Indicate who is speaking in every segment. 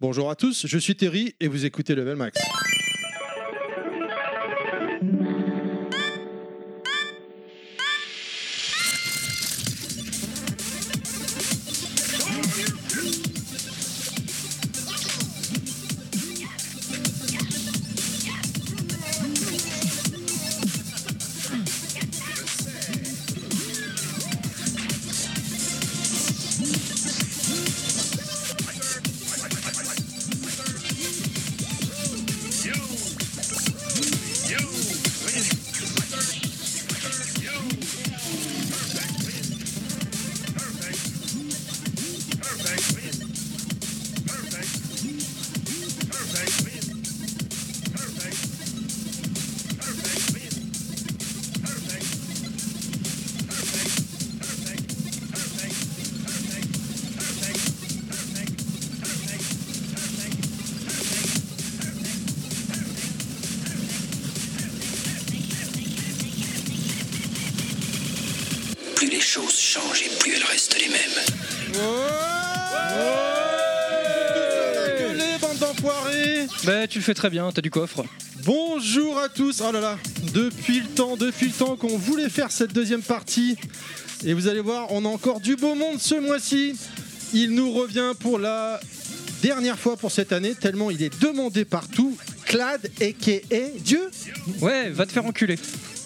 Speaker 1: Bonjour à tous, je suis Terry et vous écoutez Level Max.
Speaker 2: Plus les choses changent et plus elles restent les mêmes.
Speaker 1: Les bandes d'enfoirés
Speaker 3: Bah tu le fais très bien, t'as du coffre.
Speaker 1: Bonjour à tous. Oh là là, depuis le temps, depuis le temps qu'on voulait faire cette deuxième partie. Et vous allez voir, on a encore du beau monde ce mois-ci. Il nous revient pour la dernière fois pour cette année, tellement il est demandé partout. Clad et Dieu
Speaker 3: Ouais, va te faire enculer.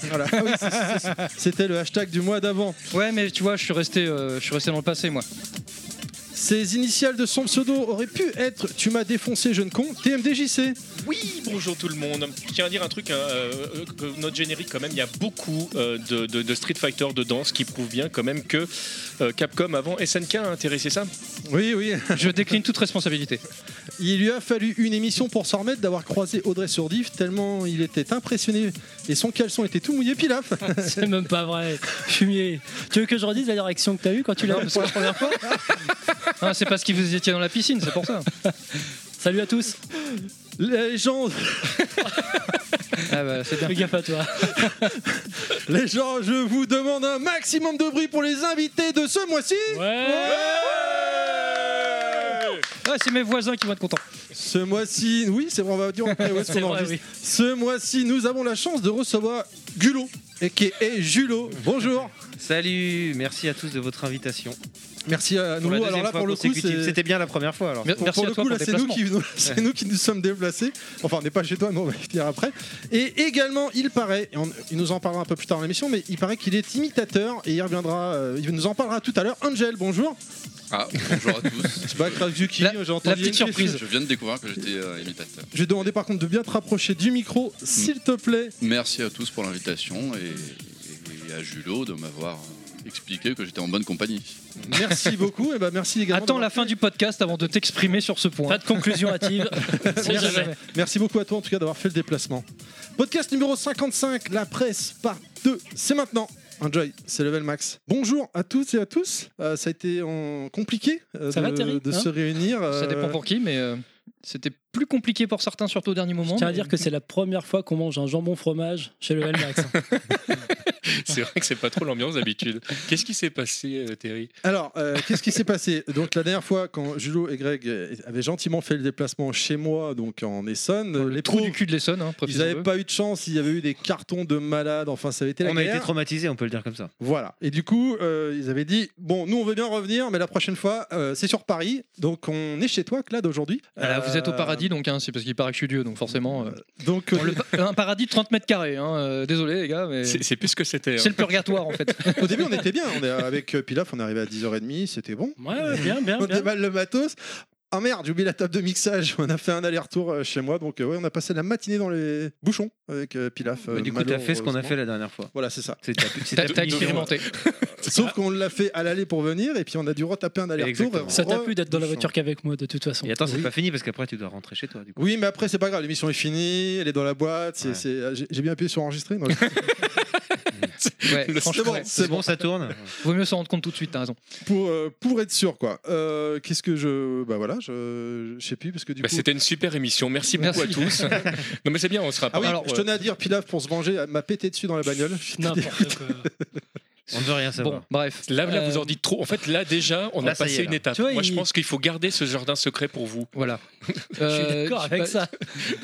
Speaker 1: Voilà. Ah oui, c'est- c'est- C'était le hashtag du mois d'avant.
Speaker 3: Ouais, mais tu vois, je suis resté, euh, je suis resté dans le passé, moi.
Speaker 1: Ses initiales de son pseudo auraient pu être Tu m'as défoncé, jeune con, TMDJC.
Speaker 4: Oui, bonjour tout le monde. Je tiens à dire un truc, hein, euh, euh, que notre générique quand même, il y a beaucoup euh, de, de- de Street Fighter dedans, ce qui prouve bien quand même que euh, Capcom avant SNK a intéressé ça.
Speaker 1: Oui, oui.
Speaker 3: Je décline toute responsabilité.
Speaker 1: Il lui a fallu une émission pour s'en remettre d'avoir croisé Audrey Surdif tellement il était impressionné et son caleçon était tout mouillé pilaf.
Speaker 5: C'est même pas vrai. Fumier. Tu veux que je redise la direction que t'as eue quand tu l'as
Speaker 3: Non,
Speaker 5: eue
Speaker 3: parce
Speaker 5: pour la première fois
Speaker 3: Hein, c'est parce que vous étiez dans la piscine, c'est pour ça.
Speaker 5: Salut à tous.
Speaker 1: Légende,
Speaker 3: Ah bah c'est bien.
Speaker 5: Fais gaffe à toi.
Speaker 1: les gens, je vous demande un maximum de bruit pour les invités de ce mois-ci.
Speaker 3: Ouais, c'est mes voisins qui vont être contents.
Speaker 1: Ce mois-ci, oui, c'est bon, on va dire après où est-ce
Speaker 5: C'est
Speaker 1: qu'on
Speaker 5: vrai,
Speaker 1: enregistre.
Speaker 5: oui.
Speaker 1: Ce mois-ci, nous avons la chance de recevoir Gulot et qui est Julot. Bonjour.
Speaker 6: Salut, merci à tous de votre invitation.
Speaker 1: Merci à
Speaker 6: Pour la
Speaker 1: nous.
Speaker 6: deuxième
Speaker 1: Alors là,
Speaker 6: fois
Speaker 1: pour le coup,
Speaker 6: consécutive.
Speaker 1: c'est-
Speaker 6: c'était bien la première fois alors.
Speaker 3: Mer-
Speaker 1: Pour,
Speaker 3: Merci
Speaker 1: pour
Speaker 3: à
Speaker 1: le
Speaker 3: toi
Speaker 1: coup,
Speaker 3: pour
Speaker 1: là,
Speaker 3: tes
Speaker 1: c'est nous,
Speaker 3: placements.
Speaker 1: qui, c'est nous qui nous sommes déplacés. Enfin, on n'est pas chez toi, mais on va y venir après. Et également, il paraît, et on- il nous en parlera un peu plus tard dans l'émission, mais il paraît qu'il est imitateur et il reviendra, euh, il nous en parlera tout à l'heure. Angel, bonjour.
Speaker 7: Ah, bonjour à tous.
Speaker 1: C'est pas Krasuki,
Speaker 3: La-
Speaker 1: j'ai entendu.
Speaker 3: la petite
Speaker 1: une question.
Speaker 3: surprise.
Speaker 7: Je viens de découvrir que j'étais euh, imitateur.
Speaker 1: Je vais demander par contre de bien te rapprocher du micro, s'il te plaît.
Speaker 7: Merci à tous pour l'invitation et, et- et à Julot de m'avoir euh, expliqué que j'étais en bonne compagnie.
Speaker 1: Merci beaucoup. Et ben merci également.
Speaker 3: Attends
Speaker 1: d'avoir-
Speaker 3: la fin du podcast avant de t'exprimer sur ce point.
Speaker 5: Pas de conclusion hâtive. C'est jamais.
Speaker 1: Merci beaucoup à toi en tout cas d'avoir fait le déplacement. Podcast numéro 55, la presse part 2, c'est maintenant. Enjoy, c'est Level Max. Bonjour à toutes et à tous. Euh, ça a été euh, compliqué euh,
Speaker 5: Ça
Speaker 1: de,
Speaker 5: va, Terry
Speaker 1: de
Speaker 5: Hein
Speaker 1: se réunir.
Speaker 3: Ça
Speaker 1: euh,
Speaker 3: dépend pour qui, mais euh, c'était plus compliqué pour certains, surtout au dernier
Speaker 5: Je
Speaker 3: moment.
Speaker 5: tiens à
Speaker 3: mais-
Speaker 5: dire que c'est la première fois qu'on mange un jambon fromage chez le Max.
Speaker 4: C'est vrai que c'est pas trop l'ambiance d'habitude. Qu'est-ce qui s'est passé, euh, Terry
Speaker 1: Alors, euh, qu'est-ce qui s'est passé Donc la dernière fois, quand Julot et Greg euh, avaient gentiment fait le déplacement chez moi, donc en Essonne,
Speaker 3: Dans
Speaker 1: euh,
Speaker 3: le
Speaker 1: les
Speaker 3: trou
Speaker 1: pauvres,
Speaker 3: du cul de l'Essonne, hein,
Speaker 1: ils n'avaient
Speaker 3: profitons-le.
Speaker 1: pas eu de chance. Il y avait eu des cartons de malades. Enfin, ça avait été la
Speaker 6: On a
Speaker 1: guerre.
Speaker 6: été traumatisés, on peut le dire comme ça.
Speaker 1: Voilà. Et du coup, euh, ils avaient dit bon, nous on veut bien revenir, mais la prochaine fois, euh, c'est sur Paris. Donc on est chez toi, Clad, aujourd'hui.
Speaker 3: Voilà, Vous êtes au
Speaker 1: Euh,
Speaker 3: paradis, donc hein, c'est parce qu'il paraît que je suis Dieu, donc forcément. euh,
Speaker 1: Donc, euh,
Speaker 3: bon, le pa- un paradis de 30 mètres carrés, hein, euh, désolé les gars, mais.
Speaker 4: C'est c'est plus ce que c'était.
Speaker 3: C'est le purgatoire en fait.
Speaker 1: au début, on était bien. On est avec euh, Pilaf, on est arrivé à 10h30, c'était bon.
Speaker 5: Ouais, ouais, bien, bien,
Speaker 1: On
Speaker 5: bien.
Speaker 1: déballe le matos. Ah merde, j'ai oublié la table de mixage. On a fait un aller-retour euh, chez moi. Donc, euh, ouais, on a passé la matinée dans les bouchons avec euh, Pilaf. euh,
Speaker 6: Mais Bah, du coup, t'as fait ce qu'on a
Speaker 1: malheureusement.
Speaker 6: fait la dernière fois.
Speaker 1: Voilà, c'est ça.
Speaker 6: C'est ta, c'est
Speaker 3: T'as
Speaker 6: ta-
Speaker 3: t'as expérimenté.
Speaker 1: Sauf qu'on l'a fait à l'aller pour venir, et puis on a dû retaper un aller-retour.
Speaker 6: Exactement.
Speaker 1: et
Speaker 5: Ça t'a
Speaker 1: re-
Speaker 5: plu d'être dans la
Speaker 1: bouchon.
Speaker 5: voiture qu'avec moi de toute façon.
Speaker 6: Et attends, c'est
Speaker 1: Oui.
Speaker 6: pas fini parce qu'après tu dois rentrer chez toi. Du coup.
Speaker 1: Oui, mais après, c'est pas grave, l'émission est finie, elle est dans la boîte, c'est-
Speaker 6: Ouais.
Speaker 1: c'est- ah, j'ai j'ai bien appuyé sur enregistrer. non,
Speaker 5: hein.
Speaker 3: Ouais,
Speaker 4: Le
Speaker 3: franchement,
Speaker 1: bon,
Speaker 3: ouais.
Speaker 1: c'est
Speaker 6: C'est bon, ça tourne.
Speaker 3: Vaut mieux s'en rendre compte tout de suite, t'as raison.
Speaker 1: pour, euh, pour être sûr, quoi. Euh, Qu'est-ce que je. Bah voilà, je, je sais plus, parce que du
Speaker 4: Bah,
Speaker 1: coup.
Speaker 4: C'était une super émission. Merci beaucoup
Speaker 3: Merci.
Speaker 4: à tous. non mais c'est bien, on sera.
Speaker 1: Ah oui,
Speaker 4: Alors,
Speaker 1: je tenais à dire, Pilaf, pour se venger, elle m'a pété dessus dans la bagnole.
Speaker 5: N'importe quoi.
Speaker 6: On ne veut rien
Speaker 3: Bon,
Speaker 6: savoir.
Speaker 3: bref.
Speaker 4: Là, là, vous
Speaker 3: Euh,
Speaker 4: en dites trop. En fait, là, déjà, on
Speaker 6: Là,
Speaker 4: a
Speaker 6: ça y
Speaker 4: passé
Speaker 6: est, là.
Speaker 4: une étape.
Speaker 5: Tu vois,
Speaker 4: Moi, je
Speaker 5: il-
Speaker 4: pense qu'il faut garder ce jardin secret pour vous.
Speaker 3: Voilà.
Speaker 5: Je suis
Speaker 3: Euh,
Speaker 5: d'accord
Speaker 3: je sais
Speaker 5: avec
Speaker 3: pas-
Speaker 5: ça.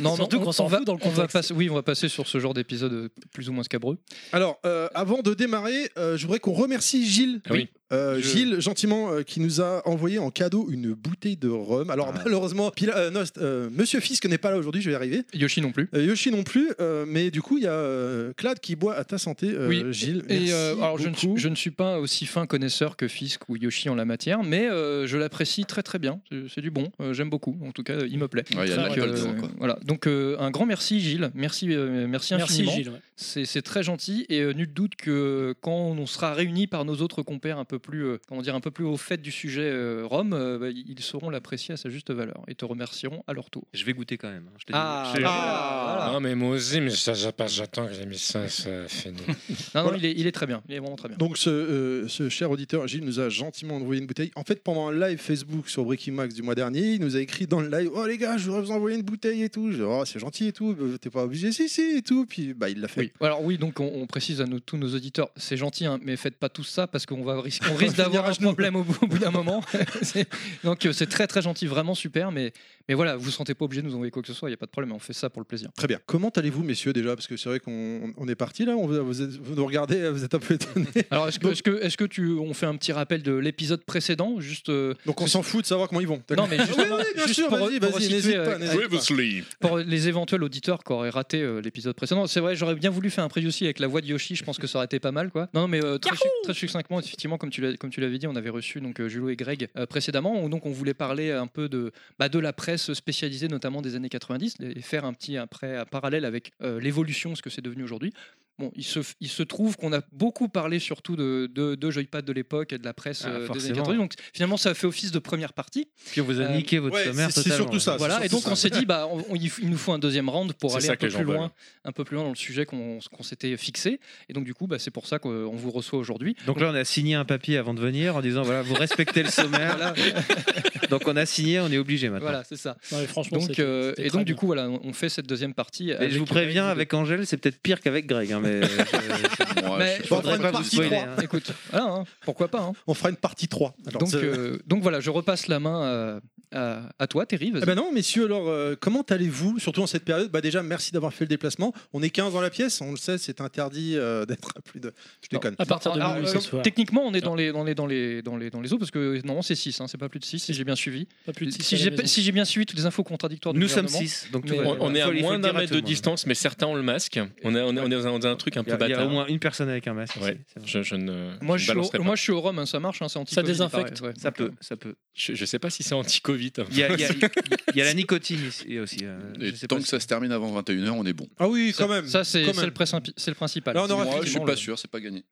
Speaker 3: Non,
Speaker 5: Surtout
Speaker 3: mais on-
Speaker 5: qu'on s'en
Speaker 3: on va-
Speaker 5: fout dans le
Speaker 3: on va
Speaker 5: contexte.
Speaker 3: passer, oui, on va passer sur ce genre d'épisode euh, plus ou moins scabreux.
Speaker 1: Alors, euh, avant de démarrer, euh, je voudrais qu'on remercie Gilles.
Speaker 4: Ah Oui.
Speaker 1: Euh,
Speaker 4: Je-
Speaker 1: Gilles, gentiment, euh, qui nous a envoyé en cadeau une bouteille de rhum. Alors,
Speaker 6: Ah.
Speaker 1: malheureusement, Pila- euh, Nost- euh, Monsieur Fisk n'est pas là aujourd'hui, je vais y arriver.
Speaker 3: Yoshi non plus.
Speaker 1: Euh, Yoshi non plus, euh, mais du coup, il y a euh, Clad qui boit à ta santé, euh,
Speaker 3: Oui.
Speaker 1: Gilles.
Speaker 3: Et
Speaker 1: merci
Speaker 3: euh, alors je ne, suis,
Speaker 1: beaucoup.
Speaker 3: je ne suis pas aussi fin connaisseur que Fisk ou Yoshi en la matière, mais euh, je l'apprécie très très bien. C'est c'est du bon, Euh, j'aime beaucoup. En tout cas, il me plaît.
Speaker 7: Ouais, il y a de
Speaker 3: Donc,
Speaker 7: l'alcool
Speaker 3: euh,
Speaker 7: dedans, quoi.
Speaker 3: voilà. Donc euh, un grand merci Gilles, merci euh, merci
Speaker 5: Merci
Speaker 3: infiniment.
Speaker 5: Gilles. ouais.
Speaker 3: C'est c'est très gentil et euh, nul doute que euh, quand on sera réunis par nos autres compères un peu plus euh, comment dire un peu plus au fait du sujet euh, Rome, euh, bah, ils sauront l'apprécier à sa juste valeur et te remercieront à leur tour.
Speaker 6: Je vais goûter quand même. hein, je te dis.
Speaker 3: Ah,
Speaker 6: Je-
Speaker 3: voilà.
Speaker 4: mais moi aussi, mais ça, j'attends que j'ai mis ça, ça fini.
Speaker 3: Non, non,
Speaker 1: Voilà.
Speaker 3: il est, il est très bien, il est vraiment très bien.
Speaker 1: Donc ce, euh, ce cher auditeur, Gilles, nous a gentiment envoyé une bouteille. En fait, pendant un live Facebook sur Breaking Max du mois dernier, il nous a écrit dans le live Oh les gars, je voudrais vous envoyer une bouteille et tout. Je dis, Oh, c'est gentil et tout, euh, t'es pas obligé, si, si, et tout. Puis bah, il l'a fait.
Speaker 3: Oui. Alors oui, donc on, on précise à nos- tous nos auditeurs, c'est gentil, hein, mais faites pas tout ça parce qu'on va risque, on risque
Speaker 1: finira
Speaker 3: d'avoir
Speaker 1: à
Speaker 3: un
Speaker 1: genoux.
Speaker 3: problème au bout, au bout d'un moment. C'est- donc euh, c'est très très gentil, vraiment super, mais mais voilà, vous vous sentez pas obligé de nous envoyer quoi que ce soit, il y a pas de problème, on fait ça pour le plaisir.
Speaker 1: Très bien. Comment allez-vous, messieurs, déjà Parce que c'est vrai qu'on on est parti là, on vous, vous êtes- vous nous regardez, vous êtes un peu étonnés.
Speaker 3: Alors est-ce que
Speaker 1: Donc-
Speaker 3: est-ce que est-ce que tu on fait un petit rappel de l'épisode précédent juste euh,
Speaker 1: Donc on s'en fout de savoir comment ils vont.
Speaker 3: non mais
Speaker 1: oui,
Speaker 3: juste,
Speaker 1: oui, bien
Speaker 3: juste
Speaker 1: sûr,
Speaker 3: pour,
Speaker 1: vas-y,
Speaker 3: pour
Speaker 1: vas-y,
Speaker 3: situer,
Speaker 1: n'hésite
Speaker 3: euh,
Speaker 1: pas, n'hésite pas.
Speaker 3: pour les éventuels auditeurs qui auraient raté euh, l'épisode précédent. C'est vrai, j'aurais bien voulu faire un preview aussi avec la voix de Yoshi, je pense que ça aurait été pas mal quoi. Non mais euh, très, suc- très succinctement effectivement comme tu l'as comme tu l'avais dit, on avait reçu donc euh, Julo et Greg euh, précédemment où donc on voulait parler un peu de bah, de la presse spécialisée notamment des années 90 et faire un petit après un parallèle avec euh, l'évolution ce que c'est devenu aujourd'hui. Bon, il se, il se trouve qu'on a beaucoup parlé surtout de, de, de Joypad de l'époque et de la presse
Speaker 6: Ah,
Speaker 3: euh, des années
Speaker 6: forcément.
Speaker 3: 90. Donc finalement, ça fait office de première partie.
Speaker 6: Puis on vous a
Speaker 3: Euh,
Speaker 6: niqué votre
Speaker 1: ouais,
Speaker 6: sommaire
Speaker 1: c'est- c'est
Speaker 6: totalement.
Speaker 1: surtout ça.
Speaker 3: Voilà,
Speaker 1: c'est
Speaker 3: et donc
Speaker 1: surtout
Speaker 3: on
Speaker 1: ça.
Speaker 3: s'est dit, bah, on- on- il f- il nous faut un deuxième round pour
Speaker 4: C'est
Speaker 3: aller
Speaker 4: ça
Speaker 3: un
Speaker 4: que
Speaker 3: peu,
Speaker 4: les gens
Speaker 3: plus
Speaker 4: veulent.
Speaker 3: loin, un peu plus loin dans le sujet qu'on qu'on s'était fixé. Et donc, du coup, bah, c'est pour ça qu'on vous reçoit aujourd'hui.
Speaker 6: Donc là, on a signé un papier avant de venir en disant voilà, vous respectez le sommaire.
Speaker 3: Voilà,
Speaker 6: Donc on a signé, on est obligé maintenant.
Speaker 3: voilà c'est ça.
Speaker 5: Non, mais franchement,
Speaker 3: Donc,
Speaker 5: c'était-
Speaker 3: euh,
Speaker 5: c'était
Speaker 3: et
Speaker 5: très
Speaker 3: donc, du
Speaker 5: bien.
Speaker 3: coup, voilà, on on fait cette deuxième partie.
Speaker 6: Mais je vous préviens, avec Angèle, c'est peut-être pire qu'avec Greg. hein, mais je-
Speaker 7: Moi,
Speaker 3: Mais-
Speaker 7: je-
Speaker 1: Bon, on fera
Speaker 6: faudrait
Speaker 1: une
Speaker 6: pas vous
Speaker 1: partie
Speaker 6: spoiler,
Speaker 1: 3.
Speaker 6: hein.
Speaker 3: Écoute, voilà, hein, pourquoi pas. hein.
Speaker 1: On fera une partie 3. Alors,
Speaker 3: Donc,
Speaker 1: c'est-
Speaker 3: euh, donc voilà, je repasse la main euh, à, à toi, Terry. vas-y.
Speaker 1: Eh ben non, messieurs, alors euh, comment allez-vous, surtout en cette période Bah déjà, merci d'avoir fait le déplacement. On est 15 dans la pièce, on le sait, c'est interdit euh, d'être à plus de. Je
Speaker 3: Non.
Speaker 1: déconne.
Speaker 5: à partir de
Speaker 3: Alors,
Speaker 5: minuit
Speaker 3: euh,
Speaker 5: ce soir.
Speaker 3: Techniquement, on est dans les, dans les, dans les, dans les, dans les eaux parce que normalement c'est 6, c'est pas plus de 6 si j'ai bien suivi.
Speaker 5: Pas plus de six
Speaker 3: Si
Speaker 5: à la
Speaker 3: j'ai
Speaker 5: maison.
Speaker 3: si j'ai bien suivi toutes les infos contradictoires du
Speaker 6: Nous sommes
Speaker 3: gouvernement.
Speaker 6: 6, donc tout
Speaker 3: Mais-
Speaker 6: va
Speaker 4: On,
Speaker 6: bien.
Speaker 4: on est à
Speaker 6: Faut- il faut
Speaker 4: moins
Speaker 6: le
Speaker 4: d'un
Speaker 6: dire à
Speaker 4: mètre
Speaker 6: tout
Speaker 4: de
Speaker 6: le monde.
Speaker 4: distance, mais certains ont le masque. On est, on est, on est dans un truc un
Speaker 6: Il y a-
Speaker 4: peu
Speaker 6: il y a
Speaker 4: bâtard.
Speaker 6: au moins une personne avec un masque.
Speaker 4: Ouais.
Speaker 6: ici, c'est vrai.
Speaker 4: Je, je ne.
Speaker 3: Moi
Speaker 4: je ne
Speaker 3: je, suis au,
Speaker 4: balancerai pas.
Speaker 3: moi je suis au Rome, hein, ça marche, hein, c'est anti
Speaker 5: désinfecte.
Speaker 6: Ça peut, ça peut.
Speaker 4: Je, je sais pas si c'est anti-Covid.
Speaker 6: Il y a, il y a- il y a la nicotine ici aussi. euh,
Speaker 7: Et
Speaker 6: je sais
Speaker 7: tant
Speaker 6: pas
Speaker 7: que
Speaker 6: si-
Speaker 7: ça se termine avant 21h, on est bon.
Speaker 1: Ah oui,
Speaker 3: Ça,
Speaker 1: quand même.
Speaker 3: euh, ça, c'est
Speaker 1: quand
Speaker 3: c'est
Speaker 1: même.
Speaker 3: le, principi- c'est le principal.
Speaker 1: Là, on aura
Speaker 7: Moi, je suis
Speaker 3: Effectivement,
Speaker 7: pas
Speaker 3: le-
Speaker 7: sûr, c'est pas gagné.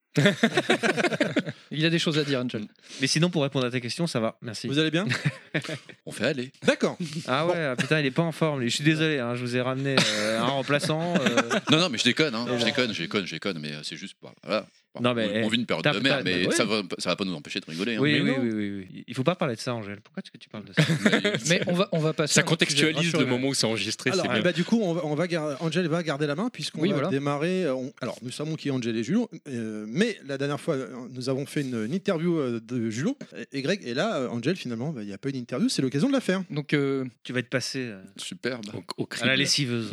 Speaker 3: Il a des choses à dire, Angel.
Speaker 6: Mais sinon, pour répondre à ta question, ça va. Merci.
Speaker 1: Vous allez bien
Speaker 7: On fait aller.
Speaker 1: D'accord.
Speaker 6: Ah ouais, ah putain, il est pas en forme. lui. Je suis désolé, hein, je vous ai ramené euh, un remplaçant. euh,
Speaker 7: Non, non, mais je déconne, hein, je déconne, je déconne, je déconne, mais euh, c'est juste. bah, voilà. Bah,
Speaker 6: Non, mais,
Speaker 7: on, on
Speaker 6: eh,
Speaker 7: vit une période
Speaker 6: t'as-
Speaker 7: de merde,
Speaker 6: t'as-
Speaker 7: mais
Speaker 6: bah,
Speaker 7: ça, va, ça va pas nous empêcher de rigoler. hein.
Speaker 6: Oui, oui,
Speaker 7: Mais
Speaker 6: oui, oui, oui. Il faut pas parler de ça, Angèle. Pourquoi est-ce que tu parles de ça
Speaker 3: Mais on va, on va passer.
Speaker 4: Ça
Speaker 3: à un autre
Speaker 4: contextualise
Speaker 3: sujet,
Speaker 4: le
Speaker 3: rassurez-vous.
Speaker 4: moment où c'est enregistré.
Speaker 1: Alors,
Speaker 4: c'est
Speaker 1: eh
Speaker 4: bien.
Speaker 1: ben, du coup, on va, on va gar- Angel va garder la main puisqu'on
Speaker 3: Oui,
Speaker 1: va
Speaker 3: voilà.
Speaker 1: démarrer. euh, on- alors, nous savons qui est Angel et Julo, euh, mais la dernière fois, euh, nous avons fait une, une interview euh, de Julo et- et Greg. Et là, euh, Angel, finalement, bah, il n'y a pas eu d'interview, c'est l'occasion de la faire.
Speaker 3: Donc, euh,
Speaker 6: Tu vas être passé euh,
Speaker 7: Superbe.
Speaker 4: Au- au
Speaker 6: à la
Speaker 4: crible.
Speaker 6: lessiveuse.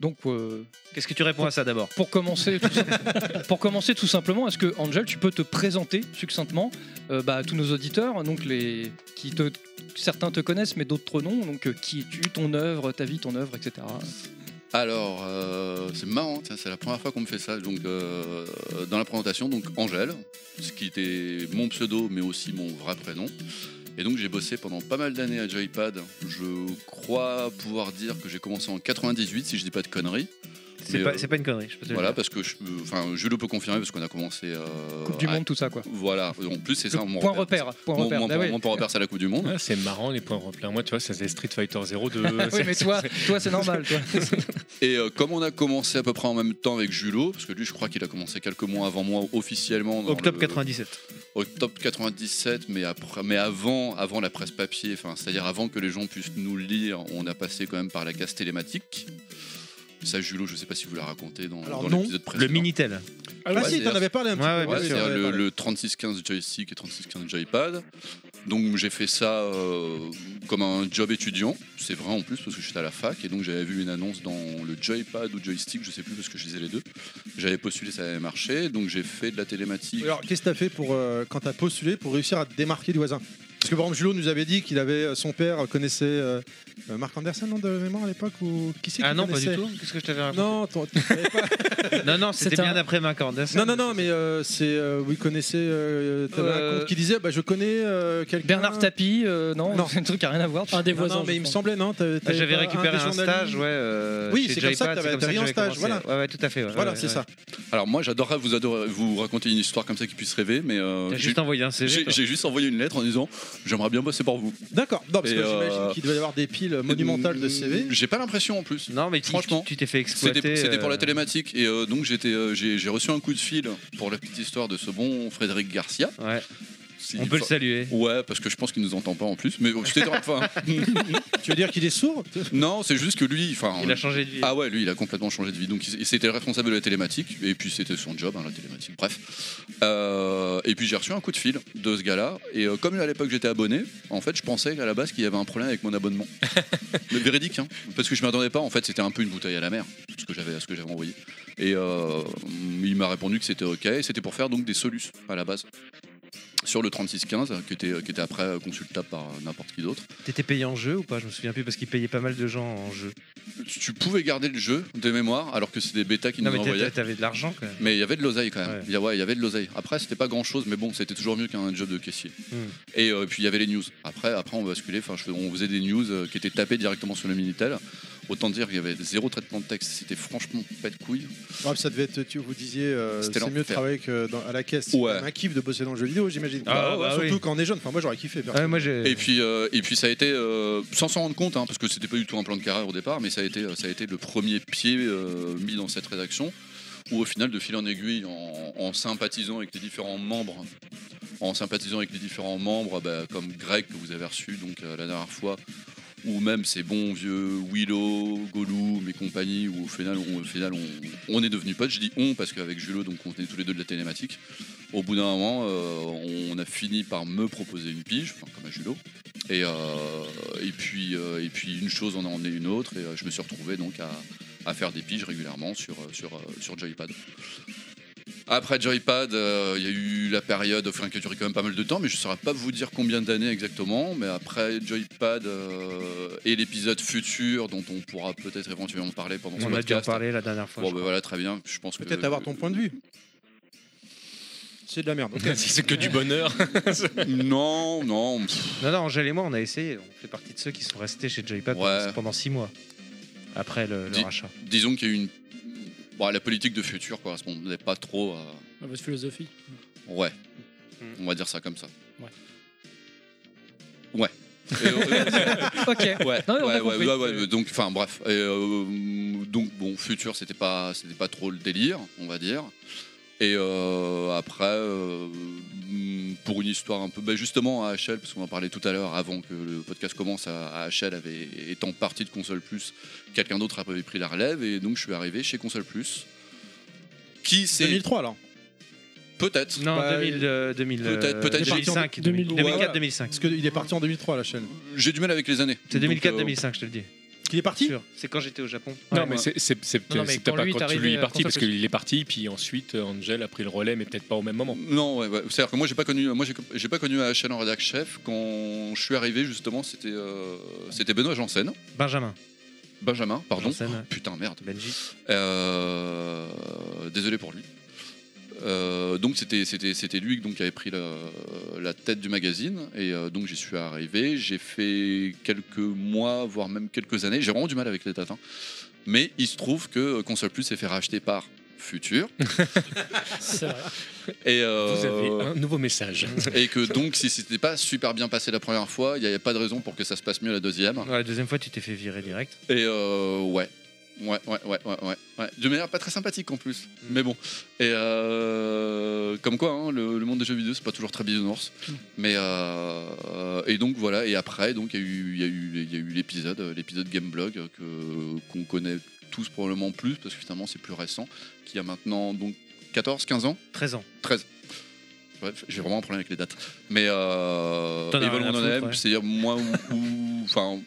Speaker 3: donc euh,
Speaker 6: Qu'est-ce que tu réponds à ça d'abord
Speaker 3: pour, commencer, tout sim- pour commencer tout simplement, est-ce que Angel, tu peux te présenter succinctement euh, bah, à tous nos auditeurs, donc les qui te, certains te connaissent mais d'autres non. Donc, euh, qui es-tu, ton œuvre, ta vie, ton œuvre, etc.
Speaker 7: Alors, euh, c'est marrant, tiens, c'est la première fois qu'on me fait ça. Donc, euh, dans la présentation, donc Angèle, ce qui était mon pseudo, mais aussi mon vrai prénom. Et donc, j'ai bossé pendant pas mal d'années à Joypad. Je crois pouvoir dire que j'ai commencé en 98, si je dis pas de conneries.
Speaker 6: C'est
Speaker 7: Mais,
Speaker 6: pas,
Speaker 7: euh,
Speaker 6: c'est pas une connerie, je peux te le
Speaker 7: Voilà,
Speaker 6: dire.
Speaker 7: parce que je, enfin, je le peux confirmer parce qu'on a commencé. euh,
Speaker 3: Coupe du
Speaker 7: à-
Speaker 3: monde, tout ça quoi.
Speaker 7: Voilà, en plus, c'est ça mon
Speaker 3: Point repère. Point
Speaker 7: Mon,
Speaker 3: repère.
Speaker 7: mon-
Speaker 3: Bah oui.
Speaker 7: mon point repère, c'est la Coupe du Monde.
Speaker 4: Ah, c'est marrant les points repères. Moi, tu vois, ça c'est Street Fighter 0 de.
Speaker 3: Oui, mais toi, toi c'est normal. Toi.
Speaker 7: Et euh, comme on a commencé à peu près en même temps avec Julo, parce que lui, je crois qu'il a commencé quelques mois avant moi officiellement. dans
Speaker 6: Octobre
Speaker 7: le-
Speaker 6: 97.
Speaker 7: Octobre 97, mais, après, mais avant, avant la presse papier, enfin, c'est-à-dire avant que les gens puissent nous lire, on a passé quand même par la case télématique. Ça, Julo, je sais pas si vous la racontez dans,
Speaker 8: Alors,
Speaker 7: dans
Speaker 8: non.
Speaker 7: l'épisode
Speaker 6: Le
Speaker 7: précédent.
Speaker 6: Minitel.
Speaker 8: Ah,
Speaker 1: bah
Speaker 7: ouais,
Speaker 8: si, t'en
Speaker 7: c'est-à-dire-
Speaker 8: avais parlé un petit
Speaker 6: Ouais,
Speaker 8: peu.
Speaker 6: ouais, bien
Speaker 8: ouais, t'en
Speaker 6: sûr.
Speaker 7: C'est-à-dire
Speaker 8: avais
Speaker 7: le,
Speaker 8: parlé.
Speaker 7: le 3615 joystick et 3615 joypad. Donc j'ai fait ça euh, comme un job étudiant, c'est vrai en plus parce que j'étais à la fac et donc j'avais vu une annonce dans le joypad ou joystick, je sais plus parce que je lisais les deux. J'avais postulé, ça avait marché, donc j'ai fait de la télématique.
Speaker 8: Alors, qu'est-ce que t'as fait pour, euh, quand t'as postulé pour réussir à te démarquer du voisin Parce que par exemple, Julo nous avait dit qu'il avait euh, son père connaissait euh, euh, Marc Anderson, non, de mémoire à l'époque ou qui c'est qui
Speaker 6: Ah non, pas du
Speaker 8: connaissait
Speaker 6: tout. Qu'est-ce que je t'avais raconté
Speaker 8: Non, ton- t'avais pas-
Speaker 6: Non, non, c'était
Speaker 5: C'était un-
Speaker 6: bien après ma corde.
Speaker 8: non, non, non, mais euh, c'est euh, vous connaissez euh, t'avais
Speaker 3: Euh,
Speaker 8: un compte qui disait bah je connais euh, quelqu'un.
Speaker 1: Ah.
Speaker 3: Bernard Tapie, euh, non,
Speaker 8: Non.
Speaker 3: c'est un truc à rien à voir.
Speaker 5: Un des
Speaker 8: Non,
Speaker 5: voisins.
Speaker 8: non, mais
Speaker 5: je
Speaker 8: il me
Speaker 5: pense.
Speaker 8: semblait non. t'avais-
Speaker 6: Ah,
Speaker 8: t'avais
Speaker 6: J'avais
Speaker 8: pas
Speaker 6: récupéré
Speaker 8: des
Speaker 6: un
Speaker 8: journalistes
Speaker 6: stage, ouais. euh,
Speaker 8: Oui,
Speaker 6: chez
Speaker 8: c'est comme ça que
Speaker 6: Joypad,
Speaker 8: t'avais
Speaker 6: c'est comme ça
Speaker 8: atterri
Speaker 6: que
Speaker 8: en
Speaker 6: j'avais
Speaker 8: stage,
Speaker 6: commencé.
Speaker 8: voilà.
Speaker 6: Ouais, ouais, tout à fait. ouais,
Speaker 8: Voilà,
Speaker 6: ouais,
Speaker 8: c'est
Speaker 6: ouais.
Speaker 8: ça.
Speaker 7: Alors moi j'adorerais vous, adorer- vous raconter une histoire comme ça qui puisse rêver, mais euh,
Speaker 6: T'as
Speaker 7: j'ai
Speaker 6: juste envoyé un CV.
Speaker 7: j'ai-
Speaker 6: toi.
Speaker 7: j'ai juste envoyé une lettre en disant j'aimerais bien bosser pour vous.
Speaker 8: D'accord. Non, parce
Speaker 7: Et,
Speaker 8: que
Speaker 7: euh,
Speaker 8: j'imagine qu'il devait y avoir des piles monumentales de CV.
Speaker 7: J'ai pas l'impression en plus.
Speaker 6: Non, mais tu-
Speaker 7: Franchement,
Speaker 6: tu t'es fait exploiter.
Speaker 7: C'était c'était pour la
Speaker 6: euh,
Speaker 7: télématique et euh, donc j'étais euh, j'ai j'ai reçu un coup de fil pour la petite histoire de ce bon Frédéric Garcia.
Speaker 6: Ouais,
Speaker 7: Si-
Speaker 6: on peut le saluer.
Speaker 7: Ouais, parce que je pense qu'il nous entend pas en plus. Mais bon, c'était enfin.
Speaker 8: Tu veux dire qu'il est sourd
Speaker 7: Non, c'est juste que lui, enfin.
Speaker 6: Il a changé de vie.
Speaker 7: Ah ouais, lui, il a complètement changé de vie. Donc, il- c'était le responsable de la télématique, et puis c'était son job, hein, la télématique. Bref. Euh, et puis j'ai reçu un coup de fil de ce gars-là, et euh, comme à l'époque j'étais abonné, en fait, je pensais à la base qu'il y avait un problème avec mon abonnement. Mais véridique, hein, parce que je m'attendais pas. En fait, c'était un peu une bouteille à la mer, ce que j'avais, ce que j'avais envoyé. Et euh, il m'a répondu que c'était ok. et C'était pour faire donc des solus à la base sur le 3615, qui était, qui était après euh, consultable par n'importe qui d'autre.
Speaker 6: T'étais payé en jeu ou pas Je me souviens plus parce qu'il payait pas mal de gens en jeu.
Speaker 7: tu pouvais garder le jeu de mémoire alors que c'est des bêtas qui
Speaker 6: Non,
Speaker 7: nous
Speaker 6: mais t'avais-
Speaker 7: envoyaient.
Speaker 6: t'avais de l'argent quand même.
Speaker 7: Mais il y avait de l'oseille quand même.
Speaker 6: Ouais.
Speaker 7: Il y a- ouais, il y avait de l'oseille. Après, c'était pas grand chose, mais bon, c'était toujours mieux qu'un job de caissier.
Speaker 6: Hmm.
Speaker 7: Et euh, puis il y avait les news. Après, après on basculait. Enfin, je fais- on faisait des news euh, qui étaient tapées directement sur le Minitel. Autant dire qu'il y avait zéro traitement de texte. C'était franchement pas de couilles.
Speaker 8: Ouais, ça devait être, tu vous disiez, euh,
Speaker 7: C'était
Speaker 8: c'est mieux de
Speaker 7: l'enfer.
Speaker 8: travailler que dans- à la caisse.
Speaker 7: Ouais.
Speaker 8: C'est un kiff de bosser dans le jeu vidéo, j'imagine.
Speaker 6: Ah, bah
Speaker 8: surtout
Speaker 6: oui.
Speaker 8: quand on est jeune. Enfin, moi j'aurais kiffé. perso.
Speaker 6: Ouais, moi, j'ai-
Speaker 7: Et puis, euh, et puis ça a été, euh, sans s'en rendre compte, hein, parce que c'était pas du tout un plan de carrière au départ, mais ça a été, euh, ça a été le premier pied euh, mis dans cette rédaction, où au final, de fil en aiguille, en, en sympathisant avec les différents membres, en sympathisant avec les différents membres, bah, comme Greg que vous avez reçu donc euh, la dernière fois, ou même ces bons vieux Willow, Gollum et compagnie, où au final, on, au final, on, on est devenus potes. Je dis on parce qu'avec Julo, donc on venait tous les deux de la télématique. Au bout d'un moment, euh, on a fini par me proposer une pige, enfin, comme à Julo. Et, euh, et, puis, euh, et puis une chose en a emmené une autre, et euh, je me suis retrouvé donc à, à faire des piges régulièrement sur, euh, sur, euh, sur Joypad. Après Joypad, euh, il y a eu la période, enfin qui a duré quand même pas mal de temps, mais je ne saurais pas vous dire combien d'années exactement. Mais après Joypad euh, et l'épisode futur, dont on pourra peut-être éventuellement parler pendant ce
Speaker 6: on a dû en
Speaker 7: podcast.
Speaker 6: parler la dernière fois.
Speaker 7: Bon,
Speaker 6: je
Speaker 7: ben
Speaker 6: crois.
Speaker 7: voilà, très bien. Je pense
Speaker 8: Peut-être
Speaker 7: que-
Speaker 8: avoir ton point de vue. C'est de la merde. ok.
Speaker 4: C'est que du bonheur.
Speaker 7: Non, non. pff,
Speaker 6: Non, non, Angèle et moi, on a essayé. On fait partie de ceux qui sont restés chez Joypad
Speaker 7: Ouais.
Speaker 6: pendant- pendant 6 mois après le, le
Speaker 7: Dis-
Speaker 6: rachat.
Speaker 7: disons qu'il y a eu une. Bon, la politique de futur correspondait pas trop à.
Speaker 5: Ah, Votre philosophie.
Speaker 7: Ouais.
Speaker 6: Mm.
Speaker 7: On va dire ça comme ça.
Speaker 5: Ouais.
Speaker 7: Ouais. Et, euh,
Speaker 3: Ok.
Speaker 7: ouais,
Speaker 3: Non, mais on a
Speaker 7: ouais, ouais,
Speaker 3: compris.
Speaker 7: ouais, ouais, donc enfin bref, Et, euh, donc bon, futur c'était pas, c'était pas trop le délire, on va dire. Et euh, après, euh, pour une histoire un peu, bah, justement à HL, parce qu'on en parlait tout à l'heure avant que le podcast commence, à, à HL avait étant parti de Console Plus, quelqu'un d'autre avait pris la relève et donc je suis arrivé chez Console Plus, qui c'est
Speaker 8: 2003 alors.
Speaker 7: peut-être.
Speaker 3: Mm.
Speaker 6: Non,
Speaker 8: Bah,
Speaker 6: 2000, euh, 2000, euh,
Speaker 7: peut-être- peut-être
Speaker 6: 2005,
Speaker 5: 2000,
Speaker 6: 2004,
Speaker 8: ouais, voilà.
Speaker 6: 2005.
Speaker 8: Parce qu'il est parti en 2003 la chaîne.
Speaker 7: J'ai du mal avec les années.
Speaker 6: C'est
Speaker 7: Donc,
Speaker 6: 2004,
Speaker 7: euh,
Speaker 6: 2005, je te le dis.
Speaker 8: Qu'il est parti
Speaker 6: Sûr. C'est quand j'étais au Japon.
Speaker 4: Non, mais c'est- c'est c'est-
Speaker 3: Non, non, mais
Speaker 4: c'est peut-être
Speaker 3: quand
Speaker 4: pas
Speaker 3: lui est
Speaker 4: quand tu
Speaker 3: arrivé,
Speaker 4: lui
Speaker 3: euh,
Speaker 4: est parti,
Speaker 3: quand
Speaker 4: parce
Speaker 3: ça peut-
Speaker 4: qu'il est parti, puis ensuite euh, Angel a pris le relais, mais peut-être pas au même moment.
Speaker 7: Non, ouais, ouais. c'est-à-dire que moi j'ai pas connu, moi j'ai- j'ai pas connu HL en rédac chef. Quand je suis arrivé justement, c'était euh, c'était Benoît Janssen,
Speaker 6: Benjamin.
Speaker 7: Benjamin, pardon. Oh,
Speaker 6: Janssen, ouais.
Speaker 7: Putain merde.
Speaker 6: Benji.
Speaker 7: Euh, désolé pour lui. Euh, donc c'était c'était c'était lui donc qui avait pris la, la tête du magazine et euh, donc j'y suis arrivé. J'ai fait quelques mois voire même quelques années. J'ai vraiment du mal avec les dates. hein. Mais il se trouve que Console Plus s'est fait racheter par Future
Speaker 5: C'est vrai.
Speaker 7: et
Speaker 4: Vous avez
Speaker 7: euh,
Speaker 4: un nouveau message.
Speaker 7: et que donc si c'était pas super bien passé la première fois, il n'y avait pas de raison pour que ça se passe mieux la deuxième.
Speaker 6: Ouais, la deuxième fois, tu t'es fait virer direct.
Speaker 7: Et euh, ouais. Ouais, ouais, ouais, ouais, ouais, ouais. De manière pas très sympathique en plus. Mais bon. Et euh, comme quoi, hein, le, le monde des jeux vidéo, c'est pas toujours très bisounours. Mais euh, euh, et donc voilà. Et après, donc il y a eu, il y a eu, il y a eu l'épisode, euh, l'épisode Gameblog euh, que qu'on connaît tous probablement plus, parce que finalement c'est plus récent, qui a maintenant donc 14, 15 ans.
Speaker 6: 13 ans.
Speaker 7: Bref, j'ai vraiment un problème avec les dates. Mais euh,
Speaker 6: T'en as
Speaker 7: Evil
Speaker 6: rien à
Speaker 7: Wonderland,
Speaker 6: foutre, ouais.
Speaker 7: c'est-à-dire moi ou- ou. Enfin.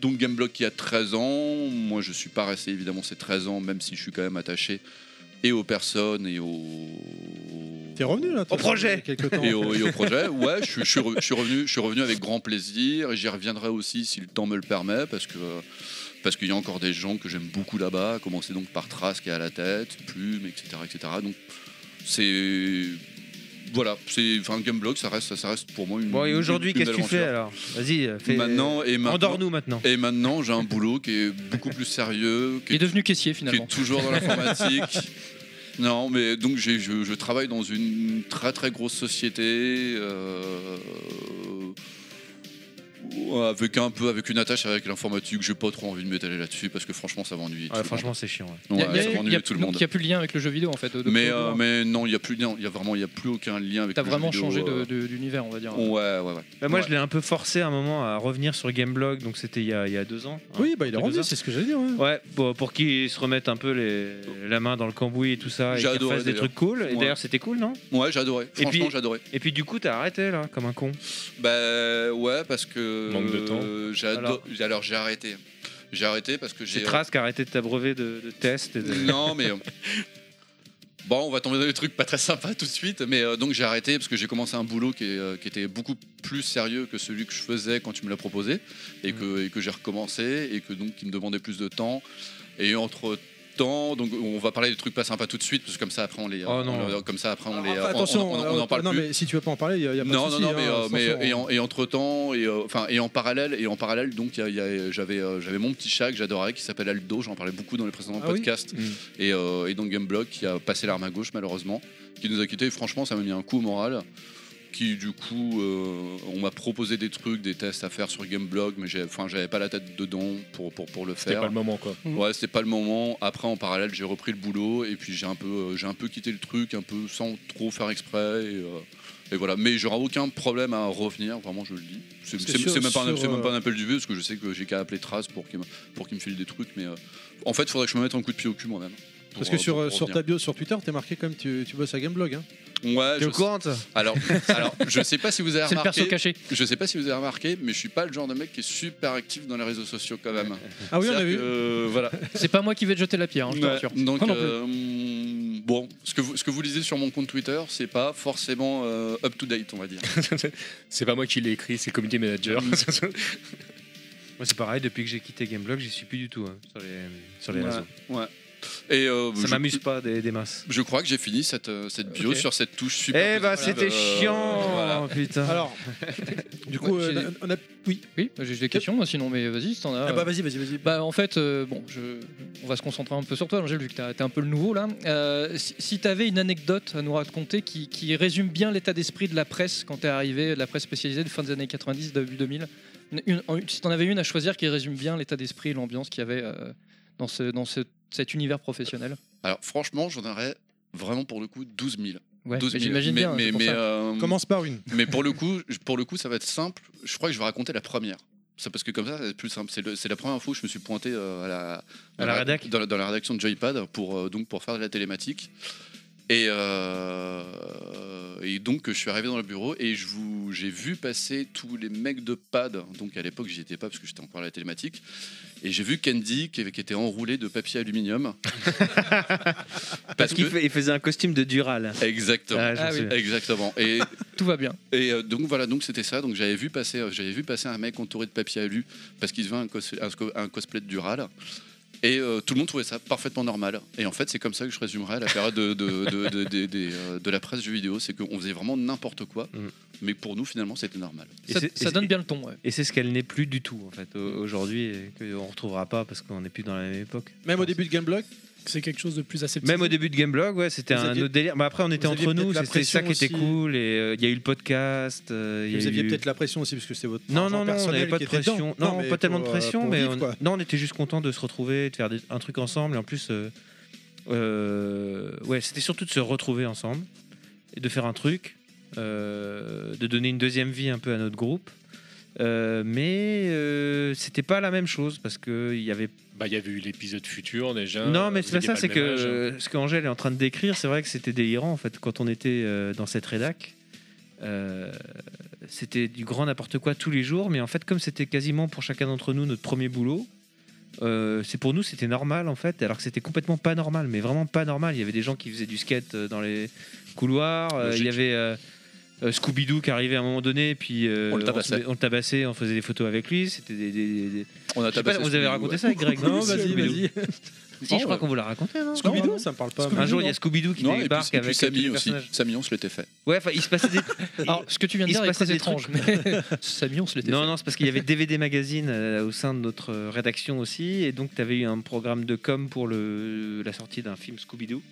Speaker 7: Donc Gameblock qui a 13 ans, moi je suis pas resté évidemment ces 13 ans, même si je suis quand même attaché et aux personnes et aux.
Speaker 8: T'es revenu là toi,
Speaker 6: Au projet.
Speaker 8: il y a quelques temps.
Speaker 7: Et au, et au projet, ouais, je, suis- je suis re- je suis revenu, je suis revenu avec grand plaisir. et J'y reviendrai aussi si le temps me le permet, parce que parce qu'il y a encore des gens que j'aime beaucoup là-bas. à Commencer donc par Trace qui est à la tête, Plume, etc., etc. Donc c'est voilà, c'est enfin Gameblog, ça reste, ça reste pour moi une.
Speaker 6: Bon, et
Speaker 7: une-
Speaker 6: aujourd'hui,
Speaker 7: une
Speaker 6: qu'est-ce que tu
Speaker 7: aventure.
Speaker 6: fais alors Vas-y, euh, fais.
Speaker 7: Maintenant et maintenant,
Speaker 6: Endors-nous maintenant.
Speaker 7: et maintenant, j'ai un boulot qui est beaucoup plus sérieux,
Speaker 3: Il
Speaker 7: qui
Speaker 3: est
Speaker 7: est
Speaker 3: devenu caissier
Speaker 7: qui
Speaker 3: finalement.
Speaker 7: est toujours dans l'informatique. non, mais donc j'ai- je, je travaille dans une très très grosse société. euh, avec un peu avec une attache avec l'informatique, j'ai pas trop envie de m'étaler là-dessus parce que franchement ça m'ennuie. tout
Speaker 6: Ouais,
Speaker 7: le
Speaker 6: franchement, c'est chiant. ouais.
Speaker 7: monde.
Speaker 3: Il y a-
Speaker 7: Ouais,
Speaker 3: il y a-
Speaker 7: ça
Speaker 3: il y
Speaker 7: m'ennuie
Speaker 3: a-
Speaker 7: tout le
Speaker 3: donc,
Speaker 7: monde.
Speaker 3: il n'y a plus le lien avec le jeu vidéo en fait. de- de
Speaker 7: Mais,
Speaker 3: prévoir.
Speaker 7: euh, mais non, il y a plus de lien. Il y a vraiment, il y a plus aucun lien avec.
Speaker 3: T'as
Speaker 7: le jeu
Speaker 3: vraiment
Speaker 7: vidéo,
Speaker 3: changé de-
Speaker 7: euh,
Speaker 3: de- d'univers, on va dire.
Speaker 7: Ouais, ouais, ouais.
Speaker 6: Bah, moi,
Speaker 7: Ouais.
Speaker 6: je l'ai un peu forcé à un moment à revenir sur Gameblog, donc c'était il, y a- il y a deux ans. hein.
Speaker 8: Oui, bah il est
Speaker 6: Deux
Speaker 8: revenu,
Speaker 6: heures.
Speaker 8: c'est ce que j'allais dire. ouais.
Speaker 6: Ouais, bon, pour qu'ils se remettent un peu les- la main dans le cambouis et tout ça, et
Speaker 7: J'ai
Speaker 6: qu'ils
Speaker 7: adoré,
Speaker 6: fassent des
Speaker 7: d'ailleurs.
Speaker 6: trucs cool. Et
Speaker 7: Ouais.
Speaker 6: d'ailleurs, c'était cool, non
Speaker 7: Ouais, j'adorais.
Speaker 6: Et
Speaker 7: Franchement,
Speaker 6: puis-
Speaker 7: j'adorais.
Speaker 6: Et puis du coup, t'as arrêté là, comme un con.
Speaker 7: Bah ouais, parce que.
Speaker 4: Manque de temps.
Speaker 7: euh, j'ado-
Speaker 6: Alors.
Speaker 7: j'ai- Alors, j'ai arrêté. J'ai arrêté parce que j'ai.
Speaker 6: C'est Trace qui a arrêté de t'abreuver de, de tests. et de-
Speaker 7: Non, mais. euh, Bon, on va tomber dans des trucs pas très sympas tout de suite, mais euh, donc j'ai arrêté parce que j'ai commencé un boulot qui, est, euh, qui était beaucoup plus sérieux que celui que je faisais quand tu me l'as proposé et que, et que j'ai recommencé et que donc qui me demandait plus de temps. Et entre temps, donc on va parler des trucs pas sympas tout de suite parce que comme ça après on les, euh,
Speaker 6: Oh non.
Speaker 7: on les- comme ça après on
Speaker 8: Alors,
Speaker 7: les, euh,
Speaker 8: enfin,
Speaker 7: on-
Speaker 8: attention,
Speaker 7: on, on- on en parle
Speaker 8: non,
Speaker 7: plus.
Speaker 8: mais si tu veux pas en parler, il y a, il y a pas de
Speaker 7: Non, non,
Speaker 8: souci,
Speaker 7: non,
Speaker 8: hein,
Speaker 7: mais, euh, mais,
Speaker 8: attention,
Speaker 7: et,
Speaker 8: hein.
Speaker 7: en- et entre temps, et, euh, enfin, et en parallèle, et en parallèle, donc il y a- il y a- j'avais, euh, j'avais mon petit chat que j'adorais qui s'appelle Aldo, j'en parlais beaucoup dans les précédents
Speaker 8: Ah oui
Speaker 7: podcasts,
Speaker 4: Mm.
Speaker 7: et, euh, et donc Gameblock qui a passé l'arme à gauche malheureusement, qui nous a quittés, et franchement ça m'a mis un coup au moral. Qui du coup, euh, on m'a proposé des trucs, des tests à faire sur Gameblog, mais j'ai- enfin, j'avais pas la tête dedans pour, pour, pour le
Speaker 4: C'était
Speaker 7: faire.
Speaker 4: pas le moment quoi.
Speaker 7: Ouais, c'était pas le moment. Après, en parallèle, j'ai repris le boulot et puis j'ai un peu, euh, j'ai un peu quitté le truc, un peu sans trop faire exprès. Et, euh, et voilà. Mais j'aurai aucun problème à revenir. Vraiment, je le dis. C'est
Speaker 8: Parce que
Speaker 7: c'est-
Speaker 8: sur-
Speaker 7: c'est même, pas un-
Speaker 8: sur,
Speaker 7: c'est même pas
Speaker 8: euh,
Speaker 7: un appel du vieux parce que je sais que j'ai qu'à appeler Trace pour qu'il me, pour qu'il me file des trucs. Mais euh, en fait, faudrait que je me mette un coup de pied au cul moi-même. pour,
Speaker 8: Parce
Speaker 7: euh,
Speaker 8: que sur,
Speaker 7: pour
Speaker 8: euh, sur
Speaker 7: revenir.
Speaker 8: ta bio sur Twitter, t'es marqué comme tu, tu bosses à Gameblog. Hein.
Speaker 7: Ouais,
Speaker 6: T'es
Speaker 7: je
Speaker 6: au courant toi
Speaker 7: alors, alors, je sais pas si vous avez
Speaker 3: C'est le perso
Speaker 7: remarqué.
Speaker 3: caché.
Speaker 7: Je sais pas si vous avez remarqué, mais je suis pas le genre de mec qui est super actif dans les réseaux sociaux quand même.
Speaker 8: Ah oui, on a
Speaker 7: C'est-à-dire
Speaker 8: vu.
Speaker 7: que, euh, voilà.
Speaker 3: C'est pas moi qui vais te jeter la pierre, hein, je te
Speaker 7: Ouais,
Speaker 3: rassure.
Speaker 7: Donc,
Speaker 3: Moi non plus.
Speaker 7: euh, mm, bon, ce que, vous, ce que vous lisez sur mon compte Twitter, c'est pas forcément euh, up to date, on va dire.
Speaker 4: c'est pas moi qui l'ai écrit, c'est le comité manager.
Speaker 6: Moi, c'est pareil, depuis que j'ai quitté Gameblog, j'y suis plus du tout hein, sur les, sur les
Speaker 7: Ouais.
Speaker 6: réseaux.
Speaker 7: Et euh,
Speaker 6: Ça
Speaker 7: je,
Speaker 6: m'amuse pas des, des masses.
Speaker 7: je crois que j'ai fini cette, euh, cette bio
Speaker 4: Ok.
Speaker 7: sur cette touche super.
Speaker 6: Eh bah,
Speaker 7: positive,
Speaker 6: c'était
Speaker 7: euh,
Speaker 6: chiant
Speaker 7: voilà.
Speaker 6: Putain.
Speaker 8: Alors, du coup,
Speaker 3: Ouais,
Speaker 8: euh,
Speaker 3: j'ai-
Speaker 8: on a.
Speaker 7: Ah
Speaker 8: Oui.
Speaker 3: Oui, j'ai des questions moi, sinon, mais vas-y si t'en
Speaker 7: Eh
Speaker 3: as.
Speaker 8: Ah
Speaker 7: ben,
Speaker 8: bah vas-y, vas-y, vas-y.
Speaker 3: Bah en fait, euh, bon, je- on va se concentrer un peu sur toi, Angèle, vu que t'as- t'es un peu le nouveau là. Euh, si si t'avais une anecdote à nous raconter qui, qui résume bien l'état d'esprit de la presse quand t'es arrivé, de la presse spécialisée de fin des années 90, début 2000, une- une- en- si t'en avais une à choisir qui résume bien l'état d'esprit et l'ambiance qu'il y avait euh, dans, ce, dans ce- cet univers professionnel.
Speaker 7: Alors, franchement, j'en aurais vraiment pour le coup 12 000.
Speaker 3: Ouais,
Speaker 7: 12
Speaker 3: mais
Speaker 7: 000.
Speaker 3: j'imagine
Speaker 7: mais,
Speaker 3: bien.
Speaker 7: mais-
Speaker 3: c'est pour
Speaker 7: mais,
Speaker 3: ça.
Speaker 7: euh,
Speaker 8: Commence par une.
Speaker 7: mais pour, le coup, je- pour le coup, ça va être simple. Je crois que je vais raconter la première. C'est parce que comme ça, c'est plus simple. C'est le- C'est la première fois où je me suis pointé euh, à la,
Speaker 6: À la rédac
Speaker 7: dans, la- dans la rédaction de Joypad pour, euh, donc pour faire de la télématique. Et, euh, et donc, je suis arrivé dans le bureau et je vous- j'ai vu passer tous les mecs de pad. Donc, à l'époque, j'y étais pas parce que j'étais encore à la télématique. Et j'ai vu Candy qui, qui était enroulé de papier aluminium.
Speaker 6: Parce qu'il fait- il faisait un costume de Dural.
Speaker 7: Exactement.
Speaker 6: Ah, je me
Speaker 3: Ah oui.
Speaker 6: souviens.
Speaker 7: Exactement. Et,
Speaker 3: Tout va bien.
Speaker 7: et euh, donc voilà, donc c'était ça. Donc j'avais vu passer, euh, j'avais vu passer un mec entouré de papier alu parce qu'il se faisait un, cos- un sco- un cosplay de Dural. Et euh, tout le monde trouvait ça parfaitement normal. Et en fait, c'est comme ça que je résumerais la période de, de, de, de- de- des, euh, de la presse jeux vidéo. C'est qu'on faisait vraiment n'importe quoi.
Speaker 6: Mhm.
Speaker 7: Mais pour nous, finalement, c'était normal.
Speaker 6: Et
Speaker 3: Ça,
Speaker 6: c'est-
Speaker 3: ça
Speaker 6: et
Speaker 3: donne
Speaker 6: c'est-
Speaker 3: bien le ton. ouais.
Speaker 6: Et c'est ce qu'elle n'est plus du tout en fait au- aujourd'hui et qu'on retrouvera pas parce qu'on n'est plus dans la même époque.
Speaker 8: Même au début de Gameblog,
Speaker 5: C'est quelque chose de plus acceptable.
Speaker 6: Même au début de Gameblog, ouais, c'était
Speaker 8: Vous
Speaker 6: un
Speaker 8: aviez-
Speaker 6: autre délire. Bah après, on était
Speaker 8: vous aviez
Speaker 6: entre nous,
Speaker 8: peut-être la
Speaker 6: c'était ça qui
Speaker 8: pression
Speaker 6: était
Speaker 8: aussi.
Speaker 6: cool. Et euh, il y a eu le podcast. euh, il y a
Speaker 8: vous aviez
Speaker 6: eu-
Speaker 8: peut-être la pression aussi parce que c'était votre.
Speaker 6: Non,
Speaker 8: argent
Speaker 6: non, non, on
Speaker 8: personnel
Speaker 6: n'avait pas
Speaker 8: qui
Speaker 6: de
Speaker 8: était dedans.
Speaker 6: pression. Non,
Speaker 8: mais
Speaker 6: pas tellement
Speaker 8: pour,
Speaker 6: de
Speaker 8: euh,
Speaker 6: pression,
Speaker 8: pour
Speaker 6: mais
Speaker 8: vivre,
Speaker 6: on...
Speaker 8: quoi.
Speaker 6: non, on était juste content de se retrouver, de faire des- un truc ensemble. Et en plus, euh, euh, ouais, c'était surtout de se retrouver ensemble et de faire un truc, euh, de donner une deuxième vie un peu à notre groupe. Euh, mais euh, c'était pas la même chose parce que il y avait
Speaker 4: Bah, il y avait eu l'épisode futur déjà.
Speaker 7: Euh,
Speaker 6: non mais
Speaker 4: vous
Speaker 6: c'est pas
Speaker 4: aviez
Speaker 6: ça
Speaker 4: le
Speaker 6: c'est
Speaker 4: même
Speaker 6: que
Speaker 4: âge.
Speaker 7: hein.
Speaker 6: euh, ce qu'Angèle est en train de décrire c'est vrai que c'était délirant en fait quand on était euh, dans cette rédac euh, c'était du grand n'importe quoi tous les jours mais en fait comme c'était quasiment pour chacun d'entre nous notre premier boulot euh, c'est pour nous c'était normal en fait alors que c'était complètement pas normal mais vraiment pas normal il y avait des gens qui faisaient du skate euh, dans les couloirs euh, il y
Speaker 4: Logique.
Speaker 6: avait euh, euh, Scooby-Doo qui arrivait à un moment donné, puis euh,
Speaker 7: On le tabassait.
Speaker 6: on, se- on le tabassait, on faisait des photos avec lui. C'était des, des- des- des-
Speaker 7: On a
Speaker 6: Je sais pas,
Speaker 7: tabassé
Speaker 6: vous avez
Speaker 7: Scooby-Doo,
Speaker 6: raconté
Speaker 7: ouais.
Speaker 6: ça avec Greg
Speaker 8: Non,
Speaker 6: non,
Speaker 8: vas-y,
Speaker 6: Scooby-Doo.
Speaker 8: vas-y.
Speaker 6: Si, je crois qu'on vous l'a raconté. Non
Speaker 8: Scooby-Doo, ça me parle pas.
Speaker 6: un jour, il y a Scooby-Doo qui
Speaker 7: Non, et puis,
Speaker 6: débarque
Speaker 7: et puis
Speaker 6: avec tous
Speaker 7: Samy
Speaker 6: les
Speaker 7: aussi.
Speaker 6: personnages.
Speaker 7: Samy, on se l'était fait.
Speaker 6: Ouais, enfin, il se passait des.
Speaker 3: Alors, ce que tu viens de
Speaker 6: Il se
Speaker 3: dire est
Speaker 6: passait
Speaker 3: très
Speaker 6: des
Speaker 3: étrange, mais Samy, on se l'était
Speaker 6: non,
Speaker 3: fait.
Speaker 6: non, c'est parce qu'il y avait DVD Magazine euh, au sein de notre euh, rédaction aussi, et donc tu avais eu un programme de com pour le, la sortie d'un film Scooby-Doo.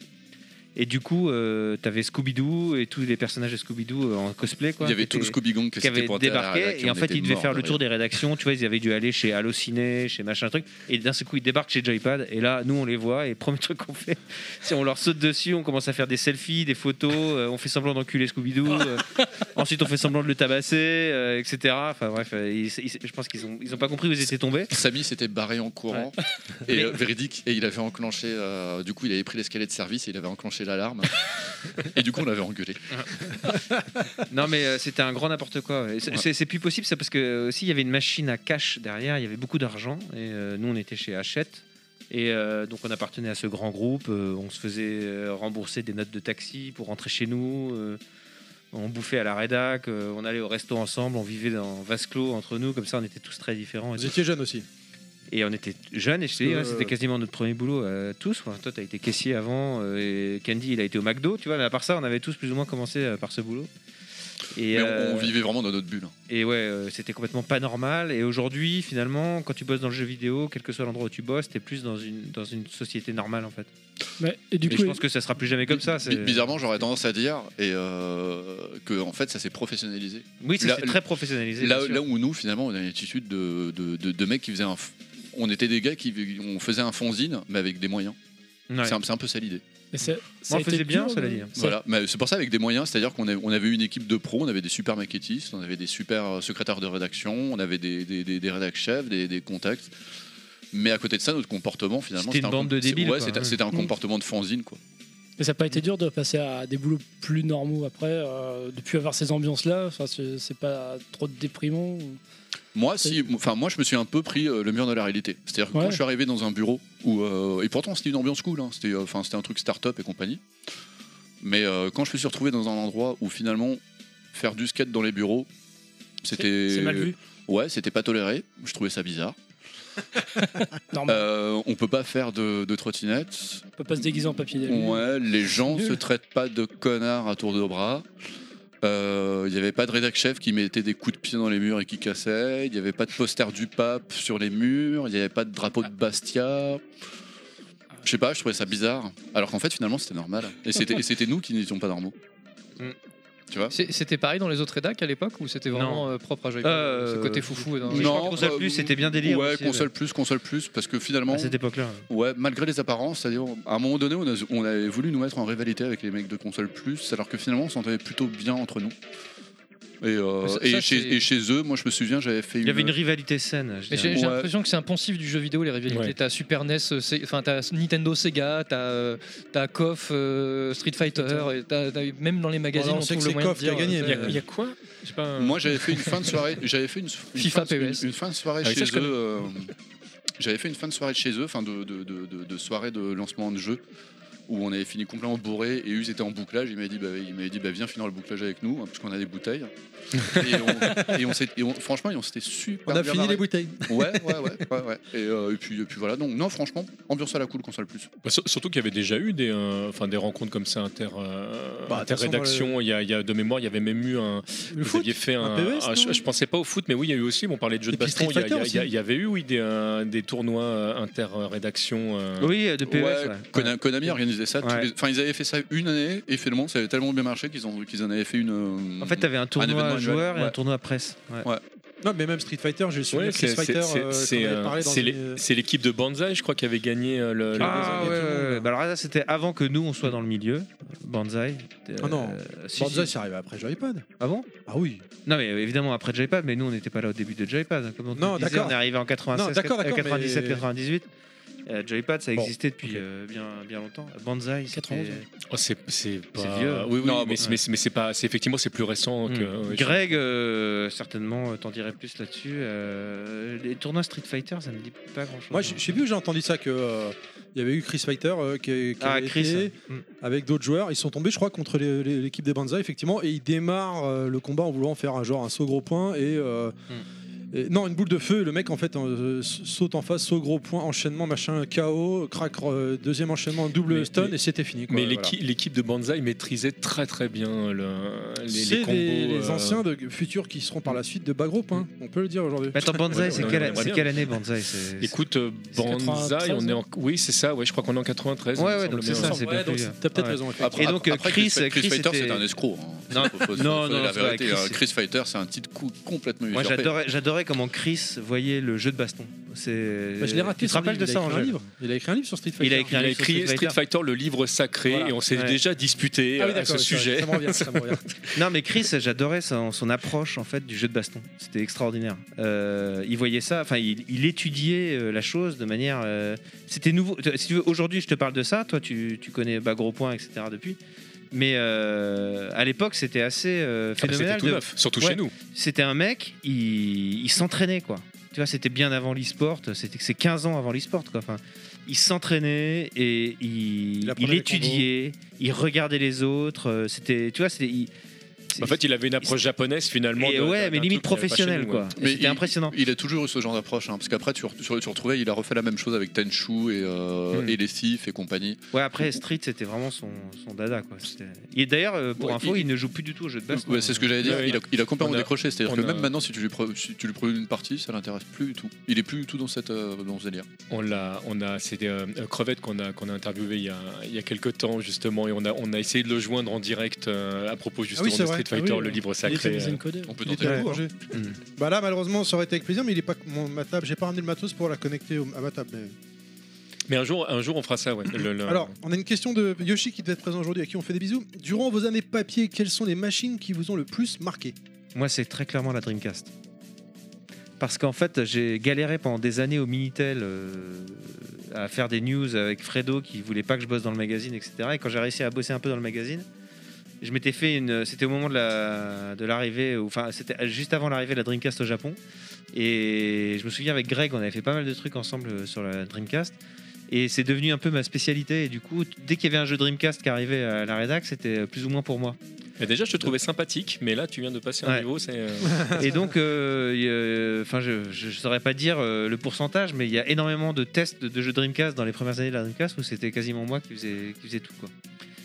Speaker 6: Et du coup, tu avais Scooby-Doo et tous les personnages de Scooby-Doo euh, en cosplay. Quoi,
Speaker 7: il y avait
Speaker 6: qui
Speaker 7: tout le
Speaker 6: étaient-
Speaker 7: Scooby-Gang qui
Speaker 6: qui
Speaker 7: s'était
Speaker 6: avait
Speaker 7: pointé à la rédac,
Speaker 6: débarqué et en
Speaker 7: on
Speaker 6: fait
Speaker 7: était
Speaker 6: ils devaient
Speaker 7: morts
Speaker 6: faire
Speaker 7: de
Speaker 6: le tour
Speaker 7: rire.
Speaker 6: des rédactions tu vois ils avaient dû aller chez Allociné chez machin truc et d'un seul coup ils débarquent chez Joypad et là nous on les voit et premier truc qu'on fait c'est on leur saute dessus on commence à faire des selfies des photos euh, on fait semblant d'enculer Scooby-Doo euh, ensuite on fait semblant de le tabasser euh, etc enfin bref euh, ils- ils- je pense qu'ils ont, ils ont pas compris où ils étaient tombés
Speaker 7: Samy s'était barré en courant, et
Speaker 6: Mais-
Speaker 7: euh, véridique, et il avait enclenché, euh, du coup il avait pris l'escalier de service et il avait enclenché l'alarme, et du coup on l'avait engueulé.
Speaker 6: non mais euh, c'était un grand n'importe quoi ouais. C'est- c'est c'est plus possible ça parce que euh, aussi il y avait une machine à cash derrière il y avait beaucoup d'argent et euh, nous on était chez Hachette et euh, donc on appartenait à ce grand groupe euh, on se faisait euh, rembourser des notes de taxi pour rentrer chez nous euh, on bouffait à la rédac euh, on allait au resto ensemble on vivait dans vase clos entre nous comme ça on était tous très différents et
Speaker 8: Vous
Speaker 6: tout.
Speaker 8: étiez jeune aussi.
Speaker 6: Et on était jeunes, et je te dis,
Speaker 8: Euh,
Speaker 6: ouais, c'était quasiment notre premier boulot euh, tous. Enfin, toi, t'as été caissier avant, euh, et Candy, il a été au McDo, tu vois, mais à part ça, on avait tous plus ou moins commencé euh, par ce boulot. Et,
Speaker 7: Mais on-
Speaker 6: euh,
Speaker 7: on, vivait vraiment dans notre bulle. hein.
Speaker 6: et ouais, euh, c'était complètement pas normal. Et aujourd'hui, finalement, quand tu bosses dans le jeu vidéo, quel que soit l'endroit où tu bosses, t'es plus dans une, dans une société normale, en fait.
Speaker 5: Mais- et du
Speaker 6: Et
Speaker 5: coup,
Speaker 6: je pense que ça sera plus jamais comme ça. c'est-
Speaker 7: Bi- Bizarrement, j'aurais tendance à dire et euh, que en fait ça s'est professionnalisé.
Speaker 6: Oui, ça
Speaker 7: là-
Speaker 6: c'est très professionnalisé.
Speaker 7: Là,
Speaker 6: bien sûr.
Speaker 7: là où nous finalement on a une attitude de, de, de- de mecs qui faisaient un, f- on était des gars qui on faisait un fanzine mais avec des moyens.
Speaker 6: Ouais.
Speaker 7: C'est un, c'est un peu ça l'idée.
Speaker 5: mais ça,
Speaker 6: on le faisait bien, cela dit.
Speaker 7: Voilà, mais c'est pour ça avec des moyens, c'est-à-dire qu'on a- on avait une équipe de pros, on avait des super maquettistes, on avait des super euh, secrétaires de rédaction, on avait des, des, des, des rédac chefs, des, des contacts. Mais à côté de ça, notre comportement finalement,
Speaker 6: C'était une
Speaker 7: un
Speaker 6: bande
Speaker 7: com-
Speaker 6: de
Speaker 7: c'est-
Speaker 6: débiles,
Speaker 7: ouais,
Speaker 6: quoi,
Speaker 7: c'était
Speaker 6: ouais.
Speaker 7: c'était un
Speaker 5: Mm.
Speaker 7: comportement de fanzine quoi.
Speaker 5: Mais ça n'a pas été dur de passer à des boulots plus normaux après, euh, de plus avoir ces ambiances-là. Enfin, c'est c'est pas trop déprimant. ou-
Speaker 7: Moi, si, enfin, moi, je me suis un peu pris euh, le mur de la réalité. C'est-à-dire que
Speaker 5: Ouais.
Speaker 7: quand je suis arrivé dans un bureau où, euh, et pourtant c'était une ambiance cool, hein, c'était, euh, enfin, c'était un truc start-up et compagnie. Mais euh, quand je me suis retrouvé dans un endroit où finalement faire du skate dans les bureaux, c'était,
Speaker 5: C'est mal vu.
Speaker 7: ouais, c'était pas toléré. Je trouvais ça bizarre.
Speaker 5: Normal.
Speaker 7: Euh, on peut pas faire de, de trottinette.
Speaker 5: on peut pas se déguiser en papier d'alu.
Speaker 7: Ouais, les gens
Speaker 5: Nul.
Speaker 7: se traitent pas de connards à tour de bras. Euh, Il n'y avait pas de rédac chef qui mettait des coups de pied dans les murs et qui cassait. Il n'y avait pas de poster du pape sur les murs. Il n'y avait pas de drapeau de Bastia. Je sais pas, je trouvais ça bizarre. Alors qu'en fait, finalement, c'était normal. Et c'était, et c'était nous qui n'étions pas normaux.
Speaker 6: Mm.
Speaker 7: Tu vois
Speaker 3: C'est- C'était pareil dans les autres rédacs à l'époque ou c'était vraiment euh, propre à Joypad
Speaker 6: Euh,
Speaker 3: Ce côté foufou. dans-
Speaker 6: Mais je
Speaker 7: Non,
Speaker 6: crois que console
Speaker 7: euh,
Speaker 6: plus, c'était bien délire.
Speaker 7: Ouais,
Speaker 6: aussi, Ah,
Speaker 7: console plus, console plus. Parce que finalement,
Speaker 6: À cette époque-là.
Speaker 7: Ouais, malgré les apparences, c'est-à-dire à un moment donné, on, a- on avait voulu nous mettre en rivalité avec les mecs de console plus, alors que finalement, on s'entendait plutôt bien entre nous. Et, euh,
Speaker 3: Mais ça-
Speaker 7: et
Speaker 3: ça, c'est-
Speaker 7: chez, et chez eux, moi je me souviens, j'avais fait
Speaker 6: Il y avait une rivalité saine. je
Speaker 3: Mais
Speaker 6: dirais.
Speaker 3: J'ai j'ai
Speaker 7: Ouais.
Speaker 3: l'impression que c'est un poncif du jeu vidéo, les rivalités.
Speaker 4: Ouais.
Speaker 3: T'as Super NES, euh, c'est- enfin t'as Nintendo, Sega, t'as euh, t'as KOF, euh, Street Fighter, et t'as- t'as- même dans les magazines
Speaker 8: Bon, là, on sait
Speaker 3: trouve
Speaker 8: que
Speaker 3: le
Speaker 8: c'est
Speaker 3: moyen de
Speaker 8: KOF qui a
Speaker 3: dire,
Speaker 8: gagné,
Speaker 3: euh,
Speaker 4: Il y a, il y a quoi Je sais pas. un-
Speaker 7: Moi j'avais fait une fin de soirée, j'avais fait une, une
Speaker 3: FIFA
Speaker 7: fin, de-
Speaker 3: PES.
Speaker 7: une, une fin de soirée
Speaker 4: Ah, ça,
Speaker 7: chez
Speaker 4: je
Speaker 7: eux. euh, j'avais fait une fin de soirée de chez eux, fin de, de, de- de- de soirée de lancement de jeu où on avait fini complètement bourré et eux étaient en bouclage. Il m'avait dit, bah, il m'avait dit bah, viens finir le bouclage avec nous, hein, parce qu'on a des bouteilles. et on, et on s'est- et on- franchement, on s'était super
Speaker 8: On a
Speaker 7: bien
Speaker 8: fini
Speaker 7: marré.
Speaker 8: les bouteilles.
Speaker 7: Ouais, ouais, ouais. ouais, ouais. Et, euh, et puis, et puis voilà, donc non, franchement, ambiance à la cool, console plus.
Speaker 4: Bah, sur- surtout qu'il y avait déjà eu des, euh, enfin, des rencontres comme ça inter, euh,
Speaker 8: Bah, de toute façon,
Speaker 4: interrédaction. Il y a, il y a- de mémoire, il y avait même eu un.
Speaker 8: Le
Speaker 4: vous
Speaker 8: foot
Speaker 4: aviez fait un.
Speaker 8: un PES,
Speaker 4: ah, je,
Speaker 8: non
Speaker 4: je pensais pas au foot, mais oui, il y a eu aussi. On parlait de jeux
Speaker 8: Et
Speaker 4: de
Speaker 8: puis
Speaker 4: baston. Il
Speaker 8: Street
Speaker 4: y, a- il y a-
Speaker 8: Fighter
Speaker 4: il y avait eu oui des, euh, des tournois euh, interrédaction. euh,
Speaker 6: Oui, euh, de PES.
Speaker 7: ouais,
Speaker 6: ouais.
Speaker 7: Kona- Konami organisait ça. tous
Speaker 6: Ouais.
Speaker 7: les- Enfin, ils avaient fait ça une année, et finalement, ça avait tellement bien marché qu'ils en, qu'ils en avaient fait une. euh,
Speaker 6: En fait, t'avais
Speaker 7: événement
Speaker 6: un tournoi
Speaker 7: annuel,
Speaker 6: joueur et un
Speaker 7: ouais.
Speaker 6: tournoi presse. Ouais.
Speaker 7: Ouais.
Speaker 8: Non, mais même Street Fighter, j'ai
Speaker 4: Ouais,
Speaker 8: souvenir que
Speaker 4: c'est-
Speaker 8: Street Fighter,
Speaker 4: c'est- c'est-
Speaker 8: euh,
Speaker 4: c'est,
Speaker 8: qu'on avait
Speaker 4: euh,
Speaker 8: parlé dans
Speaker 4: c'est les-
Speaker 8: une-
Speaker 4: c'est l'équipe de Banzai, je crois, qui avait gagné euh, le. le-
Speaker 6: Ah
Speaker 8: Banzai,
Speaker 6: ouais,
Speaker 8: tout le
Speaker 6: ouais,
Speaker 8: monde.
Speaker 6: ouais. Bah, alors là, c'était avant que nous on soit dans le milieu. Banzai. euh,
Speaker 8: Ah non.
Speaker 6: si,
Speaker 8: Banzai,
Speaker 6: si.
Speaker 8: c'est arrivé après Joypad.
Speaker 6: Ah bon
Speaker 8: Ah oui.
Speaker 6: Non mais euh, évidemment après Joypad, mais nous on n'était pas là au début de Joypad. hein, Comme on te
Speaker 8: Non,
Speaker 6: le disait,
Speaker 8: d'accord.
Speaker 6: on est arrivé en 96,
Speaker 8: Non, d'accord, d'accord,
Speaker 6: 97,
Speaker 8: mais-
Speaker 6: 98. Euh, Joypad, ça
Speaker 8: Bon,
Speaker 6: existait depuis
Speaker 8: ok. hein.
Speaker 6: euh, bien, bien longtemps. Banzai, c'était
Speaker 5: 91,
Speaker 4: Oh, c'est c'est pas-
Speaker 6: C'est vieux.
Speaker 4: Oui, oui,
Speaker 6: Non,
Speaker 4: mais,
Speaker 6: bon.
Speaker 4: mais- mais c'est pas. c'est- Effectivement, c'est plus récent que.
Speaker 6: Hmm.
Speaker 4: ouais, je-
Speaker 6: Greg, euh, certainement, euh, t'en dirais plus là-dessus. Euh, les tournois Street Fighter, ça me dit pas grand-chose. hein.
Speaker 8: Moi, je je sais plus où j'ai entendu ça que. euh, Il y avait eu Chris Fighter euh, qui, qui
Speaker 6: Ah,
Speaker 8: avait
Speaker 6: Chris.
Speaker 8: été
Speaker 6: hein. Hmm.
Speaker 8: avec d'autres joueurs. Ils sont tombés, je crois, contre les- les- l'équipe des Banzai, effectivement. Et ils démarrent euh, le combat en voulant faire un genre un saut gros point. Et, euh,
Speaker 4: Hmm.
Speaker 8: et- non, une boule de feu. Et le mec, en fait, euh, s- saute en face, saut gros point, enchaînement, machin, KO, crack, euh, deuxième enchaînement, double
Speaker 4: Mais-
Speaker 8: stun.
Speaker 4: mais-
Speaker 8: et c'était fini. quoi,
Speaker 4: Mais
Speaker 8: voilà.
Speaker 4: l'équipe l'équipe de Banzai maîtrisait très très bien le- les- les,
Speaker 8: C'est
Speaker 4: combos.
Speaker 8: les, les
Speaker 4: euh,
Speaker 8: anciens de, futurs qui seront par la suite de bas groupe, hein. on peut le dire aujourd'hui.
Speaker 6: Mais attends, Banzai,
Speaker 4: Ouais,
Speaker 6: c'est
Speaker 4: on
Speaker 6: quelle,
Speaker 4: aimerait
Speaker 6: c'est
Speaker 4: bien.
Speaker 6: quelle année Banzai c'est-
Speaker 4: Écoute, euh,
Speaker 5: C'est
Speaker 4: Banzai,
Speaker 5: 93,
Speaker 4: on est en. Oui, c'est ça, ouais, je crois qu'on est en 93.
Speaker 6: Ouais,
Speaker 4: il me
Speaker 6: ouais,
Speaker 4: semble
Speaker 6: donc c'est
Speaker 4: bien,
Speaker 6: ça,
Speaker 4: ouais.
Speaker 6: c'est
Speaker 8: Ouais,
Speaker 6: bien
Speaker 8: donc
Speaker 6: plus.
Speaker 8: T'as peut-être
Speaker 6: Ouais.
Speaker 8: raison. effectivement.
Speaker 7: Après,
Speaker 6: Et donc, euh,
Speaker 7: après,
Speaker 6: Chris-
Speaker 7: Fighter,
Speaker 6: Chris
Speaker 7: Fighter,
Speaker 6: était-
Speaker 7: c'est un escroc. hein.
Speaker 6: Non,
Speaker 7: Faut- faut- faut-
Speaker 6: non,
Speaker 7: faut
Speaker 6: non,
Speaker 7: dire la
Speaker 6: c'est vrai,
Speaker 7: vérité.
Speaker 6: Chris,
Speaker 7: hein.
Speaker 6: c'est-
Speaker 7: Chris Fighter, c'est un titre coup complètement
Speaker 6: Moi,
Speaker 7: usurpé.
Speaker 6: j'adorais, j'adorais comment Chris voyait le jeu de baston. C'est.
Speaker 8: Bah, je l'ai raté.
Speaker 6: Tu te
Speaker 8: son
Speaker 6: rappelles
Speaker 8: livre,
Speaker 6: de
Speaker 8: il a
Speaker 6: ça,
Speaker 8: écrit un
Speaker 6: Angèle
Speaker 8: livre. Il a écrit un livre sur Street Fighter.
Speaker 6: Il a écrit
Speaker 4: Il
Speaker 6: un
Speaker 4: a
Speaker 6: livre sur
Speaker 4: écrit euh, Street Fighter, le livre sacré,
Speaker 8: Voilà.
Speaker 4: et on s'est
Speaker 6: Ouais.
Speaker 4: déjà disputé
Speaker 8: Ah oui,
Speaker 4: euh, à
Speaker 8: d'accord,
Speaker 4: ce
Speaker 8: c'est vrai,
Speaker 4: sujet.
Speaker 8: Ça me revient, ça me revient.
Speaker 6: Non, mais Chris, j'adorais son, son approche en fait du jeu de baston. C'était extraordinaire. Euh, il voyait ça, enfin, il, il étudiait euh, la chose de manière. euh, C'était nouveau. T- Si tu veux, aujourd'hui, je te parle de ça. Toi, tu, tu connais bah, Gros Point, etc. Depuis. Mais euh, à l'époque, c'était assez
Speaker 4: Ah
Speaker 6: euh,
Speaker 4: bah, C'était
Speaker 6: phénoménal.
Speaker 4: tout
Speaker 6: de-
Speaker 4: neuf, surtout
Speaker 6: Ouais.
Speaker 4: chez nous.
Speaker 6: C'était un mec, il, il s'entraînait quoi. Tu vois, c'était bien avant l'e-sport. C'était c'est 15 ans avant l'e-sport quoi. Enfin, il s'entraînait et il,
Speaker 8: Il
Speaker 6: il,
Speaker 8: apprenait les
Speaker 6: étudiait, il regardait les autres. euh, C'était, tu vois, c'était. il-
Speaker 4: En fait, il avait une approche japonaise finalement.
Speaker 6: et
Speaker 4: de- d'un
Speaker 6: ouais, mais
Speaker 4: truc
Speaker 6: limite
Speaker 4: qu'il y avait pas chez
Speaker 6: professionnel
Speaker 4: nous,
Speaker 6: quoi.
Speaker 4: ouais.
Speaker 6: Et
Speaker 7: Mais
Speaker 6: C'était impressionnant.
Speaker 7: Il a toujours eu ce genre d'approche, hein, parce qu'après, tu, re- tu, re- tu retrouvais, il a refait la même chose avec Tenchu et, euh,
Speaker 6: Hmm.
Speaker 7: et les Sif et compagnie.
Speaker 6: Ouais, après Street, c'était vraiment son, son dada quoi. C'était- Et d'ailleurs, euh, pour
Speaker 7: Ouais,
Speaker 6: info,
Speaker 7: il-
Speaker 6: il, ne joue plus du tout au jeu de baston.
Speaker 7: Ouais, c'est ce que j'allais dire,
Speaker 4: Ouais,
Speaker 7: il, a, il a complètement
Speaker 4: on a-
Speaker 7: décroché. C'est-à-dire
Speaker 4: on
Speaker 7: que
Speaker 4: a-
Speaker 7: même maintenant, si tu lui pro- si tu lui prônes une partie, ça l'intéresse plus du tout. Il est plus du tout dans, cette, euh, dans ce délire.
Speaker 4: On l'a, on a, c'était euh, Crevette qu'on a, qu'on a interviewé il y a, il y a quelques temps justement, et on a, on a essayé de le joindre en direct euh, à propos justement
Speaker 8: c'est
Speaker 4: de
Speaker 8: vrai.
Speaker 4: Street
Speaker 5: Ah oui,
Speaker 4: Fighter, le
Speaker 5: oui.
Speaker 4: livre
Speaker 5: Il était
Speaker 4: sacré.
Speaker 5: mis
Speaker 4: euh,
Speaker 5: encodé.
Speaker 7: On peut
Speaker 8: Il était
Speaker 7: tenter le
Speaker 8: à
Speaker 7: coup.
Speaker 8: Bourges.
Speaker 4: Hmm.
Speaker 6: Mm.
Speaker 8: Bah là, malheureusement, ça aurait été avec plaisir, mais il est pas mon, ma table. J'ai pas ramené le matos pour la connecter au- à ma table. mais-
Speaker 4: Mais un jour, un jour, on fera ça. Ouais. Le- le-
Speaker 8: Alors, on a une question de Yoshi qui devait être présent aujourd'hui, à qui on fait des bisous. Durant vos années papier, quelles sont les machines qui vous ont le plus marqué
Speaker 6: Moi, c'est très clairement la Dreamcast. Parce qu'en fait, j'ai galéré pendant des années au Minitel euh, à faire des news avec Fredo qui voulait pas que je bosse dans le magazine, etc. Et quand j'ai réussi à bosser un peu dans le magazine, je m'étais fait une. C'était au moment de la de l'arrivée, ou- enfin, c'était juste avant l'arrivée de la Dreamcast au Japon. Et je me souviens avec Greg, on avait fait pas mal de trucs ensemble euh, sur la Dreamcast. Et c'est devenu un peu ma spécialité. Et du coup, t- dès qu'il y avait un jeu Dreamcast qui arrivait à la rédac, c'était euh, plus ou moins pour moi.
Speaker 4: Et déjà, je te trouvais sympathique, mais là, tu viens de passer un
Speaker 6: Ouais.
Speaker 4: niveau. C'est, euh,
Speaker 6: Et donc, euh, il y a- enfin, je ne saurais pas dire euh, le pourcentage, mais il y a énormément de tests de, de jeux Dreamcast dans les premières années de la Dreamcast où c'était quasiment moi qui faisais, qui faisais tout. Quoi.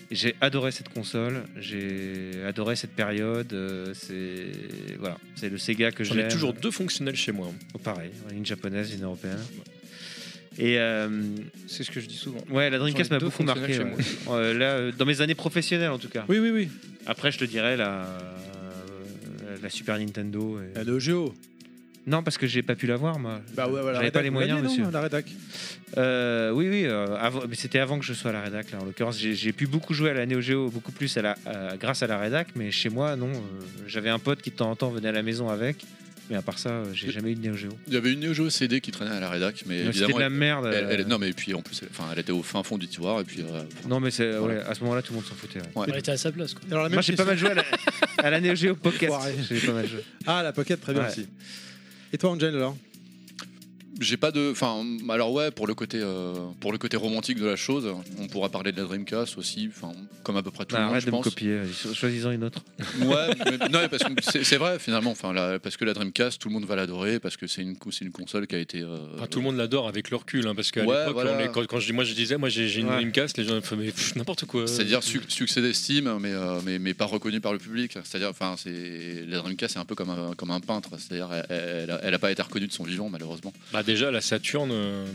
Speaker 6: Et J'ai adoré cette console, j'ai adoré cette période. euh, c'est voilà, c'est le Sega que
Speaker 4: j'en
Speaker 6: j'aime.
Speaker 4: ai toujours deux fonctionnels chez moi.
Speaker 6: Oh, pareil, une japonaise, une européenne. Et euh,
Speaker 3: C'est ce que je dis souvent.
Speaker 6: ouais, la Dreamcast
Speaker 3: J'en ai
Speaker 6: m'a
Speaker 3: deux
Speaker 6: beaucoup marqué.
Speaker 3: fonctionnels
Speaker 6: ouais. Euh, là, euh, dans mes années professionnelles en tout cas.
Speaker 8: Oui, oui, oui.
Speaker 6: Après, je te dirais la, la Super Nintendo. et-
Speaker 8: Le Géo.
Speaker 6: non, parce que j'ai pas pu l'avoir, moi.
Speaker 8: Bah ouais, voilà.
Speaker 6: J'avais pas les moyens, monsieur.
Speaker 8: La rédac.
Speaker 6: Euh, oui, oui. euh, avant- mais c'était avant que je sois à la rédac. Là, en l'occurrence, j'ai, j'ai pu beaucoup jouer à la Neo Geo, beaucoup plus à la, à- grâce à la rédac. Mais chez moi, non. euh, j'avais un pote qui de temps en temps venait à la maison avec. Mais à part ça, euh, j'ai jamais eu de Neo Geo.
Speaker 7: Il y avait une Neo Geo CD qui traînait à la rédac, mais
Speaker 6: Donc, c'était
Speaker 7: évidemment.
Speaker 6: de la merde. euh,
Speaker 7: elle- elle- elle- non, mais puis en plus, elle, enfin, elle était au fin fond du tiroir, et puis. euh, enfin,
Speaker 6: non, mais c'est, ouais,
Speaker 7: Voilà.
Speaker 6: à ce moment-là, tout le monde s'en foutait. ouais.
Speaker 5: Il était à sa place. quoi.
Speaker 8: Alors, la Ah, même
Speaker 6: Moi, j'ai pas
Speaker 8: question-
Speaker 6: mal joué à la, à la Neo Geo Pocket.
Speaker 8: Enfoiré.
Speaker 6: J'ai pas mal joué.
Speaker 8: Ah, la Pocket, très bien
Speaker 6: Ouais.
Speaker 8: aussi. Et toi, Angel, alors
Speaker 7: J'ai pas de. Enfin, alors ouais, pour le côté, euh, pour le côté romantique de la chose, on pourra parler de la Dreamcast aussi, enfin, comme à peu près tout
Speaker 6: Bah,
Speaker 7: le monde,
Speaker 6: arrête
Speaker 7: je
Speaker 6: de me
Speaker 7: pense. Ah,
Speaker 6: copier. euh, cho- Choisis-en une autre.
Speaker 7: Ouais, mais- non, mais parce que c'est c'est vrai finalement. Enfin, la- parce que la Dreamcast, tout le monde va l'adorer parce que c'est une, c'est une console qui a été. euh,
Speaker 4: Enfin, tout le monde l'adore avec le recul, hein, parce qu'à
Speaker 7: Ouais,
Speaker 4: l'époque,
Speaker 7: voilà.
Speaker 4: on est- quand, quand je, dis- moi, je disais, moi, j'ai, j'ai une
Speaker 6: Ouais.
Speaker 4: Dreamcast, les gens me font, mais pff, n'importe quoi.
Speaker 7: C'est-à-dire su- succès d'estime, mais, euh, mais, mais pas reconnu par le public. C'est-à-dire, enfin, c'est la Dreamcast, c'est un peu comme un, comme un peintre. C'est-à-dire, elle- elle, a- elle a pas été reconnue de son vivant, malheureusement.
Speaker 4: Bah déjà, la Saturne. euh,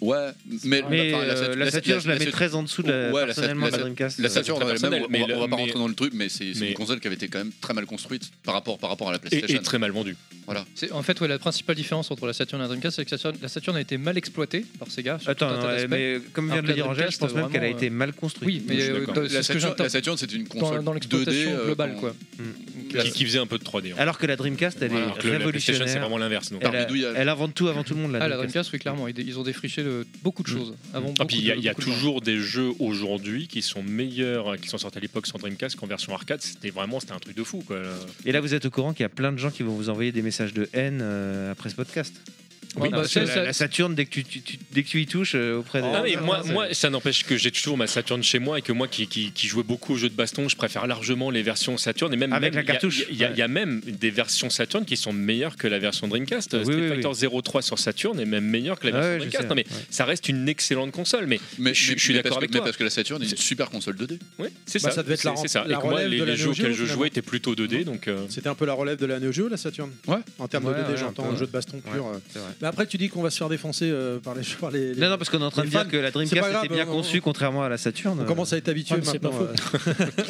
Speaker 7: Ouais, mais,
Speaker 6: Mais
Speaker 7: bah, enfin,
Speaker 6: euh,
Speaker 7: Sat-
Speaker 6: la Saturn, je la mets
Speaker 7: Sat-
Speaker 6: très en dessous de la,
Speaker 7: Ouais, la
Speaker 6: personnellement,
Speaker 7: Sat-
Speaker 6: la Dreamcast.
Speaker 7: La
Speaker 6: euh,
Speaker 7: Saturn,
Speaker 4: très
Speaker 7: elle-même,
Speaker 4: personnel,
Speaker 7: on, va-
Speaker 4: mais
Speaker 7: on va
Speaker 4: le-
Speaker 7: pas
Speaker 4: mais-
Speaker 7: rentrer dans le truc, mais c'est c'est
Speaker 4: mais-
Speaker 7: une console qui avait été quand même très mal construite par rapport, par rapport à la
Speaker 4: et,
Speaker 7: PlayStation.
Speaker 4: et très mal vendue.
Speaker 7: Voilà.
Speaker 3: C'est- En fait, ouais, la principale différence entre la Saturn et la Dreamcast, c'est que la Saturn, la Saturn a été mal exploitée par Sega. sur tout un
Speaker 6: Attends,
Speaker 3: tas
Speaker 6: ouais,
Speaker 3: d'aspects.
Speaker 6: mais comme
Speaker 3: Alors
Speaker 6: vient de le
Speaker 3: que la
Speaker 6: dire Angèle, je pense même
Speaker 3: Dreamcast,
Speaker 6: qu'elle a
Speaker 3: vraiment,
Speaker 6: été mal construite.
Speaker 3: Oui, mais
Speaker 6: Je suis
Speaker 3: euh,
Speaker 6: d'accord.
Speaker 3: dans- c'est
Speaker 7: La
Speaker 3: ce que
Speaker 7: Saturn,
Speaker 3: j'entends
Speaker 7: la Saturn, c'est une
Speaker 3: dans,
Speaker 7: console
Speaker 3: dans
Speaker 7: 2D
Speaker 3: l'exploitation
Speaker 7: euh,
Speaker 3: globale,
Speaker 7: qu'on-
Speaker 3: quoi. euh,
Speaker 4: Qui,
Speaker 3: Là,
Speaker 4: qui faisait un peu de 3D. en fait.
Speaker 6: Alors que la Dreamcast, elle est
Speaker 4: Alors que le- la PlayStation, c'est
Speaker 6: révolutionnaire.
Speaker 4: vraiment l'inverse. nous.
Speaker 6: Elle, a-
Speaker 7: bidouillage.
Speaker 6: elle invente tout avant tout le monde. La
Speaker 3: Ah, la
Speaker 6: Dreamcast.
Speaker 3: Dreamcast, oui, clairement, ils, ils ont défriché le- beaucoup de choses. Avant
Speaker 4: Ah, puis il y a,
Speaker 3: beaucoup
Speaker 4: il
Speaker 3: de-
Speaker 4: y a
Speaker 3: beaucoup de gens.
Speaker 4: toujours des jeux aujourd'hui qui sont meilleurs, euh, qui sont sortis à l'époque sur Dreamcast qu'en version arcade. C'était vraiment c'était un truc de fou. Quoi.
Speaker 6: Et là, vous êtes au courant qu'il y a plein de gens qui vont vous envoyer des messages de haine euh, après ce podcast.
Speaker 3: Oui, bah,
Speaker 6: parce
Speaker 3: ça,
Speaker 6: que la,
Speaker 3: ça-
Speaker 6: la Saturne, dès que tu, tu- tu- dès que tu y touches euh, auprès de.
Speaker 4: Ah, mais moi, moi, ça n'empêche que j'ai toujours ma Saturn chez moi et que moi qui, qui- qui jouais beaucoup aux jeux de baston, je préfère largement les versions Saturn. Et même, même,
Speaker 6: Avec la
Speaker 4: il y a-
Speaker 6: cartouche,
Speaker 4: Il y, a-
Speaker 6: ouais.
Speaker 4: il y a même des versions Saturn qui sont meilleures que la version Dreamcast.
Speaker 6: Oui,
Speaker 4: Street
Speaker 6: oui,
Speaker 4: Fighter 03 sur Saturn est même meilleur que la
Speaker 6: Ah
Speaker 4: version
Speaker 6: ouais, je
Speaker 4: Dreamcast.
Speaker 6: sais,
Speaker 4: Non, mais
Speaker 6: ouais.
Speaker 4: ça reste une excellente console. Mais
Speaker 7: Mais
Speaker 4: Je-
Speaker 7: mais-
Speaker 4: je suis d'accord
Speaker 7: mais parce que-
Speaker 4: avec
Speaker 7: mais
Speaker 4: toi.
Speaker 7: parce que la Saturn est une super console 2D.
Speaker 4: oui, c'est
Speaker 8: Bah,
Speaker 4: ça.
Speaker 8: ça devait être la
Speaker 4: C'est-
Speaker 8: ren-
Speaker 4: c'est
Speaker 8: la
Speaker 4: ça. Et que moi,
Speaker 8: relève
Speaker 4: les,
Speaker 8: de la
Speaker 4: les jeux
Speaker 8: Neo Geo,
Speaker 4: auxquels je
Speaker 8: finalement.
Speaker 4: jouais étaient plutôt 2D. Donc, euh,
Speaker 8: C'était un peu la relève de la Neo Geo, la Saturn
Speaker 7: Ouais.
Speaker 8: En termes
Speaker 6: Ouais,
Speaker 8: de 2D,
Speaker 6: ouais, un
Speaker 8: j'entends,
Speaker 6: peu,
Speaker 8: jeu de baston
Speaker 6: ouais.
Speaker 8: pur. euh.
Speaker 6: C'est vrai.
Speaker 8: Mais après, tu dis qu'on va se faire défoncer euh, par les. Par les, les-
Speaker 6: Non, non, parce qu'on est en train de
Speaker 8: Les
Speaker 6: dire
Speaker 8: vannes,
Speaker 6: que la
Speaker 8: c'est
Speaker 6: Dreamcast
Speaker 8: pas grave,
Speaker 6: était bien
Speaker 8: on-
Speaker 6: conçue, contrairement à la Saturne.
Speaker 8: On commence à être habitué
Speaker 5: Ouais, mais c'est
Speaker 8: maintenant.
Speaker 5: pas
Speaker 8: euh.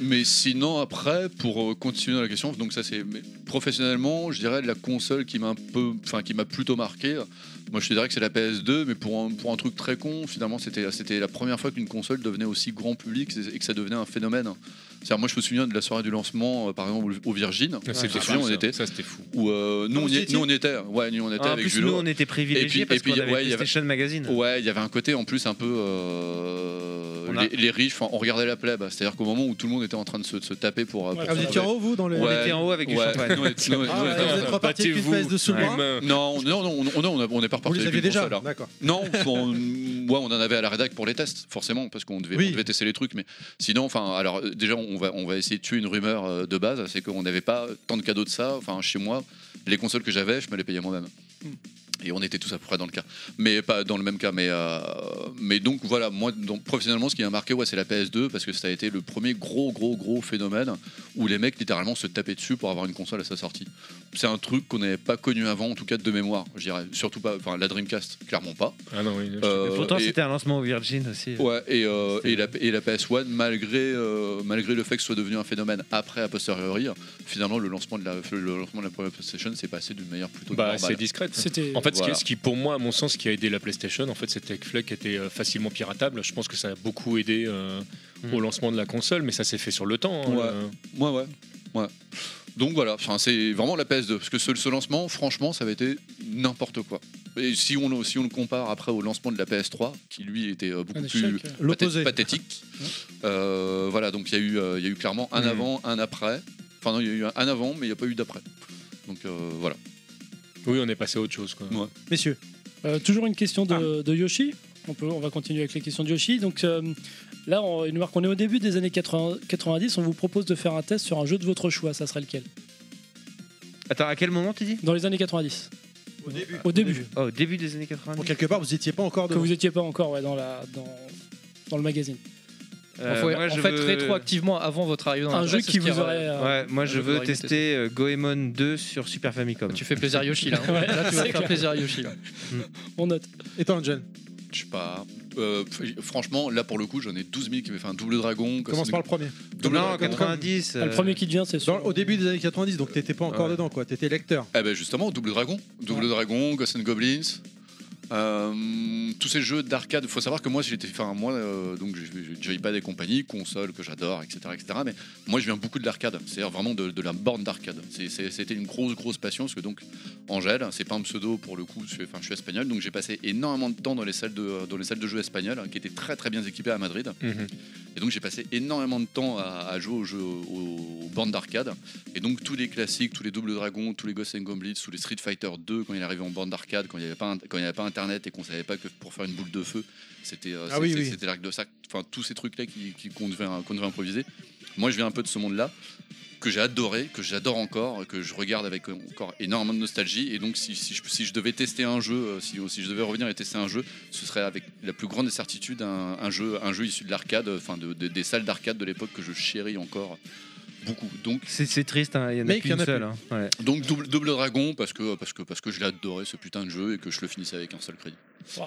Speaker 7: Mais sinon, après, pour euh, continuer dans la question, donc ça c'est mais professionnellement, je dirais la console qui m'a un peu, enfin qui m'a plutôt marqué. Moi, je te dirais que c'est la PS2, mais pour un, pour un truc très con, finalement, c'était c'était la première fois qu'une console devenait aussi grand public et que ça devenait un phénomène. hein. C'est-à-dire, moi, je me souviens de la soirée du lancement, euh, par exemple, au Virgin,
Speaker 4: Ah, c'était
Speaker 7: souviens,
Speaker 4: fou,
Speaker 7: on
Speaker 4: ça.
Speaker 7: était.
Speaker 4: Ça, c'était fou.
Speaker 7: où euh, nous,
Speaker 8: Ah,
Speaker 7: on
Speaker 8: vous
Speaker 7: y,
Speaker 8: y étiez
Speaker 7: nous, on y était. Ouais, nous, on était
Speaker 6: Ah, En
Speaker 7: avec
Speaker 6: plus,
Speaker 7: Julo.
Speaker 6: nous, on était privilégiés
Speaker 7: Et puis-
Speaker 6: parce
Speaker 7: et puis,
Speaker 6: qu'on avait
Speaker 7: ouais, il y avait-
Speaker 6: PlayStation Magazine.
Speaker 7: Ouais, il y avait un côté en plus un peu euh,
Speaker 6: On a-
Speaker 7: les, les riches. enfin, On regardait la plèbe, c'est-à-dire qu'au moment où tout le monde était en train de se, de se taper pour. euh, pour
Speaker 8: Ah, vous
Speaker 7: faire
Speaker 8: étiez
Speaker 7: la
Speaker 8: en haut, vous, dans les.
Speaker 6: On
Speaker 7: Ouais.
Speaker 6: était en haut avec du
Speaker 7: Ouais,
Speaker 6: champagne.
Speaker 7: nous, on était- nous, on était-
Speaker 8: Ah, ouais, vous êtes reparti avec une
Speaker 4: Battez-vous.
Speaker 8: fesse de sous le bras.
Speaker 4: Humain.
Speaker 7: Non, non, non, on- non, on a- on n'est pas
Speaker 8: Vous
Speaker 7: reparti
Speaker 8: les
Speaker 7: avec
Speaker 8: aviez
Speaker 7: une
Speaker 8: déjà,
Speaker 7: console, hein.
Speaker 8: d'accord.
Speaker 7: Non, on, ouais, on en avait à la rédac pour les tests, forcément, parce qu'on devait,
Speaker 8: Oui.
Speaker 7: on devait tester les trucs. Mais sinon, enfin, alors euh, déjà, on va, on va essayer de tuer une rumeur euh, de base, c'est qu'on n'avait pas tant de cadeaux de ça. Enfin, chez moi, les consoles que j'avais, je me les payais moi-même.
Speaker 8: Hmm.
Speaker 7: Et on était tous à peu près dans le cas, mais pas dans le même cas. Mais, euh, mais donc voilà, moi, donc, professionnellement, ce qui m'a marqué, ouais, c'est la PS2 parce que ça a été le premier gros, gros, gros phénomène où les mecs littéralement se tapaient dessus pour avoir une console à sa sortie. C'est un truc qu'on n'avait pas connu avant, en tout cas de mémoire, je dirais. Surtout pas, enfin, la Dreamcast, clairement pas.
Speaker 4: Ah non, oui.
Speaker 7: Euh,
Speaker 6: Et Pourtant,
Speaker 7: et-
Speaker 6: c'était un lancement au Virgin aussi.
Speaker 7: Ouais, et, euh, et, la, et la PS1, malgré, euh, malgré le fait que ce soit devenu un phénomène après, a posteriori, finalement, le lancement de la, le lancement de la première PlayStation s'est passé d'une manière plutôt
Speaker 4: Bah, c'est
Speaker 7: normale.
Speaker 4: discrète.
Speaker 5: C'était.
Speaker 4: En fait, ce qui-
Speaker 7: Voilà.
Speaker 4: ce qui, pour moi, à mon sens, qui a aidé la PlayStation, en fait, c'était que Fleck était euh, facilement piratable. Je pense que ça a beaucoup aidé euh,
Speaker 6: Mhm.
Speaker 4: au lancement de la console, mais ça s'est fait sur le temps. hein,
Speaker 7: Ouais.
Speaker 4: le-
Speaker 7: Ouais, ouais. ouais. Donc voilà, enfin, c'est vraiment la PS2. Parce que ce, ce lancement, franchement, ça avait été n'importe quoi. Et si on, le- si on le compare après au lancement de la PS3, qui lui était euh, beaucoup
Speaker 5: Un
Speaker 7: plus
Speaker 5: échec. euh.
Speaker 8: L'opposé.
Speaker 7: pathé- pathétique, euh, voilà, donc il y, a eu, euh, il y a eu clairement un
Speaker 6: Mhm.
Speaker 7: avant, un après. Enfin, non, il y a eu un- un avant, mais il n'y a pas eu d'après. Donc euh, voilà.
Speaker 4: Oui, on est passé à autre chose. Quoi.
Speaker 7: Ouais.
Speaker 8: Messieurs,
Speaker 5: Euh, toujours une question de, de Yoshi. On, peut, on va continuer avec les questions de Yoshi. Donc euh, là, on, il nous marque qu'on est au début des années 80 90. On vous propose de faire un test sur un jeu de votre choix. Ça serait lequel
Speaker 6: Attends, à quel moment tu dis
Speaker 5: Dans les années 90.
Speaker 8: au début.
Speaker 5: Au début.
Speaker 6: Oh, au début des années 90.
Speaker 8: Bon, quelque part, vous étiez pas encore
Speaker 5: Que
Speaker 8: dedans.
Speaker 5: vous n'étiez pas encore ouais, dans, la, dans, dans le magazine.
Speaker 6: Euh,
Speaker 3: en fait,
Speaker 6: moi, je
Speaker 3: en fait,
Speaker 6: veux-
Speaker 3: rétroactivement avant votre arrivée dans la
Speaker 5: un jeu
Speaker 3: presse,
Speaker 5: qui
Speaker 3: c'est ce
Speaker 5: vous
Speaker 3: a-
Speaker 5: aurait. euh,
Speaker 6: Ouais, moi je
Speaker 3: je
Speaker 6: veux
Speaker 3: voudrais
Speaker 6: tester euh, Goemon 2 sur Super Famicom.
Speaker 3: Tu fais plaisir à Yoshi là. hein.
Speaker 5: Ouais,
Speaker 3: là, tu
Speaker 5: c'est
Speaker 3: vas faire
Speaker 5: clair.
Speaker 3: plaisir à Yoshi là.
Speaker 5: On note.
Speaker 8: Et toi, Angel
Speaker 7: Je sais pas. Euh, f- franchement, là pour le coup, j'en ai 12 000 qui m'ont fait un double dragon.
Speaker 8: Commence par le premier.
Speaker 7: double
Speaker 6: Non,
Speaker 7: dragon.
Speaker 6: 90.
Speaker 5: Ah,
Speaker 6: euh,
Speaker 5: le premier qui devient, c'est
Speaker 8: Dans-
Speaker 5: sûr.
Speaker 8: au début des années 90, donc t'étais pas encore
Speaker 6: Ouais.
Speaker 8: dedans, quoi. T'étais lecteur.
Speaker 7: Eh ben justement, double dragon. Double dragon, Ghosts and Goblins. Euh, tous ces jeux d'arcade, faut savoir que moi j'étais, enfin moi euh, donc j'ai j'ai- j'ai iPad et compagnie, console que j'adore, etc., etc. Mais moi je viens beaucoup de l'arcade, c'est-à-dire vraiment de, de la borne d'arcade. C'est- c'est- C'était une grosse grosse passion parce que donc Angèle, c'est pas un pseudo pour le coup, je, suis- enfin, je suis espagnol, donc j'ai passé énormément de temps dans les salles de dans les salles de jeux espagnoles hein, qui étaient très très bien équipées à Madrid.
Speaker 4: Mhm.
Speaker 7: Et donc j'ai passé énormément de temps à, à jouer aux, jeux, aux, aux bandes d'arcade. Et donc tous les classiques, tous les Double Dragon, tous les Ghosts and Goblins, tous les Street Fighter 2 quand il arrivait en bande d'arcade, quand il n'y avait, pas int- quand il y avait pas internet et qu'on savait pas que pour faire une boule de feu, c'était euh,
Speaker 8: Ah
Speaker 7: c'est-
Speaker 8: oui,
Speaker 7: c'est-
Speaker 8: oui.
Speaker 7: c'était l'arc de sac. Enfin tous ces trucs là qui, qui- qu'on devait, qu'on devait improviser. Moi je viens un peu de ce monde là que j'ai adoré, que j'adore encore, que je regarde avec encore énormément de nostalgie. Et donc, si, si je, si je devais tester un jeu, euh, si, si je devais revenir et tester un jeu, ce serait avec la plus grande certitude un, un jeu, un jeu issu de l'arcade, euh, enfin de- de- des salles d'arcade de l'époque que je chéris encore beaucoup. Donc,
Speaker 6: C'est c'est triste, hein, il y en a
Speaker 8: Mec, il y en
Speaker 6: qu'une
Speaker 8: a
Speaker 6: seule. hein, ouais.
Speaker 7: donc double, double dragon parce que parce que parce que je l'ai adoré ce putain de jeu et que je le finissais avec un seul crédit.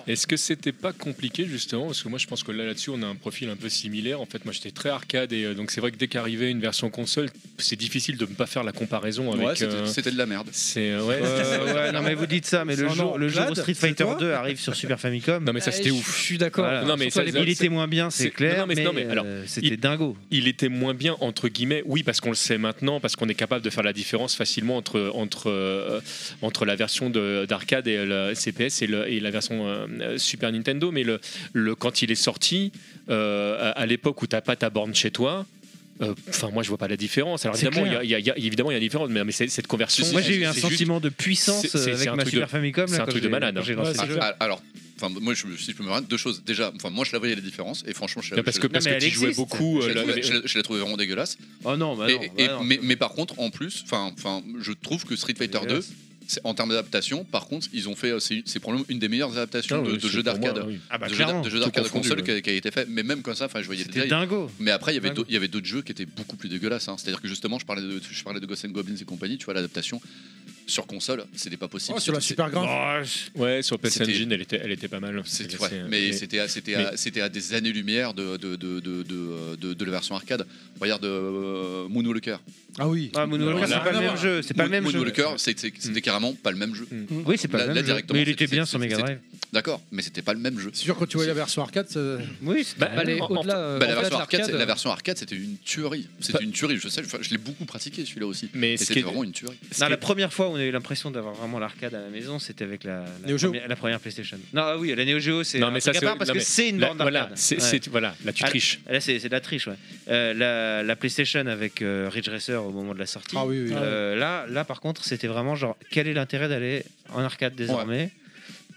Speaker 4: Est-ce que c'était pas compliqué justement Parce que moi je pense que là là-dessus on a un profil un peu similaire. En fait, moi j'étais très arcade et euh, donc c'est vrai que dès qu'arrivait une version console, c'est difficile de ne pas faire la comparaison avec.
Speaker 7: Ouais, c'était-
Speaker 4: euh,
Speaker 7: c'était de la merde.
Speaker 4: c'est euh, ouais.
Speaker 6: Euh, ouais, non, mais vous dites ça, mais le
Speaker 8: C'est un
Speaker 6: jour, le jour où
Speaker 8: Clad,
Speaker 6: Street
Speaker 8: c'est
Speaker 6: Fighter
Speaker 8: toi
Speaker 6: 2 arrive sur Super Famicom,
Speaker 4: Non mais ça
Speaker 3: Ouais,
Speaker 4: c'était
Speaker 3: Ah, je-
Speaker 4: ouf.
Speaker 3: Je suis d'accord.
Speaker 5: Ah,
Speaker 6: Voilà.
Speaker 4: Non, mais
Speaker 3: Surtout à
Speaker 4: ça-
Speaker 3: l'époque.
Speaker 6: il était moins bien,
Speaker 4: c'est-
Speaker 6: c'est clair.
Speaker 4: non, mais-
Speaker 6: mais,
Speaker 4: non, mais alors,
Speaker 6: euh, c'était
Speaker 4: il-
Speaker 6: dingo.
Speaker 4: il était moins bien entre guillemets oui parce qu'on le sait maintenant parce qu'on est capable de faire la différence facilement entre entre euh, entre la version de d'arcade et la CPS et, le- et la version euh, euh, Super Nintendo mais le, le quand il est sorti euh, à, à l'époque où t'as pas ta borne chez toi euh, Enfin, moi, je vois pas la différence. Alors,
Speaker 6: C'est
Speaker 4: évidemment, il y a, il y a- il y a- évidemment, il y a une différence, mais, mais c'est- cette conversion.
Speaker 6: Moi, j'ai eu un
Speaker 4: c'est juste-
Speaker 6: sentiment de puissance
Speaker 4: c'est- c'est- c'est
Speaker 6: avec
Speaker 4: un
Speaker 6: ma
Speaker 4: truc
Speaker 6: Super
Speaker 4: de-
Speaker 6: Famicom. là,
Speaker 4: c'est un
Speaker 6: quand
Speaker 4: truc de
Speaker 6: j'ai-
Speaker 4: malade.
Speaker 6: quand j'ai
Speaker 5: Ouais,
Speaker 6: lancé.
Speaker 5: c'est
Speaker 7: Ah,
Speaker 5: clair.
Speaker 7: ah, alors, enfin, moi, je, me- si je peux me permettre, deux choses. Déjà, enfin, moi, je la voyais la différence, et franchement, je, la-
Speaker 4: parce
Speaker 7: je
Speaker 4: que
Speaker 7: la-
Speaker 4: parce
Speaker 6: mais
Speaker 4: que
Speaker 6: elle
Speaker 4: tu jouais
Speaker 6: existe.
Speaker 4: beaucoup.
Speaker 7: je
Speaker 4: euh,
Speaker 7: la
Speaker 4: la-
Speaker 7: trouvais- je la- je la trouvais vraiment dégueulasse.
Speaker 6: Oh non, bah non,
Speaker 7: Et-
Speaker 6: bah
Speaker 7: et-
Speaker 6: non.
Speaker 7: mais, mais par contre, en plus, enfin, enfin, je trouve que Street Fighter 2, c'est- en termes d'adaptation, par contre, ils ont fait, euh, c'est c'est probablement une des meilleures adaptations
Speaker 4: Ah,
Speaker 7: de,
Speaker 4: oui,
Speaker 7: de
Speaker 4: c'est
Speaker 7: jeux
Speaker 4: pour moi,
Speaker 7: d'arcade,
Speaker 4: oui.
Speaker 6: Ah bah
Speaker 7: de jeux d'a-
Speaker 6: clairement,
Speaker 7: de jeux
Speaker 4: tout
Speaker 7: d'arcade à
Speaker 4: confondu,
Speaker 7: console
Speaker 4: ouais.
Speaker 7: qui a, qui a été fait. Mais même comme ça, enfin, je voyais des
Speaker 6: c'était
Speaker 7: détails.
Speaker 6: dingo.
Speaker 7: Mais après, il y avait
Speaker 6: Dingo.
Speaker 7: d'autres- il y avait d'autres jeux qui étaient beaucoup plus dégueulasses. hein. C'est-à-dire que justement, je parlais de, je parlais de Ghosts and Goblins et compagnie. Tu vois, l'adaptation sur console, c'était pas possible.
Speaker 8: Oh, sur la
Speaker 7: C'était-
Speaker 8: super grave.
Speaker 4: Ouais, sur PS
Speaker 7: C'était-
Speaker 4: Engine, elle était, elle était pas mal.
Speaker 7: c'est-
Speaker 4: Elle
Speaker 7: ouais,
Speaker 4: était-
Speaker 7: mais
Speaker 4: et-
Speaker 7: c'était à- c'était à, c'était à des années-lumière de, de, de, de, de, de- de la version arcade. Regarde euh, Moonwalker.
Speaker 8: Ah oui.
Speaker 6: Ah, Moonwalker,
Speaker 7: Alors
Speaker 6: c'est
Speaker 7: là,
Speaker 6: pas le
Speaker 8: non,
Speaker 6: même
Speaker 8: non.
Speaker 6: jeu. C'est pas le même jeu.
Speaker 7: Moonwalker, c'est- c'est- c'était carrément pas le même jeu.
Speaker 6: Oui, c'est pas
Speaker 7: Là-
Speaker 6: le
Speaker 7: là,
Speaker 6: même jeu.
Speaker 7: directement,
Speaker 6: Mais il était
Speaker 7: c'était-
Speaker 6: bien sur
Speaker 7: c'était-
Speaker 6: Mega Drive.
Speaker 7: D'accord, mais c'était pas le même jeu.
Speaker 8: C'est sûr, quand tu vois la version arcade, ça-
Speaker 6: Oui, c'est-
Speaker 4: Bah,
Speaker 3: Bah, les-
Speaker 4: en-
Speaker 3: au-delà, euh,
Speaker 7: Bah, la,
Speaker 3: au-delà
Speaker 7: version
Speaker 3: de
Speaker 7: arcade, c'est-
Speaker 3: l'arcade,
Speaker 7: la version arcade, c'était une tuerie. C'était
Speaker 4: Bah-
Speaker 7: une tuerie, je sais, je, je l'ai beaucoup pratiqué celui-là aussi.
Speaker 4: mais
Speaker 7: Et
Speaker 4: ce qui
Speaker 7: c'était
Speaker 4: est-
Speaker 7: vraiment une tuerie.
Speaker 4: ce qui
Speaker 6: Non,
Speaker 4: est-
Speaker 6: la première fois où on a eu l'impression d'avoir vraiment l'arcade à la maison, c'était avec la, la,
Speaker 8: Neo Geo.
Speaker 6: première, la première PlayStation. Non, ah oui, la Neo Geo, c'est
Speaker 4: Non,
Speaker 6: un
Speaker 4: mais ça,
Speaker 6: truc à
Speaker 4: c'est-
Speaker 6: part parce
Speaker 4: non,
Speaker 6: que
Speaker 4: mais
Speaker 6: c'est une
Speaker 4: Là,
Speaker 6: borne
Speaker 4: voilà,
Speaker 6: d'arcade.
Speaker 4: c'est-
Speaker 6: Ouais.
Speaker 4: c'est- voilà, là tu
Speaker 6: Ah,
Speaker 4: triches.
Speaker 6: Là, c'est c'est de la triche, ouais. Euh, la, la PlayStation avec euh, Ridge Racer au moment de la sortie.
Speaker 8: Ah oui, oui.
Speaker 6: Euh, là, là, par contre, c'était vraiment genre, quel est l'intérêt d'aller en arcade désormais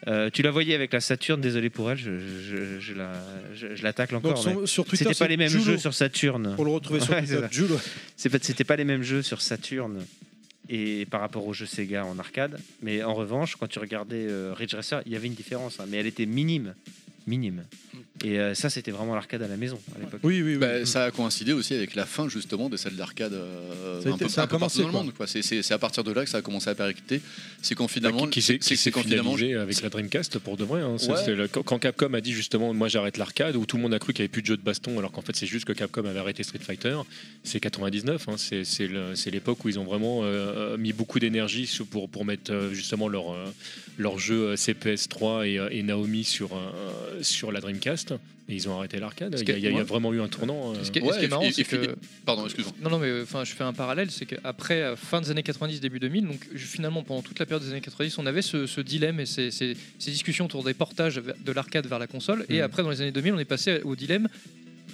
Speaker 6: Euh, tu la voyais avec la Saturn, désolé pour elle, je, je- je la, je, je la tacle
Speaker 8: Donc,
Speaker 6: encore. mais
Speaker 8: sur, sur Twitter,
Speaker 6: C'était pas
Speaker 8: c'est
Speaker 6: les mêmes
Speaker 8: Julo.
Speaker 6: jeux sur Saturn.
Speaker 8: Pour le retrouver sur
Speaker 6: Ouais,
Speaker 8: Twitter,
Speaker 6: c'est ça.
Speaker 8: Julo.
Speaker 6: C'est pas- C'était pas les mêmes jeux sur Saturn et par rapport aux jeux Sega en arcade. Mais en revanche, quand tu regardais euh, Ridge Racer, il y avait une différence, hein, mais elle était minime. Minime. Et euh, ça, c'était vraiment l'arcade à la maison à l'époque.
Speaker 8: Oui, oui, oui.
Speaker 6: Mm,
Speaker 7: Bah, ça a coïncidé aussi avec la fin justement des salles d'arcade euh,
Speaker 8: Ça a
Speaker 7: un
Speaker 8: été-
Speaker 7: peu,
Speaker 8: ça a
Speaker 7: un peu
Speaker 8: commencé,
Speaker 7: partout dans le
Speaker 8: quoi.
Speaker 7: monde. quoi. C'est- C'est c'est à partir de là que ça a commencé à péricliter. C'est quand
Speaker 4: Bah,
Speaker 7: finalement,
Speaker 4: qui- qui s'est-
Speaker 7: c'est-
Speaker 4: qui s'est
Speaker 7: c'est quand finalement
Speaker 4: finalisé avec la Dreamcast pour de vrai. hein. C'est-
Speaker 7: Ouais.
Speaker 4: c'est le- quand quand Capcom a dit justement moi j'arrête l'arcade, où tout le monde a cru qu'il n'y avait plus de jeux de baston, alors qu'en fait c'est juste que Capcom avait arrêté Street Fighter, c'est 99. hein. C'est- C'est le- c'est l'époque où ils ont vraiment euh, mis beaucoup d'énergie sous- pour, pour mettre euh, justement leur, euh, leur jeu euh, CPS3 et, euh, et Naomi sur, euh, sur la Dreamcast. Et ils ont arrêté l'arcade.
Speaker 3: Parce
Speaker 4: Il y, a-
Speaker 3: que
Speaker 4: il y a- il y
Speaker 3: moi-
Speaker 4: a vraiment eu un tournant. euh.
Speaker 3: Ce qui est,
Speaker 7: Ouais,
Speaker 3: ce qui est
Speaker 7: et-
Speaker 3: marrant,
Speaker 7: et-
Speaker 3: c'est
Speaker 7: et Philippe-
Speaker 3: que.
Speaker 7: pardon, excuse-moi.
Speaker 3: Non, non, mais euh, enfin, je fais un parallèle, c'est qu'après euh, fin des années 90, début 2000, donc je- finalement pendant toute la période des années 90, on avait ce, ce dilemme et ces, ces- ces discussions autour des portages ver- de l'arcade vers la console. Et
Speaker 6: Mhm.
Speaker 3: après, dans les années 2000, on est passé au dilemme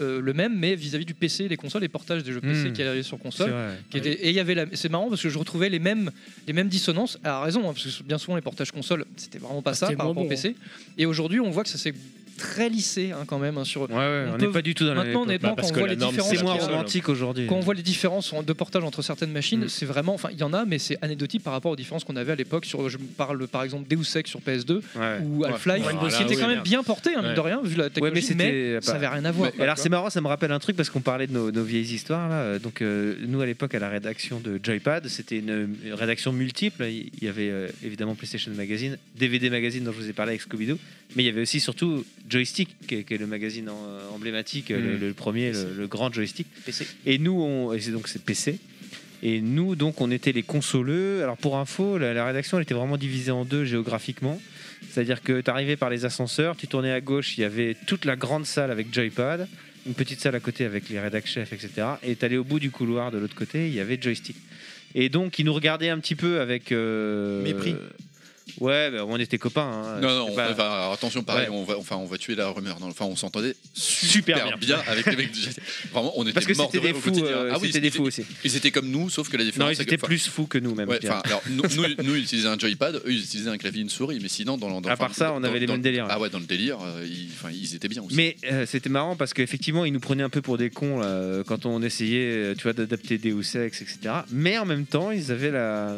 Speaker 3: euh, le même, mais vis-à-vis du PC, les consoles, les portages des jeux PC
Speaker 6: Mhm.
Speaker 3: qui arrivaient sur
Speaker 6: C'est
Speaker 3: console.
Speaker 6: vrai.
Speaker 3: Qui était- et il y avait la- c'est marrant parce que je retrouvais les mêmes, les mêmes dissonances à raison hein, parce que bien souvent les portages console c'était vraiment pas ça
Speaker 5: c'était
Speaker 3: par
Speaker 5: moins
Speaker 3: rapport au
Speaker 5: bon,
Speaker 3: PC et aujourd'hui on voit que ça s'est très lissé hein, quand même hein, sur
Speaker 6: Ouais, ouais,
Speaker 3: On
Speaker 6: on
Speaker 3: peut-
Speaker 6: n'est pas du tout dans la
Speaker 3: maintenant
Speaker 6: même époque.
Speaker 3: honnêtement
Speaker 4: Bah, parce
Speaker 3: quand on
Speaker 4: que
Speaker 3: voit
Speaker 4: la
Speaker 3: les
Speaker 4: norme,
Speaker 3: différences
Speaker 6: C'est
Speaker 4: on
Speaker 6: moins
Speaker 4: est-
Speaker 3: qu'il y a-
Speaker 6: romantique aujourd'hui.
Speaker 3: quand on voit les différences en- de portage entre certaines machines,
Speaker 6: Mm.
Speaker 3: c'est vraiment, enfin il y en a, mais c'est anecdotique par rapport aux différences qu'on avait à l'époque. Sur, je parle par exemple Deus Ex sur PS2
Speaker 6: Ouais.
Speaker 3: ou Half-Life,
Speaker 4: Ouais,
Speaker 3: qui
Speaker 4: voilà,
Speaker 3: était
Speaker 4: oui,
Speaker 3: quand même
Speaker 4: merde.
Speaker 3: bien porté, hein, mine
Speaker 4: Ouais.
Speaker 3: de rien, vu la
Speaker 6: Ouais, mais
Speaker 3: technologie, mais,
Speaker 6: c'était.
Speaker 3: ça
Speaker 6: bah,
Speaker 3: avait rien à voir.
Speaker 6: Et alors c'est marrant, ça me rappelle un truc parce qu'on parlait de nos, nos vieilles histoires là. Euh, Donc euh, nous à l'époque à la rédaction de Joypad, c'était une, une rédaction multiple. Il il y avait euh, évidemment PlayStation Magazine, DVD Magazine dont je vous ai parlé avec Scooby-Doo, mais il y avait aussi surtout Joystick qui est, qui est le magazine en- emblématique, euh,
Speaker 4: Mhm.
Speaker 6: le, le premier, le, le grand joystick. Et nous, on, et c'est donc c'est PC. Et nous, donc, on était les consoleux. Alors, pour info, la, la rédaction, elle était vraiment divisée en deux géographiquement. C'est-à-dire que tu arrivais par les ascenseurs, tu tournais à gauche, il y avait toute la grande salle avec Joypad, une petite salle à côté avec les rédac chefs, etc. Et tu allais au bout du couloir de l'autre côté, il y avait Joystick. Et donc, ils nous regardaient un petit peu avec. euh,
Speaker 8: Mépris.
Speaker 6: Ouais, bah, on était copains. hein.
Speaker 7: Non, non,
Speaker 6: C'était
Speaker 7: on-
Speaker 6: pas-
Speaker 7: enfin, alors, attention, pareil,
Speaker 6: Ouais.
Speaker 7: on, va, enfin, on va tuer la rumeur. Non, enfin, on s'entendait
Speaker 6: Super
Speaker 7: super bien avec les mecs du GTA. Vraiment, on était
Speaker 6: Parce que
Speaker 7: morts de
Speaker 6: c'était des
Speaker 7: rire au
Speaker 6: fous,
Speaker 7: quotidien.
Speaker 6: euh,
Speaker 7: ah oui,
Speaker 6: c'était des
Speaker 7: ils-
Speaker 6: fous aussi.
Speaker 7: Ils étaient comme nous, sauf que la différence,
Speaker 6: Non, ils
Speaker 7: c'est que-
Speaker 6: étaient
Speaker 7: enfin,
Speaker 6: plus fous que nous, même.
Speaker 7: ouais,
Speaker 6: je dirais.
Speaker 7: enfin, alors, nous, nous, nous, ils utilisaient un joypad, eux, ils utilisaient un clavier, et une souris, mais sinon, dans, le- dans
Speaker 6: à
Speaker 7: enfin,
Speaker 6: part ça, on
Speaker 7: dans-
Speaker 6: avait les
Speaker 7: dans-
Speaker 6: mêmes délires.
Speaker 7: Ah ouais, dans le délire, euh, ils, enfin, ils étaient bien aussi.
Speaker 6: Mais euh, c'était marrant parce qu'effectivement, ils nous prenaient un peu pour des cons là, euh, quand on essayait euh, tu vois, d'adapter Deus Ex, etc. Mais en même temps, ils avaient la,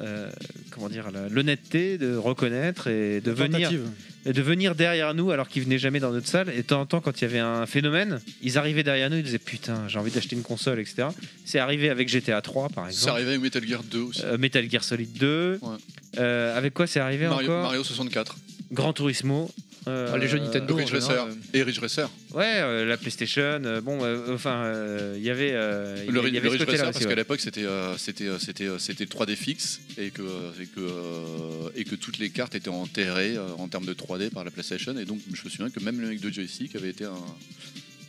Speaker 6: euh, comment dire, la- l'honnêteté de reconnaître et de venir,
Speaker 8: Tentative.
Speaker 6: et de venir derrière nous alors qu'ils venaient jamais dans notre salle. Et de temps en temps, quand il y avait un phénomène, ils arrivaient derrière nous, ils disaient Putain, j'ai envie d'acheter une console, etc. C'est arrivé avec GTA 3 par
Speaker 7: C'est
Speaker 6: exemple.
Speaker 7: arrivé avec Metal Gear 2 aussi.
Speaker 6: Euh, Metal Gear Solid 2.
Speaker 7: Ouais.
Speaker 6: Euh, avec quoi c'est arrivé
Speaker 7: Mario,
Speaker 6: encore
Speaker 7: Mario 64.
Speaker 6: Gran Turismo. euh,
Speaker 3: Ah, les jeux Nintendo.
Speaker 7: Ridge
Speaker 3: en général,
Speaker 7: Racer et Ridge Racer.
Speaker 6: Ouais, euh, la PlayStation. euh, bon, euh, enfin, euh, il y avait. euh, il y-
Speaker 7: Le,
Speaker 6: il y
Speaker 7: Ridge-
Speaker 6: avait
Speaker 7: le
Speaker 6: ce
Speaker 7: Ridge
Speaker 6: côté-là
Speaker 7: Racer,
Speaker 6: aussi,
Speaker 7: parce
Speaker 6: ouais.
Speaker 7: qu'à l'époque c'était euh, c'était euh, c'était euh, c'était 3D fixe et que euh, et que euh, et que toutes les cartes étaient enterrées euh, en termes de 3D par la PlayStation et donc je me souviens que même le mec de joystick avait été un-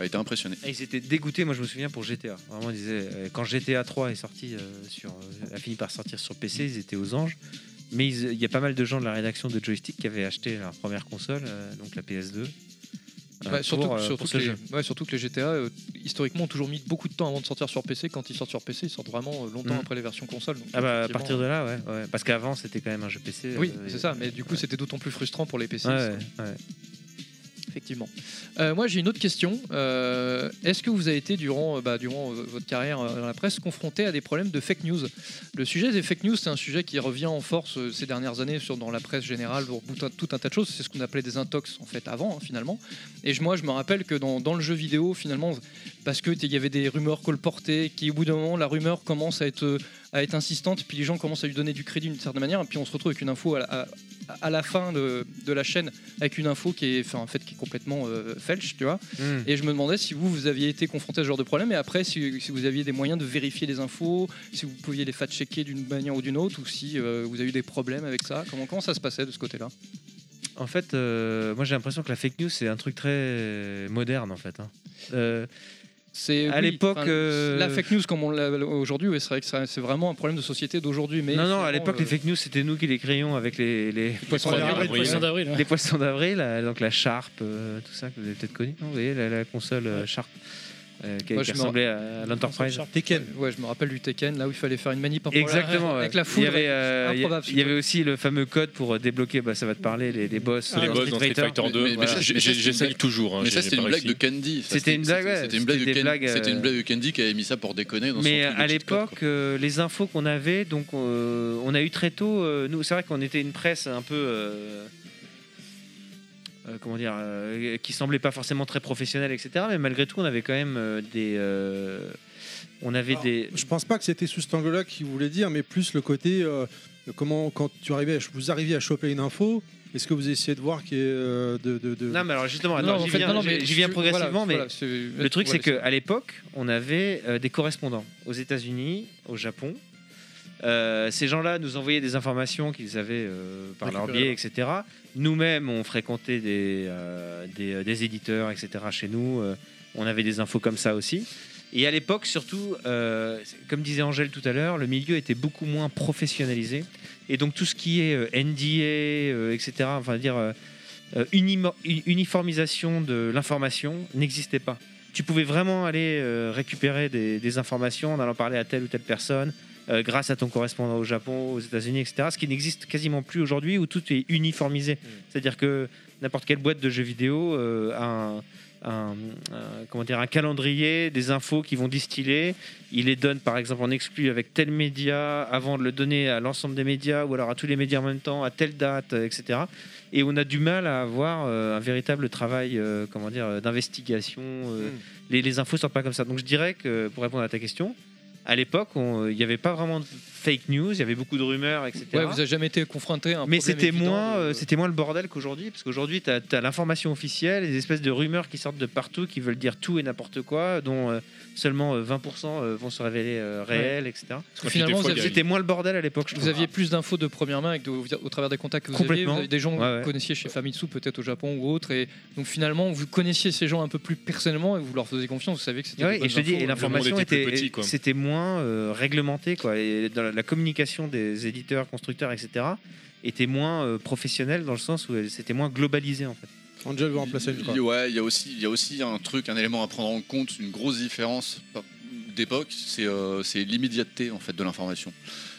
Speaker 7: a été impressionné.
Speaker 6: Et Ah, ils étaient dégoûtés, moi je me souviens pour GTA. Vraiment, ils disaient, euh, quand GTA 3 est sorti, euh, sur, euh, a fini par sortir sur PC, ils étaient aux anges. Mais ils- il y a pas mal de gens de la rédaction de Joystick qui avaient acheté leur première console, euh, donc la PS2. euh,
Speaker 3: Bah, surtout,
Speaker 6: pour, euh,
Speaker 3: surtout
Speaker 6: pour
Speaker 3: que les, ouais, surtout que les GTA, euh, historiquement, ont toujours mis beaucoup de temps avant de sortir sur PC. Quand ils sortent sur PC, ils sortent vraiment euh, longtemps
Speaker 6: Mhm.
Speaker 3: après les versions console. donc,
Speaker 6: Ah bah, à
Speaker 3: effectivement,
Speaker 6: partir de là, ouais. ouais. Parce qu'avant, c'était quand même un jeu PC.
Speaker 3: hein. Oui,
Speaker 6: euh,
Speaker 3: c'est ça. Mais du coup,
Speaker 6: ouais.
Speaker 3: c'était d'autant plus frustrant pour les PC.
Speaker 6: Ouais,
Speaker 3: ça,
Speaker 6: ouais, ouais.
Speaker 3: Effectivement. Euh, moi, j'ai une autre question. Euh, Est-ce que vous avez été, durant, euh, bah, durant euh, votre carrière euh, dans la presse, confronté à des problèmes de fake news Le sujet des fake news, c'est un sujet qui revient en force euh, ces dernières années sur, dans la presse générale pour tout un, tout un tas de choses. C'est ce qu'on appelait des intox, en fait, avant, hein, finalement. Et je- moi, je me rappelle que dans, dans le jeu vidéo, finalement, parce qu'il y avait des rumeurs colportées, qui au bout d'un moment, la rumeur commence à être, euh, à être insistante, puis les gens commencent à lui donner du crédit d'une certaine manière, et puis on se retrouve avec une info à, la- à- à la fin de, de la chaîne, avec une info qui est, enfin, en fait, qui est complètement euh, felch, tu vois.
Speaker 6: Hmm.
Speaker 3: Et je me demandais si vous, vous aviez été confronté à ce genre de problème, et après, si, si vous aviez des moyens de vérifier les infos, si vous pouviez les fact-checker d'une manière ou d'une autre, ou si euh, vous avez eu des problèmes avec ça. Comment, comment ça se passait de ce côté-là
Speaker 6: En fait, euh, moi j'ai l'impression que la fake news, c'est un truc très moderne en fait. hein. Euh,
Speaker 3: C'est
Speaker 6: À
Speaker 3: oui,
Speaker 6: l'époque,
Speaker 3: enfin,
Speaker 6: euh,
Speaker 3: la fake news comme on l'a aujourd'hui, oui, c'est vrai que ça- c'est vraiment un problème de société d'aujourd'hui. Mais
Speaker 6: non, non, à
Speaker 3: finalement,
Speaker 6: l'époque,
Speaker 3: euh,
Speaker 6: les fake news, c'était nous qui les créions avec les, les,
Speaker 5: Poisson
Speaker 4: Première
Speaker 5: d'avril,
Speaker 4: avril,
Speaker 5: Poisson
Speaker 4: ouais.
Speaker 5: d'avril. ouais.
Speaker 6: les poissons d'avril, la- donc la Sharp, euh, tout ça que vous avez peut-être connu, non vous voyez, la, la console euh, Sharp euh, qui,
Speaker 3: Moi,
Speaker 6: qui
Speaker 3: je me
Speaker 6: ressemblait à, à l'Enterprise.
Speaker 8: Tekken.
Speaker 3: Ouais, je me rappelle du Tekken, là où il fallait faire une manip improbable.
Speaker 6: Exactement, ouais.
Speaker 3: avec la
Speaker 6: Il
Speaker 3: foudre.
Speaker 6: y avait, euh, il y-
Speaker 3: improbable, ce
Speaker 6: il y avait aussi le fameux code pour débloquer, bah, ça va te parler, les, les boss,
Speaker 4: Ah,
Speaker 6: euh,
Speaker 4: les
Speaker 6: dans
Speaker 4: boss dans Street Fighter
Speaker 7: Mais-
Speaker 4: 2.
Speaker 7: mais- mais
Speaker 4: voilà.
Speaker 7: ça,
Speaker 4: J'ai-
Speaker 7: mais ça,
Speaker 4: j'ai-
Speaker 7: c'est une
Speaker 4: J'essaye
Speaker 7: blague.
Speaker 4: toujours. hein,
Speaker 7: Mais ça
Speaker 4: j'ai-
Speaker 7: c'était
Speaker 4: j'ai
Speaker 7: une
Speaker 4: pas
Speaker 7: blague de
Speaker 4: réussi.
Speaker 7: Candy. Ça,
Speaker 6: C'était une blague, ouais.
Speaker 7: C'était une blague
Speaker 6: C'était
Speaker 7: de
Speaker 6: des blagues,
Speaker 7: Candy.
Speaker 6: euh,
Speaker 7: C'était une blague de Candy qui avait mis ça pour déconner dans son
Speaker 6: Mais
Speaker 7: truc de
Speaker 6: à
Speaker 7: cheat code, quoi.
Speaker 6: l'époque, euh, les infos qu'on avait, donc euh, on a eu très tôt. euh, nous, c'est vrai qu'on était une presse un peu. euh, euh, comment dire, euh, qui semblait pas forcément très professionnelle, etc. Mais malgré tout, on avait quand même euh, des, euh, on avait
Speaker 8: Alors,
Speaker 6: des,
Speaker 8: Je pense pas que c'était sous cet angle-là qu'il voulait dire, mais plus le côté euh, comment quand tu arrivais, à ch- vous arriviez à choper une info, est-ce que vous essayez de voir qui est euh, de, de- de-
Speaker 6: Non, mais alors justement, attends,
Speaker 3: en
Speaker 6: j'y
Speaker 3: fait,
Speaker 6: viens,
Speaker 3: non, non,
Speaker 6: j'y-
Speaker 3: mais
Speaker 6: j'y viens
Speaker 3: tu-
Speaker 6: progressivement,
Speaker 3: voilà,
Speaker 6: mais
Speaker 3: voilà, c'est-
Speaker 6: le truc,
Speaker 3: ouais,
Speaker 6: c'est qu'à l'époque, on avait euh, des correspondants aux États-Unis, au Japon. Euh, ces gens-là nous envoyaient des informations qu'ils avaient euh, par leur biais,
Speaker 8: Récupérées,
Speaker 6: etc. Nous-mêmes, on fréquentait des, euh, des, euh, des éditeurs, etc. chez nous. Euh, on avait des infos comme ça aussi. Et à l'époque, surtout, euh, comme disait Angèle tout à l'heure, le milieu était beaucoup moins professionnalisé. Et donc tout ce qui est euh, NDA, euh, etc., enfin dire euh, euh, unimo- u- uniformisation de l'information n'existait pas. Tu pouvais vraiment aller euh, récupérer des, des informations en allant parler à telle ou telle personne euh, grâce à ton correspondant au Japon, aux États-Unis, etc. Ce qui n'existe quasiment plus aujourd'hui où tout est uniformisé. C'est-à-dire que n'importe quelle boîte de jeux vidéo euh, a un, un- un- comment dire, un calendrier, des infos qui vont distiller. Il les donne par exemple en exclu avec tel média avant de le donner à l'ensemble des médias ou alors à tous les médias en même temps, à telle date, euh, etc. Et on a du mal à avoir euh, un véritable travail euh, comment dire, euh, d'investigation. euh, les, les infos sortent pas comme ça. Donc je dirais que pour répondre à ta question, à l'époque, on- euh, il n'y avait pas vraiment de fake news, il y avait beaucoup de rumeurs, etc.
Speaker 3: Ouais, vous avez jamais été confronté à un
Speaker 6: Mais
Speaker 3: problème
Speaker 6: c'était
Speaker 3: évident
Speaker 6: moins,
Speaker 3: de-
Speaker 6: euh, c'était moins le bordel qu'aujourd'hui, parce qu'aujourd'hui, tu as, l'information officielle, des espèces de rumeurs qui sortent de partout, qui veulent dire tout et n'importe quoi, dont euh, seulement euh, 20% euh, vont se révéler euh, réels, etc.
Speaker 3: Parce que finalement,
Speaker 4: Des
Speaker 3: vous
Speaker 4: fois,
Speaker 3: aviez,
Speaker 4: il y a-
Speaker 6: C'était moins le bordel à l'époque, je
Speaker 3: vous
Speaker 6: trouve.
Speaker 3: aviez plus d'infos de première main avec de- au travers des contacts que vous aviez.
Speaker 6: Complètement.
Speaker 3: Vous avez des gens que
Speaker 6: Ouais, ouais.
Speaker 3: vous connaissiez chez Famitsu, peut-être au Japon ou autre. Et donc finalement, vous connaissiez ces gens un peu plus personnellement et vous leur faisiez confiance. Vous saviez que c'était.
Speaker 6: Ouais,
Speaker 3: des
Speaker 6: et je te
Speaker 3: bonnes
Speaker 6: dis,
Speaker 3: infos.
Speaker 6: et l'information
Speaker 4: monde était
Speaker 6: était,
Speaker 4: plus petit, quoi.
Speaker 6: c'était moins euh, réglementée, quoi. Et dans la, la communication des éditeurs, constructeurs, etc., était moins euh, professionnelle dans le sens où elle- c'était moins globalisé, en fait.
Speaker 8: Angel veut en placer une.
Speaker 7: Il-
Speaker 8: quoi.
Speaker 7: Ouais, il y a aussi, il y a aussi un truc, un élément à prendre en compte, une grosse différence par- d'époque, c'est euh, c'est l'immédiateté en fait de l'information.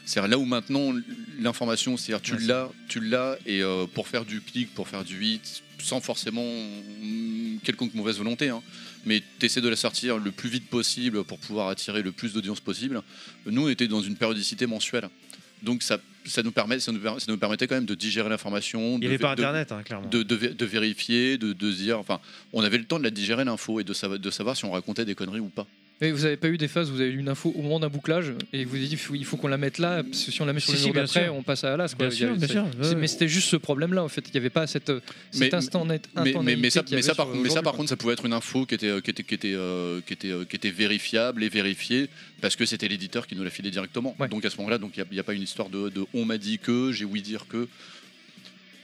Speaker 7: C'est là où maintenant l'information, c'est-à-dire tu
Speaker 6: Ouais,
Speaker 7: l'as, tu l'as et euh, pour faire du clic, pour faire du hit, sans forcément mm, quelconque mauvaise volonté, hein, mais tu essaies de la sortir le plus vite possible pour pouvoir attirer le plus d'audience possible. Nous, on était dans une périodicité mensuelle, donc ça, ça nous permet, ça nous, per- ça nous permettait quand même de digérer l'information.
Speaker 6: Il n'y
Speaker 7: de-
Speaker 6: avait pas
Speaker 7: de-
Speaker 6: Internet, hein, clairement.
Speaker 7: de, de vé- de vérifier, de, de se dire. Enfin, on avait le temps de la digérer l'info et de, sava- de savoir si on racontait des conneries ou pas.
Speaker 3: Mais vous avez pas eu des phases où vous avez eu une info au moment d'un bouclage et vous avez dit faut- il faut qu'on la mette là parce que si on la met sur
Speaker 6: Si,
Speaker 3: le
Speaker 6: si,
Speaker 3: jour
Speaker 6: bien
Speaker 3: d'après
Speaker 6: sûr.
Speaker 3: on passe à Alas quoi.
Speaker 6: Bien
Speaker 3: Il y avait-
Speaker 6: sûr, bien
Speaker 3: c'est-
Speaker 6: sûr,
Speaker 3: c'est-
Speaker 6: ouais.
Speaker 3: Mais c'était juste ce problème là en fait. Il n'y avait pas cette, cet
Speaker 7: Mais-
Speaker 3: instant net.
Speaker 7: Mais, mais, mais
Speaker 3: instantanéité
Speaker 7: ça,
Speaker 3: qu'il y
Speaker 7: mais,
Speaker 3: avait
Speaker 7: ça, par,
Speaker 3: sur
Speaker 7: mais ça,
Speaker 3: aujourd'hui,
Speaker 7: par
Speaker 3: quoi.
Speaker 7: contre, ça pouvait être une info qui était, euh, qui était, qui était, euh, qui était, euh, qui était vérifiable et vérifiée parce que c'était l'éditeur qui nous l'a filé directement.
Speaker 3: Ouais.
Speaker 7: Donc à ce moment-là, donc il n'y a, pas une histoire de, de on m'a dit que, j'ai oui dire que.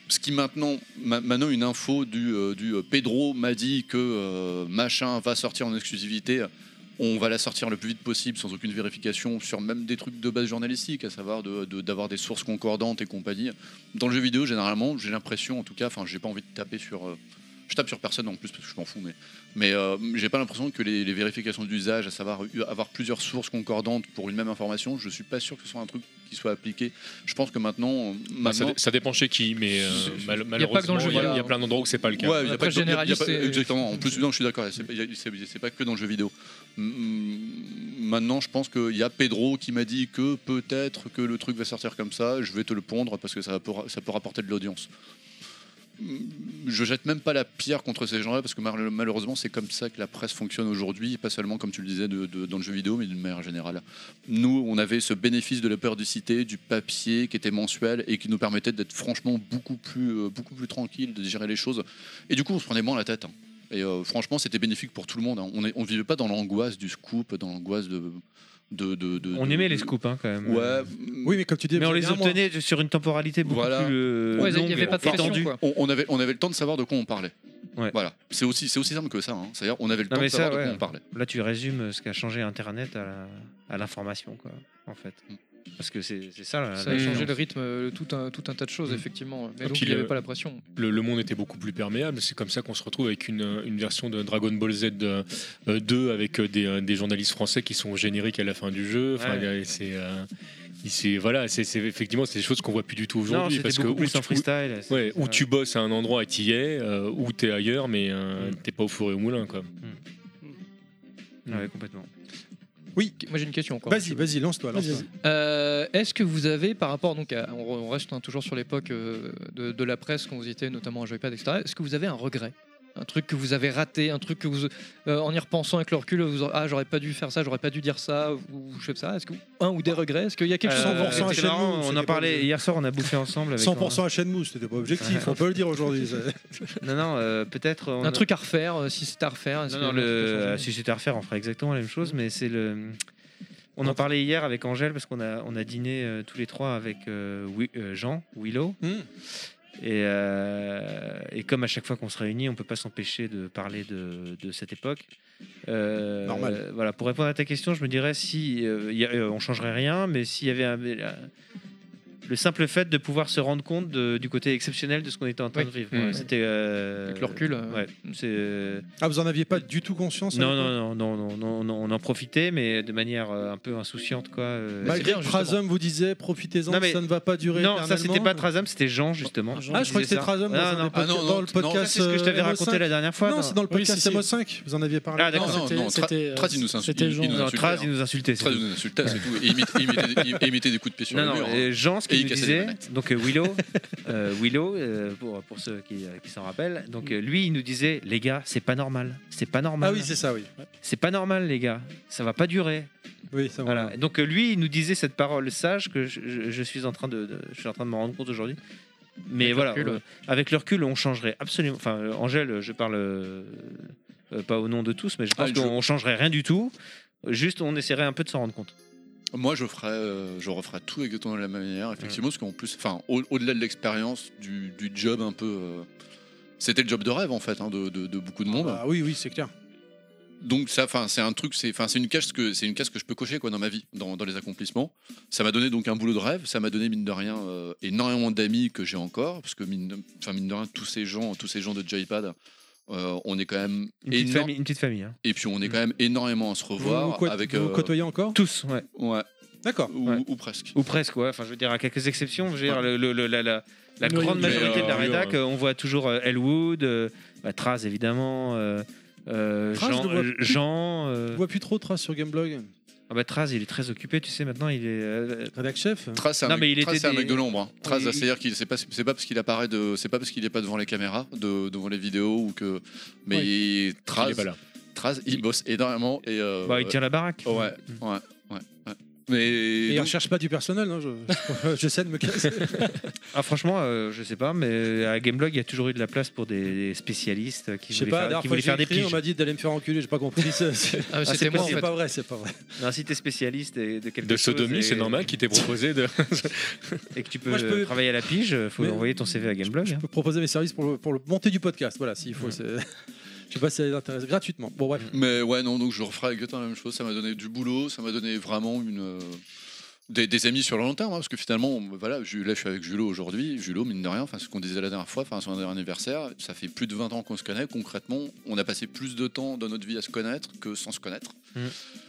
Speaker 7: Ce qui maintenant, ma- maintenant une info du, euh, du euh, Pedro m'a dit que euh, machin va sortir en exclusivité. On va la sortir le plus vite possible sans aucune vérification sur même des trucs de base journalistique, à savoir de- de- d'avoir des sources concordantes et compagnie. Dans le jeu vidéo, généralement, j'ai l'impression, en tout cas, enfin, j'ai pas envie de taper sur, euh, je tape sur personne en plus parce que je m'en fous, mais, mais euh, j'ai pas l'impression que les, les vérifications d'usage, à savoir eu- avoir plusieurs sources concordantes pour une même information, je suis pas sûr que ce soit un truc qui soit appliqué. Je pense que maintenant,
Speaker 4: Bah, ça,
Speaker 7: maintenant-
Speaker 4: ça dépend chez qui, mais euh,
Speaker 7: C'est-
Speaker 4: mal-
Speaker 3: Il y a pas que
Speaker 4: malheureusement,
Speaker 3: dans le jeu
Speaker 4: il y a-
Speaker 3: vidéo.
Speaker 4: il y a plein d'endroits où c'est pas le cas.
Speaker 7: Ouais, il y a
Speaker 3: Après,
Speaker 7: pas que-
Speaker 3: généraliste,
Speaker 7: il y a pas-
Speaker 3: c'est-
Speaker 7: exactement. En plus, non, je suis d'accord. C'est il y a- c'est- c'est pas que dans le jeu vidéo. Mm, Maintenant, je pense qu'il y a Pedro qui m'a dit que peut-être que le truc va sortir comme ça. Je vais te le pondre parce que ça, va pour- ça peut rapporter de l'audience. Mm, Je jette même pas la pierre contre ces gens-là parce que mar- malheureusement, c'est comme ça que la presse fonctionne aujourd'hui. Pas seulement, comme tu le disais, de- de- dans le jeu vidéo, mais d'une manière générale. Nous, on avait ce bénéfice de la perdicité, du papier qui était mensuel et qui nous permettait d'être franchement beaucoup plus, euh, beaucoup plus tranquille, de gérer les choses. Et du coup, on se prenait moins la tête. hein. Et euh, franchement, c'était bénéfique pour tout le monde. hein. On ne on vivait pas dans l'angoisse du scoop, dans l'angoisse de, de, de- de-
Speaker 6: On
Speaker 7: de-
Speaker 6: aimait les
Speaker 7: de-
Speaker 6: scoops hein, quand même.
Speaker 7: Ouais.
Speaker 8: Oui, mais comme tu dis,
Speaker 6: mais on
Speaker 8: vous
Speaker 6: les
Speaker 8: avez un mois.
Speaker 6: obtenait sur une temporalité beaucoup
Speaker 7: Voilà.
Speaker 6: plus euh,
Speaker 3: Ouais, il y
Speaker 6: longue
Speaker 3: avait pas de
Speaker 6: et
Speaker 3: pression,
Speaker 6: étendue.
Speaker 3: quoi.
Speaker 7: On, on avait, on avait le temps de savoir de quoi on parlait.
Speaker 6: Ouais.
Speaker 7: Voilà. C'est aussi, c'est aussi simple que ça. hein. C'est-à-dire, on avait le
Speaker 6: Non,
Speaker 7: temps
Speaker 6: mais
Speaker 7: de
Speaker 6: ça,
Speaker 7: savoir de
Speaker 6: ouais.
Speaker 7: quoi on parlait.
Speaker 6: Là, tu résumes ce qu'a changé Internet à la- à l'information, quoi, en fait. Parce que c'est c'est ça. la-
Speaker 3: ça a
Speaker 6: la
Speaker 3: changé
Speaker 6: différence.
Speaker 3: le rythme, euh, tout un, tout un tas de choses,
Speaker 4: Mm.
Speaker 3: effectivement. Mais
Speaker 4: Et
Speaker 3: donc,
Speaker 4: puis
Speaker 3: il n'y avait
Speaker 4: le-
Speaker 3: pas la pression.
Speaker 4: le, le monde était beaucoup plus perméable. C'est comme ça qu'on se retrouve avec une, une version de Dragon Ball Z euh, euh, 2 avec euh, des, euh, des journalistes français qui sont génériques à la fin du jeu. Enfin,
Speaker 6: Ouais.
Speaker 4: c'est euh, il- c'est- voilà, c'est c'est- effectivement c'est des choses qu'on voit plus du tout
Speaker 6: Non,
Speaker 4: aujourd'hui
Speaker 6: c'était
Speaker 4: parce que
Speaker 6: beaucoup
Speaker 4: où
Speaker 6: plus
Speaker 4: tu,
Speaker 6: en
Speaker 4: où-
Speaker 6: freestyle. c'est-
Speaker 4: ouais,
Speaker 6: c'est
Speaker 4: où
Speaker 6: ça.
Speaker 4: tu bosses à un endroit et t'y es, euh, où t'es ailleurs, mais euh,
Speaker 6: Mm.
Speaker 4: t'es pas au four et au moulin quoi.
Speaker 6: Ouais, complètement.
Speaker 8: Oui,
Speaker 3: Moi, j'ai une question encore.
Speaker 8: vas-y, vas-y, lance-toi. lance-toi.
Speaker 5: Vas-y,
Speaker 3: Euh, Est-ce que vous avez, par rapport, donc, à- on, re- on reste hein, toujours sur l'époque euh, de, de la presse quand vous étiez notamment à Joypad, etc. Est-ce que vous avez un regret un truc que vous avez raté, un truc que vous, euh, en y repensant avec le recul, vous aurez- ah j'aurais pas dû faire ça, j'aurais pas dû dire ça, ou je sais pas, est-ce que un ou des regrets, est-ce qu'il y a quelque chose
Speaker 6: Euh,
Speaker 8: à
Speaker 6: c'était
Speaker 8: Shenmue,
Speaker 6: marrant, On
Speaker 8: c'était
Speaker 6: en
Speaker 8: pas
Speaker 6: parlait
Speaker 8: obligé.
Speaker 6: hier soir, on a bouffé ensemble. Avec
Speaker 8: 100% à Shenmue, c'était pas objectif, on peut le dire aujourd'hui. ça.
Speaker 6: Non, non, euh, peut-être. on
Speaker 3: un
Speaker 6: a-
Speaker 3: truc à refaire, euh, si c'est à refaire. est-ce
Speaker 6: Non,
Speaker 3: que-
Speaker 6: non, le- euh,
Speaker 3: quelque chose
Speaker 6: si c'était à refaire, on ferait exactement la même chose,
Speaker 3: Mm.
Speaker 6: mais c'est le. On en parlait hier avec Angèle parce qu'on a, on a dîné euh, tous les trois avec euh, Wi- euh, Jean, Willow.
Speaker 3: Mm.
Speaker 8: Hmm.
Speaker 6: Et, euh, et comme à chaque fois qu'on se réunit, on peut pas s'empêcher de parler de, de cette époque. Euh,
Speaker 8: Normal.
Speaker 6: euh, voilà, pour répondre à ta question, je me dirais si euh, y a- euh, on changerait rien, mais s'il y avait un- euh, le simple fait de pouvoir se rendre compte de- du côté exceptionnel de ce qu'on était en train
Speaker 3: Oui.
Speaker 6: de vivre.
Speaker 4: Mm.
Speaker 6: Ouais, C'était euh,
Speaker 3: Avec le recul, euh,
Speaker 6: ouais, c'est euh,
Speaker 8: Ah, vous en aviez pas du tout conscience à
Speaker 6: non,
Speaker 8: l'époque
Speaker 6: non, non, non, non, non, non, on en profitait, mais de manière euh, un peu insouciante, quoi. euh.
Speaker 8: Malgré
Speaker 3: bien,
Speaker 8: que
Speaker 3: justement.
Speaker 8: Trasum vous disait, profitez-en,
Speaker 6: Non, mais-
Speaker 8: ça ne va pas durer.
Speaker 6: non, ça c'était
Speaker 8: éternellement.
Speaker 6: pas Trasum, c'était Jean justement.
Speaker 5: Jean
Speaker 8: Ah,
Speaker 6: qui
Speaker 8: je crois que c'était
Speaker 6: disait ça.
Speaker 8: Trasum dans,
Speaker 6: Ah,
Speaker 8: un
Speaker 6: non,
Speaker 8: des
Speaker 6: non,
Speaker 8: podcasts-
Speaker 7: Ah, non,
Speaker 8: dans
Speaker 7: non,
Speaker 8: le
Speaker 7: non, ça,
Speaker 8: podcast.
Speaker 6: c'est ce que je t'avais
Speaker 8: euh,
Speaker 6: raconté
Speaker 8: MO5.
Speaker 6: la dernière fois.
Speaker 8: Non, c'est dans le
Speaker 5: Oui,
Speaker 8: podcast
Speaker 5: si, si.
Speaker 8: MO5, vous en aviez parlé.
Speaker 6: Ah, d'accord.
Speaker 7: Non, non,
Speaker 5: C'était-
Speaker 7: non, Tra-
Speaker 5: c'était, euh,
Speaker 7: Tras, il nous insulte.
Speaker 5: c'était Jean.
Speaker 7: Il nous
Speaker 6: Non,
Speaker 7: insulte,
Speaker 6: Tras,
Speaker 7: hein.
Speaker 6: il nous insultait. c'est
Speaker 7: Très
Speaker 6: tout.
Speaker 7: une insulte, c'est tout. Et imiter, imiter- imiter- imiter des coups de pied sur
Speaker 6: Non,
Speaker 7: le
Speaker 6: non,
Speaker 7: mur. hein.
Speaker 6: et Jean, ce
Speaker 7: Et
Speaker 6: qu'il
Speaker 7: il
Speaker 6: nous
Speaker 7: cassait les
Speaker 6: disait,
Speaker 7: manettes.
Speaker 6: donc euh, Willow, euh, Willow euh, pour, pour ceux qui, euh, qui s'en rappellent, donc euh, lui, il nous disait, les gars, c'est pas normal, c'est pas normal,
Speaker 8: Ah oui, c'est ça, oui.
Speaker 6: c'est pas normal, les gars, ça va pas durer,
Speaker 8: Oui, ça va.
Speaker 6: Voilà. Et Donc euh, lui, il nous disait cette parole sage que je, je- je suis en train de, de- je suis en train de me rendre compte aujourd'hui. Mais
Speaker 3: Avec le
Speaker 6: voilà,
Speaker 3: recul,
Speaker 6: euh,
Speaker 3: ouais.
Speaker 6: avec le recul, on changerait absolument. Enfin, euh, Angèle, je parle euh, euh, pas au nom de tous, mais je pense
Speaker 7: Ah, je-
Speaker 6: qu'on changerait rien du tout. Juste, on essaierait un peu de s'en rendre compte.
Speaker 7: Moi, je ferais, euh, je referais tout exactement de la même manière, effectivement, parce qu'en plus, enfin, au- au-delà de l'expérience du, du job un peu, euh, c'était le job de rêve en fait hein, de, de- de beaucoup de monde.
Speaker 8: Ah, oui, oui, c'est clair.
Speaker 7: Donc ça, enfin, c'est un truc, c'est, enfin, c'est une case que, c'est une case que je peux cocher quoi dans ma vie, dans, dans les accomplissements. Ça m'a donné donc un boulot de rêve, ça m'a donné mine de rien euh, énormément d'amis que j'ai encore, parce que mine, de- enfin mine de rien, tous ces gens, tous ces gens de Joypad, euh, on est quand même
Speaker 6: Une petite
Speaker 7: énorme-
Speaker 6: famille, une petite famille hein.
Speaker 7: et puis on est quand même énormément à se
Speaker 8: Vous,
Speaker 7: revoir
Speaker 8: vous côte-
Speaker 7: avec,
Speaker 8: vous
Speaker 7: euh,
Speaker 8: côtoyez encore
Speaker 6: tous, ouais.
Speaker 7: ouais,
Speaker 8: D'accord.
Speaker 7: ou-
Speaker 6: Ouais.
Speaker 7: ou presque.
Speaker 6: ou presque, ouais. Enfin, je veux dire, à quelques exceptions, je veux dire, le- le- le- la, la- la
Speaker 5: Oui,
Speaker 6: grande
Speaker 5: oui.
Speaker 6: majorité
Speaker 4: Mais,
Speaker 6: de la
Speaker 4: euh,
Speaker 6: rédac,
Speaker 4: oui,
Speaker 6: euh, on voit toujours euh, Elwood, euh, bah, Traz évidemment. euh, euh,
Speaker 8: Traz,
Speaker 6: Jean,
Speaker 8: je le vois
Speaker 6: euh,
Speaker 8: plus.
Speaker 6: Jean, euh,
Speaker 8: Je vois plus trop de traces sur Gameblog.
Speaker 6: Ah bah Traz, il est très occupé, tu sais, maintenant il est... euh,
Speaker 8: Rédac chef
Speaker 7: Trace, c'est un,
Speaker 6: Non,
Speaker 7: mec-
Speaker 6: mais il
Speaker 7: Trace,
Speaker 6: était
Speaker 7: c'est un
Speaker 6: des-
Speaker 7: mec de l'ombre. hein. Trace,
Speaker 6: il-
Speaker 7: c'est-à-dire qu'il c'est pas c'est pas parce qu'il apparaît de c'est pas parce qu'il est pas devant les caméras, de, devant les vidéos ou que mais
Speaker 4: Il est
Speaker 7: Trace
Speaker 4: pas là.
Speaker 7: Traz, il bosse énormément. Et, euh,
Speaker 6: Bah, il tient la baraque.
Speaker 7: ouais, ouais, ouais, ouais. Mais
Speaker 8: Et il
Speaker 7: donc,
Speaker 8: recherche pas du personnel, hein, je- j'essaie de me casser.
Speaker 6: Ah, franchement, euh, je sais pas, mais à Gameblog, il y a toujours eu de la place pour des spécialistes qui
Speaker 8: Je sais
Speaker 6: voulaient
Speaker 8: pas, la
Speaker 6: faire,
Speaker 8: dernière
Speaker 6: qui
Speaker 8: fois
Speaker 6: voulaient
Speaker 8: que
Speaker 6: faire
Speaker 8: j'ai
Speaker 6: des
Speaker 8: écrit, on
Speaker 6: piges.
Speaker 8: m'a dit d'aller me faire enculer, j'ai pas compris. c'est- c'est-
Speaker 3: Ah, mais
Speaker 6: Ah,
Speaker 3: c'était
Speaker 6: c'est
Speaker 3: moi en
Speaker 8: C'est
Speaker 3: fait.
Speaker 8: pas vrai, c'est pas vrai.
Speaker 6: Non, si t'es spécialiste et de quelque
Speaker 4: De
Speaker 6: chose
Speaker 4: sodomie,
Speaker 6: et-
Speaker 4: c'est normal qu'il t'ait Bah, proposé de.
Speaker 6: Et que tu peux,
Speaker 8: Moi, je peux-
Speaker 6: euh, travailler à la pige, euh, faut
Speaker 8: Mais-
Speaker 6: envoyer ton CV à Gameblog. hein.
Speaker 8: Je peux proposer mes services pour le, pour le monter du podcast, voilà, s'il faut. c'est- Je sais pas si ça les intéresse gratuitement. Bon, bref.
Speaker 7: Mais ouais, non, donc je referai avec Gutin la même chose. Ça m'a donné du boulot, ça m'a donné vraiment une. euh, Des, des amis sur le long terme, hein, parce que finalement, voilà, je, là je suis avec Julo aujourd'hui. Julo, mine de rien, enfin, ce qu'on disait la dernière fois, enfin, son dernier anniversaire, ça fait plus de 20 ans qu'on se connaît. Concrètement, on a passé plus de temps dans notre vie à se connaître que sans se connaître.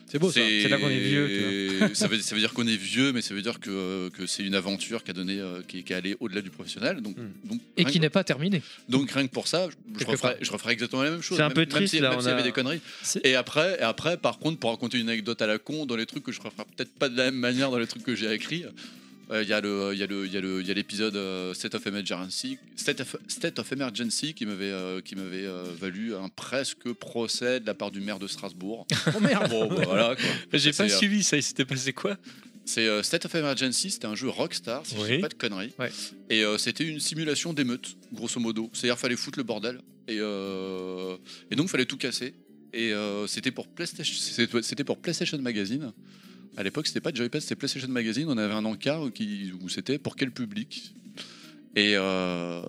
Speaker 8: C'est beau ça.
Speaker 6: C'est là qu'on est vieux,
Speaker 7: ça, veut, ça veut dire qu'on est vieux, mais ça veut dire que, euh, que c'est une aventure qui a donné, euh, qui, qui est allée au-delà du professionnel. Donc,
Speaker 6: Mm.
Speaker 7: donc,
Speaker 3: Et
Speaker 7: rien
Speaker 3: qui
Speaker 7: que-
Speaker 3: n'est pas terminé.
Speaker 7: donc rien que pour ça, je- je
Speaker 3: Quelque
Speaker 7: referais,
Speaker 3: part.
Speaker 7: je referais exactement la même chose.
Speaker 6: C'est un
Speaker 7: même-
Speaker 6: peu
Speaker 7: même
Speaker 6: triste,
Speaker 7: si-
Speaker 6: là,
Speaker 7: même
Speaker 6: on
Speaker 7: s'il y
Speaker 6: a-
Speaker 7: avait des conneries.
Speaker 8: C'est-
Speaker 7: Et après, et après, par contre, pour raconter une anecdote à la con, dans les trucs que je referai peut-être pas de la même manière dans les trucs que j'ai écrits. euh, Il y a le- il y a le- il y a le- il y a l'épisode euh, State of Emergency, State of, State of Emergency qui m'avait euh, qui m'avait euh, valu un presque procès de la part du maire de Strasbourg. oh merde. Bon, bah, voilà. quoi.
Speaker 4: J'ai
Speaker 7: Ça,
Speaker 4: pas
Speaker 7: c'est, euh,
Speaker 4: suivi ça, il s'était passé quoi
Speaker 7: C'est euh, State of Emergency, c'était un jeu Rockstar, si
Speaker 4: Oui.
Speaker 7: je dis pas de conneries.
Speaker 3: Ouais.
Speaker 7: Et euh, c'était une simulation d'émeute, grosso modo. C'est-à-dire fallait foutre le bordel. Et, euh, et donc fallait tout casser. Et euh, c'était pour PlayStation, c'était c'était pour PlayStation Magazine. À l'époque, c'était pas Joypad, c'était PlayStation Magazine. On avait un encart où, qui- où c'était pour quel public. Et, euh,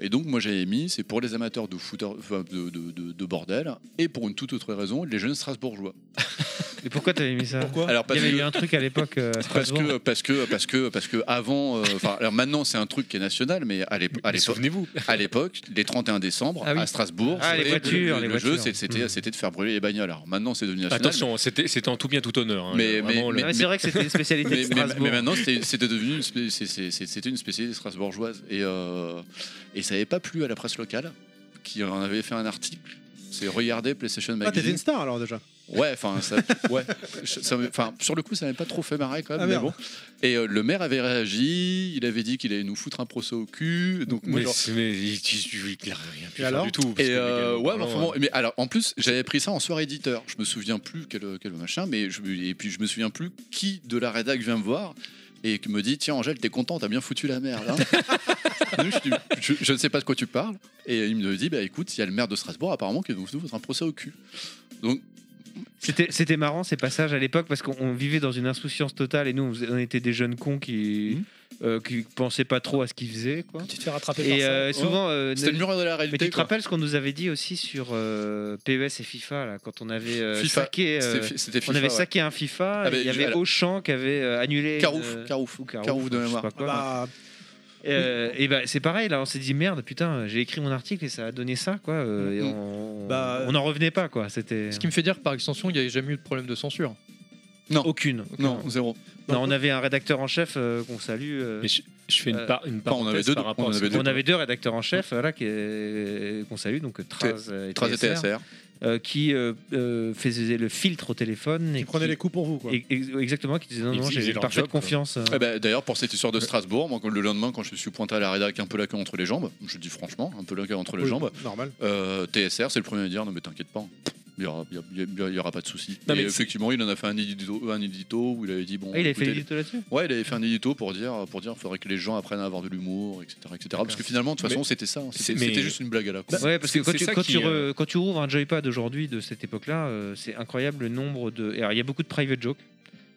Speaker 7: et donc moi j'avais mis, c'est pour les amateurs de, footeur- enfin, de, de- de- de bordel et pour une toute autre raison, les jeunes Strasbourgeois.
Speaker 6: Et pourquoi t'avais mis ça
Speaker 8: Pourquoi
Speaker 7: Alors
Speaker 6: Il
Speaker 7: parce
Speaker 6: y avait
Speaker 7: que-
Speaker 6: eu un truc à l'époque. euh, à
Speaker 7: parce
Speaker 6: Strasbourg.
Speaker 7: que parce que parce que parce que avant euh, enfin alors maintenant c'est un truc qui est national mais à l'épo- à
Speaker 4: Mais
Speaker 7: l'époque
Speaker 4: Souvenez-vous.
Speaker 7: à l'époque les 31 décembre
Speaker 3: Ah oui.
Speaker 7: à Strasbourg
Speaker 6: Ah, les
Speaker 7: c'était le-
Speaker 6: voitures,
Speaker 7: le,
Speaker 6: les
Speaker 7: le jeu
Speaker 6: voitures.
Speaker 7: c'est- c'était
Speaker 6: Mm.
Speaker 7: c'était de faire brûler les bagnoles alors maintenant c'est devenu national
Speaker 4: Attention, c'était c'était en tout bien tout honneur. hein.
Speaker 7: Mais-
Speaker 4: Vraiment,
Speaker 7: mais-
Speaker 6: Ouais, c'est vrai que c'était une spécialité
Speaker 7: mais,
Speaker 6: de
Speaker 7: mais- mais
Speaker 6: Strasbourg.
Speaker 7: maintenant c'était c'était devenu une spé- c'est- c'est- c'est- c'était une spécialité strasbourgeoise et euh, et ça n'avait pas plu à la presse locale qui en avait fait un article c'est regarder PlayStation
Speaker 8: Ah, t'étais
Speaker 7: Magazine.
Speaker 8: une star alors déjà.
Speaker 7: Ouais, enfin, ça- ouais. Je- ça me- enfin, sur le coup, ça m'a pas trop fait marrer quand même.
Speaker 8: Ah,
Speaker 7: mais
Speaker 8: merde.
Speaker 7: bon. Et euh, le maire avait réagi. Il avait dit qu'il allait nous foutre un procès au cul. Donc moi,
Speaker 4: Mais,
Speaker 7: genre-
Speaker 4: c'est- mais il, il- il a rien pu
Speaker 8: Et
Speaker 4: faire
Speaker 8: alors
Speaker 4: du tout. parce
Speaker 7: Et
Speaker 4: que
Speaker 7: euh,
Speaker 4: légalement
Speaker 7: ouais, mais,
Speaker 4: parlant,
Speaker 7: enfin, bon, mais alors en plus, j'avais pris ça en soirée éditeur. Je me souviens plus quel, quel machin, mais je, et puis je me souviens plus qui de la rédac vient me voir et qui me dit Tiens, Angèle, t'es content, t'as bien foutu la merde. hein. Donc, je, dis, Je- je ne sais pas de quoi tu parles. Et il me dit Bah écoute, il y a le maire de Strasbourg apparemment qui va nous foutre un procès au cul. Donc
Speaker 6: C'était c'était marrant ces passages à l'époque parce qu'on on vivait dans une insouciance totale et nous on faisait- on était des jeunes cons qui
Speaker 7: Mmh.
Speaker 6: euh, qui pensaient pas trop à ce qu'ils faisaient quoi.
Speaker 5: Tu te fais rattraper
Speaker 6: Et
Speaker 5: par ça.
Speaker 6: euh, souvent euh,
Speaker 7: c'était
Speaker 6: ne-
Speaker 7: le mur de la
Speaker 6: mais
Speaker 7: réalité.
Speaker 6: tu te
Speaker 7: quoi.
Speaker 6: rappelles ce qu'on nous avait dit aussi sur euh, PES et FIFA là quand on avait euh,
Speaker 7: FIFA.
Speaker 6: saqué, euh,
Speaker 7: C'était fi- c'était
Speaker 6: on
Speaker 7: FIFA,
Speaker 6: avait
Speaker 7: ouais.
Speaker 6: saqué un FIFA
Speaker 7: Ah,
Speaker 6: et
Speaker 7: mais
Speaker 6: il y avait
Speaker 7: alors-
Speaker 6: Auchan qui avait euh, annulé
Speaker 7: Carouf,
Speaker 6: une-
Speaker 7: Carouf,
Speaker 6: ou
Speaker 7: Carouf de
Speaker 6: je sais
Speaker 7: mémoire.
Speaker 6: pas quoi.
Speaker 8: Bah,
Speaker 6: Et, euh, et bah, c'est pareil, là, on s'est dit merde, putain, j'ai écrit mon article et ça a donné ça, quoi. euh, et
Speaker 7: Mhm.
Speaker 6: on
Speaker 8: Bah,
Speaker 6: on n'en revenait pas, quoi. C'était
Speaker 3: Ce qui me fait dire que par extension, il n'y avait jamais eu de problème de censure.
Speaker 6: aucune.
Speaker 7: Non, zéro.
Speaker 6: Non, on avait un rédacteur en chef euh, qu'on salue. euh,
Speaker 4: Mais je, je fais une,
Speaker 6: Euh,
Speaker 4: par- une
Speaker 7: on avait
Speaker 4: parenthèse
Speaker 7: deux-
Speaker 4: par rapport
Speaker 7: on
Speaker 4: à ce
Speaker 7: avait
Speaker 4: qu'on
Speaker 6: on avait deux rédacteurs en chef euh, là qui est- qu'on salue donc euh, Traz euh, et
Speaker 7: 3
Speaker 6: TSR,
Speaker 7: TSR.
Speaker 6: euh, qui euh, euh, faisait le filtre au téléphone et
Speaker 8: ils prenaient
Speaker 6: qui-
Speaker 8: les coups pour vous quoi. Ah bah,
Speaker 6: et- ex- exactement qui disait non
Speaker 4: Ils
Speaker 6: non
Speaker 4: faisaient
Speaker 6: j'ai
Speaker 4: leur
Speaker 6: parfaite
Speaker 4: job, quoi.
Speaker 6: confiance euh.
Speaker 7: Eh ben, D'ailleurs, pour cette histoire de Strasbourg, moi, quand- le lendemain, quand je suis pointé à la rédac, un peu la queue entre les jambes, je dis franchement, un peu la queue entre les
Speaker 8: Oui, bah,
Speaker 7: jambes,
Speaker 8: Normal.
Speaker 7: euh, TSR, c'est le premier à dire non, mais t'inquiète pas. Il n'y aura, il y a- il y a- il y aura pas de souci.
Speaker 4: Non,
Speaker 7: Et
Speaker 4: mais c'est-
Speaker 7: effectivement, il en a fait un édito, un édito où il avait dit bon.
Speaker 6: Ah, il avait fait
Speaker 7: écoutez,
Speaker 6: l'édito là-dessus
Speaker 7: ouais, il avait fait un édito pour dire pour dire, faudrait que les gens apprennent à avoir de l'humour, etc., etc. Parce que finalement, de toute façon, c'était ça. hein.
Speaker 4: c'est-
Speaker 7: C'était
Speaker 4: mais-
Speaker 7: c'était juste une blague à la con.
Speaker 6: Ouais, parce que
Speaker 4: c'est-
Speaker 6: quand
Speaker 4: c'est
Speaker 6: tu,
Speaker 4: ça
Speaker 6: quand,
Speaker 4: qui, euh,
Speaker 6: tu re- quand tu rouvres un joypad aujourd'hui de cette époque-là, euh, c'est incroyable le nombre de. et Alors, il y a beaucoup de private jokes.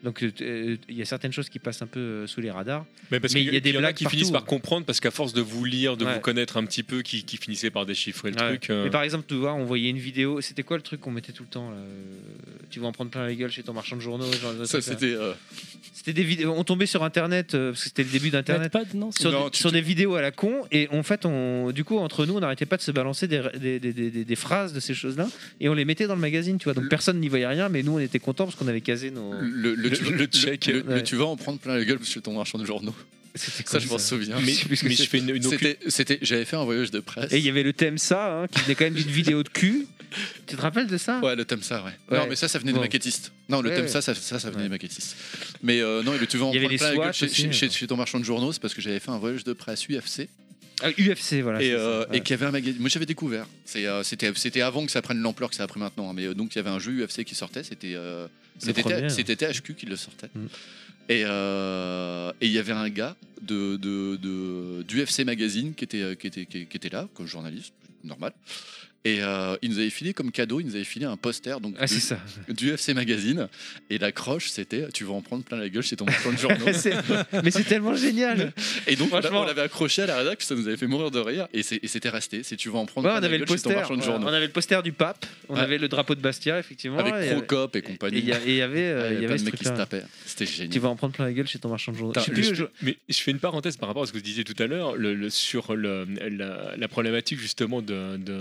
Speaker 6: Donc, euh, t- euh, il y a certaines choses qui passent un peu euh, sous les radars.
Speaker 4: Mais parce
Speaker 6: Mais
Speaker 4: qu'il
Speaker 6: il y a des
Speaker 4: en
Speaker 6: blagues
Speaker 4: qui
Speaker 6: partout.
Speaker 4: finissent par comprendre parce qu'à force de vous lire, de
Speaker 6: Ouais.
Speaker 4: vous connaître un petit peu, qui, qui finissaient par déchiffrer le
Speaker 6: Ouais.
Speaker 4: truc. euh,
Speaker 6: Mais par exemple, tu vois, on voyait une vidéo. C'était quoi le truc qu'on mettait tout le temps là euh, Tu vas en prendre plein la gueule chez ton marchand de journaux. genre, le
Speaker 7: Ça,
Speaker 6: truc, là.
Speaker 7: c'était. euh,
Speaker 6: C'était des vidéos. On tombait sur Internet euh, parce que c'était le début d'Internet.
Speaker 5: Pas de- non, c'est-
Speaker 6: Sur,
Speaker 7: Non,
Speaker 6: des,
Speaker 7: tu-
Speaker 6: sur des vidéos à la con et en fait on du coup entre nous on n'arrêtait pas de se balancer des, des- des- des- des- des phrases de ces choses là et on les mettait dans le magazine tu vois donc personne n'y voyait rien mais nous on était contents parce qu'on avait casé nos
Speaker 7: le, le, tu,
Speaker 4: le check,
Speaker 7: le- le
Speaker 6: ouais.
Speaker 7: tu vas en prendre plein la gueule chez ton marchand de journaux.
Speaker 6: C'était
Speaker 7: Ça,
Speaker 6: cool,
Speaker 7: je m'en souviens.
Speaker 4: Mais,
Speaker 6: sais plus ce que
Speaker 4: mais je
Speaker 6: c'est.
Speaker 4: fais une, une occu-
Speaker 7: C'était, c'était, j'avais fait un voyage de presse.
Speaker 6: Et il y avait le thème ça, hein, qui venait quand même d'une vidéo de cul. Tu te rappelles de ça
Speaker 7: Ouais, le thème ça, ouais. Non,
Speaker 6: Ouais.
Speaker 7: mais ça, ça venait
Speaker 6: Bon.
Speaker 7: des maquettistes. Non, le
Speaker 6: Ouais,
Speaker 7: thème
Speaker 6: ouais.
Speaker 7: ça, ça, ça, ça venait
Speaker 6: Ouais.
Speaker 7: des maquettistes. Mais euh, non, et le tu vas en
Speaker 6: Il y avait
Speaker 7: prendre
Speaker 6: les
Speaker 7: plein la gueule
Speaker 6: SWAT
Speaker 7: chez,
Speaker 6: aussi,
Speaker 7: chez-
Speaker 6: mais
Speaker 7: chez-
Speaker 6: bon.
Speaker 7: chez ton marchand de journaux, c'est parce que j'avais fait un voyage de presse UFC.
Speaker 6: Ah, UFC, voilà.
Speaker 7: et,
Speaker 6: c'est ça,
Speaker 7: euh,
Speaker 6: ouais.
Speaker 7: et qu'il y avait un magazine. Moi j'avais découvert. C'est, euh, c'était, c'était avant que ça prenne l'ampleur que ça a pris maintenant. hein. Mais euh, donc il y avait un jeu UFC qui sortait. C'était, euh, c'était,
Speaker 6: premier, hein.
Speaker 7: c'était THQ qui le sortait.
Speaker 6: Mm.
Speaker 7: Et euh, et il y avait un gars de, de, de- d'UFC Magazine qui était, euh, qui, était, qui, qui était là, comme journaliste, normal. Et euh, il nous avait filé comme cadeau, il nous avait filé un poster donc,
Speaker 6: Ah,
Speaker 7: de-
Speaker 6: c'est ça.
Speaker 7: du UFC Magazine. Et l'accroche, c'était Tu vas en prendre plein la gueule chez ton plan de journaux.
Speaker 6: C'est- Mais c'est tellement génial.
Speaker 7: Et donc,
Speaker 6: Franchement.
Speaker 7: on l'avait accroché à la rédac, ça nous avait fait mourir de rire. Et c'est- et c'était resté. Si tu vas en prendre,
Speaker 6: Ouais,
Speaker 7: plein
Speaker 6: on
Speaker 7: la
Speaker 6: avait le
Speaker 7: gueule chez ton
Speaker 6: poster.
Speaker 7: marchand de
Speaker 6: ouais,
Speaker 7: journaux.
Speaker 6: On avait le poster du pape. On
Speaker 7: Ouais.
Speaker 6: avait le drapeau de Bastia, effectivement. et- euh,
Speaker 7: Avec Procop et
Speaker 6: Et il
Speaker 7: compagnie.
Speaker 6: y a- et il y avait, euh,
Speaker 7: Ah,
Speaker 6: il y
Speaker 7: plein
Speaker 6: avait
Speaker 7: de
Speaker 6: ce
Speaker 7: mecs qui se
Speaker 6: truc-là.
Speaker 7: tapaient. C'était
Speaker 6: Tu
Speaker 7: génial.
Speaker 6: vas en prendre plein la gueule chez ton marchand de journaux.
Speaker 4: Putain,
Speaker 6: Je sais
Speaker 4: le-
Speaker 6: plus, je-
Speaker 4: Mais je fais une parenthèse par rapport à ce que vous disiez tout à l'heure le- le- sur le- la, la problématique justement de, de-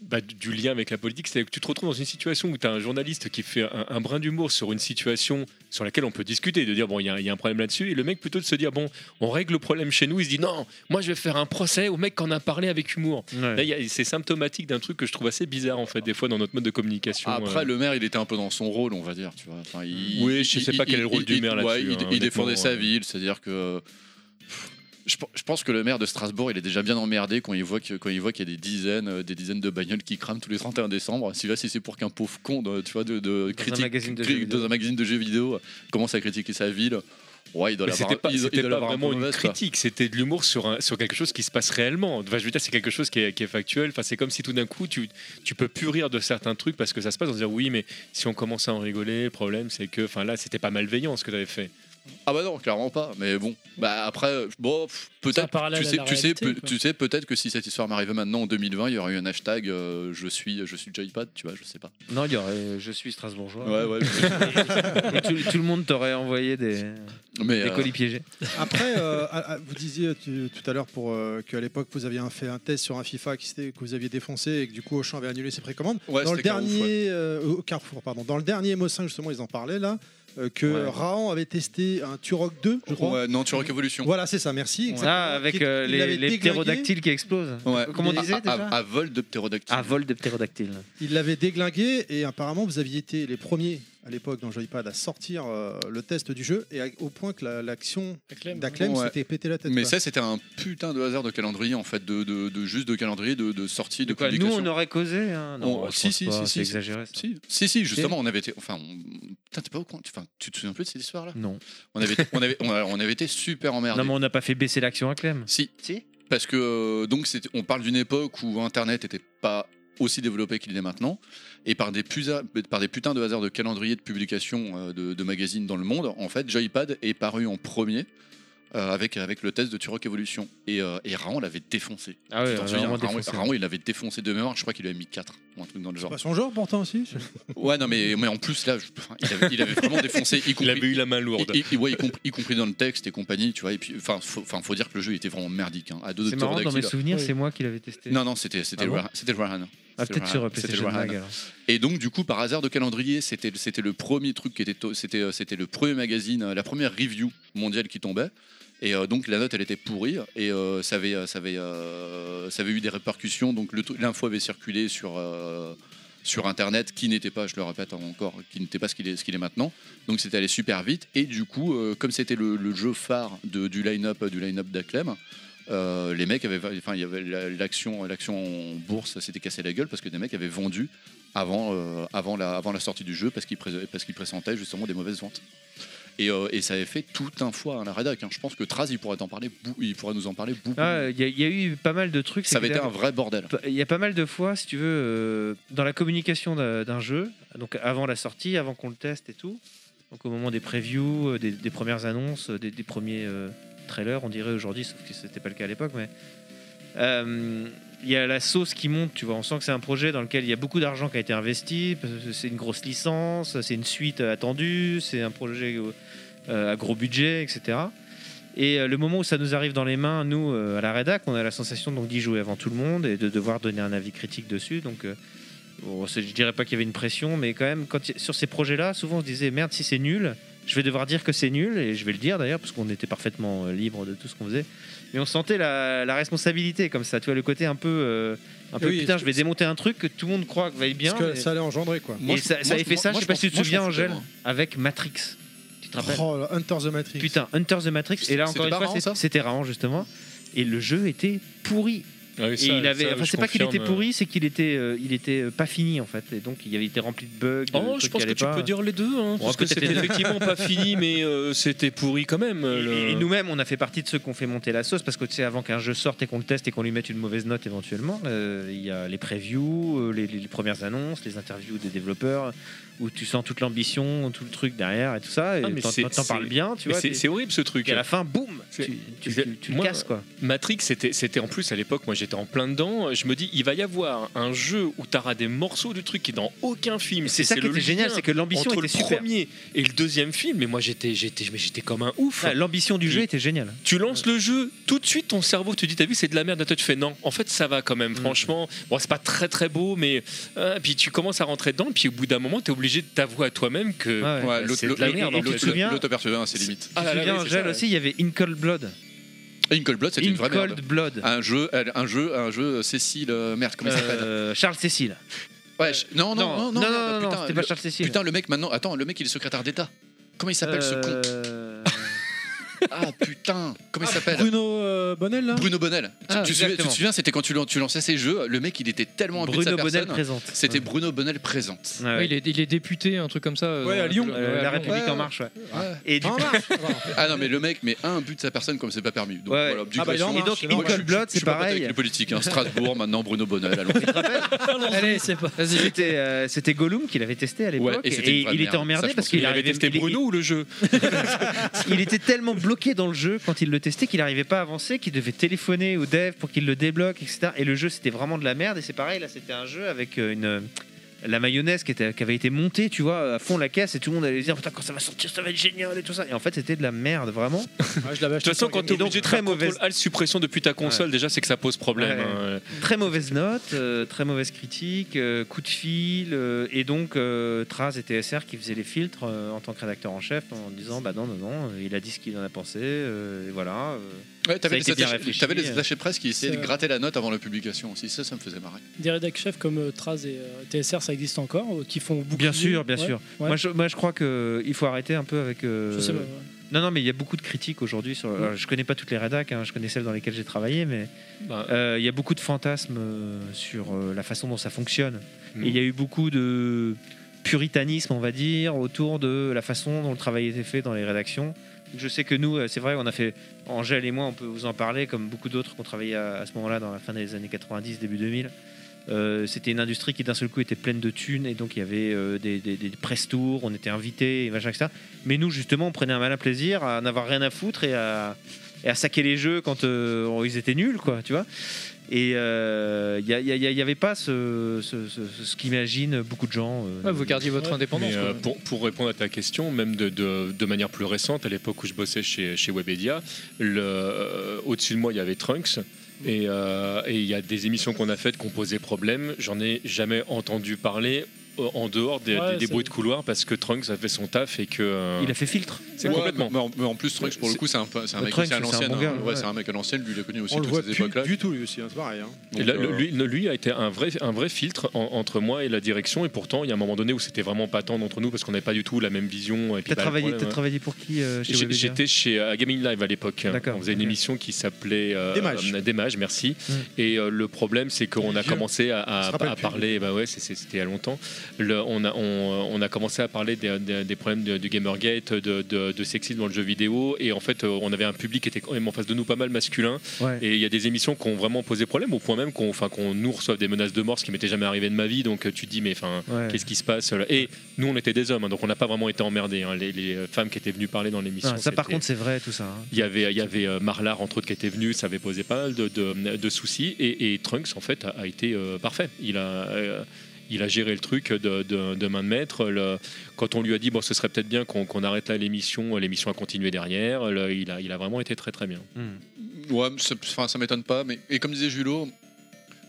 Speaker 4: bah, du lien avec la politique. C'est que tu te retrouves dans une situation où tu as un journaliste qui fait un, un brin d'humour sur une situation sur laquelle on peut discuter, de dire bon, il y, a- il y a un problème là-dessus. Et le mec, plutôt de se dire bon, on règle le problème chez nous, il se dit non, moi je vais faire un procès au mec qu'on a parlé avec humour.
Speaker 6: Ouais.
Speaker 4: Là, il y a- c'est symptomatique d'un truc que je trouve assez bizarre en fait, des fois dans notre mode de communication.
Speaker 7: Ah, Après,
Speaker 4: euh.
Speaker 7: le maire, il était un peu dans son rôle, on va dire. Tu vois. Enfin, il-
Speaker 4: Oui, je
Speaker 7: il-
Speaker 4: sais pas
Speaker 7: il-
Speaker 4: quel est le rôle
Speaker 7: il-
Speaker 4: du
Speaker 7: il-
Speaker 4: maire
Speaker 7: ouais,
Speaker 4: là-dessus,
Speaker 7: il-
Speaker 4: hein,
Speaker 7: Il défendait
Speaker 4: honnêtement,
Speaker 7: sa
Speaker 4: ouais.
Speaker 7: ville, c'est-à-dire que. Je pe- je pense que le maire de Strasbourg, il est déjà bien emmerdé quand il voit que- quand il voit qu'il y a des dizaines, euh, des dizaines de bagnoles qui crament tous les 31 décembre. Si là, si c'est pour qu'un pauvre con, de, tu vois, de, de critique
Speaker 6: magazine de
Speaker 7: cri-
Speaker 6: jeux vidéo.
Speaker 7: dans un magazine de jeux vidéo, commence à critiquer sa ville. Ouais, il doit
Speaker 4: Mais
Speaker 7: l'avoir.
Speaker 4: c'était pas,
Speaker 7: il doit- il
Speaker 4: c'était
Speaker 7: doit
Speaker 4: pas
Speaker 7: l'avoir un peu
Speaker 4: vraiment une
Speaker 7: mauvaise, quoi.
Speaker 4: critique, c'était de l'humour sur, un- sur quelque chose qui se passe réellement. Enfin, je veux dire, c'est quelque chose qui est, qui est factuel. Enfin, c'est comme si tout d'un coup, tu, tu peux plus rire de certains trucs parce que ça se passe. On se dit, oui, mais si on commence à en rigoler, le problème, c'est que enfin, là, c'était pas malveillant ce que tu avais fait.
Speaker 7: Ah bah non, clairement pas. Mais bon, bah après, euh, bon, pff,
Speaker 5: C'est un
Speaker 7: peut-être.
Speaker 5: parallèle
Speaker 7: Tu
Speaker 5: à
Speaker 7: sais,
Speaker 5: la
Speaker 7: tu sais,
Speaker 5: réalité,
Speaker 7: peut-
Speaker 5: quoi.
Speaker 7: tu sais peut-être que si cette histoire m'arrivait maintenant en 2020, il y aurait eu un hashtag euh, je suis, je suis Joypad, tu vois, je sais pas.
Speaker 6: Non, il y aurait. euh, Je suis Strasbourgeois.
Speaker 7: Ouais, ouais.
Speaker 6: Et tout, tout le monde t'aurait envoyé des,
Speaker 7: mais
Speaker 6: des
Speaker 7: euh,
Speaker 6: colis piégés.
Speaker 8: Après, euh, à- à- vous disiez tu- tout à l'heure pour euh, qu'à l'époque vous aviez un- fait un test sur un FIFA qui s'était- que vous aviez défoncé et que du coup Auchan avait annulé ses précommandes.
Speaker 7: Ouais,
Speaker 8: dans le
Speaker 7: c'était Carrefour,
Speaker 8: dernier
Speaker 7: ouais.
Speaker 8: euh, au Carrefour, pardon, dans le dernier MO5 justement, ils en parlaient là euh, que
Speaker 6: Ouais.
Speaker 8: Raon avait testé un Turok 2, je crois.
Speaker 7: ouais, non, tu vois Evolution.
Speaker 8: Voilà, c'est ça. Merci. exactement.
Speaker 6: Ah, avec
Speaker 8: Qui-
Speaker 6: euh,
Speaker 8: il
Speaker 6: les,
Speaker 8: l'avait
Speaker 6: les
Speaker 8: déglingué-
Speaker 6: ptérodactyles qui explosent.
Speaker 7: Ouais.
Speaker 6: Euh,
Speaker 7: Ah,
Speaker 6: Comment on
Speaker 7: À-
Speaker 6: disait
Speaker 7: à,
Speaker 6: déjà
Speaker 7: à vol de ptérodactyle.
Speaker 6: À vol de ptérodactyles.
Speaker 8: Il l'avait déglingué et apparemment vous aviez été les premiers à l'époque dans Joypad à sortir euh, le test du jeu et à- au point que la- l'action
Speaker 5: Acclaim.
Speaker 8: d'Aclem
Speaker 7: Ouais.
Speaker 8: s'était pété la tête.
Speaker 7: Mais
Speaker 8: quoi.
Speaker 7: ça, c'était un putain de hasard de calendrier, en fait, de, de, de- juste de calendrier, de, de sortie, de,
Speaker 6: De quoi Nous,
Speaker 7: publication.
Speaker 6: on aurait causé. hein. Non,
Speaker 7: On-
Speaker 6: je
Speaker 7: si,
Speaker 6: pense
Speaker 7: si,
Speaker 6: pas,
Speaker 7: si,
Speaker 6: c'est
Speaker 7: si, si.
Speaker 6: exagéré. ça.
Speaker 7: Si, si, si, justement, on avait été. Enfin, on- putain, t'es pas au courant. Enfin, tu te souviens plus de cette histoire-là
Speaker 6: Non.
Speaker 7: on avait, on, avait, on a- on avait été super emmerdés.
Speaker 6: Non, mais on n'a pas fait baisser l'action à Clem.
Speaker 7: Si. Parce que euh, donc c'est- on parle d'une époque où Internet n'était pas aussi développé qu'il l'est maintenant, et par des, pusa- par des putains de hasards de calendrier de publication euh, de, de magazines dans le monde, en fait, Joypad est paru en premier. euh, avec, avec le test de Turok Evolution. Et, euh, et Raon l'avait défoncé.
Speaker 6: Ah ouais,
Speaker 7: Tu t'en
Speaker 6: on a
Speaker 7: souviens,
Speaker 6: vraiment
Speaker 7: Raon,
Speaker 6: défoncé.
Speaker 7: Raon, il l'avait défoncé de mémoire, je crois qu'il lui avait mis 4 ou un truc dans le genre.
Speaker 8: Pas son genre pourtant aussi.
Speaker 7: Ouais, non, mais, mais en plus, là, je- enfin, il, avait, il avait vraiment défoncé, y
Speaker 4: Il
Speaker 7: compris,
Speaker 4: avait eu la main lourde.
Speaker 7: y- y- ouais, y compris- y compris dans le texte et compagnie, tu vois. Et puis, enfin, faut, enfin, faut dire que le jeu était vraiment merdique. hein. À deux
Speaker 6: C'est marrant, dans mes
Speaker 7: Pterodactyles.
Speaker 6: souvenirs,
Speaker 5: Oui.
Speaker 6: c'est moi qui l'avais testé.
Speaker 7: Non, non, c'était c'était
Speaker 6: Ah
Speaker 7: le
Speaker 6: bon
Speaker 7: Warhan- c'était le Warhan.
Speaker 6: Ah,
Speaker 7: C'était le
Speaker 6: peut-être sur
Speaker 7: Warhan.
Speaker 6: euh,
Speaker 7: C'était le
Speaker 6: PlayStation
Speaker 7: Warhan.
Speaker 6: Mag, alors.
Speaker 7: Et donc, du coup, par hasard de calendrier, c'était le- c'était le premier truc qui était tôt- c'était euh, c'était le premier magazine, euh, la première review mondiale qui tombait. Et euh, donc la note, elle était pourrie et euh, ça avait euh, ça avait euh, ça avait eu des répercussions. Donc le tru- l'info avait circulé sur euh, sur internet qui n'était pas, je le répète encore, qui n'était pas ce qu'il est ce qu'il est maintenant. Donc c'était allé super vite et du coup, euh, comme c'était le, le jeu phare de- du line-up du line-up d'Aclem. euh, les mecs avaient, enfin, il y avait la- l'action, l'action en bourse s'était cassée la gueule parce que des mecs avaient vendu avant, euh, avant, la, avant la sortie du jeu parce qu'il pré- parce qu'il pressentait justement des mauvaises ventes. Et, euh, et ça avait fait tout un foie à la rédac. hein. Je pense que Traz, il pourrait, en parler bou- il pourrait nous en parler beaucoup.
Speaker 6: Ah, Il y, a- il y a eu pas mal de trucs. c'est
Speaker 7: ça avait
Speaker 6: que
Speaker 7: été
Speaker 6: là-
Speaker 7: un vrai bordel.
Speaker 6: Il y a pas mal de fois, si tu veux, euh, dans la communication d'un d'un jeu, donc avant la sortie, avant qu'on le teste et tout, donc au moment des previews, euh, des, des premières annonces, euh, des, des premiers euh, trailers, on dirait aujourd'hui, sauf que c'était pas le cas à l'époque, mais euh, il y a la sauce qui monte, tu vois. On sent que c'est un projet dans lequel il y a beaucoup d'argent qui a été investi, parce que c'est une grosse licence, c'est une suite euh, attendue, c'est un projet euh, euh, à gros budget, etc. Et euh, le moment où ça nous arrive dans les mains, nous, euh, à la rédac, on a la sensation donc d'y jouer avant tout le monde et de devoir donner un avis critique dessus. Donc, euh, bon, c'est- je dirais pas qu'il y avait une pression, mais quand même, quand, il- sur ces projets-là, souvent on se disait merde, si c'est nul, je vais devoir dire que c'est nul, et je vais le dire d'ailleurs, parce qu'on était parfaitement euh, libre de tout ce qu'on faisait. Mais on sentait la, la responsabilité comme ça, tu vois, le côté un peu, euh, un peu
Speaker 8: Oui,
Speaker 6: putain,
Speaker 8: c'est-
Speaker 6: je vais démonter un truc que tout le monde croit que va être bien.
Speaker 8: Parce que
Speaker 6: mais-
Speaker 8: ça allait engendrer quoi.
Speaker 6: et ça, ça avait fait ça, je sais pas si tu te souviens, Angèle, avec Matrix. Tu te rappelles
Speaker 8: Oh, Hunter the Matrix.
Speaker 6: Ah Putain, Hunter the Matrix. Et là,
Speaker 7: C'était
Speaker 6: encore une
Speaker 7: pas
Speaker 6: fois,
Speaker 7: Raon,
Speaker 6: c'est-
Speaker 7: ça
Speaker 6: c'était Raon, justement. et le jeu était pourri.
Speaker 4: Ah oui,
Speaker 6: Et
Speaker 4: ça-
Speaker 6: il avait,
Speaker 4: ça,
Speaker 6: enfin,
Speaker 4: je
Speaker 6: c'est pas qu'il était
Speaker 4: confirme.
Speaker 6: pourri, c'est qu'il était, euh, il était euh, pas fini en fait, et donc il avait été rempli de bugs. de
Speaker 4: Oh, je
Speaker 6: trucs
Speaker 4: pense
Speaker 6: qui
Speaker 4: que
Speaker 6: allaient
Speaker 4: tu
Speaker 6: pas.
Speaker 4: peux dire les deux, hein,
Speaker 6: Bon,
Speaker 4: parce que
Speaker 6: peut-être
Speaker 4: c'était
Speaker 6: les deux.
Speaker 4: effectivement pas fini, mais euh, c'était pourri quand même.
Speaker 6: Et,
Speaker 4: euh, le-
Speaker 6: et nous-mêmes, on a fait partie de ceux qui ont fait monter la sauce parce que tu sais, avant qu'un jeu sorte et qu'on le teste et qu'on lui mette une mauvaise note éventuellement, euh, il y a les previews, euh, les, les premières annonces, les interviews des développeurs où tu sens toute l'ambition, tout le truc derrière et tout ça. Et
Speaker 4: Ah, mais
Speaker 6: t'en-
Speaker 4: c'est-
Speaker 6: t'en- t'en
Speaker 4: c'est-
Speaker 6: parles bien, tu
Speaker 4: Mais
Speaker 6: vois.
Speaker 4: c'est
Speaker 6: t'es-
Speaker 4: c'est horrible ce truc.
Speaker 6: et à la fin, boum,
Speaker 4: C'est-
Speaker 6: tu, tu-
Speaker 4: c'est-
Speaker 6: tu- tu
Speaker 4: moi-
Speaker 6: le casses quoi.
Speaker 4: Matrix, c'était c'était en plus à l'époque, moi j'étais en plein dedans. Je me dis, il va y avoir un jeu où t'auras des morceaux du truc qui est dans aucun film.
Speaker 6: C'est ça qui
Speaker 4: le
Speaker 6: était génial,
Speaker 4: lien
Speaker 6: c'est que l'ambition
Speaker 4: entre
Speaker 6: était
Speaker 4: le
Speaker 6: super.
Speaker 4: premier et le deuxième film. Mais moi j'étais j'étais mais j'étais comme un ouf.
Speaker 6: Ah, L'ambition du jeu était géniale.
Speaker 4: Tu lances le jeu, tout de suite ton cerveau te dit t'as vu c'est de la merde, Attends, tu fais non. En fait ça va quand
Speaker 6: Mm.
Speaker 4: même, franchement. Bon c'est pas très très beau, mais euh, puis tu commences à rentrer dedans, puis au bout d'un moment t'es obligé de t'avouer à toi-même que
Speaker 6: Ouais, ouais.
Speaker 4: c'est de la merde, en fait.
Speaker 7: L'auto-perceveur, hein, c'est limite.
Speaker 4: Ah
Speaker 6: Tu
Speaker 4: là
Speaker 6: te
Speaker 4: là,
Speaker 6: souviens,
Speaker 4: oui, c'est ça,
Speaker 6: Angèle
Speaker 4: ouais.
Speaker 6: aussi, il y avait In Cold Blood.
Speaker 7: In Cold Blood, c'était
Speaker 6: In
Speaker 7: une vraie merde.
Speaker 6: Cold Blood.
Speaker 7: Un jeu, un jeu, un jeu, Cécile, euh, merde, comment il s'appelle
Speaker 6: Euh, Charles Cécile.
Speaker 7: Ouais, je- non, non, non, non,
Speaker 6: non,
Speaker 7: merde,
Speaker 6: non,
Speaker 7: putain,
Speaker 6: c'était pas
Speaker 7: le-
Speaker 6: Charles Cécile.
Speaker 7: Putain, le mec maintenant, attends, le mec il est secrétaire d'État. Comment il s'appelle ce con
Speaker 6: Euh,
Speaker 7: Ah putain, comment il s'appelle
Speaker 8: Bruno euh, Bonnel là
Speaker 7: Bruno Bonnel. Tu-
Speaker 6: Ah,
Speaker 7: tu, te souviens- tu te
Speaker 6: exactement.
Speaker 7: souviens, c'était quand tu, lan- tu lançais ces jeux, le mec il était tellement imbu de sa
Speaker 6: Bruno Bonnel
Speaker 7: personne.
Speaker 6: présente.
Speaker 7: C'était
Speaker 6: Ouais.
Speaker 7: Bruno Bonnel présente.
Speaker 6: Ouais,
Speaker 3: Ouais, Ah il, est, il est député, un truc comme ça. euh,
Speaker 8: Ouais,
Speaker 3: dans
Speaker 8: à Lyon.
Speaker 3: le-
Speaker 6: Euh,
Speaker 3: ouais, à
Speaker 6: la
Speaker 3: Lyon.
Speaker 6: République
Speaker 8: ouais.
Speaker 6: en marche, ouais. Hein
Speaker 7: Ouais.
Speaker 6: Et du
Speaker 8: En
Speaker 6: coup,
Speaker 8: marche
Speaker 7: Ah non, mais le mec, mais un but de sa personne comme c'est pas permis. Donc,
Speaker 6: Ouais.
Speaker 7: voilà, du
Speaker 8: Ah bah,
Speaker 7: coup,
Speaker 8: il en
Speaker 7: je-
Speaker 8: marche,
Speaker 6: et donc,
Speaker 8: c'est normal.
Speaker 6: Eagle Blood,
Speaker 7: je suis
Speaker 6: c'est
Speaker 7: pas pote avec
Speaker 6: pareil.
Speaker 7: les politiques. hein. Strasbourg, maintenant Bruno Bonnel. allons.
Speaker 3: Allez, vas-y.
Speaker 6: C'était euh, c'était Gollum qu'il avait testé à l'époque
Speaker 7: Ouais, et
Speaker 6: et,
Speaker 7: c'était une vraie
Speaker 6: il
Speaker 7: merde.
Speaker 6: était emmerdé
Speaker 7: Ça, je
Speaker 6: parce
Speaker 7: pense
Speaker 6: qu'il
Speaker 4: Il avait
Speaker 6: arrivait-
Speaker 4: testé
Speaker 6: il- il-
Speaker 4: Bruno ou le jeu
Speaker 6: Il était tellement bloqué dans le jeu quand il le testait qu'il n'arrivait pas à avancer, qu'il devait téléphoner au dev pour qu'il le débloque, etc. Et le jeu c'était vraiment de la merde. Et c'est pareil, là c'était un jeu avec euh, une euh, la mayonnaise qui, était, qui avait été montée, tu vois, à fond la caisse et tout le monde allait dire putain quand ça va sortir ça va être génial et tout ça. Et en fait c'était de la merde vraiment.
Speaker 8: Ah, je
Speaker 6: bah,
Speaker 8: l'avais
Speaker 4: De toute façon, quand t'es
Speaker 6: Et donc,
Speaker 4: obligé de
Speaker 6: très
Speaker 4: faire
Speaker 6: mauvaise-
Speaker 4: contrôle Alt suppression depuis ta console, déjà c'est que ça pose problème.
Speaker 6: Ouais.
Speaker 4: hein.
Speaker 6: Très mauvaise note, euh, très mauvaise critique, euh, coup de fil, euh, et donc euh, Traz et TSR qui faisaient les filtres euh, en tant que rédacteur en chef en disant bah non, non, non, euh, il a dit ce qu'il en a pensé, euh, et voilà. euh.
Speaker 7: Ouais, t'avais
Speaker 6: a été
Speaker 7: les,
Speaker 6: bien
Speaker 7: attachés-
Speaker 6: réfléchi.
Speaker 7: t'avais les attachés presse qui essayaient de
Speaker 5: Ça-
Speaker 7: gratter la note avant la publication aussi. Ça, ça me faisait marrer.
Speaker 5: Des rédacs chefs comme euh, Traz et euh, TSR, ça existe encore, euh, qui font beaucoup.
Speaker 6: Bien sûr, bien sûr.
Speaker 5: ouais.
Speaker 6: Moi, je, moi je crois qu'il faut arrêter un peu avec. euh,
Speaker 5: Je sais pas, Mm. ouais.
Speaker 6: Non, non, mais il y a beaucoup de critiques aujourd'hui. Sur... alors, je connais pas toutes les rédacs, hein, je connais celles dans lesquelles j'ai travaillé, mais
Speaker 4: Bah,
Speaker 6: euh, il y a beaucoup de fantasmes euh, sur euh, la façon dont ça fonctionne.
Speaker 4: Mm.
Speaker 6: Et il y a eu beaucoup de puritanisme, on va dire, autour de la façon dont le travail était fait dans les rédactions. Je sais que nous, euh, c'est vrai, on a fait, Angèle et moi, on peut vous en parler, comme beaucoup d'autres qui ont travaillé à, à ce moment-là, dans la fin des années 90, début 2000. Euh, c'était une industrie qui d'un seul coup était pleine de thunes et donc il y avait euh, des, des, des press tours, on était invités, et machin, etc. Mais nous, justement, on prenait un malin plaisir à n'avoir rien à foutre et à, et à saquer les jeux quand euh, ils étaient nuls, quoi, tu vois. Et euh, il n'y avait pas ce, ce, ce- ce- ce qu'imaginent beaucoup de gens. euh,
Speaker 3: Ouais, vous gardiez votre
Speaker 5: Ouais.
Speaker 3: indépendance.
Speaker 4: Mais, euh,
Speaker 3: quoi.
Speaker 4: pour, pour répondre à ta question, même de, de- de manière plus récente, à l'époque où je bossais chez, chez Webedia, le- euh, au-dessus de moi, il y avait Trunks. Et euh, et il y a des émissions qu'on a faites qui ont posé problème. J'en ai jamais entendu parler euh, en dehors des,
Speaker 5: Ouais,
Speaker 4: des- des
Speaker 5: c'est-
Speaker 4: bruits de couloir parce que Trunks a fait son taf et que. euh,
Speaker 6: Il a fait filtre.
Speaker 4: c'est
Speaker 7: Ouais,
Speaker 4: complètement.
Speaker 7: Mais en, mais en plus, Trunks, pour le coup, c'est un, peu- c'est un
Speaker 6: Le
Speaker 7: mec
Speaker 6: Trunks,
Speaker 7: aussi à
Speaker 6: c'est un
Speaker 7: l'ancienne.
Speaker 6: bon gars,
Speaker 7: hein. Ouais,
Speaker 6: ouais.
Speaker 7: c'est un mec à l'ancienne. Lui, il a connu aussi
Speaker 8: On le voit
Speaker 7: toutes ces
Speaker 8: plus
Speaker 7: époques-là.
Speaker 8: du tout lui aussi, hein, c'est pareil. hein.
Speaker 4: Et là,
Speaker 7: Donc, euh,
Speaker 4: lui, lui a été un vrai, un vrai filtre en- entre moi et la direction. Et pourtant, il y a un moment donné où c'était vraiment patent entre nous parce qu'on n'avait pas du tout la même vision. et puis,
Speaker 6: T'as
Speaker 4: bah, le
Speaker 6: travaillé,
Speaker 4: problème,
Speaker 6: t'as
Speaker 4: hein.
Speaker 6: travaillé pour qui euh, chez
Speaker 4: J'ai-
Speaker 6: Webedia
Speaker 4: J'étais chez euh, Gaming Live à l'époque.
Speaker 6: D'accord.
Speaker 4: On faisait une
Speaker 6: Ok.
Speaker 4: émission qui s'appelait euh,
Speaker 8: Démage.
Speaker 4: euh, Démage, merci.
Speaker 6: Mm.
Speaker 4: Et euh, le problème, c'est qu'on a
Speaker 8: Vieux.
Speaker 4: commencé à, à-
Speaker 8: On se rappelle
Speaker 4: à
Speaker 8: plus.
Speaker 4: parler. Bah ouais, c'est- c'est- c'était il y a longtemps. Le- on, a, on, euh, on a commencé à parler des, des- des problèmes de- du Gamergate, de, de, de sexisme dans le jeu vidéo. Et en fait, euh, on avait un public qui était quand même en face de nous pas mal masculin.
Speaker 6: Ouais.
Speaker 4: Et il y a des émissions qui ont vraiment posé problème, au point même qu'on enfin, qu'on nous reçoive des menaces de mort, ce qui m'était jamais arrivé de ma vie. Donc euh, tu te dis, mais enfin,
Speaker 6: Ouais.
Speaker 4: qu'est-ce qui se passe là Et nous, on était des hommes, hein, donc on n'a pas vraiment été emmerdés. hein. Les, les, euh, femmes qui étaient venues parler dans l'émission.
Speaker 6: Ah, ça, par
Speaker 4: c'était-
Speaker 6: contre, c'est vrai tout ça. hein.
Speaker 4: il y avait, il y avait euh, Marlar, entre autres, qui était venu, ça avait posé pas mal de, de- de soucis. Et, et Trunks, en fait, a, a été euh, parfait. Il a. euh, il a géré le truc de, de- de main de maître. Le- quand on lui a dit, bon, ce serait peut-être bien qu'on qu'on arrête là l'émission, l'émission a continué derrière. Le- il, a, il a vraiment été très très bien.
Speaker 7: Ouais, mais ça, enfin, ça m'étonne pas. Mais, et comme disait Julot,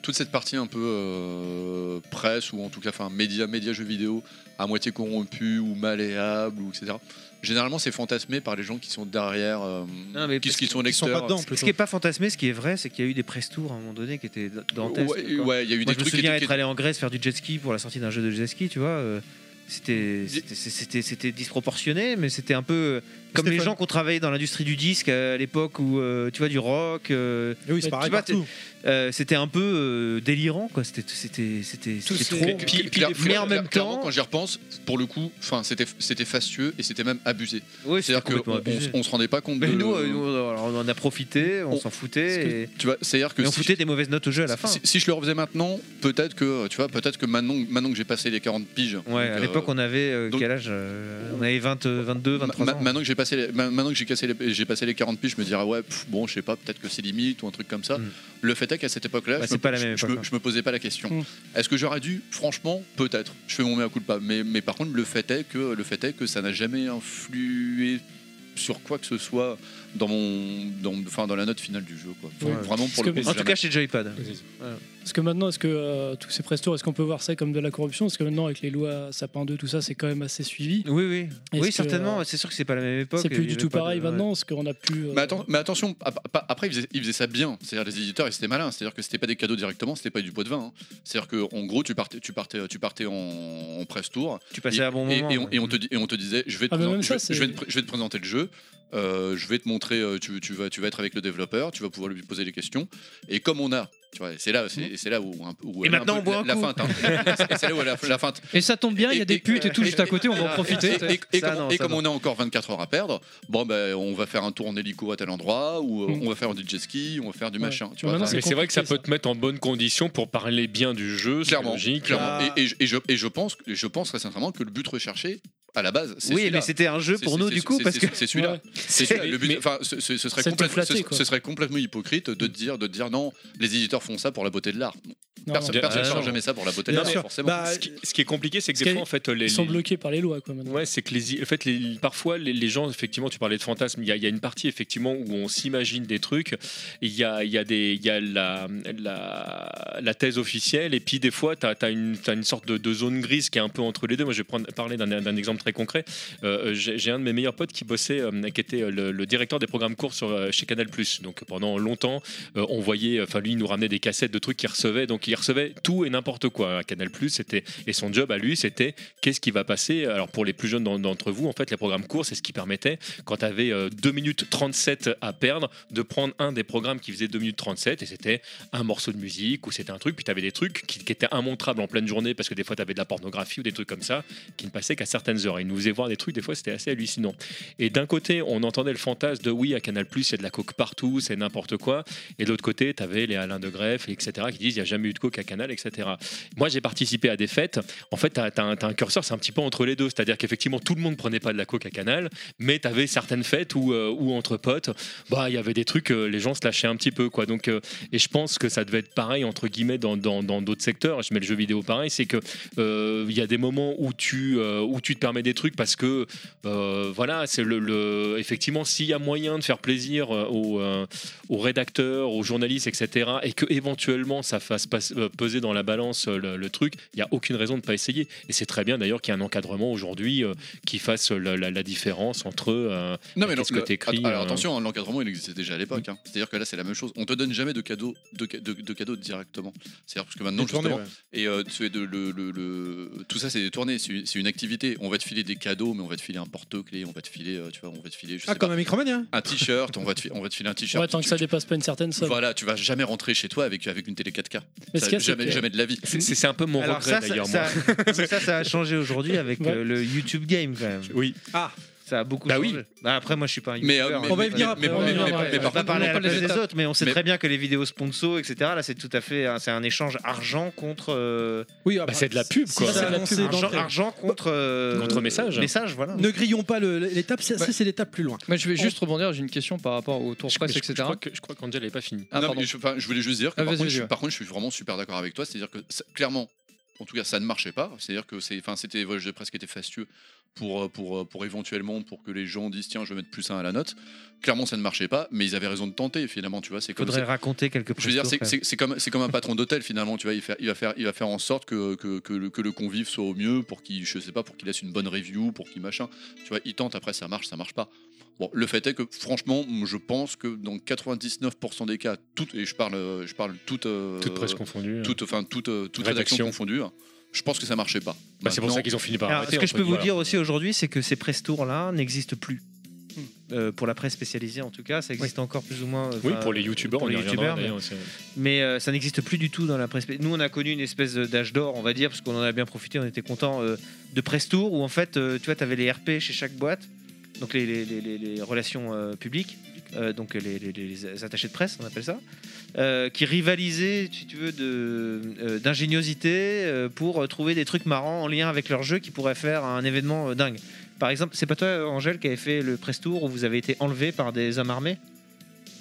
Speaker 7: toute cette partie un peu euh, presse, ou en tout cas enfin, médias, médias, jeux vidéo, à moitié corrompus ou malléables, ou etc., généralement c'est fantasmé par les gens qui sont derrière, euh,
Speaker 6: Non, mais
Speaker 7: qui,
Speaker 6: parce
Speaker 7: qui sont
Speaker 8: Ils sont pas
Speaker 7: lecteurs.
Speaker 8: dedans
Speaker 6: Ce
Speaker 8: plutôt.
Speaker 6: qui est pas fantasmé, ce qui est vrai, c'est qu'il y a eu des press tours à un moment donné qui étaient d- dantesques.
Speaker 7: Ouais,
Speaker 6: quoi.
Speaker 7: ouais, il y a eu des
Speaker 6: Moi, je me
Speaker 7: trucs qui
Speaker 6: souviens
Speaker 7: étaient-
Speaker 6: être allé en Grèce faire du jet ski pour la sortie d'un jeu de jet ski, tu vois. euh, C'était c'était- c'était- c'était disproportionné, mais c'était un peu euh, comme les
Speaker 8: Stéphane.
Speaker 6: gens qui ont travaillé dans l'industrie du disque à l'époque où euh, tu vois du rock. euh,
Speaker 8: Et oui, c'est
Speaker 6: Tu
Speaker 8: pareil
Speaker 6: vois,
Speaker 8: partout.
Speaker 6: euh, c'était un peu euh, délirant, quoi. C'était c'était c'était
Speaker 3: Tous
Speaker 6: c'était
Speaker 3: ces-
Speaker 6: trop.
Speaker 3: que-
Speaker 6: Puis- puis
Speaker 7: Claire-
Speaker 6: les- mais
Speaker 7: Claire-
Speaker 6: en même
Speaker 7: clairement,
Speaker 6: temps,
Speaker 7: quand j'y repense, pour le coup, enfin, c'était c'était fastueux et c'était même abusé.
Speaker 6: ouais, c'était
Speaker 7: C'est-à-dire
Speaker 6: complètement
Speaker 7: qu'on
Speaker 6: abusé.
Speaker 7: on, on se rendait pas compte
Speaker 6: Mais
Speaker 7: de.
Speaker 6: nous, euh, nous, alors, on en a profité, on,
Speaker 7: On-
Speaker 6: s'en
Speaker 7: Parce que,
Speaker 6: foutait. Et...
Speaker 7: tu vois, c'est-à-dire que
Speaker 6: et on
Speaker 7: si-
Speaker 6: foutait des mauvaises notes au jeu à la fin.
Speaker 7: Si, si je le refaisais maintenant, peut-être que tu vois, peut-être que maintenant, maintenant que j'ai passé les 40 piges.
Speaker 6: Ouais, à
Speaker 7: donc,
Speaker 6: l'époque,
Speaker 7: euh,
Speaker 6: on avait euh,
Speaker 7: donc-
Speaker 6: quel âge euh, On avait 20, euh, 22, 23
Speaker 7: ma-
Speaker 6: ans.
Speaker 7: Maintenant que j'ai passé, les- ma- maintenant que j'ai cassé, les- j'ai passé les 40 piges, je me dirais ouais, pff, bon, je sais pas, peut-être que c'est limite ou un truc comme ça.
Speaker 6: Mm.
Speaker 7: Le fait est qu'à cette époque-là,
Speaker 6: Bah,
Speaker 7: je,
Speaker 6: c'est
Speaker 7: me-
Speaker 6: pas la
Speaker 7: je-
Speaker 6: même
Speaker 7: je
Speaker 6: époque,
Speaker 7: me,
Speaker 6: hein.
Speaker 7: je me posais pas la question.
Speaker 5: Mm.
Speaker 7: Est-ce que j'aurais dû Franchement, peut-être. Je fais mon mea culpa, mais mais par contre, le fait est que le fait est que ça n'a jamais influé sur quoi que ce soit dans mon, dans, enfin, dans la note finale du jeu, quoi. Enfin,
Speaker 5: Ouais.
Speaker 7: Vraiment
Speaker 5: Parce
Speaker 7: pour le
Speaker 5: que-
Speaker 7: coup,
Speaker 6: En tout
Speaker 7: jamais.
Speaker 6: cas, chez Joypad.
Speaker 5: Parce que maintenant, est-ce que euh, tous ces prestores, est-ce qu'on peut voir ça comme de la corruption Parce que maintenant, avec les lois Sapin 2, tout ça, c'est quand même assez suivi.
Speaker 6: Oui, oui.
Speaker 5: Est-ce
Speaker 6: Oui,
Speaker 5: que, euh,
Speaker 6: certainement. C'est sûr que c'est pas la même époque.
Speaker 5: C'est
Speaker 6: il
Speaker 5: plus
Speaker 6: y
Speaker 5: du
Speaker 6: avait
Speaker 5: tout
Speaker 6: pas de-
Speaker 5: pareil
Speaker 6: ouais.
Speaker 5: maintenant, parce qu'on a plus. euh,
Speaker 7: Mais, atten- mais attention, ap- ap- après, ils faisaient, ils faisaient ça bien. C'est-à-dire, les éditeurs, ils étaient malins. C'est-à-dire que c'était pas des cadeaux directement, c'était pas du pot de vin. hein. C'est-à-dire qu'en gros, tu partais, tu partais, tu partais en, en press tour.
Speaker 6: Tu
Speaker 7: Et,
Speaker 6: passais un bon
Speaker 7: et-
Speaker 6: moment.
Speaker 7: et on,
Speaker 6: ouais.
Speaker 7: et on te, di- et on te disait, je vais te,
Speaker 5: Ah, mais
Speaker 7: présenter-
Speaker 5: même ça,
Speaker 7: je-
Speaker 5: c'est-
Speaker 7: je vais te pr- je vais te présenter le jeu. euh, je vais te montrer, euh, tu, tu vas, tu vas être avec le développeur, tu vas pouvoir lui poser des questions. Et comme on a, tu vois, c'est là, c'est c'est là où, un peu- où
Speaker 6: Mmh. Et
Speaker 7: elle est un
Speaker 6: maintenant,
Speaker 7: peu
Speaker 6: on boit
Speaker 7: la-
Speaker 6: un
Speaker 7: la
Speaker 6: coup.
Speaker 7: feinte. hein. C'est- c'est là où elle a la feinte.
Speaker 3: Et ça tombe bien, il y a
Speaker 7: Et-
Speaker 3: des
Speaker 7: et-
Speaker 3: putes et tout
Speaker 7: et-
Speaker 3: juste à côté, on va en profiter.
Speaker 7: Et, et- et
Speaker 6: Ça,
Speaker 7: comme,
Speaker 6: non,
Speaker 7: et
Speaker 6: ça,
Speaker 7: comme
Speaker 6: non.
Speaker 7: on a encore 24 heures à perdre, bon ben on va faire un tour en hélico à tel endroit, ou euh,
Speaker 5: Mm.
Speaker 7: on va faire du jet ski, on va faire du
Speaker 5: Ouais. Mm.
Speaker 7: machin. Tu
Speaker 5: Mais
Speaker 7: vois,
Speaker 5: maintenant,
Speaker 7: enfin,
Speaker 4: Mais c'est vrai que ça
Speaker 5: compliqué,
Speaker 4: peut te mettre en bonne condition pour parler bien du jeu, c'est
Speaker 7: clairement,
Speaker 4: logique.
Speaker 7: clairement. Et, et je- et je, et je pense, que- je pense très sincèrement que le but recherché à la base, c'est
Speaker 6: Oui,
Speaker 7: celui-là.
Speaker 6: mais c'était un jeu
Speaker 7: C'est-
Speaker 6: pour
Speaker 7: c'est-
Speaker 6: nous,
Speaker 7: c'est-
Speaker 6: du coup,
Speaker 7: c'est-
Speaker 6: parce que.
Speaker 7: c'est- c'est celui-là.
Speaker 5: ouais.
Speaker 7: C'est celui-là. Le but-
Speaker 4: Mais-
Speaker 7: enfin, ce, ce- ce serait
Speaker 5: C'est de te
Speaker 7: complètement,
Speaker 5: flatter,
Speaker 7: ce-
Speaker 5: quoi.
Speaker 7: ce serait complètement hypocrite de te dire, de te dire non, les éditeurs font ça pour la beauté de l'art.
Speaker 5: non,
Speaker 7: Personne
Speaker 5: non.
Speaker 7: personne ne
Speaker 6: Ah,
Speaker 7: sort
Speaker 6: non.
Speaker 7: jamais ça pour la beauté de
Speaker 8: Bien
Speaker 7: l'art,
Speaker 8: sûr.
Speaker 7: forcément.
Speaker 8: Bah,
Speaker 4: Ce qui, ce qui est compliqué, c'est que
Speaker 5: Parce
Speaker 4: des
Speaker 5: que
Speaker 4: fois, en fait, les,
Speaker 5: Ils sont
Speaker 4: les-
Speaker 5: bloqués par les lois, quoi, maintenant.
Speaker 4: Ouais, c'est que les, en fait, les- parfois, les, les gens, effectivement, tu parlais de fantasmes, il y, a- il y a une partie, effectivement, où on s'imagine des trucs, il y a, il y a, des, il y a la, la, la thèse officielle, et puis des fois, tu as, une t'as une sorte de, de zone grise qui est un peu entre les deux. Moi, je vais prendre, parler d'un- d'un exemple très concret. Euh, J'ai j'ai un de mes meilleurs potes qui bossait, euh, qui était euh, le, le directeur des programmes courts sur, euh, chez Canal+. Donc, pendant longtemps, euh, on voyait, enfin, lui, il nous ramenait des cassettes de trucs qu'il recevait, donc il recevait tout et n'importe quoi à Canal+. c'était- Et son job à lui, c'était qu'est-ce qui va passer euh, Alors pour les plus jeunes d'en- d'entre vous, en fait, les programmes courts, c'est ce qui permettait, quand tu avais 2 minutes 37 à perdre, de prendre un des programmes qui faisait 2 minutes 37 et c'était un morceau de musique ou c'était un truc, puis tu avais des trucs qui, qui étaient immontrables en pleine journée parce que des fois tu avais de la pornographie ou des trucs comme ça qui ne passaient qu'à certaines heures. Ils nous faisaient voir des trucs, des fois c'était assez hallucinant. Et d'un côté, on entendait le fantasme de oui, à Canal+, il y a de la coke partout, c'est n'importe quoi. Et de l'autre côté, tu avais les Alain de Greff, etc., qui disent il n'y a jamais eu de coke à Canal, etc. Moi, j'ai participé à des fêtes en fait, tu as, un t'as un curseur, c'est un petit peu entre les deux. C'est-à-dire qu'effectivement, tout le monde prenait pas de la coke à Canal, mais tu avais certaines fêtes où, euh, où entre potes, bah, il y avait des trucs, euh, les gens se lâchaient un petit peu. Quoi. Donc, euh, et je pense que ça devait être pareil, entre guillemets, dans dans- dans d'autres secteurs. Je mets le jeu vidéo pareil, c'est que euh, il y a des moments où tu, euh, où tu te permets des trucs parce que, euh, voilà, c'est le, le- effectivement, s'il y a moyen de faire plaisir euh, aux, euh, aux rédacteurs, aux journalistes, etc., et que éventuellement ça fasse pas- euh, peser dans la balance euh, le, le truc, il n'y a aucune raison de ne pas essayer. Et c'est très bien d'ailleurs qu'il y ait un encadrement aujourd'hui euh, qui fasse la, la- la différence entre. euh,
Speaker 7: Non mais
Speaker 4: Qu'est-ce
Speaker 7: le-
Speaker 4: que t'écris,
Speaker 7: le- alors,
Speaker 4: euh,
Speaker 7: attention, hein, l'encadrement il existait déjà à l'époque. hein. C'est-à-dire que là c'est la même chose. On te donne jamais de cadeaux, de, ca- de- de cadeaux directement. C'est-à-dire parce que maintenant
Speaker 8: Détourné,
Speaker 7: justement,
Speaker 8: ouais.
Speaker 7: et euh, tu es de- le- le- le- tout ça c'est détourné. C'est une- c'est une activité. On va te filer des cadeaux, mais on va te filer un porte-clés, on va te filer, euh, tu vois, on va te filer, je
Speaker 8: Ah,
Speaker 7: sais
Speaker 8: comme
Speaker 7: pas,
Speaker 8: un Micromania.
Speaker 7: un t-shirt, on va te, fi- on va te filer un t-shirt.
Speaker 5: Ouais, tant que
Speaker 7: Tu-
Speaker 5: ça
Speaker 7: tu-
Speaker 5: dépasse pas une certaine somme.
Speaker 7: voilà, tu vas jamais rentrer chez toi avec avec une télé 4K.
Speaker 5: Mais
Speaker 7: Ça,
Speaker 5: ce qu'il y a, c'est
Speaker 7: jamais,
Speaker 5: que-
Speaker 7: jamais de la vie.
Speaker 4: c'est- C'est c'est un peu mon
Speaker 6: Alors
Speaker 4: regret
Speaker 6: ça, ça,
Speaker 4: d'ailleurs.
Speaker 6: ça,
Speaker 4: moi.
Speaker 6: ça, ça a changé aujourd'hui avec
Speaker 5: Ouais.
Speaker 6: euh, le YouTube Game quand même. Ah,
Speaker 4: Oui,
Speaker 6: Ça a beaucoup
Speaker 4: Bah oui.
Speaker 6: changé. Bah après, moi, je suis pas un
Speaker 7: Mais,
Speaker 6: YouTuber,
Speaker 7: euh, mais-
Speaker 6: hein,
Speaker 8: On va y
Speaker 6: mais-
Speaker 8: venir
Speaker 7: mais-
Speaker 5: après,
Speaker 7: mais-
Speaker 5: on y
Speaker 7: mais-
Speaker 5: reviendra,
Speaker 7: mais
Speaker 5: ouais.
Speaker 6: On va
Speaker 7: par
Speaker 6: pas
Speaker 7: contre,
Speaker 6: parler à la
Speaker 3: parle des
Speaker 6: place des
Speaker 3: étapes.
Speaker 6: autres, mais on sait
Speaker 7: Mais-
Speaker 6: très bien que les vidéos sponsors, etc. Là, c'est tout à fait, hein, c'est un échange argent contre euh,
Speaker 8: Oui,
Speaker 4: Bah, c'est de la pub, quoi.
Speaker 8: Ah, Si ça a annoncé
Speaker 6: argent,
Speaker 8: d'entrée.
Speaker 6: argent contre euh,
Speaker 4: Contre message.
Speaker 6: Message, voilà.
Speaker 8: Ne grillons pas le- l'étape, c'est ça, c'est l'étape plus loin.
Speaker 3: Moi, je vais juste rebondir, j'ai une question par rapport au tour
Speaker 4: je,
Speaker 3: presse,
Speaker 4: je- je
Speaker 3: etc.
Speaker 4: crois que- je crois qu'Angel n'est pas fini.
Speaker 3: Ah,
Speaker 7: Non,
Speaker 3: pardon.
Speaker 7: mais je, enfin, je voulais juste dire que
Speaker 3: Ah,
Speaker 7: par,
Speaker 3: vas-y,
Speaker 7: contre, je,
Speaker 3: vas-y, ouais.
Speaker 7: par contre, je suis vraiment super d'accord avec toi. C'est-à-dire que ça- clairement, en tout cas, ça ne marchait pas. C'est-à-dire que c'est, enfin, c'était voilà, je dirais presque était fastueux pour, euh, pour, euh, pour éventuellement pour que les gens disent tiens, je vais mettre plus un à la note. Clairement, ça ne marchait pas, mais ils avaient raison de tenter finalement. Tu vois, c'est comme
Speaker 6: Faudrait
Speaker 7: c'est-
Speaker 6: raconter quelques.
Speaker 7: je veux dire,
Speaker 6: prestos,
Speaker 7: c'est,
Speaker 6: quand même.
Speaker 7: c'est- c'est comme, c'est comme un patron d'hôtel finalement. Tu vois, il, fait- il va faire, il va faire en sorte que, que, que le, que le convive soit au mieux pour qu'il, je sais pas, pour qu'il laisse une bonne review, pour qu'il machin. Tu vois, il tente, après ça marche, ça marche pas. Bon, le fait est que franchement, je pense que dans 99% des cas, toutes, et je parle, euh, je parle toutes, euh,
Speaker 4: Toute presse confondue. hein.
Speaker 7: toutes, enfin, toutes, euh, toutes
Speaker 4: Rédaction.
Speaker 7: rédactions confondues, je pense que ça marchait pas.
Speaker 4: Bah, c'est pour
Speaker 7: Maintenant,
Speaker 4: ça qu'ils ont fini par
Speaker 6: Alors,
Speaker 4: arrêter.
Speaker 6: ce que je
Speaker 4: entre
Speaker 6: peux vous
Speaker 4: guillemets.
Speaker 6: dire aussi aujourd'hui, c'est que ces press tours là n'existent plus. Euh, pour la presse spécialisée en tout cas, ça existe encore plus ou moins. euh,
Speaker 4: Oui,
Speaker 6: enfin,
Speaker 4: pour les youtubeurs,
Speaker 6: pour
Speaker 4: on y
Speaker 6: les
Speaker 4: reviendra.
Speaker 6: youtubeurs, mais,
Speaker 4: d'ailleurs, c'est-
Speaker 6: mais, euh, ça n'existe plus du tout dans la presse. spé- Nous, on a connu une espèce de- d'âge d'or, on va dire, parce qu'on en a bien profité, on était content de press tour où en fait, euh, tu vois, t'avais les RP chez chaque boîte, donc les, les- les- les- les relations euh, publiques, euh, donc les, les- les attachés de presse, on appelle ça, euh, qui rivalisaient, si tu veux, de- euh, d'ingéniosité euh, pour trouver des trucs marrants en lien avec leur jeu qui pourraient faire un événement euh, dingue. Par exemple, c'est pas toi, euh, Angèle, qui avait fait le press tour où vous avez été enlevé par des hommes armés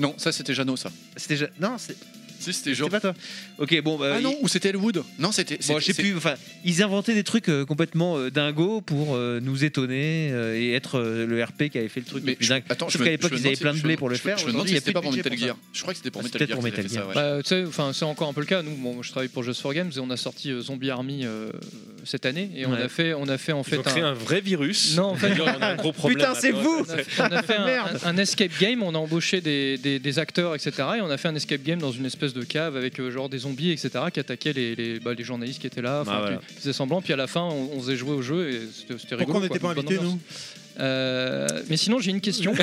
Speaker 7: Non, ça c'était Jeannot, ça.
Speaker 6: C'était ja- non, c'est
Speaker 7: Si, c'était
Speaker 6: c'est
Speaker 7: Jean.
Speaker 6: pas toi. Ok, bon, bah,
Speaker 7: Ah
Speaker 6: il-
Speaker 7: non, ou c'était Elwood Non, c'était.
Speaker 6: bon,
Speaker 7: c'était-
Speaker 6: je sais
Speaker 7: c'est-
Speaker 6: plus. Enfin, ils inventaient des trucs euh, complètement euh, dingos pour euh, nous étonner euh, et être euh, le RP qui avait fait le truc le
Speaker 7: Mais
Speaker 6: plus
Speaker 7: je,
Speaker 6: dingue.
Speaker 7: attends,
Speaker 6: Sauf
Speaker 7: je
Speaker 6: qu'à
Speaker 7: me-
Speaker 6: l'époque,
Speaker 7: je me
Speaker 6: ils avaient
Speaker 7: demande-
Speaker 6: plein de
Speaker 7: je-
Speaker 6: blé
Speaker 7: je-
Speaker 6: pour le faire.
Speaker 7: Je me demande
Speaker 6: Aujourd'hui,
Speaker 7: si
Speaker 6: il y a
Speaker 7: c'était
Speaker 6: plus
Speaker 7: pas
Speaker 6: de
Speaker 7: pour
Speaker 6: budget
Speaker 7: Metal
Speaker 6: pour ça.
Speaker 7: Gear. Je crois que c'était pour
Speaker 6: Ah,
Speaker 7: Metal
Speaker 6: c'était
Speaker 7: Gear.
Speaker 6: pour
Speaker 7: qu'ils avaient
Speaker 6: Metal
Speaker 7: fait ça, ouais.
Speaker 3: Bah, tu sais, enfin, c'est encore un peu le cas. Nous, bon, je travaille pour Just for Games et on a sorti euh, Zombie Army euh, cette année et on
Speaker 6: Ouais.
Speaker 3: a fait, on a fait en
Speaker 4: Ils ont
Speaker 3: fait
Speaker 4: créé un vrai virus.
Speaker 3: Non, en fait,
Speaker 4: D'ailleurs, on a un gros problème.
Speaker 6: Putain, c'est
Speaker 4: maintenant.
Speaker 6: vous
Speaker 3: On a,
Speaker 1: Ah,
Speaker 3: on a fait un,
Speaker 6: Merde.
Speaker 3: un- un escape game, on a embauché des, des- des acteurs, etc. Et on a fait un escape game dans une espèce de cave avec euh, genre des zombies, etc. qui attaquaient les, les, bah, les journalistes qui étaient là, enfin,
Speaker 6: Ah, voilà.
Speaker 3: qui faisaient semblant. Puis à la fin, on, on faisait jouer au jeu et c'était c'était rigolo.
Speaker 1: Pourquoi on
Speaker 3: quoi.
Speaker 1: n'était pas
Speaker 3: Bonne
Speaker 1: invités,
Speaker 3: ambiance.
Speaker 1: nous
Speaker 3: Euh, mais sinon, j'ai une question.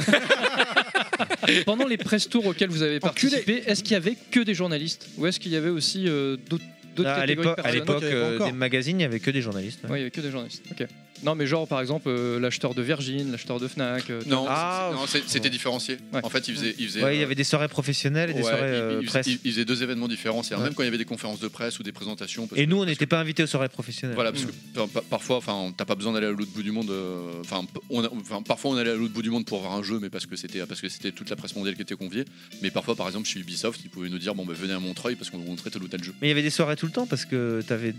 Speaker 3: Pendant les press tours auxquels vous avez
Speaker 1: Enculé.
Speaker 3: participé, est-ce qu'il y avait que des journalistes ou est-ce qu'il y avait aussi euh, d'autres d'autres
Speaker 6: Ah, à
Speaker 3: catégories de
Speaker 6: l'époque, à
Speaker 3: personnes
Speaker 6: l'époque,
Speaker 1: il y avait
Speaker 6: euh,
Speaker 1: encore.
Speaker 6: des magazines, il n'y avait que des journalistes. ouais.
Speaker 3: Ouais, il y avait que des journalistes. Ok. Non, mais genre par exemple euh, l'acheteur de Virgin, l'acheteur de Fnac. euh,
Speaker 7: Non,
Speaker 6: Ah,
Speaker 7: c'est- c'est- non, c'est- c'était différencié.
Speaker 3: Ouais.
Speaker 7: En fait, ils faisaient. Ils faisaient
Speaker 6: Ouais, il y
Speaker 7: euh,
Speaker 6: avait des soirées professionnelles et des
Speaker 7: ouais,
Speaker 6: soirées
Speaker 7: ils-
Speaker 6: euh,
Speaker 7: ils,
Speaker 6: presse.
Speaker 7: ils- ils faisaient deux événements différents. C'est-à-dire,
Speaker 6: Ouais.
Speaker 7: même quand il y avait des conférences de presse ou des présentations. parce
Speaker 6: Et Mm.
Speaker 7: que-
Speaker 6: nous, on
Speaker 7: parce que-
Speaker 6: n'était pas invités aux soirées professionnelles.
Speaker 7: Voilà, parce que par- par- parfois, enfin, t'as pas besoin d'aller à l'autre bout du monde. euh, Enfin, p- on a- enfin, parfois on allait à l'autre bout du monde pour voir un jeu, mais parce que c'était parce que c'était toute la presse mondiale qui était conviée. Mais parfois, par exemple, chez Ubisoft, ils pouvaient nous dire bon, ben venez à Montreuil parce qu'on vous montrait tel ou tel jeu.
Speaker 6: Mais il y avait des soirées tout le temps parce que tu avais,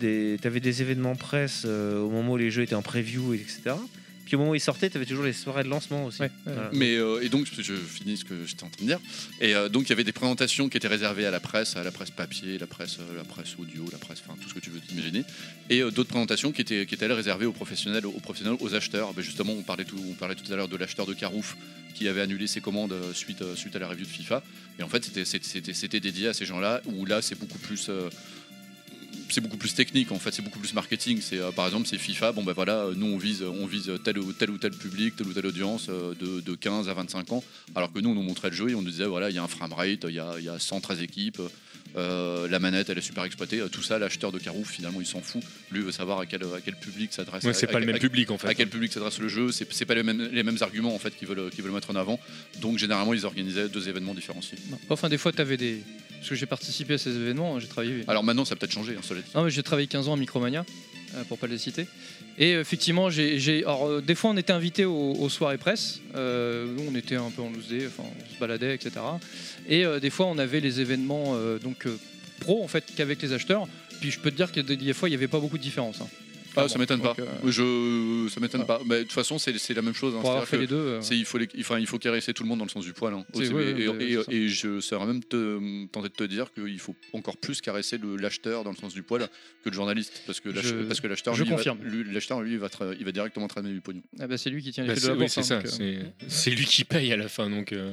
Speaker 6: des événements presse euh, au moment où les jeux étaient en preview, etc. Puis au moment où ils sortaient, tu avais toujours les soirées de lancement aussi.
Speaker 3: Ouais, ouais.
Speaker 6: Voilà.
Speaker 7: Mais euh, et donc je finis ce que j'étais en train de dire. Et euh, donc il y avait des présentations qui étaient réservées à la presse, à la presse papier, la presse, euh, la presse audio, la presse, enfin tout ce que tu veux t'imaginer. Et euh, d'autres présentations qui étaient qui étaient elles, réservées aux professionnels, aux professionnels, aux acheteurs. Ben, justement, on parlait tout, on parlait tout à l'heure de l'acheteur de Carouf qui avait annulé ses commandes euh, suite euh, suite à la review de FIFA. Et en fait c'était c'était- c'était c'était dédié à ces gens-là où là c'est beaucoup plus euh, c'est beaucoup plus technique en fait, c'est beaucoup plus marketing. C'est euh, par exemple c'est FIFA, bon ben voilà, euh, nous on vise on vise tel ou tel ou tel public, telle ou telle audience euh, de, de 15 à 25 ans, alors que nous on nous montrait le jeu et on nous disait voilà il y a un framerate, il y a, il y a 113 équipes, euh, la manette elle est super exploitée, Euh, tout ça l'acheteur de Carouf finalement il s'en fout, lui il veut savoir à quel, à quel public s'adresse.
Speaker 4: Ouais, c'est
Speaker 7: à-
Speaker 4: pas
Speaker 7: à-
Speaker 4: le
Speaker 7: à-
Speaker 4: même public en fait.
Speaker 7: à quel public s'adresse le jeu, c'est c'est pas les mêmes, les mêmes arguments en fait qu'ils veulent, qu'ils veulent mettre en avant. Donc généralement ils organisaient deux événements différenciés.
Speaker 3: Non. Enfin, des fois, tu avais des. Parce que j'ai participé à ces événements, hein, j'ai travaillé.
Speaker 7: Alors maintenant ça a peut-être changé, hein, cela dit.
Speaker 3: Non, mais j'ai travaillé 15 ans à Micromania, euh, pour pas les citer. Et euh, effectivement, j'ai. j'ai- Alors, euh, des fois, on était invité aux, aux soirées presse. euh, où on était un peu en loose day, enfin, on se baladait, etc. Et euh, des fois, on avait les événements euh, donc euh, pro en fait qu'avec les acheteurs. Puis je peux te dire que des, des fois, il n'y avait pas beaucoup de différence. hein.
Speaker 7: Ah,
Speaker 3: Clairement.
Speaker 7: ça m'étonne pas.
Speaker 3: Donc, euh, ah.
Speaker 7: Je, ça m'étonne pas. Mais de toute façon, c'est c'est la même chose. hein.
Speaker 3: pour avoir
Speaker 7: C'est-à-dire
Speaker 3: fait
Speaker 7: que
Speaker 3: les deux. euh,
Speaker 7: c'est- il faut, les- enfin, il faut caresser tout le monde dans le sens du poil. hein.
Speaker 3: C'est-
Speaker 7: Et-
Speaker 3: ouais,
Speaker 7: et,
Speaker 3: ouais,
Speaker 7: et-
Speaker 3: ouais, c'est ça.
Speaker 7: et je serais même te- tenté de te dire qu'il faut encore plus caresser le- l'acheteur dans le sens du poil que le journaliste, parce que l'ach-
Speaker 3: Je-
Speaker 7: parce que l'acheteur,
Speaker 3: je
Speaker 7: lui, il va-
Speaker 3: confirme.
Speaker 7: lui- l'acheteur, lui, il va, tra- il va directement traîner du pognon.
Speaker 3: ah bah, c'est lui qui tient les
Speaker 4: Bah,
Speaker 3: feux de
Speaker 4: c'est-
Speaker 3: la
Speaker 4: oui,
Speaker 3: bourse,
Speaker 4: c'est
Speaker 3: hein,
Speaker 4: ça.
Speaker 3: donc, euh,
Speaker 4: c'est- C'est lui qui paye à la fin. Donc, euh,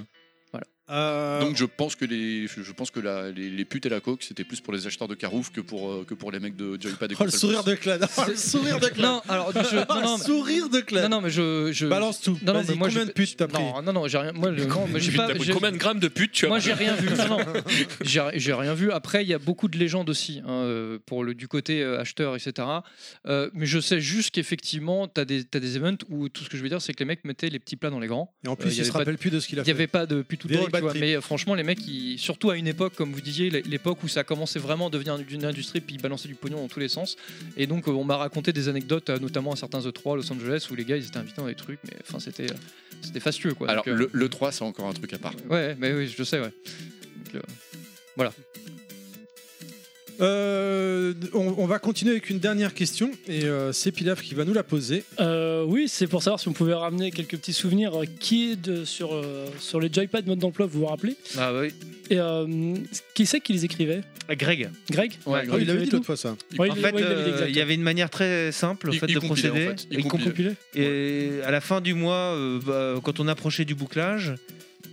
Speaker 1: Euh,
Speaker 8: oh,
Speaker 7: Donc, je pense que les, je pense que la- les, les putes et la coke, c'était plus pour les acheteurs de Carouf que pour euh, que pour les mecs de Joypad. et
Speaker 1: Oh, le
Speaker 7: consoles
Speaker 1: sourire
Speaker 7: plus.
Speaker 1: de Clad. Oh, le sourire de Clad.
Speaker 3: Non, alors je-
Speaker 1: Oh,
Speaker 3: non, non,
Speaker 1: le sourire de
Speaker 3: mais-
Speaker 1: Clad.
Speaker 3: non, non, mais je, je-
Speaker 1: Balance tout.
Speaker 3: Euh, Non, non,
Speaker 1: Vas-y,
Speaker 3: mais moi,
Speaker 1: combien
Speaker 3: je-
Speaker 1: de puces t'as pris
Speaker 3: non, non, non, j'ai rien. Moi, le- non, mais j'ai
Speaker 4: Putain,
Speaker 3: pas.
Speaker 4: mais
Speaker 3: j'ai-
Speaker 4: combien de grammes de pute tu as
Speaker 3: Moi, j'ai rien vu. Non, non. J'ai j'ai rien vu. Après, il y a beaucoup de légendes aussi, hein, euh, pour le, du côté euh, acheteur, etc. Euh, mais je sais juste qu'effectivement, tu as, des t'as des events où tout ce que je veux dire, c'est que les mecs mettaient les petits plats dans les grands.
Speaker 1: Et en
Speaker 3: Euh, il
Speaker 1: plus,
Speaker 3: y
Speaker 1: il
Speaker 3: avait
Speaker 1: se
Speaker 3: pas de-
Speaker 1: rappelle plus de ce qu'il a
Speaker 3: Il n'y
Speaker 1: fait.
Speaker 3: avait pas de pute ou
Speaker 1: Very
Speaker 3: drôle, tu
Speaker 1: bad
Speaker 3: vois.
Speaker 1: trip.
Speaker 3: Mais euh, franchement, les mecs, ils- surtout à une époque, comme vous disiez, l'é- l'époque où ça commençait vraiment à devenir une industrie, puis ils balançaient du pognon dans tous les sens. Et donc, euh, on m'a raconté des anecdotes, euh, notamment à certains E3 à Los Angeles, où les gars, ils étaient invités dans des trucs, mais enfin, c'était euh, c'était fastueux, quoi.
Speaker 7: Alors,
Speaker 3: Donc, euh,
Speaker 7: le, le 3, c'est encore un truc à part.
Speaker 3: Ouais, mais oui, je sais, ouais. Donc, euh,
Speaker 1: Euh, on, on va continuer avec une dernière question et euh, c'est Pilaf qui va nous la poser.
Speaker 5: Euh, oui, c'est pour savoir si on pouvait ramener quelques petits souvenirs euh, kids sur, euh, sur les joypads mode d'emploi, vous vous rappelez
Speaker 6: Ah, oui.
Speaker 5: Et euh, qui c'est qui les écrivait
Speaker 6: Greg.
Speaker 5: Greg
Speaker 6: Ouais,
Speaker 1: Oh, il
Speaker 5: avait
Speaker 1: avait dit
Speaker 5: tout.
Speaker 1: l'autre fois ça.
Speaker 5: Ouais,
Speaker 6: en
Speaker 5: il-
Speaker 6: fait,
Speaker 5: ouais, il avait dit
Speaker 6: euh, il y
Speaker 5: exactement.
Speaker 6: avait une manière très simple en
Speaker 7: Il-
Speaker 6: fait,
Speaker 7: il
Speaker 6: de
Speaker 7: compilait, en
Speaker 6: procéder.
Speaker 7: fait. Il
Speaker 5: Il
Speaker 7: compilait.
Speaker 5: compilait.
Speaker 6: Et à la fin du mois, euh, bah, quand on approchait du bouclage,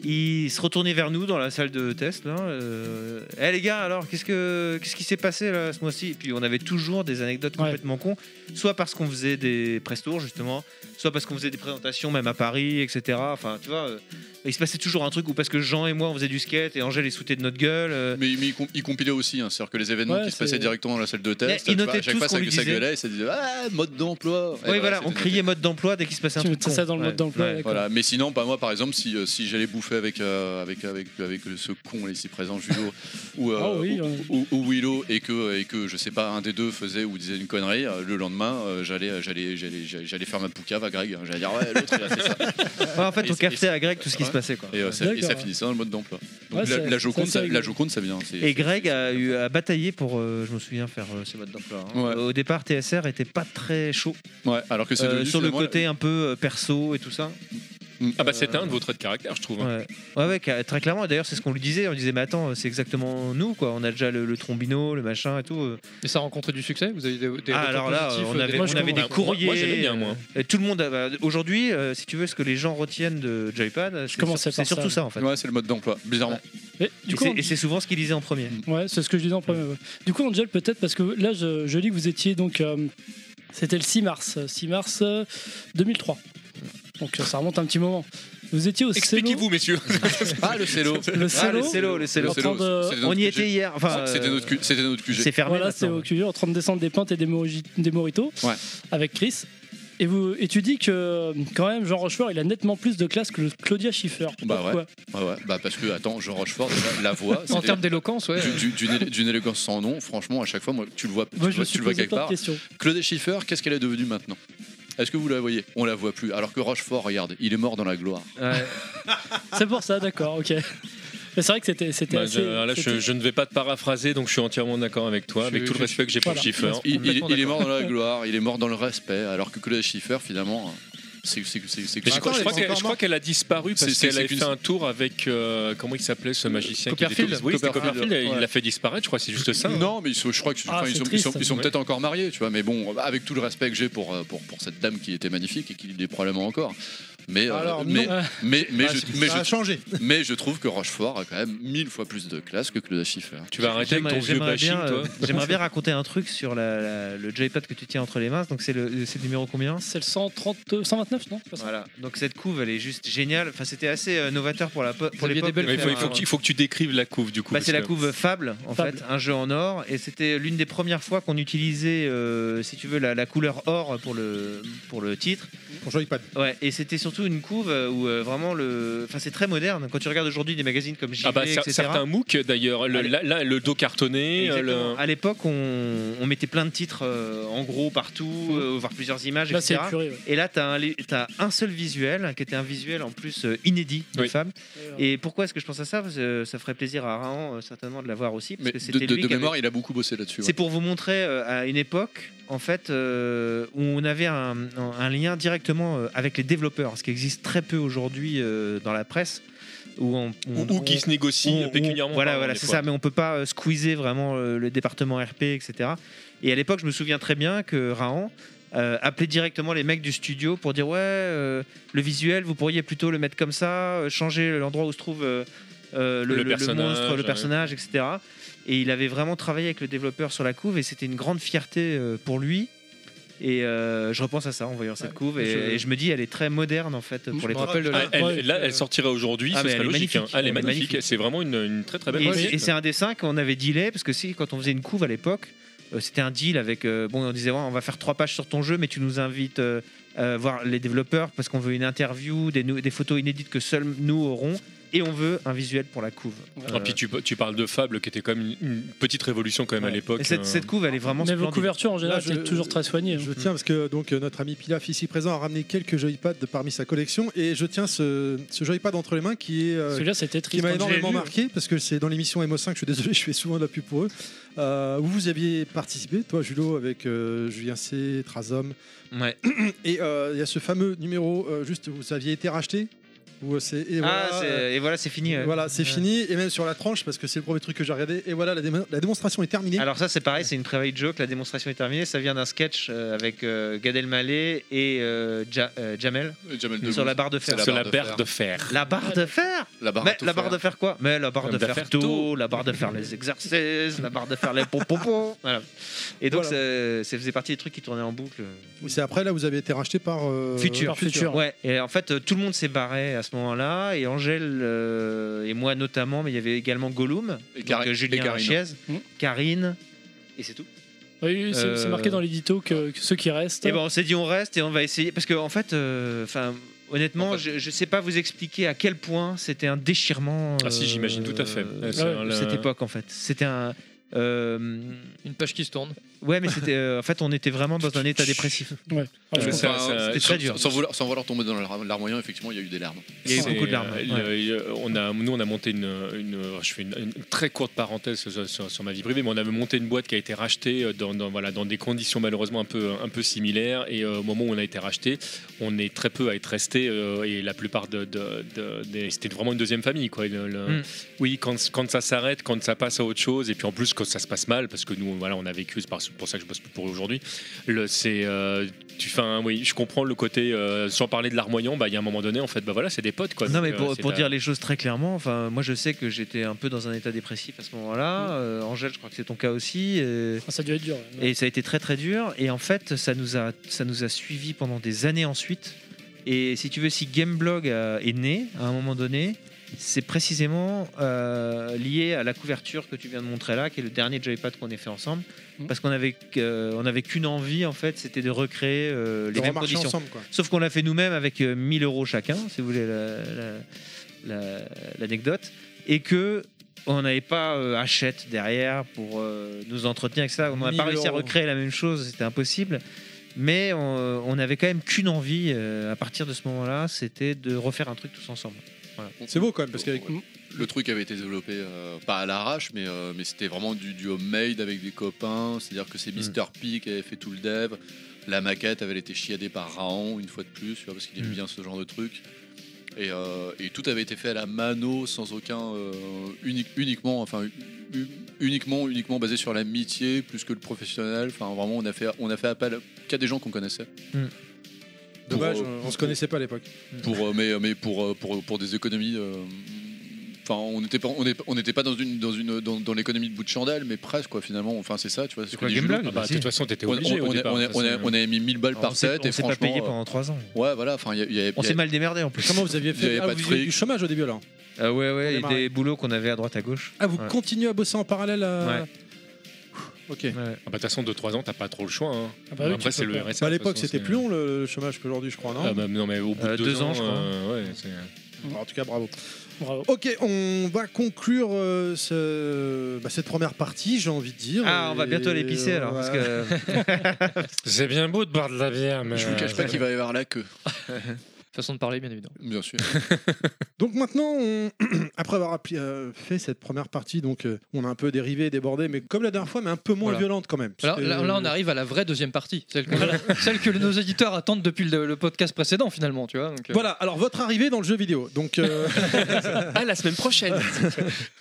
Speaker 6: Il se retournait vers nous dans la salle de test. Là. euh, Eh les gars, alors qu'est-ce que qu'est-ce qui s'est passé là ce mois-ci Et Puis on avait toujours des anecdotes
Speaker 5: Ouais.
Speaker 6: complètement cons, soit parce qu'on faisait des press tours justement, soit parce qu'on faisait des présentations même à Paris, etc. Enfin, tu vois, euh, il se passait toujours un truc ou parce que Jean et moi on faisait du skate et Angèle est sauté de notre gueule. euh,
Speaker 7: Mais, mais il, com- il compilait aussi, hein, c'est-à-dire que les événements
Speaker 5: Ouais,
Speaker 7: qui se
Speaker 5: c'est-
Speaker 7: passaient directement dans la salle de test,
Speaker 6: Mais il
Speaker 7: tu vois,
Speaker 6: notait
Speaker 7: bah, à chaque
Speaker 6: tout
Speaker 7: fois
Speaker 6: ce qu'on
Speaker 7: ça,
Speaker 6: lui
Speaker 7: ça
Speaker 6: disait.
Speaker 7: gueulait, ça disait ah mode d'emploi. Et
Speaker 6: Oui, voilà, on
Speaker 7: c'était
Speaker 6: criait mode d'emploi dès qu'il se passait un
Speaker 5: Tu
Speaker 6: truc.
Speaker 5: mettais
Speaker 6: con.
Speaker 5: ça dans le mode
Speaker 6: Ouais,
Speaker 5: d'emploi.
Speaker 6: ouais.
Speaker 5: d'accord.
Speaker 7: Voilà, mais sinon, bah, moi par exemple, si, euh, si j'allais bouffer avec, euh, avec, avec, avec ce con là, ici présent, Julio, ou, euh,
Speaker 5: Ah oui,
Speaker 7: ou-
Speaker 5: euh.
Speaker 7: ou- ou Willow, et que, et que je sais pas, un des deux faisait ou disait une connerie, euh, le lendemain, euh, j'allais, j'allais, j'allais, j'allais j'allais faire ma poucave à Greg. hein. J'allais dire, ouais, l'autre, il a fait ça.
Speaker 6: Ouais, en fait,
Speaker 7: Et
Speaker 6: on
Speaker 7: c'est-
Speaker 6: captait
Speaker 7: et
Speaker 6: à Greg tout ce qui
Speaker 7: Ouais.
Speaker 6: se passait. Quoi.
Speaker 7: Et, euh, ça, et ça
Speaker 5: D'accord.
Speaker 7: finissait dans le mode d'emploi. Donc
Speaker 5: Ouais,
Speaker 7: la,
Speaker 5: c'est-
Speaker 7: la Joconde,
Speaker 5: c'est
Speaker 7: ça,
Speaker 5: assez
Speaker 7: la Joconde, ça vient. c'est-
Speaker 6: Et Greg a, eu, a bataillé pour, euh, je me souviens, faire euh, ce mode d'emploi. hein.
Speaker 7: Ouais.
Speaker 6: Au départ, TSR était pas très chaud
Speaker 7: Ouais, alors que c'est
Speaker 6: euh,
Speaker 7: devenu
Speaker 6: sur le
Speaker 7: finalement-
Speaker 6: côté un peu euh, perso et tout ça.
Speaker 4: Ah bah c'était un de vos traits de caractère, je trouve. hein.
Speaker 6: Ouais, ouais, ouais, ca- très clairement. Et D'ailleurs, c'est ce qu'on lui disait. On lui disait, mais attends, c'est exactement nous, quoi. On a déjà le, le trombino, le machin et tout. euh.
Speaker 3: Et ça a rencontré du succès Vous avez des, des retours
Speaker 6: Ah, alors là,
Speaker 3: positifs,
Speaker 6: on
Speaker 3: euh,
Speaker 6: avait,
Speaker 3: des-
Speaker 6: on
Speaker 5: moi, je
Speaker 6: avait des
Speaker 7: Bah,
Speaker 4: comprends. Moi,
Speaker 6: courriers.
Speaker 4: moi, j'aimais bien, moi.
Speaker 6: euh, et tout le monde. a- bah, Aujourd'hui, euh, si tu veux, ce que les gens retiennent de Joypad, c'est sur-
Speaker 5: commençais
Speaker 6: c'est
Speaker 5: par ça.
Speaker 6: surtout ça, en fait.
Speaker 7: Ouais, c'est le mode d'emploi, bizarrement.
Speaker 5: Et
Speaker 6: Et
Speaker 5: du coup,
Speaker 6: c'est- Et c'est souvent ce qu'ils disaient en premier.
Speaker 5: Ouais, c'est ce que je disais en premier. ouais. Du coup, Angel, peut-être, parce que là, je, je lis que vous étiez donc. euh, C'était le 6 mars, euh, 6 mars euh, 2003. Donc euh, ça remonte un petit moment. Vous étiez au cello,
Speaker 4: Expliquez-vous, messieurs.
Speaker 7: Ah, le cello
Speaker 5: le
Speaker 6: Ah,
Speaker 5: cello,
Speaker 6: le cello, le cello.
Speaker 5: en train de-
Speaker 7: c'était notre
Speaker 6: On y
Speaker 7: QG.
Speaker 6: était hier. Enfin,
Speaker 7: C'était notre, Q- c'était notre QG.
Speaker 6: C'est fermé.
Speaker 5: voilà, c'est
Speaker 6: maintenant.
Speaker 5: au QG, en train de descendre des pintes et des, mori- des moritos
Speaker 7: Ouais.
Speaker 5: avec Chris. Et, vous, et tu dis que quand même Jean Rochefort il a nettement plus de classe que le Claudia Schiffer.
Speaker 7: Bah
Speaker 5: Pourquoi
Speaker 7: Ouais, ouais. Bah, parce que, attends, Jean Rochefort, déjà, la voix,
Speaker 3: En
Speaker 7: c'était
Speaker 3: termes d'éloquence, ouais.
Speaker 7: du- du- d'une élé- d'une élégance sans nom, franchement, à chaque fois, moi, tu le vois, tu
Speaker 5: Moi
Speaker 7: le
Speaker 5: je me
Speaker 7: vois,
Speaker 5: suis
Speaker 7: tu le vois
Speaker 5: posé
Speaker 7: quelque
Speaker 5: pas de
Speaker 7: part.
Speaker 5: questions.
Speaker 7: Claude Schiffer, qu'est-ce qu'elle est devenue maintenant Est-ce que vous la voyez On la voit plus. Alors que Rochefort, regarde, il est mort dans la gloire.
Speaker 6: Ouais.
Speaker 5: C'est pour ça, d'accord, ok. Mais c'est vrai que c'était c'était
Speaker 4: Bah,
Speaker 5: assez.
Speaker 4: je- là, je,
Speaker 5: c'était-
Speaker 4: je ne vais pas te paraphraser, donc je suis entièrement d'accord avec toi,
Speaker 3: Je-
Speaker 4: avec tout le
Speaker 3: je-
Speaker 4: respect que j'ai pour
Speaker 5: voilà.
Speaker 4: Schiffer.
Speaker 7: Il, il-
Speaker 3: Complètement
Speaker 7: il est mort dans la gloire, il est mort dans le respect. Alors que Claude Schiffer, finalement, euh, c'est c'est- c'est- c'est-
Speaker 4: Mais je
Speaker 7: c'est-
Speaker 4: crois, je
Speaker 7: c'est-
Speaker 4: crois
Speaker 7: c'est-
Speaker 4: qu'elle- je crois qu'elle a disparu
Speaker 7: C'est-
Speaker 4: parce
Speaker 7: c'est-
Speaker 4: qu'elle
Speaker 7: c'est
Speaker 4: avait
Speaker 7: qu'une-
Speaker 4: fait un tour avec euh, comment il s'appelait ce magicien qui
Speaker 3: Copperfield.
Speaker 4: était- Oui, c'était
Speaker 7: Copperfield,
Speaker 4: Copperfield, et
Speaker 7: ouais.
Speaker 4: il l'a fait disparaître. Je crois que c'est juste ça. hein.
Speaker 7: Non, mais ils sont- je crois qu'ils sont,
Speaker 5: Ah,
Speaker 7: enfin, ils
Speaker 5: c'est
Speaker 7: sont- ils
Speaker 5: triste.
Speaker 7: sont- ils sont
Speaker 4: Ouais.
Speaker 7: peut-être encore mariés, tu vois. Mais bon, avec tout le respect que j'ai pour, euh, pour, pour cette dame qui était magnifique et qui l'est probablement encore. Mais, euh,
Speaker 1: Alors, non.
Speaker 7: mais, mais, mais,
Speaker 1: Ah,
Speaker 7: je,
Speaker 1: ça
Speaker 7: mais,
Speaker 1: a
Speaker 7: je,
Speaker 1: changé.
Speaker 7: mais je trouve que Rochefort a quand même mille fois plus de classe que Claude Schiffer.
Speaker 4: Tu vas arrêter avec
Speaker 6: J'aimerais
Speaker 4: ton vieux
Speaker 6: j'aimerais
Speaker 4: bashing,
Speaker 6: bien, euh,
Speaker 4: toi.
Speaker 6: j'aimerais bien raconter un truc sur la- la- le joypad que tu tiens entre les mains. Donc c'est le, c'est le numéro combien
Speaker 5: C'est le 130, 129, non C'est pas ça
Speaker 6: Voilà. Donc cette couve, elle est juste géniale. Enfin, c'était assez euh, novateur pour la po- pour
Speaker 3: aviez
Speaker 6: l'époque.
Speaker 3: des belles
Speaker 6: de
Speaker 4: Mais il
Speaker 6: faire
Speaker 4: faut, il faut
Speaker 6: un-
Speaker 4: que tu, il faut que tu décrives la couve du coup.
Speaker 6: Bah,
Speaker 4: parce
Speaker 6: c'est la
Speaker 4: que-
Speaker 6: couve Fable, en
Speaker 5: Fable.
Speaker 6: fait, un jeu en or, et c'était l'une des premières fois qu'on utilisait, euh, si tu veux, la, la couleur or pour le, pour le titre.
Speaker 1: Pour Joypad.
Speaker 6: Ouais, et c'était surtout une couve euh, où euh, vraiment le. Enfin, c'est très moderne. Quand tu regardes aujourd'hui des magazines comme JV,
Speaker 4: Ah bah, cer-
Speaker 6: etc.
Speaker 4: certains MOOC d'ailleurs, le,
Speaker 6: Allez.
Speaker 4: là, là, le dos cartonné, euh,
Speaker 6: Exactement.
Speaker 4: le-
Speaker 6: À l'époque, on, on mettait plein de titres euh, en gros partout, euh, voire plusieurs images,
Speaker 5: Là c'est
Speaker 6: etc.
Speaker 5: épuré. ouais.
Speaker 6: Et là, tu as, un, li- t'as un seul visuel, qui était un visuel en plus euh, inédit de
Speaker 4: Oui.
Speaker 6: femme. Et pourquoi est-ce que je pense à ça Parce que ça ferait plaisir à Rahan, euh, certainement, de l'avoir aussi. Parce
Speaker 7: Mais
Speaker 6: que
Speaker 7: de,
Speaker 6: c'était
Speaker 7: de-
Speaker 6: lui
Speaker 7: de
Speaker 6: qui avait-
Speaker 7: mémoire, il a beaucoup bossé là-dessus.
Speaker 6: C'est
Speaker 7: ouais.
Speaker 6: pour vous montrer euh, à une époque, en fait, euh, où on avait un, un- un lien directement euh, avec les développeurs, ce qui existe très peu aujourd'hui euh, dans la presse. Où on,
Speaker 4: ou,
Speaker 6: on-
Speaker 4: ou qui
Speaker 6: on-
Speaker 4: se négocie
Speaker 6: on- on-
Speaker 4: pécuniairement.
Speaker 6: Voilà,
Speaker 4: parlant,
Speaker 6: voilà
Speaker 4: des
Speaker 6: c'est
Speaker 4: fois.
Speaker 6: ça, mais on peut pas euh, squeezer vraiment euh, le département RP, etc. Et à l'époque, je me souviens très bien que Rahan euh, appelait directement les mecs du studio pour dire Ouais, euh, le visuel, vous pourriez plutôt le mettre comme ça, euh, changer l'endroit où se trouve euh, euh,
Speaker 4: Le
Speaker 6: le, le- le
Speaker 4: personnage,
Speaker 6: monstre, le
Speaker 4: ouais.
Speaker 6: personnage, etc. Et il avait vraiment travaillé avec le développeur sur la couve et c'était une grande fierté euh, pour lui. Et euh, je repense à ça en voyant cette couve et et je...
Speaker 3: je-
Speaker 6: me dis elle est très moderne en fait pour
Speaker 3: Je me
Speaker 6: l'époque.
Speaker 3: rappelle de la-
Speaker 4: Ah, elle-
Speaker 5: Ouais,
Speaker 4: là,
Speaker 5: euh,
Speaker 4: elle sortirait aujourd'hui,
Speaker 6: Ah,
Speaker 4: ce
Speaker 6: mais
Speaker 4: serait
Speaker 6: elle est
Speaker 4: logique. hein.
Speaker 6: magnifique.
Speaker 4: Elle
Speaker 6: Elle est
Speaker 4: est magnifique,
Speaker 6: magnifique.
Speaker 4: c'est vraiment une, une très très belle
Speaker 6: Et,
Speaker 4: couve.
Speaker 6: c'est- et c'est un dessin qu'on avait dealé parce que si quand on faisait une couve à l'époque euh, c'était un deal avec euh, bon on disait ouais, on va faire trois pages sur ton jeu mais tu nous invites euh, euh, voir les développeurs parce qu'on veut une interview des, nou- des photos inédites que seuls nous aurons et on veut un visuel pour la couve Euh,
Speaker 4: Et puis tu, tu parles de Fable qui était quand même une, une petite révolution quand même à
Speaker 6: Ouais.
Speaker 4: l'époque.
Speaker 6: Et cette,
Speaker 4: euh,
Speaker 6: cette couve elle est vraiment
Speaker 5: Mais vos
Speaker 6: splendide.
Speaker 5: couvertures en général,
Speaker 1: Là, je-
Speaker 5: c'est toujours très soigné. hein.
Speaker 1: Je tiens parce que donc euh, notre ami Pilaf ici présent a ramené quelques joypads de parmi sa collection et je tiens ce, ce joypad entre les mains qui est euh,
Speaker 5: Celui-là, c'était
Speaker 1: qui
Speaker 5: triste.
Speaker 1: m'a
Speaker 5: quand je l'ai
Speaker 1: énormément
Speaker 5: lu.
Speaker 1: marqué parce que c'est dans l'émission MO5, je suis désolé, je fais souvent de la pub pour eux. euh, où vous aviez participé, toi Julo, avec euh, Julien C, Trazom.
Speaker 6: Ouais.
Speaker 1: Et euh, il y a ce fameux numéro, euh, juste vous aviez été racheté Où c'est et
Speaker 6: Ah,
Speaker 1: voilà,
Speaker 6: c'est-
Speaker 1: euh,
Speaker 6: et voilà, c'est fini. ouais.
Speaker 1: voilà, c'est
Speaker 6: Ouais.
Speaker 1: fini. Et même sur la tranche, parce que c'est le premier truc que j'ai regardé. Et voilà, la, démo- la démonstration est terminée.
Speaker 6: Alors ça c'est pareil, c'est une travail joke, la démonstration est terminée, ça vient d'un sketch euh, avec euh, Gad Elmaleh et euh, Ja- euh, Jamel
Speaker 7: Jamel Debbouze.
Speaker 6: sur la barre de fer.
Speaker 7: C'est
Speaker 4: Sur la
Speaker 7: de
Speaker 4: barre
Speaker 7: fer.
Speaker 4: de fer.
Speaker 6: La barre de fer
Speaker 7: La barre
Speaker 6: Mais
Speaker 7: à tout
Speaker 6: la barre de
Speaker 7: faire.
Speaker 6: fer quoi Mais la barre de
Speaker 4: Comme
Speaker 6: fer
Speaker 4: d'affaire
Speaker 6: tôt,
Speaker 4: tôt.
Speaker 6: la barre de fer les exercices, la barre de fer les pompons. Voilà. Et donc
Speaker 1: Voilà.
Speaker 6: ça- ça faisait partie des trucs qui tournaient en boucle.
Speaker 1: C'est après là, vous avez été racheté par euh,
Speaker 6: Future.
Speaker 5: par Future.
Speaker 6: Ouais, et en fait, euh, tout le monde s'est barré à ce moment-là, et Angèle, euh, et moi notamment, mais il y avait également Gollum,
Speaker 7: Et
Speaker 6: donc,
Speaker 7: Karine-
Speaker 6: euh,
Speaker 7: et
Speaker 6: Julien
Speaker 7: Karine.
Speaker 6: Chiez,
Speaker 5: Mm.
Speaker 6: Karine, et c'est tout.
Speaker 5: Oui, c'est
Speaker 6: Euh,
Speaker 5: c'est marqué dans l'édito que, que ceux qui restent.
Speaker 6: Et ben on s'est dit, on reste et on va essayer, parce qu'en en fait, euh, enfin. Honnêtement,
Speaker 4: En
Speaker 6: je ne sais pas vous expliquer à quel point c'était un déchirement.
Speaker 4: Ah si, j'imagine tout à fait.
Speaker 6: euh,
Speaker 4: C'est un-
Speaker 6: Cette époque, en fait. C'était un. euh,
Speaker 3: Une page qui se tourne.
Speaker 6: ouais, mais c'était. euh, en fait, on était vraiment dans un état dépressif.
Speaker 5: Ouais. Ah, je
Speaker 4: Mais
Speaker 5: comprends.
Speaker 4: ça-
Speaker 7: Enfin,
Speaker 4: ça-
Speaker 6: c'était
Speaker 7: sans-
Speaker 6: très dur.
Speaker 7: Sans vouloir, sans vouloir tomber dans l'armoyant, effectivement, il y a eu des larmes.
Speaker 6: Il y a eu
Speaker 4: C'est,
Speaker 6: beaucoup de larmes.
Speaker 4: euh,
Speaker 6: ouais.
Speaker 4: le- il- on a, nous, on a monté une, une- euh, je fais une, une très courte parenthèse sur, sur- sur ma vie privée, mais on avait monté une boîte qui a été rachetée euh, dans, dans- voilà, dans des conditions malheureusement un peu, un peu similaires. Et euh, au moment où on a été racheté, on est très peu à être resté. euh, et la plupart de, de- de- des- c'était vraiment une deuxième famille. Quoi. Le- le-
Speaker 6: Mm.
Speaker 4: Oui, quand, quand ça s'arrête, quand ça passe à autre chose, et puis en plus quand ça se passe mal, parce que nous, voilà, on a vécu, c'est par- c'est pour ça que je bosse plus pour eux aujourd'hui. Le, c'est, euh, tu, fin, oui, je comprends le côté, euh, sans parler de larmoyant, bah, il y a un moment donné, en fait, bah voilà, c'est des potes. Quoi.
Speaker 6: Non mais
Speaker 4: Donc,
Speaker 6: pour,
Speaker 4: euh, c'est
Speaker 6: pour
Speaker 4: ta-
Speaker 6: dire les choses très clairement, enfin moi je sais que j'étais un peu dans un état dépressif à ce moment-là. Euh, Angèle, je crois que c'est ton cas aussi. euh,
Speaker 5: Ah, Ça a dû être dur. ouais.
Speaker 6: et ça a été très très dur. Et en fait, ça nous a ça nous a suivi pendant des années ensuite. Et si tu veux, si Gameblog euh, est né à un moment donné, c'est précisément euh, lié à la couverture que tu viens de montrer là, qui est le dernier Joypad qu'on ait fait ensemble,
Speaker 5: Mhm.
Speaker 6: parce qu'on avait euh, on avait qu'une envie en fait, c'était de recréer euh, les
Speaker 1: de
Speaker 6: mêmes
Speaker 1: remarcher
Speaker 6: conditions.
Speaker 1: ensemble. Quoi.
Speaker 6: Sauf qu'on l'a fait nous-mêmes avec euh, 1000 euros chacun, si vous voulez la- la- la- l'anecdote, et que on n'avait pas euh, Hachette derrière pour euh, nous entretenir avec ça. On n'a
Speaker 5: 1000
Speaker 6: pas réussi à
Speaker 5: euros.
Speaker 6: recréer la même chose, c'était impossible. Mais on, on avait quand même qu'une envie euh, à partir de ce moment-là, c'était de refaire un truc tous ensemble.
Speaker 1: C'est beau quand même, parce qu'avec-
Speaker 7: Ouais. le truc avait été développé euh, pas à l'arrache, mais, euh, mais c'était vraiment du, du homemade avec des copains. C'est-à-dire que c'est
Speaker 1: Mm.
Speaker 7: Mr P qui avait fait tout le dev. La maquette avait été chiadée par Raon une fois de plus, tu vois, parce qu'il aime
Speaker 6: Mm.
Speaker 7: bien ce genre de truc. Et, euh, et tout avait été fait à la mano, sans aucun euh, unique- uniquement, enfin u- u- uniquement, uniquement basé sur l'amitié plus que le professionnel. Enfin vraiment, on a fait, on a fait appel qu'à des gens qu'on connaissait.
Speaker 6: Mm.
Speaker 7: Pour,
Speaker 1: dommage,
Speaker 7: euh,
Speaker 1: on, on se connaissait pas à l'époque.
Speaker 7: pour euh, mais mais pour euh, pour, pour des économies euh, enfin on n'était pas on est- on n'était pas dans une dans une dans, dans l'économie de bout de chandelle mais presque quoi finalement enfin c'est ça tu vois ce
Speaker 6: C'est
Speaker 7: que
Speaker 6: quoi
Speaker 7: dit
Speaker 6: Gameblog
Speaker 7: Julot.
Speaker 4: Ah bah, de toute façon, t'étais
Speaker 7: on, on,
Speaker 4: obligé au
Speaker 7: on a-
Speaker 4: départ.
Speaker 7: on a-
Speaker 4: ça,
Speaker 7: on a-
Speaker 4: c'est-
Speaker 7: on avait mis 1000 balles
Speaker 6: On
Speaker 7: par
Speaker 6: s'est
Speaker 7: tête
Speaker 6: on
Speaker 7: et
Speaker 6: s'est pas
Speaker 7: franchement
Speaker 6: payé
Speaker 7: euh,
Speaker 6: pendant trois ans.
Speaker 7: ouais voilà enfin il y a- il y a-
Speaker 6: On
Speaker 7: il y
Speaker 6: s'est
Speaker 7: a-
Speaker 6: mal démerdé en plus.
Speaker 1: Comment vous aviez
Speaker 7: Il y
Speaker 1: fait
Speaker 7: avait
Speaker 1: ah,
Speaker 7: pas
Speaker 1: vous aviez
Speaker 7: de
Speaker 1: eu
Speaker 7: fric.
Speaker 1: du chomage au début là.
Speaker 6: Ah ouais,
Speaker 1: a
Speaker 6: ouais, et
Speaker 1: démarré.
Speaker 6: des boulots qu'on avait à droite à gauche.
Speaker 1: Ah, vous
Speaker 6: Ouais.
Speaker 1: continuez à bosser en parallèle. à-
Speaker 6: Ouais.
Speaker 1: Ok.
Speaker 6: Ouais.
Speaker 4: Ah bah, de toute façon, de 3 ans, t'as pas trop le choix. hein.
Speaker 5: Ah bah oui,
Speaker 4: Après,
Speaker 5: tu
Speaker 4: c'est
Speaker 5: peux
Speaker 4: le RSA.
Speaker 5: pas.
Speaker 1: À
Speaker 4: de toute
Speaker 1: l'époque,
Speaker 4: façon,
Speaker 1: c'était
Speaker 4: c'est-
Speaker 1: plus long le, le chômage qu'aujourd'hui, je crois, non
Speaker 4: Ah bah, non, mais au bout
Speaker 6: Euh,
Speaker 4: de
Speaker 6: deux ans, je crois.
Speaker 4: euh, ouais, c'est-
Speaker 1: Alors, En tout cas, bravo.
Speaker 5: Bravo.
Speaker 1: Ok, on va conclure euh, ce- bah, cette première partie, j'ai envie de dire.
Speaker 6: Ah, on va
Speaker 1: Et-
Speaker 6: bientôt aller pisser alors.
Speaker 1: Ouais.
Speaker 6: Parce que...
Speaker 4: C'est bien beau de boire de la bière, mais.
Speaker 7: je vous cache pas qu'il va y avoir la queue
Speaker 3: Façon de parler, bien évidemment.
Speaker 7: bien sûr
Speaker 1: Donc maintenant, on- après avoir appli- euh, fait cette première partie, donc euh, on a un peu dérivé, débordé, mais comme la dernière fois, mais un peu moins
Speaker 3: Voilà.
Speaker 1: violente quand même.
Speaker 3: Alors,
Speaker 1: C'était-
Speaker 3: là, là, on arrive à la vraie deuxième partie, celle que, celle que nos éditeurs attendent depuis le, le podcast précédent, finalement. Tu vois, donc, euh,
Speaker 1: Voilà, alors votre arrivée dans le jeu vidéo. Donc euh,
Speaker 9: À la semaine prochaine.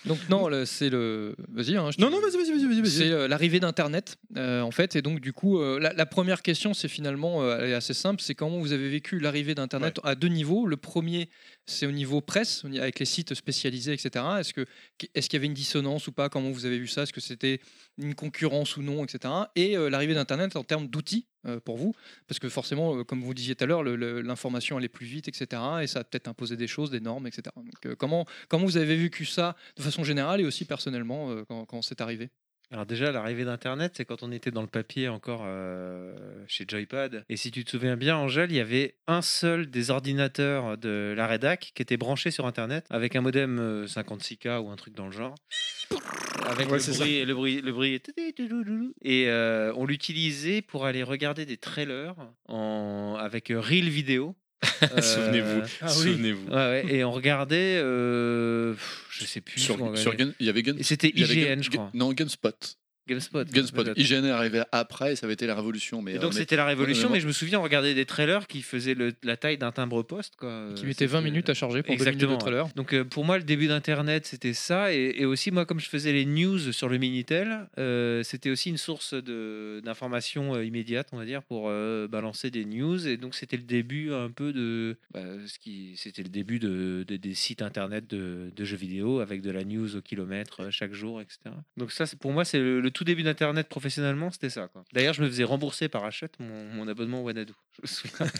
Speaker 3: donc non, le- c'est le. Vas-y, hein, je te-
Speaker 1: non, non, vas-y, vas-y, vas-y, vas-y.
Speaker 3: C'est euh, l'arrivée d'Internet, euh, en fait. Et donc, du coup, euh, la, la première question, c'est finalement euh, elle est assez simple c'est comment vous avez vécu l'arrivée d'Internet à deux niveaux. Le premier, c'est au niveau presse, au ni- avec les sites spécialisés, etc. Est-ce que- est-ce qu'il y avait une dissonance ou pas Comment vous avez vu ça Est-ce que c'était une concurrence ou non, etc. Et euh, l'arrivée d'Internet en termes d'outils euh, pour vous Parce que forcément, euh, comme vous disiez tout à l'heure, le- le- l'information allait plus vite, etc. Et ça a peut-être imposé des choses, des normes, etc. Donc, euh, comment, comment vous avez vécu ça de façon générale et aussi personnellement euh, quand, quand c'est arrivé
Speaker 6: Alors déjà, l'arrivée d'Internet, c'est quand on était dans le papier encore euh, chez Joypad. Et si tu te souviens bien, Angèle, il y avait un seul des ordinateurs de la rédac qui était branché sur Internet avec un modem euh, 56K ou un truc dans le genre. Avec
Speaker 1: Ouais,
Speaker 6: le,
Speaker 1: c'est
Speaker 6: bruit, le bruit, le bruit. Et euh, on l'utilisait pour aller regarder des trailers en, avec euh, Reel Vidéo. Euh,
Speaker 4: Souvenez-vous.
Speaker 5: Ah oui.
Speaker 4: Souvenez-vous.
Speaker 6: ouais, ouais, et on regardait, euh, pff, je sais plus.
Speaker 7: sur,
Speaker 6: comment on
Speaker 7: sur
Speaker 6: regardait.
Speaker 7: Gun- il y avait Gun
Speaker 6: Et C'était
Speaker 7: il y avait
Speaker 6: IGN,
Speaker 7: Gun-
Speaker 6: je crois.
Speaker 7: non Gunspot
Speaker 6: GameSpot.
Speaker 7: GameSpot.
Speaker 6: Peut-être.
Speaker 7: IGN est arrivé après et ça avait été la révolution. Mais,
Speaker 6: Et
Speaker 7: euh,
Speaker 6: donc
Speaker 7: mais-
Speaker 6: c'était la révolution,
Speaker 7: Ouais, mais
Speaker 6: mais je me souviens, on regardait des trailers qui faisaient le- la taille d'un timbre-poste. quoi.
Speaker 3: Qui mettait 20
Speaker 6: Euh, C'était-
Speaker 3: minutes à charger pour 2 minutes de
Speaker 6: Exactement.
Speaker 3: trailer.
Speaker 6: Donc euh, pour moi, le début d'Internet, c'était ça. Et, et aussi, moi, comme je faisais les news sur le Minitel, euh, c'était aussi une source de- d'informations euh, immédiates, on va dire, pour euh, balancer des news. Et donc c'était le début un peu de... bah, ce qui, c'était le début de, de- des sites Internet de, de jeux vidéo avec de la news au kilomètre euh, chaque jour, etc. Donc ça, c'est- pour moi, c'est le, le tout début d'Internet professionnellement, c'était ça. quoi. D'ailleurs, je me faisais rembourser par Hachette mon, mon abonnement au Wanadu. Je me souviens.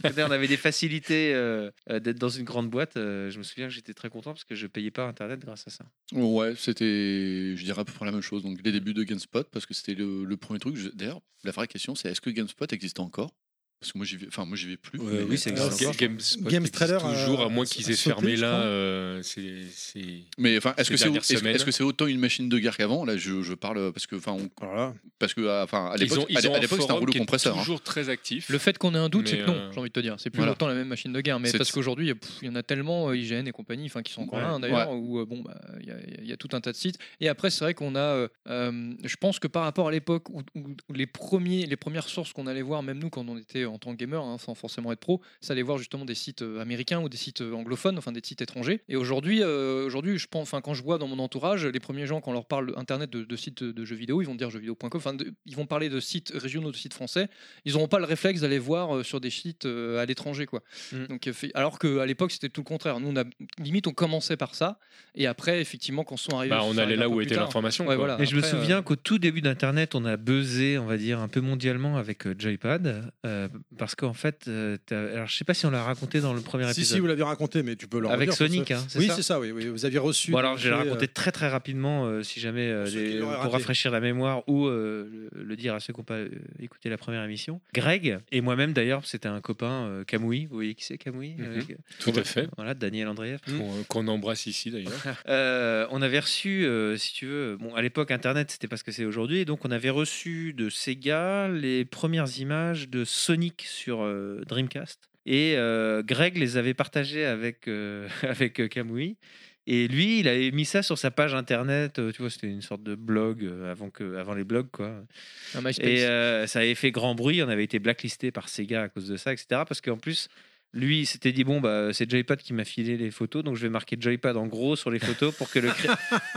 Speaker 6: C'est-à-dire, on avait des facilités euh, euh, d'être dans une grande boîte. euh, je me souviens que j'étais très content parce que je payais pas Internet grâce à ça.
Speaker 7: Ouais, c'était, je dirais à peu près la même chose. Donc les débuts de GameSpot, parce que c'était le, le premier truc. Je- D'ailleurs, la vraie question, c'est est-ce que GameSpot existe encore Parce que moi, j'y vais, enfin, moi, j'y vais plus.
Speaker 4: euh,
Speaker 7: mais-
Speaker 6: oui, c'est
Speaker 1: Alors,
Speaker 6: exact.
Speaker 1: c'est-
Speaker 4: GameSpot
Speaker 1: Games
Speaker 4: existe
Speaker 1: Trailer,
Speaker 4: toujours,
Speaker 1: euh,
Speaker 4: à moins qu'ils
Speaker 1: a
Speaker 4: aient
Speaker 1: sauté,
Speaker 4: fermé
Speaker 1: je
Speaker 4: là.
Speaker 1: crois.
Speaker 4: euh, c'est- c'est-
Speaker 7: Mais enfin, est-ce
Speaker 4: Ces
Speaker 7: que c'est au-
Speaker 4: dernières
Speaker 7: est-ce que-
Speaker 4: semaines.
Speaker 7: est-ce que c'est autant une machine de guerre qu'avant Là, je, je parle parce que enfin, on- parce que ah, enfin, à
Speaker 4: Ils ont,
Speaker 7: l'époque,
Speaker 4: ils
Speaker 7: à l'é-
Speaker 4: ont
Speaker 7: à
Speaker 4: un
Speaker 7: l'époque, c'était un
Speaker 4: forum
Speaker 7: rouleau
Speaker 4: qui est
Speaker 7: compresseur. hein.
Speaker 4: toujours très actif.
Speaker 3: Le fait qu'on ait un doute,
Speaker 4: Mais,
Speaker 3: c'est que non,
Speaker 4: euh,
Speaker 3: j'ai envie de te dire. C'est plus
Speaker 7: voilà.
Speaker 3: autant la même machine de guerre. Mais
Speaker 7: C'est-
Speaker 3: parce qu'aujourd'hui, pff, il y en a tellement, euh, IGN et compagnie, enfin, qui sont encore
Speaker 4: Ouais.
Speaker 3: là hein, d'ailleurs, où euh, bon, bah, il y, a- il y a tout un tas de sites. Et après, c'est vrai qu'on a, euh, euh, je pense que par rapport à l'époque où, où les, premiers, les premières sources qu'on allait voir, même nous quand on était en tant que gamer, hein, sans forcément être pro, c'est aller voir justement des sites euh, américains ou des sites euh, anglophones, enfin des sites étrangers. Et aujourd'hui, euh, aujourd'hui, je pense, enfin, quand je vois dans mon entourage, les premiers gens, quand on leur parle internet de, de sites de jeux vidéo, ils vont dire jeuxvideo.com, enfin, de- ils vont parler de sites régionaux, de sites français ils n'auront pas le réflexe d'aller voir euh, sur des sites euh, à l'étranger quoi.
Speaker 6: Mm.
Speaker 3: Donc euh, fait- alors qu'à l'époque c'était tout le contraire. Nous on a limite on commençait par ça et après effectivement quand sont arrivés
Speaker 4: Bah, on
Speaker 3: ça
Speaker 4: allait
Speaker 3: arrive un
Speaker 4: là
Speaker 3: peu
Speaker 4: où
Speaker 3: plus
Speaker 4: était
Speaker 3: tard.
Speaker 4: l'information.
Speaker 3: Ouais,
Speaker 4: quoi.
Speaker 3: voilà.
Speaker 6: Et Ah, je me
Speaker 3: Après, euh,
Speaker 6: souviens qu'au tout début d'Internet, on a buzzé, on va dire, un peu mondialement avec euh, Joypad. euh, parce qu'en fait, euh, t'as- alors, je sais pas si on l'a raconté dans le premier
Speaker 1: Si,
Speaker 6: épisode.
Speaker 1: si, vous l'aviez raconté, mais tu peux le
Speaker 6: Avec
Speaker 1: redire, parce
Speaker 6: Sonic,
Speaker 1: que-
Speaker 6: hein, c'est
Speaker 1: oui,
Speaker 6: ça
Speaker 1: c'est ça, oui, oui, Vous aviez reçu.
Speaker 6: Bon, alors, je vais
Speaker 1: euh,
Speaker 6: le raconter très très rapidement euh, si jamais euh,
Speaker 1: Pour ceux qui
Speaker 6: les-
Speaker 1: l'auraient
Speaker 6: pour
Speaker 1: raté.
Speaker 6: rafraîchir la mémoire ou euh, le, le dire à ceux qui n'ont pas euh, écouté la première émission. Greg et moi-même d'ailleurs, c'était un copain euh, Kamui. Vous voyez qui c'est Kamui
Speaker 4: Mhm.
Speaker 6: Avec-
Speaker 4: Tout à fait.
Speaker 6: Voilà, Daniel Andreev.
Speaker 4: Qu'on euh, qu'on embrasse ici d'ailleurs.
Speaker 6: Euh, on avait reçu, euh, si tu veux, bon, à l'époque Internet, c'était pas ce que c'est aujourd'hui, et donc on avait reçu de Sega les premières images de Sonic sur euh, Dreamcast. Et euh, Greg les avait partagées avec, euh, avec euh, Kamui. Et lui, il avait mis ça sur sa page internet. euh, Tu vois, c'était une sorte de blog euh, avant, que, avant les blogs, quoi.
Speaker 3: un MySpace.
Speaker 6: Et euh, ça avait fait grand bruit. On avait été blacklisté par Sega à cause de ça, etc. Parce qu'en plus, lui, il s'était dit bon, bah, c'est Joypad qui m'a filé les photos, donc je vais marquer Joypad en gros sur les photos pour que le cré-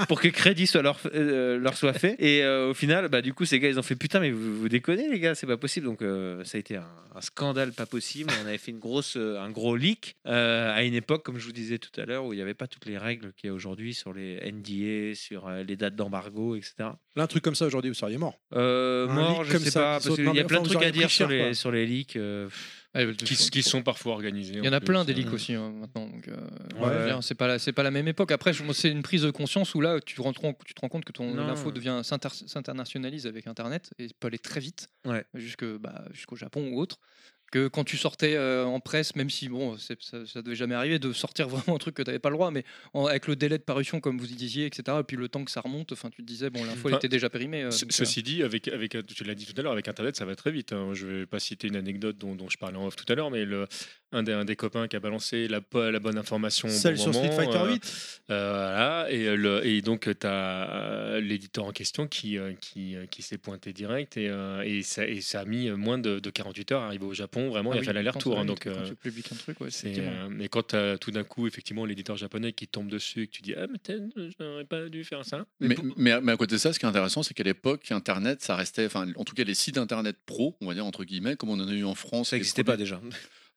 Speaker 6: pour que crédit soit leur, euh, leur soit fait. Et euh, au final, bah, du coup, Sega, ils ont fait putain, mais vous, vous déconnez, les gars, c'est pas possible. Donc euh, ça a été un, un scandale pas possible. On avait fait une grosse, euh, un gros leak euh, à une époque, comme je vous disais tout à l'heure, où il n'y avait pas toutes les règles qu'il y a aujourd'hui sur les NDA, sur euh, les dates d'embargo, etc.
Speaker 1: Là, euh, un truc comme ça aujourd'hui, vous seriez mort.
Speaker 6: Euh,
Speaker 1: Un
Speaker 6: mort,
Speaker 1: leak
Speaker 6: je
Speaker 1: comme
Speaker 6: sais
Speaker 1: ça
Speaker 6: pas,
Speaker 1: qui
Speaker 6: parce
Speaker 1: saute.
Speaker 6: qu'il
Speaker 1: Non,
Speaker 6: y
Speaker 1: mais
Speaker 6: a plein
Speaker 1: enfin,
Speaker 6: de
Speaker 1: vous
Speaker 6: trucs à
Speaker 1: auriez
Speaker 6: dire
Speaker 1: pris
Speaker 6: sur
Speaker 1: cher,
Speaker 6: les,
Speaker 1: quoi.
Speaker 6: sur les leaks. euh, pff,
Speaker 3: Ah, le-
Speaker 4: Qui, qui sont parfois organisés.
Speaker 3: Il y en a
Speaker 4: plus,
Speaker 3: plein
Speaker 4: hein.
Speaker 3: des leaks aussi hein, maintenant. donc, euh,
Speaker 6: Ouais.
Speaker 3: je veux dire, C'est pas la- c'est pas la même époque. Après je- c'est une prise de conscience où là tu rentres en- tu te rends compte que ton
Speaker 6: Non.
Speaker 3: info devient s'inter- s'internationalise avec Internet et peut aller très vite
Speaker 6: Ouais.
Speaker 3: jusque bah, jusqu'au Japon ou autre. Que quand tu sortais euh, en presse, même si bon, c'est- ça, ça devait jamais arriver de sortir vraiment un truc que tu n'avais pas le droit, mais en- avec le délai de parution comme vous y disiez, etc. Et puis le temps que ça remonte, enfin tu te disais bon l'info elle
Speaker 4: Enfin,
Speaker 3: était déjà périmée. euh,
Speaker 4: Ce-
Speaker 3: donc, euh,
Speaker 4: Ceci dit, avec, avec, tu l'as dit tout à l'heure, avec Internet, ça va très vite. hein. Je ne vais pas citer une anecdote dont, dont je parlais en off tout à l'heure, mais le, un, des, un des copains qui a balancé la, po- la bonne information. au
Speaker 1: Celle
Speaker 4: bon
Speaker 1: sur Street
Speaker 4: moment,
Speaker 1: Fighter
Speaker 4: euh,
Speaker 1: 8.
Speaker 4: euh, voilà, et, le- et donc, tu as l'éditeur en question qui, euh, qui, euh, qui s'est pointé direct et, euh, et, ça, et ça a mis euh, moins de, de 48 heures à arriver au Japon. Vraiment,
Speaker 3: ah
Speaker 4: il
Speaker 3: oui,
Speaker 4: a fait l'aller-retour.
Speaker 3: quand-
Speaker 4: hein,
Speaker 3: oui,
Speaker 4: donc,
Speaker 3: quand
Speaker 4: euh,
Speaker 3: tu publies un truc, ouais,
Speaker 4: c'est,
Speaker 3: effectivement.
Speaker 4: euh, mais quand t'as tout d'un coup, effectivement, l'éditeur japonais qui tombe dessus et que tu dis Ah, mais t'as- je n'aurais pas dû faire ça.
Speaker 7: Mais, mais- mais à côté de ça, ce qui est intéressant, c'est qu'à l'époque, Internet, ça restait, enfin, en tout cas, les sites Internet pro, on va dire entre guillemets, comme on en a eu en France.
Speaker 6: ça
Speaker 7: les
Speaker 6: n'existait
Speaker 7: premiers-
Speaker 6: pas déjà.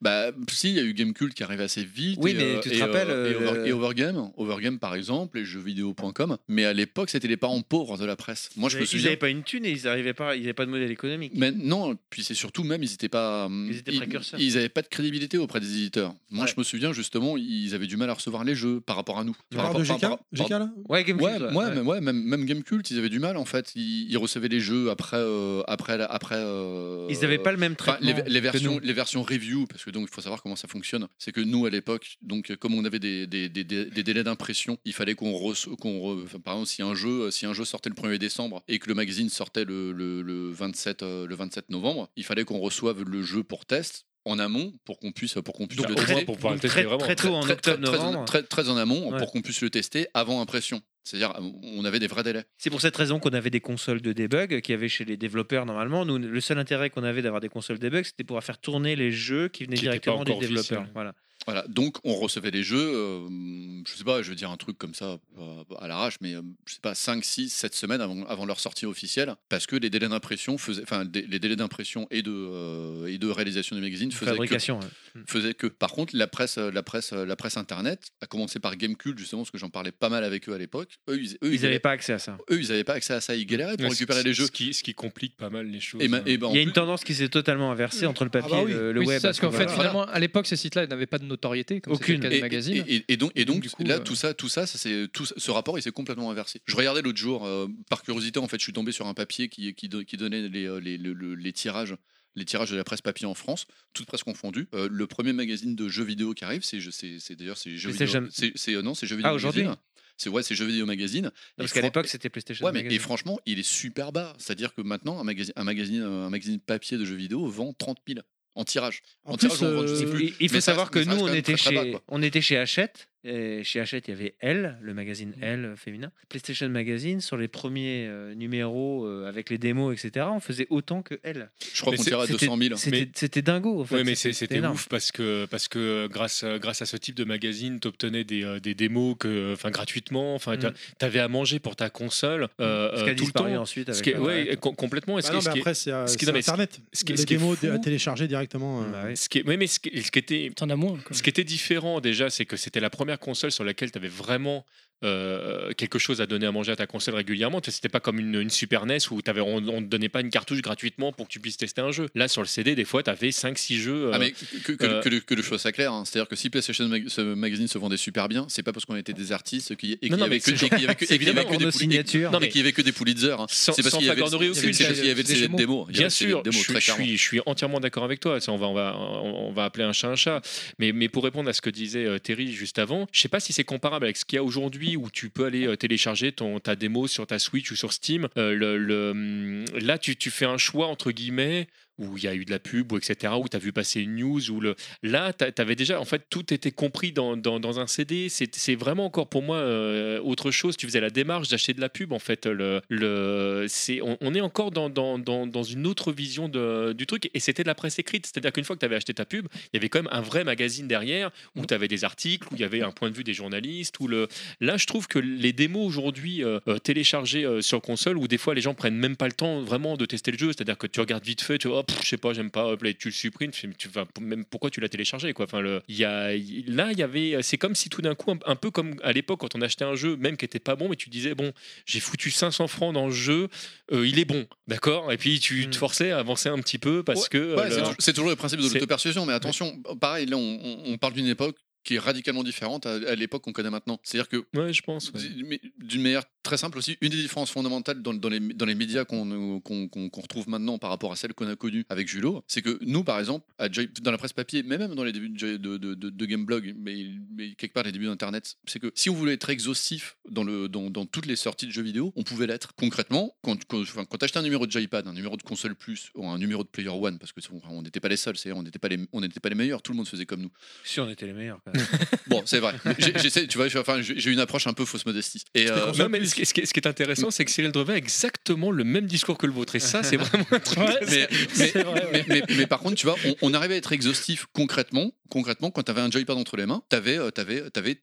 Speaker 7: Bah, si, il y a eu Gamecult qui arrive assez vite.
Speaker 6: Oui,
Speaker 7: et,
Speaker 6: mais
Speaker 7: euh,
Speaker 6: tu te
Speaker 7: et, euh,
Speaker 6: rappelles,
Speaker 7: et, Over-
Speaker 6: euh,
Speaker 7: et Overgame, Overgame par exemple, et jeuxvideo.com. Mais à l'époque, c'était les parents pauvres de la presse. Moi, je me
Speaker 6: ils
Speaker 7: souviens.
Speaker 6: n'avaient pas une thune et ils n'arrivaient pas, ils n'avaient pas de modèle économique.
Speaker 7: Mais non, puis c'est surtout même, ils n'étaient pas. hum,
Speaker 6: Ils étaient précurseurs.
Speaker 7: Ils n'avaient pas de crédibilité auprès des éditeurs. Moi,
Speaker 6: Ouais.
Speaker 7: je me souviens justement, ils avaient du mal à recevoir les jeux par rapport à nous.
Speaker 1: Tu
Speaker 7: Par
Speaker 1: parles de
Speaker 7: rapport-
Speaker 1: GK
Speaker 7: par- par-
Speaker 1: GK là
Speaker 6: Ouais, Gamecube,
Speaker 7: Ouais,
Speaker 6: ouais,
Speaker 7: ouais,
Speaker 6: ouais.
Speaker 7: Même, ouais, même, même Gamecult, ils avaient du mal en fait. Ils, ils recevaient les jeux après. euh, après, la- après euh,
Speaker 6: Ils n'avaient pas le même
Speaker 7: Enfin,
Speaker 6: traitement.
Speaker 7: les, les
Speaker 6: que
Speaker 7: versions,
Speaker 6: nous.
Speaker 7: les versions review, parce que donc il faut savoir comment ça fonctionne. C'est que nous à l'époque, donc comme on avait des, des, des- des- des délais d'impression, il fallait qu'on reço- qu'on re- enfin, par exemple si un jeu si un jeu sortait le 1er décembre et que le magazine sortait le, le, le 27 euh, le 27 novembre, il fallait qu'on reçoive le jeu pour test en amont pour qu'on puisse pour qu'on puisse
Speaker 4: Donc,
Speaker 7: le
Speaker 4: au moins,
Speaker 7: tester.
Speaker 4: pour pouvoir
Speaker 6: Donc,
Speaker 4: le tester
Speaker 6: très,
Speaker 4: vraiment.
Speaker 6: très tôt en
Speaker 7: Très- très-
Speaker 6: octobre
Speaker 7: très-
Speaker 6: novembre.
Speaker 7: très- très en amont
Speaker 6: Ouais.
Speaker 7: pour qu'on puisse le tester avant impression. C'est-à-dire, on avait des vrais délais.
Speaker 6: C'est pour cette raison qu'on avait des consoles de debug qu'il y avait chez les développeurs normalement. Nous, le seul intérêt qu'on avait d'avoir des consoles debug, c'était pouvoir faire tourner les jeux qui venaient
Speaker 4: Qui étaient pas
Speaker 6: directement des
Speaker 4: encore
Speaker 6: développeurs.
Speaker 4: vicieux.
Speaker 6: Voilà.
Speaker 7: Voilà, donc on recevait les jeux, euh, je sais pas, je vais dire un truc comme ça euh, à l'arrache, mais euh, je sais pas, 5, 6, 7 semaines avant, avant leur sortie officielle, parce que les délais d'impression faisaient, enfin, les les délais d'impression et, de, euh, et de réalisation du magazine faisaient que
Speaker 6: Fabrication. ouais.
Speaker 7: faisait que. Par contre, la presse, euh, la presse, euh, la presse internet, à commencer par Gamecube justement, parce que j'en parlais pas mal avec eux à l'époque. Eux, ils, eux,
Speaker 6: Ils
Speaker 7: ils
Speaker 6: n'avaient
Speaker 7: avaient,
Speaker 6: pas accès à ça.
Speaker 7: eux, ils avaient pas accès à ça. Ils galéraient pour
Speaker 4: Ouais,
Speaker 7: récupérer
Speaker 4: ce-
Speaker 7: les jeux.
Speaker 4: Ce qui, ce qui complique pas mal les choses.
Speaker 7: Et ben,
Speaker 4: hein.
Speaker 7: et ben, en
Speaker 6: Il y a une
Speaker 7: plus-
Speaker 6: tendance qui s'est totalement inversée entre le papier
Speaker 1: Ah bah
Speaker 6: et le, le
Speaker 3: Oui,
Speaker 6: web.
Speaker 3: c'est ça, parce qu'en fait,
Speaker 7: voilà.
Speaker 3: finalement, à l'époque, ces sites-là ils n'avaient pas de notoriété, comme c'était
Speaker 6: Aucune.
Speaker 3: le cas
Speaker 7: et,
Speaker 3: des magazines.
Speaker 7: et- et- et donc, et donc,
Speaker 3: Donc, du coup,
Speaker 7: là,
Speaker 3: euh,
Speaker 7: tout ça, tout ça, ça c'est tout ce- ce rapport, il s'est complètement inversé. Je regardais l'autre jour, euh, par curiosité, en fait, je suis tombé sur un papier qui, qui, do- qui donnait les, euh, les, le- le- les tirages, les tirages de la presse papier en France, toutes presses confondues. Euh, le premier magazine de jeux vidéo qui arrive, c'est, je- c'est, c'est d'ailleurs, c'est jeux
Speaker 6: Mais c'est
Speaker 7: vidéo.
Speaker 6: jamais- Ah,
Speaker 7: c'est- c'est- euh, non, c'est jeux vidéo.
Speaker 6: aujourd'hui
Speaker 7: Magazine. C'est ouais, c'est jeux vidéo magazine.
Speaker 6: Parce
Speaker 7: Et
Speaker 6: qu'à
Speaker 7: fran-
Speaker 6: l'époque, c'était PlayStation.
Speaker 7: Ouais, mais et
Speaker 6: Magazine.
Speaker 7: franchement, il est super bas. C'est-à-dire que maintenant, un magazine, un magazine, un magazine papier de jeux vidéo vend 30 000 en tirage.
Speaker 1: En
Speaker 7: En
Speaker 1: plus,
Speaker 7: tirage, on vend, je sais
Speaker 1: euh,
Speaker 7: plus.
Speaker 6: Il- Il faut
Speaker 7: Mais ça
Speaker 6: savoir
Speaker 7: reste-
Speaker 6: que
Speaker 7: mais ça
Speaker 6: nous,
Speaker 7: reste
Speaker 6: on
Speaker 7: quand même
Speaker 6: était,
Speaker 7: très, très bas,
Speaker 6: chez,
Speaker 7: quoi.
Speaker 6: on était chez Hachette. Et chez Hachette, il y avait Elle, le magazine Elle euh, féminin. PlayStation Magazine, sur les premiers euh, numéros euh, avec les démos, etc., on faisait autant que Elle.
Speaker 7: je crois
Speaker 4: Mais
Speaker 7: qu'on
Speaker 4: c'est-
Speaker 7: tire à
Speaker 6: C'était-
Speaker 7: 200 000.
Speaker 6: C'était c'était dingo. En fait.
Speaker 4: Ouais, mais c'est- c'était
Speaker 6: énorme.
Speaker 4: ouf parce que, parce que euh, grâce, à- grâce à ce type de magazine, tu obtenais des, euh, des démos que, euh, enfin, gratuitement. Enfin,
Speaker 6: Mm.
Speaker 4: tu avais à manger pour ta console euh,
Speaker 6: Ce
Speaker 4: euh,
Speaker 6: qui a
Speaker 4: tout le
Speaker 6: disparu hein.
Speaker 4: temps.
Speaker 6: ensuite.
Speaker 4: Ce
Speaker 6: Avec
Speaker 4: qui est-
Speaker 6: la-
Speaker 4: ouais, com- complètement. Et ce
Speaker 1: Bah
Speaker 4: qui-
Speaker 1: non,
Speaker 4: ce
Speaker 1: mais
Speaker 4: qui est-
Speaker 1: après, c'est euh,
Speaker 4: ce qui-
Speaker 1: c'est
Speaker 4: non, mais ce qui-
Speaker 1: Internet.
Speaker 4: ce qui-
Speaker 1: Les
Speaker 4: ce qui est
Speaker 1: démos
Speaker 4: fou-
Speaker 1: dé- téléchargées directement. euh.
Speaker 6: Bah ouais.
Speaker 4: ce qui est- ouais, mais ce qui- ce qui était
Speaker 5: T'en as moins. quoi.
Speaker 4: Ce qui était différent déjà, c'est que c'était la première console sur laquelle tu avais vraiment euh, quelque chose à donner à manger à ta console régulièrement. Tu sais, C'était pas comme une, une Super NES où t'avais- on on te donnait pas une cartouche gratuitement pour que tu puisses tester un jeu. Là, sur le CD, des fois, tu avais 5-6 jeux. euh,
Speaker 7: Ah mais que, que,
Speaker 4: euh,
Speaker 7: que, le- que le choix soit clair, hein. c'est-à-dire que si PlayStation Mag- ce Magazine se vendait super bien, c'est pas parce qu'on était des artistes qu'il y, et qu'il
Speaker 4: Non,
Speaker 7: y
Speaker 4: non,
Speaker 7: avait
Speaker 4: mais
Speaker 7: que,
Speaker 4: c'est
Speaker 7: et qu'il y avait
Speaker 4: genre-
Speaker 7: que, et qu'il y avait
Speaker 4: évidemment,
Speaker 7: que des
Speaker 6: nos
Speaker 7: Puli- et-
Speaker 6: signatures.
Speaker 4: Non,
Speaker 7: et qu'il y avait que des Pulitzer. hein.
Speaker 4: Sans-
Speaker 7: C'est parce
Speaker 4: sans
Speaker 7: qu'il y avait
Speaker 4: flagornerie
Speaker 7: c'est-
Speaker 4: aucune,
Speaker 7: c'est parce qu'il y
Speaker 3: des-
Speaker 7: avait
Speaker 3: des
Speaker 7: ces
Speaker 3: démos.
Speaker 7: démos. Il y
Speaker 4: Bien
Speaker 7: avait ces
Speaker 4: sûr, je
Speaker 7: démos,
Speaker 4: suis, euh,
Speaker 7: très
Speaker 4: je
Speaker 7: clairement.
Speaker 4: suis- je suis entièrement d'accord avec toi. Ça, on, va, on, va, on va appeler un chat un chat. Mais, mais pour répondre à ce que disait euh, Terry juste avant, je sais pas si c'est comparable avec ce qu'il y a aujourd'hui où tu peux aller euh, télécharger ton, ta démo sur ta Switch ou sur Steam. Euh, le, le, hum, là, tu, tu fais un choix entre guillemets où il y a eu de la pub, ou etc., où tu as vu passer une news, où le... là, tu avais déjà, en fait, tout était compris dans, dans, dans un CD. C'est c'est vraiment encore pour moi euh, autre chose. Tu faisais la démarche d'acheter de la pub, en fait. Le, le, c'est- on, on est encore dans, dans, dans, dans une autre vision de- du truc, et c'était de la presse écrite. C'est-à-dire qu'une fois que tu avais acheté ta pub, il y avait quand même un vrai magazine derrière, où tu avais des articles, où il y avait un point de vue des journalistes, où le... Là, je trouve que les démos aujourd'hui euh, euh, téléchargées euh, sur console, où des fois les gens prennent même pas le temps vraiment de tester le jeu, c'est-à-dire que tu regardes vite fait, tu vois, oh, pff, je sais pas, j'aime pas, hop, là, tu le supprimes, tu, fais, mais tu- enfin, pour- même pourquoi tu l'as téléchargé quoi. Enfin, le, il y a, il- là, il y avait, c'est comme si tout d'un coup, un, un peu comme à l'époque quand on achetait un jeu, même qui était pas bon, mais tu disais bon, j'ai foutu 500 francs dans le jeu, euh, il est bon, d'accord, et puis tu
Speaker 6: Mm.
Speaker 4: te forçais à avancer un petit peu parce
Speaker 7: Mmh. Ouais,
Speaker 4: que euh,
Speaker 7: Ouais, c'est
Speaker 4: le-
Speaker 7: tou- C'est toujours le principe de
Speaker 4: c'est-
Speaker 7: l'autopersuasion, mais attention, pareil, là on- on on parle d'une époque qui est radicalement différente à, à l'époque qu'on connaît maintenant. C'est-à-dire que
Speaker 4: ouais, je pense. ouais.
Speaker 7: d- mais d'une manière très simple aussi, une des différences fondamentales dans, dans les, dans les médias qu'on euh, qu'on- qu'on- qu'on retrouve maintenant par rapport à celle qu'on a connue avec Julot, c'est que nous, par exemple, à Joy- dans la presse papier, mais même dans les débuts de, Joy- de, de- de- de Gameblog, mais, mais quelque part les débuts d'Internet, c'est que si on voulait être exhaustif dans, le, dans, dans toutes les sorties de jeux vidéo, on pouvait l'être. Concrètement, quand, quand, enfin, quand t'achetais un numéro de Joypad, un numéro de console plus, ou un numéro de Player One, parce que enfin, on n'était pas les seuls, c'est-à-dire on n'était pas, les- on n'était pas les meilleurs, tout le monde faisait comme nous.
Speaker 6: Si on était les meilleurs. quand même.
Speaker 7: Bon, c'est vrai. J'ai- J'essaie, tu vois, j'ai enfin, j'ai- j'ai une approche un peu fausse modestie. Et euh,
Speaker 4: Non, mais ce qui, ce qui- ce qui est intéressant, c'est que Cyril Drevin a exactement le même discours que le vôtre. Et ça, c'est vraiment un truc.
Speaker 5: Ouais,
Speaker 7: mais, mais,
Speaker 5: C'est vrai. ouais.
Speaker 7: mais- mais- mais par contre, tu vois, on, on arrivait à être exhaustif concrètement. Concrètement, quand tu avais un joypad entre les mains, tu avais,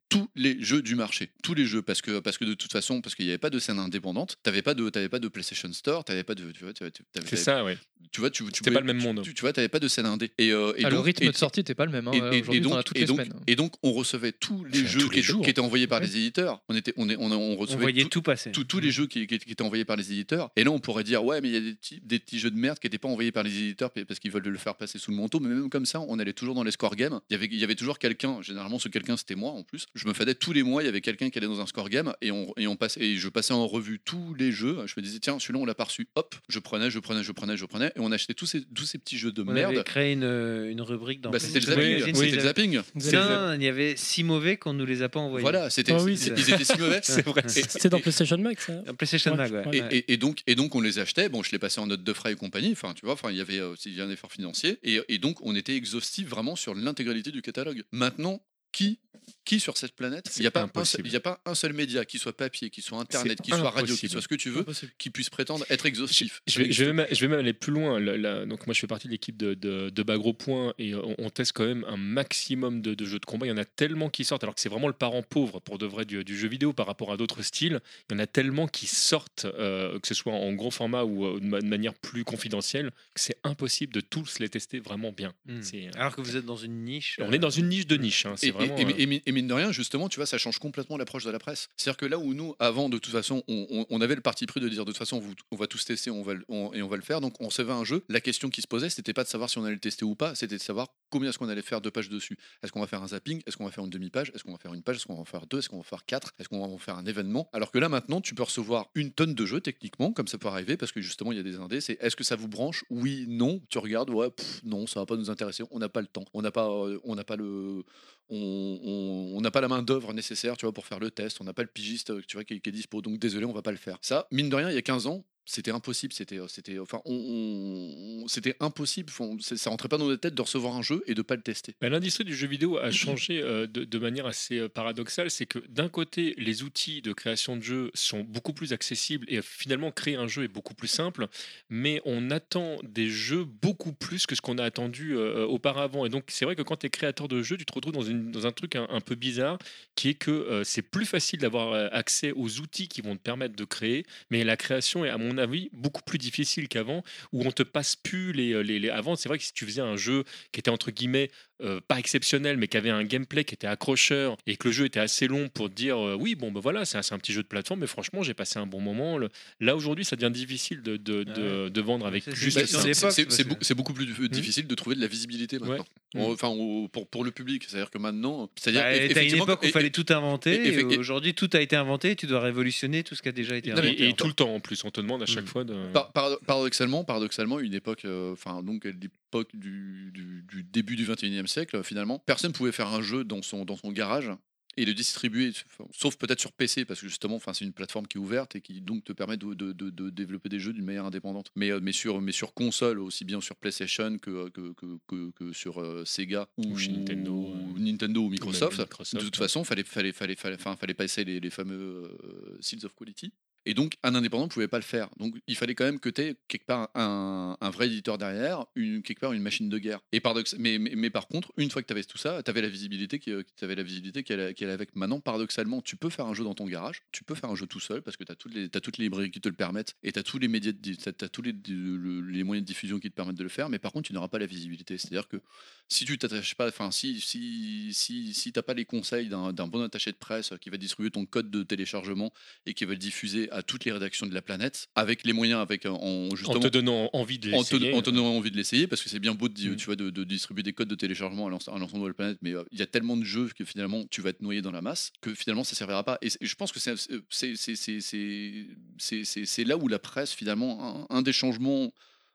Speaker 7: tous les jeux du marché. Tous les jeux, parce que, parce que de toute façon, parce qu'il n'y avait pas de scène indépendante, tu n'avais pas, de- t'avais pas de PlayStation Store, tu n'avais pas de. Tu vois, t'avais- t'avais-
Speaker 4: C'est ça, ouais.
Speaker 7: Tu vois, tu, tu
Speaker 4: C'était
Speaker 7: pouvais-
Speaker 4: pas le même monde.
Speaker 7: tu- tu vois, t'avais pas de scène indé. Et, euh, et
Speaker 3: Ah, le
Speaker 7: donc-
Speaker 3: rythme
Speaker 7: et-
Speaker 3: de sortie n'était pas le même. hein.
Speaker 7: et, et- et
Speaker 3: Aujourd'hui, on
Speaker 7: donc,
Speaker 3: a toutes
Speaker 7: et
Speaker 3: les
Speaker 7: donc-
Speaker 3: semaines. hein.
Speaker 7: et donc, on recevait tous les
Speaker 4: Enfin,
Speaker 7: jeux,
Speaker 4: Bah, tous
Speaker 7: qui,
Speaker 4: les
Speaker 7: étaient-
Speaker 4: jours.
Speaker 7: qui étaient envoyés par
Speaker 3: Ouais.
Speaker 7: les éditeurs. On, était, on, est- on, a- on
Speaker 6: On
Speaker 7: recevait
Speaker 6: voyait
Speaker 7: tout-
Speaker 6: tout passer.
Speaker 7: tous, tous les jeux qui, qui- qui étaient envoyés par les éditeurs. Et là, on pourrait dire, ouais, mais il y a des petits, des petits jeux de merde qui n'étaient pas envoyés par les éditeurs p- parce qu'ils veulent le faire passer sous le manteau. Mais même comme ça, on allait toujours dans les score games. Il y avait, il y avait toujours quelqu'un, généralement, ce quelqu'un, c'était moi en plus. Je me fadais tous les mois, il y avait quelqu'un qui allait dans un score game et, on, et, on passait, et je passais en revue tous les jeux. Je me disais, tiens, celui-là, on l'a pas reçu. Hop, je prenais, je prenais, je prenais, je prenais. Et on achetait tous ces, tous ces petits jeux de
Speaker 6: On avait
Speaker 7: merde.
Speaker 6: créé une, euh, une rubrique dans.
Speaker 7: Bah, c'était le
Speaker 6: dans
Speaker 7: zapping.
Speaker 6: magazine,
Speaker 7: c'était
Speaker 6: c'était
Speaker 7: le zapping.
Speaker 5: Vous avez-
Speaker 6: Non, non, non, il y avait si mauvais qu'on ne nous les a pas envoyés.
Speaker 7: Voilà, c'était,
Speaker 5: Ah oui,
Speaker 7: c'est-
Speaker 6: c'est-
Speaker 7: ils étaient si mauvais.
Speaker 6: C'est vrai.
Speaker 7: Et-
Speaker 5: C'était dans
Speaker 7: et-
Speaker 5: PlayStation Mag, ça
Speaker 6: Un PlayStation
Speaker 5: Ouais,
Speaker 6: Mag, ouais.
Speaker 5: ouais.
Speaker 7: Et,
Speaker 6: Ouais.
Speaker 7: et- et donc, et donc on les achetait, bon je les passais en note de frais et compagnie, enfin tu vois, enfin, il y avait euh, aussi un effort financier, et, et donc on était exhaustif vraiment sur l'intégralité du catalogue. Maintenant, qui qui sur cette planète Il n'y a, pas un seul-
Speaker 4: impossible.
Speaker 7: il y a pas un seul média, qui soit papier, qui soit internet,
Speaker 4: C'est
Speaker 7: qui soit radio, qui
Speaker 4: impossible.
Speaker 7: soit ce que tu veux, qui puisse prétendre être exhaustif.
Speaker 6: bah,
Speaker 4: Je vais, je vais même, je vais même aller plus loin. La- la- donc moi, je fais partie de l'équipe de, de, de Bagro Point et euh, on, on teste quand même un maximum de, de jeux de combat. Il y en a tellement qui sortent, alors que c'est vraiment le parent pauvre pour de vrai du, du jeu vidéo par rapport à d'autres styles. Il y en a tellement qui sortent, euh, que ce soit en gros format ou euh, de, ma- de manière plus confidentielle, que c'est impossible de tous les tester vraiment bien.
Speaker 6: Hmm.
Speaker 7: euh,
Speaker 4: C'est-
Speaker 6: Alors que vous êtes dans une niche. euh,
Speaker 4: on est dans une niche de niche. hein.
Speaker 7: Et,
Speaker 4: C'est vraiment.
Speaker 7: et-
Speaker 4: euh,
Speaker 7: et- et mi- et mine de rien, justement, tu vois, ça change complètement l'approche de la presse. C'est-à-dire que là où nous, avant, de toute façon, on, on- on avait le parti pris de dire de toute façon, on vous- on va tous tester on va, le- on- et on va le faire. Donc, on savait un jeu. La question qui se posait, c'était pas de savoir si on allait le tester ou pas, c'était de savoir combien est-ce qu'on allait faire de pages dessus. Est-ce qu'on va faire un zapping Est-ce qu'on va faire une demi-page Est-ce qu'on va faire une page Est-ce qu'on va en faire deux Est-ce qu'on va en faire quatre Est-ce qu'on va en faire un événement Alors que là, maintenant, tu peux recevoir une tonne de jeux, techniquement, comme ça peut arriver, parce que justement, il y a des indés. C'est est-ce que ça vous branche Oui, non. Tu regardes, ouais, pff, non, ça va pas nous intéresser. On n'a pas le temps. On n'a pas, euh, on n'a pas le on- on on n'a pas la main d'œuvre nécessaire tu vois, pour faire le test, on n'a pas le pigiste euh, tu vois, qui, est- qui est dispo, donc désolé, on va pas le faire. Ça, mine de rien, il y a 15 ans, c'était impossible, c'était euh, c'était enfin, on, on- on- c'était impossible, on- c'est- ça rentrait pas dans notre tête de recevoir un jeu et de pas le tester.
Speaker 4: Ben, L'industrie du jeu vidéo
Speaker 6: Mm.
Speaker 4: a changé euh, de, de manière assez euh, paradoxale. C'est que d'un côté, les outils de création de jeux sont beaucoup plus accessibles et euh, finalement créer un jeu est beaucoup plus simple, mais on attend des jeux beaucoup plus que ce qu'on a attendu euh, auparavant. Et donc, c'est vrai que quand tu es créateur de jeux, tu te retrouves dans, une- dans un truc un, un peu bizarre qui est que euh, c'est plus facile d'avoir euh, accès aux outils qui vont te permettre de créer, mais la création est, à mon avis, beaucoup plus difficile qu'avant où on te passe plus les. euh, les, les... Avant, c'est vrai que si tu faisais un jeu qui était entre guillemets euh, pas exceptionnel, mais qui avait un gameplay qui était accrocheur et que le jeu était assez long pour te dire euh, oui, bon, ben voilà, c'est un, c'est un petit jeu de plateforme, mais franchement, j'ai passé un bon moment. Le- Là, aujourd'hui, ça devient difficile de, de, de-
Speaker 6: Ah ouais.
Speaker 4: de vendre avec
Speaker 6: C'est- c'est-
Speaker 4: juste
Speaker 7: Bah,
Speaker 6: une question
Speaker 4: ça.
Speaker 7: c'est-
Speaker 6: d'époque,
Speaker 7: c'est-
Speaker 6: parce
Speaker 7: C'est
Speaker 6: que- Mmh.
Speaker 7: beaucoup- c'est beaucoup plus dif- difficile de trouver de la visibilité maintenant.
Speaker 4: Ouais.
Speaker 7: On- Enfin, au- pour, pour le public, c'est-à-dire que maintenant, c'est-à-dire
Speaker 6: Bah,
Speaker 7: eff-
Speaker 6: T'as une
Speaker 7: effectivement,
Speaker 6: époque où
Speaker 7: et-
Speaker 6: il fallait tout
Speaker 7: et-
Speaker 6: inventer.
Speaker 7: et-
Speaker 6: et Aujourd'hui, tout a été inventé. Tu dois révolutionner tout ce qui a déjà été
Speaker 7: Non, mais-
Speaker 6: inventé.
Speaker 4: Et, et tout le temps en plus, on te demande à chaque
Speaker 6: Mm.
Speaker 4: fois de.
Speaker 7: Mmh. Par- par- paradoxalement, paradoxalement, une époque, euh, enfin donc à l'époque du, du- du début du 21e siècle, euh, finalement, personne pouvait faire un jeu dans son, dans son garage et le distribuer, enfin, sauf peut-être sur PC, parce que justement, enfin, c'est une plateforme qui est ouverte et qui donc te permet de, de- de- de développer des jeux d'une manière indépendante. Mais, euh, mais, sur, mais sur console, aussi bien sur PlayStation que, euh, que, que- que- que sur euh, Sega ou,
Speaker 4: chez Nintendo, euh.
Speaker 7: ou Nintendo ou Microsoft, de
Speaker 4: Microsoft, hein.
Speaker 7: toute
Speaker 4: ouais.
Speaker 7: façon, fallait, fallait, fallait, fallait, enfin, fallait passer les, les fameux euh, Seals of Quality. Et donc, un indépendant ne pouvait pas le faire. Donc, il fallait quand même que tu aies quelque part un, un vrai éditeur derrière, une, quelque part une machine de guerre. Et paradoxe, mais, mais, mais par contre, une fois que tu avais tout ça, tu avais la visibilité qui, euh, t'avais la visibilité qu'elle a- qu'elle a avec. Maintenant, paradoxalement, tu peux faire un jeu dans ton garage, tu peux faire un jeu tout seul parce que tu as, toutes les librairies qui te le permettent et tu as tous les médias, de di- t'as- t'as tous les, le- les moyens de diffusion qui te permettent de le faire. Mais par contre, tu n'auras pas la visibilité. C'est-à-dire que si tu t'attaches pas, enfin si si si si t'as pas les conseils d'un d'un bon attaché de presse euh, qui va distribuer ton code de téléchargement et qui va le diffuser à toutes les rédactions de la planète avec les moyens, avec euh, en
Speaker 4: En
Speaker 7: justement
Speaker 4: te donnant envie de
Speaker 7: en te,
Speaker 4: l'essayer. euh.
Speaker 7: en te donnant envie de l'essayer parce que c'est bien beau de, di-
Speaker 4: Mhm.
Speaker 7: tu vois, de, de distribuer des codes de téléchargement à l'ense- à l'ensemble de la planète mais euh, il y a tellement de jeux que finalement tu vas te noyer dans la masse que finalement ça servira pas et, c'est- je pense que c'est euh, c'est- c'est- c'est- c'est- c'est- c'est- c'est là où la presse finalement un, un des changements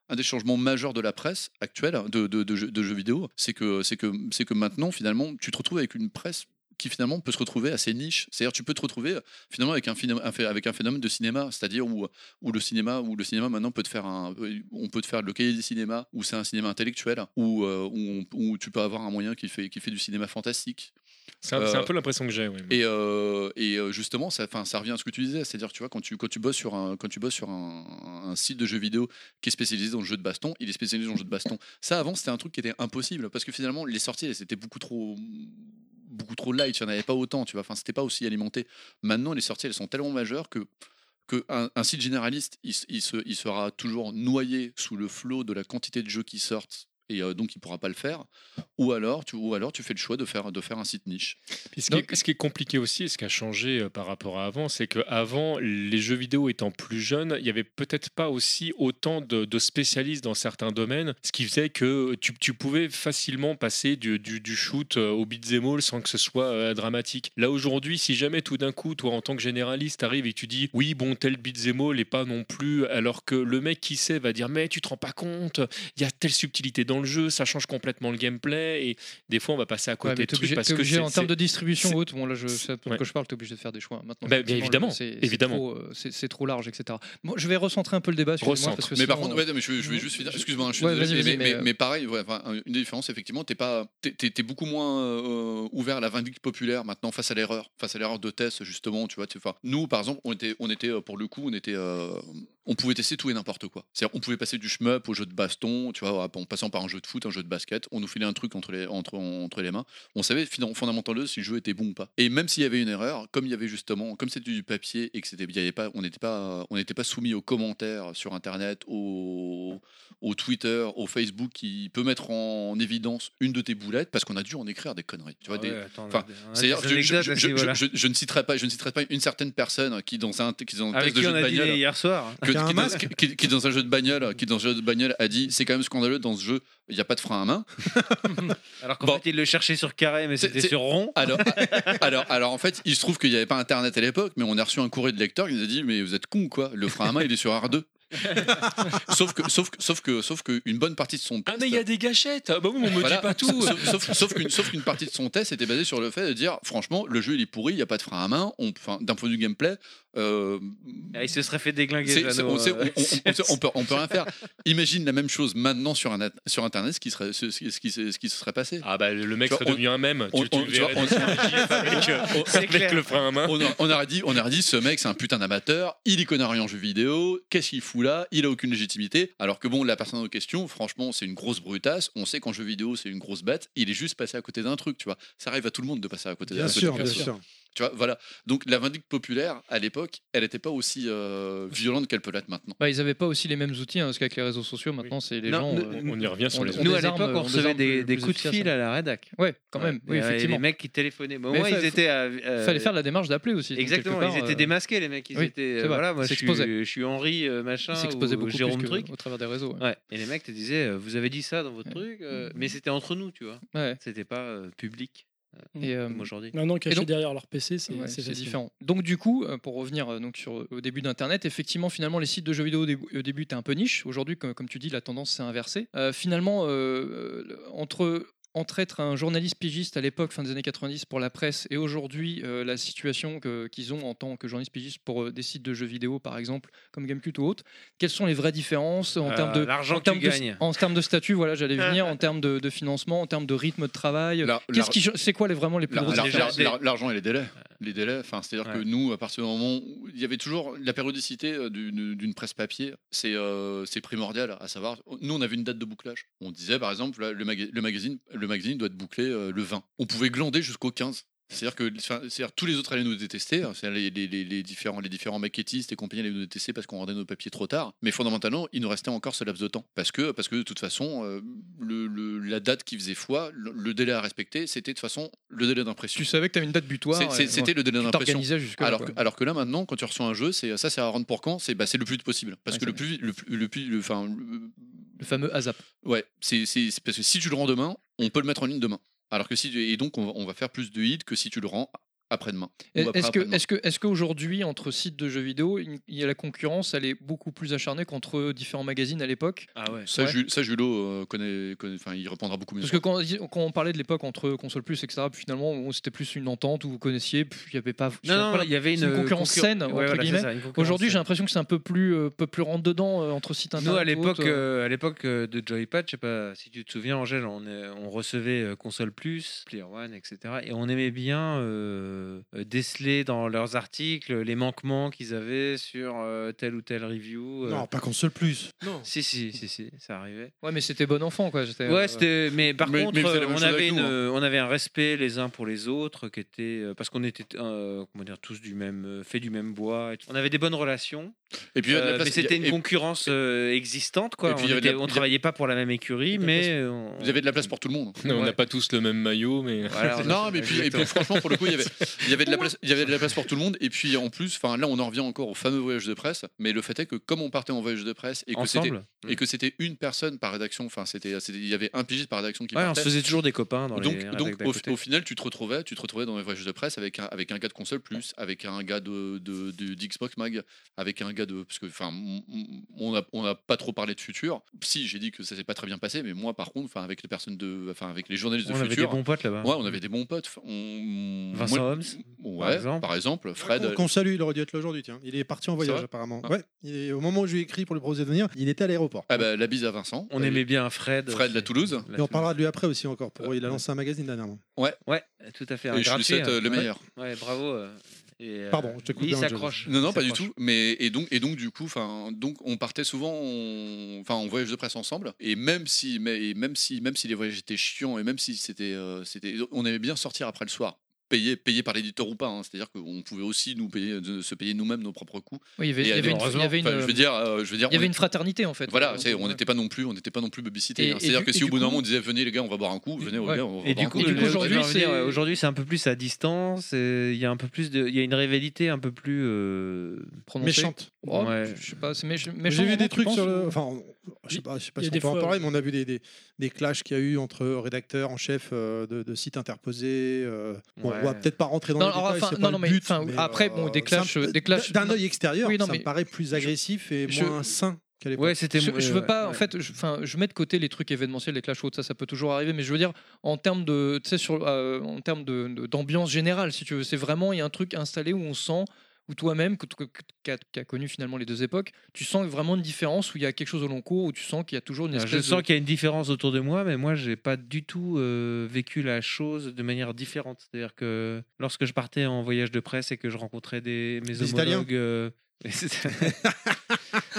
Speaker 7: un des changements majeurs de la presse actuelle hein, de, de, de jeux, de jeux vidéo c'est que c'est que c'est que maintenant finalement tu te retrouves avec une presse qui finalement peut se retrouver assez niche. C'est-à-dire tu peux te retrouver euh, finalement avec un, phénom- un phé- avec un phénomène de cinéma, c'est-à-dire où euh, où le cinéma où le cinéma maintenant peut te faire un euh, on peut te faire le cahier du cinéma où c'est un cinéma intellectuel où, euh, où, on- où tu peux avoir un moyen qui fait qui fait du cinéma fantastique
Speaker 4: C'est un, c'est un
Speaker 7: euh,
Speaker 4: peu l'impression que j'ai. ouais.
Speaker 7: et, euh, et euh, justement ça enfin ça revient à ce que tu disais c'est-à-dire tu vois quand tu quand tu bosses sur un quand tu bosses sur un, un site de jeux vidéo qui est spécialisé dans le jeu de baston il est spécialisé dans le jeu de baston ça avant c'était un truc qui était impossible parce que finalement les sorties elles étaient beaucoup trop beaucoup trop light il n'y en avait pas autant tu vois enfin c'était pas aussi alimenté maintenant les sorties elles sont tellement majeures que que un, un site généraliste, il, s- il se, il sera toujours noyé sous le flot de la quantité de jeux qui sortent et euh, donc il pourra pas le faire. Ou alors, tu, ou alors tu fais le choix de faire, de faire un site niche.
Speaker 4: Puis ce, qui est, ce qui est compliqué aussi, et ce qui a changé euh, par rapport à avant, c'est qu'avant, les jeux vidéo étant plus jeunes, il n'y avait peut-être pas aussi autant de, de spécialistes dans certains domaines, ce qui faisait que tu, tu pouvais facilement passer du, du- du shoot euh, au beat'em all sans que ce soit euh, dramatique. Là aujourd'hui, si jamais tout d'un coup, toi en tant que généraliste, arrives et tu dis oui, bon, tel beat'em all et pas non plus, alors que le mec qui sait va dire mais tu te rends pas compte, il y a telle subtilité dans le le jeu, ça change complètement le gameplay et des fois on va passer à
Speaker 3: Ouais,
Speaker 4: côté
Speaker 3: mais
Speaker 4: de
Speaker 3: t'es
Speaker 4: trucs
Speaker 3: obligé,
Speaker 4: parce
Speaker 3: t'es
Speaker 4: que
Speaker 3: obligé,
Speaker 4: c'est-
Speaker 3: en termes de distribution
Speaker 4: c'est-
Speaker 3: haute, bon là je sais pour
Speaker 4: ouais.
Speaker 3: que je parle, t'es obligé de faire des choix hein, maintenant.
Speaker 4: Bah, bien
Speaker 3: effectivement,
Speaker 4: évidemment,
Speaker 3: c'est- c'est
Speaker 4: évidemment.
Speaker 3: trop, euh, C'est c'est trop, large, etc. Bon, je vais recentrer un peu le débat. excusez-moi,
Speaker 4: Recentre.
Speaker 3: parce que
Speaker 7: Mais par
Speaker 3: sinon,
Speaker 7: contre, ouais, non, mais je, vais- je vais juste finir. Excuse-moi, hein, je suis
Speaker 3: Ouais, vas-y,
Speaker 7: désolé, mais,
Speaker 3: vas-y,
Speaker 7: mais-
Speaker 3: mais, euh,
Speaker 7: mais- mais pareil, ouais, enfin, une des différences, effectivement, t'es pas, t'es- t'es- t'es beaucoup moins euh, ouvert à la vindicte populaire maintenant face à l'erreur, face à l'erreur de test justement, tu vois. tu- Enfin, nous, par exemple, on était, on était euh, pour le coup, on était, euh, on pouvait tester tout et n'importe quoi. C'est-à-dire, on pouvait passer du shmup au jeu de baston, tu vois, en passant par un jeu de foot, un jeu de basket, on nous filait un truc entre les, entre, entre les mains. On savait fina- fondamentalement si le jeu était bon ou pas. Et même s'il y avait une erreur, comme il y avait justement, comme c'était du papier et que c'était, il y avait pas, on n'était pas, on n'était pas soumis aux commentaires sur Internet, aux au Twitter, au Facebook qui peut mettre en évidence une de tes boulettes parce qu'on a dû en écrire des conneries. Tu vois,
Speaker 6: Ah
Speaker 7: des- enfin, C'est-à-dire, je, je- je- je- je- je ne citerai pas, je ne citerai pas une certaine personne qui dans un, qui dans un
Speaker 6: Avec
Speaker 7: test de
Speaker 6: qui
Speaker 7: jeu
Speaker 6: on
Speaker 7: de
Speaker 6: a dit
Speaker 7: bagnole,
Speaker 6: hier soir
Speaker 7: que-
Speaker 1: Qui a un
Speaker 7: qui, dans,
Speaker 1: masque
Speaker 7: qui- qui dans un jeu de bagnole, qui dans un jeu de bagnole a dit, c'est quand même scandaleux dans ce jeu, il n'y a pas de frein à main.
Speaker 6: Alors qu'en
Speaker 7: Bon.
Speaker 6: fait, il le cherchait sur carré, mais
Speaker 7: C'est-
Speaker 6: c'était
Speaker 7: c'est-
Speaker 6: sur rond.
Speaker 7: Alors, ah, alors, alors en fait, il se trouve qu'il n'y avait pas Internet à l'époque, mais on a reçu un courrier de lecteur qui nous a dit Mais vous êtes con quoi Le frein à main, il est sur R2. sauf que, sauf que, sauf que, sauf que une bonne partie de son
Speaker 9: Ah, mais il y a des gâchettes. Ah, Bah oui, mais on me
Speaker 7: Voilà.
Speaker 9: dit pas tout.
Speaker 7: Sauf, sauf- sauf qu'une, sauf qu'une partie de son test était basée sur le fait de dire franchement, le jeu il est pourri, il n'y a pas de frein à main. On, enfin, d'un point de vue gameplay, euh,
Speaker 6: Ah, il se serait fait déglinguer.
Speaker 7: c'est- c'est-
Speaker 6: Jeannot,
Speaker 7: on sait-
Speaker 6: euh,
Speaker 7: on- on- on- on peut- on peut rien faire. Imagine la même chose maintenant sur, un- sur Internet, ce qui, serait, ce, ce- ce qui, se- ce qui se serait passé.
Speaker 4: Ah bah le mec
Speaker 7: Tu vois,
Speaker 4: serait
Speaker 7: on-
Speaker 4: devenu un même.
Speaker 7: on-
Speaker 4: Tu, tu
Speaker 7: on-
Speaker 4: le
Speaker 7: tu vois,
Speaker 4: verrais
Speaker 7: on-
Speaker 4: dans un gif avec, euh, avec le frein à main.
Speaker 7: on, a- on aurait dit, on aurait dit, ce mec c'est un putain d'amateur, il y connaît rien en jeu vidéo, qu'est-ce qu'il fout là, il a aucune légitimité. Alors que bon, la personne en question, franchement, c'est une grosse brutasse. On sait qu'en jeu vidéo, c'est une grosse bête. Il est juste passé à côté d'un truc, tu vois. Ça arrive à tout le monde de passer à côté d'un
Speaker 1: Bien
Speaker 7: truc.
Speaker 1: sûr, bien sûr.
Speaker 7: Tu vois, voilà. Donc la vindicte populaire à l'époque, elle n'était pas aussi euh, violente qu'elle peut l'être maintenant.
Speaker 3: bah, ils n'avaient pas aussi les mêmes outils hein, parce qu'avec les réseaux sociaux maintenant c'est les
Speaker 6: Non,
Speaker 3: gens.
Speaker 6: nous-
Speaker 3: euh,
Speaker 4: On y revient sur
Speaker 3: on-
Speaker 4: les
Speaker 3: on-
Speaker 4: autres.
Speaker 6: Nous, à
Speaker 3: des armes,
Speaker 6: l'époque, on
Speaker 3: des
Speaker 6: recevait
Speaker 3: armes
Speaker 6: des,
Speaker 3: plus-
Speaker 6: des
Speaker 3: plus
Speaker 6: coups de
Speaker 3: efficaces,
Speaker 6: fil à la rédac.
Speaker 3: Ouais, quand même. Oui,
Speaker 6: euh, Il y avait
Speaker 3: effectivement.
Speaker 6: Les mecs qui téléphonaient. Bon, au
Speaker 3: Mais
Speaker 6: moins,
Speaker 3: fa-
Speaker 6: ils
Speaker 3: fa-
Speaker 6: étaient. à- euh,
Speaker 3: Fallait faire la démarche d'appeler aussi. donc,
Speaker 6: Exactement,
Speaker 3: quelque part,
Speaker 6: ils étaient
Speaker 3: euh,
Speaker 6: démasqués, les mecs. Ils
Speaker 3: oui,
Speaker 6: étaient.
Speaker 3: c'est
Speaker 6: euh,
Speaker 3: vrai,
Speaker 6: Voilà, moi, je suis,
Speaker 3: s'exposaient.
Speaker 6: je suis Henri, euh, machin.
Speaker 3: Ils s'exposaient
Speaker 6: ou
Speaker 3: beaucoup
Speaker 6: Jérôme
Speaker 3: plus que-
Speaker 6: Truc.
Speaker 3: au travers des réseaux. ouais.
Speaker 6: Ouais. Et les mecs te disaient, euh, vous avez dit ça dans votre truc, euh, mais c'était entre nous, tu vois.
Speaker 3: Ouais.
Speaker 6: C'était pas euh, public
Speaker 3: Et, euh,
Speaker 6: comme aujourd'hui.
Speaker 5: Maintenant, caché
Speaker 3: Et donc-
Speaker 5: derrière leur PC, c'est
Speaker 3: Ouais, c'est
Speaker 5: c'est facile.
Speaker 3: différent. Donc du coup, euh, pour revenir euh, donc sur au début d'Internet, effectivement, finalement, les sites de jeux vidéo au, dé- au début étaient un peu niche. Aujourd'hui, comme, comme tu dis, la tendance s'est inversée. Euh, finalement, euh, euh, entre entre être un journaliste pigiste à l'époque, fin des années 90 pour la presse, et aujourd'hui euh, la situation que- qu'ils ont en tant que journaliste pigiste pour euh, des sites de jeux vidéo, par exemple, comme Gamecube ou autre, quelles sont les vraies différences en
Speaker 6: Euh,
Speaker 3: termes de
Speaker 6: l'argent
Speaker 3: en
Speaker 6: que
Speaker 3: termes
Speaker 6: tu
Speaker 3: de-
Speaker 6: gagnes.
Speaker 3: en termes de statut, voilà, j'allais venir, en termes de, de financement, en termes de rythme de travail.
Speaker 7: La-
Speaker 3: Qu'est-ce
Speaker 7: la-
Speaker 3: qui, c'est quoi les, vraiment les plus
Speaker 7: la-
Speaker 3: grosses
Speaker 7: la-
Speaker 3: différences
Speaker 7: la- la- L'argent et les délais. Les délais, enfin, c'est-à-dire
Speaker 6: Ouais.
Speaker 7: que nous, à partir du moment où il y avait toujours la périodicité euh, d'une d'une presse papier, c'est euh, c'est primordial. À savoir, nous, on avait une date de bouclage. On disait, par exemple, là, le, maga- le magazine, le magazine doit être bouclé euh, le 20. On pouvait glander jusqu'au 15. C'est-à-dire que enfin, c'est-à-dire, tous les autres allaient nous détester, hein, c'est-à-dire les, les- les- les différents, les différents maquettistes et compagnie allaient nous détester parce qu'on rendait nos papiers trop tard. Mais fondamentalement, il nous restait encore ce laps de temps. Parce que, parce que de toute façon, euh, le- le- la date qui faisait foi, le, le délai à respecter, c'était de toute façon le délai d'impression.
Speaker 3: Tu savais que tu avais une date butoir.
Speaker 7: C'est- c'est-
Speaker 3: et-
Speaker 7: C'était euh, le délai
Speaker 3: Tu
Speaker 7: d'impression.
Speaker 3: t'organisais jusque
Speaker 7: Alors que, alors que là maintenant, quand tu reçois un jeu, c'est ça, c'est à rendre pour quand C'est bah, c'est le plus vite possible.
Speaker 3: Ouais,
Speaker 7: Parce que
Speaker 3: c'est
Speaker 7: le plus, vite- le plus, le plus, le- enfin, le-
Speaker 3: le fameux ASAP.
Speaker 7: ouais, c'est c'est- c'est parce que si tu le rends demain, on peut le mettre en ligne demain. Alors que si tu- et donc on va, on va faire plus de hits que si tu le rends après-demain. ou
Speaker 3: Est-ce que
Speaker 7: après-après-demain.
Speaker 3: est-ce que est-ce qu'aujourd'hui entre sites de jeux vidéo, il il y a la concurrence, elle est beaucoup plus acharnée qu'entre différents magazines à l'époque
Speaker 6: Ah ouais.
Speaker 7: ça,
Speaker 3: ouais.
Speaker 7: Ju- ça Julo euh, connaît, connaît- enfin, il répondra beaucoup mieux.
Speaker 3: parce que quand, on dit- quand on parlait de l'époque entre console plus etc puis finalement on- c'était plus une entente où vous connaissiez puis il y avait pas
Speaker 6: Non, non,
Speaker 3: voilà.
Speaker 6: il y avait une,
Speaker 3: c'est une concurrence
Speaker 6: concur-
Speaker 3: saine,
Speaker 6: Ouais,
Speaker 3: entre
Speaker 6: voilà, c'est
Speaker 3: guillemets.
Speaker 6: ça, une concurrence
Speaker 3: aujourd'hui j'ai
Speaker 6: saine.
Speaker 3: l'impression que c'est un peu plus euh, peu plus rentre dedans entre sites internet
Speaker 6: Nous, à
Speaker 3: ou
Speaker 6: l'époque,
Speaker 3: autre, euh,
Speaker 6: euh, à l'époque euh, de Joypad, je sais pas si tu te souviens, Angèle, on, est- on recevait euh, Console Plus, Player One, etc. Et on aimait bien euh, euh, déceler dans leurs articles les manquements qu'ils avaient sur euh, telle ou telle review. euh.
Speaker 1: Non, pas console plus.
Speaker 6: Si, si, si, si, ça arrivait.
Speaker 3: ouais mais c'était bon enfant quoi j'étais, euh,
Speaker 6: Ouais, c'était. Mais par
Speaker 7: Mais-
Speaker 6: contre,
Speaker 7: mais vous avez la même
Speaker 6: on,
Speaker 7: chose avec
Speaker 6: avait une,
Speaker 7: nous, hein.
Speaker 6: euh, on avait un respect les uns pour les autres, qui était euh, parce qu'on était, euh, comment dire, tous du même, euh, fait du même bois. et tout. On avait des bonnes relations.
Speaker 7: Et puis il y a de la
Speaker 6: euh,
Speaker 7: place-
Speaker 6: mais c'était
Speaker 7: il y
Speaker 6: une
Speaker 7: a- et-
Speaker 6: concurrence euh, existante, quoi.
Speaker 7: et puis,
Speaker 6: on,
Speaker 7: il y avait de la-
Speaker 6: était- on
Speaker 7: il y a-
Speaker 6: travaillait pas pour la même écurie, mais euh, on-
Speaker 7: Vous avez de la place pour tout le monde. hein.
Speaker 4: Non, On n'a
Speaker 6: Ouais.
Speaker 4: pas tous le même maillot, mais euh,
Speaker 6: Voilà, on-
Speaker 7: non, mais puis, et puis franchement, pour le coup, il y avait, il y avait de la place, il y avait de la place pour tout le monde. Et puis en plus, enfin là, on en revient encore au fameux voyage de presse. Mais le fait est que comme on partait en voyage de presse et que c'était
Speaker 6: ensemble.
Speaker 7: et que c'était une personne par rédaction. Enfin, c'était, c'était- il y avait un pigiste par rédaction qui
Speaker 6: Ouais, on
Speaker 7: partait.
Speaker 6: se faisait toujours des copains dans
Speaker 7: donc, donc
Speaker 6: les rédacs d'à
Speaker 7: au,
Speaker 6: côté.
Speaker 7: au final, tu te retrouvais, tu te retrouvais dans les voyages de presse avec un, avec un gars de console plus, avec un gars de, de, de- d'Xbox Mag, avec un gars de parce que enfin m- m- on n'a on a pas trop parlé de futur. Si j'ai dit que ça s'est pas très bien passé, mais moi par contre, enfin avec les personnes de, enfin avec les journalistes
Speaker 6: on
Speaker 7: de
Speaker 6: avait des
Speaker 7: futur,
Speaker 6: bons potes là-bas.
Speaker 7: ouais, on avait des bons potes. Enfin, On...
Speaker 6: Vincent
Speaker 7: moi-
Speaker 6: Holmes.
Speaker 7: ouais,
Speaker 6: par
Speaker 7: par
Speaker 6: exemple.
Speaker 7: exemple, Fred.
Speaker 1: Qu'on salue, il aurait dû être là aujourd'hui. Tiens. Il est parti en voyage
Speaker 7: vrai
Speaker 1: apparemment.
Speaker 7: Ah.
Speaker 1: Ouais. Il est- au moment où je lui ai écrit pour le proposer de venir, il était à l'aéroport.
Speaker 7: Ah bah, la bise à Vincent.
Speaker 6: On
Speaker 7: Euh,
Speaker 6: aimait bien Fred.
Speaker 7: Fred la Toulouse.
Speaker 6: La
Speaker 1: Et on
Speaker 6: Toulouse.
Speaker 1: parlera de lui après aussi encore. Pour... Il a lancé un magazine dernièrement.
Speaker 6: Ouais, tout à fait. un
Speaker 7: Et je lui
Speaker 6: graphier,
Speaker 7: souhaite euh, le
Speaker 6: hein. ouais.
Speaker 7: meilleur.
Speaker 6: Ouais, bravo. euh, et, euh,
Speaker 1: Pardon, je t'ai coupé
Speaker 6: Il
Speaker 1: un jeu.
Speaker 6: s'accroche.
Speaker 7: Non, non, pas du
Speaker 6: s'accroche.
Speaker 7: tout. Mais et donc et donc du coup, enfin, donc on partait souvent, on- enfin, on voyage de presse ensemble. Et même si, mais et même si, même si les voyages étaient chiants et même si c'était, euh, c'était, on aimait bien sortir après le soir. Payé, payé par l'éditeur ou pas, hein. c'est-à-dire qu'on pouvait aussi nous payer, de- se payer nous-mêmes nos propres coûts.
Speaker 3: Oui, il y avait-
Speaker 7: Et
Speaker 3: il y avait une- il y
Speaker 7: heureusement,
Speaker 3: avait une,
Speaker 7: enfin, je veux dire, euh, je veux dire,
Speaker 3: il y
Speaker 7: on
Speaker 3: avait
Speaker 7: est-
Speaker 3: une fraternité en fait. Euh,
Speaker 7: voilà, c'est- on
Speaker 3: Ouais.
Speaker 7: n'était pas non plus, on n'était pas non plus
Speaker 3: Et-
Speaker 7: publicité. hein.
Speaker 3: et
Speaker 7: C'est-à-dire
Speaker 3: du-
Speaker 7: que si
Speaker 3: et
Speaker 7: au
Speaker 3: du
Speaker 7: bout d'un
Speaker 3: coup-
Speaker 7: moment on disait venez les gars, on va boire un coup, venez,
Speaker 3: Ouais.
Speaker 7: les gars, on va boire
Speaker 6: Et du
Speaker 7: un
Speaker 6: coup,
Speaker 7: coup.
Speaker 3: Bah, du coup,
Speaker 6: le-
Speaker 3: aujourd'hui,
Speaker 6: j'en revenais,
Speaker 3: c'est-
Speaker 6: euh, aujourd'hui, c'est un peu plus à distance. euh, Il y a un peu plus de, il y a une rivalité un peu plus. euh,
Speaker 3: Prononcé.
Speaker 1: Méchante.
Speaker 3: Oh,
Speaker 6: Ouais.
Speaker 3: Je sais pas, c'est méch- méchant.
Speaker 1: J'ai vu
Speaker 3: vraiment,
Speaker 1: des
Speaker 3: tu
Speaker 1: trucs
Speaker 3: penses
Speaker 1: sur le.
Speaker 3: ou-
Speaker 1: Enfin, je sais pas, je sais pas
Speaker 5: Il y
Speaker 1: si
Speaker 5: a
Speaker 1: on
Speaker 5: des
Speaker 1: peut en
Speaker 5: fois,
Speaker 1: parler, mais on a vu des, des, des clashs qu'il y a eu entre rédacteurs en chef euh, de, de sites interposés. euh, bon,
Speaker 6: Ouais.
Speaker 1: on va peut-être pas rentrer dans
Speaker 3: Non,
Speaker 1: les
Speaker 3: alors,
Speaker 1: détails,
Speaker 3: enfin,
Speaker 1: c'est
Speaker 3: non,
Speaker 1: pas
Speaker 3: non,
Speaker 1: le
Speaker 3: mais,
Speaker 1: but,
Speaker 3: enfin, après, bon, des
Speaker 1: ça
Speaker 3: clashs,
Speaker 1: me-
Speaker 3: euh, des clashs-
Speaker 1: D'un
Speaker 3: non.
Speaker 1: œil extérieur,
Speaker 3: Oui, non,
Speaker 1: ça
Speaker 3: mais-
Speaker 1: me paraît plus agressif et
Speaker 3: je-
Speaker 1: moins sain qu'à l'époque.
Speaker 6: Ouais, c'était.
Speaker 3: Je,
Speaker 6: euh,
Speaker 3: je veux pas, en
Speaker 6: ouais.
Speaker 3: fait, je, enfin, je mets de côté les trucs événementiels, les clashs autres, ça, ça peut toujours arriver, mais je veux dire, en termes de, tu sais, sur, euh, en termes de- de- d'ambiance générale, si tu veux, c'est vraiment, il y a un truc installé où on sent, où toi-même, que- que- qui a, qui a connu finalement les deux époques, tu sens vraiment une différence, où il y a quelque chose au long cours, où tu sens qu'il y a toujours une
Speaker 6: Alors,
Speaker 3: espèce
Speaker 6: Ah, Je sens
Speaker 3: de...
Speaker 6: qu'il y a une différence autour de moi, mais moi, j'ai pas du tout euh, vécu la chose de manière différente. C'est-à-dire que lorsque je partais en voyage de presse et que je rencontrais des, mes
Speaker 1: Des Italiens.
Speaker 6: homologues. euh,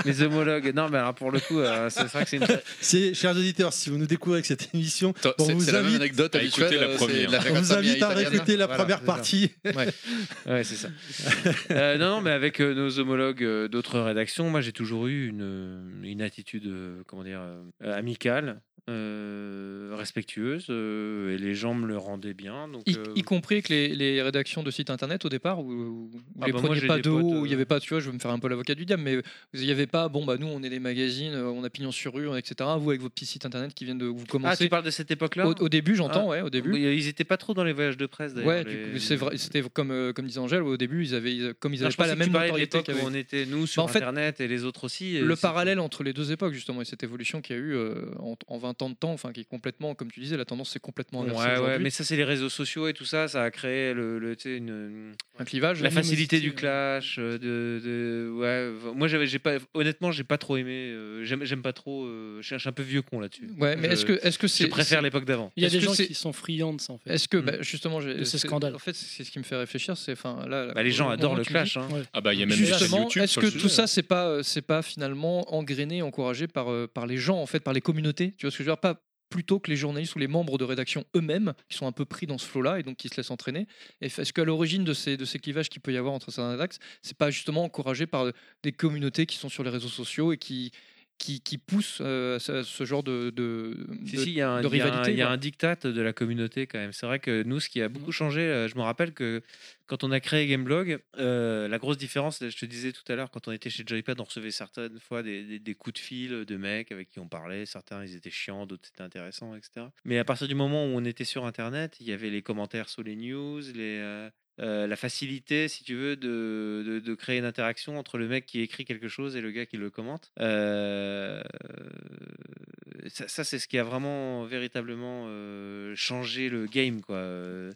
Speaker 6: mes homologues. Non, mais alors pour le coup, euh, c'est vrai que c'est une.
Speaker 1: Si, chers auditeurs, si vous nous découvrez avec cette émission,
Speaker 7: Attends,
Speaker 1: on
Speaker 7: c'est-
Speaker 1: vous
Speaker 7: C'est la même
Speaker 1: invite,
Speaker 7: anecdote
Speaker 4: à écouter
Speaker 7: habituelle,
Speaker 4: la
Speaker 7: euh, c'est
Speaker 4: première.
Speaker 7: la
Speaker 1: on vous
Speaker 7: raccompagna
Speaker 1: invite à
Speaker 7: italienne.
Speaker 1: réécouter la
Speaker 6: Voilà,
Speaker 1: première
Speaker 6: c'est ça. Euh,
Speaker 1: partie.
Speaker 6: Ouais, c'est ça. Euh, non, non, mais avec euh, nos homologues euh, d'autres rédactions, moi j'ai toujours eu une, euh, une attitude, euh, comment dire, euh, amicale, euh, respectueuse, euh, et les gens me le rendaient bien. Donc,
Speaker 3: Y,
Speaker 6: euh,
Speaker 3: y compris avec les, les rédactions de sites internet au départ, où, où vous
Speaker 6: Ah
Speaker 3: les
Speaker 6: bah moi,
Speaker 3: preniez
Speaker 6: j'ai
Speaker 3: pas
Speaker 6: des
Speaker 3: de
Speaker 6: potes,
Speaker 3: haut, où il n'y
Speaker 6: euh,
Speaker 3: avait pas, tu vois, je vais me faire un peu l'avocat du diable, mais il n'y avait pas, bon, bah nous, on est des magazines, euh, on a pignon sur rue, etc. Vous, avec vos petits sites internet qui viennent de. Vous
Speaker 6: Ah, tu
Speaker 3: commencez.
Speaker 6: parles de cette époque-là
Speaker 3: au, au début, j'entends, ouais, au début.
Speaker 6: hein. Ah. Oui, Ils n'étaient pas trop dans les voyages de presse d'ailleurs.
Speaker 3: Ouais, du
Speaker 6: les-
Speaker 3: coup, c'est vrai, c'était comme, euh, comme disait Angèle, au début, ils avaient, ils- comme ils
Speaker 6: Non,
Speaker 3: n'avaient
Speaker 6: je
Speaker 3: pas
Speaker 6: pensais
Speaker 3: la
Speaker 6: que tu
Speaker 3: même
Speaker 6: parlais de
Speaker 3: notoriété
Speaker 6: l'époque où
Speaker 3: qu'avec- Bah,
Speaker 6: on était nous sur
Speaker 3: en fait,
Speaker 6: Internet et les autres aussi. et
Speaker 3: Le
Speaker 6: c'est-
Speaker 3: parallèle entre les deux époques, justement, et cette évolution qu'il y a eu euh, en, en 20 ans de temps, enfin, qui est complètement, comme tu disais, la tendance c'est complètement
Speaker 6: Ouais,
Speaker 3: inversée
Speaker 6: ouais,
Speaker 3: aujourd'hui.
Speaker 6: mais ça c'est les réseaux sociaux et tout ça, ça a créé le, le, tu sais, une,
Speaker 3: Un clivage.
Speaker 6: la facilité
Speaker 5: animosité,
Speaker 6: du
Speaker 5: ouais.
Speaker 6: clash euh, de, de- ouais v- moi j'avais j'ai pas honnêtement j'ai pas trop aimé euh, j'aime j'aime pas trop euh, je suis- je suis un peu vieux con là-dessus
Speaker 3: Ouais, mais
Speaker 6: Je-
Speaker 3: est-ce que, est-ce que c'est,
Speaker 6: je préfère l'époque d'avant
Speaker 5: Il y a
Speaker 3: Est-ce
Speaker 5: des
Speaker 3: que
Speaker 5: gens
Speaker 3: c'est-
Speaker 5: qui sont friands de ça en fait.
Speaker 3: Est-ce que
Speaker 6: Mm.
Speaker 3: bah, justement, j'ai-
Speaker 5: De ces
Speaker 3: c'est-
Speaker 5: scandales.
Speaker 3: En fait, c'est ce qui me fait réfléchir, c'est enfin là. là,
Speaker 6: Bah, les
Speaker 3: au
Speaker 6: gens
Speaker 3: moment
Speaker 6: adorent
Speaker 3: où
Speaker 6: le
Speaker 3: tu
Speaker 6: clash
Speaker 3: dis,
Speaker 6: hein.
Speaker 4: Ah bah il y a même des chaînes
Speaker 3: Justement,
Speaker 4: YouTube
Speaker 3: est-ce
Speaker 4: sur
Speaker 3: que
Speaker 4: le
Speaker 3: tout
Speaker 4: sujet.
Speaker 3: ça c'est pas euh, c'est pas finalement engrainé, encouragé par euh, par les gens en fait, par les communautés. Tu vois ce que je veux dire Pas plutôt que les journalistes ou les membres de rédaction eux-mêmes qui sont un peu pris dans ce flot-là et donc qui se laissent entraîner. Et f- Est-ce qu'à l'origine de ces de ces clivages qu'il peut y avoir entre certains axes, c'est pas justement encouragé par euh, des communautés qui sont sur les réseaux sociaux et qui qui, qui poussent euh, à ce, à ce genre de, de,
Speaker 6: Si,
Speaker 3: de-
Speaker 6: si, il y a un,
Speaker 3: de
Speaker 6: il y a un-
Speaker 3: rivalité,
Speaker 6: il y a
Speaker 3: quoi. Mmh.
Speaker 6: un diktat de la communauté quand même. C'est vrai que nous, ce qui a beaucoup changé, euh, je me rappelle que quand on a créé Gameblog, euh, la grosse différence, je te disais tout à l'heure, quand on était chez Joypad, on recevait certaines fois des, des- des coups de fil de mecs avec qui on parlait. Certains, ils étaient chiants, d'autres, c'était intéressant, etc. Mais à partir du moment où on était sur Internet, il y avait les commentaires sous les news, les... euh, euh, la facilité, si tu veux, de, de, de créer une interaction entre le mec qui écrit quelque chose et le gars qui le commente. Euh, ça, ça, c'est ce qui a vraiment véritablement euh, changé le game, quoi. Euh,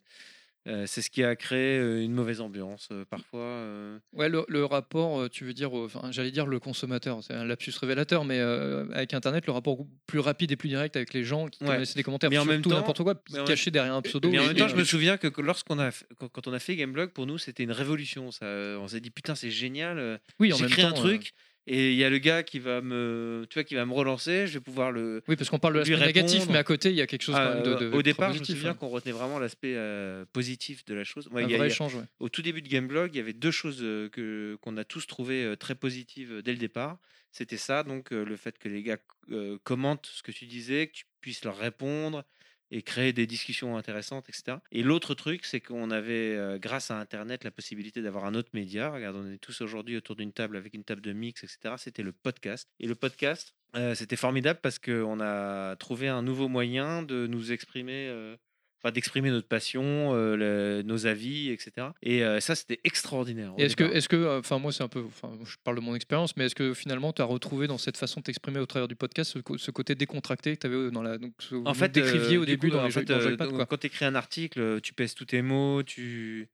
Speaker 6: euh, c'est ce qui a créé euh, une mauvaise ambiance
Speaker 3: Mmh.
Speaker 6: euh, parfois. euh.
Speaker 3: Ouais, le, le rapport, euh, tu veux dire, au- enfin, j'allais dire le consommateur, c'est un lapsus révélateur, mais euh, avec Internet, le rapport plus rapide et plus direct avec les gens qui te
Speaker 6: Ouais.
Speaker 3: laissent des commentaires
Speaker 6: Mais en
Speaker 3: sur
Speaker 6: même
Speaker 3: tout
Speaker 6: temps-
Speaker 3: n'importe quoi,
Speaker 6: mais en-
Speaker 3: caché derrière un pseudo.
Speaker 6: Mais en
Speaker 3: et-
Speaker 6: même temps, je me
Speaker 3: et-
Speaker 6: souviens que que lorsqu'on a, f- quand quand on a fait Gameblog, pour nous, c'était une révolution. Ça, Euh, on s'est dit putain, c'est génial. euh,
Speaker 3: oui, en
Speaker 6: J'ai
Speaker 3: même
Speaker 6: créé un
Speaker 3: temps, euh,
Speaker 6: truc. Et il y a le gars qui va me, tu vois, qui va me relancer. Je vais pouvoir le,
Speaker 3: Oui, parce qu'on parle de
Speaker 6: lui
Speaker 3: l'aspect négatif,
Speaker 6: répondre.
Speaker 3: mais à côté, il y a quelque chose quand
Speaker 6: Ah,
Speaker 3: même de, de-
Speaker 6: au départ, je me
Speaker 3: propositif,
Speaker 6: souviens
Speaker 3: hein.
Speaker 6: qu'on retenait vraiment l'aspect euh, positif de la chose. Ouais,
Speaker 3: un
Speaker 6: il y a-
Speaker 3: vrai
Speaker 6: il y a-
Speaker 3: échange. ouais.
Speaker 6: au tout début de Gameblog, il y avait deux choses euh, que qu'on a tous trouvées euh, très positives euh, dès le départ. C'était ça, donc euh, le fait que les gars euh, commentent ce que tu disais, que tu puisses leur répondre et créer des discussions intéressantes, etc. Et l'autre truc, c'est qu'on avait, euh, grâce à Internet, la possibilité d'avoir un autre média. Regarde, on est tous aujourd'hui autour d'une table avec une table de mix, etc. C'était le podcast. Et le podcast, Euh, C'était formidable parce qu'on a trouvé un nouveau moyen de nous exprimer. euh, Enfin, d'exprimer notre passion, euh, le- nos avis, etc. Et euh, ça, c'était extraordinaire. au
Speaker 3: Et Est-ce que,
Speaker 6: départ.
Speaker 3: est-ce que, euh, enfin moi c'est un peu, enfin je parle de mon expérience, mais est-ce que finalement tu as retrouvé dans cette façon de t'exprimer au travers du podcast ce, co- ce côté décontracté que tu avais dans la, donc ce- vous
Speaker 6: en fait,
Speaker 3: décriviez
Speaker 6: euh,
Speaker 3: au
Speaker 6: du
Speaker 3: début
Speaker 6: coup,
Speaker 3: dans
Speaker 6: en
Speaker 3: les jeux-
Speaker 6: fait,
Speaker 3: dans
Speaker 6: euh,
Speaker 3: Joypad,
Speaker 6: donc,
Speaker 3: quoi.
Speaker 6: quand tu écris un article, tu pèses tous tes mots, tu,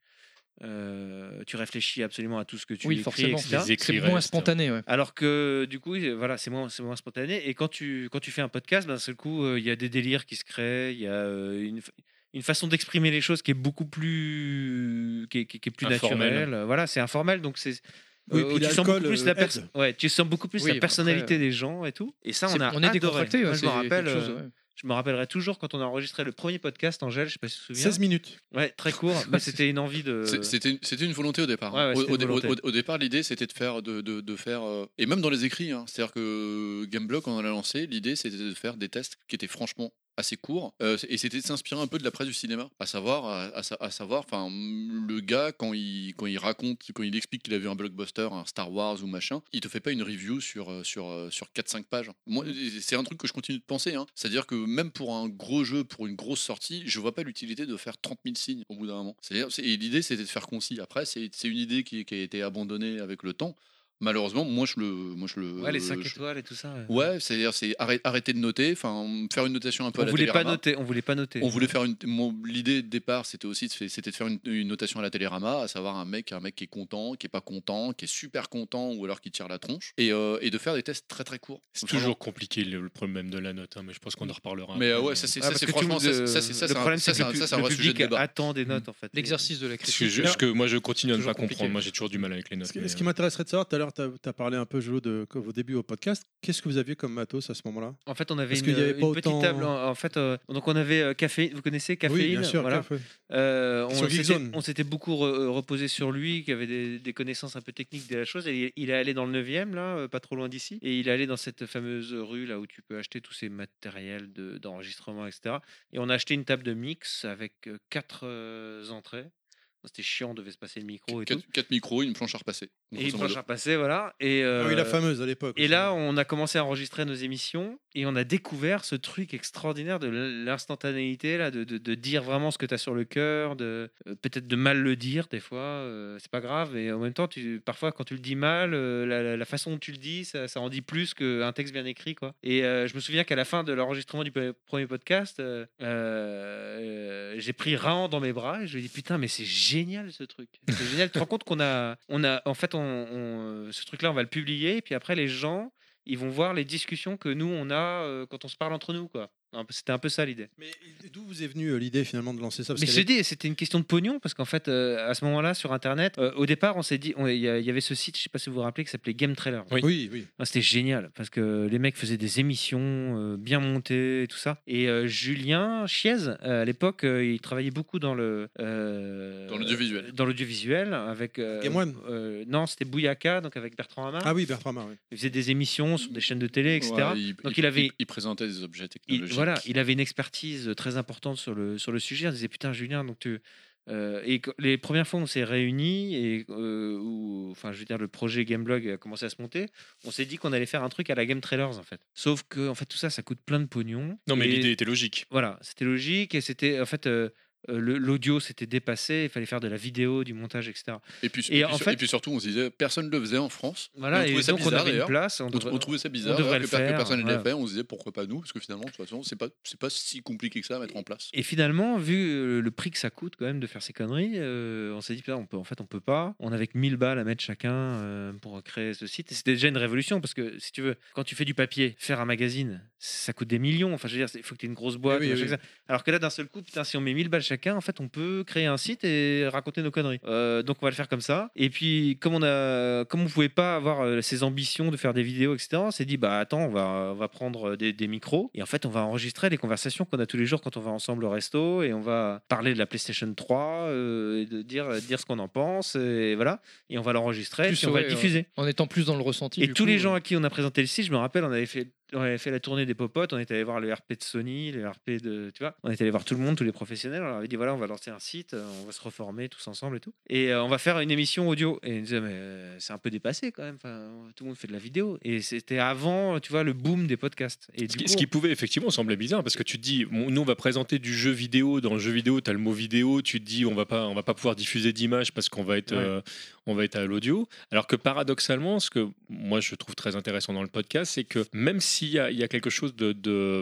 Speaker 6: euh, tu réfléchis absolument à tout ce que tu
Speaker 3: Oui,
Speaker 6: écris,
Speaker 3: forcément.
Speaker 6: etc.
Speaker 4: Les écrits
Speaker 3: C'est moins
Speaker 4: restent.
Speaker 3: spontané, ouais.
Speaker 6: Alors que du coup, euh, voilà, c'est moins, c'est moins spontané. Et quand tu, quand tu fais un podcast, ben, d'un seul coup, euh, il y a des délires qui se créent, il y a euh, une, fa- une façon d'exprimer les choses qui est beaucoup plus, qui est, qui est- qui est plus
Speaker 4: Informelle.
Speaker 6: naturelle. Euh, Voilà, c'est informel, donc c'est.
Speaker 1: Oui,
Speaker 6: euh,
Speaker 1: puis
Speaker 6: tu sens beaucoup
Speaker 1: l'alcool,
Speaker 6: plus
Speaker 1: euh,
Speaker 6: la
Speaker 1: aide.
Speaker 6: personne. Ouais, tu sens beaucoup plus
Speaker 3: Oui,
Speaker 6: la
Speaker 3: après, euh,
Speaker 6: personnalité des gens et tout. Et ça, on
Speaker 3: C'est-
Speaker 6: a
Speaker 3: est
Speaker 6: adoré.
Speaker 3: décontracté, ouais,
Speaker 6: Moi, je
Speaker 3: c'est
Speaker 6: me
Speaker 3: quelque
Speaker 6: rappelle,
Speaker 3: chose,
Speaker 6: euh,
Speaker 3: ouais.
Speaker 6: je me rappellerai toujours quand on a enregistré le premier podcast, Angèle, je sais pas si tu te souviens.
Speaker 1: 16 minutes.
Speaker 6: Ouais, très court, mais c'était une envie de.
Speaker 7: C'est- C'était c'était une volonté au départ.
Speaker 6: Ouais, ouais,
Speaker 7: Au-
Speaker 6: c'était
Speaker 7: au,
Speaker 6: une
Speaker 7: dé- au-
Speaker 6: volonté.
Speaker 7: au- au départ, l'idée c'était de faire, de, de- de faire euh, et même dans les écrits, hein, c'est-à-dire que Gameblock, quand on l'a lancé, l'idée c'était de faire des tests qui étaient franchement assez courts euh, et c'était de s'inspirer un peu de la presse du cinéma, à savoir, à, à sa- à savoir, enfin mm, le gars quand il quand il raconte, quand il explique qu'il a vu un blockbuster, un Star Wars ou machin, il te fait pas une review sur euh, sur euh, sur 4-5 pages. Moi, c'est un truc que je continue de penser, hein. c'est-à-dire que même pour un gros jeu, pour une grosse sortie, je vois pas l'utilité de faire 30 000 signes au bout d'un moment. C'est-à-dire, c'est- et l'idée c'était de faire concis. Après, c'est c'est une idée qui, qui a été abandonnée avec le temps. Malheureusement, moi je le, moi je le.
Speaker 6: Ouais, les 5
Speaker 7: euh, je-
Speaker 6: étoiles et tout ça. ouais.
Speaker 7: Ouais, c'est-à-dire c'est arrê- arrêter de noter, enfin faire une notation un peu à
Speaker 6: On
Speaker 7: la
Speaker 6: voulait pas
Speaker 7: Télérama.
Speaker 6: noter. On voulait pas noter.
Speaker 7: On voulait faire une. mon- L'idée de départ, c'était aussi de fa- c'était de faire une, une notation à la Télérama, à savoir un mec, un mec qui est content, qui est pas content, qui est super content, ou alors qui tire la tronche, et, euh, et de faire des tests très très courts.
Speaker 4: C'est
Speaker 7: Vraiment.
Speaker 4: toujours compliqué le, le problème de la note, hein, mais je pense qu'on en reparlera.
Speaker 7: Mais euh,
Speaker 4: après.
Speaker 7: ouais, ça c'est
Speaker 6: Ah,
Speaker 7: ça,
Speaker 6: parce
Speaker 7: c'est
Speaker 6: que tout le
Speaker 7: franchement ça, c'est-
Speaker 6: monde,
Speaker 7: ça,
Speaker 6: euh,
Speaker 7: c'est ça,
Speaker 6: le
Speaker 7: c'est un-
Speaker 6: problème,
Speaker 7: ça,
Speaker 6: c'est
Speaker 7: c'est
Speaker 6: que
Speaker 7: un-
Speaker 6: le
Speaker 7: ça,
Speaker 6: pu-
Speaker 7: c'est un
Speaker 6: le
Speaker 7: vrai sujet de
Speaker 6: public
Speaker 7: débat.
Speaker 6: attend des notes en fait.
Speaker 3: L'exercice de la
Speaker 4: Ce que,
Speaker 3: critique.
Speaker 4: je- ce que moi je continue à ne
Speaker 3: Toujours
Speaker 4: pas
Speaker 3: compliqué.
Speaker 4: comprendre. Moi j'ai toujours du mal avec les notes.
Speaker 1: Ce, qui-
Speaker 4: mais, euh,
Speaker 1: ce qui m'intéresserait de savoir, tout à l'heure, tu as, parlé un peu, Jolo, de, au début au podcast. Qu'est-ce que vous aviez comme matos à ce moment-là
Speaker 6: En fait, on avait
Speaker 1: Parce
Speaker 6: une,
Speaker 1: qu'il y avait
Speaker 6: une
Speaker 1: pas
Speaker 6: petite
Speaker 1: autant-
Speaker 6: table. En, en fait, euh, donc on avait euh, caféine. Vous connaissez caféine
Speaker 1: Oui, bien sûr.
Speaker 6: voilà.
Speaker 1: Caf, ouais.
Speaker 6: Euh,
Speaker 1: Sur
Speaker 6: on s'était-
Speaker 1: Geekzone.
Speaker 6: on s'était beaucoup re- euh, reposé sur lui, qui avait des, des connaissances un peu techniques de la chose. Et il, il est allé dans le 9e, là, euh, pas trop loin d'ici. Et il est allé dans cette fameuse rue, là, où tu peux acheter tous ces matériels de- d'enregistrement, etc. Et on a acheté une table de mix avec euh, quatre euh, entrées. C'était chiant, on devait se passer le micro et tout.
Speaker 7: Quatre, quatre micros, une planche à repasser.
Speaker 6: Et une
Speaker 7: Grosso modo.
Speaker 6: planche à repasser, voilà. Et,
Speaker 1: Ah oui, la
Speaker 6: euh,
Speaker 1: fameuse à l'époque.
Speaker 6: et là, on a commencé à enregistrer nos émissions et on a découvert ce truc extraordinaire de l'instantanéité, là, de, de- de dire vraiment ce que tu as sur le cœur, de euh, peut-être de mal le dire des fois, euh, c'est pas grave. Et en même temps, tu, parfois, quand tu le dis mal, euh, la, la- la façon dont tu le dis, ça, ça en dit plus qu'un texte bien écrit, quoi. Et euh, je me souviens qu'à la fin de l'enregistrement du pe- premier podcast, euh, euh, j'ai pris Raon dans mes bras et je lui ai dit putain, mais c'est génial ce truc. C'est génial. Tu te rends compte qu'on a, on a, en fait, on, on- ce truc-là, on va le publier et puis après les gens ils vont voir les discussions que nous on a euh, quand on se parle entre nous quoi. Un peu- C'était un peu ça l'idée.
Speaker 1: Mais d'où vous est venue euh, l'idée finalement de lancer ça Parce
Speaker 6: Mais
Speaker 1: qu'elle
Speaker 6: je dis, c'était une question de pognon parce qu'en fait euh, à ce moment-là sur internet, euh, au départ on s'est dit, on- il y, a- il y avait ce site, je sais pas si vous vous rappelez, qui s'appelait Game Trailer.
Speaker 1: est- Oui, oui.
Speaker 6: Ah, C'était génial parce que les mecs faisaient des émissions euh, bien montées et tout ça. Et euh, Julien Chiez, euh, à l'époque, euh, il travaillait beaucoup dans le euh,
Speaker 7: Dans l'audiovisuel.
Speaker 6: Dans l'audiovisuel avec euh,
Speaker 1: Game One.
Speaker 6: euh, non, c'était Bouyaka donc avec Bertrand Hamar.
Speaker 1: Ah oui, Bertrand Mar, oui.
Speaker 6: Il faisait des émissions sur des chaînes de télé, etc.
Speaker 7: Ouais, il,
Speaker 6: Donc, il avait-
Speaker 7: il, il présentait des objets
Speaker 6: il,
Speaker 7: technologiques.
Speaker 6: voilà, il avait une expertise euh, très importante sur le, sur le sujet. On disait putain Julien, donc tu euh, et que- les premières fois où on s'est réunis et euh, où, enfin je veux dire le projet Gameblog a commencé à se monter, on s'est dit qu'on allait faire un truc à la Game Trailers en fait. Sauf que en fait tout ça ça coûte plein de pognon.
Speaker 4: Non, mais
Speaker 6: Et
Speaker 4: l'idée était logique.
Speaker 6: voilà, c'était logique et c'était en fait euh, euh, le- l'audio s'était dépassé, il fallait faire de la vidéo, du montage, etc.
Speaker 7: Et puis,
Speaker 6: Et
Speaker 7: et,
Speaker 6: en
Speaker 7: puis, sur-
Speaker 6: fait-
Speaker 7: et puis surtout, on se disait, personne ne le faisait en France.
Speaker 6: Voilà,
Speaker 7: on
Speaker 6: et
Speaker 7: trouvait ça
Speaker 6: donc on
Speaker 7: bizarre,
Speaker 6: avait une
Speaker 7: d'ailleurs.
Speaker 6: place. On
Speaker 7: On,
Speaker 6: devrait-
Speaker 7: on trouvait ça
Speaker 6: on
Speaker 7: bizarre
Speaker 6: devrait
Speaker 7: que,
Speaker 6: le
Speaker 7: per- que
Speaker 6: faire,
Speaker 7: personne ne l'ait
Speaker 6: voilà.
Speaker 7: fait. On se disait pourquoi pas nous Parce que finalement, de toute façon, c'est pas, c'est pas si compliqué que ça à mettre en place.
Speaker 6: Et finalement, vu euh, le prix que ça coûte quand même de faire ces conneries, euh, on s'est dit, putain, on peut, en fait, on peut pas. On avait que 1000 balles à mettre chacun euh, pour créer ce site. Et c'était déjà une révolution parce que, si tu veux, quand tu fais du papier, faire un magazine, ça coûte des millions. Enfin, je veux dire, il faut que tu aies une grosse boîte.
Speaker 1: Eh oui,
Speaker 6: machin,
Speaker 1: oui.
Speaker 6: etc. Alors que là, d'un seul coup, putain, si on met 1000 balles chacun, en fait, on peut créer un site et raconter nos conneries. Euh, donc, on va le faire comme ça. Et puis, comme on a, comme on pouvait pas avoir euh, ces ambitions de faire des vidéos, etc., on s'est dit, bah attends, on va, on va prendre euh, des, des micros et en fait, on va enregistrer les conversations qu'on a tous les jours quand on va ensemble au resto et on va parler de la PlayStation 3 euh, et de dire, euh, dire ce qu'on en pense et voilà. Et on va l'enregistrer et
Speaker 3: Plus,
Speaker 6: puis on va
Speaker 3: ouais,
Speaker 6: le
Speaker 3: ouais.
Speaker 6: diffuser.
Speaker 3: En étant plus dans le ressenti.
Speaker 6: Et
Speaker 3: du
Speaker 6: tous
Speaker 3: coup,
Speaker 6: les
Speaker 3: euh,
Speaker 6: gens à qui on a présenté le site, je me rappelle, on avait fait on avait fait la tournée des popotes, on était allé voir le RP de Sony, le RP de, tu vois, on était allé voir tout le monde, tous les professionnels. On leur avait dit voilà, on va lancer un site, euh, on va se reformer tous ensemble et tout, et euh, on va faire une émission audio. Et ils disaient mais euh, c'est un peu dépassé quand même. Enfin, tout le monde fait de la vidéo. Et c'était avant, tu vois, le boom des podcasts.
Speaker 4: Ce
Speaker 6: Et du
Speaker 4: qui,
Speaker 6: coup,
Speaker 4: ce qui pouvait effectivement sembler bizarre parce que tu te dis, bon, nous on va présenter du jeu vidéo, dans le jeu vidéo tu as le mot vidéo, tu te dis on va pas, on va pas pouvoir diffuser d'images parce qu'on va être,
Speaker 6: Ouais.
Speaker 4: euh, on va être à l'audio. Alors que paradoxalement, ce que moi je trouve très intéressant dans le podcast, c'est que même s'il y a, il y a quelque chose de, de,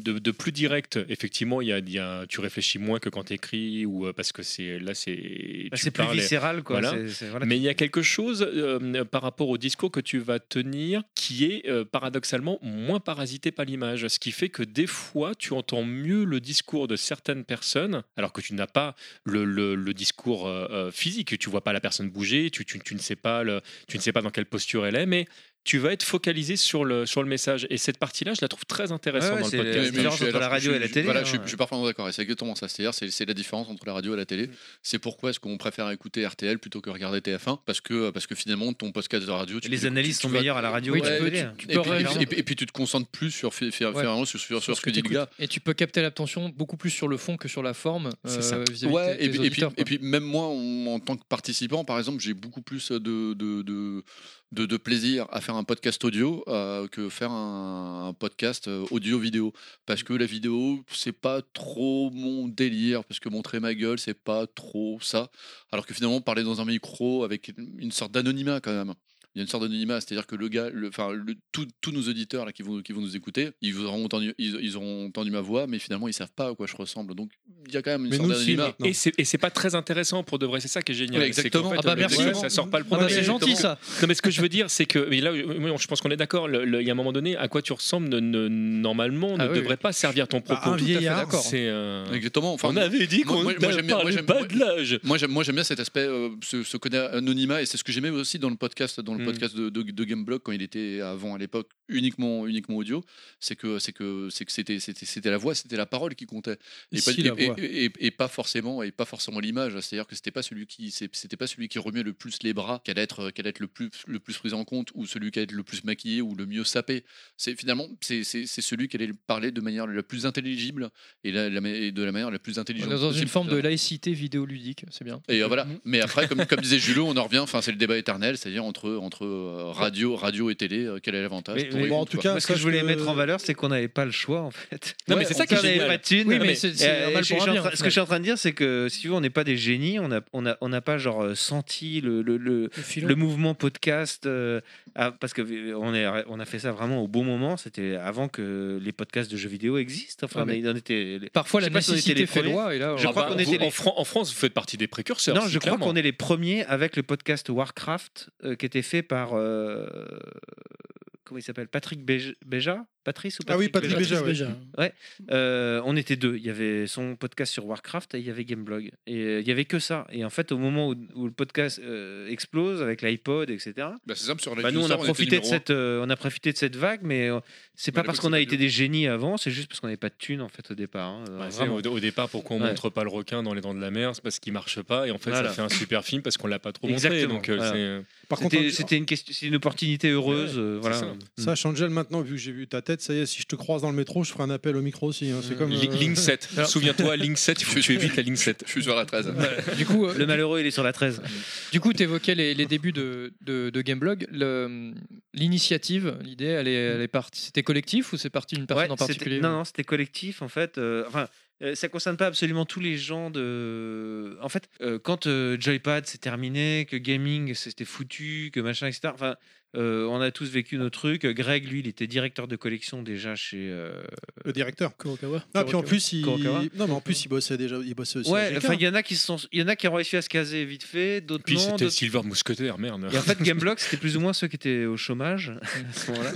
Speaker 4: de- de plus direct, effectivement il y a, il y a- tu réfléchis moins que quand tu écris ou euh, parce que c'est là c'est,
Speaker 6: bah,
Speaker 4: tu
Speaker 6: c'est plus
Speaker 4: parles-
Speaker 6: viscéral quoi.
Speaker 4: Voilà.
Speaker 6: C'est- c'est- voilà.
Speaker 4: mais il y a quelque chose euh, par rapport au discours que tu vas tenir qui est euh, paradoxalement moins parasité par l'image. Ce qui fait que des fois, tu entends mieux le discours de certaines personnes, alors que tu n'as pas le, le- le discours euh, euh, physique. Tu vois pas la personne bouger, tu, tu- tu ne sais pas le- tu ne sais pas dans quelle posture elle est, mais tu vas être focalisé sur le, sur le message. Et cette partie-là, je la trouve très intéressante
Speaker 6: Ouais, ouais,
Speaker 4: dans
Speaker 6: c'est-
Speaker 4: le
Speaker 6: la
Speaker 7: Oui, mais
Speaker 4: podcast.
Speaker 7: je
Speaker 6: différence
Speaker 7: suis-
Speaker 6: entre la radio
Speaker 7: je-
Speaker 6: et la
Speaker 7: je-
Speaker 6: télé,
Speaker 7: Voilà,
Speaker 6: hein.
Speaker 7: je, suis- je suis parfaitement d'accord. et C'est exactement ça. C'est-à-dire, c'est c'est la différence entre la radio et la
Speaker 6: Mm.
Speaker 7: télé. C'est pourquoi est-ce qu'on préfère écouter RTL plutôt que regarder TF1 parce que, euh, parce que finalement, ton podcast de radio. tu-
Speaker 6: Les
Speaker 7: tu-
Speaker 6: analyses
Speaker 7: tu
Speaker 6: sont
Speaker 7: vas-
Speaker 6: meilleures à la radio.
Speaker 3: Oui,
Speaker 6: que hein. à la
Speaker 3: tu peux-
Speaker 6: télé.
Speaker 3: tu
Speaker 7: Et
Speaker 3: peux
Speaker 7: puis,
Speaker 3: réagir.
Speaker 7: et puis- et puis tu te concentres plus sur, fi- fi-
Speaker 3: Ouais.
Speaker 7: finalement, sur, sur, sur ce que dit le gars.
Speaker 3: Et tu peux capter l'attention beaucoup plus sur le fond que sur la forme. euh,
Speaker 4: C'est ça.
Speaker 3: vis-à-vis
Speaker 7: Ouais,
Speaker 3: de tes- tes
Speaker 7: et, puis- et puis,
Speaker 3: auditeurs, quoi.
Speaker 7: et puis même moi, on- en tant que participant, par exemple, j'ai beaucoup plus de, de, de, de- de plaisir à faire un podcast audio euh, que faire un, un podcast euh, audio-vidéo. Parce que la vidéo, c'est pas trop mon délire, parce que montrer ma gueule, c'est pas trop ça. Alors que finalement, parler dans un micro avec une sorte d'anonymat quand même. Il y a une sorte d'anonymat, c'est-à-dire que le gars, le, enfin, le- tous- tous nos auditeurs là, qui, vont, qui vont nous écouter, ils auront, entendu, ils, ils auront entendu ma voix, mais finalement, ils savent pas à quoi je ressemble. Donc, il y a quand même une
Speaker 1: Mais
Speaker 7: sorte
Speaker 1: nous, si,
Speaker 7: d'anonymat.
Speaker 1: maintenant.
Speaker 4: Et c'est et c'est pas très intéressant pour de vrai, c'est ça qui est génial.
Speaker 7: Ouais,
Speaker 4: C'est qu'en
Speaker 7: exactement.
Speaker 4: fait,
Speaker 3: Ah bah
Speaker 4: le-
Speaker 3: merci.
Speaker 4: ouais, ça sort pas le
Speaker 3: Ah bah,
Speaker 4: premier.
Speaker 3: c'est gentil ça.
Speaker 4: Non, mais ce que je veux dire, c'est que mais là, oui, je pense qu'on est d'accord. le- le- Il y a un moment donné, à quoi tu ressembles ne- ne- normalement ne
Speaker 3: Ah oui,
Speaker 4: devrait pas servir ton propos.
Speaker 1: un
Speaker 4: Tout à fait
Speaker 1: vieillard.
Speaker 4: d'accord. C'est, euh,
Speaker 7: Exactement. Enfin,
Speaker 4: on avait dit
Speaker 7: moi-
Speaker 4: qu'on
Speaker 7: moi-
Speaker 4: ne
Speaker 7: moi, j'aime bien- moi,
Speaker 4: parlait
Speaker 7: j'aime-
Speaker 4: pas de l'âge.
Speaker 7: Moi j'aime, moi j'aime bien cet aspect, euh, ce, ce côté anonymat, et c'est ce que j'aimais aussi dans le podcast, dans le
Speaker 4: Mm.
Speaker 7: podcast de, de, de Gameblog quand il était avant à l'époque uniquement uniquement audio, c'est que c'est que c'est que c'était c'était c'était la voix, c'était la parole qui comptait, et,
Speaker 1: Ici,
Speaker 7: pas,
Speaker 1: la
Speaker 7: et-
Speaker 1: voix.
Speaker 7: et- et- et pas forcément et pas forcément l'image, hein. c'est-à-dire que c'était pas celui qui c'est- c'était pas celui qui remuait le plus les bras, qui allait être qui allait être le plus le plus pris en compte, ou celui qui allait être le plus maquillé ou le mieux sapé. C'est finalement c'est c'est c'est celui qui allait parler de manière la plus intelligible et, la, la- et de la manière la plus
Speaker 3: On
Speaker 7: intelligente.
Speaker 3: est dans une
Speaker 7: possible.
Speaker 3: forme de laïcité vidéoludique, c'est bien.
Speaker 6: Mm,
Speaker 7: Et euh, voilà. Mais après, comme, comme disait Julot, on en revient. Enfin, c'est le débat éternel, c'est-à-dire entre entre euh, radio, radio et télé, euh, quel est l'avantage
Speaker 6: Mais-
Speaker 7: pour
Speaker 6: mais-
Speaker 7: et
Speaker 1: Bon, en
Speaker 7: contre,
Speaker 1: tout
Speaker 7: quoi.
Speaker 1: cas,
Speaker 6: Moi, ce que
Speaker 1: sache
Speaker 6: je voulais mettre en valeur, c'est qu'on n'avait pas le choix en fait.
Speaker 4: Non, mais c'est
Speaker 6: On
Speaker 4: ça qui est
Speaker 6: perdait
Speaker 4: génial.
Speaker 6: pas de thunes.
Speaker 3: Oui, mais
Speaker 6: mais-
Speaker 3: c'est-
Speaker 6: Et,
Speaker 3: c'est un mal
Speaker 6: euh, je-
Speaker 3: pour un
Speaker 6: je suis en
Speaker 3: bien,
Speaker 6: train-
Speaker 3: au
Speaker 6: Ce que je suis en train de dire, c'est que si tu veux, on n'est pas des génies, on n'a on a, on n'a pas genre euh, senti le, le, le-
Speaker 5: Le filon.
Speaker 6: le mouvement podcast euh, ah, parce que euh, on, est, on a fait ça vraiment au bon moment. C'était avant que les podcasts de jeux vidéo existent. Enfin,
Speaker 3: Ah, mais-
Speaker 6: on est- on était.
Speaker 3: Parfois
Speaker 6: Je
Speaker 3: la
Speaker 6: sais pas si on était
Speaker 3: nécessité
Speaker 6: les
Speaker 3: fait
Speaker 6: premiers.
Speaker 3: loi et là
Speaker 6: Je
Speaker 3: on-
Speaker 6: crois
Speaker 3: Ah
Speaker 6: qu'on
Speaker 3: bah,
Speaker 6: était les-
Speaker 4: en, Fran- en France, vous faites partie des précurseurs.
Speaker 6: Non,
Speaker 4: c'est
Speaker 6: je crois
Speaker 4: clairement.
Speaker 6: qu'on est les premiers avec le podcast Warcraft euh, qui était fait par. euh, comment il s'appelle Patrick Béja, Béja Patrice ou
Speaker 1: Ah oui, Patrick
Speaker 6: Béja
Speaker 1: Béja, ouais.
Speaker 5: Déjà.
Speaker 6: Euh, on était deux. Il y avait son podcast sur Warcraft et il y avait Gameblog. Et euh, il y avait que ça. Et en fait, au moment où, où le podcast euh, explose avec l'iPod, etc.
Speaker 7: Bah, c'est simple sur
Speaker 6: Bah, nous, on a profité de cette, euh, on a profité de cette vague, mais euh, c'est
Speaker 7: Bah,
Speaker 6: pas
Speaker 7: la
Speaker 6: parce
Speaker 7: course,
Speaker 6: qu'on a
Speaker 7: c'est pas
Speaker 6: été
Speaker 7: dur.
Speaker 6: des génies avant, c'est juste parce qu'on n'avait pas de thunes en fait au départ. hein. Euh,
Speaker 4: Bah, c'est
Speaker 6: vraiment.
Speaker 4: au, au départ, pourquoi on
Speaker 6: Ouais.
Speaker 4: montre pas le requin dans les dents de la mer C'est parce qu'il marche pas. Et en fait,
Speaker 6: Voilà.
Speaker 4: ça fait un super film parce qu'on l'a pas trop montré.
Speaker 6: Exactement,
Speaker 4: Donc, euh,
Speaker 6: voilà.
Speaker 4: c'est-
Speaker 1: Par contre,
Speaker 6: C'était
Speaker 1: en-
Speaker 6: c'était une question, c'est une opportunité heureuse. euh, voilà.
Speaker 4: ça.
Speaker 6: Mm.
Speaker 1: sache Angel, maintenant, vu que j'ai vu ta tête, ça y est, si je te croise dans le métro, je ferai un appel au micro aussi. hein. C'est comme.
Speaker 4: Li-
Speaker 1: euh,
Speaker 4: Ligne 7.
Speaker 3: Alors-
Speaker 4: Souviens-toi, ligne 7, il faut que tu évites la ligne 7.
Speaker 7: Je suis sur la 13.
Speaker 3: Du coup, euh,
Speaker 6: Le malheureux, il est sur la 13.
Speaker 3: du coup, t'évoquais les, les débuts de, de, de Gameblog. Le- L'initiative, l'idée, elle est, elle est partie. C'était collectif ou c'est parti d'une personne
Speaker 6: Ouais,
Speaker 3: en
Speaker 6: c'était-
Speaker 3: particulier
Speaker 6: Non, non, c'était collectif en fait. Euh, enfin, euh, ça concerne pas absolument tous les gens de. En fait, euh, quand euh, Joypad c'est terminé, que gaming c'était foutu, que machin, etc. Enfin, euh, on a tous vécu nos trucs. Greg, lui, il était directeur de collection déjà chez. euh,
Speaker 1: le directeur.
Speaker 5: Kurokawa.
Speaker 1: Ah, puis en plus, il...
Speaker 6: Kurokawa.
Speaker 1: non, mais en plus, il bossait déjà, il bossait
Speaker 4: Euh,
Speaker 1: aussi.
Speaker 6: Ouais,
Speaker 1: avec
Speaker 6: enfin,
Speaker 1: Ricard.
Speaker 6: il y en a qui se sont, il y en a qui ont réussi à se caser vite fait, d'autres
Speaker 4: Puis
Speaker 6: non.
Speaker 4: c'était
Speaker 6: d'autres-
Speaker 4: Silver Mousquetaire, merde.
Speaker 6: Et en fait, Gameblock, c'était plus ou moins ceux qui étaient au chômage à ce moment-là.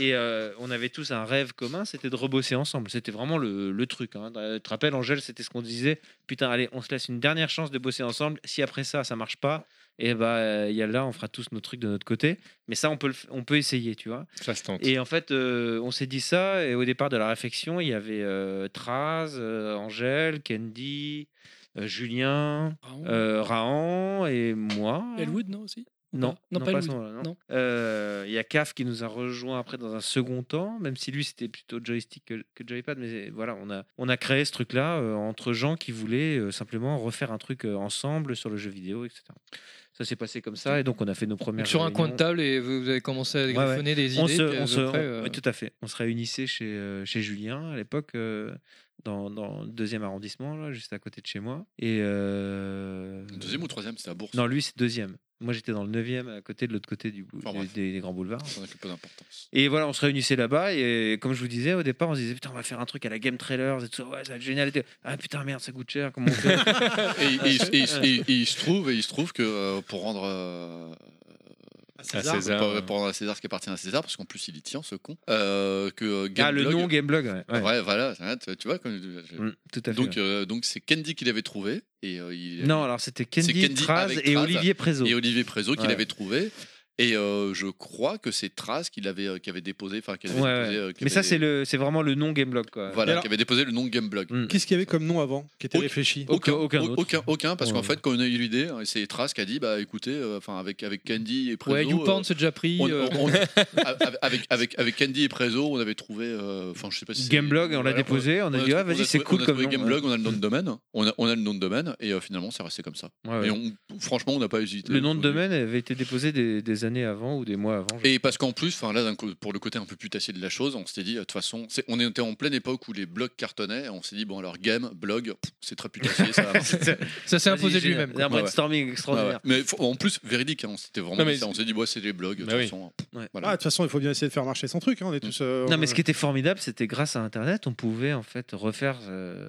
Speaker 6: Et euh, on avait tous un rêve commun, c'était de rebosser ensemble. C'était vraiment le, le truc. Hein. Tu te rappelles, Angèle, c'était ce qu'on disait. Putain, allez, on se laisse une dernière chance de bosser ensemble. Si après ça, ça marche pas, et bah, euh, il y a là, on fera tous nos trucs de notre côté. Mais ça, on peut, le f- on peut essayer, tu vois.
Speaker 4: Ça se tente.
Speaker 6: Et en fait, euh, on s'est dit ça, et au départ de la réflexion, il y avait euh, Traz, euh, Angèle, Candy, euh, Julien,
Speaker 5: Raon.
Speaker 6: euh, Raon et moi.
Speaker 5: Elwood, non aussi
Speaker 6: Non,
Speaker 5: Non, pas Louis.
Speaker 6: à ce moment-là, non.
Speaker 5: Non.
Speaker 6: Euh, Il y a CAF qui nous a rejoint après dans un second temps, même si lui c'était plutôt joystick que, que joypad, mais voilà, on a, on a créé ce truc-là euh, entre gens qui voulaient euh, simplement refaire un truc euh, ensemble sur le jeu vidéo, etc. Ça s'est passé comme ça, et donc on a fait nos premières.
Speaker 3: Donc, sur un coin de
Speaker 6: réunions.
Speaker 3: table et vous vous avez commencé à
Speaker 6: ouais.
Speaker 3: griffonner des
Speaker 6: on
Speaker 3: idées.
Speaker 6: se,
Speaker 3: puis,
Speaker 6: on
Speaker 3: euh,
Speaker 6: se-
Speaker 3: après,
Speaker 6: on-
Speaker 3: euh,
Speaker 6: ouais, tout à fait. On se réunissait chez, euh, chez Julien à l'époque, euh, dans, dans le deuxième arrondissement, là, juste à côté de chez moi. Et euh,
Speaker 7: Deuxième ou troisième, c'était à Bourse.
Speaker 6: Non, lui, c'est deuxième. Moi, j'étais dans le neuvième, à côté de l'autre côté du,
Speaker 7: Enfin,
Speaker 6: des-
Speaker 7: bref.
Speaker 6: des- des grands boulevards.
Speaker 7: Ça n'a que peu d'importance.
Speaker 6: Et voilà, on se réunissait là-bas. Et comme je vous disais, au départ, on se disait Putain, on va faire un truc à la Game Trailers et tout ça. Ouais, ça va être génial. Et tout. Ah putain, merde, ça coûte cher. Comment on fait
Speaker 7: Et, il- et il- et il- et il- et il se trouve, et il se trouve que euh, pour rendre euh,
Speaker 1: hein,
Speaker 4: À
Speaker 7: César,
Speaker 4: César,
Speaker 7: pour-
Speaker 4: euh,
Speaker 7: pour rendre à César ce qui appartient à César, parce qu'en plus il y tient ce con. euh, que euh,
Speaker 6: Ah, le
Speaker 7: Gameblog-
Speaker 6: nom Gameblog. Ouais, ouais.
Speaker 7: Ouais, voilà, ça, tu, tu vois. comme-
Speaker 6: Mm, tout à fait.
Speaker 7: donc euh, donc c'est Candy qui l'avait trouvé et euh, il,
Speaker 6: non, alors c'était Candy,
Speaker 7: Candy
Speaker 6: Traz
Speaker 7: avec
Speaker 6: et
Speaker 7: Traz.
Speaker 6: Olivier Prézo.
Speaker 7: et Olivier Prézo qui
Speaker 6: Ouais.
Speaker 7: l'avait trouvé. Et euh, je crois que c'est Trace qui l'avait euh, qui avait déposé, enfin qui avait
Speaker 6: Ouais,
Speaker 7: déposé,
Speaker 6: ouais.
Speaker 7: euh, qui
Speaker 6: Mais ça,
Speaker 7: avait-
Speaker 6: c'est le, c'est vraiment le nom Gameblog. Quoi.
Speaker 7: voilà,
Speaker 8: Et alors-
Speaker 7: qui avait déposé le nom Gameblog.
Speaker 6: Mm.
Speaker 1: Qu'est-ce qu'il y avait comme nom avant qui était
Speaker 7: Aucun-
Speaker 1: réfléchi
Speaker 6: Aucun- aucun
Speaker 7: au-
Speaker 6: autre.
Speaker 7: aucun, aucun, parce qu'en
Speaker 6: Ouais.
Speaker 7: fait, quand on a eu l'idée, hein, c'est Trace qui a dit, bah écoutez, euh, enfin avec avec Candy et Prezo,
Speaker 3: ouais, YouPorn
Speaker 7: euh,
Speaker 3: c'est déjà pris.
Speaker 7: on-
Speaker 3: euh,
Speaker 7: on- on- avec- avec avec avec Candy et Prezo, on avait trouvé, euh, enfin je sais pas si c'est-
Speaker 6: Gameblog, on l'a
Speaker 7: voilà,
Speaker 6: déposé. On a,
Speaker 7: on
Speaker 6: dit, ah,
Speaker 7: trouvé- on
Speaker 6: vas-y, c'est
Speaker 7: trouvé-
Speaker 6: cool
Speaker 7: on a
Speaker 6: comme
Speaker 7: trouvé
Speaker 6: nom.
Speaker 7: Gameblog, on a le nom de domaine, on a, on a le nom de domaine, et euh, finalement, c'est resté comme ça.
Speaker 6: Ouais, ouais.
Speaker 7: Et on- franchement, on n'a pas hésité.
Speaker 6: Le nom de domaine avait été déposé des, des années avant ou des mois avant. je-
Speaker 7: Et parce qu'en plus, enfin là, d'un co- pour le côté un peu putassier de la chose, on s'était dit, euh, de toute façon, c'est- on était en pleine époque où les blogs cartonnaient, et on s'est dit, bon, alors game, blog, pff, c'est très putassier, ça va.
Speaker 3: Ça s'est
Speaker 6: Vas-y,
Speaker 3: imposé
Speaker 6: génial.
Speaker 3: lui-même. quoi.
Speaker 6: Un brainstorming
Speaker 7: Ah ouais.
Speaker 6: extraordinaire.
Speaker 7: Mais faut- en plus, véridique, hein, on s'était vraiment
Speaker 4: Non, mais
Speaker 7: dit ça, on s'est dit, ouais, c'est des blogs, de
Speaker 4: Bah
Speaker 7: toute
Speaker 4: oui.
Speaker 7: façon.
Speaker 1: Ah, de toute façon, il faut bien essayer de faire marcher son truc. hein, on est tous. euh,
Speaker 6: Non, mais ce qui était formidable, c'était grâce à Internet, on pouvait en fait refaire euh,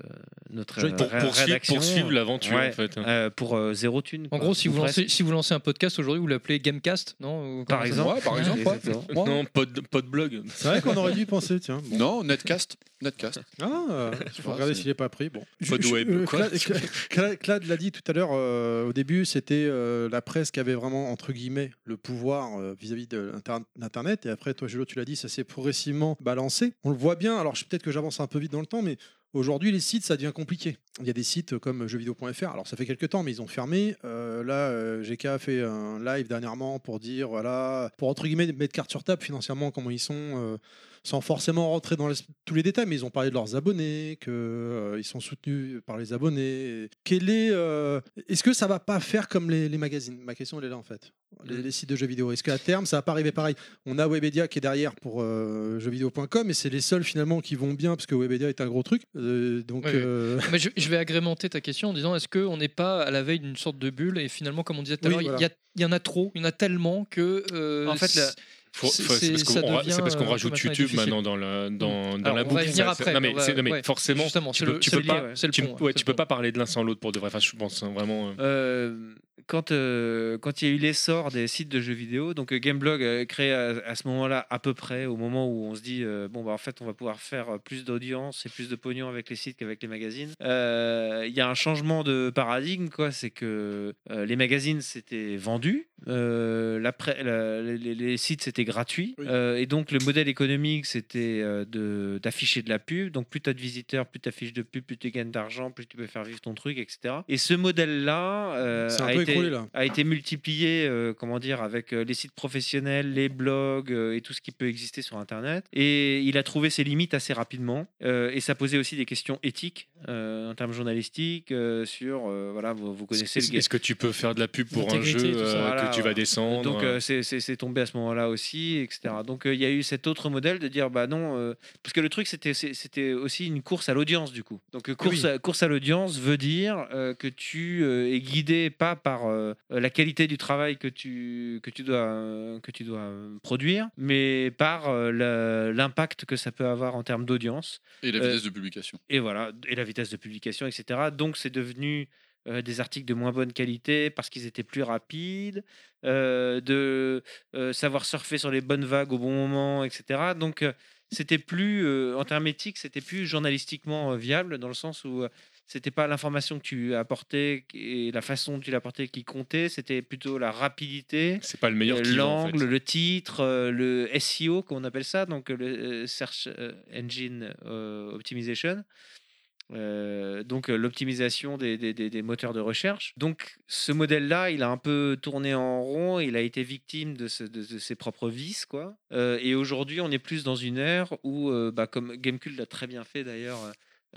Speaker 6: notre euh,
Speaker 4: pour
Speaker 6: ré-
Speaker 4: poursuivre,
Speaker 6: rédaction
Speaker 4: poursuivre l'aventure
Speaker 6: Ouais.
Speaker 4: en fait.
Speaker 6: euh, pour euh, zéro thune.
Speaker 3: En
Speaker 6: quoi,
Speaker 3: gros, si
Speaker 6: ou
Speaker 3: vous,
Speaker 6: presque.
Speaker 3: lancez, si vous lancez un podcast aujourd'hui, vous l'appelez Gamecast, non Ou comment
Speaker 6: par
Speaker 3: ça
Speaker 6: exemple,
Speaker 3: s'appelle
Speaker 7: par exemple,
Speaker 3: ouais.
Speaker 6: Exactement.
Speaker 4: Non, pod, podblog.
Speaker 1: C'est vrai qu'on aurait dû y penser, tiens. Bon.
Speaker 7: Non, netcast, netcast.
Speaker 1: Ah, euh, faut
Speaker 7: vois,
Speaker 1: regarder
Speaker 7: c'est-
Speaker 1: s'il n'est pas pris. Bon.
Speaker 4: Pas de web,
Speaker 1: euh,
Speaker 4: quoi.
Speaker 1: Clad- Cla- Cla- Clad l'a dit tout à l'heure, euh, au début, c'était euh, la presse qui avait vraiment, entre guillemets, le pouvoir euh, vis-à-vis de l'inter- d'Internet. Et après, toi, Julo, tu l'as dit, ça s'est progressivement balancé. On le voit bien. Alors, je- peut-être que j'avance un peu vite dans le temps, mais. Aujourd'hui, les sites, ça devient compliqué. Il y a des sites comme jeuxvideo.fr. Alors, ça fait quelques temps, mais ils ont fermé. Euh, là, euh, GK a fait un live dernièrement pour dire, voilà, pour entre guillemets mettre carte sur table financièrement, comment ils sont, euh, sans forcément rentrer dans les- tous les détails, mais ils ont parlé de leurs abonnés, qu'ils sont soutenus par les abonnés. Quel est, euh, est-ce que ça va pas faire comme les, les magazines Ma question elle est là en fait. Les, les sites de jeux vidéo. Est-ce qu'à terme ça va pas arriver pareil On a Webedia qui est derrière pour euh, jeuxvideo.com et c'est les seuls finalement qui vont bien parce que Webedia est un gros truc. Euh, donc
Speaker 3: Oui, oui.
Speaker 1: euh,
Speaker 3: Mais je, je vais agrémenter ta question en disant est-ce qu'on n'est pas à la veille d'une sorte de bulle et finalement, comme on disait tout à
Speaker 1: Oui,
Speaker 3: l'heure, il y
Speaker 1: voilà.
Speaker 3: a- il y, en a trop, il y en a tellement que. euh,
Speaker 6: En fait, la-
Speaker 4: Faut-
Speaker 3: C'est-
Speaker 4: faut- C'est parce
Speaker 3: ça
Speaker 4: qu'on ra-
Speaker 3: devient,
Speaker 4: c'est parce qu'on
Speaker 3: euh,
Speaker 4: rajoute
Speaker 3: complètement
Speaker 4: YouTube
Speaker 3: difficile.
Speaker 4: maintenant dans la, dans, dans
Speaker 3: Alors,
Speaker 4: la
Speaker 3: on va y
Speaker 4: boucle.
Speaker 3: venir
Speaker 4: Ça- ça-
Speaker 3: après,
Speaker 4: non, mais,
Speaker 3: on va-
Speaker 4: c'est- non, mais
Speaker 3: ouais.
Speaker 4: forcément,
Speaker 3: justement,
Speaker 4: tu
Speaker 3: c'est
Speaker 4: peux,
Speaker 3: le-
Speaker 4: tu
Speaker 3: c'est
Speaker 4: peux
Speaker 3: le
Speaker 4: pas,
Speaker 3: lien, ouais, c'est le
Speaker 4: tu,
Speaker 3: pont, ouais,
Speaker 4: ouais,
Speaker 3: c'est
Speaker 4: tu
Speaker 3: le
Speaker 4: peux
Speaker 3: pont.
Speaker 4: pas parler de l'un sans l'autre pour de vrai. Enfin, je pense hein, vraiment. euh,
Speaker 6: Euh, quand, euh, quand il y a eu l'essor des sites de jeux vidéo, donc euh, Gameblog euh, créé à, à ce moment-là à peu près, au moment où on se dit euh, bon bah en fait on va pouvoir faire euh, plus d'audience et plus de pognon avec les sites qu'avec les magazines. Euh, Il y a un changement de paradigme quoi, c'est que euh, les magazines c'était vendu, euh, la pré- la- les, les- les sites c'était gratuit,
Speaker 1: Oui.
Speaker 6: Euh, et donc le modèle économique c'était euh, de- d'afficher de, la pub. Donc plus t'as de visiteurs, plus t'affiches de pub, plus tu gagnes d'argent, plus tu peux faire vivre ton truc, etc. Et ce modèle-là euh,
Speaker 1: C'est un
Speaker 6: a,
Speaker 1: peu
Speaker 6: été-
Speaker 1: écroulé, là.
Speaker 6: a été multiplié, euh, comment dire, avec euh, les sites professionnels, les blogs euh, et tout ce qui peut exister sur Internet. Et il a trouvé ses limites assez rapidement. Euh, et ça posait aussi des questions éthiques euh, en termes journalistiques euh, sur, euh, voilà, vous, vous connaissez le
Speaker 4: Est-ce
Speaker 6: game.
Speaker 4: est-ce que tu peux faire de la pub pour un jeu
Speaker 5: L'intégrité, tout ça.
Speaker 4: euh,
Speaker 6: Voilà,
Speaker 4: que tu vas
Speaker 6: ouais.
Speaker 4: descendre
Speaker 6: Donc euh, c'est- c'est c'est tombé à ce moment-là aussi, etc. Donc euh, il y a eu cet autre modèle de dire bah non, euh, parce que le truc c'était c'est- c'était aussi une course à l'audience du coup. Donc euh, course, à, course à l'audience veut dire euh, que tu euh, es guidé pas par euh, la qualité du travail que tu que tu dois euh, que tu dois euh, produire, mais par euh, la- l'impact que ça peut avoir en termes d'audience
Speaker 7: Et la
Speaker 6: Euh,
Speaker 7: vitesse de publication.
Speaker 6: et voilà, et la vitesse de publication, etc. Donc c'est devenu euh, des articles de moins bonne qualité parce qu'ils étaient plus rapides, euh, de euh, savoir surfer sur les bonnes vagues au bon moment, etc. Donc euh, c'était plus, euh, en termes éthiques, c'était plus journalistiquement euh, viable dans le sens où euh, c'était pas l'information que tu apportais et la façon dont tu l'apportais qui comptait, c'était plutôt la rapidité.
Speaker 4: c'est pas le meilleur
Speaker 6: Euh,
Speaker 4: qui vend, en
Speaker 6: l'angle,
Speaker 4: fait.
Speaker 6: le titre, euh, le SEO qu'on appelle ça, donc euh, le euh, Search euh, Engine euh, Optimization. Euh, donc euh, l'optimisation des, des- des- des moteurs de recherche. Donc ce modèle-là, il a un peu tourné en rond, il a été victime de, ce- de- de ses propres vices. Quoi. Euh, et aujourd'hui, on est plus dans une ère où, euh, bah, comme Gamecube l'a très bien fait d'ailleurs,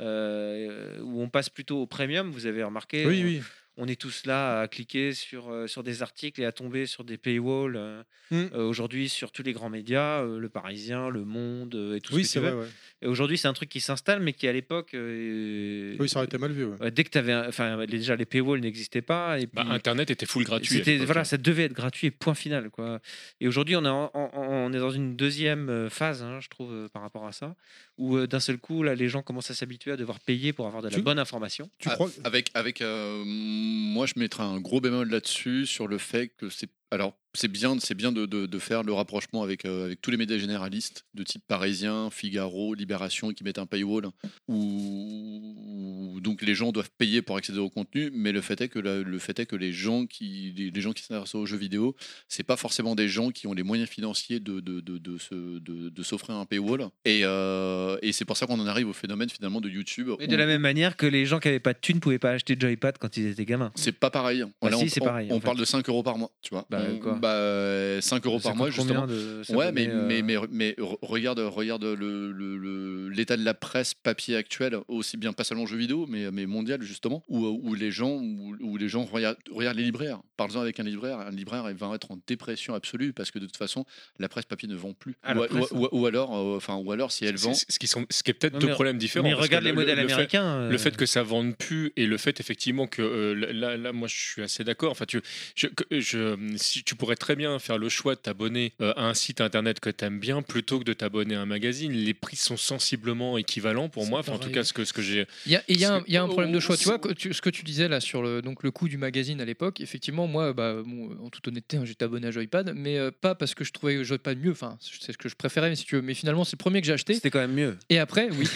Speaker 6: euh, où on passe plutôt au premium, vous avez remarqué.
Speaker 1: Oui,
Speaker 6: on-
Speaker 1: oui.
Speaker 6: on est tous là à cliquer sur, euh, sur des articles et à tomber sur des paywalls euh,
Speaker 1: Mm.
Speaker 6: euh, aujourd'hui sur tous les grands médias, euh, Le Parisien, Le Monde euh, et tout
Speaker 1: Oui,
Speaker 6: ce
Speaker 1: c'est
Speaker 6: que tu veux.
Speaker 1: vrai. ouais.
Speaker 6: Et aujourd'hui, c'est un truc qui s'installe, mais qui à l'époque. euh,
Speaker 1: Oui, ça aurait été mal vu. ouais.
Speaker 6: euh, dès que tu avais. Enfin, déjà, les paywalls n'existaient pas. Et
Speaker 4: Bah,
Speaker 6: puis-
Speaker 4: Internet était full gratuit. à
Speaker 6: c'était
Speaker 4: l'époque,
Speaker 6: voilà,
Speaker 4: hein.
Speaker 6: ça devait être gratuit et point final quoi. Et aujourd'hui, on est en- en- on est dans une deuxième euh, phase, hein, je trouve, euh, par rapport à ça, où euh, d'un seul coup, là, les gens commencent à s'habituer à devoir payer pour avoir de la
Speaker 1: Tu-
Speaker 6: bonne information.
Speaker 1: Tu
Speaker 7: Ah,
Speaker 1: crois
Speaker 7: Avec, avec euh, moi, je mettrais un gros bémol là-dessus sur le fait que c'est. Alors, c'est bien, c'est bien de, de- de faire le rapprochement avec, euh, avec tous les médias généralistes de type Parisien, Figaro, Libération, qui mettent un paywall où, où donc les gens doivent payer pour accéder au contenu. Mais le fait est que la- le fait est que les gens qui les, les gens qui s'intéressent aux jeux vidéo, c'est pas forcément des gens qui ont les moyens financiers de de, de, de se- de- de s'offrir un paywall. Et, euh, et c'est pour ça qu'on en arrive au phénomène finalement de YouTube.
Speaker 6: Et de
Speaker 7: où-
Speaker 6: la même manière que les gens qui n'avaient pas de thunes pouvaient pas acheter de joypad quand ils étaient gamins.
Speaker 7: C'est pas pareil. hein.
Speaker 6: Bah
Speaker 7: Là,
Speaker 6: si,
Speaker 7: on-
Speaker 6: c'est
Speaker 7: on,
Speaker 6: pareil, en
Speaker 7: on
Speaker 6: fait.
Speaker 7: parle de 5 euros par mois, tu vois.
Speaker 6: Bah,
Speaker 7: On-
Speaker 6: quoi
Speaker 7: bah, euh, 5 euros
Speaker 6: Ça
Speaker 7: par mois,
Speaker 6: coûte
Speaker 7: justement.
Speaker 6: combien de- ça
Speaker 7: Ouais,
Speaker 6: coûte,
Speaker 7: mais,
Speaker 6: euh,
Speaker 7: mais, mais, mais re- regarde, regarde le- le- le- l'état de la presse papier actuelle, aussi bien pas seulement jeux vidéo, mais, mais mondial justement, où, euh, où les gens, où, où les gens regardent, regardent les libraires. Parle-en avec un libraire, un libraire il va être en dépression absolue parce que de toute façon, la presse papier ne vend plus.
Speaker 6: Ah,
Speaker 7: ou,
Speaker 6: la
Speaker 7: ou-
Speaker 6: presse,
Speaker 7: ou- ou alors, euh, enfin, ou alors si elle vend,
Speaker 4: C'est- c'est- Ce qui, sont, ce qui est peut-être
Speaker 6: Non,
Speaker 4: deux
Speaker 6: mais-
Speaker 4: problèmes différents.
Speaker 6: mais
Speaker 4: parce que
Speaker 6: regarde les
Speaker 4: le-
Speaker 6: modèles
Speaker 4: le fait-
Speaker 6: américains. euh.
Speaker 4: le fait que ça vende plus et le fait effectivement que euh, là, là moi je suis assez d'accord enfin tu je, que- je- si tu pourrais très bien faire le choix de t'abonner euh, à un site internet que t'aimes bien plutôt que de t'abonner à un magazine les prix sont sensiblement équivalents pour
Speaker 5: C'est
Speaker 4: moi enfin en tout
Speaker 5: pareil.
Speaker 4: cas ce que ce que j'ai
Speaker 3: Il y a, et il y a
Speaker 4: Parce
Speaker 3: un,
Speaker 4: que-
Speaker 3: il y a un problème de
Speaker 4: on-
Speaker 3: choix. Tu
Speaker 4: on-
Speaker 3: vois, que tu- ce que tu disais là sur le, donc, le coût du magazine à l'époque, effectivement, moi, bah, bon, en toute honnêteté, hein, j'étais abonné à Joypad, mais euh, pas parce que je trouvais Joypad mieux, enfin, c'est ce que je préférais, mais si tu veux. Mais finalement, c'est le premier que j'ai acheté.
Speaker 6: c'était quand même mieux.
Speaker 3: Et après, oui.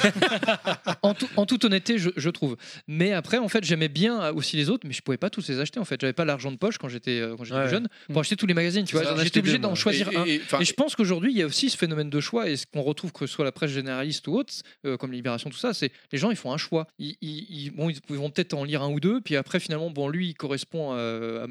Speaker 3: en, tout- en toute honnêteté, je, je trouve. Mais après, en fait, j'aimais bien euh, aussi les autres, mais je pouvais pas tous les acheter. En fait, j'avais pas l'argent de poche quand j'étais euh, quand j'étais
Speaker 6: Ouais.
Speaker 3: plus jeune pour acheter tous les magazines. Tu
Speaker 6: J'en
Speaker 3: vois,
Speaker 6: ai
Speaker 3: j'étais
Speaker 6: acheté
Speaker 3: obligé
Speaker 6: deux,
Speaker 3: d'en
Speaker 6: moi.
Speaker 3: choisir
Speaker 7: Et- et-
Speaker 3: un.
Speaker 7: et- enfin,
Speaker 3: Et je pense qu'aujourd'hui, il y a aussi ce phénomène de choix, et ce qu'on retrouve que ce soit la presse généraliste ou autre, euh, comme Libération, tout ça, c'est les gens, ils font un choix. Ils, ils- ils- bon, ils vont peut-être en lire un ou deux, puis après, finalement, bon, lui, il correspond euh,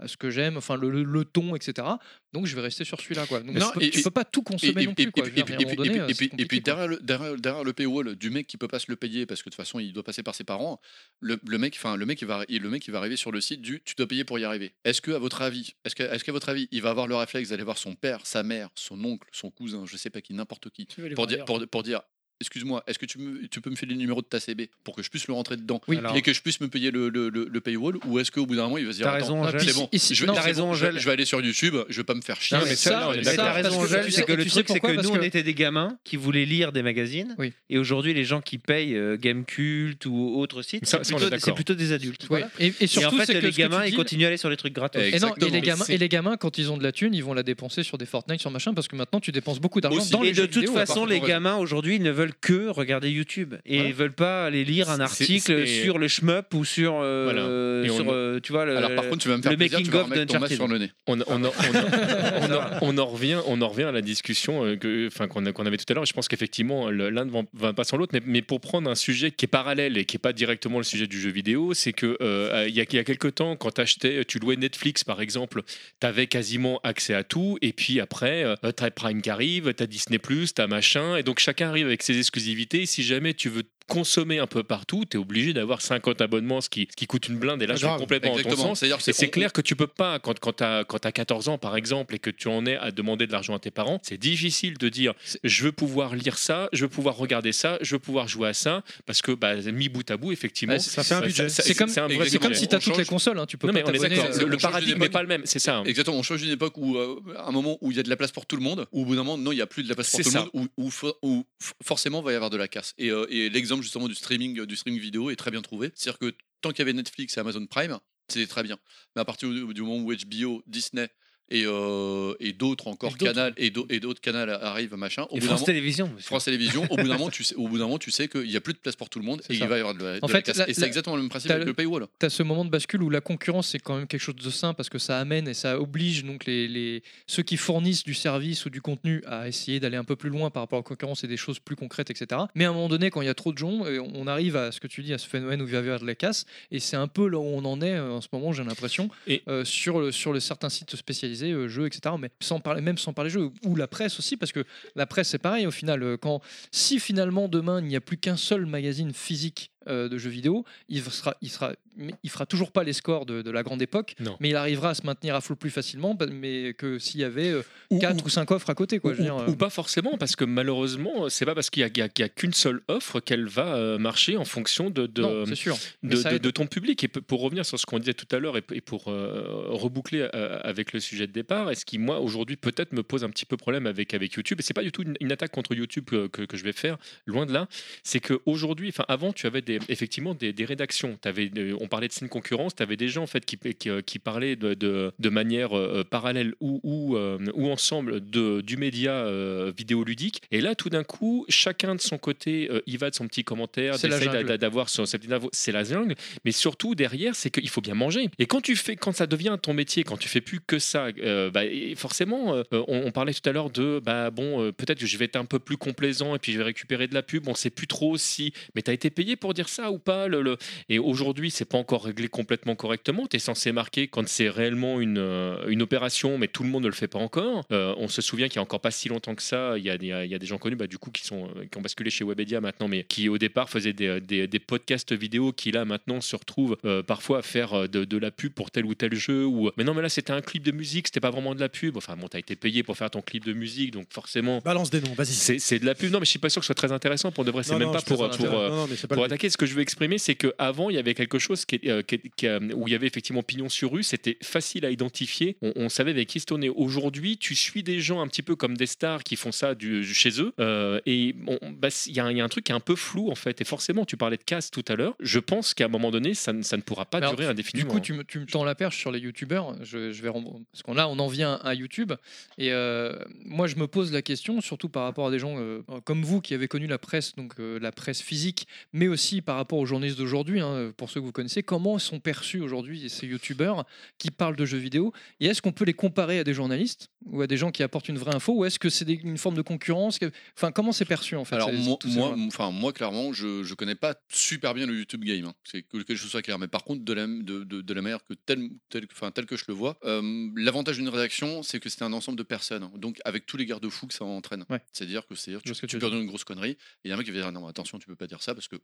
Speaker 3: à, à ce que j'aime, enfin, le, le- le ton, etc. Donc, je vais rester sur celui-là. Quoi. Donc,
Speaker 7: Non,
Speaker 3: tu, peux,
Speaker 7: et-
Speaker 3: tu peux pas tout consommer non plus. quoi. Je veux
Speaker 7: et
Speaker 3: dire,
Speaker 7: puis-
Speaker 3: à un
Speaker 7: et
Speaker 3: moment
Speaker 7: puis-
Speaker 3: donné,
Speaker 7: et
Speaker 3: euh,
Speaker 7: puis-
Speaker 3: c'est
Speaker 7: et puis
Speaker 3: compliqué, quoi.
Speaker 7: derrière le, derrière, derrière le paywall du mec qui peut pas se le payer parce que de toute façon il doit passer par ses parents, le, le mec, enfin le mec il va, il- le mec il va arriver sur le site du tu dois payer pour y arriver. Est-ce que à votre avis, est-ce que, est-ce qu'à votre avis, il va avoir le réflexe d'aller voir son père, sa mère, son oncle, son cousin, je sais pas qui, n'importe qui,
Speaker 5: Tu vas les
Speaker 7: pour
Speaker 5: voir
Speaker 7: dire,
Speaker 5: ailleurs.
Speaker 7: pour, pour dire, excuse-moi, est-ce que tu, me- tu peux me filer le numéro de ta CB pour que je puisse le rentrer dedans
Speaker 3: Oui,
Speaker 6: Alors,
Speaker 7: et que je puisse me payer le, le- le- le paywall ou est-ce qu'au bout d'un moment il va se dire
Speaker 6: t'as
Speaker 7: attends,
Speaker 6: raison,
Speaker 3: Ah,
Speaker 6: Angèle.
Speaker 3: puis
Speaker 7: c'est
Speaker 3: si-
Speaker 7: bon,
Speaker 3: et si-
Speaker 7: je,
Speaker 3: non,
Speaker 7: c'est
Speaker 6: raison,
Speaker 7: bon, je-
Speaker 6: Angèle.
Speaker 7: je vais aller sur YouTube, je vais pas me faire chier.
Speaker 4: Non, mais ça, là, on est
Speaker 3: ça,
Speaker 4: d'accord.
Speaker 6: T'as
Speaker 3: parce
Speaker 6: raison,
Speaker 3: que
Speaker 6: Angèle,
Speaker 3: tu sais-
Speaker 6: c'est que
Speaker 3: et
Speaker 6: le
Speaker 3: tu sais
Speaker 6: truc, c'est
Speaker 3: pourquoi
Speaker 6: que
Speaker 3: Parce
Speaker 6: nous, on
Speaker 3: que-
Speaker 6: était des gamins qui voulaient lire des magazines.
Speaker 3: Oui.
Speaker 6: Et aujourd'hui, les gens qui payent euh, Gamecult ou autres sites,
Speaker 4: Ça,
Speaker 6: c'est
Speaker 4: ça, on est
Speaker 6: plutôt, c'est
Speaker 4: d'accord.
Speaker 6: plutôt des adultes.
Speaker 3: Voilà. Et, et
Speaker 6: Et en
Speaker 3: surtout,
Speaker 6: fait,
Speaker 3: c'est que
Speaker 6: les
Speaker 3: ce que
Speaker 6: gamins,
Speaker 3: tu
Speaker 6: ils
Speaker 3: dis-
Speaker 6: continuent à aller sur les trucs gratuits.
Speaker 7: Et-
Speaker 3: Et, non, et,
Speaker 7: Exactement.
Speaker 3: les gamins,
Speaker 4: C'est-
Speaker 3: et les gamins, quand ils ont de la thune, ils vont la dépenser sur des Fortnite, sur machin, parce que maintenant tu dépenses beaucoup d'argent
Speaker 7: Aussi.
Speaker 3: dans les
Speaker 6: et de
Speaker 3: jeux
Speaker 6: toute
Speaker 3: vidéo,
Speaker 6: façon,
Speaker 7: parfaitement
Speaker 6: les
Speaker 7: raison.
Speaker 6: gamins aujourd'hui ils ne veulent que regarder YouTube et
Speaker 4: Voilà.
Speaker 6: ils veulent pas aller lire un
Speaker 4: C'est-
Speaker 6: article
Speaker 4: c'est-
Speaker 6: sur le shmup ou sur, euh,
Speaker 4: Voilà. Et on
Speaker 6: sur
Speaker 4: le-
Speaker 6: euh, tu vois le.
Speaker 7: Alors par contre, tu vas me faire
Speaker 6: le
Speaker 7: plaisir, tu
Speaker 6: making
Speaker 7: vas
Speaker 6: of
Speaker 7: remettre ton masque
Speaker 6: d'Uncharted.
Speaker 7: sur le nez.
Speaker 4: on, on, on- on- on- on en revient on en revient à la discussion euh, que enfin qu'on a- qu'on avait tout à l'heure je pense qu'effectivement le- l'un ne va- va pas sans l'autre mais, mais pour prendre un sujet qui est parallèle et qui est pas directement le sujet du jeu vidéo c'est que euh, il y a il y a quelque temps quand t'achetais tu louais Netflix par exemple t'avais quasiment accès à tout et puis après euh, t'as Prime qui arrive t'as Disney t'as machin et donc chacun arrive avec ses exclusivités si jamais tu veux consommer un peu partout t'es obligé d'avoir 50 abonnements ce qui, ce qui coûte une blinde et là je suis
Speaker 1: Grave,
Speaker 4: complètement en ton sens
Speaker 7: C'est-à-dire,
Speaker 4: et c'est
Speaker 7: on-
Speaker 4: clair que tu peux pas, quand, quand tu as, 14 ans par exemple et que tu en es à demander de l'argent à tes parents, c'est difficile de dire je veux pouvoir lire ça, je veux pouvoir regarder ça, je veux pouvoir jouer à ça, parce que bah, mis bout à bout, effectivement,
Speaker 3: Bah, c'est-
Speaker 1: Ça fait un
Speaker 4: ça-
Speaker 1: budget.
Speaker 4: ça-
Speaker 3: C'est comme-
Speaker 4: c'est un
Speaker 7: c'est
Speaker 4: vrai
Speaker 3: C'est comme
Speaker 4: budget.
Speaker 3: si t'as
Speaker 7: On
Speaker 3: toutes les
Speaker 7: change.
Speaker 3: consoles, hein, tu peux
Speaker 4: Non,
Speaker 3: pas
Speaker 4: mais on est
Speaker 3: t'abonner.
Speaker 4: d'accord,
Speaker 3: euh,
Speaker 4: le,
Speaker 7: on
Speaker 4: le
Speaker 7: change
Speaker 4: paradigme n'est
Speaker 7: d'époque.
Speaker 4: pas le même, c'est ça. hein.
Speaker 7: Exactement, on change d'une époque où, euh, à un moment où il y a de la place pour tout le monde, où au bout d'un moment, non, il n'y a plus de la place pour
Speaker 4: C'est
Speaker 7: tout
Speaker 4: ça.
Speaker 7: le monde, où, où fo- où f- forcément va y avoir de la casse. Et, euh, et l'exemple justement du streaming, euh, du streaming vidéo est très bien trouvé. C'est-à-dire que tant qu'il y avait Netflix et Amazon Prime, c'était très bien. Mais à partir du, du moment où HBO, Disney et, euh, et d'autres encore
Speaker 4: Et d'autres.
Speaker 7: canal et d'au- et d'autres canal arrivent machin. Au bout
Speaker 6: Et
Speaker 7: d'un
Speaker 6: France
Speaker 7: moment-
Speaker 6: Télévisions. monsieur.
Speaker 7: France Télévisions, au bout d'un moment, tu sais, au bout d'un moment, tu sais qu'il n'y a plus de place pour tout le monde
Speaker 3: C'est
Speaker 7: et il
Speaker 3: ça.
Speaker 7: va y avoir de la, de
Speaker 3: En
Speaker 7: la
Speaker 3: fait,
Speaker 7: casse.
Speaker 3: la-
Speaker 7: et c'est
Speaker 3: la-
Speaker 7: exactement le même principe
Speaker 3: t'as
Speaker 7: avec
Speaker 3: le-
Speaker 7: le paywall.
Speaker 3: T'as ce moment de bascule où la concurrence c'est quand même quelque chose de sain parce que ça amène et ça oblige donc les, les- ceux qui fournissent du service ou du contenu à essayer d'aller un peu plus loin par rapport à la concurrence et des choses plus concrètes etc. Mais à un moment donné quand il y a trop de gens euh, on arrive à ce que tu dis à ce phénomène où il va y avoir de la casse et c'est un peu là où on en est euh, en ce moment j'ai l'impression
Speaker 10: Et-
Speaker 3: euh, sur le, sur le certains sites spécialisés euh, jeux etc. Mais sans parler même sans parler jeux ou la presse aussi parce que la presse c'est pareil au final euh, quand si finalement demain il n'y a plus qu'un seul magazine physique euh, de jeux vidéo il sera, il sera, mais il fera toujours pas les scores de, de la grande époque,
Speaker 10: Non.
Speaker 3: mais il arrivera à se maintenir à flot plus facilement, bah, mais que s'il y avait
Speaker 10: Ou-
Speaker 3: 4 ou 5 offres à côté, quoi. je veux dire,
Speaker 10: ou,
Speaker 3: euh.
Speaker 10: ou pas forcément, parce que malheureusement, c'est pas parce qu'il y a, qu'il y a- qu'il y a qu'une seule offre qu'elle va euh, marcher en fonction de, de,
Speaker 3: non, c'est sûr. Mais
Speaker 10: de,
Speaker 3: ça
Speaker 10: de-
Speaker 3: aide.
Speaker 10: de ton public. Et pe- pour revenir sur ce qu'on disait tout à l'heure et, p- et pour euh, reboucler euh, avec le sujet de départ, et ce qui, moi, aujourd'hui, peut-être me pose un petit peu problème avec, avec YouTube, et c'est pas du tout une, une attaque contre YouTube que, que- que je vais faire, loin de là, c'est qu'aujourd'hui, enfin, avant, tu avais des, effectivement des, des rédactions. T'avais, euh, on parlait de scène concurrence, tu avais des gens en fait, qui, qui, euh, qui parlaient de, de, de manière euh, parallèle ou, ou, euh, ou ensemble de, du média euh, vidéoludique. Et là, tout d'un coup, chacun de son côté, euh, y va de son petit commentaire,
Speaker 3: C'est la
Speaker 10: d'essayer d'a-
Speaker 3: jungle.
Speaker 10: d'a- d'avoir son, sa petite info. c'est la jungle mais surtout derrière c'est qu'il faut bien manger et quand tu fais quand ça devient ton métier quand tu fais plus que ça euh, bah, et forcément euh, on, on parlait tout à l'heure de bah bon euh, peut-être que je vais être un peu plus complaisant et puis je vais récupérer de la pub on sait plus trop si mais t'as été payé pour dire ça ou pas le, le- et aujourd'hui c'est pas encore réglé complètement correctement t'es censé marquer quand c'est réellement une, euh, une opération mais tout le monde ne le fait pas encore Euh, on se souvient qu'il y a encore pas si longtemps que ça il y a, des- il y a des gens connus bah, du coup qui sont euh, qui ont basculé chez Webedia maintenant mais qui au départ faisaient des, euh, des- des podcasts vidéo qui là maintenant se retrouvent euh, parfois à faire euh, de, de la pub pour tel ou tel jeu ou mais non mais là c'était un clip de musique c'était pas vraiment de la pub enfin bon t'as été payé pour faire ton clip de musique donc forcément
Speaker 1: Balance des noms, vas-y.
Speaker 10: c'est c'est de la pub non mais je suis pas sûr que ce soit très intéressant pour de vrai c'est
Speaker 1: Non,
Speaker 10: même
Speaker 1: non,
Speaker 10: pas
Speaker 1: je
Speaker 10: pour,
Speaker 1: plaisante,
Speaker 10: pour, euh,
Speaker 1: non, non, mais c'est pas
Speaker 10: pour
Speaker 1: le but.
Speaker 10: attaquer, ce que je veux exprimer, c'est qu'avant, il y avait quelque chose qui, est- euh, qui est- qui a- où il y avait effectivement pignon sur rue, c'était facile à identifier, on, on savait avec qui se tourner. Aujourd'hui, tu suis des gens un petit peu comme des stars qui font ça du, du- chez eux, euh, et on- bah, c'est- il y, a un- il y a un truc qui est un peu flou en fait. Et forcément, tu parlais de casse tout à l'heure, je pense qu'à un moment donné, ça, ne- ça ne pourra pas
Speaker 3: Mais alors,
Speaker 10: durer
Speaker 3: Du
Speaker 10: indéfiniment.
Speaker 7: hein.
Speaker 3: coup, tu me, tu me tends la perche sur les youtubeurs. Je, je vais rem- parce qu'on là, on en vient à YouTube. Et euh, moi, je me pose la question, surtout par rapport à des gens euh, comme vous qui avez connu la presse, donc euh, la presse physique, mais aussi par rapport aux journalistes d'aujourd'hui. hein, pour ceux que vous connaissez, comment sont perçus aujourd'hui ces youtubeurs qui parlent de jeux vidéo Et est-ce qu'on peut les comparer à des journalistes ou à des gens qui apportent une vraie info Ou est-ce que c'est des- une forme de concurrence que- Enfin, comment c'est perçu en fait
Speaker 7: Alors
Speaker 3: ces-
Speaker 7: moi,
Speaker 3: tous ces
Speaker 7: moi,
Speaker 3: gens-là
Speaker 7: enfin moi clairement, je je connais pas super bien le YouTube game. hein. C'est que, que je sois clair, mais par contre de la de, de- de la manière que tel tel enfin tel que je le vois, euh, l'avantage d'une rédaction, c'est que c'est un ensemble de personnes. hein. Donc avec tous les garde-fous que ça entraîne.
Speaker 3: Ouais.
Speaker 7: C'est-à-dire que c'est
Speaker 3: Je
Speaker 7: tu,
Speaker 3: vois ce que
Speaker 7: tu,
Speaker 3: tu veux
Speaker 7: peux dire une grosse connerie et il y a un mec qui va dire non attention tu peux pas dire ça parce que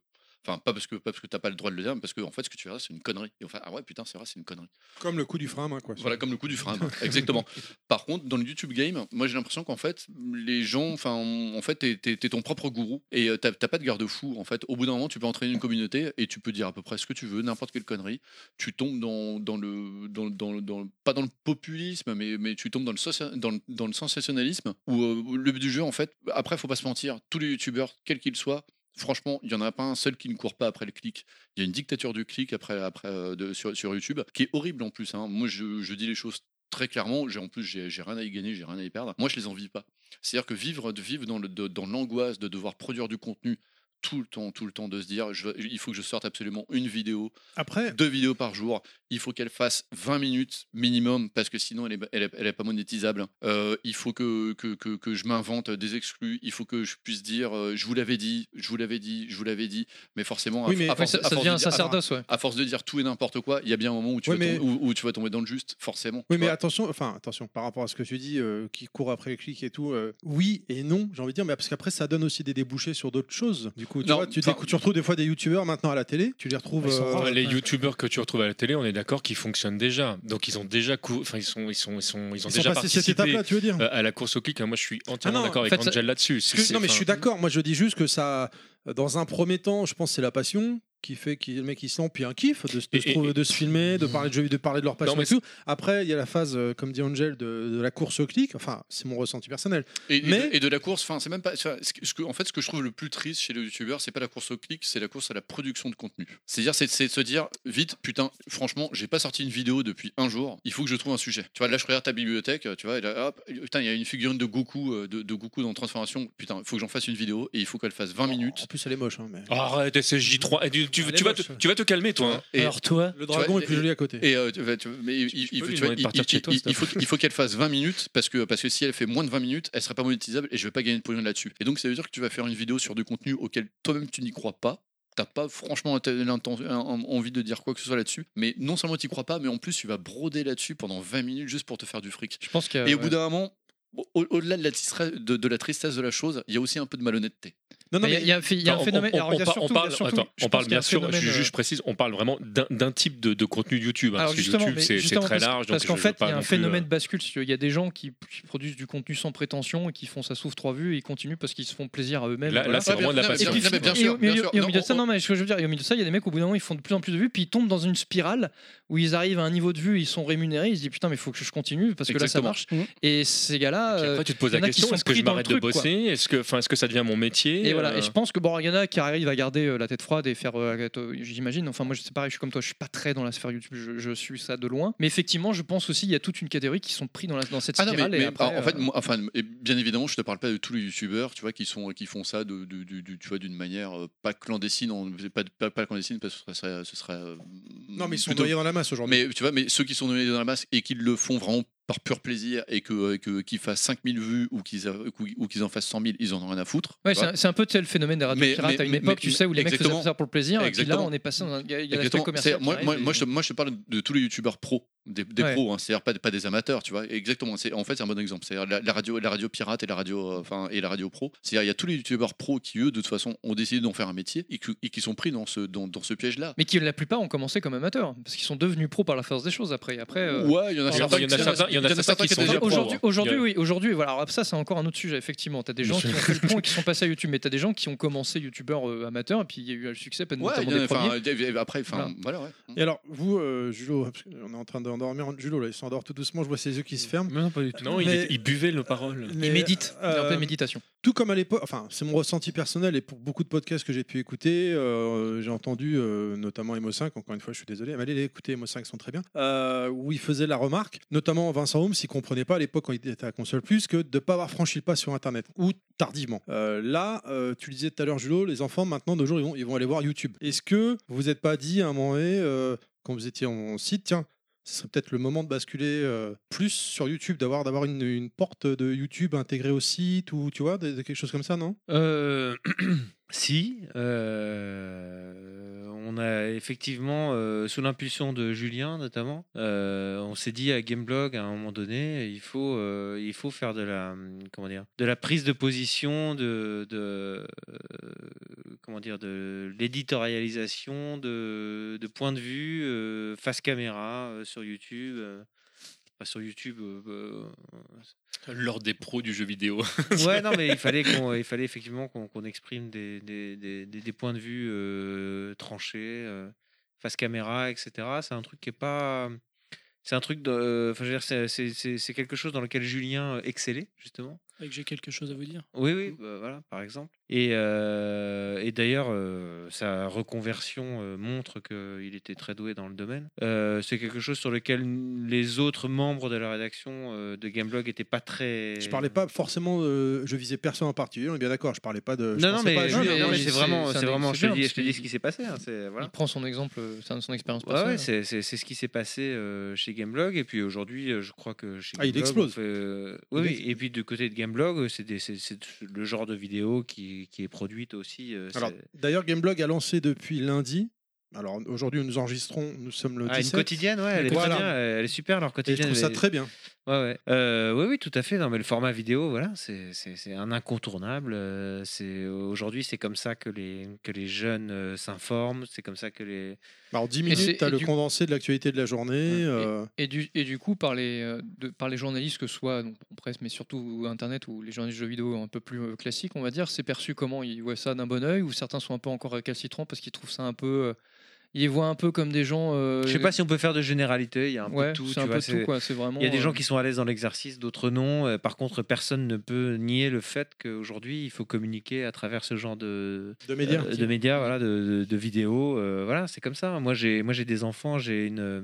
Speaker 7: enfin pas parce que pas parce que t'as pas le droit de le dire, mais parce que en fait ce que tu vas dire c'est une connerie. Et enfin ah ouais putain c'est vrai c'est une connerie.
Speaker 1: Comme le coup du frein à main, quoi.
Speaker 7: Voilà, comme le coup du frein. à main. Exactement. Par contre, dans le YouTube game, moi j'ai l'impression qu'en fait, les gens, enfin, en fait, t'es, t'es- t'es ton propre gourou et euh, t'as, t'as pas de garde-fou. En fait, au bout d'un moment, tu peux entraîner une communauté et tu peux dire à peu près ce que tu veux, n'importe quelle connerie. Tu tombes dans, dans le, dans, dans- dans- pas dans le populisme, mais, mais tu tombes dans le, socia- dans, le- dans le sensationnalisme où euh, le but du jeu, en fait, après, faut pas se mentir, tous les youtubeurs, quels qu'ils soient, Franchement, il n'y en a pas un seul qui ne court pas après le clic. Il y a une dictature du clic après, après, euh, de- sur, sur YouTube qui est horrible en plus. hein. Moi, je, je dis les choses très clairement. J'ai, en plus, j'ai, j'ai rien à y gagner, j'ai rien à y perdre. Moi, je les envie pas. C'est-à-dire que vivre, de vivre dans, le, de- dans l'angoisse de devoir produire du contenu tout le temps, tout le temps, de se dire je veux- il faut que je sorte absolument une vidéo,
Speaker 1: Après,
Speaker 7: deux vidéos par jour. Il faut qu'elle fasse 20 minutes minimum parce que sinon elle est, elle est- elle est pas monétisable. Euh, il faut que, que, que, que je m'invente des exclus. Il faut que je puisse dire euh, je vous l'avais dit, je vous l'avais dit, je vous l'avais dit. Mais forcément, à-
Speaker 1: Oui, mais-
Speaker 7: à
Speaker 3: Ouais,
Speaker 7: force-
Speaker 3: ça,
Speaker 7: à
Speaker 3: ça
Speaker 7: force
Speaker 3: devient
Speaker 7: de
Speaker 3: un
Speaker 7: dire- ah, à-
Speaker 3: sacerdoce, ouais.
Speaker 7: à force de dire tout et n'importe quoi, il y a bien un moment où tu,
Speaker 1: Oui,
Speaker 7: vas,
Speaker 1: mais-
Speaker 7: tomber, où, où tu vas tomber dans le juste, forcément.
Speaker 1: Oui,
Speaker 7: tu
Speaker 1: mais
Speaker 7: vois.
Speaker 1: attention, enfin attention, par rapport à ce que tu dis, euh, qui court après les clics et tout, euh, oui et non, j'ai envie de dire, mais parce qu'après ça donne aussi des débouchés sur d'autres choses. Du coup, tu
Speaker 7: Non,
Speaker 1: vois, tu,
Speaker 7: enfin-
Speaker 1: décou- tu retrouves des fois des youtubeurs maintenant à la télé, tu les retrouves. euh,
Speaker 4: Ils sont rares.
Speaker 10: Ouais, les youtubeurs que tu retrouves à la télé, on est d'accord qu'ils fonctionnent déjà. Donc ils ont déjà, cou- enfin ils sont, ils sont, ils sont, ils ont
Speaker 1: ils sont
Speaker 10: déjà
Speaker 1: passés cette
Speaker 10: participé
Speaker 1: étape-là, tu veux dire
Speaker 10: euh, à la course au clic. hein. Moi, je suis entièrement
Speaker 1: Ah non,
Speaker 10: d'accord
Speaker 1: en
Speaker 10: avec
Speaker 3: fait, ça-
Speaker 10: Angel là-dessus. C'est-
Speaker 1: Parce que-
Speaker 10: c'est-
Speaker 1: non mais je
Speaker 10: enfin,
Speaker 1: suis d'accord, moi je dis juste que ça, dans un premier temps, je pense que c'est la passion, qui fait que le mec il sent puis un kiff de, se- de
Speaker 4: Et-
Speaker 1: se
Speaker 4: et-
Speaker 1: trouver- de se filmer de parler de jeux vidéo de parler de leur passion
Speaker 4: mais
Speaker 1: et tout après il y a la phase euh, comme dit Angel de, de la course au clic enfin c'est mon ressenti personnel
Speaker 7: Et, et
Speaker 1: Mais-
Speaker 7: de, et de la course, enfin, c'est même pas. enfin, ce que- ce que- en fait, ce que je trouve le plus triste chez les youtubeurs, c'est pas la course au clic, c'est la course à la production de contenu. C'est-à-dire, c'est c'est de se dire, vite, putain, franchement, j'ai pas sorti une vidéo depuis un jour, il faut que je trouve un sujet. Tu vois, là, je regarde ta bibliothèque, tu vois, et là, hop, putain, il y a une figurine de Goku, euh, de, de Goku dans Transformation, putain, il faut que j'en fasse une vidéo, et il faut qu'elle fasse 20 minutes.
Speaker 1: en plus elle est moche hein, mais
Speaker 4: Arrête, SSJ3. eh, tu- Tu
Speaker 1: Elle est
Speaker 4: tu vas te-
Speaker 1: moche.
Speaker 4: tu vas te calmer, toi. hein.
Speaker 7: Et-
Speaker 5: Alors toi,
Speaker 1: le
Speaker 7: tu vois,
Speaker 1: dragon est plus
Speaker 7: et-
Speaker 1: joli à côté
Speaker 7: Et euh, tu vois, tu vois, mais il- il-
Speaker 4: peux lui
Speaker 7: tu vois,
Speaker 4: demander de
Speaker 7: il-
Speaker 4: partir de chez
Speaker 7: il-
Speaker 4: toi,
Speaker 7: il-
Speaker 4: s'il te
Speaker 7: il faut il faut qu'elle fasse 20 minutes parce que, parce que si elle fait moins de 20 minutes, elle sera pas monétisable et je vais pas gagner de pognon là-dessus. Et donc ça veut dire que tu vas faire une vidéo sur du contenu auquel toi-même tu n'y crois pas. T'as pas franchement inté- l'inten- en- en- envie de dire quoi que ce soit là-dessus. Mais non seulement tu crois pas, mais en plus tu vas broder là-dessus pendant 20 minutes juste pour te faire du fric.
Speaker 3: Je pense
Speaker 4: Ah
Speaker 3: que.
Speaker 7: Et au bout d'un moment, au- au- au-delà de, la tisra- de- de la tristesse de la chose, il y a aussi un peu de malhonnêteté.
Speaker 1: non non
Speaker 3: Il y,
Speaker 1: mais
Speaker 3: a- il y a un phi- il y a un
Speaker 4: Attends, on-
Speaker 3: phénomène.
Speaker 4: on-
Speaker 3: alors,
Speaker 4: on
Speaker 3: il y a
Speaker 4: par-
Speaker 3: surtout-
Speaker 4: on parle,
Speaker 3: il y a surtout-
Speaker 4: attends, on
Speaker 3: je pense
Speaker 4: parle
Speaker 3: qu'il y a
Speaker 4: bien
Speaker 3: un
Speaker 4: sûr, je,
Speaker 3: phénomène, euh,
Speaker 4: juste précise, on parle vraiment d'un- d'un type de, de contenu YouTube. hein,
Speaker 3: Alors
Speaker 4: parce que
Speaker 3: justement,
Speaker 4: YouTube,
Speaker 3: mais
Speaker 4: c'est- c'est
Speaker 3: justement,
Speaker 4: très
Speaker 3: parce-
Speaker 4: large. donc
Speaker 3: Parce qu'en
Speaker 4: je veux
Speaker 3: fait,
Speaker 4: pas
Speaker 3: il y a
Speaker 4: non
Speaker 3: un
Speaker 4: plus,
Speaker 3: phénomène
Speaker 4: euh,
Speaker 3: bascule. si tu veux. Il y a des gens qui, qui produisent du contenu sans prétention et qui font ça sous trois vues et ils continuent parce qu'ils se font plaisir à eux-mêmes.
Speaker 4: Là-
Speaker 3: voilà.
Speaker 4: là, c'est
Speaker 7: Ouais,
Speaker 4: vraiment de la
Speaker 7: non, mais
Speaker 3: Et
Speaker 4: passion.
Speaker 3: puis,
Speaker 7: non, mais bien
Speaker 3: et
Speaker 7: sûr,
Speaker 3: au milieu,
Speaker 7: bien sûr.
Speaker 3: et au
Speaker 7: Non,
Speaker 3: milieu de ça,
Speaker 7: on-
Speaker 3: non, mais ce que je veux dire, et au milieu de ça, il y a des mecs au bout d'un moment, ils font de plus en plus de vues, puis ils tombent dans une spirale où ils arrivent à un niveau de vue, ils sont rémunérés, ils se disent putain, mais il faut que je continue parce que là, ça
Speaker 4: Exactement.
Speaker 3: marche.
Speaker 5: Mhm.
Speaker 3: Et ces gars-là,
Speaker 4: Puis
Speaker 3: euh,
Speaker 4: après, tu te poses
Speaker 3: y en
Speaker 4: la
Speaker 3: a qui
Speaker 4: question
Speaker 3: sont
Speaker 4: est-ce que
Speaker 3: pris
Speaker 4: je
Speaker 3: dans le
Speaker 4: m'arrête de
Speaker 3: truc, quoi.
Speaker 4: bosser Est-ce que, enfin, est-ce que ça devient mon métier
Speaker 3: Et voilà,
Speaker 4: Euh,
Speaker 3: et je pense que bon, il y en a qui arrivent à garder euh, la tête froide et faire, euh, euh, j'imagine, enfin moi c'est pareil, je suis comme toi, je suis pas très dans la sphère YouTube, je, je suis ça de loin. Mais effectivement, je pense aussi il y a toute une catégorie qui sont pris dans, la- dans cette
Speaker 7: Ah non,
Speaker 3: spirale.
Speaker 7: mais- mais
Speaker 3: et après,
Speaker 7: en- en fait,
Speaker 3: euh,
Speaker 7: moi- enfin, et bien évidemment, je te parle pas de tous les youtubeurs, tu vois, qui sont qui font ça de, de- du- du- tu vois, d'une manière euh, pas clandestine, en- pas, pas, pas clandestine parce que ce serait, ce serait euh,
Speaker 1: non mais ils sont
Speaker 7: plutôt-
Speaker 1: noyés dans la masse aujourd'hui
Speaker 7: mais tu vois, mais ceux qui sont noyés dans la masse et qui le font vraiment par pur plaisir et que, et que qu'ils fassent 5000 vues ou qu'ils a- ou qu'ils en fassent 100 000, ils en ont rien à foutre.
Speaker 3: ouais,
Speaker 7: tu
Speaker 3: c'est
Speaker 7: vois.
Speaker 3: un- c'est un peu tu sais, le phénomène des radios
Speaker 7: Mais-
Speaker 3: pirates
Speaker 7: mais-
Speaker 3: à une
Speaker 7: mais-
Speaker 3: époque, tu
Speaker 7: mais-
Speaker 3: sais, où les mecs faisaient
Speaker 7: exactement.
Speaker 3: ça pour le plaisir, et puis
Speaker 7: Exactement.
Speaker 3: là on est passé dans un il y a- il y a l'aspect
Speaker 7: Exactement.
Speaker 3: commercial.
Speaker 7: C'est- Moi,
Speaker 3: qui
Speaker 7: moi,
Speaker 3: arrive
Speaker 7: moi,
Speaker 3: et-
Speaker 7: je, te- moi, je te parle de tous les youtubeurs pro, des, des
Speaker 3: Ouais.
Speaker 7: pros, hein, c'est-à-dire pas, pas des amateurs, tu vois. Exactement. C'est, en fait, c'est un bon exemple. C'est-à-dire la, la radio, la radio pirate et la radio, euh, enfin, et la radio pro. C'est-à-dire il y a tous les youtubeurs pro qui eux, de toute façon, ont décidé d'en faire un métier et, que- et qui sont pris dans ce, dans, dans ce piège-là.
Speaker 3: Mais qui la plupart ont commencé comme amateurs, parce qu'ils sont devenus pros par la force des choses après. après euh,
Speaker 7: ouais, il y en a
Speaker 3: il y en a
Speaker 7: certains.
Speaker 3: certains-
Speaker 7: il y en a certains qui
Speaker 4: sont
Speaker 7: sont déjà
Speaker 4: pro,
Speaker 7: pros.
Speaker 4: hein.
Speaker 3: Aujourd'hui, aujourd'hui,
Speaker 4: Il y a-
Speaker 3: oui, aujourd'hui, voilà. Alors, ça, c'est encore un autre sujet, effectivement. T'as des gens qui ont fait le pont et qui sont passés à YouTube, mais t'as des gens qui ont commencé YouTubeurs euh, amateurs, et puis il y a eu le succès, peut-être
Speaker 7: Ouais,
Speaker 3: notamment
Speaker 7: il y en a-
Speaker 3: des premiers.
Speaker 7: enfin, euh, après, enfin, voilà, ouais.
Speaker 3: Mm.
Speaker 1: et alors vous euh, Julo parce qu'on est en train d'endormir Julo là il s'endort tout doucement je vois ses yeux qui se ferment
Speaker 6: Mais non, pas du tout.
Speaker 4: Non, il,
Speaker 1: Mais-
Speaker 4: il buvait le parole.
Speaker 3: Mm. Il
Speaker 1: Mais,
Speaker 3: médite, il est en
Speaker 1: euh,
Speaker 3: pleine méditation.
Speaker 1: tout comme à l'époque, enfin c'est mon ressenti personnel et pour beaucoup de podcasts que j'ai pu écouter, euh, j'ai entendu euh, notamment Emo5, encore une fois je suis désolé, mais allez les écouter, Emo5 sont très bien, euh, où il faisait la remarque, notamment Vincent Holmes, il comprenait pas à l'époque quand il était à Console Plus que de ne pas avoir franchi le pas sur Internet, ou tardivement. Euh, là, euh, tu le disais tout à l'heure Julo, les enfants maintenant de nos jours ils vont, ils vont aller voir YouTube. Est-ce que vous n'êtes pas dit à un moment donné, euh, quand vous étiez en site, tiens, ce serait peut-être le moment de basculer euh, plus sur YouTube, d'avoir d'avoir une, une porte de YouTube intégrée au site ou tu vois de- de quelque chose comme ça, non
Speaker 6: Euh, si, euh, on a effectivement, euh, sous l'impulsion de Julien notamment, euh, on s'est dit à Gameblog à un moment donné, il faut, euh, il faut faire de la, hum, comment dire, de la prise de position, de, de euh, comment dire, de l'éditorialisation, de, de point de vue, euh, face caméra euh, sur YouTube. euh, enfin, sur YouTube, euh, euh,
Speaker 4: L'ordre des pros du jeu vidéo.
Speaker 6: Ouais, non, mais il fallait, qu'on, il fallait effectivement qu'on, qu'on exprime des, des, des, des- des points de vue euh, tranchés, euh, face caméra, etc. C'est un truc qui est pas. C'est un truc. de- euh, Enfin, je veux dire, c'est, c'est, c'est- c'est quelque chose dans lequel Julien euh, excellait, justement.
Speaker 5: et que j'ai quelque chose à vous dire.
Speaker 6: Oui, oui, bah, voilà, par exemple. Et, euh, et d'ailleurs, euh, sa reconversion euh, montre qu'il était très doué dans le domaine. Euh, c'est quelque chose sur lequel les autres membres de la rédaction euh, de Gameblog n'étaient pas très.
Speaker 1: Je parlais pas forcément, euh, je visais personne en particulier, on est bien d'accord, je parlais pas de... Euh, je
Speaker 6: Non, non,
Speaker 1: pensais
Speaker 6: mais,
Speaker 1: pas à hein,
Speaker 6: non,
Speaker 1: Julien,
Speaker 6: mais-
Speaker 3: mais
Speaker 6: non, mais
Speaker 3: c'est-
Speaker 6: c'est vraiment,
Speaker 3: c'est un
Speaker 6: c'est vraiment, je te
Speaker 3: exemple,
Speaker 6: dis, je te
Speaker 3: parce
Speaker 6: dis
Speaker 3: que-
Speaker 6: ce qui s'est passé. hein, c'est voilà.
Speaker 3: Il prend son exemple, euh, son son expérience
Speaker 6: Ouais, ouais,
Speaker 1: hein.
Speaker 3: personnelle.
Speaker 6: c'est c'est- c'est ce qui s'est passé euh, chez Gameblog et puis aujourd'hui, euh, je crois que chez
Speaker 1: Ah, il
Speaker 6: Gameblog,
Speaker 1: explose.
Speaker 6: on fait, euh,
Speaker 1: Il
Speaker 6: oui, oui,
Speaker 1: explose.
Speaker 6: et puis du côté de Gameblog, euh, c'est des- c'est- c'est le genre de vidéo qui, qui est produite aussi. euh,
Speaker 1: Alors,
Speaker 6: c'est-
Speaker 1: d'ailleurs, Gameblog a lancé depuis lundi Alors aujourd'hui, nous enregistrons, nous sommes le
Speaker 6: Ah, une
Speaker 1: 17.
Speaker 6: quotidienne, ouais, elle est
Speaker 1: Voilà.
Speaker 6: très bien, elle est super
Speaker 1: et
Speaker 6: leur
Speaker 1: je
Speaker 6: quotidienne.
Speaker 1: trouve ça
Speaker 6: mais-
Speaker 1: très bien.
Speaker 6: Ouais, ouais. Euh, oui, oui, tout à fait. Non, mais le format vidéo, voilà, c'est- c'est c'est un incontournable. Euh, c'est- Aujourd'hui, c'est comme ça que les, que les jeunes euh, s'informent. C'est comme ça que les.
Speaker 1: Alors 10
Speaker 3: c'est-
Speaker 1: minutes, tu as
Speaker 3: et
Speaker 1: le
Speaker 3: du-
Speaker 1: condensé de l'actualité de la journée. euh,
Speaker 3: Et du, et du coup, par les, euh, de- par les journalistes, que ce soit donc, en presse, mais surtout Internet ou les journalistes de jeux vidéo un peu plus euh, classiques, on va dire, c'est perçu comment ils voient ça d'un bon oeil ou certains sont un peu encore récalcitrants parce qu'ils trouvent ça un peu. euh, ils les voient un peu comme des gens. euh,
Speaker 6: Je sais pas si on peut faire de généralité. Il y a un peu
Speaker 3: ouais,
Speaker 6: de tout.
Speaker 3: c'est
Speaker 6: tu
Speaker 3: un
Speaker 6: vois,
Speaker 3: peu
Speaker 6: c'est-
Speaker 3: tout, quoi. C'est vraiment.
Speaker 6: Il y a des
Speaker 3: euh,
Speaker 6: gens qui sont à l'aise dans l'exercice, d'autres non. Euh, Par contre, personne ne peut nier le fait qu'aujourd'hui, il faut communiquer à travers ce genre de,
Speaker 1: de médias.
Speaker 6: euh, de médias, voilà, de, de- de vidéos. euh, voilà, c'est comme ça. Moi, j'ai, moi, j'ai des enfants. J'ai une, euh,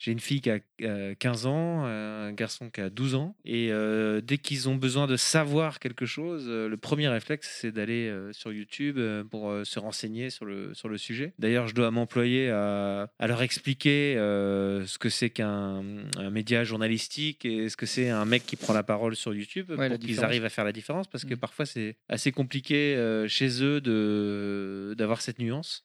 Speaker 6: j'ai une fille qui a euh, 15 ans, euh, un garçon qui a 12 ans. Et euh, dès qu'ils ont besoin de savoir quelque chose, euh, le premier réflexe, c'est d'aller euh, sur YouTube euh, pour euh, se renseigner sur le, sur le sujet. D'ailleurs, je dois m'employer à, à leur expliquer euh, ce que c'est qu'un un média journalistique et ce que c'est un mec qui prend la parole sur YouTube
Speaker 3: Ouais, la
Speaker 6: pour qu'ils
Speaker 3: différence.
Speaker 6: arrivent arrivent à faire la différence parce que
Speaker 3: Mm.
Speaker 6: parfois c'est assez compliqué euh, chez eux de d'avoir cette nuance.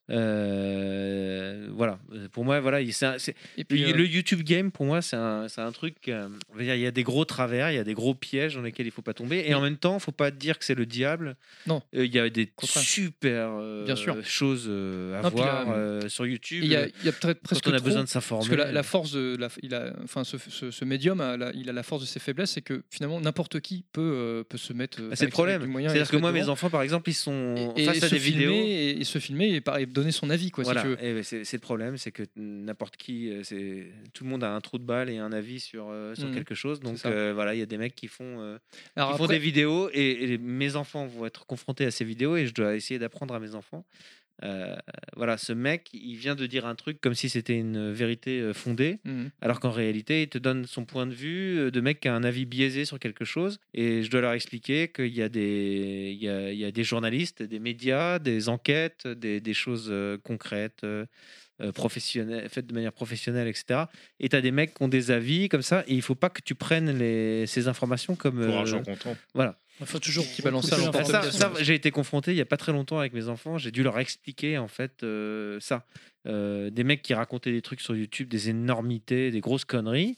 Speaker 6: Euh, voilà, Euh, pour moi voilà, il- c'est un- c'est-
Speaker 3: Et puis,
Speaker 6: le,
Speaker 3: euh,
Speaker 6: le YouTube game pour moi c'est un, c'est un truc. euh, on va dire, il y a des gros travers, il y a des gros pièges dans lesquels il faut pas tomber et en même temps faut pas dire que c'est le diable.
Speaker 3: Non.
Speaker 6: Euh, il y a des
Speaker 3: contraire.
Speaker 6: super euh,
Speaker 3: Bien sûr.
Speaker 6: choses euh, à
Speaker 3: Non, puis
Speaker 6: voir
Speaker 3: la-
Speaker 6: euh, sur YouTube.
Speaker 3: il y a, il y a peut-être presque
Speaker 6: quand on a
Speaker 3: trop-
Speaker 6: besoin de s'informer. euh.
Speaker 3: Parce que la, la force de la, il a, enfin, ce, ce- ce médium, a la- il a la force de ses faiblesses, c'est que finalement n'importe qui peut, euh, peut se mettre. euh,
Speaker 6: Bah, c'est le
Speaker 3: avec- avec
Speaker 6: problème.
Speaker 3: du moyen et
Speaker 6: C'est-à-dire
Speaker 3: se
Speaker 6: que moi,
Speaker 3: mettre
Speaker 6: mes
Speaker 3: devant.
Speaker 6: enfants, par exemple, ils sont
Speaker 3: et, et
Speaker 6: face à
Speaker 3: se
Speaker 6: des
Speaker 3: filmer,
Speaker 6: vidéos.
Speaker 3: et, et se filmer et, par- et donner son avis quoi
Speaker 6: Voilà.
Speaker 3: si tu veux.
Speaker 6: Eh ben, c'est c'est le problème, c'est que n'importe qui, euh, c'est tout le monde a un trou de balle et un avis sur, euh, sur
Speaker 3: Mhm.
Speaker 6: quelque chose. Donc
Speaker 3: ça.
Speaker 6: euh, voilà, il y a des mecs qui font, euh,
Speaker 3: Alors
Speaker 6: qui font
Speaker 3: après-
Speaker 6: des vidéos et, et les- mes enfants vont être confrontés à ces vidéos et je dois essayer d'apprendre à mes enfants. Euh, voilà, ce mec, il vient de dire un truc comme si c'était une vérité euh, fondée,
Speaker 3: Mhm.
Speaker 6: alors qu'en réalité, il te donne son point de vue euh, de mec qui a un avis biaisé sur quelque chose. Et je dois leur expliquer qu'il y, a des- il y, a, il y a des journalistes, des médias, des enquêtes, des, des choses euh, concrètes, euh, euh, professionnelles, faites de manière professionnelle, etc. Et tu as des mecs qui ont des avis comme ça. Et il faut pas que tu prennes les- ces informations comme.
Speaker 4: Pour
Speaker 6: euh,
Speaker 4: argent comptant.
Speaker 6: voilà.
Speaker 5: Il faut toujours
Speaker 3: Qui balance ça
Speaker 5: couper
Speaker 3: à
Speaker 6: Ah, ça,
Speaker 5: l'information.
Speaker 6: ça, j'ai été confronté il y a pas très longtemps avec mes enfants. J'ai dû leur expliquer en fait euh, ça. Euh, des mecs qui racontaient des trucs sur YouTube, des énormités, des grosses conneries.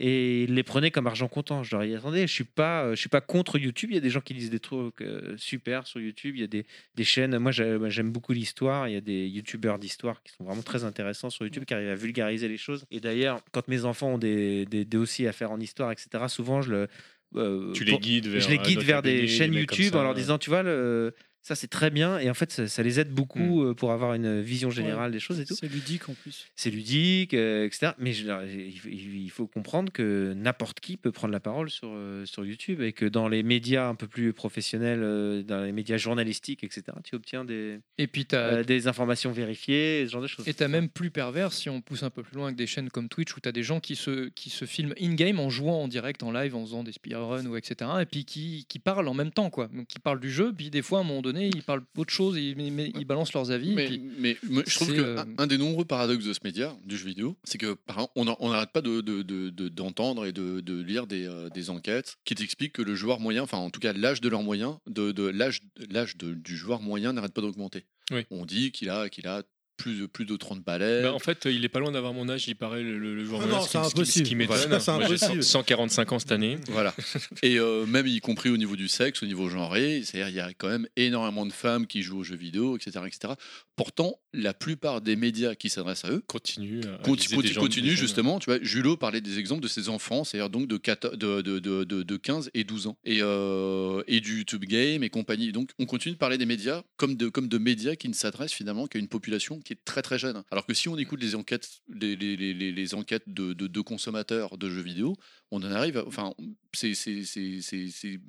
Speaker 6: Et ils les prenaient comme argent comptant. Je leur ai dit, attendez, je suis pas, euh, je suis pas contre YouTube. Il y a des gens qui lisent des trucs euh, super sur YouTube. Il y a des, des chaînes. Moi, j'ai- moi, j'aime beaucoup l'histoire. Il y a des youtubeurs d'histoire qui sont vraiment très intéressants sur YouTube, qui arrivent à vulgariser les choses. Et d'ailleurs, quand mes enfants ont des, des dossiers à faire en histoire, etc., souvent, je le. euh,
Speaker 4: Tu les
Speaker 6: pour-
Speaker 4: guides vers.
Speaker 6: je les guide
Speaker 4: Adobe
Speaker 6: vers des
Speaker 4: Academy,
Speaker 6: chaînes
Speaker 4: mecs comme
Speaker 6: YouTube
Speaker 4: ça.
Speaker 6: en leur disant, tu vois, le- ça c'est très bien. Et en fait, ça, ça les aide beaucoup euh, pour avoir une vision générale des choses et tout.
Speaker 5: C'est ludique en plus.
Speaker 6: C'est ludique, euh, etc. Mais je leur- il faut- il faut comprendre que n'importe qui peut prendre la parole sur, euh, sur YouTube et que dans les médias un peu plus professionnels, euh, dans les médias journalistiques, etc., tu obtiens des,
Speaker 3: Et puis t'as
Speaker 6: euh, des informations vérifiées, ce genre de choses.
Speaker 3: et t'as même plus pervers si on pousse un peu plus loin avec des chaînes comme Twitch où t'as des gens qui se qui se filment in game en jouant en direct en live en faisant des speedruns ou etc et puis qui, qui parlent en même temps quoi donc qui parlent du jeu puis des fois à un moment donné ils parlent d'autre chose ils, mais- ils balancent leurs avis et
Speaker 7: Mais,
Speaker 3: puis-
Speaker 7: mais- mais je trouve
Speaker 3: c'est,
Speaker 7: que
Speaker 3: euh,
Speaker 7: un- un des nombreux paradoxes de ce média, du jeu vidéo, c'est que par exemple, on en- on n'arrête pas de- de- de- de- d'entendre et de, de lire des, euh, des enquêtes qui t'expliquent que le joueur moyen, enfin en tout cas l'âge de leur moyen, de, de- l'âge l'âge de- du joueur moyen n'arrête pas d'augmenter.
Speaker 4: Oui.
Speaker 7: On dit qu'il a qu'il a plus de plus de 30 balais.
Speaker 4: Bah, en fait, il est pas loin d'avoir mon age, il paraît le, le, le jour
Speaker 1: Ah
Speaker 4: moyen,
Speaker 1: non,
Speaker 4: ce qui-
Speaker 1: c'est
Speaker 4: ce qui-
Speaker 1: impossible.
Speaker 4: Ce qui m'étonne.
Speaker 1: Ouais, c'est
Speaker 4: Moi, j'ai
Speaker 1: impossible.
Speaker 4: 145 ans cette année.
Speaker 7: Voilà. Et euh, même y compris au niveau du sexe, au niveau genré, c'est-à-dire il y a quand même énormément de femmes qui jouent aux jeux vidéo, etc., etc. Pourtant, la plupart des médias qui s'adressent à eux
Speaker 4: Continue. à- à
Speaker 7: Conti-
Speaker 4: viser euh, des
Speaker 7: conti-
Speaker 4: gens- des
Speaker 7: continue
Speaker 4: jeunes.
Speaker 7: justement, tu vois, Julot parlait des exemples de ses enfants, c'est-à-dire donc de, 14 de, de, de- de- de 15 et 12 ans, et, euh, et du YouTube Game et compagnie. Donc on continue de parler des médias comme de, comme de médias qui ne s'adressent finalement qu'à une population qui est très très jeune. Alors que si on écoute les enquêtes, les, les- les- les- les enquêtes de, de- de consommateurs de jeux vidéo, on en arrive, à- enfin, c'est, c'est, c'est, c'est- c'est-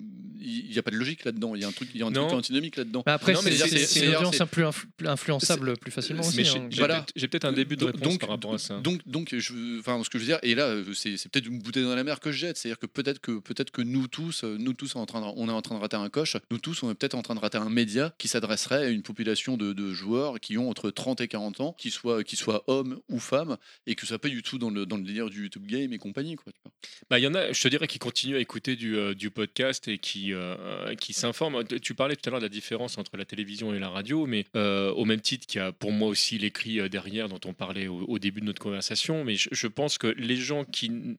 Speaker 7: il n'y a pas de logique là-dedans, il y a un truc, il y a un truc
Speaker 4: Non.
Speaker 7: antinomique là-dedans.
Speaker 3: Bah après
Speaker 4: Non, mais
Speaker 3: c'est
Speaker 4: c'est-
Speaker 3: c'est-
Speaker 4: c'est-
Speaker 3: c'est une
Speaker 7: c'est-
Speaker 3: audience plus, influ- plus influençable plus facilement
Speaker 4: Mais
Speaker 3: aussi
Speaker 4: j'ai
Speaker 3: hein.
Speaker 4: j'ai
Speaker 7: Voilà.
Speaker 4: peut-être- j'ai peut-être un début de
Speaker 7: Donc-
Speaker 4: réponse
Speaker 7: donc-
Speaker 4: par rapport à ça.
Speaker 7: Donc, donc je, enfin, ce que je veux dire, et là, euh, c'est c'est peut-être une bouteille dans la mer que je jette, c'est-à-dire que peut-être que, peut-être que nous tous, euh, nous tous, en train de- on est en train de rater un coche, nous tous, on est peut-être en train de rater un média qui s'adresserait à une population de, de joueurs qui ont entre 30 et et 40 ans, qu'ils soient, qu'ils soient hommes ou femmes, et que ça pas du tout dans le, dans le délire du YouTube game et compagnie. Quoi, tu vois.
Speaker 10: Bah, il y en a, je te dirais, qui continuent à écouter du, euh, du podcast et qui, euh, qui s'informent. Tu- Tu parlais tout à l'heure de la différence entre la télévision et la radio, mais euh, au même titre qu'il y a pour moi aussi l'écrit euh, derrière dont on parlait au, au début de notre conversation, mais je, je pense que les gens qui n-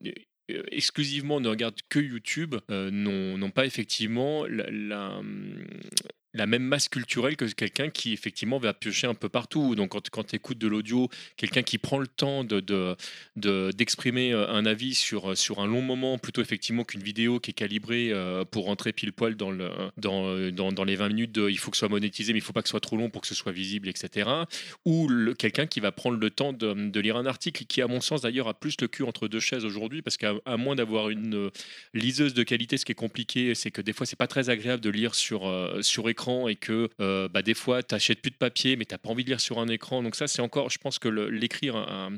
Speaker 10: euh, exclusivement ne regardent que YouTube euh, n'ont n'ont pas effectivement la, la, hum, la même masse culturelle que quelqu'un qui effectivement va piocher un peu partout. Donc quand, quand tu écoutes de l'audio, quelqu'un qui prend le temps de, de, de- d'exprimer euh, un avis sur, euh, sur un long moment plutôt effectivement qu'une vidéo qui est calibrée euh, pour rentrer pile poil dans, le, dans, euh, dans, dans les 20 minutes de, il faut que ce soit monétisé mais il faut pas que ce soit trop long pour que ce soit visible etc ou le- quelqu'un qui va prendre le temps de, de lire un article qui à mon sens d'ailleurs a plus le cul entre deux chaises aujourd'hui parce qu'à à moins d'avoir une euh, liseuse de qualité ce qui est compliqué c'est que des fois c'est pas très agréable de lire sur, euh, sur écran et que euh, bah, des fois t'achètes plus de papier mais t'as pas envie de lire sur un écran donc ça c'est encore je pense que le- l'écrire un- un-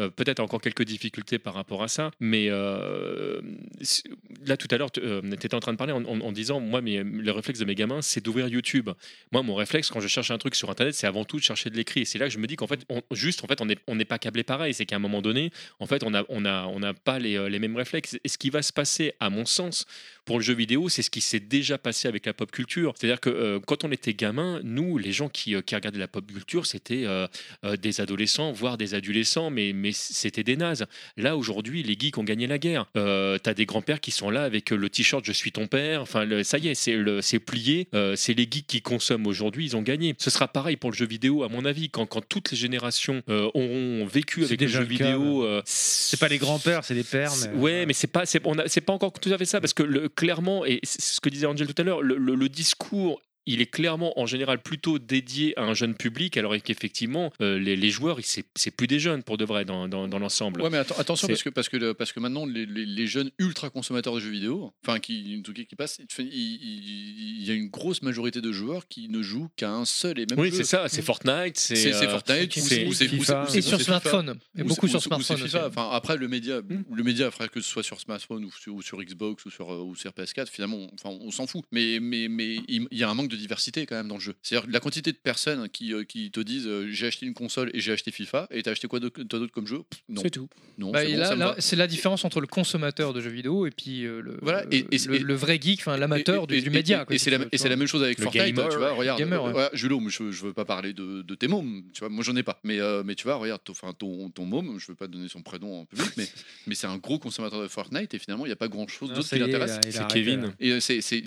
Speaker 10: euh, peut-être encore quelques difficultés par rapport à ça, mais euh, c'est- là tout à l'heure, tu étais en train de parler en, en- en disant Moi, mes, le réflexe de mes gamins, c'est d'ouvrir YouTube. Moi, mon réflexe quand je cherche un truc sur Internet, c'est avant tout de chercher de l'écrit. Et c'est là que je me dis qu'en fait, on- juste, en fait, on n'est on n'est pas câblé pareil. C'est qu'à un moment donné, en fait, on n'a on a, on n'a pas les, euh, les mêmes réflexes. Et ce qui va se passer, à mon sens, pour le jeu vidéo, c'est ce qui s'est déjà passé avec la pop culture. C'est-à-dire que euh, quand on était gamin, nous, les gens qui, euh, qui regardaient la pop culture, c'était. euh, euh, des adolescents, voire des adolescents, mais, mais c'était des nazes. Là, aujourd'hui, les geeks ont gagné la guerre. Euh, T'as des grands-pères qui sont là avec euh, le t-shirt Je suis ton père. Enfin, le- ça y est, c'est le- c'est plié. Euh, c'est les geeks qui consomment aujourd'hui, ils ont gagné. Ce sera pareil pour le jeu vidéo, à mon avis. Quand, quand toutes les générations euh, auront vécu
Speaker 6: C'est
Speaker 10: avec le
Speaker 6: déjà
Speaker 10: jeu
Speaker 6: le cas,
Speaker 10: vidéo. euh, c'est
Speaker 6: C'est pas les grands-pères, c'est les pères.
Speaker 10: c'est-
Speaker 6: Mais... euh,
Speaker 10: Ouais, mais c'est pas, c'est, on a- c'est pas encore tout à fait ça parce que le- clairement, et c'est ce que disait Angel tout à l'heure, le, le- le discours. Il est clairement en général plutôt dédié à un jeune public, alors qu'effectivement, euh, les, les joueurs, ils- c'est, c'est plus des jeunes pour de vrai dans, dans- dans l'ensemble.
Speaker 7: Ouais, mais atten- attention
Speaker 10: C'est-
Speaker 7: parce que, parce, que, le- parce que maintenant, les, les- les jeunes ultra consommateurs de jeux vidéo, enfin, qui, en tout cas, qui passent, il- il il y a une grosse majorité de joueurs qui ne jouent qu'à un seul et même
Speaker 10: oui,
Speaker 7: jeu.
Speaker 10: c'est ça, c'est Fortnite, c'est,
Speaker 7: C'est c'est
Speaker 10: euh,
Speaker 7: Fortnite,
Speaker 10: c'est-
Speaker 7: ou c'est- ou c'est- ou c'est- ou
Speaker 6: FIFA.
Speaker 7: c'est-
Speaker 3: Et
Speaker 7: ou
Speaker 3: sur
Speaker 7: c'est
Speaker 3: smartphone. Et
Speaker 7: Ou
Speaker 3: beaucoup
Speaker 7: c'est- ou
Speaker 3: sur
Speaker 7: c'est- ou c'est
Speaker 3: smartphone.
Speaker 7: FIFA.
Speaker 3: aussi.
Speaker 7: Enfin, après, le média, le média, après, que ce soit sur smartphone ou sur, ou sur Xbox ou sur, euh, ou sur PS4, finalement, on- enfin, on s'en fout. Mais, mais, mais il il y a un manque de diversité quand même dans le jeu. C'est-à-dire que la quantité de personnes qui, euh, qui te disent euh, j'ai acheté une console et j'ai acheté FIFA, et t'as acheté quoi de- toi d'autre comme jeu Pff, Non,
Speaker 5: C'est tout.
Speaker 7: non,
Speaker 3: Bah,
Speaker 7: c'est
Speaker 3: et
Speaker 7: bon,
Speaker 3: là-
Speaker 7: ça me
Speaker 3: là,
Speaker 7: va.
Speaker 3: c'est la différence entre le consommateur de jeux vidéo et puis euh, le,
Speaker 7: Voilà, et- et-
Speaker 3: le,
Speaker 7: et-
Speaker 3: le vrai geek, enfin l'amateur
Speaker 7: Et-
Speaker 3: du,
Speaker 7: et-
Speaker 3: du
Speaker 7: et-
Speaker 3: média.
Speaker 7: et-
Speaker 3: quoi,
Speaker 7: Et
Speaker 3: si
Speaker 7: c'est
Speaker 3: tu
Speaker 7: la,
Speaker 3: veux,
Speaker 7: et
Speaker 3: tu
Speaker 7: c'est la
Speaker 3: vois.
Speaker 7: même chose avec
Speaker 10: Le
Speaker 7: Fortnite,
Speaker 10: gamer,
Speaker 7: tu vois, regarde,
Speaker 3: gamer, ouais.
Speaker 7: voilà, Julo, moi, je, je veux pas parler de, de tes mômes, tu vois, moi j'en ai pas, mais, euh, mais tu vois, regarde, ton, enfin, ton, ton môme, je veux pas donner son prénom en public, mais, mais c'est un gros consommateur de Fortnite et finalement il n'y a pas grand chose
Speaker 6: Non,
Speaker 7: d'autre
Speaker 6: ça
Speaker 7: qui
Speaker 6: y est, il a-
Speaker 7: l'intéresse.
Speaker 6: il a
Speaker 10: c'est
Speaker 6: arrêté, là.
Speaker 10: Kevin.
Speaker 7: Et euh, c'est. c'est-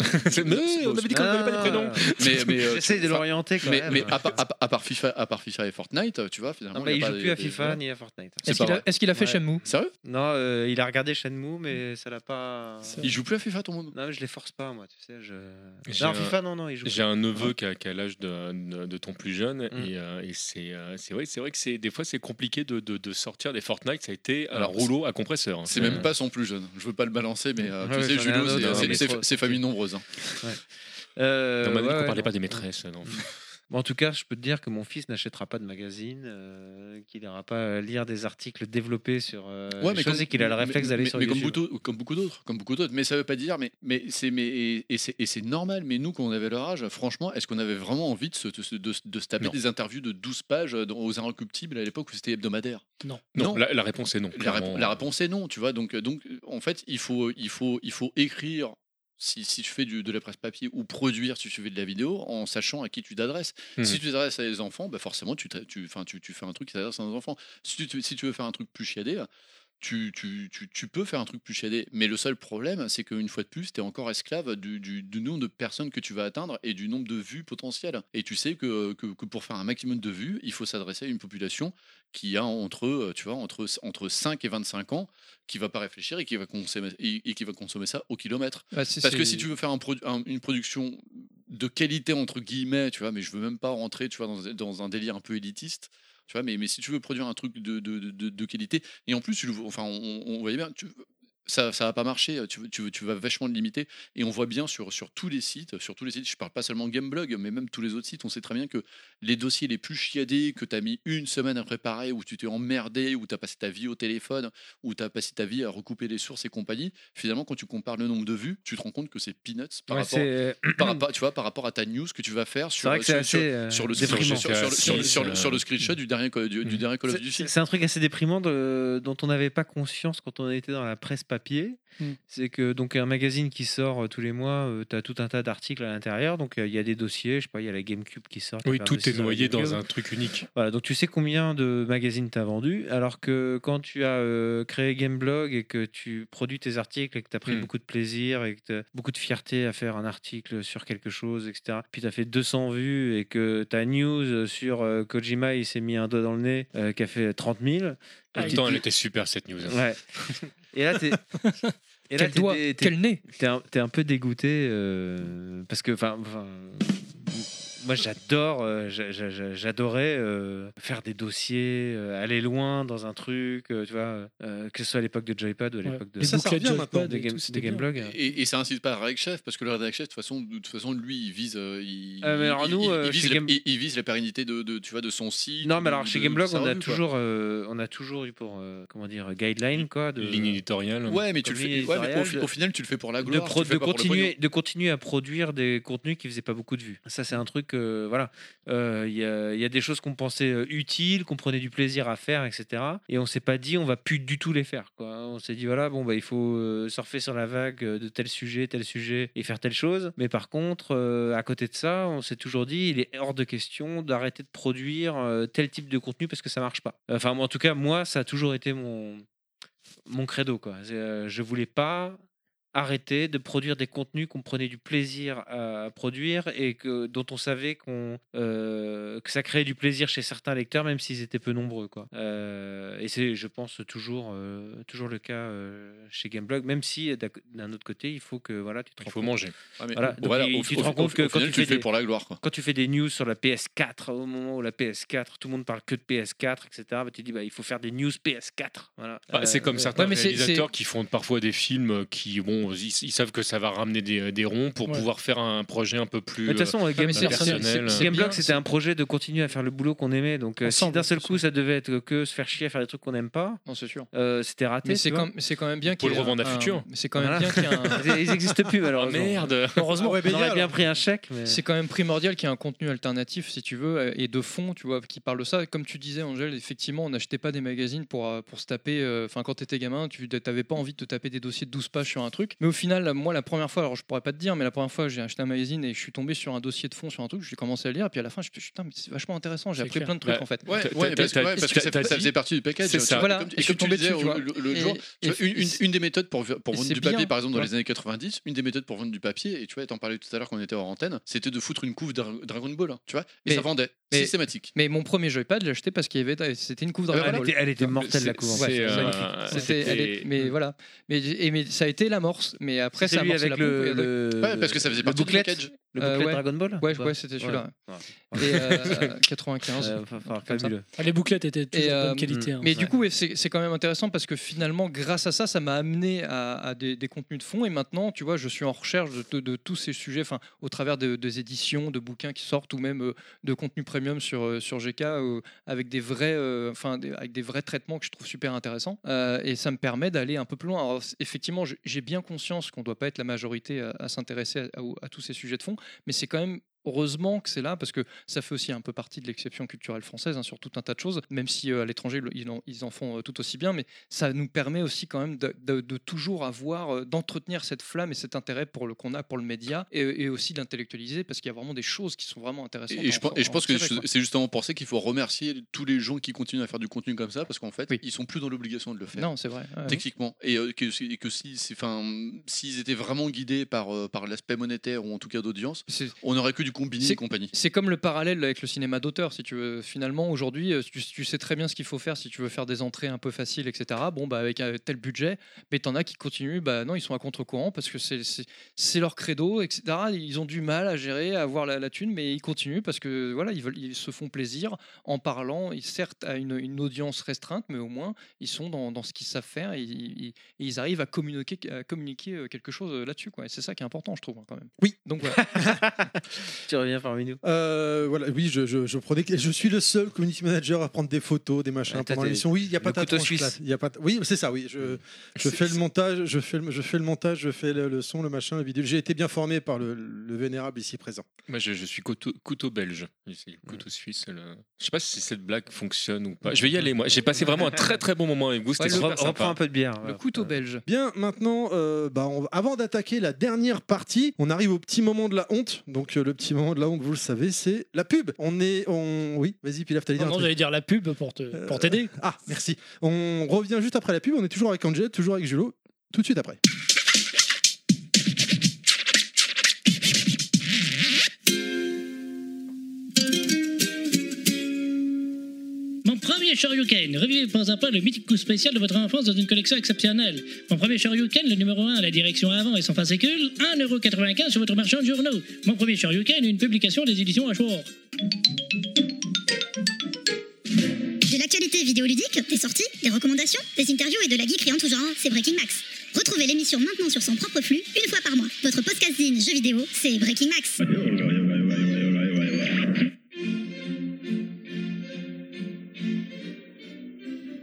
Speaker 10: Mais on avait dit qu'on ne
Speaker 6: Ah,
Speaker 10: connaît pas les prénoms.
Speaker 7: mais, mais, euh,
Speaker 6: J'essaie de
Speaker 7: enfin,
Speaker 6: l'orienter quand
Speaker 7: mais,
Speaker 6: même.
Speaker 7: mais à, part- à part- à part FIFA, à part FIFA et Fortnite, euh, tu vois, finalement.
Speaker 6: Non, bah,
Speaker 7: y a
Speaker 6: il
Speaker 7: pas
Speaker 6: joue
Speaker 7: des-
Speaker 6: plus à
Speaker 7: des-
Speaker 6: FIFA ni à Fortnite.
Speaker 7: C'est
Speaker 3: Est-ce
Speaker 7: pas
Speaker 3: qu'il a,
Speaker 7: vrai.
Speaker 3: est-ce qu'il a fait
Speaker 6: Ouais.
Speaker 3: Shenmue
Speaker 7: Sérieux
Speaker 6: Non, euh, il a regardé Shenmue,
Speaker 7: Hmm.
Speaker 6: mais ça l'a pas.
Speaker 7: Il joue plus à FIFA ton môme
Speaker 6: Non, mais je les force pas, moi, tu sais. Je...
Speaker 10: J'ai
Speaker 6: Non,
Speaker 10: un-
Speaker 6: FIFA, non, non, il joue.
Speaker 10: J'ai un neveu qui a, qui a l'âge de, de- de ton plus
Speaker 6: Mm.
Speaker 10: jeune et, euh, et c'est euh, c'est vrai, c'est vrai que c'est des fois c'est compliqué de, de- de sortir des Fortnite. Ça a été un
Speaker 7: Alors,
Speaker 10: rouleau à compresseur. hein.
Speaker 7: C'est même pas son plus jeune. Je veux pas le balancer, mais euh,
Speaker 6: Ouais,
Speaker 7: tu sais,
Speaker 6: j'en ai un
Speaker 7: Julo,
Speaker 6: autre,
Speaker 7: c'est-
Speaker 6: hein,
Speaker 7: c'est-
Speaker 6: mais
Speaker 7: c'est
Speaker 6: trop-
Speaker 7: c'est famille nombreuse. hein.
Speaker 6: Euh,
Speaker 10: On m'a dit
Speaker 6: ouais,
Speaker 10: qu'on
Speaker 6: ouais,
Speaker 10: parlait
Speaker 6: non.
Speaker 10: pas des maîtresses. hein, non.
Speaker 6: Bon, en tout cas, je peux te dire que mon fils n'achètera pas de magazine, euh, qu'il n'ira pas lire des articles développés sur euh,
Speaker 7: Ouais,
Speaker 6: les choses et qu'il a le réflexe
Speaker 7: mais-
Speaker 6: d'aller
Speaker 7: mais-
Speaker 6: sur
Speaker 7: mais comme
Speaker 6: YouTube.
Speaker 7: beaucoup, comme beaucoup d'autres, comme beaucoup d'autres. Mais ça veut pas dire, mais mais c'est mais et, et c'est et c'est normal. Mais nous, quand on avait leur âge, franchement, est-ce qu'on avait vraiment envie de se, de, se- de se- de se taper
Speaker 10: Non.
Speaker 7: des interviews de 12 pages euh, dans- aux Inrecuptibles à l'époque où c'était hebdomadaire
Speaker 10: Non,
Speaker 7: Non.
Speaker 10: La, la réponse est non.
Speaker 7: la, répo-
Speaker 10: clairement. hein.
Speaker 7: la réponse est non, tu vois. Donc, euh, donc euh, en fait, il faut, il faut, il faut écrire. Si, si tu fais du- de la presse papier ou produire si tu fais de la vidéo en sachant à qui tu t'adresses.
Speaker 10: Mhm.
Speaker 7: Si tu t'adresses à des enfants, bah forcément tu, t'a- tu, enfin, tu, tu fais un truc qui s'adresse à des enfants. Si tu- tu, si tu veux faire un truc plus chiadé, tu, tu, tu, tu peux faire un truc plus chiadé. Mais le seul problème, c'est qu'une fois de plus, tu es encore esclave du, du, du nombre de personnes que tu vas atteindre et du nombre de vues potentielles. Et tu sais que, que, que pour faire un maximum de vues, il faut s'adresser à une population qui a entre, euh, tu vois, entre, entre 5 et 25 ans, qui va pas réfléchir et qui va consommer, et, et qui va consommer ça au kilomètre.
Speaker 3: Ah, si,
Speaker 7: Parce que
Speaker 3: c'est-
Speaker 7: si tu veux faire un produ- un- une production de qualité, entre guillemets, tu vois, mais je veux même pas rentrer, tu vois, dans, dans un délire un peu élitiste, tu vois, mais, mais si tu veux produire un truc de, de, de, de qualité, et en plus, tu le vois- enfin, on, on voyait bien, tu, ça ça va pas marcher tu, tu, tu vas vachement le limiter et on voit bien sur, sur tous les sites sur tous les sites je parle pas seulement Gameblog mais même tous les autres sites on sait très bien que les dossiers les plus chiadés que tu as mis une semaine à préparer où tu t'es emmerdé où tu as passé ta vie au téléphone où tu as passé ta vie à recouper les sources et compagnie finalement quand tu compares le nombre de vues tu te rends compte que c'est peanuts par,
Speaker 6: Ouais,
Speaker 7: rapport,
Speaker 6: c'est euh,
Speaker 7: par rapport- tu vois, par rapport à ta news que tu vas faire
Speaker 6: c'est
Speaker 7: sur,
Speaker 6: vrai que c'est
Speaker 7: sur- sur-
Speaker 6: assez euh,
Speaker 7: sur le sur-
Speaker 6: déprimant. Mmh.
Speaker 7: sur- sur- sur- sur le-
Speaker 4: euh,
Speaker 7: sur le screenshot du dernier co- du, du
Speaker 4: Mm.
Speaker 7: dernier Call of
Speaker 6: C'est-
Speaker 7: Duty.
Speaker 6: c'est- C'est un truc assez déprimant de- dont on n'avait pas conscience quand on était dans la presse papier.
Speaker 5: Mm.
Speaker 6: C'est que donc un magazine qui sort euh, tous les mois, tu as tout un tas d'articles à l'intérieur. Donc euh, il y a des dossiers, je sais pas, il y a la GameCube qui sort. t'as
Speaker 4: Oui,
Speaker 6: fait un
Speaker 4: tout
Speaker 6: dossier
Speaker 4: est
Speaker 6: sur la
Speaker 4: noyé dans
Speaker 6: GameCube.
Speaker 4: un truc unique.
Speaker 6: Voilà, donc tu sais combien de magazines t'as vendu, alors que quand tu as euh, créé Gameblog et que tu produis tes articles et que t'as pris
Speaker 4: Hmm.
Speaker 6: beaucoup de plaisir et que t'as beaucoup de fierté à faire un article sur quelque chose, etc. Puis t'as fait 200 vues et que ta news sur euh, Kojima, il s'est mis un doigt dans le nez, euh, qui a fait 30 000.
Speaker 4: En
Speaker 6: Et
Speaker 4: même
Speaker 6: tu
Speaker 4: temps,
Speaker 6: te
Speaker 4: elle
Speaker 6: dis-
Speaker 4: était super cette news. hein.
Speaker 6: Ouais. Et là, t'es. Et là,
Speaker 3: Quel
Speaker 6: t'es
Speaker 3: doigt,
Speaker 6: dé- t'es-
Speaker 3: quel nez
Speaker 6: T'es un, t'es un peu dégoûté euh, parce que, enfin, enfin, moi j'adore, euh, j'a- j'a- j'a- j'adorais euh, faire des dossiers, euh, aller loin dans un truc, euh, tu vois, euh, que ce soit à l'époque de Joypad ou à
Speaker 5: Ouais.
Speaker 6: l'époque de,
Speaker 5: Et ça, ça
Speaker 1: bouclettes
Speaker 5: revient
Speaker 1: de
Speaker 5: maintenant.
Speaker 1: Joypad
Speaker 6: de,
Speaker 5: et
Speaker 6: Game-
Speaker 5: tout,
Speaker 6: de
Speaker 5: c'était bien.
Speaker 6: Gameblog.
Speaker 7: Et, et ça incite pas à rédac chef parce que le rédac chef de toute façon de toute façon lui il vise euh, il,
Speaker 6: Ah, mais alors
Speaker 7: il-
Speaker 6: nous,
Speaker 7: il- il
Speaker 6: euh,
Speaker 7: vise
Speaker 6: chez
Speaker 7: la,
Speaker 6: Game-
Speaker 7: il- il vise la pérennité de, de- tu vois de son site.
Speaker 6: Non, mais
Speaker 7: de-
Speaker 6: alors chez
Speaker 7: de-
Speaker 6: Gameblog,
Speaker 7: de sa
Speaker 6: on a
Speaker 7: revue, quoi.
Speaker 6: toujours, euh, on a toujours eu pour, euh, comment dire, guideline quoi, de,
Speaker 4: Ligne éditoriale.
Speaker 7: Ouais, mais tu le
Speaker 6: comme ligne
Speaker 7: fais. ouais, mais au,
Speaker 6: éditoriale,
Speaker 7: au final, tu le fais pour la
Speaker 6: de,
Speaker 7: gloire.
Speaker 6: pro-
Speaker 7: tu le fais
Speaker 6: de
Speaker 7: pas pour le
Speaker 6: continuer, de continuer à produire des contenus qui faisaient pas beaucoup de vues. Ça, c'est un truc, euh, voilà. Euh, Il y, a- il y a des choses qu'on pensait euh, utiles, qu'on prenait du plaisir à faire, etc. Et on s'est pas dit, on va plus du tout les faire. Quoi. On s'est dit, voilà, bon, bah, il faut euh, surfer sur la vague euh, de tel sujet, tel sujet et faire telle chose. Mais par contre, euh, à côté de ça, on s'est toujours dit, il est hors de question d'arrêter de produire euh, tel type de contenu parce que ça marche pas. Enfin, moi, en tout cas, moi, ça a toujours été mon mon credo quoi. C'est, euh, je voulais pas arrêter de produire des contenus qu'on prenait du plaisir à produire et que, dont on savait qu'on, euh, que ça créait du plaisir chez certains lecteurs, même s'ils étaient peu nombreux. Quoi. Euh, et c'est, je pense, toujours, euh, toujours le cas euh, chez Gameblog, même si euh, d'ac- d'un autre côté, il faut que voilà, tu te
Speaker 4: Il
Speaker 6: rends
Speaker 4: faut
Speaker 6: compte-
Speaker 4: manger.
Speaker 7: Ouais, mais-
Speaker 6: Voilà, donc il-
Speaker 7: au-
Speaker 6: tu
Speaker 7: au-
Speaker 6: te rends
Speaker 7: au-
Speaker 6: compte que
Speaker 7: au
Speaker 6: quand
Speaker 7: final,
Speaker 6: tu
Speaker 7: tu le
Speaker 6: fais
Speaker 7: fais
Speaker 6: des-
Speaker 7: pour la gloire. quoi.
Speaker 6: quand tu fais des news sur la PS4, au moment où la PS4, tout le monde parle que de PS4, etc., bah, tu dis bah, il faut faire des news PS4. Voilà.
Speaker 4: Bah, c'est
Speaker 6: Euh,
Speaker 4: comme
Speaker 6: ouais.
Speaker 4: certains
Speaker 3: ouais, mais c'est-
Speaker 4: réalisateurs qui font parfois des films qui, bon, ils, ils savent que ça va ramener des, des ronds pour
Speaker 5: Ouais.
Speaker 4: pouvoir faire un projet un peu plus.
Speaker 6: Mais De toute façon, Game-
Speaker 3: mais c'est-
Speaker 6: Personnel,
Speaker 3: c'est- c'est-
Speaker 4: euh,
Speaker 3: c'est
Speaker 6: Gameblog,
Speaker 3: bien,
Speaker 6: c'était un projet de continuer à faire le boulot qu'on aimait. Donc, euh, si
Speaker 3: Ensemble,
Speaker 6: d'un seul
Speaker 3: de toute
Speaker 6: coup, ça devait être que se faire chier à faire des trucs qu'on n'aime pas,
Speaker 3: Non, c'est sûr.
Speaker 6: euh, c'était raté.
Speaker 3: Mais
Speaker 6: tu
Speaker 3: c'est
Speaker 6: vois.
Speaker 3: quand, mais c'est quand même bien
Speaker 4: Faut
Speaker 3: qu'il
Speaker 4: le
Speaker 3: y ait
Speaker 4: revendre à
Speaker 3: un-
Speaker 4: Futur.
Speaker 3: mais C'est quand même
Speaker 6: Voilà.
Speaker 3: bien qu'il y ait un.
Speaker 6: Ils ils existent plus,
Speaker 4: Ah,
Speaker 6: malheureusement.
Speaker 4: merde
Speaker 5: Heureusement,
Speaker 1: ouais,
Speaker 6: On
Speaker 1: Bélial,
Speaker 6: aurait bien pris un chèque, mais.
Speaker 3: C'est quand même primordial qu'il y ait un contenu alternatif, si tu veux, et de fond, tu vois, qui parle de ça. Comme tu disais, Angèle, effectivement, on n'achetait pas des magazines pour, euh, pour se taper. euh, Enfin, quand t'étais gamin, tu n'avais pas envie de te taper des dossiers de 12 pages sur un truc. Mais au final, moi, la première fois, alors je pourrais pas te dire, mais la première fois, j'ai acheté un magazine et je suis tombé sur un dossier de fond sur un truc, j'ai commencé à le lire, et puis à la fin, je me suis dit, putain, mais c'est vachement intéressant, j'ai
Speaker 5: C'est
Speaker 3: appris
Speaker 5: clair.
Speaker 3: plein de trucs
Speaker 4: Bah,
Speaker 3: en fait.
Speaker 7: Ouais,
Speaker 4: T'as-
Speaker 7: ouais,
Speaker 4: t'as-
Speaker 7: parce que-
Speaker 4: t'as-
Speaker 7: ouais, parce que
Speaker 4: t'as-
Speaker 7: ça,
Speaker 4: t'as
Speaker 7: ça
Speaker 4: dit-
Speaker 7: faisait partie du package.
Speaker 4: C'est
Speaker 7: tu
Speaker 4: ça.
Speaker 7: vois,
Speaker 3: Voilà,
Speaker 7: comme-
Speaker 3: et
Speaker 7: et
Speaker 3: je suis
Speaker 7: comme tu
Speaker 3: tombé
Speaker 7: disais
Speaker 3: dessus, tu vois.
Speaker 7: le, le- le
Speaker 3: Et-
Speaker 7: jour, tu vois,
Speaker 3: et-
Speaker 7: une, une- une des méthodes pour, pour
Speaker 3: et
Speaker 7: vendre
Speaker 3: c'est
Speaker 7: du papier,
Speaker 3: bien,
Speaker 7: par exemple, dans
Speaker 3: tu
Speaker 7: les années 90, une des méthodes pour vendre du papier, et tu vois, t'en parlais tout à l'heure quand on était hors antenne, c'était de foutre une couve Dra- Dragon Ball, hein, tu vois, et
Speaker 3: Mais-
Speaker 7: ça vendait,
Speaker 3: mais-
Speaker 7: systématique.
Speaker 3: Mais mon premier joypad, je l'ai acheté parce qu'il y avait, c'était une couve dans
Speaker 7: Ah bah
Speaker 3: la
Speaker 6: Elle,
Speaker 7: voilà,
Speaker 3: gueule.
Speaker 6: était, elle était mortelle,
Speaker 4: C'est-
Speaker 6: la couverture.
Speaker 4: c'est,
Speaker 6: Ouais,
Speaker 4: euh,
Speaker 6: magnifique.
Speaker 3: C'était, elle est- mais voilà. Mais, et- mais ça a été l'amorce, mais après,
Speaker 6: C'est
Speaker 3: ça a
Speaker 6: Hmm. lui
Speaker 3: amorcé
Speaker 6: avec
Speaker 3: la pompe,
Speaker 6: le,
Speaker 3: et-
Speaker 6: le.
Speaker 7: Ouais, parce que ça faisait
Speaker 6: le
Speaker 7: partie du
Speaker 6: booklet,
Speaker 7: package.
Speaker 6: Le
Speaker 3: Euh,
Speaker 6: booklet
Speaker 3: ouais.
Speaker 6: Dragon Ball
Speaker 3: Ouais, ouais, c'était celui-là.
Speaker 6: Ouais.
Speaker 3: Et euh, 95.
Speaker 6: Euh, enfin, enfin,
Speaker 3: Comme ça.
Speaker 6: fabuleux.
Speaker 5: Ah, les bouclettes étaient toujours
Speaker 3: Et,
Speaker 5: de
Speaker 3: euh,
Speaker 5: bonne qualité. hein.
Speaker 3: Mais
Speaker 6: Ouais.
Speaker 3: du coup, ouais, c'est c'est quand même intéressant parce que finalement, grâce à ça, ça m'a amené à, à des, des contenus de fond. Et maintenant, tu vois, je suis en recherche de, de- de tous ces sujets, enfin, au travers de- des éditions, de bouquins qui sortent, ou même euh, de contenus premium sur, euh, sur GK, euh, avec des vrais, euh, enfin, des- avec des vrais traitements que je trouve super intéressants. Euh, et ça me permet d'aller un peu plus loin. Alors, c- effectivement, j'ai- j'ai bien conscience qu'on ne doit pas être la majorité à, à s'intéresser à- à- à tous ces sujets de fond, mais c'est quand même Heureusement que c'est là, parce que ça fait aussi un peu partie de l'exception culturelle française hein, sur tout un tas de choses, même si euh, à l'étranger le- ils en, ils en font euh, tout aussi bien, mais ça nous permet aussi quand même de, de- de toujours avoir, euh, d'entretenir cette flamme et cet intérêt pour le qu'on a pour le média et, et aussi d'intellectualiser, parce qu'il y a vraiment des choses qui sont vraiment intéressantes.
Speaker 7: Et, et je,
Speaker 3: à
Speaker 7: pense-
Speaker 3: en-
Speaker 7: et je
Speaker 3: à en
Speaker 7: pense que
Speaker 3: tirer, quoi.
Speaker 7: c'est justement pour ça qu'il faut remercier tous les gens qui continuent à faire du contenu comme ça, parce qu'en fait,
Speaker 3: Oui.
Speaker 7: ils sont plus dans l'obligation de le faire.
Speaker 3: Non, c'est vrai. ouais.
Speaker 7: techniquement et euh, que, et que si c'est- enfin, s'ils étaient vraiment guidés par euh, par l'aspect monétaire ou en tout cas d'audience
Speaker 3: C'est-
Speaker 7: on aurait que du Combini
Speaker 3: C'est-
Speaker 7: et compagnie.
Speaker 3: C'est comme le parallèle avec le cinéma d'auteur, si tu veux. Finalement, aujourd'hui, euh, tu, tu sais très bien ce qu'il faut faire si tu veux faire des entrées un peu faciles, etc. Bon, bah, avec un tel budget, mais t'en as qui continuent, bah non, ils sont à contre-courant parce que c'est- c'est c'est leur credo, etc. Ils ont du mal à gérer, à avoir la, la thune, mais ils continuent parce que voilà, ils, veulent, ils se font plaisir en parlant, ils, certes, à une, une audience restreinte, mais au moins, ils sont dans, dans ce qu'ils savent faire et, ils- ils- ils arrivent à communiquer, à communiquer euh, quelque chose euh, là-dessus, quoi. Et c'est ça qui est important, je trouve, hein, quand même.
Speaker 1: Oui.
Speaker 3: Donc voilà.
Speaker 6: Tu reviens parmi nous.
Speaker 1: Euh, voilà, oui, je, je, je prenais. Je suis le seul community manager à prendre des photos, des machins
Speaker 6: Ouais, Ah, t'as
Speaker 1: pendant
Speaker 6: des-
Speaker 1: l'émission. Oui, il y a pas
Speaker 6: le
Speaker 1: ta
Speaker 6: couteau
Speaker 1: tronche,
Speaker 6: suisse.
Speaker 1: là. Il y a pas. ta- Oui, c'est ça. Oui, je, je
Speaker 9: C'est-
Speaker 1: fais le montage, je fais le, je fais le montage, je fais le, le son, le machin, le bidule. J'ai été bien formé par le, le vénérable ici présent.
Speaker 4: Moi, je, je suis couteau, couteau belge. Ici, Couteau suisse. le- Je sais pas si cette blague fonctionne ou pas. Je vais y aller, moi. J'ai passé vraiment un très très bon moment avec vous. C'était
Speaker 3: Ouais, le-
Speaker 4: super
Speaker 6: On reprend
Speaker 4: sympa.
Speaker 6: un peu de bière.
Speaker 3: Le
Speaker 6: voilà.
Speaker 3: couteau belge.
Speaker 1: Bien, maintenant, euh, bah, on- avant d'attaquer la dernière partie, on arrive au petit moment de la honte. Donc euh, le petit moment de la honte, vous le savez, c'est la pub. On est, on, oui, vas-y, Pilaf, t'allais dire
Speaker 5: Non,
Speaker 1: un
Speaker 5: non,
Speaker 1: truc.
Speaker 5: j'allais dire la pub pour te- pour
Speaker 11: Euh,
Speaker 5: t'aider.
Speaker 1: Ah, merci. On revient juste après la pub. On est toujours avec Angel, toujours avec Julo. Tout de suite après.
Speaker 11: Mon premier Shoryuken, revivez pas à pas le mythique coup spécial de votre enfance dans une collection exceptionnelle. Mon premier Shoryuken, le numéro 1 à la direction avant et son fascicule, 1,95€ sur votre marchand de journaux. Mon premier Shoryuken, une publication des éditions Ashore.
Speaker 12: De l'actualité vidéoludique, des sorties, des recommandations, des interviews et de la geekerie en tout genre, c'est Breaking Max. Retrouvez l'émission maintenant sur son propre flux, une fois par mois. Votre podcasting jeux vidéo, c'est Breaking Max.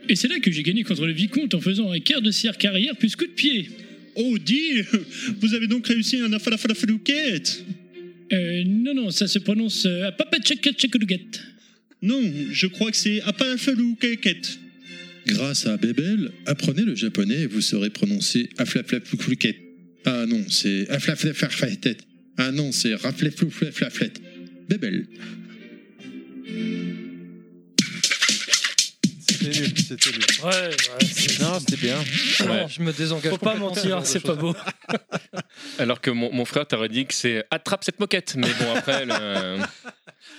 Speaker 11: Et c'est là que j'ai gagné contre le vicomte en faisant un quart de cirque arrière plus coup de pied.
Speaker 13: Oh, dis, vous avez donc réussi un afalafalafalouquette
Speaker 11: Euh, non, non, ça se prononce euh, à papa
Speaker 13: Non, je crois que c'est apalafalouquette.
Speaker 14: Grâce à Bebel, apprenez le japonais et vous saurez prononcer aflaflaflouflouquet. Ah non, c'est aflaflaflafletet. Ah non, c'est rafleflouflaflaflet. Bebel.
Speaker 1: C'était nul, c'était nul.
Speaker 5: Ouais, ouais. c'est-
Speaker 4: Non, c'était bien. Ouais.
Speaker 3: Je me désengage.
Speaker 5: Faut pas
Speaker 3: complètement de ce genre
Speaker 5: mentir,
Speaker 3: de
Speaker 5: c'est
Speaker 3: choses.
Speaker 5: pas beau.
Speaker 4: Alors que mon, mon frère t'aurait dit que c'est attrape cette moquette. Mais bon, après, le-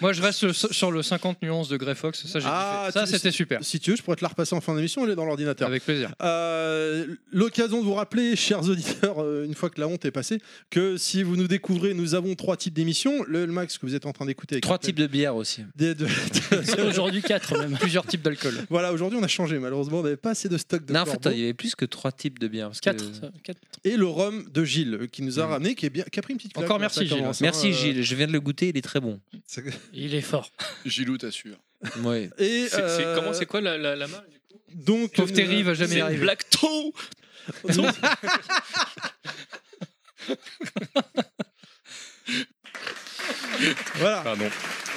Speaker 3: Moi, je reste sur- sur le 50 nuances de Grey Fox. Ça, j'ai
Speaker 1: Ah,
Speaker 3: kiffé. ça
Speaker 1: tu-
Speaker 3: c'était super.
Speaker 1: Si tu veux, je pourrais te la repasser en fin d'émission, elle est dans l'ordinateur.
Speaker 3: Avec plaisir.
Speaker 1: Euh, L'occasion de vous rappeler, chers auditeurs, euh, une fois que la honte est passée, que si vous nous découvrez, nous avons trois types d'émissions. Le, le max que vous êtes en train d'écouter. avec
Speaker 6: Trois
Speaker 1: Appel-
Speaker 6: types de bière aussi.
Speaker 1: des- de-
Speaker 5: C'est Aujourd'hui 4 même.
Speaker 3: Plusieurs types d'alcool.
Speaker 1: voilà, aujourd'hui on a changé, malheureusement, on n'avait pas assez de stock de
Speaker 6: Non, en fait,
Speaker 1: Corbeau.
Speaker 6: il y avait plus que trois types de bières. parce que-
Speaker 5: 4.
Speaker 1: Et le rhum de Gilles, euh, qui nous a ramené, qui, est bien, qui a pris une petite claque
Speaker 3: Encore
Speaker 1: quand ça
Speaker 3: merci, Gilles.
Speaker 1: commence, hein,
Speaker 6: Mmh. Merci
Speaker 1: euh,
Speaker 6: Gilles, je viens de le goûter, il est très bon.
Speaker 1: c'est-
Speaker 5: Il est fort.
Speaker 7: Gilou t'assure.
Speaker 6: Ouais.
Speaker 1: Et
Speaker 4: c'est- c'est-
Speaker 1: euh,
Speaker 4: comment c'est quoi la, la, la marque euh,
Speaker 1: donc
Speaker 3: Sauf Terry, il va jamais
Speaker 9: C'est
Speaker 3: y
Speaker 9: une
Speaker 3: arriver.
Speaker 9: blague trop
Speaker 1: Voilà.
Speaker 4: Pardon.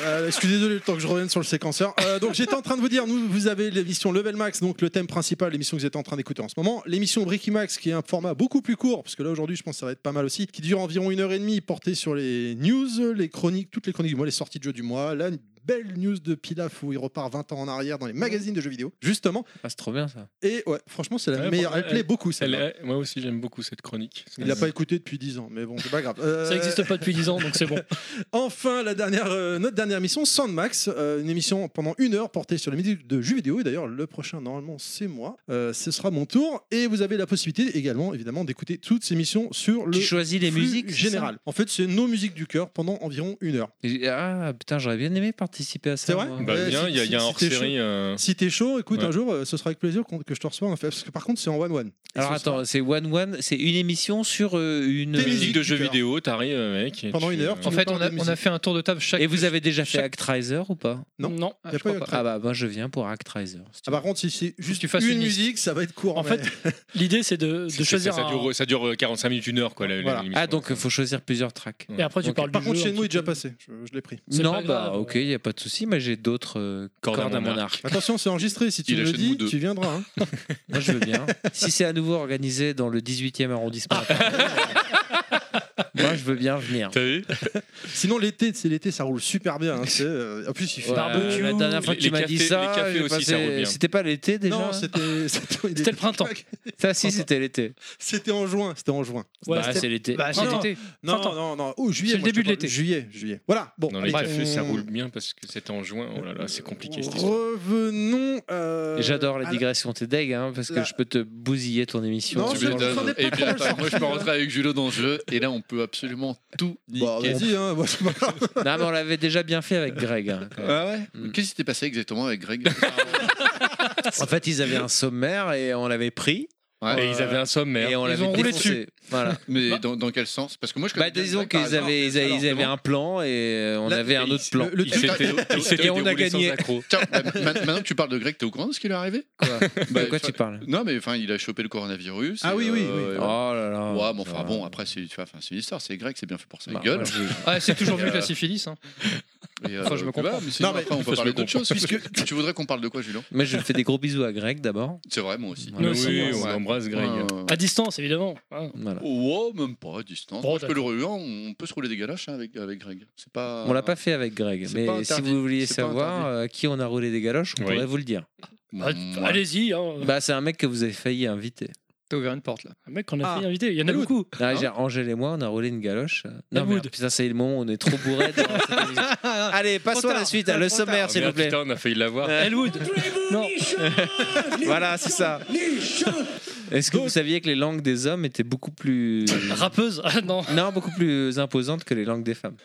Speaker 1: Euh, je suis désolé le temps que je revienne sur le séquenceur. Euh, donc j'étais en train de vous dire, nous vous avez l'émission Level Max, donc le thème principal, l'émission que vous êtes en train d'écouter en ce moment, l'émission Bricky Max qui est un format beaucoup plus court, parce que là aujourd'hui je pense que ça va être pas mal aussi, qui dure environ une heure et demie, portée sur les news, les chroniques, toutes les chroniques du mois, les sorties de jeux du mois, là une belle news de Pilaf où il repart 20 ans en arrière dans les magazines de jeux vidéo, justement.
Speaker 6: Ah, c'est trop bien ça.
Speaker 1: Et ouais, franchement c'est la
Speaker 4: Ouais,
Speaker 1: meilleure, elle
Speaker 4: elle-
Speaker 1: plaît beaucoup celle
Speaker 4: Elle est- moi aussi, j'aime beaucoup cette chronique.
Speaker 1: Il l'a pas écouté depuis 10 ans, mais bon c'est pas grave. Euh,
Speaker 5: Ça n'existe pas depuis 10 ans, donc c'est bon.
Speaker 1: Enfin, la dernière, euh, notre dernière mission, Sandmax, euh, une émission pendant une heure portée sur les métiers de jeux vidéo. Et d'ailleurs, le prochain, normalement, c'est moi. Euh, ce sera mon tour. Et vous avez la possibilité également, évidemment, d'écouter toutes ces missions sur le
Speaker 6: Tu choisis les
Speaker 1: flux
Speaker 6: musiques c'est ça
Speaker 1: général. En fait, c'est nos musiques du cœur pendant environ une heure.
Speaker 6: Et- Ah putain, j'aurais bien aimé participer à ça.
Speaker 1: C'est vrai
Speaker 6: moi.
Speaker 4: Bah,
Speaker 1: Ouais,
Speaker 4: bien,
Speaker 1: si-
Speaker 4: il y a, il y a
Speaker 1: si- si
Speaker 4: un hors
Speaker 1: t'es
Speaker 4: série.
Speaker 10: euh,
Speaker 1: Si t'es chaud, écoute,
Speaker 4: Ouais.
Speaker 1: un jour, euh, ce sera avec plaisir qu'on- que je te reçois. en fait, parce que par contre, c'est en one-one. Et
Speaker 6: Alors
Speaker 1: ce sera
Speaker 6: attends, c'est One One, c'est une émission sur euh, une.
Speaker 1: Des musiques
Speaker 4: Musique de
Speaker 1: du
Speaker 4: jeux
Speaker 1: cœur.
Speaker 4: vidéo, t'arrives, euh, mec. et
Speaker 1: Pendant
Speaker 4: tu,
Speaker 1: une heure,
Speaker 4: euh,
Speaker 1: tu-
Speaker 3: En
Speaker 1: nous
Speaker 3: fait,
Speaker 1: parles
Speaker 3: on a,
Speaker 1: de
Speaker 3: on a
Speaker 1: musique.
Speaker 3: fait un tour de table chaque.
Speaker 6: euh, Et vous avez déjà fait
Speaker 3: chaque-
Speaker 6: Actriser ou pas
Speaker 1: Non.
Speaker 5: Non.
Speaker 1: Y a
Speaker 3: je
Speaker 1: pas
Speaker 3: crois
Speaker 1: eu
Speaker 3: pas.
Speaker 1: Actriser.
Speaker 6: Ah bah moi je viens pour Actriser.
Speaker 1: Ah, par contre, si c'est juste
Speaker 3: tu fasses
Speaker 1: une,
Speaker 3: une liste.
Speaker 1: musique, ça va être court.
Speaker 5: En
Speaker 1: mais-
Speaker 5: L'idée, c'est de,
Speaker 4: c'est-
Speaker 5: de
Speaker 4: c'est-
Speaker 5: choisir.
Speaker 4: Ça,
Speaker 5: un-
Speaker 4: dure, ça dure, euh, 45 minutes, une heure, quoi. la- la-
Speaker 1: Voilà.
Speaker 4: l'émission.
Speaker 6: Ah donc il faut choisir plusieurs tracks.
Speaker 5: Et après, tu
Speaker 6: Ok.
Speaker 5: parles
Speaker 1: Par
Speaker 5: du
Speaker 1: contre,
Speaker 5: jeu
Speaker 1: chez
Speaker 5: un
Speaker 1: nous, il est
Speaker 5: petit
Speaker 1: déjà
Speaker 5: peu.
Speaker 1: passé. Je, je l'ai pris.
Speaker 5: C'est
Speaker 6: non
Speaker 5: pas
Speaker 6: bah
Speaker 5: grave.
Speaker 6: ok, il y a pas de souci, mais j'ai d'autres euh, cordes, à mon arc.
Speaker 1: Attention, c'est enregistré. Si tu
Speaker 7: Il
Speaker 1: le
Speaker 7: achète
Speaker 1: dis,
Speaker 7: nous deux.
Speaker 1: tu viendras. hein.
Speaker 6: Moi je veux bien. si c'est à nouveau organisé dans le 18e arrondissement, euh, Moi, je veux bien venir.
Speaker 4: T'as vu
Speaker 1: Sinon, l'été, c'est l'été, ça roule super bien. hein, c'est, euh, en plus, il fait
Speaker 6: Ouais,
Speaker 1: barbecue.
Speaker 6: la dernière fois que tu m'as dit ça, j'ai passé- c'était pas l'été déjà
Speaker 1: Non, c'était c'était
Speaker 6: C'était le printemps. Ça, si, c'était l'été.
Speaker 1: C'était en juin, c'était en juin.
Speaker 6: Ouais, Bah, c'était- c'est l'été. Bah, c'est
Speaker 1: Non,
Speaker 6: l'été.
Speaker 1: Non,
Speaker 6: Printemps.
Speaker 1: non, non. Oh, juillet.
Speaker 6: C'est le
Speaker 1: moi, je
Speaker 6: début de
Speaker 1: sais pas.
Speaker 6: l'été.
Speaker 1: Juillet, juillet. Voilà. Bon,
Speaker 4: Dans les
Speaker 1: allez,
Speaker 4: cafés, ça
Speaker 1: on-
Speaker 4: roule bien parce que c'était en juin. Oh là là, c'est compliqué cette histoire.
Speaker 1: Revenons. euh,
Speaker 6: J'adore la
Speaker 1: à la-
Speaker 6: digression, t'es deg, hein, parce que
Speaker 1: La-
Speaker 6: je peux te bousiller ton émission.
Speaker 1: Non,
Speaker 6: Tu
Speaker 1: je
Speaker 6: veux-
Speaker 1: m'étonne.
Speaker 6: Attends,
Speaker 7: Et puis attends, moi je me rentrer avec Julo dans ce jeu et là on peut absolument tout
Speaker 1: Bah,
Speaker 7: niquer.
Speaker 1: vas-y, hein. moi, c'est pas grave.
Speaker 6: Non, mais on l'avait déjà bien fait avec Greg. hein, quand même.
Speaker 7: Ah ouais Qu'est-ce qui s'était passé exactement avec Greg
Speaker 6: En fait, ils avaient un sommaire et on l'avait pris.
Speaker 4: Et ils avaient un sommaire.
Speaker 6: Et on
Speaker 4: Ils
Speaker 6: l'avait
Speaker 4: ont roulé
Speaker 6: défoncé.
Speaker 4: dessus.
Speaker 6: Voilà.
Speaker 7: Mais dans, dans quel sens Parce que moi je
Speaker 6: Bah,
Speaker 7: bien
Speaker 6: disons
Speaker 7: Greg, par
Speaker 6: qu'ils avaient, ils
Speaker 7: exemple.
Speaker 6: avaient, ils avaient
Speaker 7: Alors,
Speaker 6: un plan et euh, on
Speaker 7: Là,
Speaker 6: avait
Speaker 7: et
Speaker 6: un
Speaker 7: il-
Speaker 6: autre plan.
Speaker 7: le- le truc-
Speaker 4: il s'était
Speaker 6: et on a
Speaker 4: déroulé sans
Speaker 6: gagné.
Speaker 4: accroc.
Speaker 7: Tiens, bah, ma- maintenant que tu parles de Greg, t'es au courant de ce qui lui est arrivé Bah,
Speaker 6: De quoi tu parles
Speaker 7: Non, mais enfin, il a chopé le coronavirus.
Speaker 1: Ah
Speaker 7: et,
Speaker 1: oui, oui,
Speaker 7: euh,
Speaker 1: oui.
Speaker 7: et
Speaker 6: Oh
Speaker 7: voilà.
Speaker 6: là là.
Speaker 7: Ouais, mais
Speaker 6: ça
Speaker 7: enfin
Speaker 6: va.
Speaker 7: bon, après, c'est tu vois, enfin, c'est une histoire, c'est Greg, c'est bien fait pour sa
Speaker 6: Bah,
Speaker 7: gueule.
Speaker 6: moi, je-
Speaker 3: Ah, c'est toujours mieux que la
Speaker 7: Euh,
Speaker 3: syphilis. hein.
Speaker 7: Et, euh,
Speaker 3: Enfin, je me
Speaker 7: tu vois,
Speaker 3: comprends.
Speaker 7: mais sinon,
Speaker 1: Non, mais-
Speaker 7: après, on
Speaker 4: Faut
Speaker 7: peut
Speaker 4: se
Speaker 7: parler
Speaker 4: le
Speaker 7: d'autre chose.
Speaker 4: comprendre.
Speaker 7: Puisque tu voudrais qu'on parle de quoi, Julien
Speaker 6: Mais je fais des gros bisous à Greg d'abord.
Speaker 7: C'est vrai, moi aussi.
Speaker 4: Mais
Speaker 5: aussi,
Speaker 4: Ah oui,
Speaker 5: moi,
Speaker 4: on
Speaker 7: ouais.
Speaker 4: embrasse Greg.
Speaker 7: Euh,
Speaker 5: À distance, évidemment. hein.
Speaker 6: Voilà.
Speaker 7: Oh, même pas à distance.
Speaker 5: Bon,
Speaker 7: Moi, je peux le rouler, on peut se rouler des galoches hein, avec, avec Greg. C'est pas.
Speaker 6: On l'a pas fait avec Greg,
Speaker 7: C'est
Speaker 6: mais
Speaker 7: pas
Speaker 6: si
Speaker 7: interdit,
Speaker 6: vous vouliez
Speaker 7: c'est pas
Speaker 6: savoir euh, à qui on a roulé des galoches, on
Speaker 4: Oui.
Speaker 6: pourrait vous le dire.
Speaker 5: Ah,
Speaker 4: Mm,
Speaker 7: Moi.
Speaker 5: Allez-y. hein.
Speaker 6: Bah, c'est un mec que vous avez failli inviter.
Speaker 3: T'as ouvert une porte là.
Speaker 5: Un mec qu'on a
Speaker 1: Ah.
Speaker 5: failli inviter. Il y en a
Speaker 1: Hollywood.
Speaker 5: beaucoup.
Speaker 6: Ah, j'ai- Angèle et moi, on a roulé une galoche. Euh, Non,
Speaker 5: Hollywood.
Speaker 6: merde, putain, c'est le moment où on est trop bourré. dans cette émission. Allez, passons à la suite. Le sommaire,
Speaker 4: Ah,
Speaker 6: s'il vous
Speaker 4: merde,
Speaker 6: plaît.
Speaker 4: putain, on a failli l'avoir.
Speaker 5: Elwood. Non.
Speaker 6: Voilà, c'est ça. Est-ce que vous saviez que les langues des hommes étaient beaucoup plus.
Speaker 5: Rappeuse. Ah non.
Speaker 6: Non, beaucoup plus imposantes que les langues des femmes.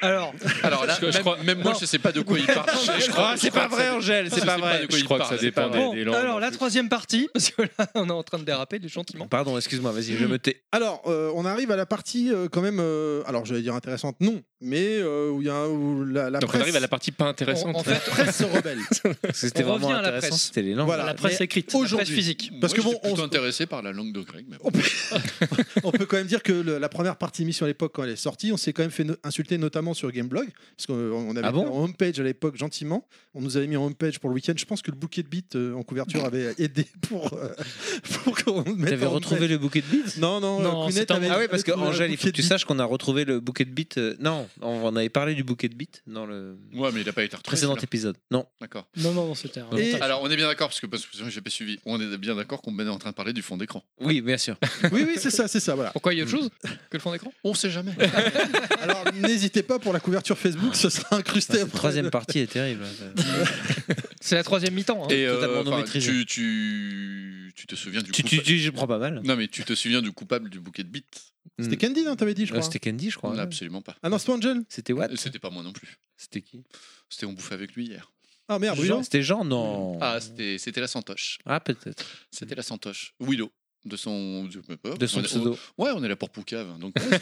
Speaker 3: Alors,
Speaker 7: Alors là,
Speaker 4: je
Speaker 7: même,
Speaker 4: crois-
Speaker 7: même moi, je sais pas de quoi il parle. Je crois-
Speaker 6: Ah, c'est pas vrai, Angèle,
Speaker 7: c'est pas vrai.
Speaker 4: Je crois que ça dépend des,
Speaker 3: bon,
Speaker 4: des langues.
Speaker 3: alors la troisième partie, parce que là, on est en train de déraper des gentiment.
Speaker 6: Pardon, excuse-moi, vas-y, je me tais.
Speaker 1: Alors, euh, on arrive à la partie euh, quand même. euh, alors, j'allais dire intéressante, non, mais euh, où il y a où la, la
Speaker 4: Donc on
Speaker 1: presse,
Speaker 4: arrive à la partie pas intéressante.
Speaker 3: En- en
Speaker 1: la presse se rebelle.
Speaker 6: Parce que c'était
Speaker 3: On revient
Speaker 6: vraiment
Speaker 3: à la
Speaker 6: intéressant,
Speaker 3: presse.
Speaker 6: c'était les langues.
Speaker 1: Voilà.
Speaker 5: La presse
Speaker 1: mais
Speaker 5: écrite.
Speaker 3: La presse
Speaker 1: Aujourd'hui,
Speaker 3: physique.
Speaker 1: parce que
Speaker 7: Moi,
Speaker 1: bon,
Speaker 7: j'étais
Speaker 1: on,
Speaker 7: plutôt intéressé par la langue de Greg. Mais bon.
Speaker 1: on peut quand même dire que le- la première partie mise sur l'époque quand elle est sortie, on s'est quand même fait no- insulter notamment sur Gameblog, parce qu'on on avait
Speaker 6: Ah bon
Speaker 1: été en homepage à l'époque gentiment. On nous avait mis en homepage pour le week-end. Je pense que le bouquet de bits euh, en couverture avait aidé pour euh, pour qu'on le mette.
Speaker 6: T'avais
Speaker 1: en
Speaker 6: retrouvé
Speaker 1: homepage.
Speaker 6: le bouquet de bites
Speaker 1: Non, non.
Speaker 5: Non,
Speaker 1: euh, Kounet
Speaker 5: c'est un-
Speaker 1: avait-
Speaker 6: Ah oui, parce que
Speaker 1: avait trouvé un
Speaker 6: Angèle, il faut
Speaker 1: bouquet
Speaker 6: que tu
Speaker 1: de
Speaker 6: saches qu'on a retrouvé le bouquet de bites. euh, non, on en avait parlé du bouquet de bites dans le
Speaker 7: Ouais, mais il a pas été retrouvé.
Speaker 6: précédent
Speaker 7: celui-là.
Speaker 6: épisode. Non.
Speaker 7: D'accord.
Speaker 5: Non, non, non, c'était un.
Speaker 1: Et-
Speaker 7: Alors, on est bien d'accord, parce que, parce que sinon, j'ai pas suivi. On est bien d'accord qu'on est en train de parler du fond d'écran.
Speaker 6: Oui, bien sûr.
Speaker 1: bits. Oui, oui, c'est ça, c'est ça. Voilà.
Speaker 3: Pourquoi il y a autre chose que le fond d'écran
Speaker 7: On sait jamais.
Speaker 1: Alors, n'hésitez pas pour la couverture Facebook, ce sera incrusté.
Speaker 6: Cette
Speaker 1: après.
Speaker 6: Ah, troisième partie est terrible.
Speaker 3: C'est la troisième mi-temps. hein.
Speaker 7: Et
Speaker 6: Totalement
Speaker 7: euh,
Speaker 6: non
Speaker 7: enfin,
Speaker 6: maîtrisé.
Speaker 7: tu, tu, tu te souviens du
Speaker 6: tu,
Speaker 7: coupa-
Speaker 6: tu, tu- je prends pas mal.
Speaker 7: Non, mais tu te souviens du coupable du bouquet de bites
Speaker 1: C'était Candy, non, t'avais dit, je
Speaker 6: Euh,
Speaker 1: crois.
Speaker 6: C'était Candy, je crois. ouais.
Speaker 7: Absolument pas.
Speaker 1: ah non, c'est pas Angel.
Speaker 6: C'était what
Speaker 7: C'était pas moi non plus.
Speaker 6: C'était qui
Speaker 7: C'était on bouffait avec lui hier.
Speaker 1: Ah merde,
Speaker 6: Jean-
Speaker 1: Bruno.
Speaker 6: C'était Jean Non.
Speaker 7: Ah, c'était c'était la santoche.
Speaker 6: Ah, peut-être.
Speaker 7: C'était la santoche. Willow. De son. De,
Speaker 6: De son
Speaker 7: on-
Speaker 6: pseudo.
Speaker 7: on- ouais, on est là pour Poucave. hein, Donc, ouais,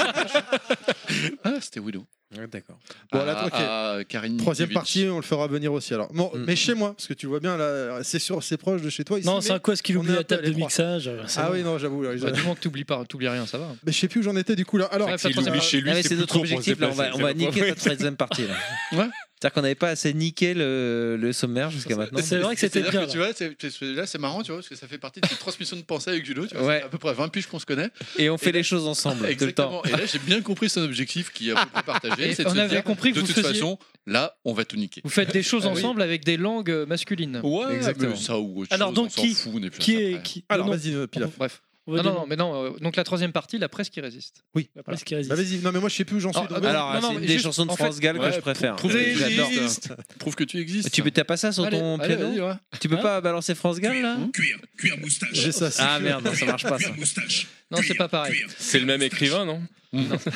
Speaker 7: c'était- ah, c'était Willow.
Speaker 6: Ouais, D'accord.
Speaker 1: Bon,
Speaker 7: À-
Speaker 1: là, ok.
Speaker 7: à Karine
Speaker 1: Troisième
Speaker 7: Ivitch.
Speaker 1: partie, on le fera venir aussi. Alors, Bon,
Speaker 6: Mm.
Speaker 1: mais chez moi, parce que tu vois bien, là, c'est sûr, c'est proche de chez toi. Ici,
Speaker 5: Non,
Speaker 1: mais-
Speaker 5: c'est un quoi ce qu'il
Speaker 1: on est
Speaker 5: oublie
Speaker 1: un
Speaker 5: la
Speaker 1: peu
Speaker 5: table
Speaker 1: à
Speaker 5: de
Speaker 1: l'étroit.
Speaker 5: mixage euh, c'est
Speaker 1: Ah
Speaker 5: bon.
Speaker 1: oui, non, j'avoue. là, ils-
Speaker 3: Bah, du moment que t'oublies pas, t'oublies rien, ça va.
Speaker 1: Mais je sais plus où j'en étais du coup là. Alors,
Speaker 3: Ouais,
Speaker 4: S'il
Speaker 3: ça-
Speaker 4: oublie chez lui,
Speaker 6: Ah, mais
Speaker 4: c'est
Speaker 6: c'est
Speaker 4: plus
Speaker 6: notre
Speaker 4: court pour se
Speaker 6: objectif là, on va,
Speaker 4: déplacer,
Speaker 6: on va
Speaker 4: c'est pas
Speaker 6: niquer
Speaker 4: vrai.
Speaker 6: notre troisième partie là.
Speaker 7: Ouais.
Speaker 6: C'est-à-dire qu'on n'avait pas assez niqué le, le sommaire jusqu'à maintenant.
Speaker 5: C'est vrai que c'était
Speaker 7: C'est-à-dire
Speaker 5: bien.
Speaker 7: que
Speaker 5: là.
Speaker 7: tu vois, c'est- c'est- là c'est marrant, tu vois, parce que ça fait partie de cette transmission de pensée avec Julo. Tu vois,
Speaker 6: Ouais.
Speaker 7: c'est à peu près 20 piges qu'on se connaît.
Speaker 6: Et on fait les choses ensemble tout le temps.
Speaker 7: Exactement. Et là, j'ai bien compris son objectif qui est à peu près partagé.
Speaker 3: Et
Speaker 7: c'est de
Speaker 3: on
Speaker 7: se
Speaker 3: avait
Speaker 7: dire,
Speaker 3: compris que
Speaker 7: de
Speaker 3: vous
Speaker 7: toute
Speaker 3: faisiez-
Speaker 7: façon, là, on va tout niquer.
Speaker 3: Vous faites des choses
Speaker 7: Ah oui.
Speaker 3: ensemble avec des langues euh, masculines.
Speaker 7: Ouais,
Speaker 6: Exactement.
Speaker 7: mais ça ou autre
Speaker 5: Alors,
Speaker 7: chose,
Speaker 5: donc,
Speaker 7: on s'en
Speaker 5: qui-
Speaker 7: fout, on est plus
Speaker 5: Qui
Speaker 7: à ça
Speaker 5: est
Speaker 7: près.
Speaker 5: qui
Speaker 1: Alors,
Speaker 5: non,
Speaker 1: vas-y, euh, Pilaf.
Speaker 3: Bref.
Speaker 5: on va
Speaker 4: Ah,
Speaker 3: Non, non,
Speaker 5: dire-
Speaker 3: non, mais non. euh, donc la troisième partie, la presse qui résiste.
Speaker 1: Oui.
Speaker 5: Parce qu'il résiste.
Speaker 1: Bah, vas-y, non, mais moi, je sais plus où j'en suis.
Speaker 3: Ah,
Speaker 1: donc-
Speaker 3: ah, bah,
Speaker 6: Alors,
Speaker 3: Non, non,
Speaker 6: c'est
Speaker 3: mais
Speaker 6: des
Speaker 3: juste,
Speaker 6: chansons de
Speaker 3: en
Speaker 6: France
Speaker 3: fait-
Speaker 6: Gall que
Speaker 7: Ouais,
Speaker 6: je préfère.
Speaker 7: prouve que tu
Speaker 6: J'adore.
Speaker 7: existes. Prouve que tu existes.
Speaker 6: Ah, Tu peux t'as pas ça sur
Speaker 3: Allez,
Speaker 6: ton
Speaker 3: allez,
Speaker 6: piano
Speaker 3: vas-y, ouais.
Speaker 6: Tu peux
Speaker 3: Hein
Speaker 6: pas balancer France Gall là
Speaker 9: Cuir, cuir moustache.
Speaker 1: J'ai ça. c'est
Speaker 6: Ah
Speaker 1: sûr.
Speaker 6: merde, non, ça marche pas ça.
Speaker 9: moustache.
Speaker 3: Non, c'est pas pareil.
Speaker 4: C'est le même écrivain, non
Speaker 7: Ouais, ouais,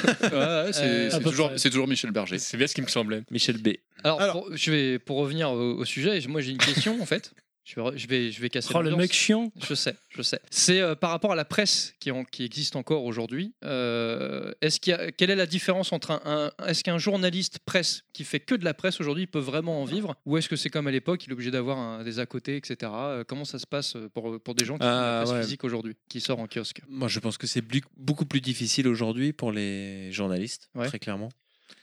Speaker 7: c'est
Speaker 3: Euh,
Speaker 7: c'est
Speaker 5: à peu
Speaker 7: toujours,
Speaker 5: près.
Speaker 7: c'est toujours Michel Berger.
Speaker 4: C'est bien ce qui me semblait.
Speaker 6: Michel B.
Speaker 3: Alors,
Speaker 1: Alors-
Speaker 3: pour, je vais, pour revenir au, au sujet, moi j'ai une question en fait. Je vais, je vais, je vais casser
Speaker 5: Oh, le
Speaker 3: l'ambiance.
Speaker 5: mec chiant.
Speaker 3: Je sais, je sais. C'est euh, par rapport à la presse qui, en- qui existe encore aujourd'hui. euh, Est-ce qu'il y a- quelle est la différence entre un, un- est-ce qu'un journaliste presse qui fait que de la presse aujourd'hui il peut vraiment en vivre, ou est-ce que c'est comme à l'époque, il est obligé d'avoir un- des à côté, etc. Euh, comment ça se passe pour, pour des gens qui font de
Speaker 6: Ah,
Speaker 3: la presse
Speaker 6: ouais.
Speaker 3: physique aujourd'hui, qui sort en kiosque
Speaker 6: Moi je pense que c'est blu- beaucoup plus difficile aujourd'hui pour les journalistes,
Speaker 3: Ouais.
Speaker 6: très clairement.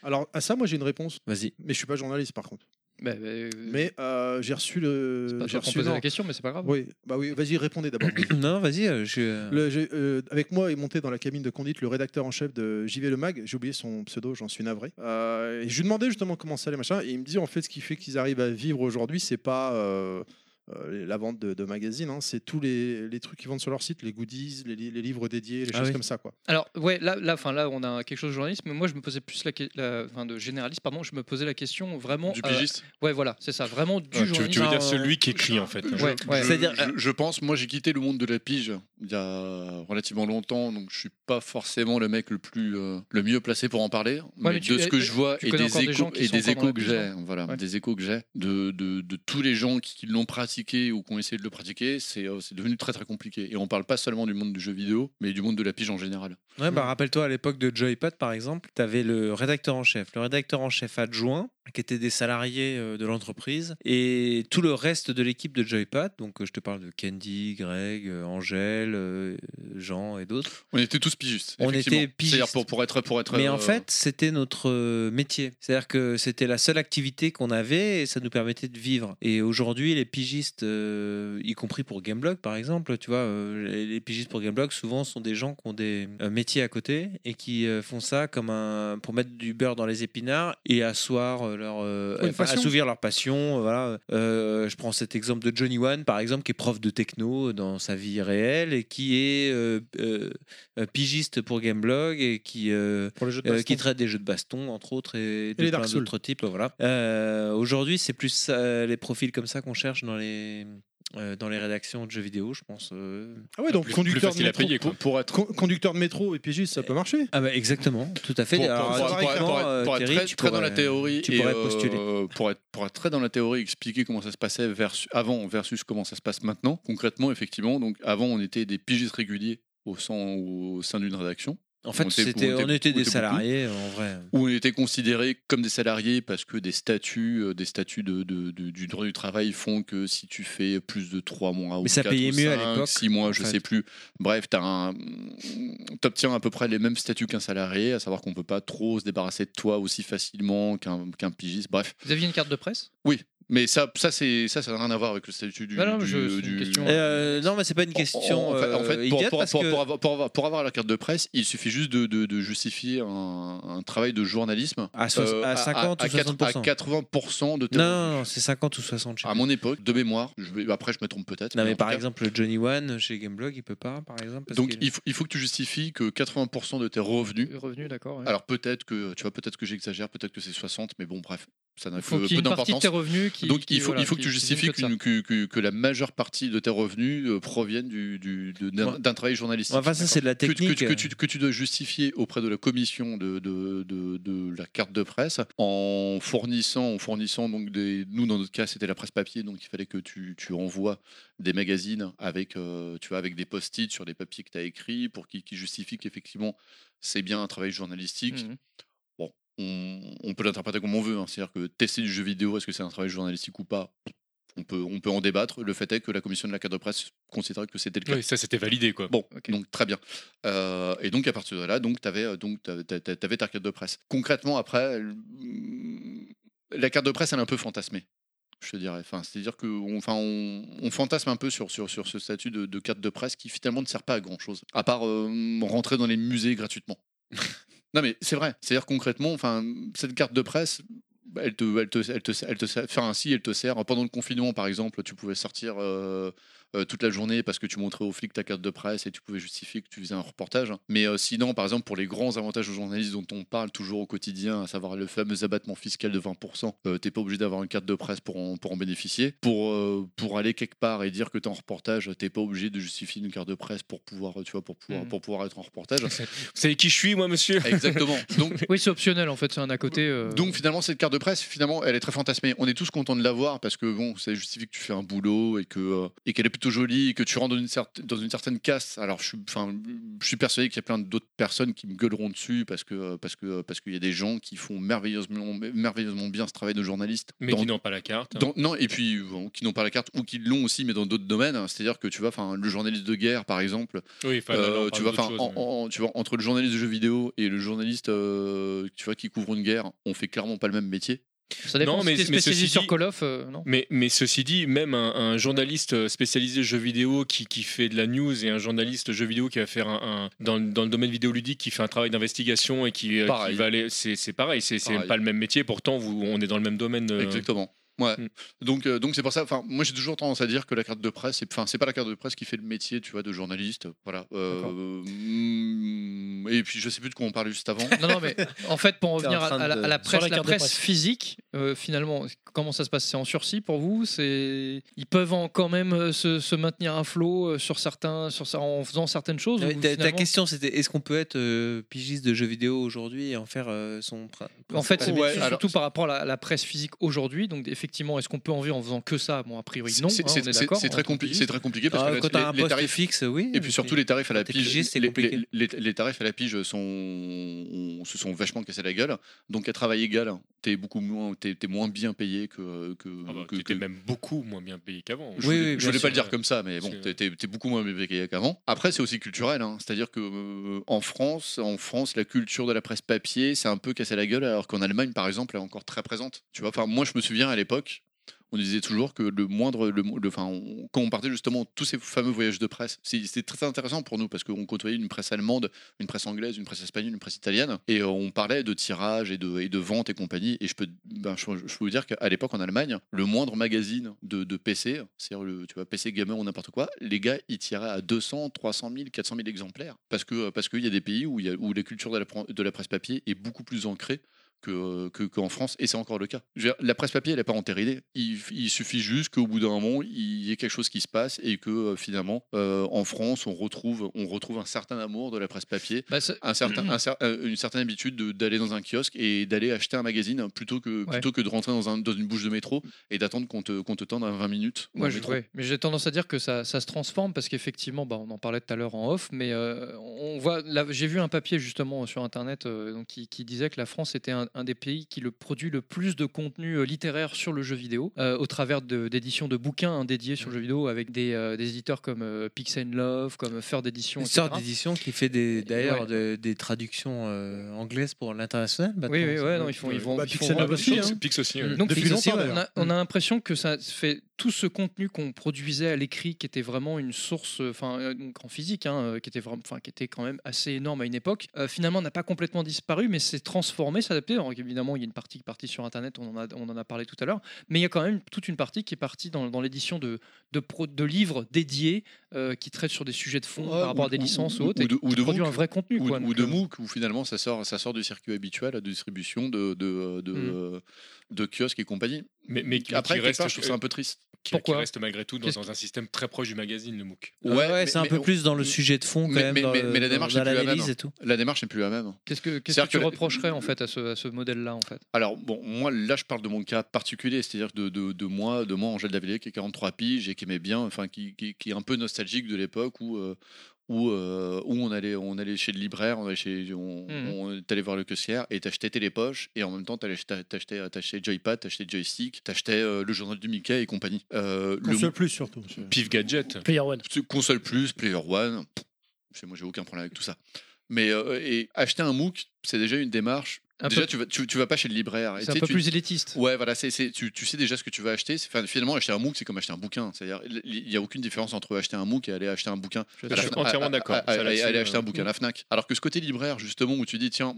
Speaker 1: Alors, à ça, moi, j'ai une réponse,
Speaker 6: Vas-y.
Speaker 1: mais je suis pas journaliste par contre.
Speaker 3: Bah, bah, euh,
Speaker 1: Mais euh, j'ai reçu
Speaker 3: c'est
Speaker 1: le.
Speaker 3: pas
Speaker 1: J'ai
Speaker 3: toi qu'on
Speaker 1: reçu
Speaker 3: posait
Speaker 1: non.
Speaker 3: la question, mais c'est pas grave.
Speaker 1: Oui, bah oui, vas-y, répondez d'abord.
Speaker 15: non, vas-y, euh, je.
Speaker 1: Le- j'ai, euh, avec moi est monté dans la cabine de conduite le rédacteur en chef de JV Le Mag. J'ai oublié son pseudo, j'en suis navré. Euh, et je lui demandais justement comment ça allait, machin. Et il me dit en fait, ce qui fait qu'ils arrivent à vivre aujourd'hui, c'est pas. euh, euh, la vente de, de magazines, hein, c'est tous les, les trucs qu'ils vendent sur leur site, les goodies, les, li- les livres dédiés, les
Speaker 3: Ah
Speaker 1: choses
Speaker 3: oui.
Speaker 1: comme ça. Quoi.
Speaker 3: Alors ouais, là, là, enfin là, on a quelque chose de journaliste, mais moi je me posais plus la, que- la- enfin, de généraliste, pardon, je me posais la question vraiment
Speaker 7: Du
Speaker 3: euh,
Speaker 7: pigiste
Speaker 3: ouais, voilà, c'est ça, vraiment du
Speaker 4: Ouais, tu- tu
Speaker 3: journaliste. Ah,
Speaker 4: veux dire Ah, celui qui écrit, en fait.
Speaker 3: Ouais, ouais.
Speaker 7: Je,
Speaker 3: C'est-à-dire,
Speaker 6: euh,
Speaker 7: je- je pense, moi j'ai quitté le monde de la pige euh, il y a relativement longtemps, donc je suis pas forcément le mec le plus euh, le mieux placé pour en parler. mais,
Speaker 3: mais tu-
Speaker 7: de ce que je vois
Speaker 3: tu
Speaker 7: et
Speaker 3: connais
Speaker 7: des
Speaker 3: encore des gens
Speaker 7: échos
Speaker 3: qui
Speaker 7: et
Speaker 3: sont
Speaker 7: des
Speaker 3: encore dans
Speaker 7: échos
Speaker 3: la
Speaker 7: que
Speaker 3: pige,
Speaker 7: j'ai,
Speaker 3: hein.
Speaker 7: voilà,
Speaker 3: Ouais.
Speaker 7: des échos que j'ai de, de- de tous les gens qui, qui l'ont pratiqué ou qui ont essayé de le pratiquer, c'est euh, c'est devenu très très compliqué. Et on parle pas seulement du monde du jeu vidéo, mais du monde de la pige en général.
Speaker 6: Ouais, bah, rappelle-toi à l'époque de Joypad par exemple, tu avais le rédacteur en chef, le rédacteur en chef adjoint qui étaient des salariés euh, de l'entreprise et tout le reste de l'équipe de Joypad, donc euh, je te parle de Candy, Greg, euh, Angèle, euh, Jean et d'autres.
Speaker 7: On était tous pigistes.
Speaker 6: On
Speaker 7: effectivement.
Speaker 6: était pigistes.
Speaker 7: C'est-à-dire pour, pour être pour être.
Speaker 6: Mais
Speaker 7: euh,
Speaker 6: en fait, c'était notre euh, métier. C'est-à-dire que c'était la seule activité qu'on avait et ça nous permettait de vivre. Et aujourd'hui, les pigistes, euh, y compris pour Gameblog par exemple, tu vois, euh, les- les pigistes pour Gameblog souvent sont des gens qui ont des euh, métiers à côté et qui euh, font ça comme un pour mettre du beurre dans les épinards et asseoir euh, leur euh,
Speaker 15: Ouais, une
Speaker 6: enfin,
Speaker 15: passion.
Speaker 6: assouvir leur passion. euh, Voilà. Euh, je prends cet exemple de Johnny Wan par exemple qui est prof de techno dans sa vie réelle et qui est euh, euh, euh, pigiste pour Gameblog et qui euh,
Speaker 1: de
Speaker 6: euh,
Speaker 1: baston.
Speaker 6: qui traite des jeux de baston entre autres et, de
Speaker 1: les
Speaker 6: plein
Speaker 1: Dark Souls.
Speaker 6: d'autres types voilà Euh, aujourd'hui c'est plus euh, les profils comme ça qu'on cherche dans les euh, dans les rédactions de jeux vidéo je pense euh,
Speaker 1: Ah ouais, donc
Speaker 6: plus- plus
Speaker 1: conducteur, de
Speaker 6: facile à
Speaker 1: métro,
Speaker 6: payer, quoi.
Speaker 1: pour, pour être... con- conducteur de métro et pigiste, ça peut marcher.
Speaker 6: Ah bah exactement, tout à fait.
Speaker 7: Pour, pour- pour- pour- pour-
Speaker 6: Alors, typiquement,
Speaker 7: pour être-
Speaker 6: euh,
Speaker 7: pour être
Speaker 6: Thierry,
Speaker 7: très,
Speaker 6: tu
Speaker 7: très dans
Speaker 6: pourrais-
Speaker 7: la théorie,
Speaker 6: tu
Speaker 7: et,
Speaker 6: pourrais
Speaker 7: euh,
Speaker 6: postuler.
Speaker 7: pour, être, pour être très dans la théorie, expliquer comment ça se passait versus, avant versus comment ça se passe maintenant. Concrètement, effectivement, donc avant on était des pigistes réguliers au sein, au sein d'une rédaction.
Speaker 6: en fait
Speaker 7: On était-
Speaker 6: c'était
Speaker 7: on
Speaker 6: on
Speaker 7: était-
Speaker 6: était Euh,
Speaker 7: on
Speaker 6: des
Speaker 7: était
Speaker 6: salariés en vrai
Speaker 7: où on était considérés comme des salariés parce que des statuts, euh, des statuts de, de- de- du droit du travail font que si tu fais plus de 3 mois ou
Speaker 6: Mais ça
Speaker 7: quatre
Speaker 6: payait
Speaker 7: ou
Speaker 6: mieux à
Speaker 7: cinq,
Speaker 6: l'époque,
Speaker 7: six mois,
Speaker 6: en
Speaker 7: je
Speaker 6: fait.
Speaker 7: sais plus. Bref, t'as un- mm, t'obtiens à peu près les mêmes statuts qu'un salarié, à savoir qu'on peut pas trop se débarrasser de toi aussi facilement qu'un qu'un pigiste. Bref,
Speaker 3: Vous aviez une carte de presse
Speaker 7: oui. Mais ça, ça, c'est, ça, ça n'a rien à voir avec le statut du.
Speaker 3: Bah non, mais
Speaker 7: du-
Speaker 3: je- c'est une
Speaker 7: du-
Speaker 3: question,
Speaker 6: Euh, non mais c'est pas une question
Speaker 7: en fait, en fait,
Speaker 6: euh,
Speaker 7: pour,
Speaker 6: idiote
Speaker 7: pour-
Speaker 6: parce
Speaker 7: pour-
Speaker 6: que-
Speaker 7: pour avoir, pour avoir- pour avoir la carte de presse, il suffit juste de, de- de justifier un, un travail de journalisme
Speaker 6: À soix- euh, à 50 ou
Speaker 7: à, quatre-
Speaker 6: 60%.
Speaker 7: à 80% de tes
Speaker 6: non, non, non, c'est 50 ou 60 je sais
Speaker 7: À mon époque, de mémoire, je vais- après je me trompe peut-être.
Speaker 6: plus. non mais
Speaker 7: en
Speaker 6: par
Speaker 7: tout cas,
Speaker 6: exemple Johnny Wan chez Gameblog il peut pas par exemple parce
Speaker 7: Donc
Speaker 6: qu'il-
Speaker 7: il faut, il faut que tu justifies que 80% de tes revenus.
Speaker 3: Revenu, d'accord. ouais.
Speaker 7: Alors peut-être que tu vois, peut-être que j'exagère, peut-être que c'est 60, mais bon bref, ça n'a
Speaker 3: Faut
Speaker 7: peu,
Speaker 3: qu'il y ait
Speaker 7: euh, peu
Speaker 3: une partie de
Speaker 7: d'importance.
Speaker 3: tes revenus qui-
Speaker 7: Donc
Speaker 3: qui-
Speaker 7: il faut,
Speaker 3: voilà,
Speaker 7: il faut que
Speaker 3: qui-
Speaker 7: tu
Speaker 3: qui
Speaker 7: justifies
Speaker 3: viennent que de
Speaker 7: qu'une- que, que- que la majeure partie de tes revenus euh, proviennent du, du- de- d'un,
Speaker 6: Ouais.
Speaker 7: d'un travail journalistique.
Speaker 6: Enfin, ça, c'est de la
Speaker 7: Que- que-
Speaker 6: technique.
Speaker 10: euh.
Speaker 7: Que, tu, que tu dois justifier auprès de la commission de, de- de- de la carte de presse en fournissant, en fournissant donc des. Nous dans notre cas c'était la presse papier, donc il fallait que tu, tu envoies des magazines avec, euh, tu vois, avec des post-it sur des papiers que tu as écrits pour qui, qui justifient qu'effectivement c'est bien un travail journalistique.
Speaker 6: Mmh
Speaker 7: Bon, on, on peut l'interpréter comme on veut. hein. C'est-à-dire que tester du jeu vidéo, est-ce que c'est un travail journalistique ou pas on peut, on peut en débattre. Le fait est que la commission de la carte de presse considérait que c'était le cas.
Speaker 4: Oui, ça, c'était validé, quoi.
Speaker 7: Bon, donc très bien. Euh, et donc à partir de là, donc tu avais, donc, t'avais- t'avais- t'avais ta carte de presse. Concrètement, après, l- la carte de presse, elle est un peu fantasmée. Je te dirais. Enfin, C'est-à-dire qu'on enfin, on, on fantasme un peu sur, sur, sur ce statut de, de carte de presse qui finalement ne sert pas à grand-chose, à part euh, rentrer dans les musées gratuitement. non mais c'est vrai. C'est-à-dire concrètement, enfin, cette carte de presse, elle te, elle te, elle te, elle te sert, enfin, si, elle te sert. Pendant le confinement, par exemple, tu pouvais sortir euh, euh, toute la journée parce que tu montrais aux flics ta carte de presse et tu pouvais justifier que tu faisais un reportage. Mais euh, sinon, par exemple, pour les grands avantages aux journalistes dont on parle toujours au quotidien, à savoir le fameux abattement fiscal de 20%, euh, t'es pas obligé d'avoir une carte de presse pour en, pour en bénéficier. Pour, euh, pour aller quelque part et dire que t'es en reportage, t'es pas obligé de justifier une carte de presse pour pouvoir, tu vois, pour pouvoir,
Speaker 3: Mhm.
Speaker 7: pour pouvoir être en reportage.
Speaker 4: Vous savez qui je suis, moi, monsieur
Speaker 7: Exactement. Donc,
Speaker 3: oui, c'est optionnel en fait, c'est un à côté. euh,
Speaker 7: donc finalement, cette carte de presse, finalement, elle est très fantasmée. On est tous contents de l'avoir parce que bon, ça justifie que tu fais un boulot et que euh, et qu'elle est plutôt jolie et que tu rentres dans une certaine dans une certaine casse. Alors je suis enfin je suis persuadé qu'il y a plein d'autres personnes qui me gueuleront dessus parce que euh, parce que euh, parce qu'il y a des gens qui font merveilleusement merveilleusement bien ce travail de journaliste.
Speaker 4: Mais
Speaker 7: dans-
Speaker 4: qui n'ont pas la carte. hein.
Speaker 7: dans- non, et puis bon, qui n'ont pas la carte ou qui l'ont aussi, mais dans d'autres domaines. hein. C'est-à-dire que tu vois, enfin, le journaliste de guerre, par exemple,
Speaker 4: Oui, enfin, là, là, on parle
Speaker 7: Euh, tu vois,
Speaker 4: d'autre
Speaker 7: enfin,
Speaker 4: chose,
Speaker 7: en- en- tu vois, entre le journaliste de jeux vidéo et le journaliste, euh, tu vois, qui couvre une guerre, on fait clairement pas le même métier.
Speaker 3: Ça dépend
Speaker 4: Non,
Speaker 3: si
Speaker 4: mais-
Speaker 3: t'es
Speaker 4: mais
Speaker 3: spécialisé
Speaker 4: ceci
Speaker 3: sur
Speaker 4: dit-
Speaker 3: Call of, euh, non
Speaker 4: Mais, mais ceci dit, même un, un journaliste euh, spécialisé jeux vidéo qui, qui fait de la news et un journaliste jeux vidéo qui va faire un, un- dans, le- dans le domaine vidéoludique qui fait un travail d'investigation et qui, euh, qui
Speaker 7: Pareil.
Speaker 4: va aller, c'est c'est pareil, c'est c'est
Speaker 7: Pareil.
Speaker 4: pas le même métier. Pourtant, vous, on est dans le même domaine. euh,
Speaker 7: Exactement. Ouais. Donc euh, donc c'est pour ça. Enfin moi j'ai toujours tendance à dire que la carte de presse, c'est- enfin c'est pas la carte de presse qui fait le métier, tu vois, de journaliste. Voilà. Euh, mm, et puis je sais plus de quoi on parlait juste avant.
Speaker 3: Non, non, mais en fait, pour
Speaker 7: T'es
Speaker 3: revenir
Speaker 7: en
Speaker 3: à,
Speaker 7: train
Speaker 3: à la,
Speaker 7: de-
Speaker 3: à la
Speaker 7: Sur la
Speaker 3: presse, la,
Speaker 7: carte de
Speaker 3: presse
Speaker 7: presse.
Speaker 3: physique, euh, finalement, comment ça se passe C'est en sursis pour vous C'est ils peuvent en- quand même euh, se, se maintenir à flot euh, sur certains, sur ça- en faisant certaines choses.
Speaker 10: Non, mais
Speaker 3: ou
Speaker 10: ta, ta
Speaker 3: finalement-
Speaker 10: question, c'était est-ce qu'on peut être euh, pigiste de jeux vidéo aujourd'hui et en faire euh, son. prin-
Speaker 3: En fait, c'est
Speaker 10: principal
Speaker 3: surtout
Speaker 10: métier
Speaker 3: par rapport à la, la presse physique aujourd'hui. Donc, effectivement, est-ce qu'on peut en vivre en faisant que ça Bon, a priori, non.
Speaker 7: C'est-
Speaker 3: hein,
Speaker 7: c'est-
Speaker 3: on est
Speaker 7: c'est-
Speaker 3: d'accord,
Speaker 7: c'est
Speaker 3: en
Speaker 7: très,
Speaker 3: tant que
Speaker 7: compli-
Speaker 3: pigiste.
Speaker 7: c'est très compliqué parce que
Speaker 10: Ah,
Speaker 7: la-
Speaker 10: quand t'as un
Speaker 7: les, les
Speaker 10: poste
Speaker 7: tarifs
Speaker 10: fixe, oui.
Speaker 7: Et puis surtout, les tarifs à la
Speaker 10: Quand t'es
Speaker 7: pige,
Speaker 10: pigiste, c'est
Speaker 7: les,
Speaker 10: compliqué.
Speaker 7: les- les- les tarifs à la pige sont, on se sont vachement cassés la gueule. Donc à travail égal, t'es beaucoup moins, t'es t'es moins bien payé que que,
Speaker 10: Ah
Speaker 4: Ah
Speaker 10: bah,
Speaker 7: que, que-
Speaker 4: bah, même beaucoup moins bien payé qu'avant.
Speaker 7: Je voulais, je voulais pas le dire comme ça, mais bon, t'es t'es- t'es beaucoup moins payé qu'avant. Après, c'est aussi culturel, hein. c'est-à-dire que euh, en France, en France, la culture de la presse papier, c'est un peu cassé la gueule, alors qu'en Allemagne, par exemple, elle est encore très présente. Tu vois, enfin, moi, je me souviens à l'époque. On disait toujours que le moindre, le, mo- le- enfin, on- quand on partait justement tous ces fameux voyages de presse, c'est- c'était très intéressant pour nous parce qu'on côtoyait une presse allemande, une presse anglaise, une presse espagnole, une presse italienne, et euh, on parlait de tirage et de, et de vente et compagnie. Et je peux, ben, je, je peux vous dire qu'à l'époque en Allemagne, le moindre magazine de, de PC, c'est-à-dire le, tu vois, PC gamer ou n'importe quoi, les gars, ils tiraient à 200, 300 000, 400 000 exemplaires parce que euh, parce qu'il y a des pays où, il y a- où la culture de la, pre- de la presse papier est beaucoup plus ancrée que, euh, que- qu'en France, et c'est encore le cas. Je veux dire, la presse papier, elle n'est pas entérinée. Il, il suffit juste qu'au bout d'un moment, il y ait quelque chose qui se passe et que euh, finalement, euh, en France, on retrouve, on retrouve un certain amour de la presse papier,
Speaker 3: Bah,
Speaker 7: un
Speaker 3: Mmh.
Speaker 7: certain, un cer- euh, une certaine habitude de- d'aller dans un kiosque et d'aller acheter un magazine euh, plutôt que,
Speaker 3: Ouais.
Speaker 7: plutôt que de rentrer dans, un- dans une bouche de métro et d'attendre qu'on te, qu'on te tende à 20 minutes. dans
Speaker 3: Moi,
Speaker 7: le
Speaker 3: je,
Speaker 7: métro.
Speaker 3: ouais, mais j'ai tendance à dire que ça, ça se transforme parce qu'effectivement, bah, on en parlait tout à l'heure en off, mais euh, on voit. là, J'ai vu un papier justement sur internet euh, donc, qui, qui disait que la France était un, un des pays qui le produit le plus de contenu euh, littéraire sur le jeu vidéo, euh, au travers de- d'éditions de, bouquins hein, dédiés sur le jeu vidéo avec des, euh, des éditeurs comme euh, Pix and Love, comme Fur d'édition,
Speaker 10: Une
Speaker 3: etc.
Speaker 10: sorte d'édition qui fait des- d'ailleurs
Speaker 3: Ouais.
Speaker 10: de- des traductions euh, anglaises pour l'international. maintenant.
Speaker 3: Oui, oui, ouais, non, ils font, ils vont, ils font vraiment des
Speaker 4: hein,
Speaker 7: hein.
Speaker 3: choses.
Speaker 7: Mm. Mmh.
Speaker 3: Donc,
Speaker 10: Depuis
Speaker 3: Pix aussi,
Speaker 10: longtemps,
Speaker 3: on a, on a l'impression que ça fait tout ce contenu qu'on produisait à l'écrit, qui était vraiment une source, euh, enfin, euh, donc en physique, hein, euh, qui était vraiment, enfin, qui était quand même assez énorme à une époque. euh, finalement, n'a pas complètement disparu, mais s'est transformé, s'est adapté. Alors, évidemment, il y a une partie qui est partie sur Internet, on en a, on en a parlé tout à l'heure, mais il y a quand même toute une partie qui est partie dans, dans l'édition de, de, pro- de livres dédiés euh, qui traitent sur des sujets de fond par rapport à des licences ou, autres, et
Speaker 7: de-
Speaker 3: qui
Speaker 7: de
Speaker 3: produit
Speaker 7: MOOC,
Speaker 3: un vrai contenu.
Speaker 7: ou,
Speaker 3: quoi.
Speaker 7: ou
Speaker 3: Donc,
Speaker 7: de
Speaker 3: euh,
Speaker 7: MOOC où finalement ça sort ça sort du circuit habituel de distribution de euh, de,
Speaker 3: Mmh.
Speaker 7: de, de kiosques et compagnie
Speaker 4: Mais, mais qui-
Speaker 7: après
Speaker 4: qui
Speaker 7: quelque
Speaker 4: reste,
Speaker 7: part,
Speaker 3: euh,
Speaker 7: je trouve ça un peu triste
Speaker 4: Qui, qui reste malgré tout dans, dans un système très proche du magazine, le MOOC.
Speaker 10: Ouais, ouais, c'est un peu plus dans le sujet de fond quand
Speaker 7: mais,
Speaker 10: même,
Speaker 7: mais-
Speaker 10: dans
Speaker 7: mais-
Speaker 10: le-
Speaker 7: mais la
Speaker 10: dans-
Speaker 7: démarche
Speaker 10: dans
Speaker 7: n'est plus la
Speaker 10: l'analyse
Speaker 7: même.
Speaker 10: et tout.
Speaker 7: La démarche n'est plus la même.
Speaker 3: Qu'est-ce que, qu'est-ce que
Speaker 7: C'est-à-dire
Speaker 3: tu
Speaker 7: que-
Speaker 3: reprocherais en fait à ce, à ce modèle-là en fait
Speaker 7: Alors bon, moi là je parle de mon cas particulier, c'est-à-dire de, de, de moi, de moi Angèle Davillier qui est 43 piges et qui aimait bien, enfin qui, qui, qui est un peu nostalgique de l'époque où euh, où, euh, où on allait on allait chez le libraire, on allait chez on,
Speaker 3: Mhm.
Speaker 7: on est allé voir le caissière et t'achetais télépoche et en même temps t'allais t'ach- t'achetais t'achetais joypad, t'achetais joystick, t'achetais euh, le journal du Mickey et compagnie. Euh, le-
Speaker 1: Console plus surtout.
Speaker 4: Pif gadget.
Speaker 5: Player One.
Speaker 7: Ce Console plus, Player One. pff, chez Moi, j'ai aucun problème avec tout ça. Mais euh, et acheter un MOOC, c'est déjà une démarche.
Speaker 3: Un
Speaker 7: déjà,
Speaker 3: peu-
Speaker 7: tu vas, tu, tu vas pas chez le libraire. Et
Speaker 3: C'est un
Speaker 7: Bah, tu sais,
Speaker 3: peu
Speaker 7: tu-
Speaker 3: plus élitiste.
Speaker 7: Ouais, voilà, c'est c'est- tu, tu sais déjà ce que tu vas acheter. C'est- enfin, finalement, acheter un MOOC, c'est comme acheter un bouquin. C'est-à-dire, il n'y a aucune différence entre acheter un MOOC et aller acheter un bouquin.
Speaker 4: Je
Speaker 7: À la
Speaker 4: suis
Speaker 7: Fna-
Speaker 4: entièrement
Speaker 7: à- à-
Speaker 4: d'accord.
Speaker 7: à- à-
Speaker 4: Ça,
Speaker 7: Aller
Speaker 4: là-dessus,
Speaker 7: aller
Speaker 4: euh,
Speaker 7: acheter un bouquin à la Fnac. Alors que ce côté libraire, justement, où tu dis, tiens,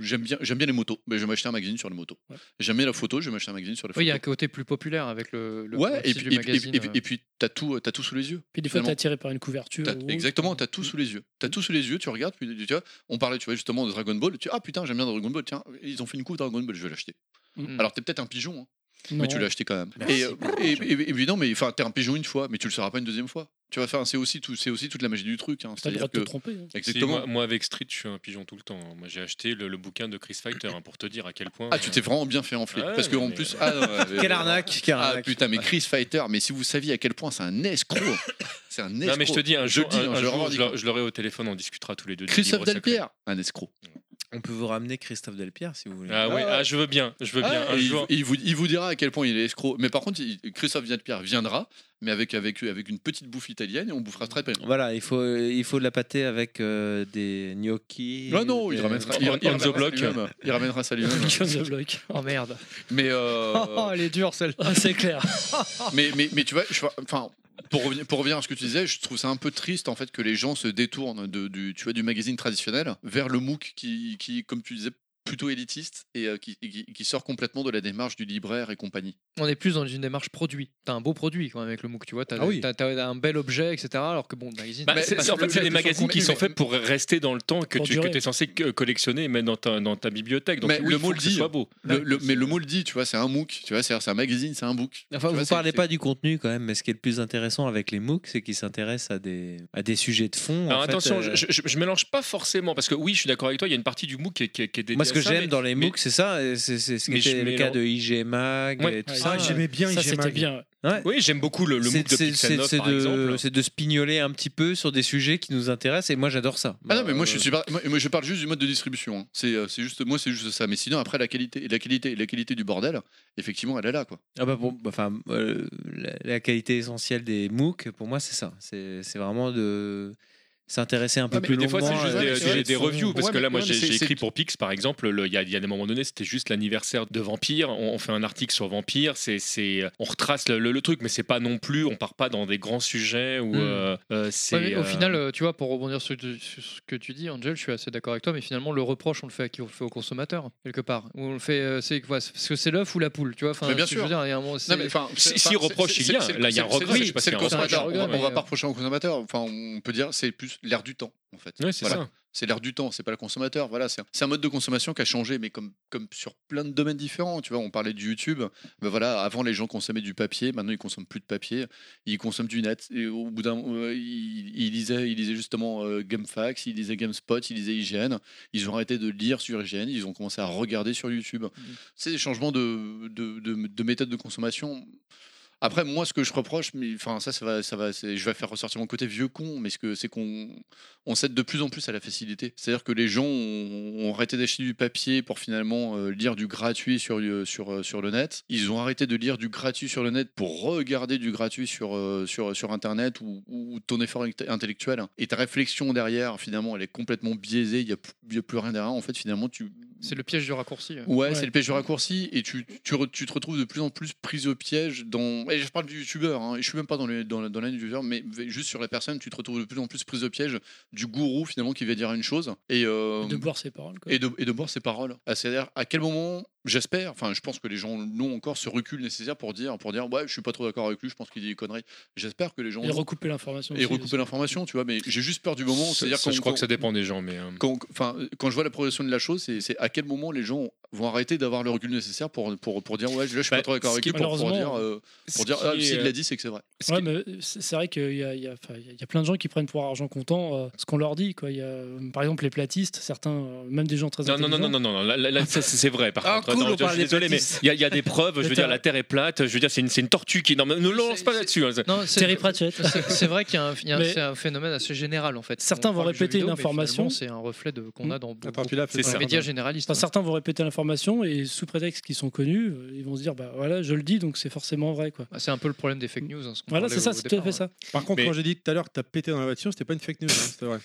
Speaker 7: j'aime bien, j'aime bien les motos, mais je vais m'acheter un magazine sur les motos. J'aime bien la photo, je vais m'acheter un magazine sur les
Speaker 3: Oui, il y a
Speaker 7: photos.
Speaker 3: un côté plus populaire avec le, le
Speaker 7: Ouais, et
Speaker 3: principe
Speaker 7: puis,
Speaker 3: du
Speaker 7: et puis- et puis-
Speaker 3: magazine. euh.
Speaker 7: et puis- et puis, t'as tout, euh, t'as tout sous les yeux.
Speaker 5: Puis des fois, t'es
Speaker 7: finalement.
Speaker 5: attiré par une couverture.
Speaker 7: T'as-
Speaker 5: ou autre.
Speaker 7: exactement, t'as
Speaker 3: mm.
Speaker 7: tout sous les yeux. T'as tout sous les yeux, tu regardes, puis tu vois, on parlait, tu vois, justement de Dragon Ball, tu ah putain, j'aime bien Dragon Ball, tiens, ils ont fait une coupe Dragon Ball, je vais l'acheter.
Speaker 3: Mhm.
Speaker 7: Alors t'es peut-être un pigeon, hein,
Speaker 3: Non.
Speaker 7: mais tu l'as acheté quand même.
Speaker 3: Merci
Speaker 7: Et, euh, et, et- et- mais non, mais enfin, t'es un pigeon une fois, mais tu le seras pas une deuxième fois. Tu vas faire, c'est aussi tout, c'est aussi toute la magie du truc. Hein,
Speaker 4: le
Speaker 7: C'est-à-dire
Speaker 4: droit de te
Speaker 7: que-
Speaker 4: tromper, hein. Si,
Speaker 7: Exactement.
Speaker 4: moi, moi, avec Street, je suis un pigeon tout le temps. hein. Moi, j'ai acheté le, le bouquin de Chris Fighter hein, pour te dire à quel point.
Speaker 7: Ah, tu t'es vraiment bien fait enfler.
Speaker 4: Ouais,
Speaker 7: parce que en
Speaker 4: mais-
Speaker 7: plus. Ah, non, ouais,
Speaker 4: Quelle
Speaker 7: ouais.
Speaker 4: arnaque, quelle
Speaker 7: Ah putain, mais Chris Fighter, mais si vous saviez à quel point c'est un escroc. C'est un escroc.
Speaker 4: Non, mais je te dis, un jour,
Speaker 7: le dis,
Speaker 4: un- un
Speaker 7: je le
Speaker 4: jour,
Speaker 7: revendique.
Speaker 4: je l'aurai- je l'aurai au téléphone, on discutera tous les deux. du
Speaker 7: Christophe
Speaker 4: livre sacré.
Speaker 7: Delpierre, un escroc.
Speaker 6: On peut vous ramener Christophe Delpierre si vous voulez.
Speaker 10: Ah oui, ah, je veux bien, je veux bien.
Speaker 7: Et
Speaker 10: un
Speaker 7: il,
Speaker 10: jour.
Speaker 7: il vous, il vous dira à quel point il est escroc. Mais par contre, il- Christophe Viette-Pierre viendra, mais avec, avec, avec une petite bouffe italienne et on bouffera très bien.
Speaker 6: Voilà, il faut, il faut de la pâter avec euh, des gnocchi.
Speaker 7: Ah non, il
Speaker 6: des-
Speaker 7: ramènera, il, il ramènera ça lui-même. Il ramènera ça lui-même.
Speaker 3: bloc. Oh merde.
Speaker 7: Mais, euh,
Speaker 3: Oh, elle est dure celle-là.
Speaker 5: Ah,
Speaker 3: c'est clair.
Speaker 7: mais, mais, mais tu vois, je- enfin, pour, revenir, pour revenir à ce que tu disais, je trouve ça un peu triste en fait que les gens se détournent de, du, tu vois, du magazine traditionnel vers le MOOC qui, qui comme tu disais, plutôt élitiste et euh, qui, qui, qui sort complètement de la démarche du libraire et compagnie.
Speaker 3: On est plus dans une démarche produit. T'as un beau produit quand même avec le MOOC, tu vois. T'as
Speaker 7: Ah oui.
Speaker 3: t'as- t'as un bel objet, etc. Alors que bon, le magazine.
Speaker 10: Bah, c'est- c'est- en fait, c'est des magazines qui sont faits pour rester dans le temps que
Speaker 3: Pour
Speaker 10: tu
Speaker 3: durer.
Speaker 10: es censé que- collectionner et mettre dans ta, dans ta bibliothèque. Donc,
Speaker 7: mais
Speaker 10: oui,
Speaker 7: le
Speaker 10: il faut
Speaker 7: mot
Speaker 10: que
Speaker 7: le
Speaker 10: ce
Speaker 7: dit.
Speaker 10: soit beau.
Speaker 7: Le- le- mais le mot le dit, tu vois, c'est un MOOC, tu vois, c'est c'est un magazine, c'est un book.
Speaker 6: Enfin,
Speaker 7: Tu vois,
Speaker 6: vous
Speaker 7: c'est-
Speaker 6: parlez pas du contenu quand même, mais ce qui est le plus intéressant avec les MOOC, c'est qu'ils s'intéressent à des, à des sujets de fond.
Speaker 10: Alors
Speaker 6: en fait,
Speaker 10: attention,
Speaker 6: euh,
Speaker 10: je, je- je mélange pas forcément parce que oui, je suis d'accord avec toi. Il y a une partie du MOOC qui est, qui est- qui est dédiée
Speaker 6: Moi, ce que
Speaker 10: à ça,
Speaker 6: j'aime
Speaker 10: mais-
Speaker 6: dans les
Speaker 10: mais-
Speaker 6: MOOC, c'est ça, et c'est c'est ce qui
Speaker 10: mais je
Speaker 6: était le cas
Speaker 10: mélange-
Speaker 6: de IG Mag
Speaker 10: Ouais.
Speaker 6: et tout
Speaker 10: Ah,
Speaker 6: ça.
Speaker 10: j'aimais bien Ça, IG Mag. c'était bien,
Speaker 6: Ouais.
Speaker 10: Oui, j'aime beaucoup le, le
Speaker 6: C'est-
Speaker 10: MOOC de
Speaker 6: c'est-
Speaker 10: Pixel
Speaker 6: c'est-
Speaker 10: 9,
Speaker 6: c'est
Speaker 10: par
Speaker 6: de-
Speaker 10: exemple.
Speaker 6: C'est de spignoler un petit peu sur des sujets qui nous intéressent, et moi j'adore ça.
Speaker 7: Ah non, mais moi je,
Speaker 6: Euh,
Speaker 7: suis, par- moi, moi, je parle juste du mode de distribution. hein. C'est euh, c'est juste, moi c'est juste ça. Mais sinon, après la qualité, la qualité, la qualité du bordel, effectivement, elle est là, quoi.
Speaker 6: Ah bah bon, bah, enfin, euh, la, la qualité essentielle des MOOC, pour moi, c'est ça. C'est c'est vraiment de s'intéresser un peu
Speaker 10: Ouais, mais
Speaker 6: plus
Speaker 10: des fois,
Speaker 6: longuement.
Speaker 10: c'est juste
Speaker 6: à
Speaker 10: des,
Speaker 6: des
Speaker 10: des-
Speaker 6: sujets de
Speaker 10: des
Speaker 6: fond.
Speaker 10: reviews. Parce
Speaker 6: Ouais,
Speaker 10: que là,
Speaker 6: mais-
Speaker 10: moi,
Speaker 6: ouais,
Speaker 10: j'ai
Speaker 6: mais
Speaker 10: j'ai
Speaker 6: c'est-
Speaker 10: écrit pour Pix, par exemple, le- il y a, il y a des moments donnés, c'était juste l'anniversaire de Vampire. On, on fait un article sur Vampire, c'est c'est- on retrace le, le- le truc, mais c'est pas non plus, on part pas dans des grands sujets où
Speaker 3: Mm.
Speaker 10: euh, euh, c'est.
Speaker 3: Ouais, mais au
Speaker 10: euh,
Speaker 3: final, euh, tu vois, pour rebondir sur, sur ce que tu dis, Angel, je suis assez d'accord avec toi, mais finalement, le reproche, on le fait à qui On le fait au consommateur, quelque part. Ou on le fait, euh, c'est quoi Parce que c'est l'œuf ou la poule, tu vois Enfin,
Speaker 7: mais bien
Speaker 3: ce que je
Speaker 7: sûr.
Speaker 3: veux dire, il y a un moment, c'est-
Speaker 7: mais enfin,
Speaker 10: Si-
Speaker 7: c'est-
Speaker 10: si
Speaker 7: enfin,
Speaker 10: reproche,
Speaker 7: c'est-
Speaker 10: il
Speaker 7: c'est-
Speaker 10: y a.
Speaker 7: c'est le-
Speaker 10: Là, il y a un
Speaker 7: c'est le-
Speaker 10: regret, je sais pas
Speaker 7: C'est
Speaker 10: s'il y
Speaker 7: le
Speaker 10: a un regret.
Speaker 7: consommateur. On va- On va
Speaker 10: Mais-
Speaker 7: pas reprocher au consommateur. Enfin, on peut dire c'est plus l'air du temps, en fait.
Speaker 10: Ouais, c'est
Speaker 7: Voilà.
Speaker 10: ça.
Speaker 7: C'est l'air du temps, c'est pas le consommateur. Voilà, c'est c'est un mode de consommation qui a changé, mais comme, comme sur plein de domaines différents. Tu vois, on parlait du YouTube. Ben voilà, avant les gens consommaient du papier, maintenant ils consomment plus de papier, ils consomment du net. Et au bout d'un, euh, ils, ils lisaient, ils lisaient justement euh, GameFAQs, ils lisaient GameSpot, ils lisaient IGN. Ils ont arrêté de lire sur IGN, ils ont commencé à regarder sur YouTube. C'est des changements de, de, de- de méthode de consommation. Après, moi, ce que je reproche, mais enfin, ça, ça va, ça va, c'est- je vais faire ressortir mon côté vieux con, mais ce que c'est qu'on on cède de plus en plus à la facilité. C'est-à-dire que les gens ont, ont arrêté d'acheter du papier pour finalement euh, lire du gratuit sur, euh, sur, euh, sur le net. Ils ont arrêté de lire du gratuit sur le net pour regarder du gratuit sur, euh, sur, sur Internet ou, ou ton effort inte- intellectuel. Et ta réflexion derrière, finalement, elle est complètement biaisée. Il n'y a, plus- il y a plus rien derrière. En fait, finalement, tu,
Speaker 3: C'est le piège du raccourci.
Speaker 7: Ouais, c'est le piège du raccourci et tu, tu, re- tu te retrouves de plus en plus prise au piège dans. Et je parle du youtubeur, hein, et je suis même pas dans le dans, le- dans l'année du youtubeur, mais juste sur la personne, tu te retrouves de plus en plus prise au piège du gourou finalement qui va dire une chose et euh,
Speaker 5: De boire ses paroles. quoi.
Speaker 7: et de, et de boire ses paroles. Ah, C'est-à-dire à quel moment, j'espère, enfin je pense que les gens l'ont encore ce recul nécessaire pour dire pour dire ouais je suis pas trop d'accord avec lui, je pense qu'il dit des conneries. J'espère que les gens
Speaker 5: Et recouper l'information.
Speaker 7: et
Speaker 5: aussi,
Speaker 7: recouper l'information, tu vois, mais j'ai juste peur du moment,
Speaker 10: Ça-
Speaker 7: c'est-à-dire
Speaker 10: ça,
Speaker 7: quand
Speaker 10: je crois
Speaker 7: quand-
Speaker 10: que ça dépend des gens, mais. euh,
Speaker 7: quand, enfin, quand je vois la progression de la chose, c'est c'est à quel moment les gens vont arrêter d'avoir le recul nécessaire pour, pour, pour dire ouais, là, je suis
Speaker 10: Bah,
Speaker 7: pas trop d'accord
Speaker 10: ce
Speaker 7: avec
Speaker 10: qui
Speaker 7: lui, pour, pour
Speaker 5: malheureusement-
Speaker 7: dire, euh,
Speaker 10: ce
Speaker 7: pour dire
Speaker 10: qui
Speaker 7: ah,
Speaker 10: est,
Speaker 7: s'il
Speaker 10: euh,
Speaker 7: l'a dit, c'est que c'est vrai.
Speaker 5: Ouais, mais c'est c'est vrai qu'il y a, il y a- enfin, il y a plein de gens qui prennent pour argent comptant euh, ce qu'on leur dit. Quoi. Il Y a, euh, par exemple, les platistes, certains, euh, même des gens très
Speaker 10: Non, non, non, non,
Speaker 5: intelligents.
Speaker 10: non, non, non, là, là, là, ça, c'est c'est vrai par
Speaker 5: Ah,
Speaker 10: contre.
Speaker 5: cool,
Speaker 10: Non,
Speaker 5: on
Speaker 10: je- je
Speaker 5: parle
Speaker 10: suis
Speaker 5: des
Speaker 10: désolé, mais
Speaker 5: baptistes.
Speaker 10: il y, a- il y a des preuves. Je veux
Speaker 5: Mais
Speaker 10: dire,
Speaker 5: t'as-
Speaker 10: la Terre est plate. Je veux dire, c'est une, c'est une tortue qui. Non, mais ne lance pas là-dessus. hein.
Speaker 3: Non, c'est-
Speaker 5: Terry Pratchett.
Speaker 3: C'est c'est vrai qu'il y a un, il y a un-
Speaker 5: Mais-
Speaker 3: c'est un phénomène assez général en fait.
Speaker 5: Certains
Speaker 3: On
Speaker 5: vont
Speaker 3: parle du jeu
Speaker 5: répéter
Speaker 3: vidéo,
Speaker 5: une
Speaker 3: mais finalement,
Speaker 5: information.
Speaker 3: C'est un reflet de qu'on a dans beaucoup
Speaker 5: Attends, puis
Speaker 3: dans
Speaker 5: là, c'est
Speaker 3: les
Speaker 5: ça.
Speaker 3: médias généralistes.
Speaker 5: Enfin, certains vont répéter l'information et sous prétexte qu'ils sont connus, euh, ils vont se dire bah voilà, je le dis donc c'est forcément vrai quoi.
Speaker 3: Bah, C'est un peu le problème des fake news. hein, ce qu'on
Speaker 5: Voilà,
Speaker 3: parlait
Speaker 5: c'est ça,
Speaker 3: au
Speaker 5: c'est tout à
Speaker 3: départ,
Speaker 5: fait
Speaker 3: ouais.
Speaker 5: ça.
Speaker 1: Par contre,
Speaker 3: Mais-
Speaker 1: quand j'ai dit tout à l'heure que t'as pété dans la voiture, c'était pas une fake news, hein, c'était vrai.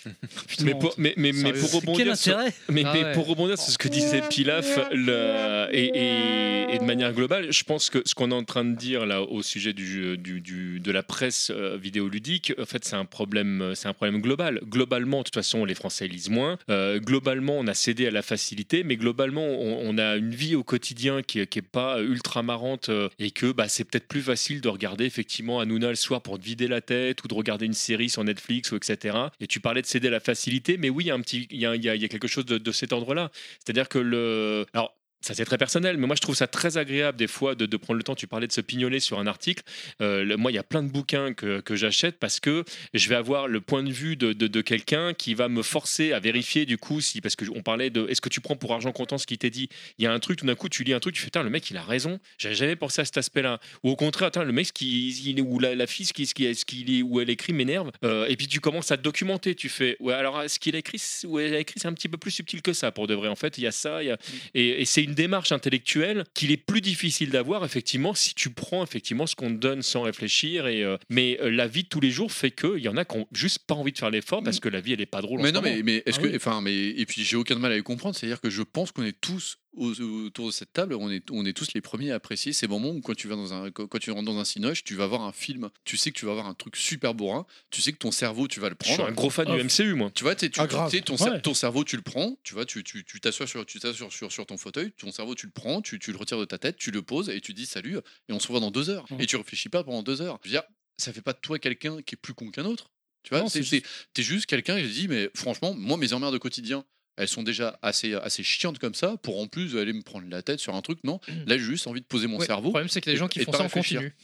Speaker 10: Mais pour, mais, mais, mais
Speaker 1: Sérieux.
Speaker 10: pour
Speaker 1: Quel
Speaker 10: rebondir sur,
Speaker 1: intérêt
Speaker 10: mais,
Speaker 1: Ah
Speaker 10: mais
Speaker 1: ouais.
Speaker 10: pour rebondir sur ce que disait Pilaf le- et, et- et de manière globale, je pense que ce qu'on est en train de dire là au sujet du, du- du- de la presse euh, vidéoludique, en fait, c'est un problème, c'est un problème global. Globalement, de toute façon, les Français lisent moins. Euh, globalement, on a cédé à la facilité, mais globalement, on, on a une vie au quotidien qui, est- qui est pas ultra marrante euh, et que bah, c'est peut-être plus facile de regarder effectivement Hanouna le soir pour te vider la tête ou de regarder une série sur Netflix ou etc. Et tu parlais de céder à la facilité, mais oui, il y a un petit, il y a, il y a- il y a quelque chose de, de cet ordre-là. C'est-à-dire que le, alors ça c'est très personnel, mais moi je trouve ça très agréable des fois de, de prendre le temps. Tu parlais de se pignoler sur un article. Euh, le- moi, il y a plein de bouquins que, que j'achète parce que je vais avoir le point de vue de, de- de quelqu'un qui va me forcer à vérifier du coup si parce que on parlait de est-ce que tu prends pour argent comptant ce qui t'est dit. Il y a un truc tout d'un coup, tu lis un truc, tu fais Tain, le mec il a raison. J'avais jamais pensé à cet aspect-là. Ou au contraire, Tain, le mec ce qui, il- ou la, la fille ce qui, ce qui, ce qu'il est- ou elle écrit m'énerve. Euh, et puis tu commences à te documenter. Tu fais ouais alors euh, ce qu'il a écrit c- ou elle a écrit c'est un petit peu plus subtil que ça pour de vrai. En fait, il y a ça, il y a et, et c'est une démarche intellectuelle qu'il est plus difficile d'avoir effectivement si tu prends effectivement ce qu'on te donne sans réfléchir et euh, mais euh, la vie de tous les jours fait que il y en a qui ont juste pas envie de faire l'effort parce que la vie elle est pas drôle en
Speaker 7: Mais
Speaker 10: ce
Speaker 7: non, mais,
Speaker 10: moment.
Speaker 7: mais est-ce
Speaker 10: Ah
Speaker 7: que.
Speaker 10: oui.
Speaker 7: Enfin, mais. Et puis, j'ai aucun mal à les comprendre. C'est-à-dire que je pense qu'on est tous au- autour de cette table, on est, on est tous les premiers à apprécier ces moments où quand tu, vas dans un, quand quand tu rentres dans un cinoche, tu vas voir un film, tu sais que tu vas voir un truc super bourrin, tu sais que ton cerveau, tu vas le
Speaker 10: Je
Speaker 7: prendre.
Speaker 10: suis un gros fan du MCU moi.
Speaker 7: Tu vois, t'es- tu,
Speaker 10: Ah, grave.
Speaker 7: tu sais, ton, cer-
Speaker 10: Ouais.
Speaker 7: ton cerveau, tu le prends, tu vois, tu tu- tu t'assois sur, tu t'assois sur, sur ton fauteuil, ton cerveau, tu le prends, tu, tu le retires de ta tête, tu le poses et tu dis salut, et on se revoit dans deux heures. Et tu réfléchis pas pendant deux heures. Je veux dire, ça fait pas de toi quelqu'un qui est plus con qu'un autre. Tu vois,
Speaker 5: Non,
Speaker 7: c'est
Speaker 5: c'est
Speaker 7: t'es t'es juste quelqu'un qui se dit, mais franchement, moi, mes emmerdes au quotidien, elles sont déjà assez, assez chiantes comme ça pour en plus aller me prendre la tête sur un truc. Non, là, j'ai juste envie de poser mon
Speaker 3: Ouais,
Speaker 7: cerveau.
Speaker 3: le problème, c'est que les
Speaker 7: et-
Speaker 3: gens qui
Speaker 7: et
Speaker 3: font
Speaker 7: pas
Speaker 3: ça en
Speaker 7: réfléchir.
Speaker 3: continu.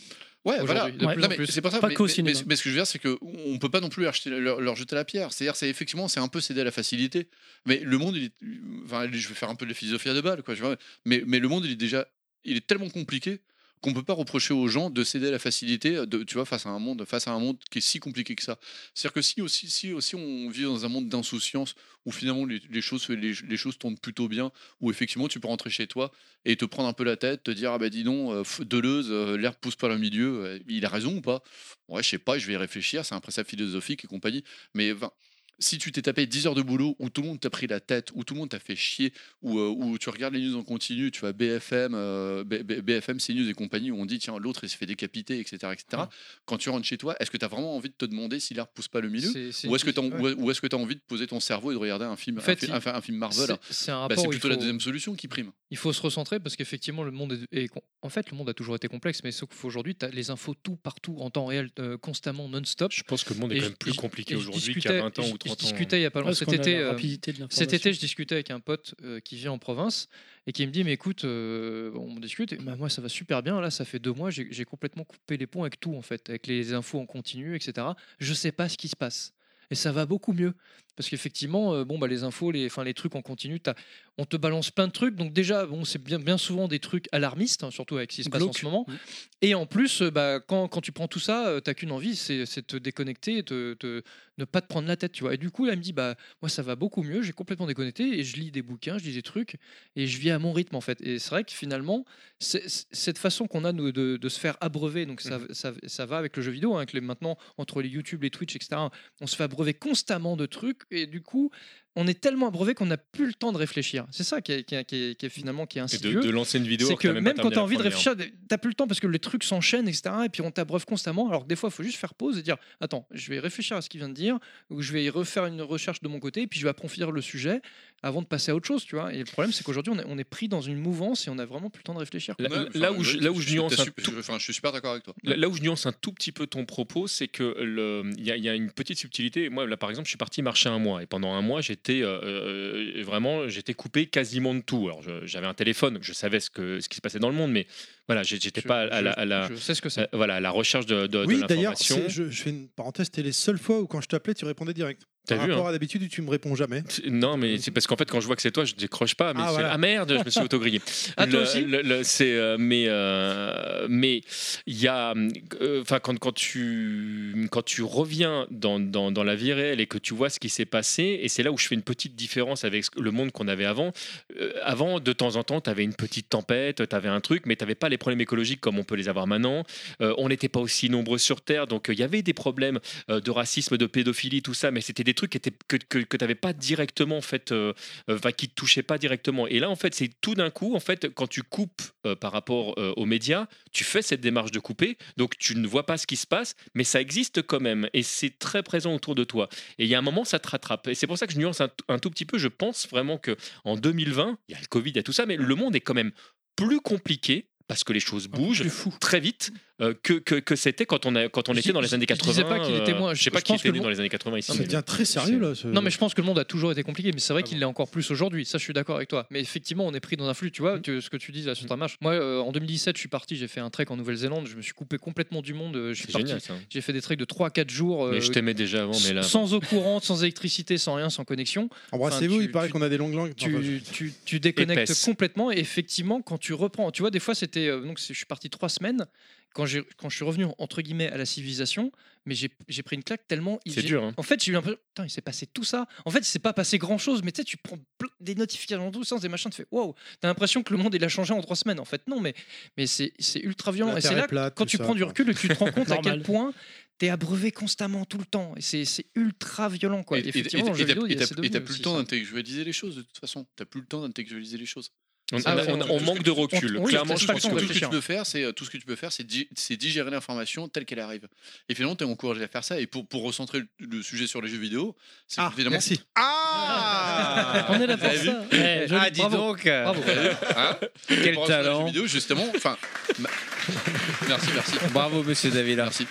Speaker 7: Ouais, voilà.
Speaker 3: Aujourd'hui, de
Speaker 7: Non,
Speaker 3: plus en
Speaker 7: mais
Speaker 3: plus.
Speaker 7: c'est pour ça.
Speaker 3: Pas
Speaker 7: mais,
Speaker 3: qu'au
Speaker 7: mais-
Speaker 3: cinéma.
Speaker 7: mais- mais ce que je veux dire, c'est qu'on peut pas non plus leur jeter- leur, leur jeter la pierre. C'est-à-dire, c'est effectivement, c'est un peu céder à la facilité. Mais le monde, il est, enfin, je vais faire un peu de la philosophie à deux balles, quoi. je vois. mais, mais le monde, il est déjà, il est tellement compliqué qu'on peut pas reprocher aux gens de céder à la facilité, de, tu vois, face à un monde, face à un monde qui est si compliqué que ça. C'est-à-dire que si aussi, si aussi on vit dans un monde d'insouciance où finalement les, les choses, les, les choses tournent plutôt bien, où effectivement tu peux rentrer chez toi et te prendre un peu la tête, te dire ah bah dis donc euh, pff, Deleuze, euh, l'herbe pousse pas dans le milieu, euh, il a raison ou pas Ouais, je sais pas, je vais y réfléchir, c'est un précepte philosophique et compagnie. Mais enfin, si tu t'es tapé 10 heures de boulot où tout le monde t'a pris la tête, où tout le monde t'a fait chier, où, euh, où tu regardes les news en continu, tu vois BFM, euh, B- B- BFM, CNews et compagnie, où on dit tiens, l'autre il se fait décapiter, etc. etc. Quand tu rentres chez toi, est-ce que tu as vraiment envie de te demander si l'herbe pousse pas le milieu
Speaker 3: C'est- c'est
Speaker 7: Ou est-ce que
Speaker 3: une-
Speaker 7: tu as,
Speaker 3: ouais.
Speaker 7: ou est-ce que t'as envie de poser ton cerveau et de regarder un film,
Speaker 3: En fait,
Speaker 7: un fi-
Speaker 3: il-
Speaker 7: un, fi- un film Marvel
Speaker 3: c'est- c'est un
Speaker 7: Bah,
Speaker 3: rapport où il
Speaker 7: plutôt la
Speaker 3: faut-
Speaker 7: deuxième solution qui prime.
Speaker 3: Il faut se recentrer parce qu'effectivement, le monde est. est con- En fait, le monde a toujours été complexe, mais sauf qu'aujourd'hui, tu as les infos tout partout en temps réel, euh, constamment, non-stop. Je
Speaker 10: pense que le monde est quand même plus compliqué aujourd'hui qu'il y a 20 ans ou 30
Speaker 3: Je
Speaker 10: ans.
Speaker 3: discutais il y a pas longtemps.
Speaker 10: Parce
Speaker 3: Cet
Speaker 10: qu'on a
Speaker 3: été,
Speaker 10: la
Speaker 3: euh,
Speaker 10: rapidité de
Speaker 3: cet
Speaker 10: l'information.
Speaker 3: été, je discutais avec un pote euh, qui vit en province et qui me dit Mais écoute, euh, on discute. Et bah, moi, ça va super bien. Là, ça fait deux mois, j'ai j'ai complètement coupé les ponts avec tout, en fait, avec les infos en continu, etc. Je sais pas ce qui se passe. Et ça va beaucoup mieux. Parce qu'effectivement, euh, bon, bah, les infos, les, enfin, les trucs en continu, t'as- on te balance plein de trucs. Donc, déjà, bon, c'est bien, bien souvent des trucs alarmistes, hein, surtout avec ce qui se passe en
Speaker 5: Glauque.
Speaker 3: ce moment. Et en plus, euh, bah, quand, quand tu prends tout ça, euh, t'as qu'une envie, c'est c'est de te déconnecter, et te, te- ne pas te prendre la tête, tu vois. Et du coup, là, elle me dit, bah, moi, ça va beaucoup mieux, j'ai complètement déconnecté, et je lis des bouquins, je lis des trucs, et je vis à mon rythme, en fait. Et c'est vrai que finalement, c'est- c'est- cette façon qu'on a nous, de, de se faire abreuver, donc
Speaker 10: Mmh
Speaker 3: ça, ça, ça va avec le jeu vidéo, hein, que les- maintenant, entre les YouTube, les Twitch, etc., on se fait abreuver constamment de trucs, et du coup, on est tellement abreuvé qu'on n'a plus le temps de réfléchir. C'est ça qui est, qui est- qui est- qui est finalement qui est
Speaker 10: hein. Et
Speaker 3: insidieux.
Speaker 10: de, de lancer une vidéo
Speaker 3: C'est
Speaker 10: alors
Speaker 3: que
Speaker 10: t'as
Speaker 3: même,
Speaker 10: pas
Speaker 3: quand
Speaker 10: terminé
Speaker 3: tu as
Speaker 10: la
Speaker 3: envie de
Speaker 10: première. hein.
Speaker 3: réfléchir, t'as plus le temps parce que les trucs s'enchaînent, etc. Et puis on t'abreuve constamment. Alors que des fois, il faut juste faire pause et dire Attends, je vais réfléchir à ce qu'il vient de dire, ou je vais y refaire une recherche de mon côté, et puis je vais approfondir le sujet avant de passer à autre chose, tu vois. Et le problème, c'est qu'aujourd'hui, on est, on est pris dans une mouvance et on a vraiment plus le temps de réfléchir. quoi.
Speaker 10: Là- là où je- là où je nuance un tout-
Speaker 7: Enfin, je suis super d'accord avec toi.
Speaker 10: Là, là où je nuance un tout petit peu ton propos, c'est que le- il y, a- il y a une petite subtilité. Moi, là, par exemple, je suis parti marcher un mois et pendant un mois, j'étais euh, euh, vraiment, j'étais coupé quasiment de tout. Alors, je- j'avais un téléphone, je savais ce que ce qui se passait dans le monde, mais voilà, j'ai- j'étais pas à la, à la-
Speaker 3: je sais ce que c'est.
Speaker 10: euh, voilà, à la recherche de, de, de
Speaker 1: Oui, d'ailleurs,
Speaker 10: l'information.
Speaker 1: c'est- je, je fais une parenthèse, c'était les seules fois où quand je t'appelais, tu répondais direct.
Speaker 10: T'as
Speaker 1: Par
Speaker 10: vu,
Speaker 1: rapport
Speaker 10: hein. Ah,
Speaker 1: à d'habitude où tu me réponds jamais.
Speaker 10: Non, mais c'est parce qu'en fait, quand je vois que c'est toi, je décroche pas. Mais
Speaker 1: Ah,
Speaker 10: c'est-
Speaker 1: voilà.
Speaker 10: ah merde, je me suis autogrillé.
Speaker 1: Ah, toi
Speaker 10: Le-
Speaker 1: aussi
Speaker 10: le- le- c'est, euh, mais euh, mais il y a, euh, enfin quand quand tu quand tu reviens dans, dans, dans la vie réelle et que tu vois ce qui s'est passé, et c'est là où je fais une petite différence avec ce- le monde qu'on avait avant. Euh, avant, de temps en temps, tu avais une petite tempête, tu avais un truc, mais tu n'avais pas les problèmes écologiques comme on peut les avoir maintenant. Euh, on n'était pas aussi nombreux sur Terre, donc euh, il y avait des problèmes euh, de racisme, de pédophilie, tout ça, mais c'était des trucs qui étaient, que, que, tu n'avais pas directement, en fait, euh, euh, enfin, qui ne te touchaient pas directement. Et là, en fait, c'est tout d'un coup, en fait, quand tu coupes euh, par rapport euh, aux médias, tu fais cette démarche de couper, donc tu ne vois pas ce qui se passe, mais ça existe quand même, et c'est très présent autour de toi. Et il y a un moment, ça te rattrape. Et c'est pour ça que je nuance un, t- un tout petit peu, je pense vraiment que en 2020, il y
Speaker 3: Ah,
Speaker 10: a le Covid, il y a tout ça, mais le monde est quand même plus compliqué parce que les choses bougent très vite.
Speaker 4: euh, que, que, que c'était quand on, a, quand on
Speaker 3: Je
Speaker 4: était
Speaker 3: dis-
Speaker 4: dans les années
Speaker 3: je
Speaker 4: 80.
Speaker 3: disais pas qu'il était
Speaker 4: euh,
Speaker 3: moins-
Speaker 4: Je
Speaker 3: je-
Speaker 4: sais pas
Speaker 3: je
Speaker 4: qui
Speaker 3: pense
Speaker 4: était
Speaker 3: que
Speaker 4: né
Speaker 3: le-
Speaker 4: dans les années 80 ici.
Speaker 3: Non, mais
Speaker 4: mais-
Speaker 3: bien
Speaker 1: très sérieux là.
Speaker 4: Euh,
Speaker 3: Non, mais je pense que le monde a toujours été compliqué, mais c'est
Speaker 4: Ah
Speaker 3: vrai qu'il l'est encore plus aujourd'hui. Ça, je suis d'accord avec toi. Mais effectivement, on est pris dans un flux, tu
Speaker 4: Mmh.
Speaker 3: vois, tu- ce que tu dis là sur ta marche. Moi, euh, en 2017, je suis parti, j'ai fait un trek en Nouvelle-Zélande, je me suis coupé complètement du monde. euh, je suis
Speaker 4: C'est
Speaker 3: parti-
Speaker 4: génial,
Speaker 7: Ah
Speaker 4: ça.
Speaker 3: J'ai fait des treks de 3-4 jours. euh,
Speaker 4: Mais je t'aimais déjà avant, mais là-
Speaker 3: Sans eau courante, sans électricité, sans rien, sans connexion.
Speaker 1: Embrassez-vous,
Speaker 3: Enfin, tu-
Speaker 1: il paraît qu'on a des longues langues. Enfin,
Speaker 3: tu, tu, tu déconnectes
Speaker 1: Épaisse.
Speaker 3: complètement et effectivement quand tu reprends tu vois des fois c'était euh, donc c'est- je suis parti trois semaines quand j'ai quand je suis revenu entre guillemets à la civilisation mais j'ai j'ai pris une claque tellement
Speaker 4: C'est
Speaker 3: j'ai-
Speaker 4: dur, hein.
Speaker 3: en fait j'ai eu un peu putain il s'est passé tout ça en fait il s'est pas passé grand chose mais tu sais tu prends plein- des notifications dans tous les sens des machins tu fais waouh t'as l'impression que le monde il a changé en trois semaines en fait non mais mais c'est c'est ultra violent
Speaker 1: La
Speaker 3: et
Speaker 1: Terre
Speaker 3: c'est
Speaker 1: est
Speaker 3: là
Speaker 1: plate,
Speaker 3: quand
Speaker 1: tout
Speaker 3: tu
Speaker 1: ça,
Speaker 3: prends du
Speaker 1: quoi.
Speaker 3: recul et que tu te rends compte à quel
Speaker 1: Normal.
Speaker 3: point t'es abreuvé constamment tout le temps et c'est c'est ultra violent quoi
Speaker 7: Et- et-
Speaker 3: effectivement
Speaker 7: et-
Speaker 3: en
Speaker 7: et
Speaker 3: jeu
Speaker 7: t'as-
Speaker 3: vidéo, il y
Speaker 7: et
Speaker 3: a
Speaker 7: t'as-
Speaker 3: ces
Speaker 7: et t'as
Speaker 3: domaines
Speaker 7: plus le
Speaker 3: aussi,
Speaker 7: temps
Speaker 3: ça.
Speaker 7: d'intellectualiser les choses de toute façon. T'as plus le temps d'intellectualiser les choses.
Speaker 4: On-
Speaker 7: Ça,
Speaker 4: on a-
Speaker 7: c'est-
Speaker 4: on a- on
Speaker 7: tout ce
Speaker 4: manque
Speaker 7: que-
Speaker 4: de recul.
Speaker 7: on- on-
Speaker 4: Clairement,
Speaker 7: je
Speaker 4: je
Speaker 7: pense
Speaker 4: pense
Speaker 7: que
Speaker 4: qu'on
Speaker 7: tout ce que tu
Speaker 4: réfléchit. hein.
Speaker 7: peux faire, c'est euh, tout ce que tu peux faire, c'est di- c'est digérer l'information telle qu'elle arrive. Et finalement, t'es encouragé à faire ça. Et pour, pour recentrer le, le sujet sur les jeux vidéo, c'est ah, finalement.
Speaker 1: Merci.
Speaker 7: Ah
Speaker 5: On est là pour
Speaker 7: Vous avez
Speaker 5: ça.
Speaker 7: vu
Speaker 10: Eh,
Speaker 6: Eh,
Speaker 5: Ouais, joli,
Speaker 7: Ah, dis
Speaker 5: bravo.
Speaker 7: donc.
Speaker 5: Bravo.
Speaker 7: Hein
Speaker 5: Quel
Speaker 7: Pour rentrer dans les jeux vidéo, justement. Enfin, ma- merci, merci.
Speaker 10: Bravo, monsieur Davila. Merci.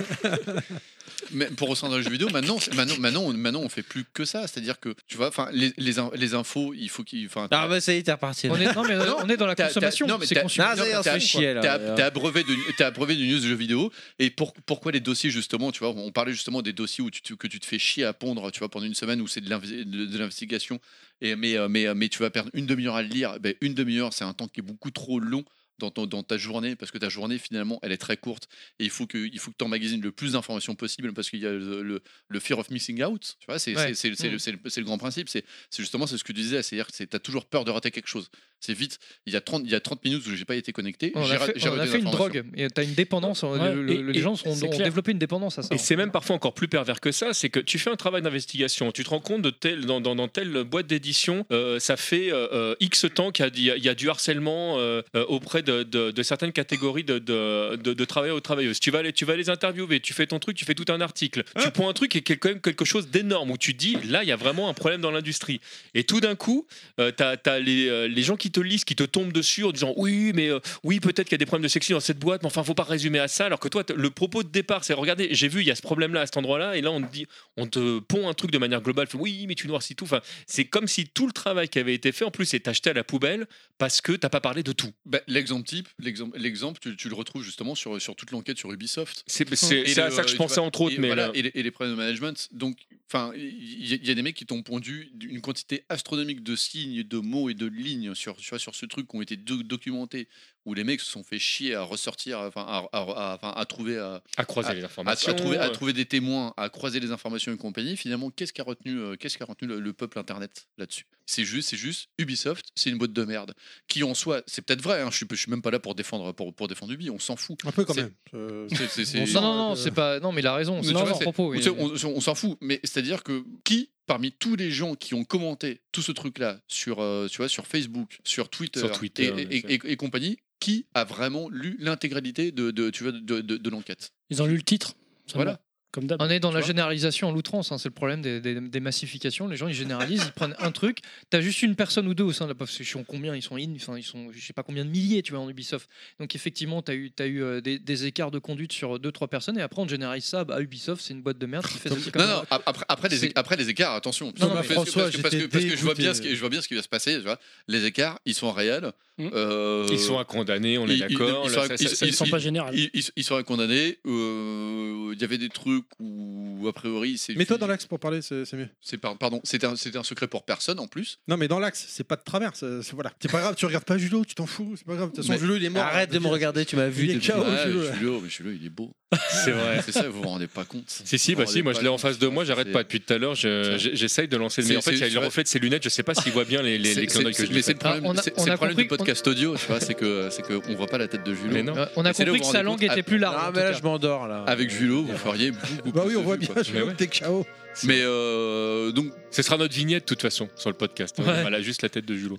Speaker 7: Mais pour ressembler à un jeu vidéo, maintenant, c'est- maintenant, maintenant, on, maintenant, on fait plus que ça. C'est-à-dire que, tu vois, enfin, les, les, in- les infos, il faut qu'ils. enfin,
Speaker 10: Ah bah ça y est, t'es reparti. là.
Speaker 3: On est- non, mais euh, on est dans la
Speaker 7: t'as- t'as-
Speaker 3: consommation.
Speaker 7: non, mais
Speaker 3: c'est
Speaker 7: t'as-
Speaker 3: consumé.
Speaker 7: non,
Speaker 10: Ah, ça y est, on se
Speaker 7: t'as-
Speaker 10: fait chier, là.
Speaker 7: t'as- T'as abreuvé de- t'as abreuvé du news jeux vidéo. Et pour- pourquoi les dossiers, justement, tu vois, on parlait justement des dossiers où tu, te- que tu te fais chier à pondre, tu vois, pendant une semaine où c'est de l'inv- de de l'investigation. Et mais, euh, mais, euh, mais tu vas perdre une demi-heure à le lire. Ben, une demi-heure, c'est un temps qui est beaucoup trop long. Dans, ton- dans ta journée, parce que ta journée finalement elle est très courte et il faut que il faut que tu emmagasines le plus d'informations possible parce qu'il y a le, le- le fear of missing out tu vois c'est
Speaker 3: Ouais.
Speaker 7: c'est- c'est- c'est le-
Speaker 3: Mm.
Speaker 7: c'est le, c'est le grand principe c'est c'est justement c'est ce que tu disais c'est à dire que tu as toujours peur de rater quelque chose c'est vite il y a 30 il y a 30 minutes où j'ai pas été connecté
Speaker 3: On
Speaker 7: j'ai
Speaker 3: a
Speaker 7: ra-
Speaker 3: fait,
Speaker 7: j'ai
Speaker 3: on
Speaker 7: raté
Speaker 3: a
Speaker 7: des
Speaker 3: fait une
Speaker 7: informations.
Speaker 3: drogue. Et t'as une dépendance. hein,
Speaker 4: Ouais,
Speaker 3: le- le-
Speaker 4: et-
Speaker 3: les
Speaker 4: et
Speaker 3: gens sont-
Speaker 4: c'est
Speaker 3: ont
Speaker 4: clair.
Speaker 3: développé une dépendance à ça.
Speaker 4: Et c'est même parfois encore plus pervers que ça, c'est que tu fais un travail d'investigation, tu te rends compte de tel, dans, dans- dans telle boîte d'édition, euh, ça fait euh, euh, X temps qu'il y a du- il y, a du harcèlement euh, euh, auprès de, de- de certaines catégories de, de, de- de travailleurs ou travailleuses. Tu vas, les, tu vas les interviewer, tu fais ton truc, tu fais tout un article, tu prends un truc et quel- quand même quelque chose d'énorme où tu dis là, il y a vraiment un problème dans l'industrie. Et tout d'un coup, euh, t'as as les, euh, les gens qui te lisent, qui te tombent dessus en disant oui, mais euh, oui, peut-être qu'il y a des problèmes de sexisme dans cette boîte, mais enfin, faut pas résumer à ça. Alors que toi, t- le propos de départ, c'est regardez, j'ai vu, il y a ce problème-là à cet endroit-là, et là, on te dit, on te pond un truc de manière globale. fait, oui, mais tu noircis tout. Enfin, c'est comme si tout le travail qui avait été fait, en plus, est acheté à la poubelle parce que t'as pas parlé de tout.
Speaker 7: Bah, l'exemple type l'exemple l'exemple tu, tu le retrouves justement sur sur toute l'enquête sur Ubisoft
Speaker 4: C'est- c'est-
Speaker 7: Et
Speaker 4: c'est à
Speaker 7: le-
Speaker 4: ça que je
Speaker 7: tu
Speaker 4: pensais,
Speaker 7: vois,
Speaker 4: entre autres,
Speaker 7: et,
Speaker 4: mais
Speaker 7: voilà,
Speaker 4: là-
Speaker 7: et, les, et les problèmes de management donc enfin il y, il y a des mecs qui t'ont pondu une quantité astronomique de signes de mots et de lignes sur tu vois, sur ce truc qui ont été do- documentés où les mecs se sont fait chier à ressortir enfin à, à- à- enfin, à trouver à,
Speaker 4: À croiser les informations,
Speaker 7: à, trouver, à
Speaker 4: euh.
Speaker 7: trouver des témoins à croiser les informations et compagnie finalement qu'est-ce qu'a retenu euh, qu'est-ce qu'a retenu le, le peuple internet là-dessus c'est juste c'est juste Ubisoft c'est une boîte de merde qui en soi c'est peut-être vrai hein, je suis je suis même pas là pour défendre pour, pour défendre Ubi on s'en fout
Speaker 1: Un peu quand
Speaker 7: C'est-
Speaker 1: même. Euh,
Speaker 7: c'est- c'est- c'est-
Speaker 1: on sent,
Speaker 3: Non, non, non,
Speaker 1: euh,
Speaker 3: c'est pas. Non, mais il a raison.
Speaker 7: mais
Speaker 3: C'est
Speaker 7: tu
Speaker 3: pas
Speaker 7: vois,
Speaker 3: son
Speaker 7: c'est-
Speaker 3: propos.
Speaker 7: tu
Speaker 3: il-
Speaker 7: sais, on, on- on s'en fout, mais c'est-à-dire que qui parmi tous les gens qui ont commenté tout ce truc-là sur, euh, tu vois, sur Facebook, sur Twitter,
Speaker 4: Sur Twitter,
Speaker 7: et-
Speaker 4: ouais,
Speaker 7: et, et- et- et compagnie, qui a vraiment lu l'intégralité de, de, tu vois, de, de- de l'enquête
Speaker 5: Ils ont lu le titre. seulement.
Speaker 7: Voilà.
Speaker 5: Comme d'hab.
Speaker 3: On est dans
Speaker 5: tu
Speaker 3: la
Speaker 5: vois.
Speaker 3: généralisation à l'outrance, hein, c'est le problème des, des- des massifications. Les gens ils généralisent, ils prennent un truc. T'as juste une personne ou deux au sein de la parce qu'ils sont combien Ils sont in, enfin ils sont, je sais pas combien de milliers, tu vois, en Ubisoft. Donc effectivement, t'as eu, t'as eu euh, des, des écarts de conduite sur deux trois personnes et après on généralise ça. Bah, Ubisoft, c'est une boîte de merde qui fait ça. c'est comme
Speaker 7: Non, non,
Speaker 3: ça.
Speaker 7: ap- après, après, les,
Speaker 3: C'est-
Speaker 7: après les écarts, attention.
Speaker 3: Non, non, mais
Speaker 7: parce, que-
Speaker 3: François,
Speaker 7: parce que, parce que-
Speaker 3: j'étais
Speaker 7: parce que je, vois bien
Speaker 3: dégoûté.
Speaker 7: ce qui, je vois bien ce qui va se passer. Tu vois. Les écarts, ils sont réels.
Speaker 3: Mmh.
Speaker 7: euh,
Speaker 4: Ils sont à condamner, on est
Speaker 7: Ils- ils-
Speaker 4: d'accord.
Speaker 7: ils
Speaker 4: là,
Speaker 7: sont-
Speaker 4: ça-
Speaker 7: ils-
Speaker 4: ça- ça-
Speaker 7: ils-
Speaker 4: ça-
Speaker 5: pas généraux.
Speaker 7: Ils, ils- ils sont condamnés. euh, Il y avait des trucs où, a priori, c'est.
Speaker 1: Mets-toi dans l'axe pour parler, c'est c'est mieux.
Speaker 7: c'est par- Pardon, c'était un, c'était un secret pour personne en plus.
Speaker 1: Non, mais dans l'axe, c'est pas de travers. C'est c'est- voilà. C'est pas grave, tu regardes pas Julo, tu t'en fous. C'est pas grave. De toute façon,
Speaker 7: Mais
Speaker 1: Julo, il est mort.
Speaker 10: Arrête de me regarder, tu m'as vu.
Speaker 1: Il est
Speaker 10: depuis-
Speaker 1: KO,
Speaker 7: Ouais,
Speaker 1: Julo,
Speaker 7: mais
Speaker 1: là.
Speaker 7: Julo, Ah, mais Julo, il est beau.
Speaker 4: C'est vrai.
Speaker 7: C'est ça, vous vous rendez pas compte.
Speaker 4: Si, si,
Speaker 7: Vous vous
Speaker 4: bah si,
Speaker 7: rendez
Speaker 4: moi
Speaker 7: pas
Speaker 4: je l'ai en
Speaker 7: compte.
Speaker 4: face de moi, j'arrête pas depuis tout à l'heure, je- j'ai- j'essaye de lancer le. Mais
Speaker 7: C'est-
Speaker 4: en fait, il y a
Speaker 7: c'est-
Speaker 4: le reflet de ses lunettes, je sais pas s'il voit bien les les- les
Speaker 7: C'est- c'est-
Speaker 4: clins d'œil que je
Speaker 7: c'est-
Speaker 4: lui
Speaker 7: mais
Speaker 4: fais.
Speaker 7: c'est le problème,
Speaker 3: Ah, on a-
Speaker 7: c'est-
Speaker 3: on
Speaker 7: c'est le
Speaker 3: a
Speaker 7: problème du
Speaker 3: compris-
Speaker 7: podcast audio, tu vois, c'est que c'est que on voit pas la tête de Julo.
Speaker 4: Mais non.
Speaker 3: Euh, on a
Speaker 7: Et c'est là où
Speaker 3: compris que
Speaker 7: vous vous
Speaker 3: sa
Speaker 7: rendez
Speaker 3: langue
Speaker 7: compte,
Speaker 3: était plus large. en
Speaker 10: Ah,
Speaker 3: tout
Speaker 10: mais là,
Speaker 3: cas.
Speaker 10: je m'endors, là.
Speaker 7: Avec Julo, vous feriez beaucoup.
Speaker 1: Bah oui,
Speaker 7: plus
Speaker 1: on
Speaker 7: de
Speaker 1: voit
Speaker 7: vues,
Speaker 1: bien
Speaker 7: quoi.
Speaker 1: Julo,
Speaker 4: Mais ouais.
Speaker 1: t'es KO.
Speaker 7: Mais euh, donc
Speaker 4: Ce sera notre vignette de toute façon sur le podcast. hein.
Speaker 3: Ouais.
Speaker 4: Voilà, juste la tête de Julo.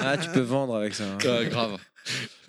Speaker 10: Ah, tu peux vendre avec ça. hein.
Speaker 7: euh, grave.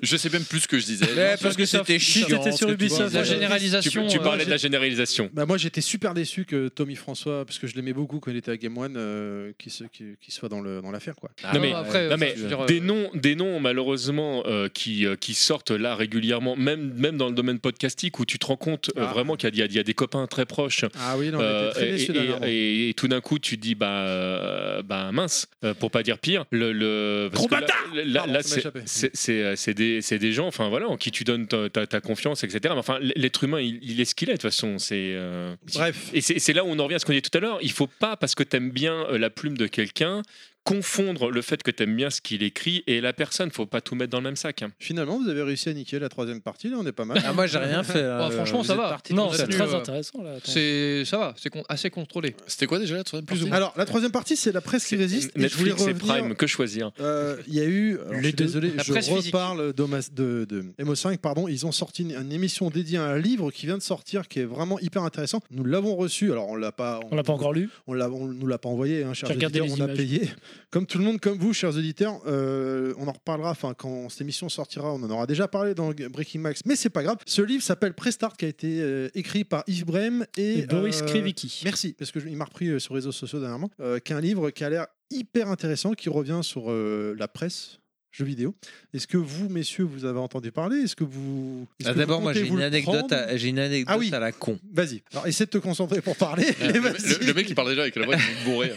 Speaker 7: Je sais même plus ce que je
Speaker 1: Eh,
Speaker 7: disais.
Speaker 6: Ouais, parce que c'était chiant,
Speaker 5: C'était sur Ubisoft.
Speaker 3: La généralisation.
Speaker 10: Tu, tu
Speaker 3: euh,
Speaker 10: parlais de la
Speaker 3: j'ai-
Speaker 10: généralisation.
Speaker 1: Bah moi j'étais super déçu que Tommy François, parce que je l'aimais beaucoup quand il était à Game One, euh, qu'il se- qu'il- qu'il soit dans le- dans l'affaire. quoi.
Speaker 10: non mais,
Speaker 4: Bah,
Speaker 10: non, mais des noms, des noms malheureusement euh, qui, euh, qui sortent là régulièrement, même, même dans le domaine podcastique où tu te rends compte euh,
Speaker 1: Ah.
Speaker 10: vraiment qu'il y, a- il y a des copains très proches.
Speaker 1: Ah oui, non, on était très
Speaker 10: et,
Speaker 1: déçus
Speaker 10: et-
Speaker 1: dernièrement.
Speaker 10: et- et tout d'un coup tu te dis bah, euh, bah mince, euh, pour pas dire pire, le, le parce
Speaker 1: Gros
Speaker 10: que là-
Speaker 1: bâtard
Speaker 10: là, là,
Speaker 1: Pardon,
Speaker 10: là,
Speaker 1: ça m'a
Speaker 10: c'est-
Speaker 1: échappé.
Speaker 10: c'est- c'est euh, c'est des, c'est des gens, enfin voilà, en qui tu donnes ta, ta- ta confiance, etc. Mais enfin l- l'être humain il, il est ce qu'il est de toute façon. C'est euh,
Speaker 1: Bref.
Speaker 10: Et c'est c'est là où on en revient à ce qu'on dit tout à l'heure. Il faut pas, parce que tu aimes bien euh, la plume de quelqu'un, confondre le fait que tu aimes bien ce qu'il écrit et la personne. faut pas tout mettre dans le même sac. hein.
Speaker 1: Finalement, vous avez réussi à niquer la troisième partie, là, on est pas mal.
Speaker 10: Ah, moi, j'ai rien fait,
Speaker 6: euh,
Speaker 10: là.
Speaker 3: Oh, franchement,
Speaker 10: Vous
Speaker 3: ça
Speaker 10: êtes
Speaker 3: va.
Speaker 10: parti Non,
Speaker 1: c'est
Speaker 3: continue,
Speaker 1: très
Speaker 3: euh,
Speaker 1: intéressant, là, attends.
Speaker 3: C'est ça va, c'est con- assez contrôlé.
Speaker 7: C'était quoi déjà la troisième
Speaker 3: Plus ou moins.
Speaker 1: Alors, la troisième partie, c'est la presse qui résiste. et je voulais
Speaker 10: Netflix et
Speaker 1: revenir-
Speaker 10: Prime, que choisir
Speaker 1: Euh, Il y a eu, alors, je suis
Speaker 10: deux.
Speaker 1: désolé,
Speaker 10: La
Speaker 1: je
Speaker 10: presse physique.
Speaker 1: reparle d'Homas- de, de MO5, pardon, ils ont sorti une, une émission dédiée à un livre qui vient de sortir, qui est vraiment hyper intéressant. Nous l'avons reçu, alors on l'a pas,
Speaker 5: On l'a pas encore lu
Speaker 1: on, l'a- on nous l'a pas envoyé, hein, chers
Speaker 5: J'ai regardé
Speaker 1: auditeurs, on
Speaker 5: les
Speaker 1: a
Speaker 5: images.
Speaker 1: payé. Comme tout le monde, comme vous, chers auditeurs, euh, on en reparlera. Enfin, quand cette émission sortira, on en aura déjà parlé dans Breaking Max, mais c'est pas grave. Ce livre s'appelle Prestart, qui a été euh, écrit par Yves Brem et, euh,
Speaker 5: Et Boris Krivicki.
Speaker 1: Merci, parce que je- il m'a repris euh, sur les réseaux sociaux dernièrement, euh, qui est un livre qui a l'air hyper intéressant, qui revient sur euh, la presse jeux vidéo. Est-ce que vous, messieurs, vous avez entendu parler Est-ce que vous... est-ce
Speaker 6: Ah,
Speaker 1: que vous
Speaker 6: D'abord, moi
Speaker 1: comptez
Speaker 6: j'ai
Speaker 1: vous
Speaker 6: une
Speaker 1: le
Speaker 6: anecdote,
Speaker 1: prendre
Speaker 6: à, j'ai une anecdote
Speaker 1: Ah oui.
Speaker 6: à la con.
Speaker 1: Vas-y. Alors, essaie de te concentrer pour parler.
Speaker 7: Le,
Speaker 1: mais vas-y.
Speaker 7: le- le mec il parle déjà avec la voix de bourré.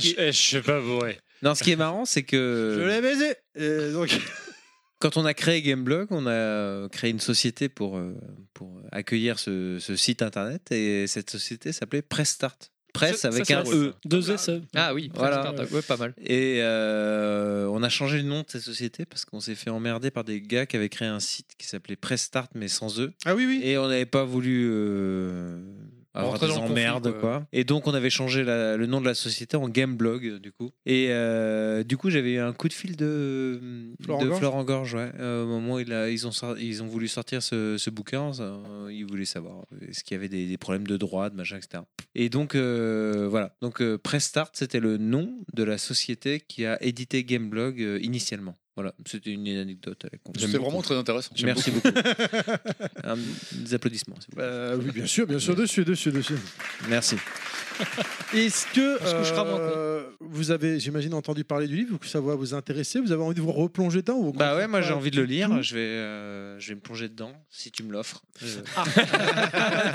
Speaker 6: je sais pas bourré. Non, ce qui est marrant, c'est
Speaker 1: Je
Speaker 6: que
Speaker 1: l'ai baisé. Euh, donc...
Speaker 6: quand on a créé Gameblog, on a euh, créé une société pour, euh, pour accueillir ce, ce site internet et cette société s'appelait Prestart. Presse
Speaker 3: Ça,
Speaker 6: avec
Speaker 3: ça,
Speaker 6: un
Speaker 3: c'est
Speaker 6: E.
Speaker 5: Deux S. euh.
Speaker 3: Ah oui,
Speaker 6: Voilà.
Speaker 3: voilà. ouais, pas mal.
Speaker 6: Et euh, on a changé le nom de cette société parce qu'on s'est fait emmerder par des gars qui avaient créé un site qui s'appelait Prestart mais sans E. eux.
Speaker 1: Ah oui, oui.
Speaker 6: Et on n'avait pas voulu euh, avoir
Speaker 3: Rentrer
Speaker 6: des
Speaker 3: dans le conflit,
Speaker 6: emmerdes
Speaker 3: quoi.
Speaker 6: quoi. Et donc on avait changé la- le nom de la société en Gameblog euh, du coup. Et euh, du coup j'avais eu un coup de fil de,
Speaker 1: Florent
Speaker 6: de
Speaker 1: Gorge
Speaker 6: Florent Gorge ouais, euh, au moment où il a- ils, ont, sor- ils ont voulu sortir ce, ce bouquin. ça, euh, ils voulaient savoir est-ce qu'il y avait des, des problèmes de droit, de machin, etc. Et donc, euh, voilà. Donc, euh, Prestart, c'était le nom de la société qui a édité Gameblog euh, initialement. Voilà, c'était une anecdote. à la con.
Speaker 7: C'était
Speaker 6: J'aime
Speaker 7: vraiment
Speaker 6: beaucoup.
Speaker 7: très intéressant. J'aime
Speaker 6: Merci beaucoup. Un- des applaudissements. s'il vous plaît.
Speaker 1: Euh, oui, bien sûr, bien sûr, dessus, dessus, dessus.
Speaker 6: Merci.
Speaker 1: Est-ce que,
Speaker 3: Parce que je serai moins con.
Speaker 1: euh, vous avez, j'imagine, entendu parler du livre, que ça va vous intéresser, vous avez envie de vous replonger dedans ou vous
Speaker 6: Bah ouais, moi
Speaker 1: pas
Speaker 6: j'ai envie de le
Speaker 1: du
Speaker 6: lire.
Speaker 1: tout
Speaker 6: Je vais, euh, je vais me plonger dedans si tu me l'offres. Euh,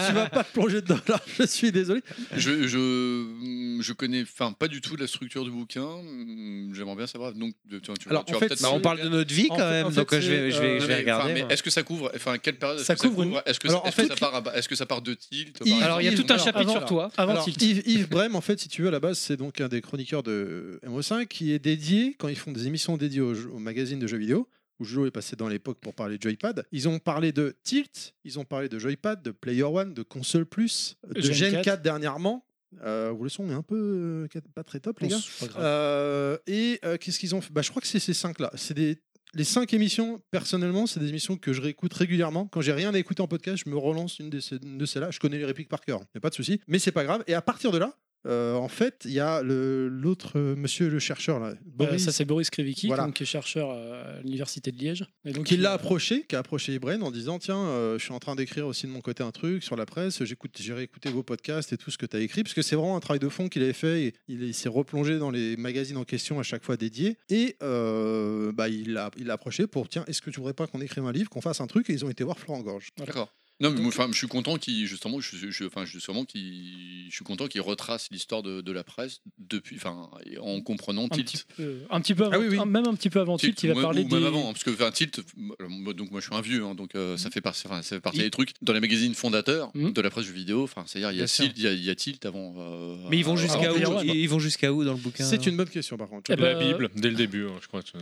Speaker 1: tu vas pas te plonger dedans là, je suis désolé.
Speaker 7: Je, je, je connais enfin pas du tout la structure du bouquin. hum, J'aimerais bien savoir. Donc, tu, tu- tu-
Speaker 1: Alors,
Speaker 7: tu
Speaker 1: en
Speaker 7: vas
Speaker 1: fait,
Speaker 7: peut-être
Speaker 1: bah,
Speaker 6: on parle de notre vie
Speaker 1: En
Speaker 6: quand
Speaker 1: fait-
Speaker 6: même,
Speaker 1: en
Speaker 6: donc
Speaker 1: fait,
Speaker 6: euh, je
Speaker 1: c'est,
Speaker 6: vais, je vais, je
Speaker 7: Non, mais,
Speaker 6: vais
Speaker 7: enfin,
Speaker 6: regarder. hein.
Speaker 7: mais
Speaker 6: moi.
Speaker 7: Est-ce que ça couvre Enfin, quelle période est-ce
Speaker 1: Ça
Speaker 7: que
Speaker 1: couvre une-
Speaker 7: Est-ce que,
Speaker 1: Alors, en
Speaker 7: est-ce que
Speaker 1: fait,
Speaker 7: ça part à- Est-ce que ça part de tilt par
Speaker 1: Yves-
Speaker 7: exemple
Speaker 3: Alors, il y a
Speaker 1: Yves-
Speaker 3: tout un
Speaker 1: alors,
Speaker 3: chapitre
Speaker 1: avant-
Speaker 3: sur toi.
Speaker 5: Avant
Speaker 1: Alors,
Speaker 5: Tilt.
Speaker 1: Yves, Yves Brem, en fait, si tu veux, à la base, c'est donc un des chroniqueurs de MO5 qui est dédié, quand ils font des émissions dédiées aux, jeux- aux magazines de jeux vidéo, où Julo est passé dans l'époque pour parler de Joypad, ils ont parlé de Tilt, ils ont parlé de Joypad, de Player One, de Console Plus, de
Speaker 5: Gen
Speaker 1: Gen 4,
Speaker 5: 4
Speaker 1: dernièrement. Euh, où le son est un peu euh, pas très top, les gars.
Speaker 5: C'est pas grave.
Speaker 1: Euh, et euh, qu'est-ce qu'ils ont fait bah, Je crois que c'est ces cinq-là. C'est des. Les cinq émissions, personnellement, c'est des émissions que je réécoute régulièrement. Quand j'ai rien à écouter en podcast, je me relance une de, ces- une de celles-là. Je connais les répliques par cœur, il a pas de souci. Mais c'est pas grave. Et à partir de là, euh, en fait, il y a le- l'autre euh, monsieur, le chercheur, là,
Speaker 5: Euh,
Speaker 1: Boris,
Speaker 5: ça c'est Boris Krivicki,
Speaker 1: Voilà.
Speaker 5: donc, qui est chercheur euh, à l'université de Liège. Et donc
Speaker 1: qui
Speaker 5: il-
Speaker 1: l'a approché, qui a approché Ibren en disant Tiens, euh, je suis en train d'écrire aussi de mon côté un truc sur la presse, j'écoute, j'ai réécouté vos podcasts et tout ce que tu as écrit, parce que c'est vraiment un travail de fond qu'il avait fait. Et il il s'est replongé dans les magazines en question à chaque fois dédiés. Et euh, bah, il l'a il l'a approché pour Tiens, est-ce que tu voudrais pas qu'on écrive un livre, qu'on fasse un truc Et ils ont été voir Florent Gorge.
Speaker 7: D'accord. Non, mais moi, enfin, je suis content qu'il justement, je, suis- je- enfin, je suis sûrement qu'il- je suis content qu'il retrace l'histoire de, de la presse depuis, enfin, en comprenant
Speaker 5: un
Speaker 7: Tilt.
Speaker 5: petit, peu, un petit peu avant,
Speaker 1: Ah oui, oui.
Speaker 5: un- même un petit peu avant
Speaker 7: Tilt,
Speaker 5: Tilt, il va
Speaker 7: ou-
Speaker 5: parler
Speaker 7: ou même
Speaker 5: des-
Speaker 7: avant, hein, parce que enfin, Tilt, euh, moi, donc moi je suis un vieux, hein, donc euh, ça
Speaker 6: Mm.
Speaker 7: fait partie, enfin, ça fait partie des trucs dans les magazines fondateurs de la presse jeux vidéo. Enfin, c'est-à-dire il y a
Speaker 6: Bien sûr.
Speaker 7: Tilt, il y a- il y, a Tilt avant. euh,
Speaker 6: Mais ils vont
Speaker 7: avant
Speaker 6: jusqu'à
Speaker 7: Player
Speaker 6: où
Speaker 7: One.
Speaker 6: Ils vont jusqu'à où dans le bouquin
Speaker 1: C'est une bonne question, par contre.
Speaker 5: Eh
Speaker 10: La
Speaker 5: ben,
Speaker 10: Bible, dès le début, hein, je crois. tu-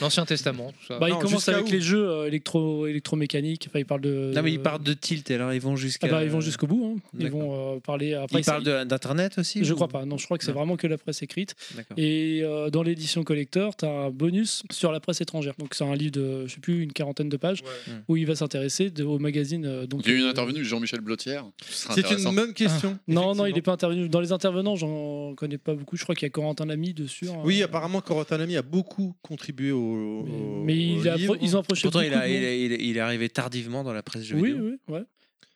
Speaker 3: L'Ancien Testament, tout ça.
Speaker 5: Bah,
Speaker 1: Non,
Speaker 5: il commence
Speaker 1: jusqu'à
Speaker 5: avec
Speaker 1: où
Speaker 5: les jeux euh, électro électromécaniques. Enfin, il parle de euh,
Speaker 6: Non, mais ils partent de Tilt, alors ils vont jusqu'à.
Speaker 5: Ah bah, ils vont jusqu'au bout. hein. Ils
Speaker 6: D'accord.
Speaker 5: vont euh, parler. Après,
Speaker 6: Ils parlent de- d'Internet aussi
Speaker 5: Je
Speaker 6: ou-
Speaker 5: crois pas. Non, je crois que c'est
Speaker 6: Non.
Speaker 5: vraiment que la presse écrite.
Speaker 6: D'accord.
Speaker 5: Et euh, dans l'édition collector, tu as un bonus sur la presse étrangère. Donc c'est un livre de, je sais plus, une quarantaine de pages où il va s'intéresser de- au magazine. euh, donc,
Speaker 7: Hmm. Il y a eu une intervenue de Jean-Michel Blotière. Ce sera intéressant.
Speaker 5: Ah, non, non, il n'est pas intervenu. Dans les intervenants, j'en connais pas beaucoup. Je crois qu'il y a Corentin Lamy dessus. hein.
Speaker 1: Oui, apparemment, Corentin Lamy a beaucoup contribué au.
Speaker 5: Mais il a appro- ils ont approché
Speaker 6: Pourtant, il,
Speaker 5: beaucoup
Speaker 6: a-
Speaker 5: de monde.
Speaker 6: il a- il est- il est arrivé tardivement dans la presse jeux
Speaker 5: Oui,
Speaker 6: vidéo.
Speaker 5: oui, ouais.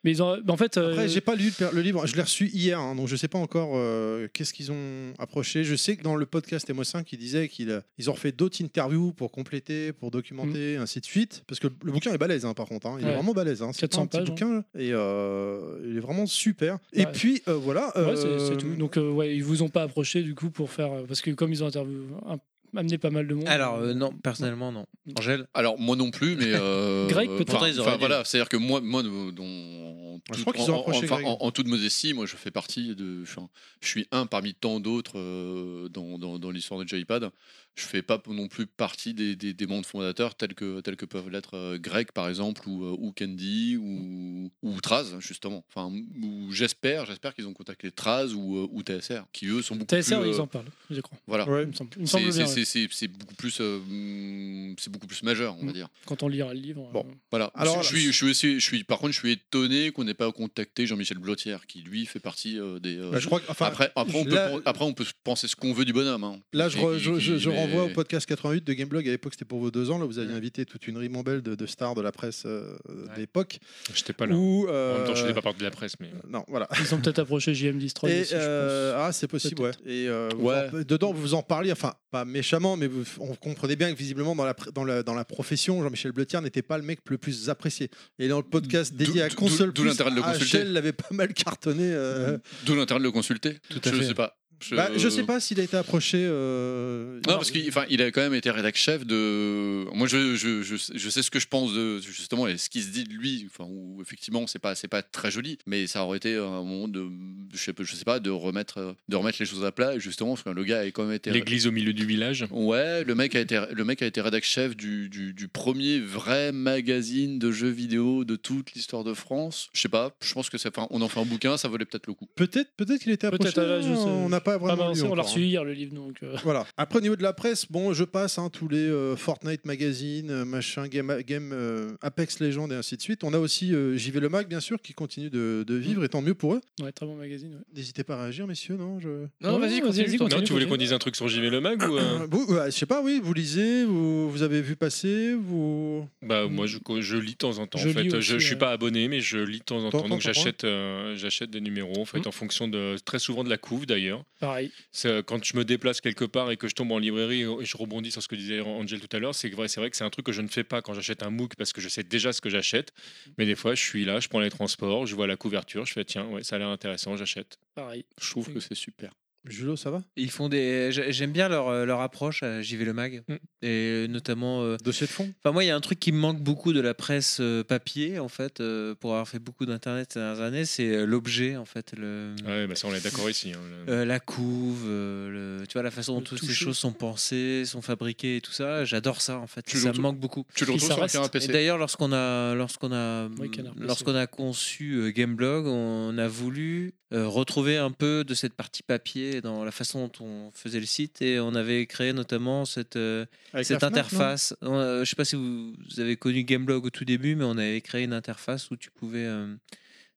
Speaker 5: Mais ils ont, mais en fait, euh,
Speaker 1: Après, j'ai pas lu le, per- le livre, je l'ai reçu hier, hein, donc je sais pas encore euh, qu'est-ce qu'ils ont approché. Je sais que dans le podcast MO5, ils disaient qu'ils euh, ils ont refait d'autres interviews pour compléter, pour documenter, ainsi de suite. Parce que le bouquin est balèze, hein, par contre, hein, il
Speaker 5: Mm. Ouais.
Speaker 1: est vraiment balèze. Hein, c'est pas
Speaker 5: 400
Speaker 1: un petit
Speaker 5: pages, hein.
Speaker 1: bouquin, là. et euh, il est vraiment super. Et
Speaker 5: Ouais.
Speaker 1: puis, euh, voilà.
Speaker 5: Ouais, c'est- c'est
Speaker 1: euh,
Speaker 5: tout. Donc, euh, ouais, ils vous ont pas approché du coup pour faire. euh, Parce que comme ils ont interviewé, un- amené pas mal de monde.
Speaker 6: Alors, euh, non, personnellement, non. Angèle
Speaker 7: Alors moi non plus, mais euh,
Speaker 5: Greg,
Speaker 7: enfin,
Speaker 5: peut-être. Pourtant, ils auraient
Speaker 7: enfin,
Speaker 5: dû.
Speaker 7: voilà, c'est à dire que moi, moi, euh, dont- en,
Speaker 1: Je
Speaker 7: toute-
Speaker 1: crois qu'ils
Speaker 7: en-
Speaker 1: ont approché
Speaker 7: en- enfin,
Speaker 1: Greg.
Speaker 7: en- en toute modestie, moi je fais partie de, je suis un, je suis un parmi tant d'autres euh, dans, dans- dans l'histoire de JPad. Je fais pas non plus partie des, des, des membres fondateurs tels que tels que peuvent l'être euh, Greg par exemple ou, euh, ou Candy ou, ou Traz justement. Enfin, ou j'espère, j'espère qu'ils ont contacté Traz ou, euh, ou TSR, qui eux sont beaucoup
Speaker 5: TSR,
Speaker 7: plus. euh,
Speaker 5: ils en parlent, je crois.
Speaker 7: Voilà.
Speaker 1: euh,
Speaker 5: Ouais, il me semble- il me
Speaker 7: C'est-
Speaker 5: semble bien,
Speaker 7: c'est-
Speaker 5: ouais.
Speaker 7: c'est- C'est c'est beaucoup plus, euh, mm, c'est beaucoup plus majeur, on va dire.
Speaker 5: Quand on lira le livre. euh,
Speaker 7: Bon, voilà. Alors, je, suis, je suis aussi- je suis- par contre, je suis étonné qu'on n'ait pas contacté Jean-Michel Blotière, qui lui fait partie euh, des. euh,
Speaker 1: Bah, je crois que- enfin,
Speaker 7: après, après, on peut,
Speaker 1: là-
Speaker 7: pen- après, on peut penser ce qu'on veut du bonhomme. hein.
Speaker 1: Là, je,
Speaker 7: Et
Speaker 1: re-
Speaker 7: qui-
Speaker 1: je,
Speaker 7: qui-
Speaker 1: je- je
Speaker 7: mais-
Speaker 1: renvoie au podcast 88 de Gameblog. À l'époque, c'était pour vos deux ans. Là, vous aviez invité toute une ribambelle de, de stars de la presse euh, d'époque.
Speaker 4: J'étais pas là.
Speaker 1: Où,
Speaker 4: En même temps, je
Speaker 1: euh,
Speaker 4: faisais pas partie de la presse, mais.
Speaker 1: Non, voilà.
Speaker 5: Ils ont peut-être approché JM Destroy.
Speaker 1: Et,
Speaker 5: aussi, je pense.
Speaker 1: euh, ah, c'est possible, ouais. Et euh, vous en- dedans, vous en parliez, enfin, pas méchamment, mais vous- on comprenait bien que visiblement, dans la, pr- dans la, dans la profession, Jean-Michel Bletier n'était pas le mec le plus apprécié. Et dans le podcast dédié à
Speaker 7: d'où-
Speaker 1: console,
Speaker 7: d'où
Speaker 1: Plus,
Speaker 7: l'intérêt de le consulter.
Speaker 1: HL l'avait pas mal cartonné. euh.
Speaker 7: D'où l'intérêt de le consulter.
Speaker 1: à
Speaker 7: je
Speaker 1: fait.
Speaker 7: sais pas. Je...
Speaker 1: Bah, je sais pas s'il a été approché. euh,
Speaker 7: Non, parce qu'il enfin, il a quand même été rédac chef de. Moi, je, je, je, sais- je sais ce que je pense de justement et ce qui se dit de lui. Enfin, où, effectivement, c'est pas c'est pas très joli, mais ça aurait été un moment de je sais, pas- je sais pas de remettre euh, de remettre les choses à plat. Et justement, parce que le gars a quand même été.
Speaker 4: L'église au milieu du village.
Speaker 7: Ouais, le mec a été le mec a été rédac chef du, du, du premier vrai magazine de jeux vidéo de toute l'histoire de France. Je sais pas. Je pense que c'est. Enfin, on en fait un bouquin, ça valait peut-être le coup.
Speaker 1: Peut-être peut-être qu'il a été approché.
Speaker 5: Peut-être, ah, là, je sais-
Speaker 1: on n'a pas
Speaker 5: Ah,
Speaker 1: vraiment.
Speaker 5: bah,
Speaker 1: lu
Speaker 5: on l'a
Speaker 1: encore,
Speaker 5: reçu
Speaker 1: hein.
Speaker 5: hier, le livre. Donc, euh,
Speaker 1: Voilà. Après, au niveau de la presse, bon, je passe hein, tous les euh, Fortnite Magazine, euh, machin, Game, Game, euh, Apex Legends et ainsi de suite. On a aussi euh, JV Le Mag, bien sûr, qui continue de,
Speaker 5: Mm.
Speaker 1: de vivre, et tant mieux pour eux.
Speaker 5: Ouais, très bon magazine. ouais.
Speaker 1: N'hésitez pas à réagir, messieurs, non je...
Speaker 4: Non, vas-y, continue.
Speaker 5: vas-y,
Speaker 4: Non,
Speaker 5: continue,
Speaker 4: tu voulais qu'on
Speaker 5: continue.
Speaker 4: dise un truc sur JV Le Mag ou. euh,
Speaker 1: Vous, euh, je sais pas, oui, vous lisez, vous, vous avez vu passer, vous.
Speaker 4: Bah, moi, je, je lis de temps en temps.
Speaker 1: Je
Speaker 4: en fait,
Speaker 1: lis
Speaker 4: je,
Speaker 1: aussi, euh,
Speaker 4: je suis
Speaker 1: ouais.
Speaker 4: pas abonné, mais je lis de temps en
Speaker 1: T'en
Speaker 4: temps. Donc,
Speaker 1: prends, t'en
Speaker 4: j'achète, euh, j'achète des numéros. En fait,
Speaker 1: Hum.
Speaker 4: en fonction de très souvent de la couve d'ailleurs.
Speaker 5: Pareil.
Speaker 4: C'est, euh, Quand je me déplace quelque part et que je tombe en librairie, et je rebondis sur ce que disait Angel tout à l'heure, c'est que vrai, c'est vrai que c'est un truc que je ne fais pas quand j'achète un MOOC parce que je sais déjà ce que j'achète. Mais des fois, je suis là, je prends les transports, je vois la couverture, je fais tiens, ouais, ça a l'air intéressant, j'achète.
Speaker 5: Pareil.
Speaker 7: Je trouve que c'est super.
Speaker 1: Julo, ça va
Speaker 6: Ils font des. j'ai- J'aime bien leur, euh, leur approche à JV Le Mag. Et notamment. euh,
Speaker 1: Dossier de fond
Speaker 6: Enfin, moi, il y a un truc qui me manque beaucoup de la presse euh, papier, en fait, euh, pour avoir fait beaucoup d'Internet ces dernières années, c'est euh, l'objet, en fait. Le...
Speaker 4: Ouais, bah ça, on est d'accord ici. hein. Le-
Speaker 6: Euh, la couve, euh, le- tu vois, la façon dont toutes ces
Speaker 4: toucher.
Speaker 6: choses sont pensées, sont fabriquées et tout ça, j'adore ça en fait.
Speaker 7: Tu le
Speaker 6: ça me
Speaker 7: retrouves-
Speaker 6: manque beaucoup.
Speaker 7: tu le
Speaker 6: Et
Speaker 7: retrouves
Speaker 6: ça
Speaker 7: sur
Speaker 6: reste.
Speaker 7: Canard PC.
Speaker 6: Et D'ailleurs, lorsqu'on a, lorsqu'on a,
Speaker 5: Oui, Canard PC.
Speaker 6: lorsqu'on a conçu euh, Gameblog, on a voulu euh, retrouver un peu de cette partie papier dans la façon dont on faisait le site et on avait créé notamment cette, euh,
Speaker 16: Avec
Speaker 6: cette
Speaker 16: la Fnac, non
Speaker 6: interface. Euh, je sais pas si vous, vous avez connu Gameblog au tout début, mais on avait créé une interface où tu pouvais euh,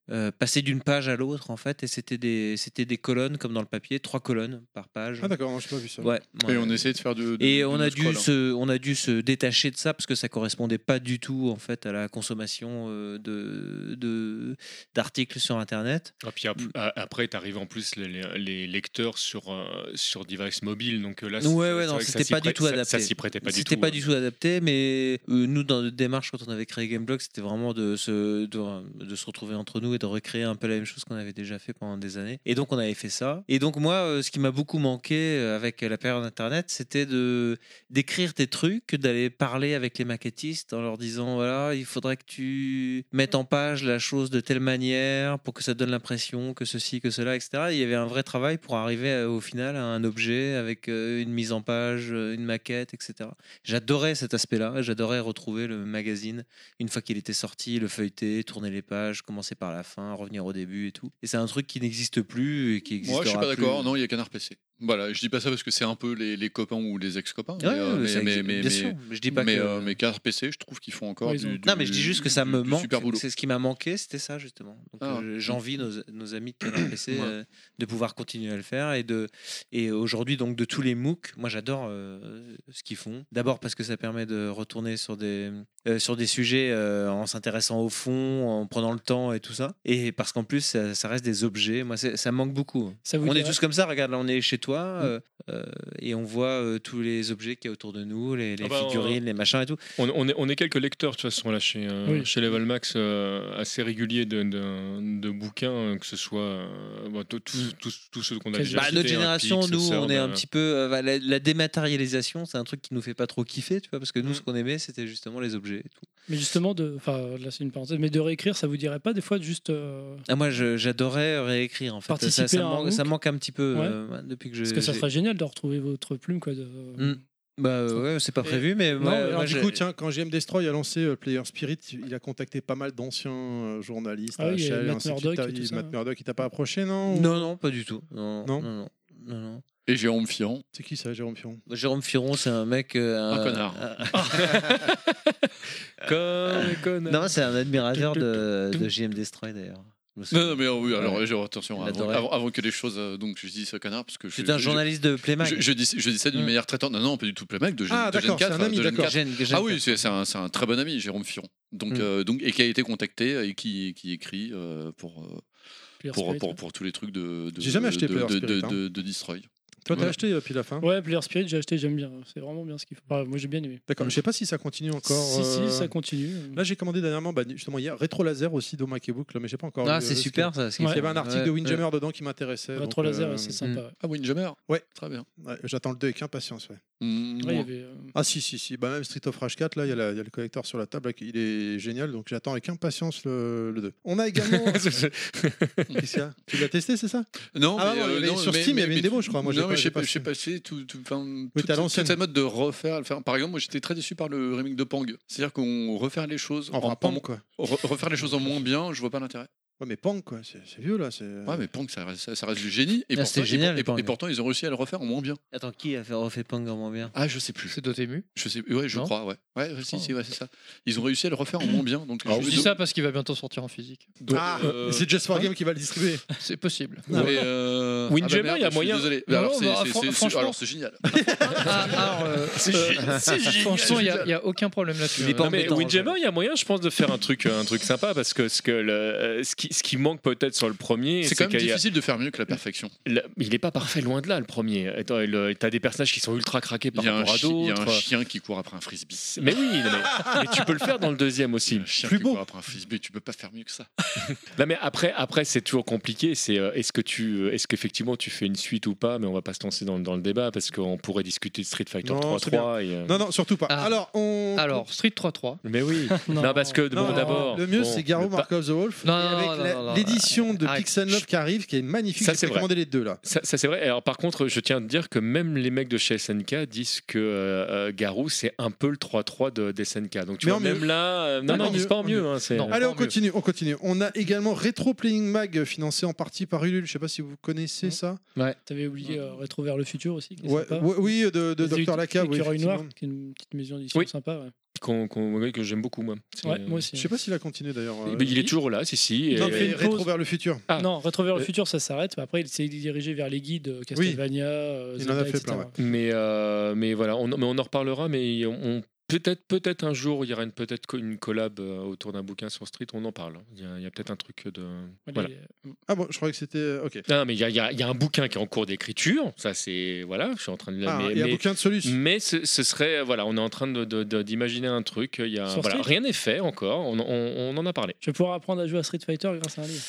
Speaker 6: euh, passer d'une page à l'autre en fait et c'était des c'était des colonnes comme dans le papier trois colonnes par page
Speaker 1: Ah, d'accord, non, j'ai pas vu ça.
Speaker 6: Ouais, ouais.
Speaker 7: Et on essayait de faire du. du-
Speaker 6: et
Speaker 7: du
Speaker 6: on a dû
Speaker 7: no-scroll, hein.
Speaker 6: se on a dû se détacher de ça parce que ça correspondait pas du tout en fait à la consommation euh, de de d'articles sur internet
Speaker 10: Ah,
Speaker 4: Et puis
Speaker 6: Mm.
Speaker 4: ap- a- après, t'arrives en plus les, les- les lecteurs sur, euh, sur device mobile. Donc euh, là, c'est-
Speaker 6: ouais, ouais,
Speaker 4: c'est
Speaker 6: non,
Speaker 4: vrai que ça
Speaker 6: c'était
Speaker 4: s'y
Speaker 6: pas du
Speaker 4: prête-
Speaker 6: tout
Speaker 4: ça-
Speaker 6: adapté.
Speaker 4: Ça s'y prêtait pas du tout.
Speaker 6: C'était
Speaker 10: hein.
Speaker 6: pas du tout adapté, euh, mais euh, nous, dans notre démarche, quand on avait créé Gameblog, c'était vraiment de se, de, de se retrouver entre nous et et de recréer un peu la même chose qu'on avait déjà fait pendant des années. Et donc on avait fait ça. Et donc moi, euh, ce qui m'a beaucoup manqué euh, avec la période internet, c'était de d'écrire des trucs, d'aller parler avec les maquettistes en leur disant voilà, il faudrait que tu mettes en page la chose de telle manière pour que ça donne l'impression que ceci, que cela, etc. Il y avait un vrai travail pour arriver euh, au final à un objet avec euh, une mise en page, euh, une maquette, etc. J'adorais cet aspect-là. J'adorais retrouver le magazine une fois qu'il était sorti, le feuilleter, tourner les pages, commencer par la fin, revenir au début et tout. Et c'est un truc qui n'existe plus et qui existe.
Speaker 7: Moi, je suis pas d'accord. Non, il y a Canard PC. Voilà, je dis pas ça parce que c'est un peu les, les copains ou les ex-copains. mais,
Speaker 6: Ouais,
Speaker 7: euh,
Speaker 6: ouais,
Speaker 7: mais-
Speaker 6: ça
Speaker 7: mais-
Speaker 6: existe,
Speaker 7: mais- mais-
Speaker 6: bien sûr. Je dis pas
Speaker 7: mais,
Speaker 6: que-
Speaker 7: euh, mais Canard PC, je trouve qu'ils font encore du, du-
Speaker 6: non, mais je dis juste que ça
Speaker 7: du-
Speaker 6: me
Speaker 7: du
Speaker 6: manque.
Speaker 7: super boulot.
Speaker 6: C'est ce qui m'a manqué, c'était ça justement. Donc
Speaker 7: Ah.
Speaker 6: euh, j'envie nos, nos amis de Canard PC
Speaker 7: Ouais.
Speaker 6: euh, de pouvoir continuer à le faire et de et aujourd'hui donc de tous les MOOC, moi j'adore euh, ce qu'ils font. D'abord parce que ça permet de retourner sur des euh, sur des sujets euh, en s'intéressant au fond, en prenant le temps et tout ça. Et parce qu'en plus ça, ça reste des objets. Moi c'est- ça me manque beaucoup.
Speaker 5: Ça vous
Speaker 6: on est
Speaker 4: euh,
Speaker 5: dirait-
Speaker 6: tous comme ça. Regarde, là on est chez toi euh, euh, et on voit euh, tous les objets qu'il y a autour de nous, les, les
Speaker 4: Ah bah, on-
Speaker 6: figurines, les machins et tout.
Speaker 4: On, on est, on est quelques lecteurs de toute façon là chez, euh,
Speaker 6: Oui.
Speaker 4: chez Level Max euh, assez réguliers de, de- de bouquins, euh, que ce soit euh, bon, tous-
Speaker 7: Mm.
Speaker 4: tous tous- tous ceux qu'on a déjà
Speaker 6: Bah,
Speaker 4: cités,
Speaker 6: notre
Speaker 4: hein,
Speaker 6: génération,
Speaker 4: Pix,
Speaker 6: nous,
Speaker 4: Sœur,
Speaker 6: on est un
Speaker 4: bah,
Speaker 6: petit peu. euh, bah, la, la dématérialisation, c'est un truc qui nous fait pas trop kiffer, tu vois, parce que
Speaker 7: Mm.
Speaker 6: nous, ce qu'on aimait, c'était justement les objets. et tout.
Speaker 5: Mais justement, de, enfin là c'est une parenthèse, mais de réécrire, ça vous dirait pas des fois de juste. euh,
Speaker 6: Ah, moi, je- j'adorais réécrire, en fait.
Speaker 5: Participer
Speaker 6: ça, ça
Speaker 5: à un
Speaker 6: manque, ça
Speaker 5: MOOC.
Speaker 6: manque un petit peu
Speaker 5: Ouais.
Speaker 6: euh, ouais, depuis que je.
Speaker 5: Parce que ça
Speaker 6: j'ai-
Speaker 5: serait génial de retrouver votre plume, quoi. De...
Speaker 6: Hmm. Bah euh, ouais, c'est pas prévu, mais
Speaker 1: Non,
Speaker 6: moi,
Speaker 1: alors,
Speaker 6: moi,
Speaker 1: du
Speaker 6: j'ai-
Speaker 1: coup, tiens, quand GM Destroy a lancé euh, Player Spirit, il a contacté pas mal d'anciens euh, journalistes,
Speaker 5: Ah oui, il y a
Speaker 1: HL,
Speaker 5: Matt
Speaker 1: ainsi de suite.
Speaker 5: Murdock et
Speaker 1: Il-
Speaker 5: tout ça,
Speaker 1: Matt
Speaker 5: ouais.
Speaker 1: Murdock, il t'a pas approché, non ou-
Speaker 6: Non, non, pas du tout. Non,
Speaker 1: Non
Speaker 6: non, non. non, non.
Speaker 7: Et Jérôme Firon.
Speaker 1: C'est qui ça, Jérôme Piron
Speaker 6: Jérôme Firon, c'est un mec. euh,
Speaker 7: Un connard.
Speaker 10: Euh,
Speaker 6: Comme connard. Non, c'est un admirateur de, de JM Destroy, d'ailleurs. Je me souviens.
Speaker 7: Non, non, mais euh, oui, alors je- attention,
Speaker 6: Il
Speaker 7: avant,
Speaker 6: adorait.
Speaker 7: avant- avant que les choses. euh, donc je dis ce canard parce que je.
Speaker 6: C'est un
Speaker 7: je-
Speaker 6: journaliste de Playmac.
Speaker 7: Je, je dis, je dis ça d'une
Speaker 6: Mm.
Speaker 7: manière très tendre. Non, non, pas du tout Playmac, de Gen,
Speaker 1: Ah,
Speaker 7: de Gen
Speaker 1: d'accord, c'est
Speaker 7: 4,
Speaker 1: un ami,
Speaker 7: de Gen
Speaker 1: d'accord.
Speaker 7: 4.
Speaker 6: Gen- Gen
Speaker 7: Ah oui, c'est c'est un, c'est un très bon ami, Jérôme Firon. Donc,
Speaker 6: Mm.
Speaker 7: euh, donc, et qui a été contacté euh, et qui, qui écrit euh, pour, euh,
Speaker 5: Player
Speaker 7: pour,
Speaker 5: Spirit,
Speaker 7: pour,
Speaker 5: ouais.
Speaker 7: pour tous les trucs de, de,
Speaker 1: J'ai jamais acheté
Speaker 7: de,
Speaker 1: Player
Speaker 7: de,
Speaker 1: Spirit,
Speaker 7: de,
Speaker 1: hein.
Speaker 7: de- de Destroy.
Speaker 1: Toi, t'as
Speaker 7: Ouais.
Speaker 1: acheté euh, Pilaf hein
Speaker 5: Ouais, Player Spirit, j'ai acheté, j'aime bien. C'est vraiment bien ce qu'il faut. Enfin, moi, j'ai bien aimé.
Speaker 1: D'accord, je sais pas si ça continue encore.
Speaker 5: Si,
Speaker 1: euh,
Speaker 5: si, ça continue.
Speaker 1: Là, j'ai commandé dernièrement, bah, justement, hier, Rétro Laser aussi d'Omakebook, là, mais j'ai pas encore.
Speaker 6: Ah,
Speaker 1: lu,
Speaker 6: c'est
Speaker 1: euh, ce
Speaker 6: super,
Speaker 1: que-
Speaker 6: ça, ce qu'ils
Speaker 1: Il y
Speaker 6: font.
Speaker 1: avait un article
Speaker 6: Ouais,
Speaker 1: de
Speaker 6: ouais.
Speaker 1: Windjammer dedans qui m'intéressait. donc,
Speaker 5: Rétro Laser,
Speaker 1: euh,
Speaker 5: ouais, c'est sympa.
Speaker 6: hmm.
Speaker 5: ouais.
Speaker 7: Ah, Windjammer
Speaker 1: Ouais,
Speaker 7: Très bien.
Speaker 1: ouais, j'attends le 2 avec impatience, ouais.
Speaker 7: Mm,
Speaker 5: Ouais, il y
Speaker 7: moi.
Speaker 5: avait, euh,
Speaker 1: Ah si si si, bah même Street of Rage 4 là, il y, a la- il y a le collector sur la table, là, qui- il est génial, donc j'attends avec impatience le, le 2. On a également... Qu'est-ce qu'il y a Tu l'as testé, c'est ça
Speaker 7: Non,
Speaker 1: Ah,
Speaker 7: mais,
Speaker 1: bah, non, il y
Speaker 7: euh,
Speaker 1: avait-
Speaker 7: non,
Speaker 1: sur
Speaker 7: mais-
Speaker 1: Steam, il y
Speaker 7: mais-
Speaker 1: avait une
Speaker 7: mais-
Speaker 1: démo, je crois. Moi, j'ai
Speaker 7: non, mais
Speaker 1: pas- j'ai
Speaker 7: je
Speaker 1: pas
Speaker 7: sais
Speaker 1: su.
Speaker 7: pas, passé tout, tout, enfin,
Speaker 1: t'es
Speaker 7: toute,
Speaker 1: à
Speaker 7: toute
Speaker 1: l'ancienne.
Speaker 7: cette mode de refaire, le faire. Par exemple, moi, j'étais très déçu par le remake de Pang. C'est-à-dire qu'on refaire les choses
Speaker 1: Enfin,
Speaker 7: en,
Speaker 1: Pang,
Speaker 7: en-
Speaker 1: quoi.
Speaker 7: re- refaire les choses en moins bien, je vois pas l'intérêt.
Speaker 1: Ouais, mais Pang, quoi, c'est c'est vieux, là. c'est-
Speaker 7: Ouais, mais Pang, ça reste, ça- ça reste du génie. Et,
Speaker 6: Ah,
Speaker 7: pourtant,
Speaker 6: c'était
Speaker 7: et-
Speaker 6: génial,
Speaker 7: et-
Speaker 6: Pang.
Speaker 7: et pourtant, ils ont réussi à le refaire en moins bien.
Speaker 6: Attends, qui a fait refait Pang en moins bien
Speaker 7: Ah, je sais plus.
Speaker 3: C'est Dotemu.
Speaker 7: Je sais, ouais, je
Speaker 3: Non
Speaker 7: crois, ouais. Ouais, ouais, si, si, ouais, c'est ça. Ils ont réussi à le refaire en moins bien. Donc,
Speaker 3: Je dis ça parce qu'il va bientôt sortir en physique.
Speaker 7: donc,
Speaker 1: Ah,
Speaker 7: euh,
Speaker 1: c'est Just for Game qui va le distribuer.
Speaker 3: C'est possible.
Speaker 7: ouais, euh,
Speaker 4: Windjammer,
Speaker 7: ah bah merde,
Speaker 4: il y a
Speaker 7: je suis
Speaker 4: moyen.
Speaker 7: Désolé.
Speaker 3: Non,
Speaker 7: alors,
Speaker 3: non,
Speaker 7: c'est-
Speaker 3: bah,
Speaker 7: c'est-
Speaker 3: fran-
Speaker 7: c'est- c'est-
Speaker 3: franchement-
Speaker 7: alors, c'est génial.
Speaker 6: Ah, euh,
Speaker 3: Franchement, il n'y a, aucun problème là-dessus.
Speaker 6: Il est pas
Speaker 3: hein.
Speaker 4: Non, mais
Speaker 6: embêtant,
Speaker 4: Windjammer, il y a moyen, je pense, de faire un truc, euh, un truc sympa parce que ce que le, euh, ce qui, ce qui manque peut-être sur le premier,
Speaker 7: C'est quand même
Speaker 4: qu'il y a-
Speaker 7: difficile de faire mieux que la perfection.
Speaker 4: le- il est pas parfait loin de là le premier. Attends, le- T'as des personnages qui sont ultra craqués
Speaker 7: Il
Speaker 4: par
Speaker 7: y a un
Speaker 4: rapport à
Speaker 7: chi- il y a un
Speaker 4: d'autres.
Speaker 7: chien qui court après un frisbee.
Speaker 4: Mais oui, non, mais, mais tu peux le faire dans le deuxième aussi.
Speaker 7: Un chien
Speaker 1: Plus
Speaker 7: qui
Speaker 1: beau.
Speaker 7: court après un frisbee, tu peux pas faire mieux que ça.
Speaker 4: Non mais après, après c'est toujours compliqué. C'est euh, est-ce que tu, est-ce qu'effectivement tu fais une suite ou pas Mais on va pas se lancer dans, le- dans le débat parce qu'on pourrait discuter de Street Fighter
Speaker 1: Non,
Speaker 4: 3
Speaker 1: c'est
Speaker 4: 3. Et, euh,
Speaker 1: Non, non, surtout pas.
Speaker 3: Ah.
Speaker 1: Alors, on...
Speaker 3: Alors, Street 3-3.
Speaker 4: Mais oui. non. parce que
Speaker 1: Non,
Speaker 4: bon, d'abord.
Speaker 1: le mieux,
Speaker 4: bon, bah,
Speaker 1: c'est Garou
Speaker 4: le pa-
Speaker 1: Mark of the Wolf.
Speaker 3: Non,
Speaker 1: et
Speaker 3: non,
Speaker 1: avec
Speaker 3: non,
Speaker 1: la-
Speaker 3: non, non,
Speaker 1: l'édition de
Speaker 3: arrête.
Speaker 1: Pixel 9 qui arrive, qui est magnifique.
Speaker 4: Ça,
Speaker 1: J'ai
Speaker 4: c'est vrai.
Speaker 1: commandé les deux, là.
Speaker 4: Ça, ça, c'est vrai. Alors par contre, je tiens à te dire que même les mecs de chez SNK disent que euh, euh, Garou c'est un peu le 3-3 de, des SNK. Donc tu
Speaker 1: Mais en
Speaker 4: vois même
Speaker 1: mieux.
Speaker 4: là, euh,
Speaker 1: Ouais,
Speaker 4: non
Speaker 1: en
Speaker 4: non,
Speaker 1: mieux,
Speaker 4: c'est pas en
Speaker 1: en
Speaker 4: mieux. hein, c'est-
Speaker 3: Non.
Speaker 1: Allez,
Speaker 3: Encore
Speaker 1: on
Speaker 3: mieux.
Speaker 1: continue, on continue. On a également Retro Playing Mag, euh, financé en partie par Ulule. Je sais pas si vous connaissez ça.
Speaker 5: T'avais oublié euh, Rétro vers le futur aussi. qui est
Speaker 1: Ouais,
Speaker 5: sympa.
Speaker 1: ouais, oui, de, de
Speaker 5: Les
Speaker 1: Dr. Lacave. Oui,
Speaker 5: Écureuils noirs,
Speaker 1: effectivement.
Speaker 5: qui est une petite maison d'édition
Speaker 4: Oui.
Speaker 5: sympa. Ouais.
Speaker 4: qu'on- qu'on- oui, que j'aime beaucoup moi. C'est-
Speaker 10: euh,
Speaker 5: Ouais, moi aussi.
Speaker 1: Je sais pas s'il a continué d'ailleurs. euh,
Speaker 4: Mais Il est toujours là, si si.
Speaker 1: Ils ont
Speaker 4: et-
Speaker 1: fait
Speaker 5: une
Speaker 1: Rétro
Speaker 5: pause.
Speaker 1: vers le futur.
Speaker 4: Ah.
Speaker 5: Non, Retro vers le
Speaker 4: Euh.
Speaker 5: futur, ça s'arrête. mais Après, il s'est dirigé vers les guides euh, Castlevania, euh,
Speaker 1: Il en a
Speaker 5: Zelda,
Speaker 1: fait
Speaker 5: etc.
Speaker 1: plein, ouais.
Speaker 4: Mais, euh, mais voilà, on, mais on en reparlera, mais on, on Peut-être, peut-être un jour, il y aura une- peut-être co- une collab euh, autour d'un bouquin sur Street, on en parle. hein. Il y a, il y a peut-être un truc de. Voilà.
Speaker 5: euh,
Speaker 1: Ah bon, je croyais que c'était. euh, Ok.
Speaker 4: Non, mais il y, a- il y a- il y a un bouquin qui est en cours d'écriture. Ça, c'est voilà, je suis en train de.
Speaker 1: Ah,
Speaker 4: mais,
Speaker 1: il y a un
Speaker 4: mais- Mm.
Speaker 1: bouquin de Solus.
Speaker 4: Mais ce, ce serait euh, voilà, on est en train de- de- de- d'imaginer un truc. Il y a
Speaker 5: Sur
Speaker 4: voilà,
Speaker 5: Switch
Speaker 4: rien n'est fait encore. On, on- on en a parlé.
Speaker 5: Je vais pouvoir apprendre à jouer à Street Fighter grâce à un livre.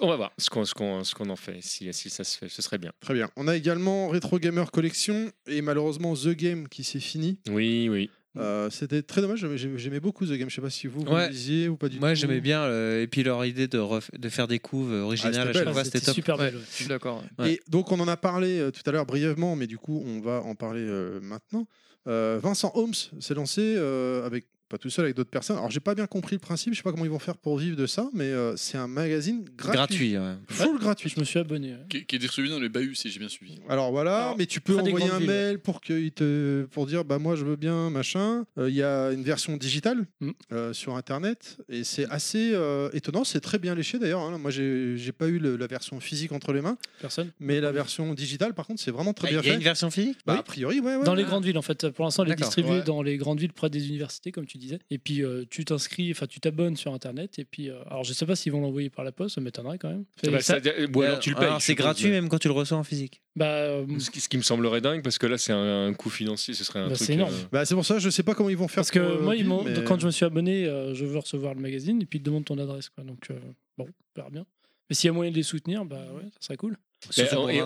Speaker 4: On va voir ce qu'on ce qu'on- ce qu'on en fait. Si, si ça se fait, ce serait bien.
Speaker 1: Très bien. On a également Retro Gamer Collection et malheureusement The Game qui s'est fini.
Speaker 4: Oui, oui.
Speaker 1: Euh, c'était très dommage, j'aimais- j'aimais j'aimais beaucoup The Game. Je sais pas si vous, vous
Speaker 10: Ouais.
Speaker 1: le lisiez ou pas du tout.
Speaker 10: Moi j'aimais bien, euh, et puis leur idée de, ref- de faire des couves euh,
Speaker 1: Ah,
Speaker 10: originales
Speaker 1: c'était
Speaker 10: à chaque
Speaker 1: belle.
Speaker 10: fois, c'était top.
Speaker 3: Ouais, Je suis d'accord.
Speaker 10: Ouais.
Speaker 1: Et donc on en a parlé euh, tout à l'heure brièvement, mais du coup on va en parler euh, maintenant. Euh, Vincent Holmes s'est lancé euh, avec pas tout seul avec d'autres personnes. Alors j'ai pas bien compris le principe, je sais pas comment ils vont faire pour vivre de ça, mais euh, c'est un magazine gratuit.
Speaker 10: Gratuit, ouais.
Speaker 1: Full gratuit.
Speaker 5: Je me suis abonné.
Speaker 7: Qui, qui est distribué dans les bahuts, si j'ai bien suivi.
Speaker 1: Alors voilà, mais tu peux
Speaker 7: près des
Speaker 1: envoyer
Speaker 7: grandes
Speaker 1: un
Speaker 7: villes, ouais.
Speaker 1: mail pour qu'il te pour dire bah moi je veux bien machin. Euh, Il y a une version digitale
Speaker 5: Mm.
Speaker 1: euh, sur internet et c'est assez euh, étonnant, c'est très bien léché d'ailleurs. hein. Moi j'ai j'ai pas eu le- la version physique entre les mains,
Speaker 5: Personne.
Speaker 1: mais la version digitale par contre c'est vraiment très
Speaker 5: Ah,
Speaker 1: bien
Speaker 5: il y a
Speaker 1: fait.
Speaker 5: une version
Speaker 10: physique
Speaker 1: Bah, A priori ouais. ouais.
Speaker 5: dans les
Speaker 1: Ah.
Speaker 5: grandes villes en fait pour l'instant elle est
Speaker 1: D'accord.
Speaker 5: distribuée
Speaker 1: Ouais.
Speaker 5: dans les grandes villes près des universités comme tu disais et puis euh, tu t'inscris enfin tu t'abonnes sur internet et puis euh, alors je sais pas s'ils vont l'envoyer par la poste ça m'étonnerait quand même
Speaker 1: Eh
Speaker 4: Ah
Speaker 1: ben,
Speaker 4: bah,
Speaker 5: Ça-
Speaker 4: ça- ou alors
Speaker 6: ah,
Speaker 4: tu le payes,
Speaker 10: Alors,
Speaker 4: je
Speaker 10: Euh, c'est
Speaker 4: suppose,
Speaker 10: gratuit
Speaker 4: mais-
Speaker 10: même quand tu le reçois en physique.
Speaker 5: bah, euh,
Speaker 4: Ce qui, ce qui me semblerait dingue parce que là c'est un, un coût financier, ce serait un
Speaker 5: Bah,
Speaker 4: truc. euh,
Speaker 5: c'est énorme.
Speaker 1: Bah, c'est pour ça je sais pas comment ils vont faire.
Speaker 5: parce que
Speaker 1: pour, euh,
Speaker 5: moi ils
Speaker 1: vivre,
Speaker 5: m'ont-
Speaker 1: mais-
Speaker 5: quand je me suis abonné euh, je veux recevoir le magazine et puis ils te demandent ton adresse quoi donc euh, bon on verra bien mais s'il y a moyen de les soutenir bah ouais ça serait cool
Speaker 4: Mais on- et-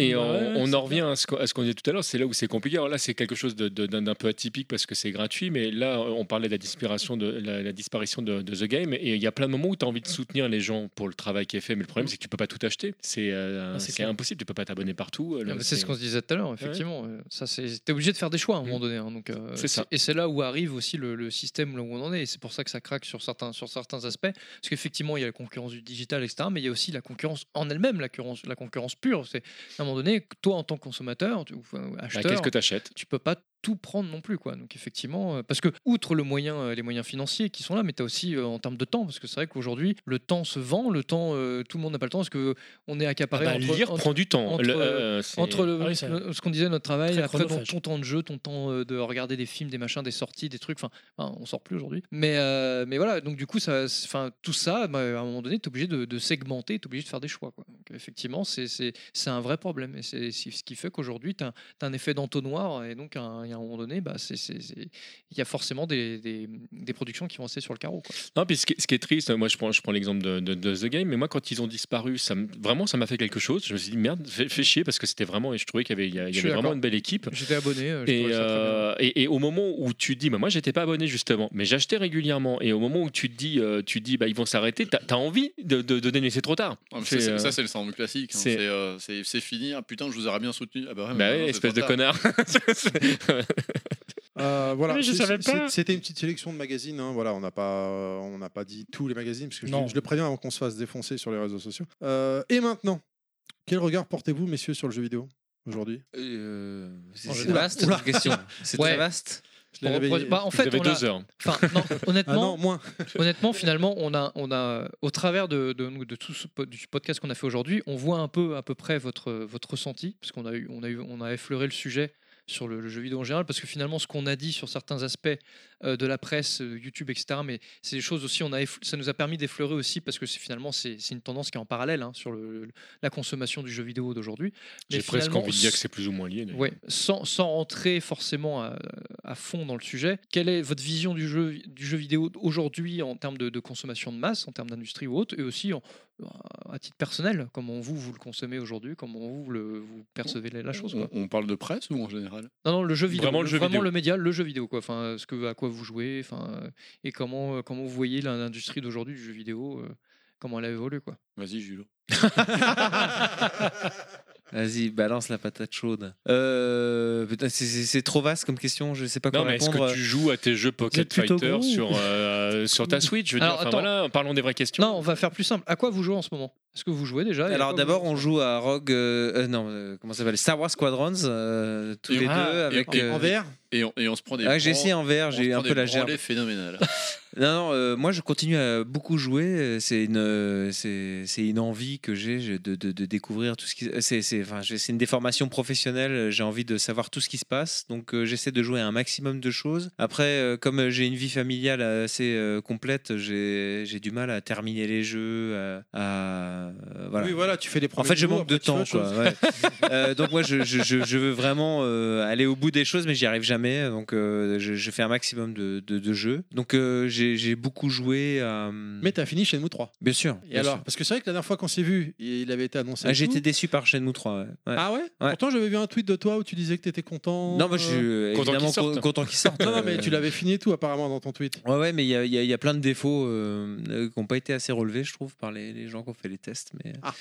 Speaker 4: Et
Speaker 3: Bah
Speaker 4: on,
Speaker 5: Ouais, ouais,
Speaker 4: on
Speaker 5: c'est
Speaker 4: en revient à ce qu'on à ce qu'on disait tout à l'heure, c'est là où c'est compliqué. Alors là, c'est quelque chose de- de- d'un d'un peu atypique parce que c'est gratuit, mais là, on parlait de la disparition de, la, la disparition de, de The Game, et il y a plein de moments où tu as envie de soutenir les gens pour le travail qui est fait, mais le problème, c'est que tu peux pas tout acheter. C'est euh,
Speaker 3: Ah, c'est
Speaker 4: c'est
Speaker 3: clair.
Speaker 4: impossible, tu peux pas t'abonner partout. euh,
Speaker 3: Ah, mais c'est ce qu'on se disait tout à l'heure, effectivement. Euh, Ça, c'est t'es obligé de faire des choix à un moment donné. hein, donc, euh,
Speaker 4: Mmh. C'est ça.
Speaker 3: Et c'est là où arrive aussi le, le système là où on en est. Et c'est pour ça que ça craque sur certains, sur certains aspects. Parce qu'effectivement, il y a la concurrence du digital, etc. Mais il y a aussi la concurrence en elle-même, la concurrence, la concurrence pure. C'est à un moment donné, toi en tant que consommateur, tu- ou, enfin, acheteur,
Speaker 4: Bah, qu'est-ce que t'achètes
Speaker 3: Tu peux pas tout prendre non plus quoi donc effectivement euh, parce que outre le moyen euh, les moyens financiers qui sont là mais tu as aussi euh, en termes de temps parce que c'est vrai qu'aujourd'hui le temps se vend le temps euh, tout le monde n'a pas le temps parce que on est accaparé
Speaker 4: Ah bah,
Speaker 3: entre-
Speaker 4: lire
Speaker 3: entre-
Speaker 4: prend du temps.
Speaker 3: entre,
Speaker 4: Le- euh, c'est-
Speaker 3: entre le-
Speaker 4: Ah oui,
Speaker 3: ce
Speaker 4: ça-
Speaker 3: que- ce qu'on disait notre travail
Speaker 4: Très
Speaker 3: après ton,
Speaker 4: chronophage.
Speaker 3: ton temps de jeu ton temps euh, de regarder des films des machins des sorties des trucs enfin enfin, on sort plus aujourd'hui mais euh, mais voilà donc du coup ça enfin tout ça bah, à un moment donné tu es obligé de, de segmenter tu es obligé de faire des choix quoi. Donc, effectivement c'est c'est c'est un vrai problème et c'est c'est ce qui fait qu'aujourd'hui tu as, un effet d'entonnoir et donc un- il y a un moment donné bah c'est c'est- c'est- il y a forcément des, des, des productions qui vont rester sur le carreau quoi.
Speaker 4: Non, puis ce qui, ce qui est triste, moi je prends, je prends l'exemple de, de- de The Game, mais moi quand ils ont disparu, ça, me- vraiment ça m'a fait quelque chose. Je me suis dit merde, fais, fais chier parce que c'était vraiment, et je trouvais qu'il y avait, il y a- il y
Speaker 3: Je suis
Speaker 4: avait vraiment
Speaker 3: d'accord.
Speaker 4: une belle équipe.
Speaker 3: j'étais abonné euh, je
Speaker 4: Et,
Speaker 3: trouvais ça très bien.
Speaker 4: euh, et, et au moment où tu te dis, bah, moi j'étais pas abonné justement, mais j'achetais régulièrement, et au moment où tu te dis, euh, tu te dis bah, ils vont s'arrêter, t'as as envie de, de, de donner, c'est trop tard.
Speaker 7: Ah, mais ça, c'est-
Speaker 4: euh,
Speaker 7: ça, c'est le syndrome classique. hein.
Speaker 4: c'est-
Speaker 7: C'est euh, c'est- c'est fini. Ah, putain, je vous aurais bien soutenu. Ah bah, ouais, mais
Speaker 4: Bah
Speaker 7: non,
Speaker 4: ouais,
Speaker 7: c'est
Speaker 4: espèce
Speaker 7: trop
Speaker 4: de
Speaker 7: tard.
Speaker 4: connard.
Speaker 1: Euh, voilà,
Speaker 4: Oui, je
Speaker 1: c'est-
Speaker 4: savais
Speaker 1: c'est-
Speaker 4: pas.
Speaker 1: C'était une petite sélection de magazines. hein, Voilà, on n'a pas, on n'a pas dit tous les magazines parce que je,
Speaker 5: Non.
Speaker 1: je le préviens avant qu'on se fasse défoncer sur les réseaux sociaux. Euh, et maintenant, quel regard portez-vous, messieurs, sur le jeu vidéo aujourd'hui
Speaker 10: Euh, c'est
Speaker 1: En
Speaker 10: c'est
Speaker 1: général.
Speaker 10: vaste
Speaker 1: Oula.
Speaker 10: cette question. C'est
Speaker 3: Ouais.
Speaker 10: très vaste.
Speaker 1: Je l'ai réveillé.
Speaker 3: Bah, en fait, on l'a- Enfin, non, honnêtement,
Speaker 1: Ah non, moins.
Speaker 3: honnêtement, finalement, on a, on a, au travers de, de, de tout ce po- du podcast qu'on a fait aujourd'hui, on voit un peu, à peu près votre, votre ressenti, parce qu'on a eu, on a eu, on a effleuré le sujet sur le, le jeu vidéo en général, parce que finalement, ce qu'on a dit sur certains aspects euh, de la presse, euh, YouTube, etc., mais c'est des choses aussi, on a eff- ça nous a permis d'effleurer aussi, parce que c'est- finalement, c'est c'est une tendance qui est en parallèle hein, sur le- le- la consommation du jeu vidéo d'aujourd'hui. Mais
Speaker 4: J'ai presque
Speaker 3: finalement,
Speaker 4: envie de dire que c'est plus ou moins lié. d'ailleurs.
Speaker 3: Ouais, sans, sans rentrer forcément à, à fond dans le sujet, quelle est votre vision du jeu, du jeu vidéo aujourd'hui en termes de, de consommation de masse, en termes d'industrie ou autre, et aussi en- à titre personnel, comment vous, vous le consommez aujourd'hui, comment vous, le, vous percevez la, la chose quoi.
Speaker 7: On, on parle de presse ou en général
Speaker 3: Non, non, le jeu vidéo,
Speaker 7: Mmh. Vraiment le jeu vidéo.
Speaker 3: média, le jeu vidéo, quoi. Enfin, ce que, à quoi vous jouez, enfin, euh, et comment, euh, comment vous voyez la- l'industrie d'aujourd'hui du jeu vidéo, euh, comment elle a évolué, quoi.
Speaker 7: Vas-y, Julo.
Speaker 10: Vas-y, balance la patate chaude. Euh, putain, c'est- c'est c'est trop vaste comme question, je sais pas quoi
Speaker 4: Non, mais est-ce
Speaker 10: répondre.
Speaker 4: que tu joues à tes
Speaker 3: euh,
Speaker 4: jeux Pocket Fighter sur, euh, sur ta Switch Je veux
Speaker 3: Alors,
Speaker 4: dire, enfin,
Speaker 3: attends.
Speaker 4: voilà, parlons des vraies questions.
Speaker 3: Non, on va faire plus simple. À quoi vous jouez en ce moment Est-ce que vous jouez déjà et à
Speaker 10: Alors
Speaker 3: quoi vous-
Speaker 10: d'abord, on joue à Rogue. euh, euh, non, euh, comment ça s'appelle Star Wars Squadrons, euh, tous
Speaker 3: Et-
Speaker 10: les
Speaker 3: Ah,
Speaker 10: deux.
Speaker 3: et-
Speaker 10: Avec, euh,
Speaker 3: et- en VR
Speaker 7: Et on, et on se prend des.
Speaker 6: Ah, j'ai essayé en
Speaker 7: verre,
Speaker 6: VR, j'ai eu un peu la gerbe.
Speaker 7: phénoménal.
Speaker 6: Non, non, euh, moi je continue à beaucoup jouer. euh, C'est une, euh, c'est c'est une envie que j'ai j'ai de, de- de découvrir tout ce qui. euh, C'est c'est- enfin, j'ai- c'est une déformation professionnelle. euh, J'ai envie de savoir tout ce qui se passe. Donc euh, j'essaie de jouer à un maximum de choses. Après, euh, comme euh, j'ai une vie familiale assez euh, complète, j'ai j'ai du mal à terminer les jeux. à- à- euh, voilà.
Speaker 1: Oui, voilà, tu fais les
Speaker 6: En
Speaker 1: premiers
Speaker 6: fait, je
Speaker 1: boulots,
Speaker 6: manque de
Speaker 1: après, tu
Speaker 6: temps.
Speaker 1: fais autre
Speaker 6: Quoi,
Speaker 1: chose.
Speaker 6: ouais. Euh, donc moi, je, je- je- je veux vraiment euh, aller au bout des choses, mais j'y arrive jamais. Donc euh, je, je fais un maximum de, de- de jeux. Donc euh, j'ai j'ai beaucoup joué. à-
Speaker 1: Mais t'as fini Shenmue 3.
Speaker 6: Bien sûr.
Speaker 1: Et
Speaker 6: bien
Speaker 1: alors
Speaker 6: sûr.
Speaker 1: Parce que c'est vrai que la dernière fois qu'on s'est vu, il avait été annoncé.
Speaker 6: Ah,
Speaker 1: et
Speaker 6: J'ai
Speaker 1: tout.
Speaker 6: été déçu par Shenmue 3. ouais. Ouais.
Speaker 1: Ah ouais, Pourtant, j'avais vu un tweet de toi où tu disais que t'étais content.
Speaker 6: Non, moi je suis
Speaker 1: euh,
Speaker 6: euh, évidemment co- content qu'il sorte.
Speaker 1: Non, non, mais
Speaker 6: euh,
Speaker 1: tu l'avais fini et tout apparemment dans ton tweet.
Speaker 6: Ouais, ouais, mais il y a, il y a- il y a plein de défauts euh, euh, qui n'ont pas été assez relevés, je trouve, par les, les gens qui ont fait les tests. Mais,
Speaker 1: Ah.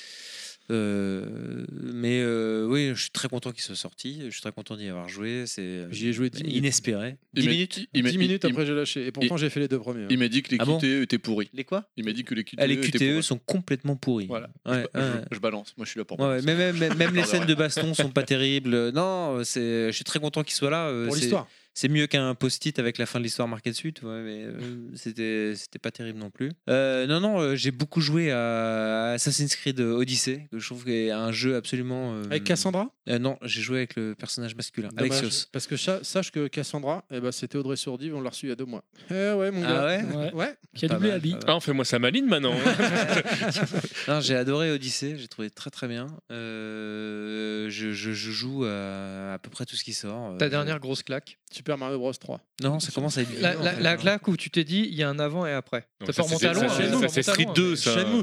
Speaker 6: Euh, mais euh, oui, je suis très content qu'il soit sorti. Je suis très content d'y avoir joué. C'est euh,
Speaker 1: J'y ai joué 10 minutes.
Speaker 6: inespéré.
Speaker 7: Il
Speaker 6: 10
Speaker 7: m'a-
Speaker 6: minutes
Speaker 7: il m'a-
Speaker 1: 10
Speaker 7: il-
Speaker 1: minutes
Speaker 7: il-
Speaker 1: après, j'ai lâché. Et pourtant,
Speaker 7: il-
Speaker 1: j'ai fait les deux premiers. hein.
Speaker 7: Il m'a dit que les
Speaker 6: Ah
Speaker 7: QTE
Speaker 6: bon
Speaker 7: étaient pourris.
Speaker 6: Les quoi
Speaker 7: Il m'a dit que les QTE,
Speaker 6: Ah, les
Speaker 7: étaient
Speaker 6: QTE
Speaker 7: pourris.
Speaker 6: sont complètement pourris.
Speaker 7: Voilà.
Speaker 6: Ouais,
Speaker 7: je,
Speaker 6: ouais.
Speaker 7: je- je balance, moi je suis là pour.
Speaker 6: Ouais, ouais,
Speaker 7: balancer.
Speaker 6: mais même, même- même
Speaker 7: Ah,
Speaker 6: les
Speaker 7: Pardon,
Speaker 6: scènes de
Speaker 7: ouais.
Speaker 6: baston sont pas terribles. Euh, Non, c'est, je suis très content qu'il soit là. euh,
Speaker 7: Pour
Speaker 6: c'est-
Speaker 7: l'histoire.
Speaker 6: C'est mieux qu'un post-it avec la fin de l'histoire marquée dessus, tu vois, mais
Speaker 7: Mm.
Speaker 6: euh, c'était, c'était pas terrible non plus. Euh, non, non, euh, j'ai beaucoup joué à Assassin's Creed Odyssey, que je trouve est un jeu absolument. euh,
Speaker 1: Avec Cassandra
Speaker 6: euh, Non, j'ai joué avec le personnage masculin,
Speaker 1: Dommage,
Speaker 6: Alexios.
Speaker 1: Parce que ça- sache que Cassandra, eh ben, c'était Audrey Sourdive, on l'a reçue il y a deux mois. Eh ouais, mon
Speaker 6: Ah
Speaker 1: gars.
Speaker 6: ouais
Speaker 1: Ouais.
Speaker 6: Pas mal, pas mal.
Speaker 4: Ah, on fait moi ça maline maintenant.
Speaker 6: Non, j'ai adoré Odyssey, j'ai trouvé très très bien. Euh, je, je- je joue à, à peu près tout ce qui sort. Euh,
Speaker 3: Ta dernière grosse claque
Speaker 1: Super Mario Bros 3.
Speaker 6: Non, ça commence à être.
Speaker 3: La, la- la claque où tu t'es dit, il y a un avant et après.
Speaker 6: Non,
Speaker 3: T'as
Speaker 6: ça,
Speaker 3: pas remonté
Speaker 6: c'est-
Speaker 3: à loin.
Speaker 6: ça,
Speaker 3: hein,
Speaker 6: c'est-
Speaker 3: t'as
Speaker 6: ça,
Speaker 3: pas
Speaker 6: c'est
Speaker 3: remonté à
Speaker 6: Street
Speaker 3: loin,
Speaker 6: 2,
Speaker 3: mais-
Speaker 6: ça. Shenmue.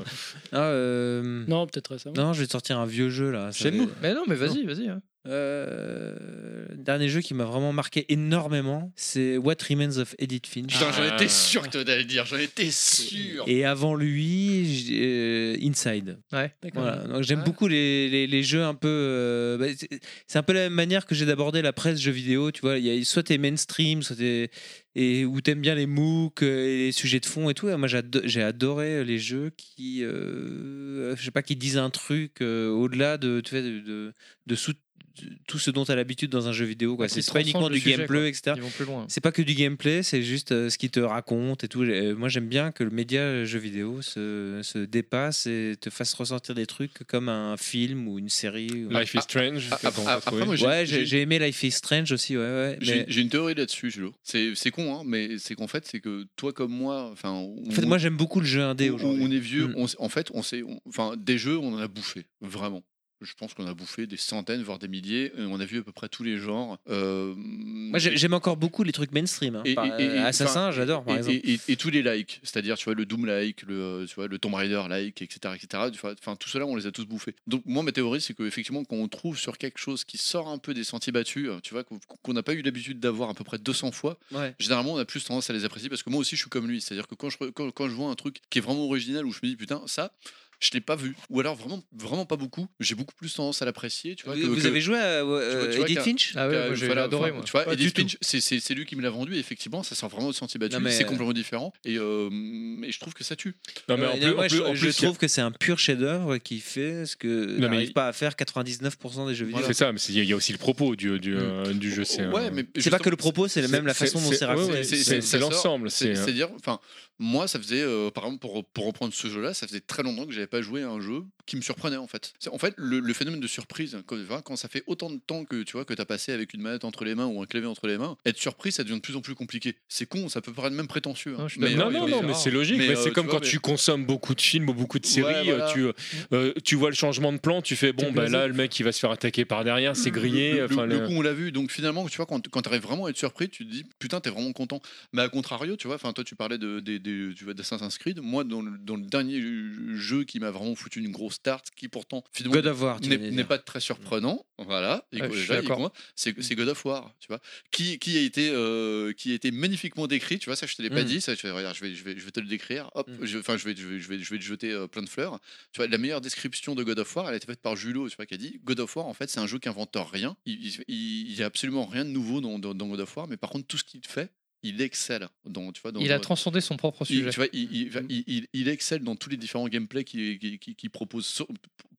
Speaker 6: Ah, euh,
Speaker 5: Non, peut-être récemment.
Speaker 6: Non, je vais te sortir un vieux jeu là. ça
Speaker 3: Shenmue.
Speaker 6: va-
Speaker 3: Mais non, mais vas-y, vas-y. hein.
Speaker 6: Euh, le dernier jeu qui m'a vraiment marqué énormément, c'est What Remains of Edith Finch.
Speaker 7: Putain, j'en étais sûr que t'allais le dire, j'en étais sûr.
Speaker 6: Et avant lui, j'ai- euh, Inside.
Speaker 3: Ouais,
Speaker 6: Voilà. Donc, J'aime beaucoup les, les- les jeux un peu. euh, bah, c'est- c'est un peu la même manière que j'ai d'abordé la presse jeux vidéo. Tu vois, il y a soit t'es mainstream, soit t'es et où t'aimes bien les MOOC euh, et les sujets de fond et tout. Et moi, j'ado- j'ai adoré les jeux qui, euh, je sais pas, qui disent un truc euh, au-delà de, tu sais, de, de- de sous- de tout ce dont t'as l'habitude dans un jeu vidéo. quoi.
Speaker 3: Qui
Speaker 6: C'est pas uniquement
Speaker 3: transcende le
Speaker 6: du
Speaker 3: sujet,
Speaker 6: gameplay,
Speaker 3: quoi.
Speaker 6: etc.
Speaker 3: Ils vont plus loin.
Speaker 6: C'est pas que du gameplay, c'est juste euh, ce qu'il te raconte et tout. Euh, Moi, j'aime bien que le média euh, jeu vidéo se, se dépasse et te fasse ressentir des trucs comme un film ou une série. ou-
Speaker 4: Life is Strange,
Speaker 7: ah,
Speaker 4: attends, on va
Speaker 7: ah,
Speaker 4: trouver.
Speaker 7: après, moi, j'ai-
Speaker 6: ouais, j'ai
Speaker 7: j'ai-
Speaker 6: j'ai aimé Life is Strange aussi. Ouais, ouais.
Speaker 7: J'ai
Speaker 6: mais-
Speaker 7: j'ai une théorie là-dessus, Julo. C'est c'est con, hein, mais c'est qu'en fait, c'est que toi comme moi, enfin,
Speaker 6: En fait,
Speaker 7: on-
Speaker 6: moi, j'aime beaucoup le jeu indé
Speaker 7: on-
Speaker 6: aujourd'hui.
Speaker 7: On est vieux.
Speaker 6: Mm.
Speaker 7: on s- en fait, on sait. on- Enfin, des jeux, on en a bouffé, vraiment. Je pense qu'on a bouffé des centaines, voire des milliers. Euh, On a vu à peu près tous les genres. Euh,
Speaker 6: Moi, j'ai- j'aime encore beaucoup les trucs mainstream. hein. Par- euh, Assassin,
Speaker 7: enfin,
Speaker 6: j'adore, par
Speaker 7: et-
Speaker 6: exemple.
Speaker 7: Et, et- et tous les likes, c'est-à-dire tu vois le Doom like, le euh, tu vois le Tomb Raider like, etc., etc. tu vois, Enfin tout cela, on les a tous bouffés. Donc moi ma théorie c'est qu'effectivement quand on trouve sur quelque chose qui sort un peu des sentiers battus, euh, tu vois qu'on- qu'on n'a pas eu l'habitude d'avoir à peu près 200 fois,
Speaker 6: Ouais.
Speaker 7: généralement on a plus tendance à les apprécier parce que moi aussi je suis comme lui, c'est-à-dire que quand je re- quand, quand je vois un truc qui est vraiment original où je me dis putain ça. Je l'ai pas vu, ou alors vraiment, vraiment pas beaucoup. J'ai beaucoup plus tendance à l'apprécier. tu vois,
Speaker 6: Vous-
Speaker 7: que-
Speaker 6: vous
Speaker 7: que-
Speaker 6: avez joué à, euh,
Speaker 7: tu vois- tu vois
Speaker 6: Edith
Speaker 7: qu'un-
Speaker 6: Finch
Speaker 7: qu'un-
Speaker 6: Ah ouais, moi, j'ai
Speaker 7: voilà,
Speaker 6: adoré,
Speaker 7: enfin,
Speaker 6: moi.
Speaker 7: Tu vois,
Speaker 6: Pas du
Speaker 7: Edith
Speaker 6: tout.
Speaker 7: Finch, c'est- c'est c'est lui qui me l'a vendu. et effectivement, ça sent vraiment le sentier battu.
Speaker 6: Non, mais-
Speaker 7: C'est complètement différent. Et, euh, et je trouve que ça tue.
Speaker 4: Non, Ah, mais en
Speaker 6: Ouais,
Speaker 4: plus- en
Speaker 6: Euh, moi, je-
Speaker 4: plus- en
Speaker 6: je
Speaker 4: plus, il y a-
Speaker 6: trouve que c'est un pur chef-d'œuvre qui fait ce que
Speaker 4: Non, mais
Speaker 6: n'arrive
Speaker 4: il-
Speaker 6: pas à faire 99% des jeux vidéo.
Speaker 4: C'est ça, mais c'est- il y a aussi le propos du, du, euh, du jeu. C'est
Speaker 7: Oh, Ouais,
Speaker 4: euh,
Speaker 7: mais
Speaker 6: C'est pas
Speaker 7: justement,
Speaker 6: que le propos, c'est même la façon dont c'est raconté.
Speaker 7: ouais, ouais,
Speaker 4: C'est- c'est-
Speaker 7: ça
Speaker 4: c'est
Speaker 7: sort.
Speaker 4: l'ensemble,
Speaker 7: C'est-
Speaker 4: c'est, euh,
Speaker 7: C'est-à-dire, enfin, moi, ça faisait, euh, par exemple, pour, pour reprendre ce jeu-là, ça faisait très longtemps que j'avais pas joué à un jeu qui me surprenait en fait. C'est- En fait, le, le phénomène de surprise, quand, enfin, quand ça fait autant de temps que tu vois que t'as passé avec une manette entre les mains ou un clavier entre les mains, être surpris, ça devient de plus en plus compliqué. C'est con, ça peut paraître même prétentieux. hein. Mais,
Speaker 4: non,
Speaker 7: euh,
Speaker 4: non,
Speaker 7: mais-
Speaker 4: non, mais c'est logique. mais
Speaker 7: euh,
Speaker 4: c'est comme
Speaker 7: vois,
Speaker 4: quand
Speaker 7: mais-
Speaker 4: tu consommes beaucoup de films ou beaucoup de séries,
Speaker 7: Ouais, voilà.
Speaker 4: euh, tu, euh, tu vois le changement de plan, tu fais bon, bah
Speaker 7: blasé.
Speaker 4: là, le mec il va se faire attaquer par derrière, c'est grillé.
Speaker 7: Le, le-
Speaker 4: enfin,
Speaker 7: le
Speaker 4: le-
Speaker 7: coup, on l'a vu. Donc finalement, tu vois, quand, quand tu arrives vraiment à être surpris, tu te dis putain, t'es vraiment content. Mais à contrario, tu vois, enfin, toi, tu parlais de, des- des- tu vois, d'Assassin's Creed. Moi, dans le, dans le dernier jeu qui m'a vraiment foutu une grosse tarte, qui pourtant finalement
Speaker 6: God of War, tu
Speaker 7: n'est,
Speaker 6: venais de
Speaker 7: n'est
Speaker 6: dire.
Speaker 7: pas très surprenant, voilà. Et
Speaker 6: Mm. Ouais,
Speaker 7: que-
Speaker 6: je suis
Speaker 7: là, et
Speaker 6: d'accord. Mm.
Speaker 7: moi, c'est, c'est God of War, tu vois, qui, qui a été, euh, qui a été magnifiquement décrit. Tu vois, ça, je te l'ai pas
Speaker 6: Mm.
Speaker 7: dit. Ça, je, regarde, je vais, je vais, je vais te le décrire. Hop, je, enfin, je vais, je vais, je vais, je vais te jeter euh, plein de fleurs. Tu vois, la meilleure description de God of War, elle a été faite par Julo, tu vois, qui a dit God of War, en fait, c'est un jeu qui invente rien. Il n'y a absolument rien de nouveau dans, dans- dans God of War, mais par contre, tout ce qu'il fait, il excelle. Dans, tu vois, dans-
Speaker 3: Il a
Speaker 7: dans-
Speaker 3: transcendé son propre
Speaker 7: euh, il,
Speaker 3: sujet.
Speaker 7: tu vois, il, il- il- il- il excelle dans tous les différents gameplays qu'il qui, qui- qui propose, so-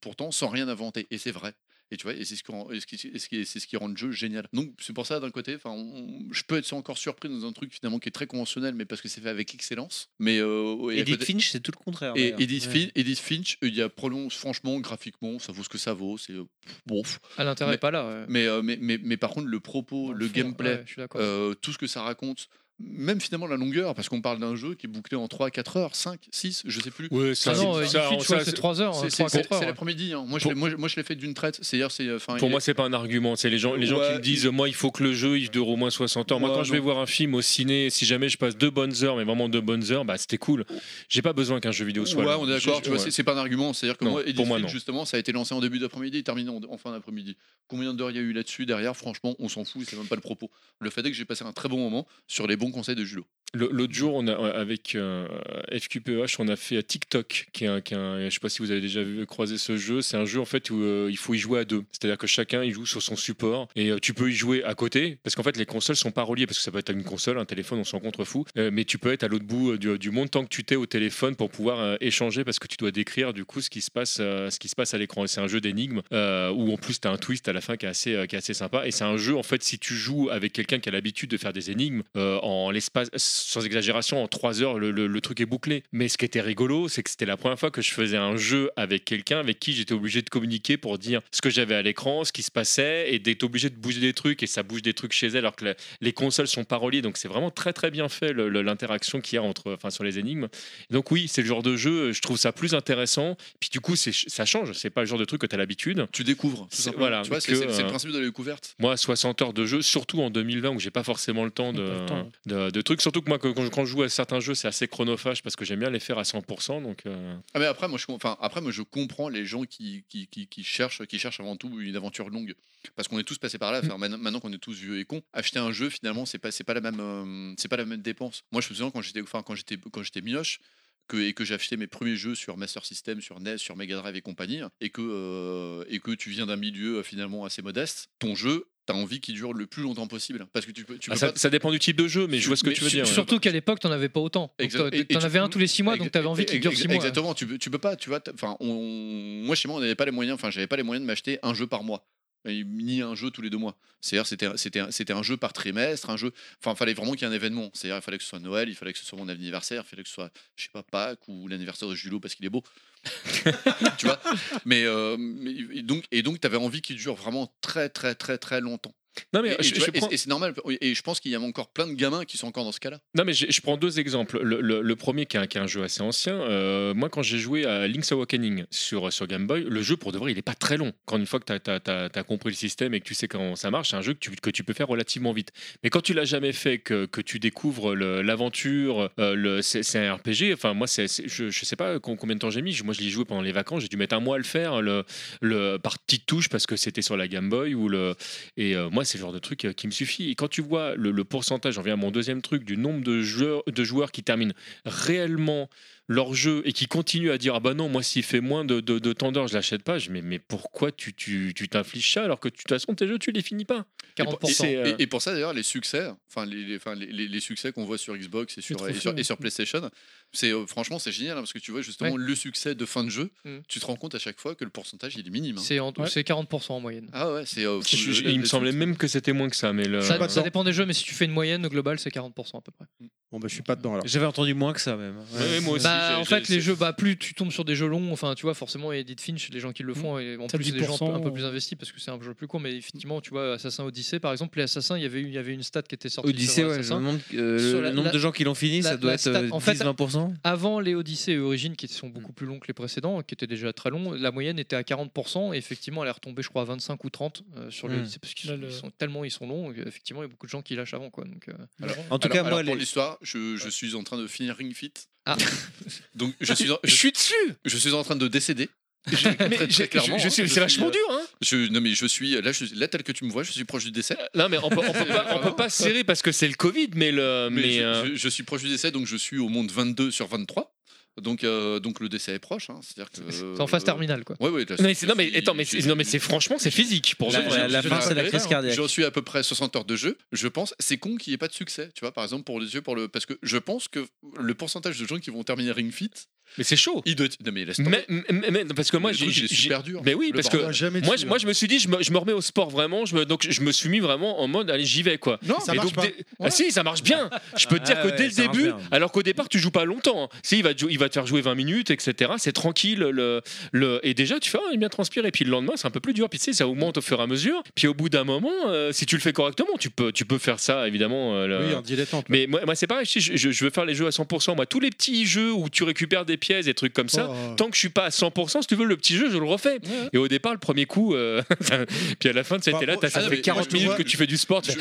Speaker 7: pourtant sans rien inventer. Et c'est vrai. Et tu vois, et c'est ce, qu'on- et ce qui, et ce qui- et c'est ce qui rend le jeu génial. Donc c'est pour ça, d'un côté, enfin, on- je peux être encore surpris dans un truc finalement qui est très conventionnel, mais parce que c'est fait avec excellence. Mais euh, et à
Speaker 10: Edith
Speaker 7: côté-
Speaker 10: Finch, c'est tout le contraire.
Speaker 7: Et
Speaker 10: d'ailleurs.
Speaker 7: Edith,
Speaker 10: Ouais.
Speaker 7: Fin- Edith Finch, il y a probablement- franchement, graphiquement, ça vaut ce que ça vaut. C'est euh, pff, bon. pff.
Speaker 3: Ah, l'intérêt
Speaker 7: Mais-
Speaker 3: est pas là, ouais.
Speaker 7: Mais, euh, mais, mais, mais par contre, le propos, le
Speaker 3: fond,
Speaker 7: gameplay,
Speaker 3: ouais, je suis d'accord.
Speaker 7: euh, tout ce que ça raconte, même finalement la longueur, parce qu'on parle d'un jeu qui est bouclé en 3, 4 heures, 5, 6, je sais plus.
Speaker 4: Ouais, ça, Ah non, c'est- euh, ça, Edith Finch, on- ça, ouais, c'est c'est- trois heures,
Speaker 7: C'est
Speaker 4: hein, trois à
Speaker 7: c'est-
Speaker 4: quatre heures,
Speaker 7: c'est
Speaker 4: ouais.
Speaker 7: l'après-midi. hein. Moi, je
Speaker 4: Pour-
Speaker 7: l'ai- moi, je- moi, je l'ai fait d'une traite. C'est-à-dire, c'est. euh, enfin,
Speaker 4: Pour
Speaker 7: il
Speaker 4: moi,
Speaker 7: est-
Speaker 4: c'est pas un argument. C'est les gens, les gens qui
Speaker 7: Ouais.
Speaker 4: me disent, moi, il faut que le jeu, il dure au moins 60 heures. Moi,
Speaker 7: Ouais,
Speaker 4: quand je vais
Speaker 7: non.
Speaker 4: voir un film au ciné, si jamais je passe deux bonnes heures, mais vraiment deux bonnes heures, bah, c'était cool. J'ai pas besoin qu'un jeu vidéo soit.
Speaker 7: Ouais,
Speaker 4: long.
Speaker 7: on est d'accord,
Speaker 4: Je-
Speaker 7: tu vois,
Speaker 4: ouais.
Speaker 7: c'est- c'est pas un argument. C'est-à-dire que
Speaker 4: Non,
Speaker 7: moi,
Speaker 4: pour
Speaker 7: Edith
Speaker 4: moi,
Speaker 7: Finch,
Speaker 4: non.
Speaker 7: justement, ça a été lancé en début d'après-midi et terminé en, en fin d'après-midi. Combien d'heures il y a eu là-dessus derrière Franchement, on s'en fout, c'est même pas le propos. Le fait est que j'ai passé un très bon moment sur les bons conseils de Julo.
Speaker 4: Le- L'autre jour, on a, euh, avec euh, FQPEH, on a fait TikTok, qui est un, qui est un- je sais pas si vous avez déjà vu, croisé ce jeu. C'est un jeu en fait où euh, il faut y jouer à deux. C'est-à-dire que chacun il joue sur son support et euh, tu peux y jouer à côté parce qu'en fait les consoles sont pas reliées parce que ça peut être une console, un téléphone, on s'en contrefou. Euh, mais tu peux être à l'autre bout euh, du, du monde tant que tu t'es au téléphone pour pouvoir euh, échanger parce que tu dois décrire du coup ce qui se passe, euh, ce qui se passe à l'écran. Et C'est un jeu d'énigmes euh, où en plus tu as un twist à la fin qui est assez, euh, qui est assez sympa. Et c'est un jeu en fait si tu joues avec quelqu'un qui a l'habitude de faire des énigmes euh, en l'espace, sans exagération, en trois heures le, le- le truc est bouclé. Mais ce qui était rigolo, c'est que c'était la première fois que je faisais un jeu avec quelqu'un avec qui j'étais obligé de communiquer pour dire ce que j'avais à l'écran, ce qui se passait et d'être obligé de bouger des trucs et ça bouge des trucs chez elle alors que la- les consoles sont pas reliées. Donc c'est vraiment très très bien fait le- le- l'interaction qu'il y a entre, enfin sur les énigmes. Donc oui, c'est le genre de jeu, je trouve ça plus intéressant. Puis du coup, c'est- ça change, c'est pas le genre de truc que tu as l'habitude.
Speaker 7: Tu découvres, tout simplement.
Speaker 4: Voilà,
Speaker 7: tu vois, c'est
Speaker 4: que,
Speaker 7: c'est- c'est le
Speaker 4: euh,
Speaker 7: principe de la découverte.
Speaker 4: moi, 60 heures de jeu, surtout en 2020 où j'ai pas forcément le temps de,
Speaker 7: le temps.
Speaker 4: de, de trucs. Surtout que moi, que- quand, je- quand je joue à certains jeux, c'est assez chronophage parce que j'aime bien les faire à 100%. Donc, euh,
Speaker 7: Ah, mais après, moi, je, com- enfin, après, moi, je comprends les gens qui, qui, qui, qui cherchent, qui cherchent avant tout une aventure longue. Parce qu'on est tous passés par là. Enfin, maintenant maintenant qu'on est tous vieux et cons, acheter un jeu, finalement, c'est pas, c'est pas, la, même, euh, c'est pas la même dépense. Moi, je me souviens quand j'étais enfin, quand j'étais- quand j'étais mioche, que, et que j'ai acheté mes premiers jeux sur Master System, sur NES, sur Mega Drive et compagnie, et que, euh, et que tu viens d'un milieu euh, finalement assez modeste, ton jeu, t'as envie qu'il dure le plus longtemps possible. Parce que tu peux, tu
Speaker 4: ah,
Speaker 7: peux
Speaker 4: ça,
Speaker 7: pas-
Speaker 4: ça dépend du type de jeu, mais je vois ce que
Speaker 7: Mais
Speaker 4: tu veux
Speaker 7: su-
Speaker 4: dire. ouais.
Speaker 3: Surtout qu'à l'époque, t'en avais pas autant. Donc,
Speaker 7: Exact-
Speaker 3: t'en-
Speaker 7: et- et
Speaker 3: T'en
Speaker 7: tu-
Speaker 3: avais un tous les 6 mois, donc t'avais envie qu'il
Speaker 7: Ex-
Speaker 3: dure
Speaker 7: ex-
Speaker 3: 6 mois. hein.
Speaker 7: Exactement, tu, peux- tu peux pas, tu vois, t'as- enfin, on- moi chez moi on n'avait pas les moyens, enfin j'avais pas les moyens de m'acheter un jeu par mois, Et ni un jeu tous les deux mois. C'est-à-dire c'était c'était c'était un jeu par trimestre, un jeu, enfin fallait vraiment qu'il y ait un événement. C'est-à-dire il fallait que ce soit Noël, il fallait que ce soit mon anniversaire, il fallait que ce soit je sais pas Pâques ou l'anniversaire de Julot parce qu'il est beau. tu vois, mais, euh, mais- et donc et donc t'avais envie qu'il dure vraiment très très très très longtemps.
Speaker 4: Non, mais
Speaker 7: et, et
Speaker 4: je-
Speaker 7: tu
Speaker 4: je
Speaker 7: vois, et-
Speaker 4: prends-
Speaker 7: et c'est normal. Et je pense qu'il y a encore plein de gamins qui sont encore dans ce cas-là.
Speaker 4: Non, mais je, je prends deux exemples. Le, le- le premier, qui est, un, qui est un jeu assez ancien, euh, moi, quand j'ai joué à Link's Awakening sur, sur Game Boy, le jeu, pour de vrai, il n'est pas très long. Quand une fois que tu as, compris le système et que tu sais comment ça marche, c'est un jeu que tu, que tu peux faire relativement vite. Mais quand tu l'as jamais fait, que, que tu découvres le- l'aventure, euh, le- c'est c'est un RPG, enfin, moi, c'est c'est- je ne sais pas com- combien de temps j'ai mis. Moi, je l'ai joué pendant les vacances, j'ai dû mettre un mois à le faire, le, le, par petites touches, parce que c'était sur la Game Boy ou le, et euh, moi, c'est le genre de truc euh, qui me suffit. Et quand tu vois le, le pourcentage, j'en viens à mon deuxième truc, du nombre de joueurs, de joueurs qui terminent réellement leur jeu et qui continuent à dire Ah bah non, moi, s'il fait moins de, de, de temps d'heure, je l'achète pas. Je dis, mais, mais pourquoi tu tu tu t'infliges ça alors que tu- de toute façon, tes jeux, tu les finis pas
Speaker 7: Et pour- et-
Speaker 4: C'est, euh,
Speaker 7: Et, et pour ça d'ailleurs les succès, enfin les, les- enfin, les- les- les succès qu'on voit sur Xbox et sur,
Speaker 4: trop
Speaker 7: et
Speaker 4: fou,
Speaker 7: sur,
Speaker 4: hein.
Speaker 7: et sur PlayStation, c'est euh, franchement c'est génial hein, parce que tu vois justement
Speaker 3: Ouais.
Speaker 7: le succès de fin de jeu,
Speaker 3: Mm.
Speaker 7: tu te rends compte à chaque fois que le pourcentage il est minime. hein.
Speaker 3: C'est en- c'est 40% en moyenne.
Speaker 7: Ah ouais, c'est. euh,
Speaker 4: je-
Speaker 7: le-
Speaker 4: je-
Speaker 7: le-
Speaker 4: il me
Speaker 7: le-
Speaker 4: semblait même que c'était moins que ça.
Speaker 7: Euh,
Speaker 4: Mais le...
Speaker 3: Ça, ça dépend des jeux, mais si tu fais une moyenne globale, c'est 40% à peu près.
Speaker 1: Bon, bah, je suis pas dedans alors.
Speaker 10: J'avais entendu moins que ça même.
Speaker 4: Ouais, moi aussi,
Speaker 3: Bah,
Speaker 4: j'ai-
Speaker 3: en
Speaker 4: j'ai-
Speaker 3: fait, les
Speaker 4: c'est-
Speaker 3: jeux, bah, plus tu tombes sur des jeux longs, enfin, tu vois, forcément, Edith Finch, les gens qui le font, et en
Speaker 5: T'as
Speaker 3: plus, c'est des gens un peu- un
Speaker 5: 10%,
Speaker 3: peu plus investis parce que c'est un jeu plus court, mais effectivement, tu vois, Assassin Odyssey, par exemple, les Assassins, il y avait une, il y avait une stat qui était sortie.
Speaker 10: Odyssey,
Speaker 3: sur
Speaker 10: ouais,
Speaker 3: Assassin.
Speaker 10: le nombre, euh,
Speaker 3: Sur
Speaker 10: le
Speaker 3: la-
Speaker 10: nombre
Speaker 3: la-
Speaker 10: de gens qui l'ont fini,
Speaker 3: la-
Speaker 10: ça doit
Speaker 3: la
Speaker 10: être
Speaker 3: stat-
Speaker 10: euh,
Speaker 3: en fait,
Speaker 10: 10-20%.
Speaker 3: Avant les Odyssey et Origin, qui sont beaucoup plus longs que les précédents, qui étaient déjà très longs, la moyenne était à 40%, et effectivement, elle est retombée, je crois, à 25 ou 30 euh, sur les
Speaker 10: Mm.
Speaker 3: Odyssey, parce qu'ils
Speaker 5: Là,
Speaker 3: sont,
Speaker 5: le-
Speaker 3: ils sont tellement ils sont longs, effectivement, il y a beaucoup de gens qui lâchent avant, quoi. Donc, euh,
Speaker 7: Alors-
Speaker 10: En tout
Speaker 7: alors-
Speaker 10: cas, moi,
Speaker 7: alors, pour
Speaker 10: les-
Speaker 7: l'histoire, je, je suis en train de finir Ring Fit.
Speaker 3: Ah.
Speaker 7: Donc je suis, en-
Speaker 9: Je suis dessus
Speaker 7: je suis en train de décéder. Je-
Speaker 9: Mais
Speaker 7: très, très
Speaker 9: je- je-
Speaker 7: clairement,
Speaker 9: je
Speaker 7: hein,
Speaker 9: suis- c'est vachement
Speaker 7: euh,
Speaker 9: dur, hein.
Speaker 7: je- non mais je suis là, je- là tel que tu me vois, je suis proche du décès.
Speaker 4: Non, mais on peut, on peut pas, on peut pas se serrer parce que c'est le Covid, mais le.
Speaker 7: Mais,
Speaker 4: mais,
Speaker 7: je,
Speaker 4: euh,
Speaker 7: je- je suis proche du décès, donc je suis au monde 22 sur 23. Donc, euh, donc le décès est proche. hein, C'est-à-dire que.
Speaker 3: C'est en phase terminale, quoi.
Speaker 7: Ouais, ouais, là,
Speaker 4: mais c'est- non, mais
Speaker 7: je-
Speaker 4: attends, mais c'est- non, mais c'est franchement, c'est physique pour hein.
Speaker 7: je-
Speaker 4: de
Speaker 7: je-
Speaker 4: vrai.
Speaker 7: je- je- je- J'en suis à peu près 60 heures de jeu. Je pense, c'est con qu'il n'y ait pas de succès, tu vois, par exemple, pour les yeux, pour le. Parce que je pense que le pourcentage de gens qui vont terminer Ring Fit,
Speaker 4: Mais c'est chaud.
Speaker 7: Il doit- Non, mais laisse tomber.
Speaker 4: Mais, mais- mais- parce que moi,
Speaker 7: Le
Speaker 4: j'ai-
Speaker 7: truc, il est
Speaker 4: j'ai-
Speaker 7: super dur.
Speaker 4: Mais oui,
Speaker 7: Le
Speaker 4: parce
Speaker 7: bras jamais
Speaker 4: que moi, je,
Speaker 7: dessus,
Speaker 4: moi,
Speaker 7: hein.
Speaker 4: je me suis dit, je me, je me remets au sport vraiment. Je me, donc, je me suis mis vraiment en mode, allez, j'y vais quoi.
Speaker 17: Non, ça marche pas.
Speaker 4: dès- Ah si, ça marche bien. Je peux te dire
Speaker 17: Ah
Speaker 4: que
Speaker 17: ouais,
Speaker 4: dès le
Speaker 17: ça marche
Speaker 4: début,
Speaker 17: bien.
Speaker 4: alors qu'au départ, tu joues pas longtemps. hein. Si, il va, te jou- il va te faire jouer 20 minutes, etc. C'est tranquille. Le, le, et déjà, tu fais, ah, il est bien transpiré. Puis le lendemain, c'est un peu plus dur. Puis tu sais, ça augmente au fur et à mesure. Puis au bout d'un moment, euh, si tu le fais correctement, tu peux, tu peux faire ça, évidemment. euh, le-
Speaker 1: Oui, en dilettante.
Speaker 4: mais moi, moi, c'est pareil, je, je- je veux faire les jeux à 100%. Moi, tous les petits jeux où tu récupères des pièces, des trucs comme ça,
Speaker 1: Oh.
Speaker 4: tant que je suis pas à 100%, si tu veux, le petit jeu, je le refais. Et au départ, le premier coup, euh, puis à la fin, tu sais,
Speaker 7: Enfin,
Speaker 4: t'es là,
Speaker 7: moi,
Speaker 4: t'as- ça
Speaker 7: ah, mais
Speaker 4: fait
Speaker 7: moi,
Speaker 4: 40
Speaker 7: je te
Speaker 4: minutes
Speaker 7: vois-
Speaker 4: que tu fais du sport. tu fais,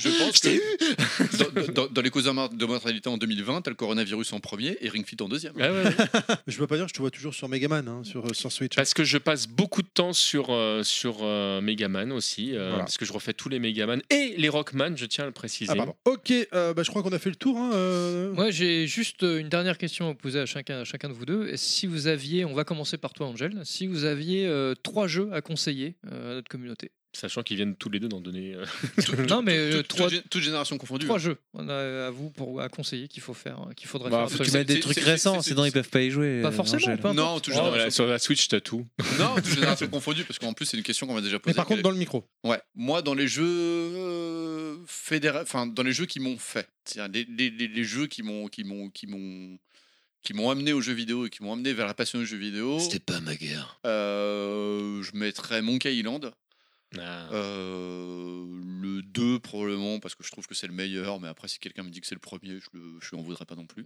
Speaker 7: Je
Speaker 4: Ah,
Speaker 7: pense que dans, dans- dans les causes de mortalité en 2020, t'as le coronavirus en premier et Ring Fit en deuxième.
Speaker 4: Ah
Speaker 1: je peux pas dire, je te vois toujours sur Megaman, hein, sur, euh, sur Switch.
Speaker 4: Parce que je passe beaucoup de temps sur, euh, sur euh, Megaman aussi, euh,
Speaker 1: Voilà.
Speaker 4: parce que je refais tous les Megaman et les Rockman, je tiens à le préciser.
Speaker 1: Ah, pardon. Ok, euh, bah, je crois qu'on a fait le tour. hein, euh.
Speaker 3: Moi, j'ai juste euh, une dernière question à poser à chacun, à chacun de vous deux. Et si vous aviez, on va commencer par toi, Angel, si vous aviez euh, trois jeux à conseiller euh, à notre communauté.
Speaker 4: Sachant qu'ils viennent tous les deux d'en donner. euh,
Speaker 3: non, mais euh, trois,
Speaker 7: Toutes toute génération confondue.
Speaker 3: trois jeux on a à vous pour à conseiller qu'il faut faire, euh, qu'il faudrait
Speaker 4: Bah,
Speaker 3: faire.
Speaker 4: faut que tu
Speaker 3: absolument.
Speaker 4: mettes des C'est- trucs c'est-
Speaker 6: récents, sinon ils peuvent pas y jouer.
Speaker 10: euh,
Speaker 3: Pas forcément, peu importe.
Speaker 7: Non, toujours
Speaker 4: Oh,
Speaker 7: la même
Speaker 4: voilà,
Speaker 7: chose.
Speaker 4: sur la Switch, t'as tout.
Speaker 7: Non, toute génération confondue, parce qu'en plus, c'est une question qu'on m'a déjà posée.
Speaker 1: Mais par contre, dans le micro.
Speaker 7: Ouais, moi dans les jeux euh, fédéra- enfin dans les jeux qui m'ont fait, C'est-à-dire les, les- les- les jeux qui m'ont qui m'ont qui m'ont qui m'ont amené aux jeux vidéo et qui m'ont amené vers la passion des jeux vidéo.
Speaker 18: C'était pas ma guerre.
Speaker 7: Euh, je mettrais Monkey Island.
Speaker 4: Ah.
Speaker 7: Euh, le 2 probablement parce que je trouve que c'est le meilleur mais après si quelqu'un me dit que c'est le premier je, le, je lui en voudrais pas non plus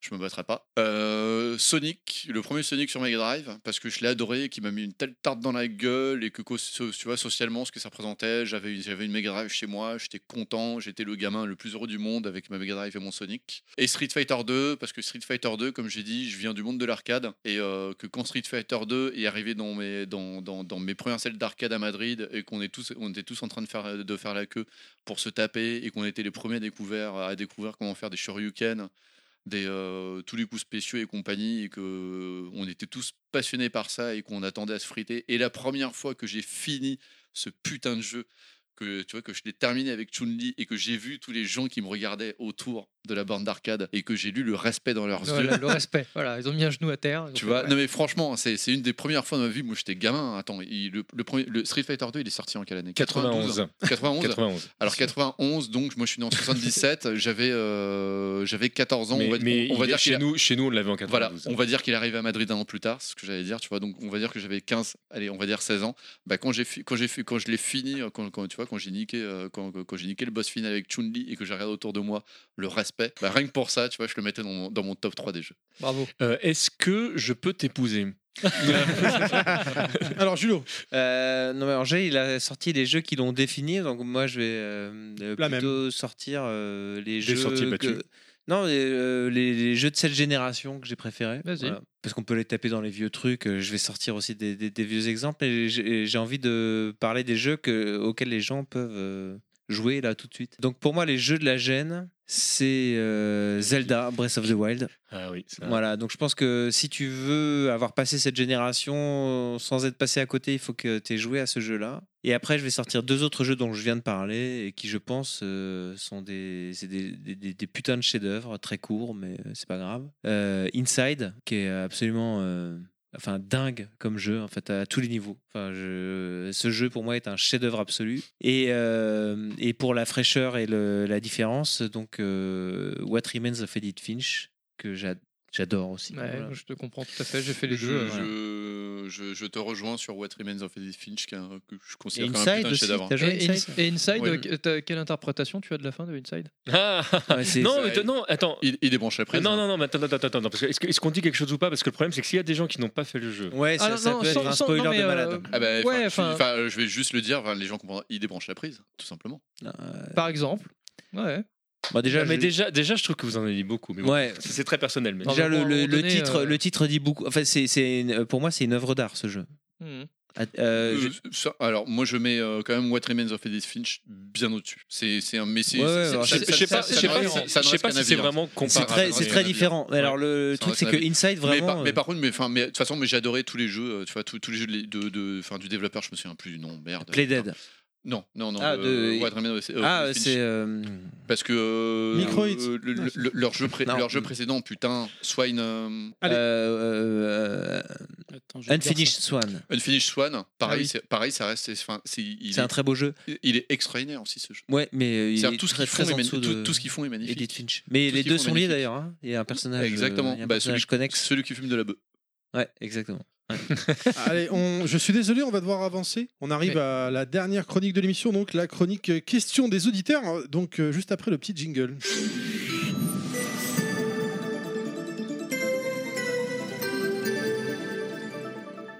Speaker 7: je me battrai pas Euh, Sonic le premier Sonic sur Mega Drive parce que je l'ai adoré qui m'a mis une telle tarte dans la gueule et que co- so- tu vois socialement ce que ça représentait j'avais j'avais une Mega Drive chez moi j'étais content j'étais le gamin le plus heureux du monde avec ma Mega Drive et mon Sonic et Street Fighter 2 parce que Street Fighter 2 comme j'ai dit je viens du monde de l'arcade et euh, que quand Street Fighter 2 est arrivé dans mes dans, dans, dans mes premières salles d'arcade à Madrid et qu'on est tous on était tous en train de faire de faire la queue pour se taper et qu'on était les premiers à découvrir à découvrir comment faire des shoryuken des euh, tous les coups spéciaux et compagnie et que on était tous passionnés par ça et qu'on attendait à se friter et la première fois que j'ai fini ce putain de jeu que tu vois que je l'ai terminé avec Chun-Li et que j'ai vu tous les gens qui me regardaient autour de la borne d'arcade et que j'ai lu le respect dans leurs
Speaker 3: Voilà,
Speaker 7: yeux
Speaker 3: le respect. Voilà, ils ont mis un genou à terre. ils ont
Speaker 7: tu
Speaker 3: fait,
Speaker 7: vois,
Speaker 3: voilà.
Speaker 7: non mais franchement, c'est c'est une des premières fois de ma vie où j'étais gamin. Attends, il- le, le premier, le Street Fighter 2, il est sorti en quelle année
Speaker 4: 91.
Speaker 7: 91.
Speaker 4: 91.
Speaker 7: Alors 91, donc moi je suis né en 77, j'avais euh, j'avais 14 ans.
Speaker 4: mais
Speaker 7: on va,
Speaker 4: mais
Speaker 7: on va
Speaker 4: il-
Speaker 7: dire qu'il
Speaker 4: chez,
Speaker 7: a-
Speaker 4: nous, chez nous, on l'avait en 92.
Speaker 7: voilà, on va dire qu'il est arrivé à Madrid un an plus tard, c'est ce que j'allais dire, tu vois. Donc on va dire que j'avais 15, allez, on va dire 16 ans. Bah quand j'ai fi- quand j'ai fi- quand je l'ai fini, euh, quand, quand tu vois, quand j'ai niqué euh, quand, quand- quand j'ai niqué le boss final avec Chun-Li et que j'ai regardé autour de moi le respect, bah rien que pour ça, tu vois, je le mettais dans mon, dans mon top 3 des jeux.
Speaker 3: Bravo.
Speaker 4: Euh, Est-ce que je peux t'épouser
Speaker 1: Alors, Julo.
Speaker 6: Euh, non, mais Angers, il a sorti les jeux qui l'ont défini. Donc, moi, je vais euh, euh,
Speaker 1: La
Speaker 6: plutôt sortir euh, les
Speaker 4: Des sorties
Speaker 6: jeux.
Speaker 4: battues.
Speaker 6: Que... Non, les, euh, les- les jeux de cette génération que j'ai préférés.
Speaker 3: Vas-y.
Speaker 6: Parce qu'on peut les taper dans les vieux trucs. Euh, Je vais sortir aussi des, des- des vieux exemples. Et j'ai et j'ai envie de parler des jeux que- auxquels les gens peuvent euh, jouer là tout de suite. Donc, pour moi, les jeux de la gêne, c'est euh, Zelda, Breath of the Wild.
Speaker 4: Ah oui, ça.
Speaker 6: Voilà, donc je pense que si tu veux avoir passé cette génération euh, sans être passé à côté, il faut que tu aies joué à ce jeu-là. Et après, je vais sortir deux autres jeux dont je viens de parler et qui, je pense, euh, sont des, c'est des, des- des- des putains de chefs-d'œuvre, très courts, mais euh, c'est pas grave. Euh, Inside, qui est absolument. euh, Enfin, dingue comme jeu, en fait, à tous les niveaux. Enfin, je- ce jeu, pour moi, est un chef-d'œuvre absolu. Et, euh, et pour la fraîcheur et le- la différence, donc, euh, What Remains of Edith Finch, que j'a- j'adore aussi.
Speaker 3: Ouais,
Speaker 6: Voilà.
Speaker 3: Je te comprends tout à fait, j'ai fait les
Speaker 7: je,
Speaker 3: deux.
Speaker 6: voilà.
Speaker 7: je, je, je te rejoins sur What Remains of Edith Finch, qui est un- que je considère
Speaker 6: Et
Speaker 7: comme un
Speaker 6: Inside
Speaker 7: putain de
Speaker 6: aussi,
Speaker 7: chef-d'œuvre. hein.
Speaker 6: t'as joué à
Speaker 3: Et, Inside, et Inside,
Speaker 7: Ouais.
Speaker 3: euh, que- t'as- quelle interprétation tu as de la fin de Inside
Speaker 4: Ah,
Speaker 6: Ouais, c'est-
Speaker 4: non,
Speaker 6: c'est-
Speaker 4: mais t- non, attends.
Speaker 7: Il, il débranche la prise.
Speaker 4: non,
Speaker 7: hein.
Speaker 4: non, non, mais attends, attends, attends, attends, parce que est-ce que- est-ce qu'on dit quelque chose ou pas Parce que le problème, c'est que s'il y a des gens qui n'ont pas fait le jeu,
Speaker 6: Ouais,
Speaker 3: Ah
Speaker 6: ça,
Speaker 3: non,
Speaker 6: ça
Speaker 3: non,
Speaker 6: peut
Speaker 3: sans-
Speaker 6: être un
Speaker 3: sans-
Speaker 6: spoiler
Speaker 3: non, mais,
Speaker 6: de
Speaker 3: euh,
Speaker 6: malade.
Speaker 7: Ah bah, enfin,
Speaker 3: Ouais,
Speaker 7: je-
Speaker 3: enfin-
Speaker 7: enfin, je vais juste le dire, enfin, les gens comprendront. Il débranche la prise, tout simplement.
Speaker 3: Par exemple. Ouais.
Speaker 6: euh, Bah, déjà,
Speaker 4: mais
Speaker 6: je-
Speaker 4: déjà, déjà, je trouve que vous en avez dit beaucoup. Mais bon,
Speaker 6: Ouais.
Speaker 4: c'est- c'est très personnel. Mais...
Speaker 3: Non,
Speaker 6: déjà
Speaker 3: mais bon, à
Speaker 6: le,
Speaker 3: un
Speaker 6: le-
Speaker 3: moment
Speaker 6: le
Speaker 3: donné,
Speaker 6: titre,
Speaker 3: euh,
Speaker 6: le titre dit beaucoup. Enfin, c'est, c'est une- euh, pour moi, c'est une œuvre d'art ce jeu.
Speaker 3: Mhm.
Speaker 6: Ah, euh, je-
Speaker 7: Euh, ça- alors, moi, je mets euh, quand même What Remains of Edith Finch bien au-dessus. C'est c'est un messie.
Speaker 6: Ouais, ouais, alors,
Speaker 4: Je je sais pas, je sais pas si- je sais pas si c'est vraiment
Speaker 6: c'est
Speaker 4: comparable.
Speaker 6: très, c'est très différent. Mais Alors le, le
Speaker 7: Ça
Speaker 6: truc,
Speaker 7: reste
Speaker 6: c'est
Speaker 7: un
Speaker 6: que
Speaker 7: avis.
Speaker 6: Inside
Speaker 7: Mais
Speaker 6: vraiment. euh
Speaker 7: par, mais par contre, mais enfin, mais de toute euh, façon, mais j'ai adoré tous les jeux, euh, tu vois, tous, tous les jeux de, de, de- enfin, du développeur, je me souviens plus du nom, merde.
Speaker 6: Play Dead.
Speaker 7: Non, non, non.
Speaker 6: Ah,
Speaker 7: euh,
Speaker 6: de-
Speaker 7: Waterman, c'est, euh,
Speaker 6: Ah,
Speaker 7: Finish.
Speaker 6: c'est, euh,
Speaker 7: Parce que. euh,
Speaker 6: Micro Hits.
Speaker 7: euh, le- le- le- leur, jeu pré-
Speaker 6: Non.
Speaker 7: leur jeu précédent, putain, Swine. euh,
Speaker 6: euh, euh,
Speaker 7: je vais
Speaker 6: Unfinished
Speaker 7: dire
Speaker 6: Swan.
Speaker 7: Unfinished Swan, pareil,
Speaker 6: Ah oui.
Speaker 7: c'est, pareil ça reste. enfin, c'est, il
Speaker 6: C'est
Speaker 7: est-
Speaker 6: un très beau jeu.
Speaker 7: Il est extraordinaire aussi ce jeu.
Speaker 6: Ouais, mais euh, il
Speaker 7: C'est-à-dire
Speaker 6: est
Speaker 7: tout ce
Speaker 6: très,
Speaker 7: qu'ils font
Speaker 6: très
Speaker 7: est
Speaker 6: en
Speaker 7: magnifique.
Speaker 6: dessous de
Speaker 7: Tout- tout ce qu'ils font est magnifique.
Speaker 6: Edith Finch. Mais
Speaker 7: Tout
Speaker 6: les
Speaker 7: ce qu'ils
Speaker 6: deux
Speaker 7: font
Speaker 6: sont
Speaker 7: est
Speaker 6: liés
Speaker 7: magnifique.
Speaker 6: d'ailleurs. hein. Il y a un personnage. euh,
Speaker 7: Exactement.
Speaker 6: il y a un
Speaker 7: Bah,
Speaker 6: personnage
Speaker 7: celui,
Speaker 6: connexe.
Speaker 7: celui qui fume de la bœuf.
Speaker 6: Ouais, exactement. Ouais.
Speaker 1: Allez, on- je suis désolé, on va devoir avancer. On arrive à la dernière chronique de l'émission, donc la chronique euh, question des auditeurs, euh, donc euh, juste après le petit jingle.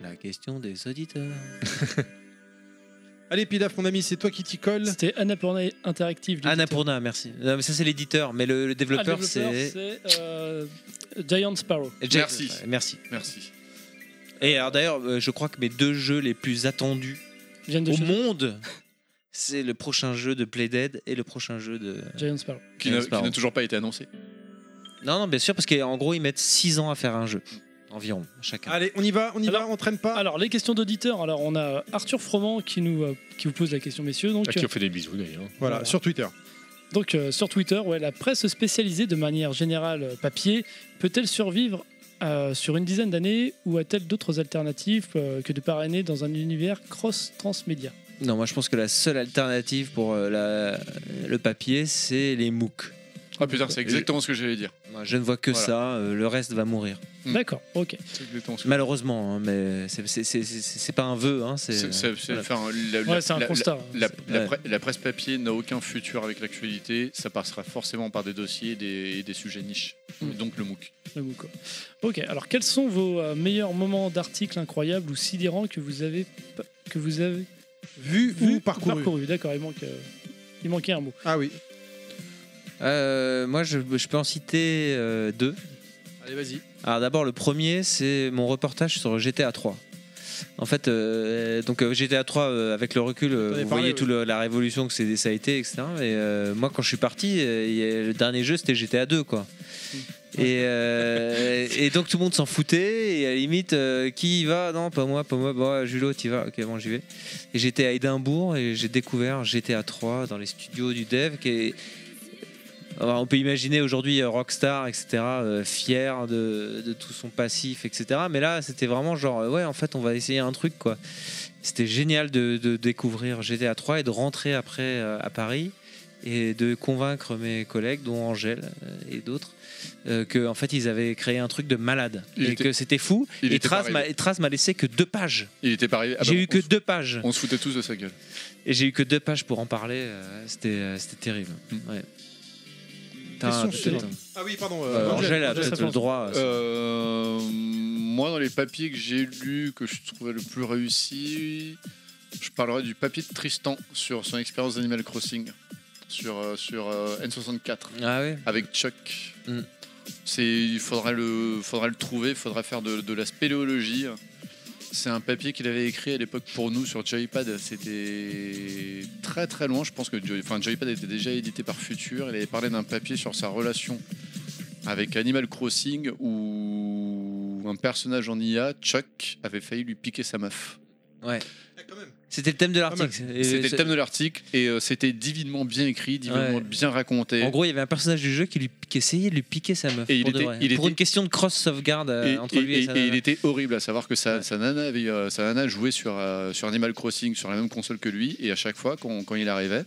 Speaker 6: La question des auditeurs.
Speaker 1: Allez, Pilaf, mon ami, c'est toi qui t'y colle.
Speaker 5: C'était Annapurna Interactive. l'éditeur.
Speaker 6: Annapurna, merci. Non, mais ça, c'est l'éditeur, mais le, le
Speaker 5: Ah, le
Speaker 6: développeur, c'est.
Speaker 5: c'est, euh, Giant Sparrow.
Speaker 6: Merci. Merci.
Speaker 7: Merci.
Speaker 6: Et alors d'ailleurs, euh, je crois que mes deux jeux les plus attendus
Speaker 5: Viennent de
Speaker 6: au
Speaker 5: chez-
Speaker 6: monde, c'est le prochain jeu de Playdead et le prochain jeu de
Speaker 5: Giant Sparrow.
Speaker 7: Qui n'a- qui n'a toujours pas été annoncé.
Speaker 6: Non, non, bien sûr, parce qu'en gros, ils mettent 6 ans à faire un jeu, environ, chacun.
Speaker 1: Allez, on y va, on y
Speaker 5: Alors- Ah.
Speaker 1: va, on traîne pas.
Speaker 5: Alors, les questions d'auditeurs. Alors, on a Arthur Froment qui nous euh, qui vous pose la question, messieurs. Donc, euh,
Speaker 10: Ah, qui ont fait des bisous d'ailleurs.
Speaker 1: Voilà, sur Twitter.
Speaker 5: Donc euh, sur Twitter, ouais, la presse spécialisée de manière générale euh, papier peut-elle survivre euh, sur une dizaine d'années ou a-t-elle d'autres alternatives euh, que de parrainer dans un univers cross-transmédia
Speaker 6: Non, moi je pense que la seule alternative pour euh, la- le papier, c'est les MOOC.
Speaker 7: Ah putain, c'est exactement ce que j'allais dire.
Speaker 6: Moi, Je ne vois que
Speaker 7: Voilà.
Speaker 6: ça, euh, le reste va mourir.
Speaker 5: D'accord, ok.
Speaker 7: C'est exactement ce que-
Speaker 6: Malheureusement, hein, mais c'est- c'est- c'est c'est- c'est pas un vœu. Hein,
Speaker 7: C'est- c'est- c'est-
Speaker 6: voilà.
Speaker 7: enfin, la- la-
Speaker 5: Ouais, c'est un
Speaker 7: la-
Speaker 5: constat. hein.
Speaker 7: La, la- la
Speaker 6: Ouais.
Speaker 7: pre- la presse papier n'a aucun futur avec l'actualité. Ça passera forcément par des dossiers et des, et des sujets niches.
Speaker 5: Mm.
Speaker 7: Et Donc le MOOC.
Speaker 5: Le mot, quoi. Ok, alors quels sont vos euh, meilleurs moments d'articles incroyables ou sidérants que vous avez pa- que vous avez
Speaker 1: vu,
Speaker 5: ou parcouru, D'accord, il manque euh, il manquait un mot.
Speaker 1: Ah oui.
Speaker 6: Euh, moi, je, je peux en citer euh, deux.
Speaker 1: Allez, vas-y.
Speaker 6: Alors d'abord, le premier, c'est mon reportage sur GTA 3. En fait, euh, donc euh, GTA 3, euh, avec le recul, euh,
Speaker 1: T'en avais
Speaker 6: vous
Speaker 1: parlé,
Speaker 6: voyez
Speaker 1: oui.
Speaker 6: toute la révolution que c'est- ça a été, etc. Et euh, moi, quand je suis parti, euh, il y a- le dernier jeu, c'était GTA 2, quoi.
Speaker 1: Hmm.
Speaker 6: Et, euh, et donc tout le monde s'en foutait et à la limite euh, qui y va non pas moi pas moi bon euh, Julo t'y vas ok bon j'y vais et j'étais à Édimbourg et j'ai découvert GTA 3 dans les studios du dev qui est alors, on peut imaginer aujourd'hui euh, Rockstar, etc., euh, fier de, de tout son passif, etc. Mais là, c'était vraiment genre, euh, ouais, en fait, on va essayer un truc, quoi. C'était génial de, de découvrir GTA 3 et de rentrer après euh, à Paris et de convaincre mes collègues, dont Angèle euh, et d'autres, euh, que en fait, ils avaient créé un truc de malade
Speaker 7: Il
Speaker 6: et
Speaker 7: était-
Speaker 6: que c'était fou.
Speaker 7: il
Speaker 6: Et
Speaker 7: était
Speaker 6: Traz
Speaker 7: pareil.
Speaker 6: m'a- et Traz m'a laissé que deux pages.
Speaker 7: Il était pas arrivé. ah
Speaker 6: J'ai
Speaker 7: bah,
Speaker 6: eu
Speaker 7: on
Speaker 6: que
Speaker 7: se-
Speaker 6: deux pages.
Speaker 7: On se foutait tous de sa gueule.
Speaker 6: Et j'ai eu que deux pages pour en parler. euh, c'était, euh, c'était terrible. Ouais. T'as-
Speaker 1: Question
Speaker 6: peut-être,
Speaker 1: suivante.
Speaker 6: hein.
Speaker 1: Ah oui, pardon.
Speaker 6: Euh,
Speaker 1: Angèle,
Speaker 6: Angèle a
Speaker 1: Angèle,
Speaker 6: peut-être
Speaker 1: ça
Speaker 6: le droit. à ça.
Speaker 7: Euh, moi, dans les papiers que j'ai lus, que je trouvais le plus réussi, je parlerai du papier de Tristan sur son expérience d'Animal Crossing sur, euh, sur euh, N64
Speaker 6: Ah ouais.
Speaker 7: avec Chuck.
Speaker 6: Mm.
Speaker 7: C'est, il faudra le, faudra le trouver, il faudra faire de, de la spéléologie. C'est un papier qu'il avait écrit à l'époque pour nous sur Joypad. C'était très très loin. Je pense que Joy- enfin, Joypad était déjà édité par Future. Il avait parlé d'un papier sur sa relation avec Animal Crossing où un personnage en IA, Chuck, avait failli lui piquer sa meuf.
Speaker 6: Ouais. C'était le thème de l'article. Et
Speaker 7: C'était
Speaker 6: c'est-
Speaker 7: le thème de l'article et euh, c'était divinement bien écrit, divinement
Speaker 6: Ouais.
Speaker 7: bien raconté.
Speaker 6: En gros, il y avait un personnage du jeu qui, lui, qui essayait de lui piquer sa meuf.
Speaker 7: Et il
Speaker 6: pour de
Speaker 7: était-
Speaker 6: vrai.
Speaker 7: il
Speaker 6: Pour
Speaker 7: était-
Speaker 6: une question de cross sauvegarde euh,
Speaker 7: et,
Speaker 6: entre
Speaker 7: et-
Speaker 6: lui et,
Speaker 7: et-
Speaker 6: sa
Speaker 7: et
Speaker 6: nana.
Speaker 7: il était horrible à savoir que sa, sa nana avait euh, sa nana jouait sur euh, sur Animal Crossing sur la même console que lui et à chaque fois quand, quand il arrivait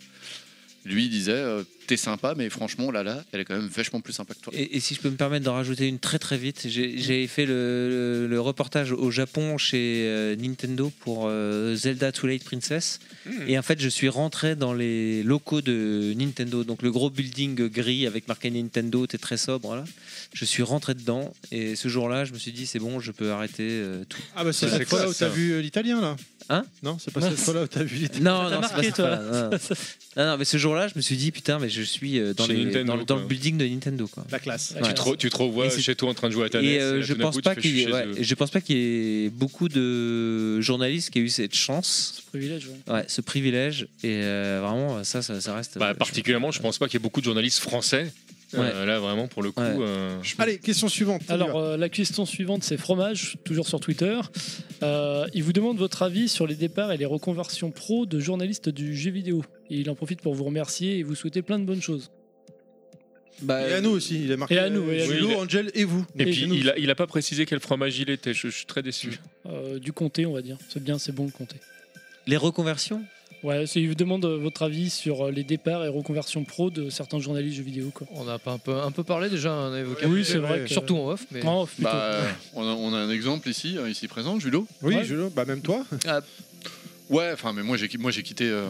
Speaker 7: lui il disait euh, t'es sympa mais franchement là là elle est quand même vachement plus sympa que toi
Speaker 6: Et, et si je peux me permettre d'en rajouter une très très vite, j'ai j'ai fait le, le- le reportage au Japon chez euh, Nintendo pour euh, Zelda Too Late Princess.
Speaker 7: Hmm.
Speaker 6: Et en fait, je suis rentré dans les locaux de Nintendo, donc le gros building gris avec marqué Nintendo, t'es très sobre là. Je suis rentré dedans et ce jour-là, je me suis dit c'est bon, je peux arrêter euh, tout.
Speaker 1: Ah bah c'est
Speaker 6: Voilà.
Speaker 1: cette fois-là où t'as vu euh, l'italien là
Speaker 6: Hein
Speaker 1: Non, c'est pas cette fois-là où t'as vu l'italien.
Speaker 6: Non, non, c'est pas ça, voilà, non. non, non, mais ce jour-là, je me suis dit, putain, mais je suis euh, dans,
Speaker 10: Chez
Speaker 6: les-
Speaker 10: Nintendo,
Speaker 6: dans le- dans
Speaker 10: quoi.
Speaker 6: le building de Nintendo. Quoi.
Speaker 1: La classe.
Speaker 10: Tu,
Speaker 4: Oh,
Speaker 10: te, re- tu te revois
Speaker 6: Et c'est-
Speaker 10: chez toi en train de jouer à ta NES,
Speaker 6: Et euh,
Speaker 10: là,
Speaker 6: je
Speaker 10: tout d'un
Speaker 6: pense
Speaker 10: coup,
Speaker 6: pas
Speaker 10: tu fais,
Speaker 6: qu'il y,
Speaker 10: suis
Speaker 6: ait- ouais,
Speaker 10: chez eux.
Speaker 6: je pense pas qu'il y ait beaucoup de journalistes qui aient eu cette chance,
Speaker 5: Privilège, ouais.
Speaker 6: ouais, ce privilège, et euh, vraiment ça, ça, ça reste.
Speaker 4: Bah,
Speaker 10: Bah, particulièrement, je pense pas qu'il y ait beaucoup de journalistes français
Speaker 4: Euh, là, vraiment, pour le coup. euh,
Speaker 1: Allez, question suivante.
Speaker 5: Alors, euh, la question suivante, c'est Fromage, toujours sur Twitter. Euh, il vous demande votre avis sur les départs et les reconversions pro de journalistes du jeu vidéo. Et il en profite pour vous remercier et vous souhaiter plein de bonnes choses.
Speaker 1: et à nous aussi, il a marqué.
Speaker 5: euh, et à nous, et à
Speaker 1: euh,
Speaker 5: nous.
Speaker 1: Julo, Angel et vous.
Speaker 4: Et, puis, il a, il a pas précisé quel fromage il était. Je, je suis très déçu.
Speaker 5: Euh, du comté, on va dire. C'est bien, c'est bon le comté.
Speaker 4: Les reconversions
Speaker 5: Ouais, c'est- il vous demande euh, votre avis sur euh, les départs et reconversions pro de certains journalistes jeux vidéo. Quoi.
Speaker 3: On a pas un peu, un peu parlé déjà, on a évoqué. un
Speaker 5: Oui,
Speaker 3: peu,
Speaker 5: c'est vrai que-
Speaker 3: Surtout en off. Mais...
Speaker 5: En off, plutôt.
Speaker 7: Bah, on, a, on a un exemple ici, euh, ici présent, Julo.
Speaker 1: Oui, Ouais. Julo, bah même toi.
Speaker 7: Ouais, enfin, mais moi j'ai qui- moi j'ai quitté euh,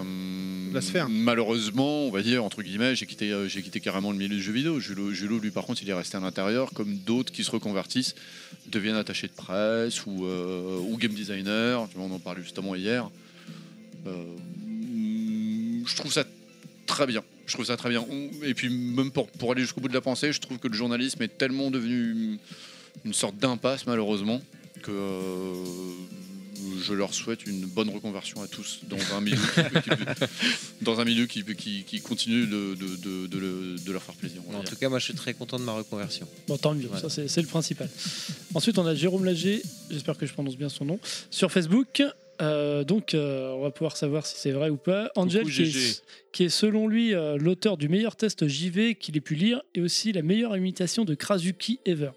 Speaker 1: La sphère.
Speaker 7: Malheureusement, on va dire entre guillemets, j'ai quitté euh, j'ai quitté carrément le milieu du jeu vidéo. Julo, Julo, lui par contre, il est resté à l'intérieur, comme d'autres qui se reconvertissent, deviennent attachés de presse ou euh, ou game designer. Tu vois, on en parlait justement hier. Euh, mm, je trouve ça très bien. Je trouve ça très bien. On- Et puis même pour, pour aller jusqu'au bout de la pensée, je trouve que le journalisme est tellement devenu une- une sorte d'impasse malheureusement que euh, je leur souhaite une bonne reconversion à tous dans un milieu qui, qui- dans un milieu qui, qui- qui continue de, de- de- de le- de leur faire plaisir. on va
Speaker 6: En
Speaker 7: dire.
Speaker 6: tout cas, moi, je suis très content de ma reconversion.
Speaker 5: Bon, tant mieux,
Speaker 6: Ouais.
Speaker 5: ça c'est c'est le principal. Ensuite, on a Jérôme Lager, j'espère que je prononce bien son nom, sur Facebook. Euh, donc, euh, on va pouvoir savoir si c'est vrai ou pas. Angel,
Speaker 6: Coucou,
Speaker 5: qui,
Speaker 6: GG.
Speaker 5: est, qui est selon lui euh, l'auteur du meilleur test JV qu'il ait pu lire et aussi la meilleure imitation de Krasuki ever.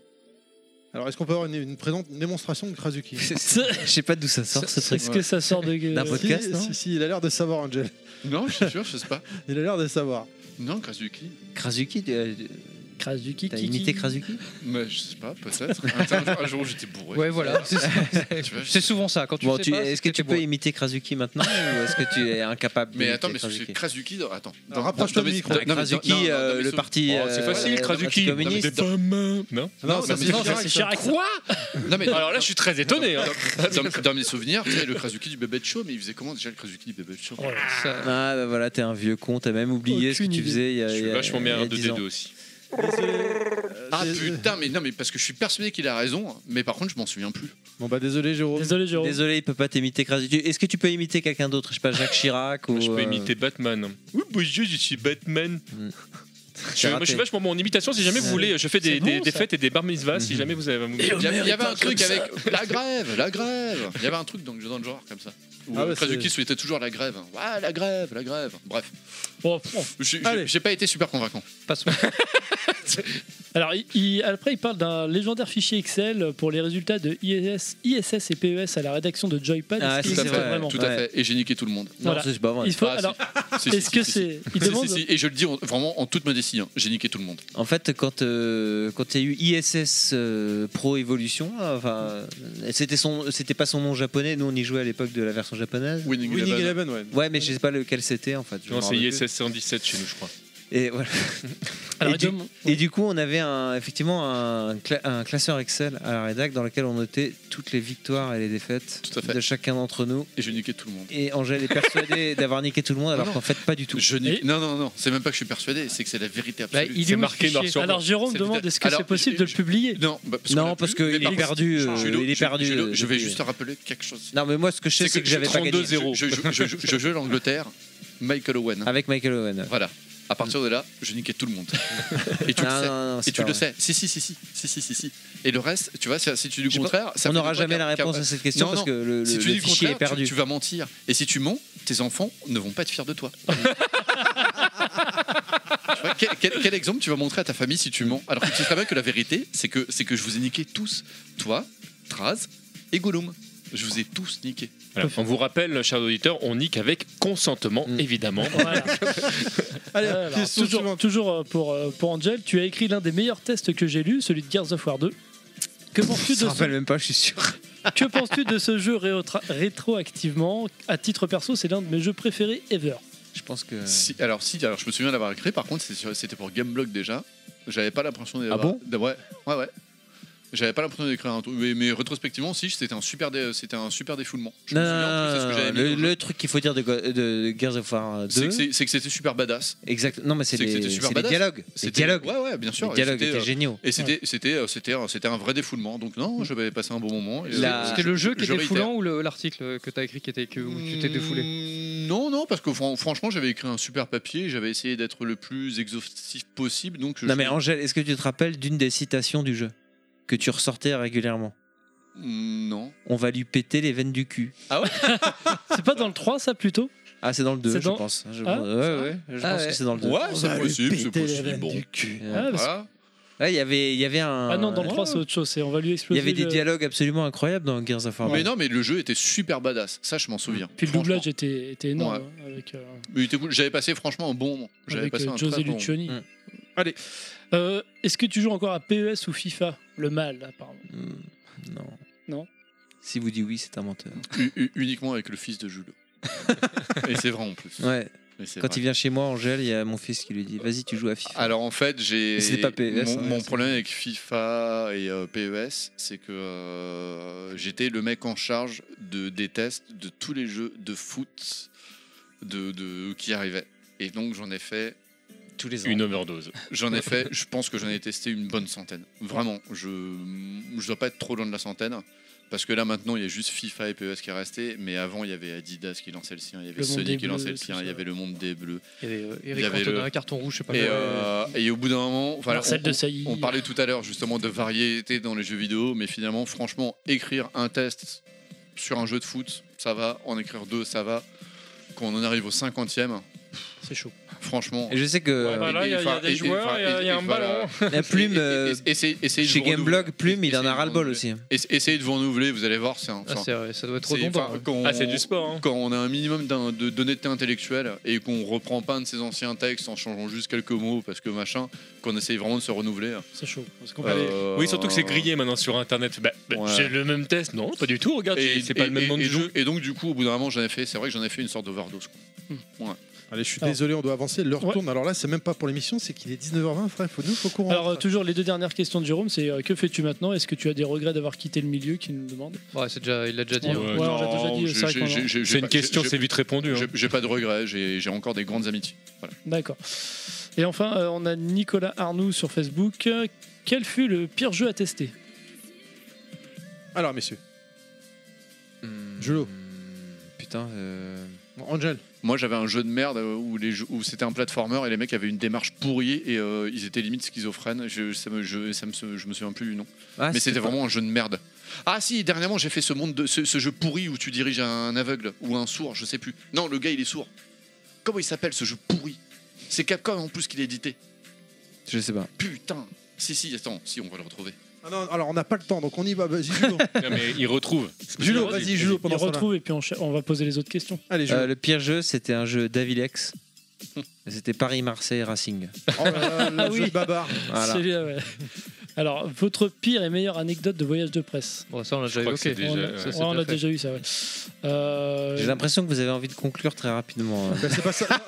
Speaker 1: Alors, est-ce qu'on peut avoir une, une présente- une démonstration de Krasuki
Speaker 6: Je sais pas d'où ça sort ce truc.
Speaker 5: Est-ce que ça sort de- D'un podcast,
Speaker 1: si,
Speaker 5: non
Speaker 1: si, si, il a l'air de savoir, Angel.
Speaker 7: Non, je suis sûr, je sais pas.
Speaker 1: Il a l'air de savoir.
Speaker 7: Non, Krasuki.
Speaker 6: Krasuki euh,
Speaker 5: Krasuki,
Speaker 6: T'as
Speaker 5: Kiki.
Speaker 6: imité Krasuki
Speaker 7: Mais je sais pas, peut-être. Un jour- Un jour j'étais bourré.
Speaker 3: Ouais, voilà. C'est-
Speaker 7: Tu vois, je-
Speaker 3: C'est souvent ça. Quand tu
Speaker 6: Bon,
Speaker 3: sais
Speaker 6: tu-
Speaker 3: pas,
Speaker 6: Est-ce que tu peux imiter Krasuki maintenant ou est-ce que tu es incapable
Speaker 7: Mais
Speaker 6: d'imiter
Speaker 7: attends, mais parce que
Speaker 6: Krasuki
Speaker 7: Krasuki. dans- Attends,
Speaker 1: Alors, rapproche-toi du micro.
Speaker 6: Krasuki, euh, le parti.
Speaker 4: Oh, c'est
Speaker 6: euh,
Speaker 4: facile,
Speaker 6: le parti
Speaker 4: Krasuki.
Speaker 6: communiste.
Speaker 4: Des pommes. Non
Speaker 1: Non, ça,
Speaker 7: mais-
Speaker 1: c'est
Speaker 7: non,
Speaker 1: Chirac,
Speaker 7: ça,
Speaker 1: ça.
Speaker 7: Quoi Non, mais
Speaker 4: Alors là, je suis très étonné. hein.
Speaker 7: dans, dans- dans mes souvenirs, tu sais, le Krasuki du bébé de show, mais il faisait comment déjà le Krasuki du bébé de show
Speaker 6: Ah bah voilà, t'es un vieux con, t'as même oublié ce que
Speaker 5: Aucune
Speaker 6: tu
Speaker 5: idée.
Speaker 6: faisais il y a.
Speaker 4: Je
Speaker 6: il
Speaker 4: suis
Speaker 6: y a-
Speaker 4: vachement
Speaker 6: il
Speaker 4: bien
Speaker 6: y
Speaker 4: à
Speaker 6: a 10 ans.
Speaker 4: 2D2 aussi.
Speaker 7: Ah putain, mais non, mais parce que je suis persuadé qu'il a raison, mais par contre, je m'en souviens plus.
Speaker 1: Bon, bah désolé, Jérôme.
Speaker 5: Désolé, Jérôme.
Speaker 6: Désolé, il peut pas t'imiter Krasuki. Est-ce que tu peux imiter quelqu'un d'autre Je sais pas, Jacques Chirac ou.
Speaker 4: Je peux
Speaker 6: euh,
Speaker 4: imiter Batman. Oui, bonjour, je suis Batman. Je, moi, je suis
Speaker 6: raté.
Speaker 4: vachement bon en imitation. Si jamais vous voulez, je fais des,
Speaker 5: C'est bon,
Speaker 4: des, des
Speaker 5: ça.
Speaker 4: fêtes et des bar mitzvahs. Si jamais vous avez. vous-
Speaker 7: Il y, a- il y avait un
Speaker 19: parle
Speaker 7: truc
Speaker 19: comme
Speaker 7: avec la grève, la grève. Il y avait un truc dans le- dans le genre comme ça. Où
Speaker 1: Ah ouais,
Speaker 7: Krasuki
Speaker 1: c'est-
Speaker 7: souhaitait toujours la grève. hein. Ouais, la grève, la grève. Bref,
Speaker 5: Bon, bon.
Speaker 7: Je- je-
Speaker 1: Allez.
Speaker 7: j'ai pas été super convaincant.
Speaker 5: Alors, il- il- après, il parle d'un légendaire fichier Excel pour les résultats de ISS, ISS et PES à la rédaction de Joypad.
Speaker 6: Ah,
Speaker 5: Est-ce qu'il
Speaker 6: si,
Speaker 7: Tout à
Speaker 6: c'est
Speaker 5: existe
Speaker 7: fait,
Speaker 6: vrai.
Speaker 5: vraiment
Speaker 7: tout
Speaker 6: Ouais.
Speaker 7: à fait. Et j'ai niqué tout le monde.
Speaker 6: Non,
Speaker 5: Voilà.
Speaker 6: c'est pas vrai.
Speaker 5: Il faut,
Speaker 7: Ah, si.
Speaker 5: alors,
Speaker 7: Si, si,
Speaker 5: est-ce
Speaker 7: si,
Speaker 5: que
Speaker 7: si,
Speaker 5: c'est. Il
Speaker 7: Si, si,
Speaker 5: demande.
Speaker 7: si, Et je le dis en- vraiment en toute modestie, hein, j'ai niqué tout le monde.
Speaker 6: En fait, quand euh, quand il y a eu ISS euh, Pro Evolution, euh, enfin, euh, c'était son, c'était pas son nom japonais. Nous, on y jouait à l'époque de la version japonaise.
Speaker 7: Winning,
Speaker 1: Winning
Speaker 7: Eleven.
Speaker 1: Eleven, ouais.
Speaker 6: Ouais, mais je sais pas lequel c'était en fait. je
Speaker 4: Non,
Speaker 6: me
Speaker 4: c'est
Speaker 6: rappelle plus.
Speaker 4: ISS 117 chez nous, je crois.
Speaker 6: Et voilà.
Speaker 5: Alors,
Speaker 6: et, du,
Speaker 5: Guillaume,
Speaker 6: et du coup, on avait un, effectivement un, cla- un classeur Excel à la rédac dans lequel on notait toutes les victoires et les défaites
Speaker 7: Tout à fait.
Speaker 6: de chacun d'entre nous.
Speaker 7: Et j'ai niqué tout le monde.
Speaker 6: Et Angèle est persuadée d'avoir niqué tout le monde, alors
Speaker 7: non.
Speaker 6: qu'en fait, pas du tout.
Speaker 7: Je
Speaker 5: Et-
Speaker 7: nique. Non, non, non, c'est même pas que je suis persuadé, c'est que c'est la vérité
Speaker 3: Bah,
Speaker 7: absolue.
Speaker 3: il est
Speaker 4: C'est
Speaker 3: où,
Speaker 4: marqué
Speaker 3: le
Speaker 4: noir
Speaker 3: fichier
Speaker 4: sur blanc.
Speaker 5: alors, Jérôme
Speaker 7: c'est
Speaker 5: demande
Speaker 7: le-
Speaker 5: est-ce que
Speaker 7: alors,
Speaker 5: c'est possible
Speaker 7: je-
Speaker 5: de le publier
Speaker 7: Non, bah, parce qu'on
Speaker 6: Non,
Speaker 7: l'a
Speaker 6: parce
Speaker 7: plus,
Speaker 6: qu'il
Speaker 7: mais
Speaker 6: est
Speaker 7: par contre,
Speaker 6: perdu. euh,
Speaker 7: Julo,
Speaker 6: il est
Speaker 7: Julo,
Speaker 6: perdu.
Speaker 7: Julo,
Speaker 6: euh,
Speaker 7: je vais
Speaker 6: depuis-
Speaker 7: juste te rappeler quelque chose.
Speaker 6: Non, mais moi, ce que je sais, c'est que, j'avais pas gagné.
Speaker 4: 32-0.
Speaker 7: Je, je, je, je- je joue l'Angleterre, Michael Owen.
Speaker 6: Avec Michael Owen.
Speaker 7: Voilà. À partir de là, je niquais tout le monde. Et tu
Speaker 6: Ah, Non,
Speaker 7: le sais.
Speaker 6: non, non, c'est
Speaker 7: Et tu
Speaker 6: pas
Speaker 7: le sais.
Speaker 6: vrai.
Speaker 7: Si, si, si, si, si, si, si, si. Et le reste, tu vois, si si tu dis
Speaker 6: Je
Speaker 7: le
Speaker 6: pense-
Speaker 7: contraire, ça
Speaker 6: On
Speaker 7: fait
Speaker 6: n'aura
Speaker 7: des
Speaker 6: jamais
Speaker 7: fois
Speaker 6: la
Speaker 7: qu'à- qu'à-
Speaker 6: réponse à cette question
Speaker 7: Non,
Speaker 6: parce que
Speaker 7: non.
Speaker 6: le,
Speaker 7: si
Speaker 6: le-
Speaker 7: tu
Speaker 6: le
Speaker 7: dis le
Speaker 6: fichier
Speaker 7: contraire,
Speaker 6: est
Speaker 7: tu-
Speaker 6: perdu.
Speaker 7: Tu, vas mentir. Et si tu mens, tes enfants ne vont pas être fiers de toi. Tu vois, quel, quel- quel exemple tu vas montrer à ta famille si tu mens Alors que tu sais très bien que la vérité, c'est que, c'est que je vous ai niqué tous. Toi, Traz et Gollum. Je vous ai tous niqué.
Speaker 4: Voilà. On vous rappelle, chers auditeurs, on nique avec consentement,
Speaker 6: Mm.
Speaker 4: évidemment.
Speaker 5: Voilà.
Speaker 1: Allez,
Speaker 5: Alors,
Speaker 1: question
Speaker 5: toujours,
Speaker 1: suivante.
Speaker 5: toujours, euh, pour, euh, pour Angel, tu as écrit l'un des meilleurs tests que j'ai lu, celui de Gears of War 2. Que penses-tu de, ce-
Speaker 6: même pas, je suis sûr.
Speaker 5: que penses-tu de ce jeu réotra- rétroactivement À titre perso, c'est l'un de mes jeux préférés ever.
Speaker 6: Je pense que.
Speaker 7: Si- alors, si, alors je me souviens d'avoir écrit, par contre, c'est sur- c'était pour Gameblog déjà. J'avais pas l'impression d'avoir.
Speaker 6: Ah bon
Speaker 7: de- Ouais, ouais, ouais. J'avais pas l'impression d'écrire un truc. Mais, mais rétrospectivement, si, c'était un super, dé- c'était un super défoulement. Je me
Speaker 6: Non,
Speaker 7: souviens en plus, c'est ce que j'avais
Speaker 6: non,
Speaker 7: mis
Speaker 6: le,
Speaker 7: dans le
Speaker 6: le
Speaker 7: jeu.
Speaker 6: truc qu'il faut dire de, Go- de- de Gears of War
Speaker 7: C'est
Speaker 6: 2.
Speaker 7: que c'est- c'est que c'était super badass.
Speaker 6: Exact. Non, mais c'est
Speaker 7: c'est que
Speaker 6: les,
Speaker 7: c'était super
Speaker 6: c'est les
Speaker 7: badass.
Speaker 6: dialogues. Les
Speaker 7: C'était-
Speaker 6: dialogues.
Speaker 7: Ouais, ouais, bien sûr.
Speaker 6: les
Speaker 7: et
Speaker 6: dialogues
Speaker 7: c'était,
Speaker 6: étaient
Speaker 7: euh,
Speaker 6: géniaux. Mm.
Speaker 7: Et c'était, c'était, euh, c'était, un- c'était un vrai défoulement. Donc non, je vais passer un bon moment. et,
Speaker 6: La-
Speaker 7: euh,
Speaker 3: C'était le jeu qui
Speaker 7: je
Speaker 3: était
Speaker 7: réitère.
Speaker 3: foulant ou le- l'article que t'as écrit qui était, que, où tu t'es défoulé
Speaker 7: Mmh, non, non, parce que fran- franchement, j'avais écrit un super papier, j'avais essayé d'être le plus exhaustif possible. Donc
Speaker 6: Non mais Angèle, est-ce que tu te rappelles d'une des citations du jeu que tu ressortais régulièrement
Speaker 7: Mm, Non.
Speaker 6: On va lui péter les veines du cul.
Speaker 7: Ah ouais
Speaker 5: C'est pas dans le 3 ça plutôt
Speaker 6: Ah c'est dans le 2
Speaker 5: C'est
Speaker 6: je
Speaker 5: dans-
Speaker 6: pense. Je,
Speaker 5: Ah,
Speaker 6: ouais,
Speaker 5: c'est
Speaker 6: ouais,
Speaker 5: vrai
Speaker 6: je
Speaker 5: Ah
Speaker 6: pense
Speaker 5: ouais.
Speaker 6: que c'est dans le 2.
Speaker 5: Ouais, c'est On va lui possible, c'est péter les possible, veines bon. du
Speaker 6: cul.
Speaker 5: Ah, parce-
Speaker 6: il y avait il y avait un
Speaker 5: Ah non, dans le 3 c'est autre chose, c'est on va lui
Speaker 6: il y
Speaker 5: exploser.
Speaker 6: avait des
Speaker 5: le-
Speaker 6: dialogues absolument incroyables dans Gears of War.
Speaker 7: Mais non, mais le jeu était super badass, ça je m'en souviens.
Speaker 5: Puis le doublage était, était énorme.
Speaker 7: Ouais.
Speaker 5: hein, avec, euh,
Speaker 7: Mais il était cool, j'avais passé franchement un bon moment. J'avais
Speaker 5: avec
Speaker 7: passé
Speaker 5: euh,
Speaker 7: un
Speaker 5: José
Speaker 7: très bon Mm.
Speaker 5: Lucioni.
Speaker 7: moment.
Speaker 5: Allez. Euh, Est-ce que tu joues encore à PES ou FIFA Le mal, apparemment.
Speaker 6: Hmm, Non.
Speaker 5: Non.
Speaker 6: Si vous dites oui, c'est un menteur.
Speaker 7: U- u- uniquement avec le fils de Jules. Et c'est vrai en plus.
Speaker 6: Ouais.
Speaker 7: Et c'est
Speaker 6: Quand
Speaker 7: vrai. Ah,
Speaker 6: il vient chez moi, Angèle, il y a mon fils qui lui dit Vas-y, tu joues à FIFA.
Speaker 7: Alors en fait, j'ai.
Speaker 6: C'est pas
Speaker 3: E
Speaker 6: PES,
Speaker 7: Mon,
Speaker 6: hein,
Speaker 7: mon
Speaker 6: c'est-
Speaker 7: problème avec FIFA et euh, PES, c'est que euh, j'étais le mec en charge de, des tests de tous les jeux de foot de, de- qui arrivaient. Et donc j'en ai fait.
Speaker 6: Tous les
Speaker 4: Une overdose.
Speaker 7: J'en ai fait, je pense que j'en ai testé une bonne centaine. Vraiment, je je dois pas être trop loin de la centaine. Parce que là maintenant, il y a juste FIFA et PES qui est resté. Mais avant, il y avait Adidas qui lançait le sien, il y avait
Speaker 3: Le Monde des
Speaker 7: Sony qui
Speaker 3: Bleus,
Speaker 7: lançait le
Speaker 3: tout
Speaker 7: sien,
Speaker 3: ça.
Speaker 7: il y avait le monde des bleus.
Speaker 3: Il y avait euh,
Speaker 7: Il y
Speaker 3: Eric
Speaker 7: avait
Speaker 3: Cantona,
Speaker 7: le-
Speaker 3: carton rouge, je sais pas
Speaker 7: Et,
Speaker 3: quoi.
Speaker 7: euh, et au bout d'un moment, enfin,
Speaker 5: Marcel
Speaker 7: on,
Speaker 5: de
Speaker 7: on-
Speaker 5: Sailly.
Speaker 7: on parlait tout à l'heure justement de variété dans les jeux vidéo, mais finalement, franchement, écrire un test sur un jeu de foot, ça va. En écrire deux, ça va. Quand on en arrive au 50e,
Speaker 5: c'est chaud.
Speaker 7: Franchement.
Speaker 6: Et je sais que.
Speaker 7: Ouais, bah là, il y a- il y a des joueurs, il y a- il y a un ballon.
Speaker 6: La plume. euh,
Speaker 7: Essayez- essayez de
Speaker 6: chez
Speaker 7: vous renouveler.
Speaker 6: Gameblog, plume, il en a ras-le-bol aussi. hein.
Speaker 7: Ess- Essayez de vous renouveler, vous allez voir, c'est un.
Speaker 3: Ah,
Speaker 7: enfin,
Speaker 3: c'est vrai, ça doit être
Speaker 7: c'est- hein.
Speaker 3: redondant,
Speaker 7: enfin,
Speaker 3: ouais.
Speaker 7: quand
Speaker 3: Ah, c'est du
Speaker 4: sport.
Speaker 7: Quand on a un minimum d'un- de d'honnêteté intellectuelle et qu'on reprend pas un de ses anciens textes en changeant juste quelques mots parce que machin, qu'on essaye vraiment de se renouveler.
Speaker 5: C'est chaud.
Speaker 7: Euh,
Speaker 4: Oui, surtout que c'est grillé maintenant sur internet. Bah, bah,
Speaker 7: Ouais.
Speaker 4: J'ai le même test. Non, pas du tout. Regarde,
Speaker 7: Et-
Speaker 4: c'est pas
Speaker 7: et-
Speaker 4: le même
Speaker 7: et-
Speaker 4: nom de
Speaker 7: et
Speaker 4: jeu.
Speaker 7: donc- Et donc, du coup, au bout d'un moment, j'en ai fait, c'est vrai que j'en ai fait une sorte d'overdose. quoi. Ouais.
Speaker 1: Allez, je suis désolé, on doit avancer. L'heure tourne. Alors là, c'est même pas pour l'émission, c'est qu'il est 19h20, frère. Faut nous, faut courir.
Speaker 5: Alors, euh, toujours les deux dernières questions de Jérôme c'est euh, que fais-tu maintenant Est-ce que tu as des regrets d'avoir quitté le milieu qui nous demande
Speaker 3: Ouais, c'est déjà, il l'a déjà dit.
Speaker 5: Ouais,
Speaker 3: hein.
Speaker 5: ouais, on l'a déjà dit,
Speaker 7: j'ai-
Speaker 5: c'est vrai
Speaker 7: j'ai-
Speaker 5: qu'on-
Speaker 7: j'ai-
Speaker 4: C'est
Speaker 7: j'ai- j'ai
Speaker 4: une
Speaker 7: pas-
Speaker 4: question,
Speaker 7: j'ai-
Speaker 4: c'est vite répondu, hein.
Speaker 7: j'ai- J'ai pas de regrets, j'ai j'ai encore des grandes amitiés. Voilà.
Speaker 5: D'accord. Et enfin, euh, on a Nicolas Arnoux sur Facebook. Euh, Quel fut le pire jeu à tester
Speaker 1: Alors, messieurs.
Speaker 6: Julo. Putain. euh,
Speaker 1: Angel.
Speaker 7: Moi, j'avais un jeu de merde euh, où, les jeux- où c'était un platformer et les mecs avaient une démarche pourrie et euh, ils étaient limite schizophrènes. Je, ça me, je, ça me, je me souviens plus du nom.
Speaker 6: Ah,
Speaker 7: Mais
Speaker 6: c'était
Speaker 7: c'était
Speaker 6: pas-
Speaker 7: vraiment un jeu de merde. Ah si, dernièrement, j'ai fait ce monde de ce, ce jeu pourri où tu diriges un aveugle ou un sourd, je sais plus. Non, le gars, il est sourd. Comment il s'appelle ce jeu pourri C'est Capcom en plus qui l'a édité.
Speaker 6: Je sais pas.
Speaker 7: Putain. Si si, attends, si on va le retrouver.
Speaker 1: Ah non, alors on n'a pas le temps, donc on y va. Vas-y, Julo.
Speaker 4: Non, mais il retrouve.
Speaker 1: Julo, vas-y, Julo, pendant
Speaker 5: Il
Speaker 1: ce temps-là.
Speaker 5: retrouve et puis on, cha- on va poser les autres questions.
Speaker 1: Allez,
Speaker 6: euh, le pire jeu, c'était un jeu d'Avilex. C'était Paris-Marseille Racing.
Speaker 1: Oh là là, le
Speaker 5: Ah
Speaker 1: jeu
Speaker 5: oui.
Speaker 1: de Babar.
Speaker 6: Voilà.
Speaker 5: Celui-là, ouais. Alors, votre pire et meilleure anecdote de voyage de presse
Speaker 3: hein. Bon, ça, on l'a déjà
Speaker 4: crois que
Speaker 3: évoqué.
Speaker 4: c'est déjà-
Speaker 3: On a-
Speaker 4: ouais.
Speaker 3: ça, c'est
Speaker 5: Ouais, On
Speaker 3: déjà
Speaker 5: a
Speaker 3: fait.
Speaker 5: déjà eu ça, ouais. Euh,
Speaker 6: J'ai l'impression que vous avez envie de conclure très rapidement. euh.
Speaker 1: Ben, c'est pas ça.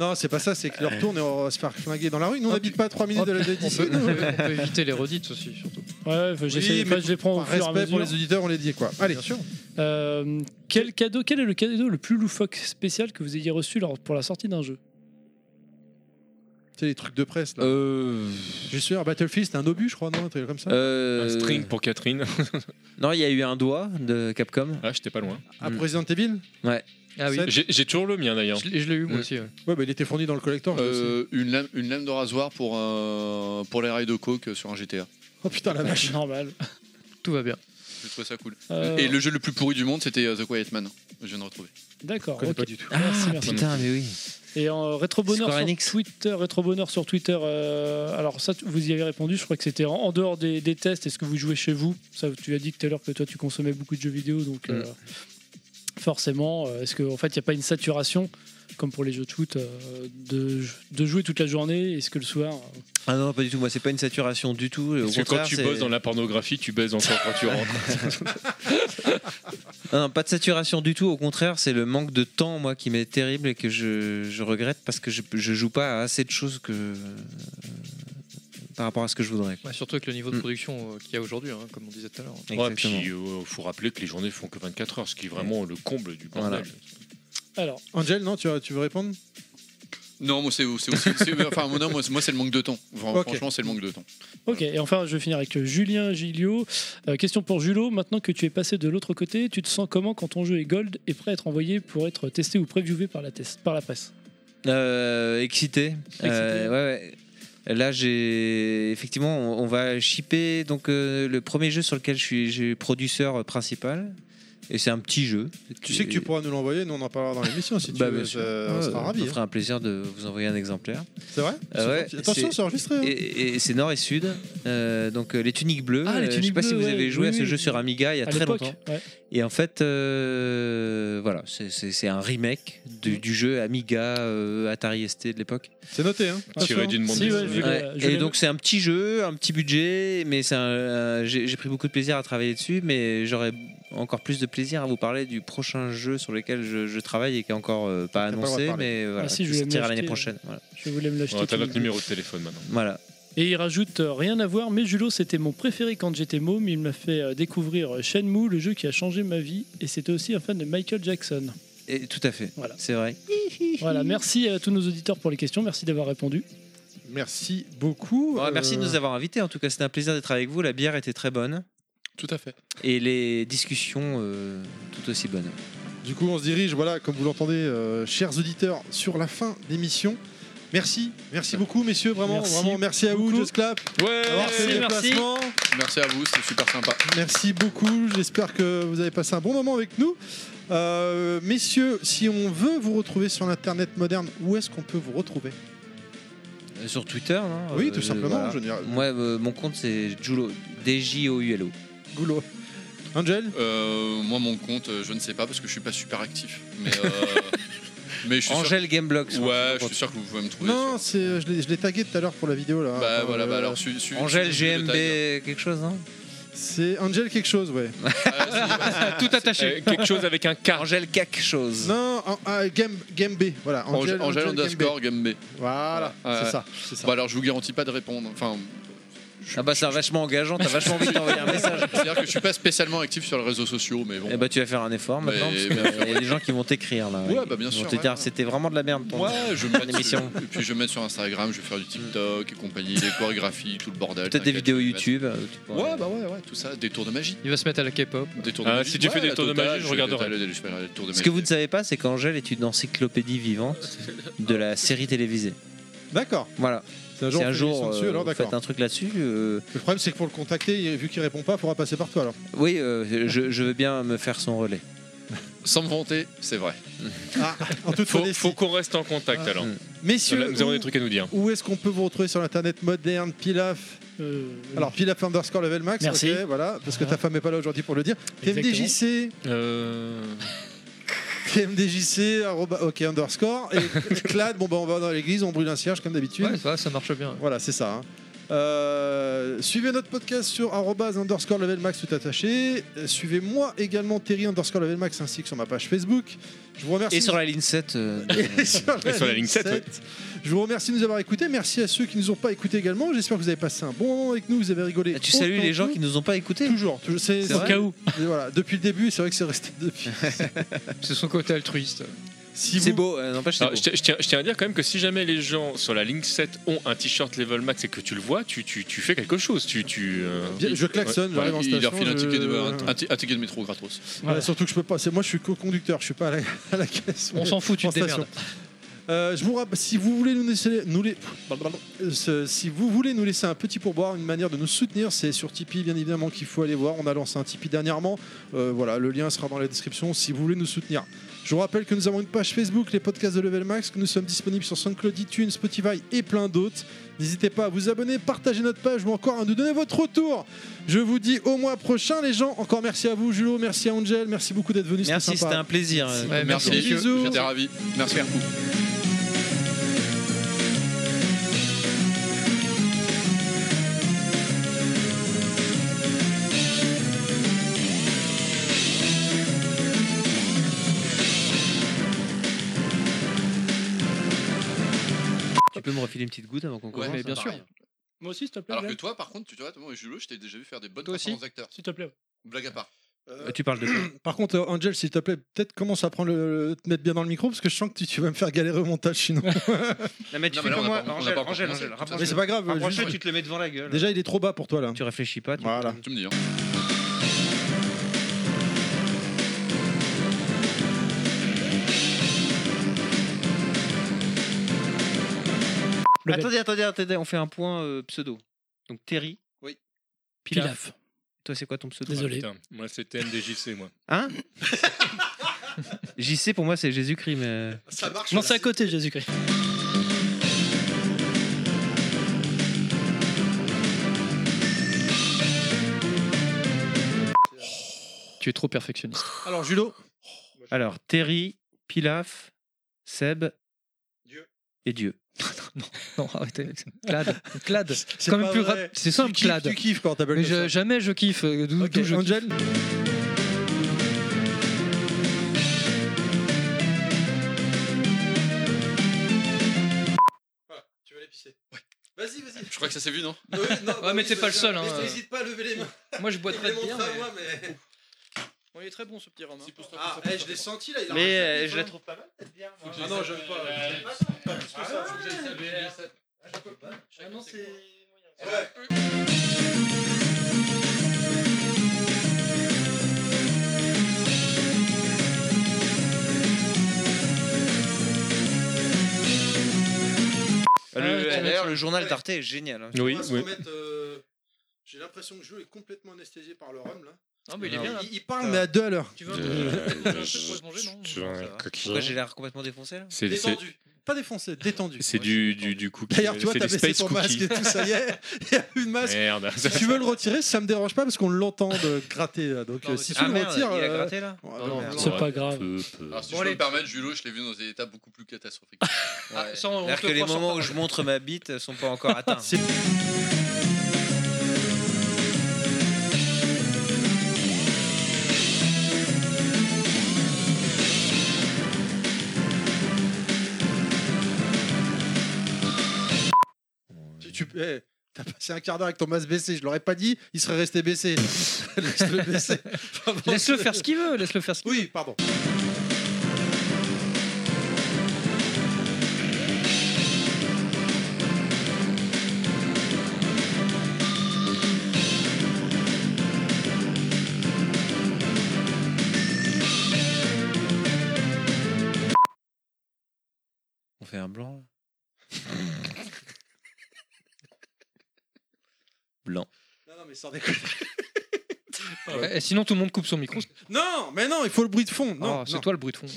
Speaker 1: non, c'est pas ça, c'est que leur tourne et on va se faire flinguer dans la rue. Nous, on n'habite pas à 3 minutes de la de d'ici.
Speaker 3: On peut- on peut éviter les redites aussi, surtout.
Speaker 5: Ouais, ouais, j'essaie-
Speaker 1: Oui,
Speaker 5: enfin,
Speaker 1: mais
Speaker 5: je les prends au
Speaker 1: par
Speaker 5: fur et à
Speaker 1: respect pour
Speaker 5: mesure.
Speaker 1: les auditeurs, on les dit quoi. Allez,
Speaker 3: Bien sûr.
Speaker 5: Euh, quel, cadeau, quel est le cadeau le plus loufoque spécial que vous ayez reçu lors, pour la sortie d'un jeu
Speaker 1: c'est les trucs de presse là.
Speaker 6: Euh,
Speaker 1: Je suis sûr, Battlefield, c'est un obus, je crois, non Un truc comme ça.
Speaker 6: euh,
Speaker 4: Un string pour Catherine.
Speaker 6: Non, il y a eu un doigt de Capcom.
Speaker 4: Ah, j'étais pas loin.
Speaker 1: À Resident Evil
Speaker 6: Ouais.
Speaker 3: Ah oui.
Speaker 1: Sept.
Speaker 4: J'ai j'ai toujours le mien d'ailleurs.
Speaker 3: Je l'ai je l'ai eu moi
Speaker 4: Mm.
Speaker 3: aussi. ouais.
Speaker 1: Ouais, bah, il était fourni dans le collector. je sais.
Speaker 7: Euh, une, lame, une lame de rasoir pour, euh, pour les rails de coke sur un GTA.
Speaker 1: Oh putain, la vache.
Speaker 5: Normal.
Speaker 3: Tout va bien.
Speaker 7: J'ai trouvé ça cool.
Speaker 5: Euh,
Speaker 7: Et le jeu le plus pourri du monde, c'était euh, The Quiet Man. Je viens de retrouver.
Speaker 5: D'accord.
Speaker 1: connais
Speaker 5: ok.
Speaker 1: pas du tout.
Speaker 6: Ah,
Speaker 5: Merci, merci.
Speaker 6: putain, mais oui.
Speaker 5: Et en rétro bonheur
Speaker 6: Square
Speaker 5: sur
Speaker 6: Enix.
Speaker 5: Twitter, rétro bonheur sur Twitter. euh, alors ça, tu- vous y avez répondu. Je crois que c'était en, en dehors des, des tests. Est-ce que vous jouez chez vous Ça, tu as dit tout à l'heure que toi, tu consommais beaucoup de jeux vidéo, donc
Speaker 1: Mm.
Speaker 5: euh, forcément, euh, est-ce qu'en fait, il n'y a pas une saturation comme pour les jeux de foot euh, de, de jouer toute la journée Est-ce que le soir euh,
Speaker 6: Ah non, pas du tout. Moi, c'est pas une saturation du tout. Au
Speaker 4: Parce que quand
Speaker 6: contraire,
Speaker 4: tu
Speaker 6: c'est-
Speaker 4: bosses dans la pornographie, tu baises encore quand tu rentres.
Speaker 6: Ah non, pas de saturation du tout. Au contraire, c'est le manque de temps, moi, qui m'est terrible et que je, je regrette parce que je, je joue pas à assez de choses que euh, par rapport à ce que je voudrais. quoi.
Speaker 3: Ouais, surtout avec le niveau de
Speaker 6: Mm.
Speaker 3: production euh, qu'il y a aujourd'hui, hein, comme on disait tout à l'heure.
Speaker 4: Ouais,
Speaker 6: Exactement.
Speaker 4: puis euh, faut rappeler que les journées font que 24 heures, ce qui est vraiment le comble du bordel.
Speaker 6: Voilà.
Speaker 5: Alors,
Speaker 1: Angel, non, tu, tu veux répondre
Speaker 7: Non, moi c'est c'est aussi. c'est- Enfin, moi, non, moi, c'est- moi, c'est le manque de temps. Vra-
Speaker 5: Ok.
Speaker 7: Franchement, c'est le manque de temps.
Speaker 5: Ok, et enfin, je vais finir avec euh, Julien Gilio. Euh, question pour Julo. Maintenant que tu es passé de l'autre côté, tu te sens comment quand ton jeu est gold et prêt à être envoyé pour être testé ou préviewé par la, test- par la presse
Speaker 6: Euh, excité. Euh, ouais, ouais. Là, j'ai effectivement, on, on va shipper donc euh, le premier jeu sur lequel je suis, je suis producteur euh, principal, et c'est un petit jeu.
Speaker 1: Tu sais que tu pourras nous l'envoyer, nous on en parlera dans l'émission si tu
Speaker 6: Bah,
Speaker 1: veux.
Speaker 6: bien
Speaker 1: ça-
Speaker 6: sûr.
Speaker 1: On
Speaker 6: Ouais,
Speaker 1: sera ravis.
Speaker 6: me
Speaker 1: hein.
Speaker 6: fera un plaisir de vous envoyer un exemplaire.
Speaker 1: C'est vrai
Speaker 6: Ah ouais,
Speaker 1: Attention, c'est enregistré. hein.
Speaker 6: Et, et c'est nord et sud. Euh, donc euh, les tuniques bleues.
Speaker 1: Ah, les
Speaker 6: Euh, je sais
Speaker 1: tuniques
Speaker 6: pas si
Speaker 1: bleues,
Speaker 6: vous
Speaker 1: ouais,
Speaker 6: avez joué
Speaker 1: oui,
Speaker 6: à ce
Speaker 1: oui.
Speaker 6: jeu sur Amiga il y a
Speaker 1: À
Speaker 6: très
Speaker 1: l'époque,
Speaker 6: longtemps.
Speaker 1: ouais.
Speaker 6: Et en fait, euh, voilà, c'est- c'est c'est un remake du, du jeu Amiga euh, Atari ST de l'époque.
Speaker 1: C'est noté, hein
Speaker 4: Tiré d'une bande Si, ouais, dessinée. je l'ai-
Speaker 5: Euh,
Speaker 4: je l'ai
Speaker 6: Et donc c'est un petit jeu, un petit budget, mais c'est un- un- j'ai j'ai pris beaucoup de plaisir à travailler dessus, mais j'aurais encore plus de plaisir à vous parler du prochain jeu sur lequel je, je travaille et qui est encore euh, pas
Speaker 5: le droit de
Speaker 6: annoncé,
Speaker 5: parler.
Speaker 6: mais
Speaker 5: Ah
Speaker 6: voilà,
Speaker 5: si, je
Speaker 6: qui
Speaker 5: vais me
Speaker 6: sortira l'année
Speaker 5: l'acheter,
Speaker 6: prochaine.
Speaker 5: ouais.
Speaker 6: Voilà.
Speaker 5: Je voulais me l'acheter.
Speaker 4: Bon, T'as
Speaker 5: tout
Speaker 4: notre
Speaker 5: de-
Speaker 4: numéro de téléphone maintenant.
Speaker 6: Voilà.
Speaker 5: Et il rajoute euh, rien à voir, mais Julo, c'était mon préféré quand j'étais môme. Il m'a fait euh, découvrir euh, Shenmue, le jeu qui a changé ma vie. Et c'était aussi un fan de Michael Jackson.
Speaker 6: Et tout à fait. C'est vrai.
Speaker 5: voilà, merci à tous nos auditeurs pour les questions. Merci d'avoir répondu.
Speaker 1: Merci beaucoup.
Speaker 6: Bon, Merci
Speaker 1: euh,
Speaker 6: de nous avoir invités. En tout cas, c'était un plaisir d'être avec vous. La bière était très bonne.
Speaker 1: Tout à fait.
Speaker 6: Et les discussions euh, tout aussi bonnes.
Speaker 1: Du coup, on se dirige, voilà, comme vous l'entendez, euh, chers auditeurs, sur la fin d'émission. Merci, merci beaucoup, messieurs, vraiment,
Speaker 8: Merci
Speaker 1: vraiment, merci à vous, Just Clap. d'avoir fait le déplacement.
Speaker 7: Merci à vous, c'est super sympa.
Speaker 1: Merci beaucoup, j'espère que vous avez passé un bon moment avec nous. Euh, messieurs, si on veut vous retrouver sur l'internet moderne, où est-ce qu'on peut vous retrouver
Speaker 6: Euh, Sur Twitter, non
Speaker 1: Oui, tout simplement, je veux dire.
Speaker 6: Moi, euh, mon compte, c'est Julo. D-J-O-U-L-O.
Speaker 1: Goulot. Angel
Speaker 7: Euh, Moi, mon compte, euh, je ne sais pas parce que je suis pas super actif. Mais, euh, mais je suis
Speaker 6: Angel
Speaker 7: sûr...
Speaker 6: Gameblock, c'est mon
Speaker 7: Ouais, je suis sûr que vous pouvez me trouver.
Speaker 1: Non, c'est, euh, je l'ai- je l'ai tagué tout à l'heure pour la vidéo là.
Speaker 7: Bah
Speaker 1: Euh,
Speaker 7: voilà, bah alors su- su-
Speaker 6: Angel
Speaker 7: su- le
Speaker 6: GMB,
Speaker 7: tag.
Speaker 6: quelque chose, non
Speaker 1: C'est Angel quelque chose, ouais.
Speaker 7: Ah,
Speaker 6: Tout attaché.
Speaker 4: Euh, quelque chose avec un K.
Speaker 6: Angel quelque chose.
Speaker 1: non, en- ah, Game, Game B, voilà.
Speaker 7: Angel, Angel
Speaker 1: Game B.
Speaker 7: underscore Game B.
Speaker 1: Voilà,
Speaker 7: Ouais,
Speaker 1: c'est
Speaker 7: ouais.
Speaker 1: ça. c'est ça.
Speaker 7: Bah alors, je vous garantis pas de répondre. Enfin,
Speaker 6: Ah bah, c'est vachement engageant. T'as vachement envie de t'envoyer un message.
Speaker 7: c'est-à-dire que je suis pas spécialement actif sur les réseaux sociaux, mais bon.
Speaker 6: Eh bah, tu vas faire un effort maintenant.
Speaker 7: Mais-
Speaker 6: parce
Speaker 7: bien sûr.
Speaker 6: que Il y a des gens qui vont t'écrire là.
Speaker 7: Ouais, bah, bien
Speaker 6: Ils
Speaker 7: sûr,
Speaker 6: vont te
Speaker 7: ouais.
Speaker 6: dire c'était vraiment de la merde ton,
Speaker 7: Ouais, je vais
Speaker 6: ton
Speaker 7: me mettre sur,
Speaker 6: émission.
Speaker 7: et puis je vais me mettre sur Instagram, je vais faire du TikTok et compagnie, les chorégraphies, tout le bordel.
Speaker 6: Peut-être des
Speaker 7: t'inquiète, je
Speaker 6: vidéos
Speaker 7: vais mettre.
Speaker 6: YouTube. euh, tu pourras-
Speaker 1: Ah,
Speaker 7: Ouais, bah ouais, ouais, tout ça, des tours de magie.
Speaker 3: Il va se mettre à la K-pop.
Speaker 7: Des tours de
Speaker 4: Ah,
Speaker 7: magie.
Speaker 4: si tu fais des
Speaker 7: la
Speaker 4: tours de
Speaker 7: totale,
Speaker 4: magie, je
Speaker 7: fais la
Speaker 4: regarderai.
Speaker 7: totale, je fais la tour de
Speaker 6: Ce
Speaker 7: magie.
Speaker 6: que vous ne savez pas, c'est qu'Angèle est une encyclopédie vivante de la série télévisée.
Speaker 1: D'accord.
Speaker 6: Voilà.
Speaker 1: C'est un jour, on fait hein.
Speaker 6: Si un
Speaker 1: une
Speaker 6: jour,
Speaker 1: émission dessus,
Speaker 6: euh,
Speaker 1: alors,
Speaker 6: vous
Speaker 1: d'accord.
Speaker 6: faites un truc là-dessus. euh,
Speaker 1: Le problème, c'est que pour le contacter, et vu qu'il répond pas, il faudra passer par toi alors.
Speaker 6: Oui, euh, je, je veux bien me faire son relais.
Speaker 7: Sans me vanter, c'est vrai.
Speaker 1: Ah, en toute
Speaker 4: Faut,
Speaker 1: honnêteté.
Speaker 4: faut qu'on reste en
Speaker 1: Ah.
Speaker 4: contact alors.
Speaker 1: Messieurs,
Speaker 4: nous avons
Speaker 1: où-
Speaker 4: des trucs à nous dire.
Speaker 1: Où est-ce qu'on peut vous retrouver sur l'internet moderne Pilaf
Speaker 5: Euh,
Speaker 1: Alors Pilaf underscore level max.
Speaker 5: Merci.
Speaker 1: ok, voilà, parce que ta femme est pas là aujourd'hui pour le dire. TMDJC,
Speaker 4: Euh,
Speaker 1: TMDJC, arroba- ok underscore. Et Clad, bon bah on va dans l'église, on brûle un cierge comme d'habitude.
Speaker 3: Ouais, ça, ça marche bien.
Speaker 1: Voilà, c'est ça. hein. Euh, suivez notre podcast sur arrobase underscore level max tout attaché. Euh, Suivez-moi également Terry underscore level max ainsi que sur ma page Facebook. Je vous remercie.
Speaker 6: Et sur la ligne 7. euh,
Speaker 1: Et sur la,
Speaker 4: Et sur la ligne 7, ouais.
Speaker 1: Je vous remercie de nous avoir écoutés. Merci à ceux qui nous ont pas écoutés également. J'espère que vous avez passé un bon moment avec nous. Vous avez rigolé.
Speaker 6: Ah, tu salues
Speaker 1: autant
Speaker 6: les
Speaker 1: que
Speaker 6: gens
Speaker 1: nous.
Speaker 6: qui nous ont pas écoutés
Speaker 1: Toujours. toujours c'est
Speaker 6: C'est
Speaker 1: c'est-
Speaker 6: vrai. Au cas où.
Speaker 1: Et Voilà, depuis le début, c'est vrai que c'est resté depuis.
Speaker 3: C'est son côté altruiste.
Speaker 1: Si
Speaker 6: C'est
Speaker 1: vous-
Speaker 6: beau, euh, n'empêche,
Speaker 7: Ah,
Speaker 6: c'est
Speaker 4: alors,
Speaker 6: beau.
Speaker 4: je, tiens- je tiens, je tiens à dire quand même que si jamais les gens sur la ligne 7 ont un t-shirt level max et que tu le vois, tu, tu, tu fais quelque chose. Tu, tu, euh,
Speaker 1: Bien, je klaxonne,
Speaker 4: Ouais,
Speaker 1: j'arrive en
Speaker 7: Il
Speaker 1: station.
Speaker 7: leur file un
Speaker 1: je-
Speaker 7: ticket de, un- un ti- un ticket de métro gratos.
Speaker 1: Voilà, surtout que je peux pas. c'est- Moi, je suis co-conducteur. Je suis pas à la, à la caisse.
Speaker 3: On s'en fout, tu
Speaker 1: en
Speaker 3: te
Speaker 1: station.
Speaker 3: démerdes.
Speaker 1: Euh, je vous rappelle, si vous voulez nous laisser, nous les- euh, ce- si vous voulez nous laisser un petit pourboire, une manière de nous soutenir, c'est sur Tipeee bien évidemment qu'il faut aller voir. On a lancé un Tipeee dernièrement. Euh, voilà, le lien sera dans la description si vous voulez nous soutenir. Je vous rappelle que nous avons une page Facebook, les podcasts de Level Max, que nous sommes disponibles sur SoundCloud, iTunes, Spotify et plein d'autres. N'hésitez pas à vous abonner, partager notre page ou encore à nous donner votre retour. Je vous dis au mois prochain les gens. Encore merci à vous Julo, merci à Angel, merci beaucoup d'être venu.
Speaker 6: Merci, c'était un plaisir. euh,
Speaker 3: Ouais,
Speaker 7: Merci,
Speaker 1: Bisous.
Speaker 7: j'étais ravi. Merci beaucoup.
Speaker 6: Tu peux me refiler une petite goutte avant qu'on
Speaker 7: Ouais,
Speaker 6: commence
Speaker 7: mais
Speaker 10: hein.
Speaker 7: bien
Speaker 6: ça
Speaker 7: sûr.
Speaker 6: va.
Speaker 5: Moi aussi, s'il te plaît.
Speaker 7: Alors que
Speaker 5: Blaine.
Speaker 7: toi, Euh, par contre, tu vois, toi et Julo, je t'ai déjà vu faire des bonnes
Speaker 5: Toi aussi
Speaker 7: performances d'acteurs.
Speaker 5: S'il te plaît.
Speaker 7: Blague à part.
Speaker 6: tu parles de quoi
Speaker 1: Par contre, euh, Angel, s'il te plaît, peut-être commence à prendre le, le- te mettre bien dans le micro parce que je sens que tu, tu vas me faire galérer au montage sinon.
Speaker 6: Non, mais tu
Speaker 1: Non, mais
Speaker 6: fais
Speaker 1: là,
Speaker 6: comme
Speaker 1: on a
Speaker 6: moi.
Speaker 1: pas- on a
Speaker 6: Angèle,
Speaker 1: pas encore commencé,
Speaker 6: Angèle, Angèle,
Speaker 1: de toute
Speaker 6: rapproche-le.
Speaker 1: façon. Mais c'est pas grave,
Speaker 6: Rapproche-le,
Speaker 1: juste-
Speaker 6: tu te le mets devant la gueule.
Speaker 1: Déjà, il est trop bas pour toi là.
Speaker 6: Tu réfléchis pas. Tu
Speaker 1: voilà.
Speaker 7: Tu me dis. hein.
Speaker 6: Attendez, attendez, attendez, on fait un point euh, pseudo. Donc Terry. Oui. Pilaf.
Speaker 5: Pilaf.
Speaker 6: Toi, c'est quoi ton pseudo
Speaker 5: Désolé.
Speaker 4: Ah, Putain, moi, c'était MDJC, moi.
Speaker 6: Hein JC, pour moi, c'est Jésus-Christ, mais. euh,
Speaker 1: Ça marche.
Speaker 5: Non, c'est à côté, Jésus-Christ.
Speaker 3: Tu es trop perfectionniste.
Speaker 1: Alors, Julo,
Speaker 6: Alors, Terry, Pilaf, Seb. Et Dieu.
Speaker 3: Non, arrêtez avec ça. Clad. Clad.
Speaker 1: C'est
Speaker 3: C'est quand même
Speaker 1: pas
Speaker 3: plus
Speaker 1: vrai.
Speaker 3: rap- C'est simple,
Speaker 1: Tu kiffes-
Speaker 3: Clad.
Speaker 1: tu kiffes quand t'appelles
Speaker 3: Mais
Speaker 1: comme
Speaker 3: je-
Speaker 1: ça.
Speaker 3: jamais je kiffe. euh, D'où d'où je
Speaker 1: Angel.
Speaker 8: Tu vas aller pisser.
Speaker 1: Vas-y, vas-y. Euh,
Speaker 7: Je crois que ça s'est vu, non
Speaker 3: Ouais, mais t'es pas le seul. Hein.
Speaker 8: N'hésite pas à lever les mains.
Speaker 3: Moi, je bois
Speaker 8: Il
Speaker 3: très
Speaker 8: les montre
Speaker 3: bien. euh.
Speaker 8: à
Speaker 3: mais-
Speaker 8: moi, mais-
Speaker 3: Bon, il est très bon ce petit Romain.
Speaker 8: Ah, eh, je l'ai senti là. Il a
Speaker 6: Mais,
Speaker 8: rajouté
Speaker 6: euh,
Speaker 8: des
Speaker 6: je la
Speaker 8: points.
Speaker 6: trouve
Speaker 8: pas mal, cette bière. Ah non, j'aime pas. j'aime pas. Ah, ouais. Ah
Speaker 10: Ah
Speaker 3: Vraiment, c'est-
Speaker 6: Ah,
Speaker 1: Euh,
Speaker 10: Le-
Speaker 6: ouais, tiens,
Speaker 10: D'ailleurs,
Speaker 6: tiens.
Speaker 10: le journal d'Arte est génial. hein.
Speaker 8: On va se remettre, euh, J'ai l'impression que Jules est complètement anesthésié par le rhum là.
Speaker 3: Non, mais il est bien, là.
Speaker 8: Il, il parle,
Speaker 1: Ah.
Speaker 8: mais à deux à l'heure.
Speaker 3: Tu veux un peu-
Speaker 4: Euh,
Speaker 3: je-
Speaker 4: Tu vois, un coquillage.
Speaker 10: Pourquoi j'ai l'air complètement défoncé là
Speaker 4: C'est- c'est-
Speaker 8: Détendu. Pas défoncé, détendu.
Speaker 4: C'est du, du, du cookie.
Speaker 1: D'ailleurs, tu vois,
Speaker 4: c'est
Speaker 1: t'as
Speaker 4: du
Speaker 1: baissé
Speaker 4: space
Speaker 1: ton masque
Speaker 4: cookie.
Speaker 1: et tout, ça y est. Il n'y a plus de masque.
Speaker 4: Merde.
Speaker 1: Si tu veux le retirer, ça me dérange pas parce qu'on l'entend de gratter. là. Donc, euh, si tu
Speaker 10: ah
Speaker 1: le
Speaker 10: merde,
Speaker 1: retires.
Speaker 10: il a
Speaker 1: euh,
Speaker 10: gratté, là
Speaker 1: ouais,
Speaker 10: Non,
Speaker 1: ouais,
Speaker 10: merde.
Speaker 1: ouais.
Speaker 5: C'est pas grave.
Speaker 7: Alors, si
Speaker 10: Bon,
Speaker 7: je peux
Speaker 10: allez.
Speaker 7: me permettre, Julo, je l'ai vu dans des états beaucoup plus catastrophiques. Ouais.
Speaker 3: ça, on
Speaker 10: C'est-à-dire
Speaker 3: te
Speaker 10: que les
Speaker 3: croit sur
Speaker 10: moments où
Speaker 3: parole.
Speaker 10: je montre ma bite sont pas encore atteints.
Speaker 1: Tu- tu- eh, T'as passé un quart d'heure avec ton masque baissé, je l'aurais pas dit, il serait resté baissé. Laisse-le baisser. Enfin, bon,
Speaker 3: Laisse-le faire ce qu'il veut, laisse-le faire ce qu'il
Speaker 1: Oui, pardon.
Speaker 10: On fait un blanc là Blanc.
Speaker 1: Non, non, mais sans déconner.
Speaker 3: veut. Eh, Sinon, tout le monde coupe son micro.
Speaker 1: Non, mais non, il faut le bruit de fond. Non,
Speaker 3: Ah, c'est
Speaker 1: non.
Speaker 3: toi le bruit de fond.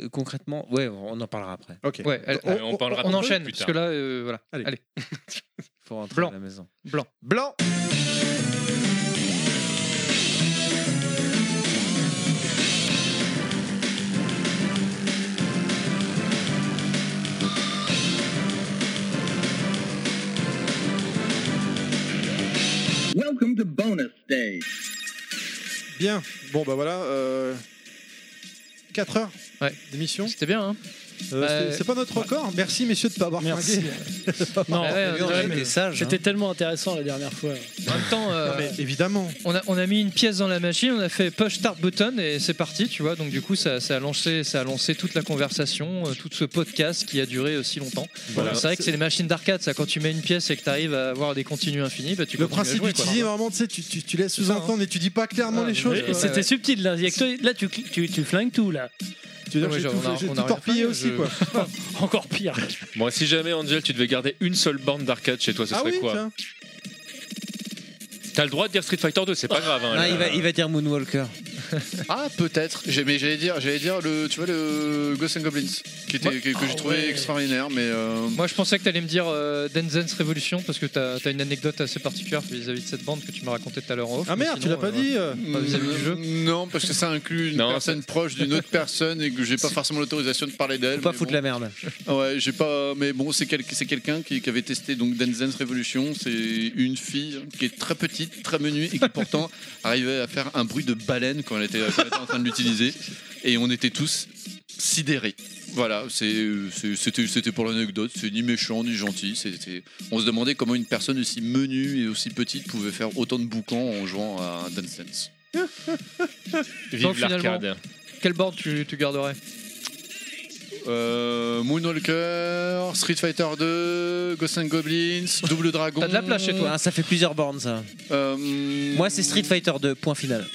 Speaker 10: Euh, Concrètement, ouais, on en parlera après.
Speaker 1: Ok.
Speaker 3: Ouais, elle-
Speaker 4: Euh, on parlera
Speaker 3: on
Speaker 4: un peu
Speaker 3: enchaîne,
Speaker 4: plus
Speaker 3: parce
Speaker 4: tard.
Speaker 3: que là, euh, voilà.
Speaker 1: Allez.
Speaker 3: Allez,
Speaker 10: Faut rentrer
Speaker 3: Blanc.
Speaker 10: à la maison.
Speaker 3: blanc.
Speaker 10: Blanc
Speaker 20: Welcome to bonus stage.
Speaker 1: Bien. Bon, bah voilà. 4 heures
Speaker 3: Ouais.
Speaker 1: d'émission.
Speaker 3: C'était bien, hein
Speaker 1: Euh,
Speaker 3: Bah,
Speaker 1: c'est- c'est pas notre record. Merci, messieurs, de pas avoir
Speaker 5: Merci.
Speaker 1: flingué.
Speaker 5: Non,
Speaker 3: Ouais, ouais,
Speaker 5: mais-
Speaker 3: ouais, mais-
Speaker 10: sage.
Speaker 5: C'était tellement intéressant la dernière fois.
Speaker 3: En même temps, euh,
Speaker 1: Non, mais évidemment.
Speaker 3: on, a, on a mis une pièce dans la machine, on a fait push start button et c'est parti, tu vois. Donc du coup, ça, ça a lancé, ça a lancé toute la conversation, euh, tout ce podcast qui a duré euh, si longtemps.
Speaker 4: Voilà.
Speaker 3: C'est vrai que c'est les machines d'arcade, ça. Quand tu mets une pièce et que tu arrives à avoir des continues infinies, bah, tu
Speaker 1: Le
Speaker 3: continues à
Speaker 1: principe
Speaker 3: jouer,
Speaker 1: du
Speaker 3: quoi.
Speaker 1: teasing, vraiment, tu sais, tu, tu, tu laisses
Speaker 3: C'est ça, hein.
Speaker 1: sous-entendre et tu dis pas clairement
Speaker 3: Ah,
Speaker 1: les choses.
Speaker 3: mais-
Speaker 1: quoi.
Speaker 5: C'était
Speaker 3: ouais.
Speaker 5: subtil là. Avec toi- Là, tu, cl- tu, tu flingues tout là.
Speaker 1: Tu veux dire
Speaker 3: Ouais,
Speaker 1: que j'ai
Speaker 3: genre,
Speaker 1: tout,
Speaker 3: on a-
Speaker 1: j'ai
Speaker 3: on a
Speaker 1: tout
Speaker 3: rien
Speaker 1: torpillé
Speaker 3: fait,
Speaker 1: aussi,
Speaker 3: je-
Speaker 1: quoi.
Speaker 5: Encore pire.
Speaker 4: Bon, si jamais, Angel, tu devais garder une seule bande d'arcade chez toi, ce
Speaker 1: Ah
Speaker 4: serait
Speaker 1: oui,
Speaker 4: quoi
Speaker 1: tiens. Ah.
Speaker 4: T'as le droit de dire Street Fighter 2, c'est pas grave. hein,
Speaker 10: Non,
Speaker 6: Ah,
Speaker 4: là.
Speaker 10: il, va, il va dire Moonwalker.
Speaker 7: Ah, peut-être. J'ai- Mais j'allais dire, j'allais dire le, tu vois le Ghosts and Goblins, qui était, que, que j'ai trouvé extraordinaire, mais euh,
Speaker 3: Moi, je pensais que t'allais me dire euh, Denzen's Revolution parce que t'as as une anecdote assez particulière vis-à-vis de cette bande que tu m'as racontée tout à l'heure en off.
Speaker 8: Ah
Speaker 3: mais
Speaker 8: merde, tu
Speaker 3: sinon,
Speaker 8: l'as pas
Speaker 3: euh,
Speaker 8: dit, euh.
Speaker 3: pas Vis-à-vis du jeu.
Speaker 7: Non, parce que ça inclut une personne proche d'une autre personne et que j'ai pas forcément l'autorisation de parler d'elle. Pas foutre
Speaker 6: la merde.
Speaker 7: Ouais, j'ai pas. Mais bon, c'est quel- c'est quelqu'un qui, qui avait testé donc Dance Revolution. C'est une fille qui est très petite, très menue et qui pourtant arrivait à faire un bruit de baleine quand elle était, quand elle était en train de l'utiliser. Et on était tous sidérés. Voilà, c'est- c'est- c'était c'était pour l'anecdote. C'est ni méchant ni gentil. C'était- On se demandait comment une personne aussi menue et aussi petite pouvait faire autant de boucans en jouant à un Dance Dance. Vive
Speaker 3: Donc, finalement,
Speaker 7: l'arcade.
Speaker 3: Quelle board tu, tu garderais
Speaker 7: Euh, Moonwalker, Street Fighter 2, Ghosts and Goblins, Double Dragon.
Speaker 6: T'as de la place chez toi. Ah, ça fait plusieurs bornes ça. Moi c'est Street Fighter 2, point final.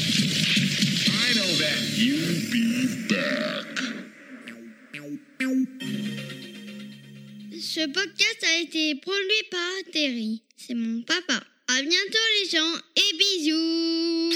Speaker 20: I know that you'll be back.
Speaker 21: Ce podcast a été produit par Terry. C'est mon papa. À bientôt les gens et bisous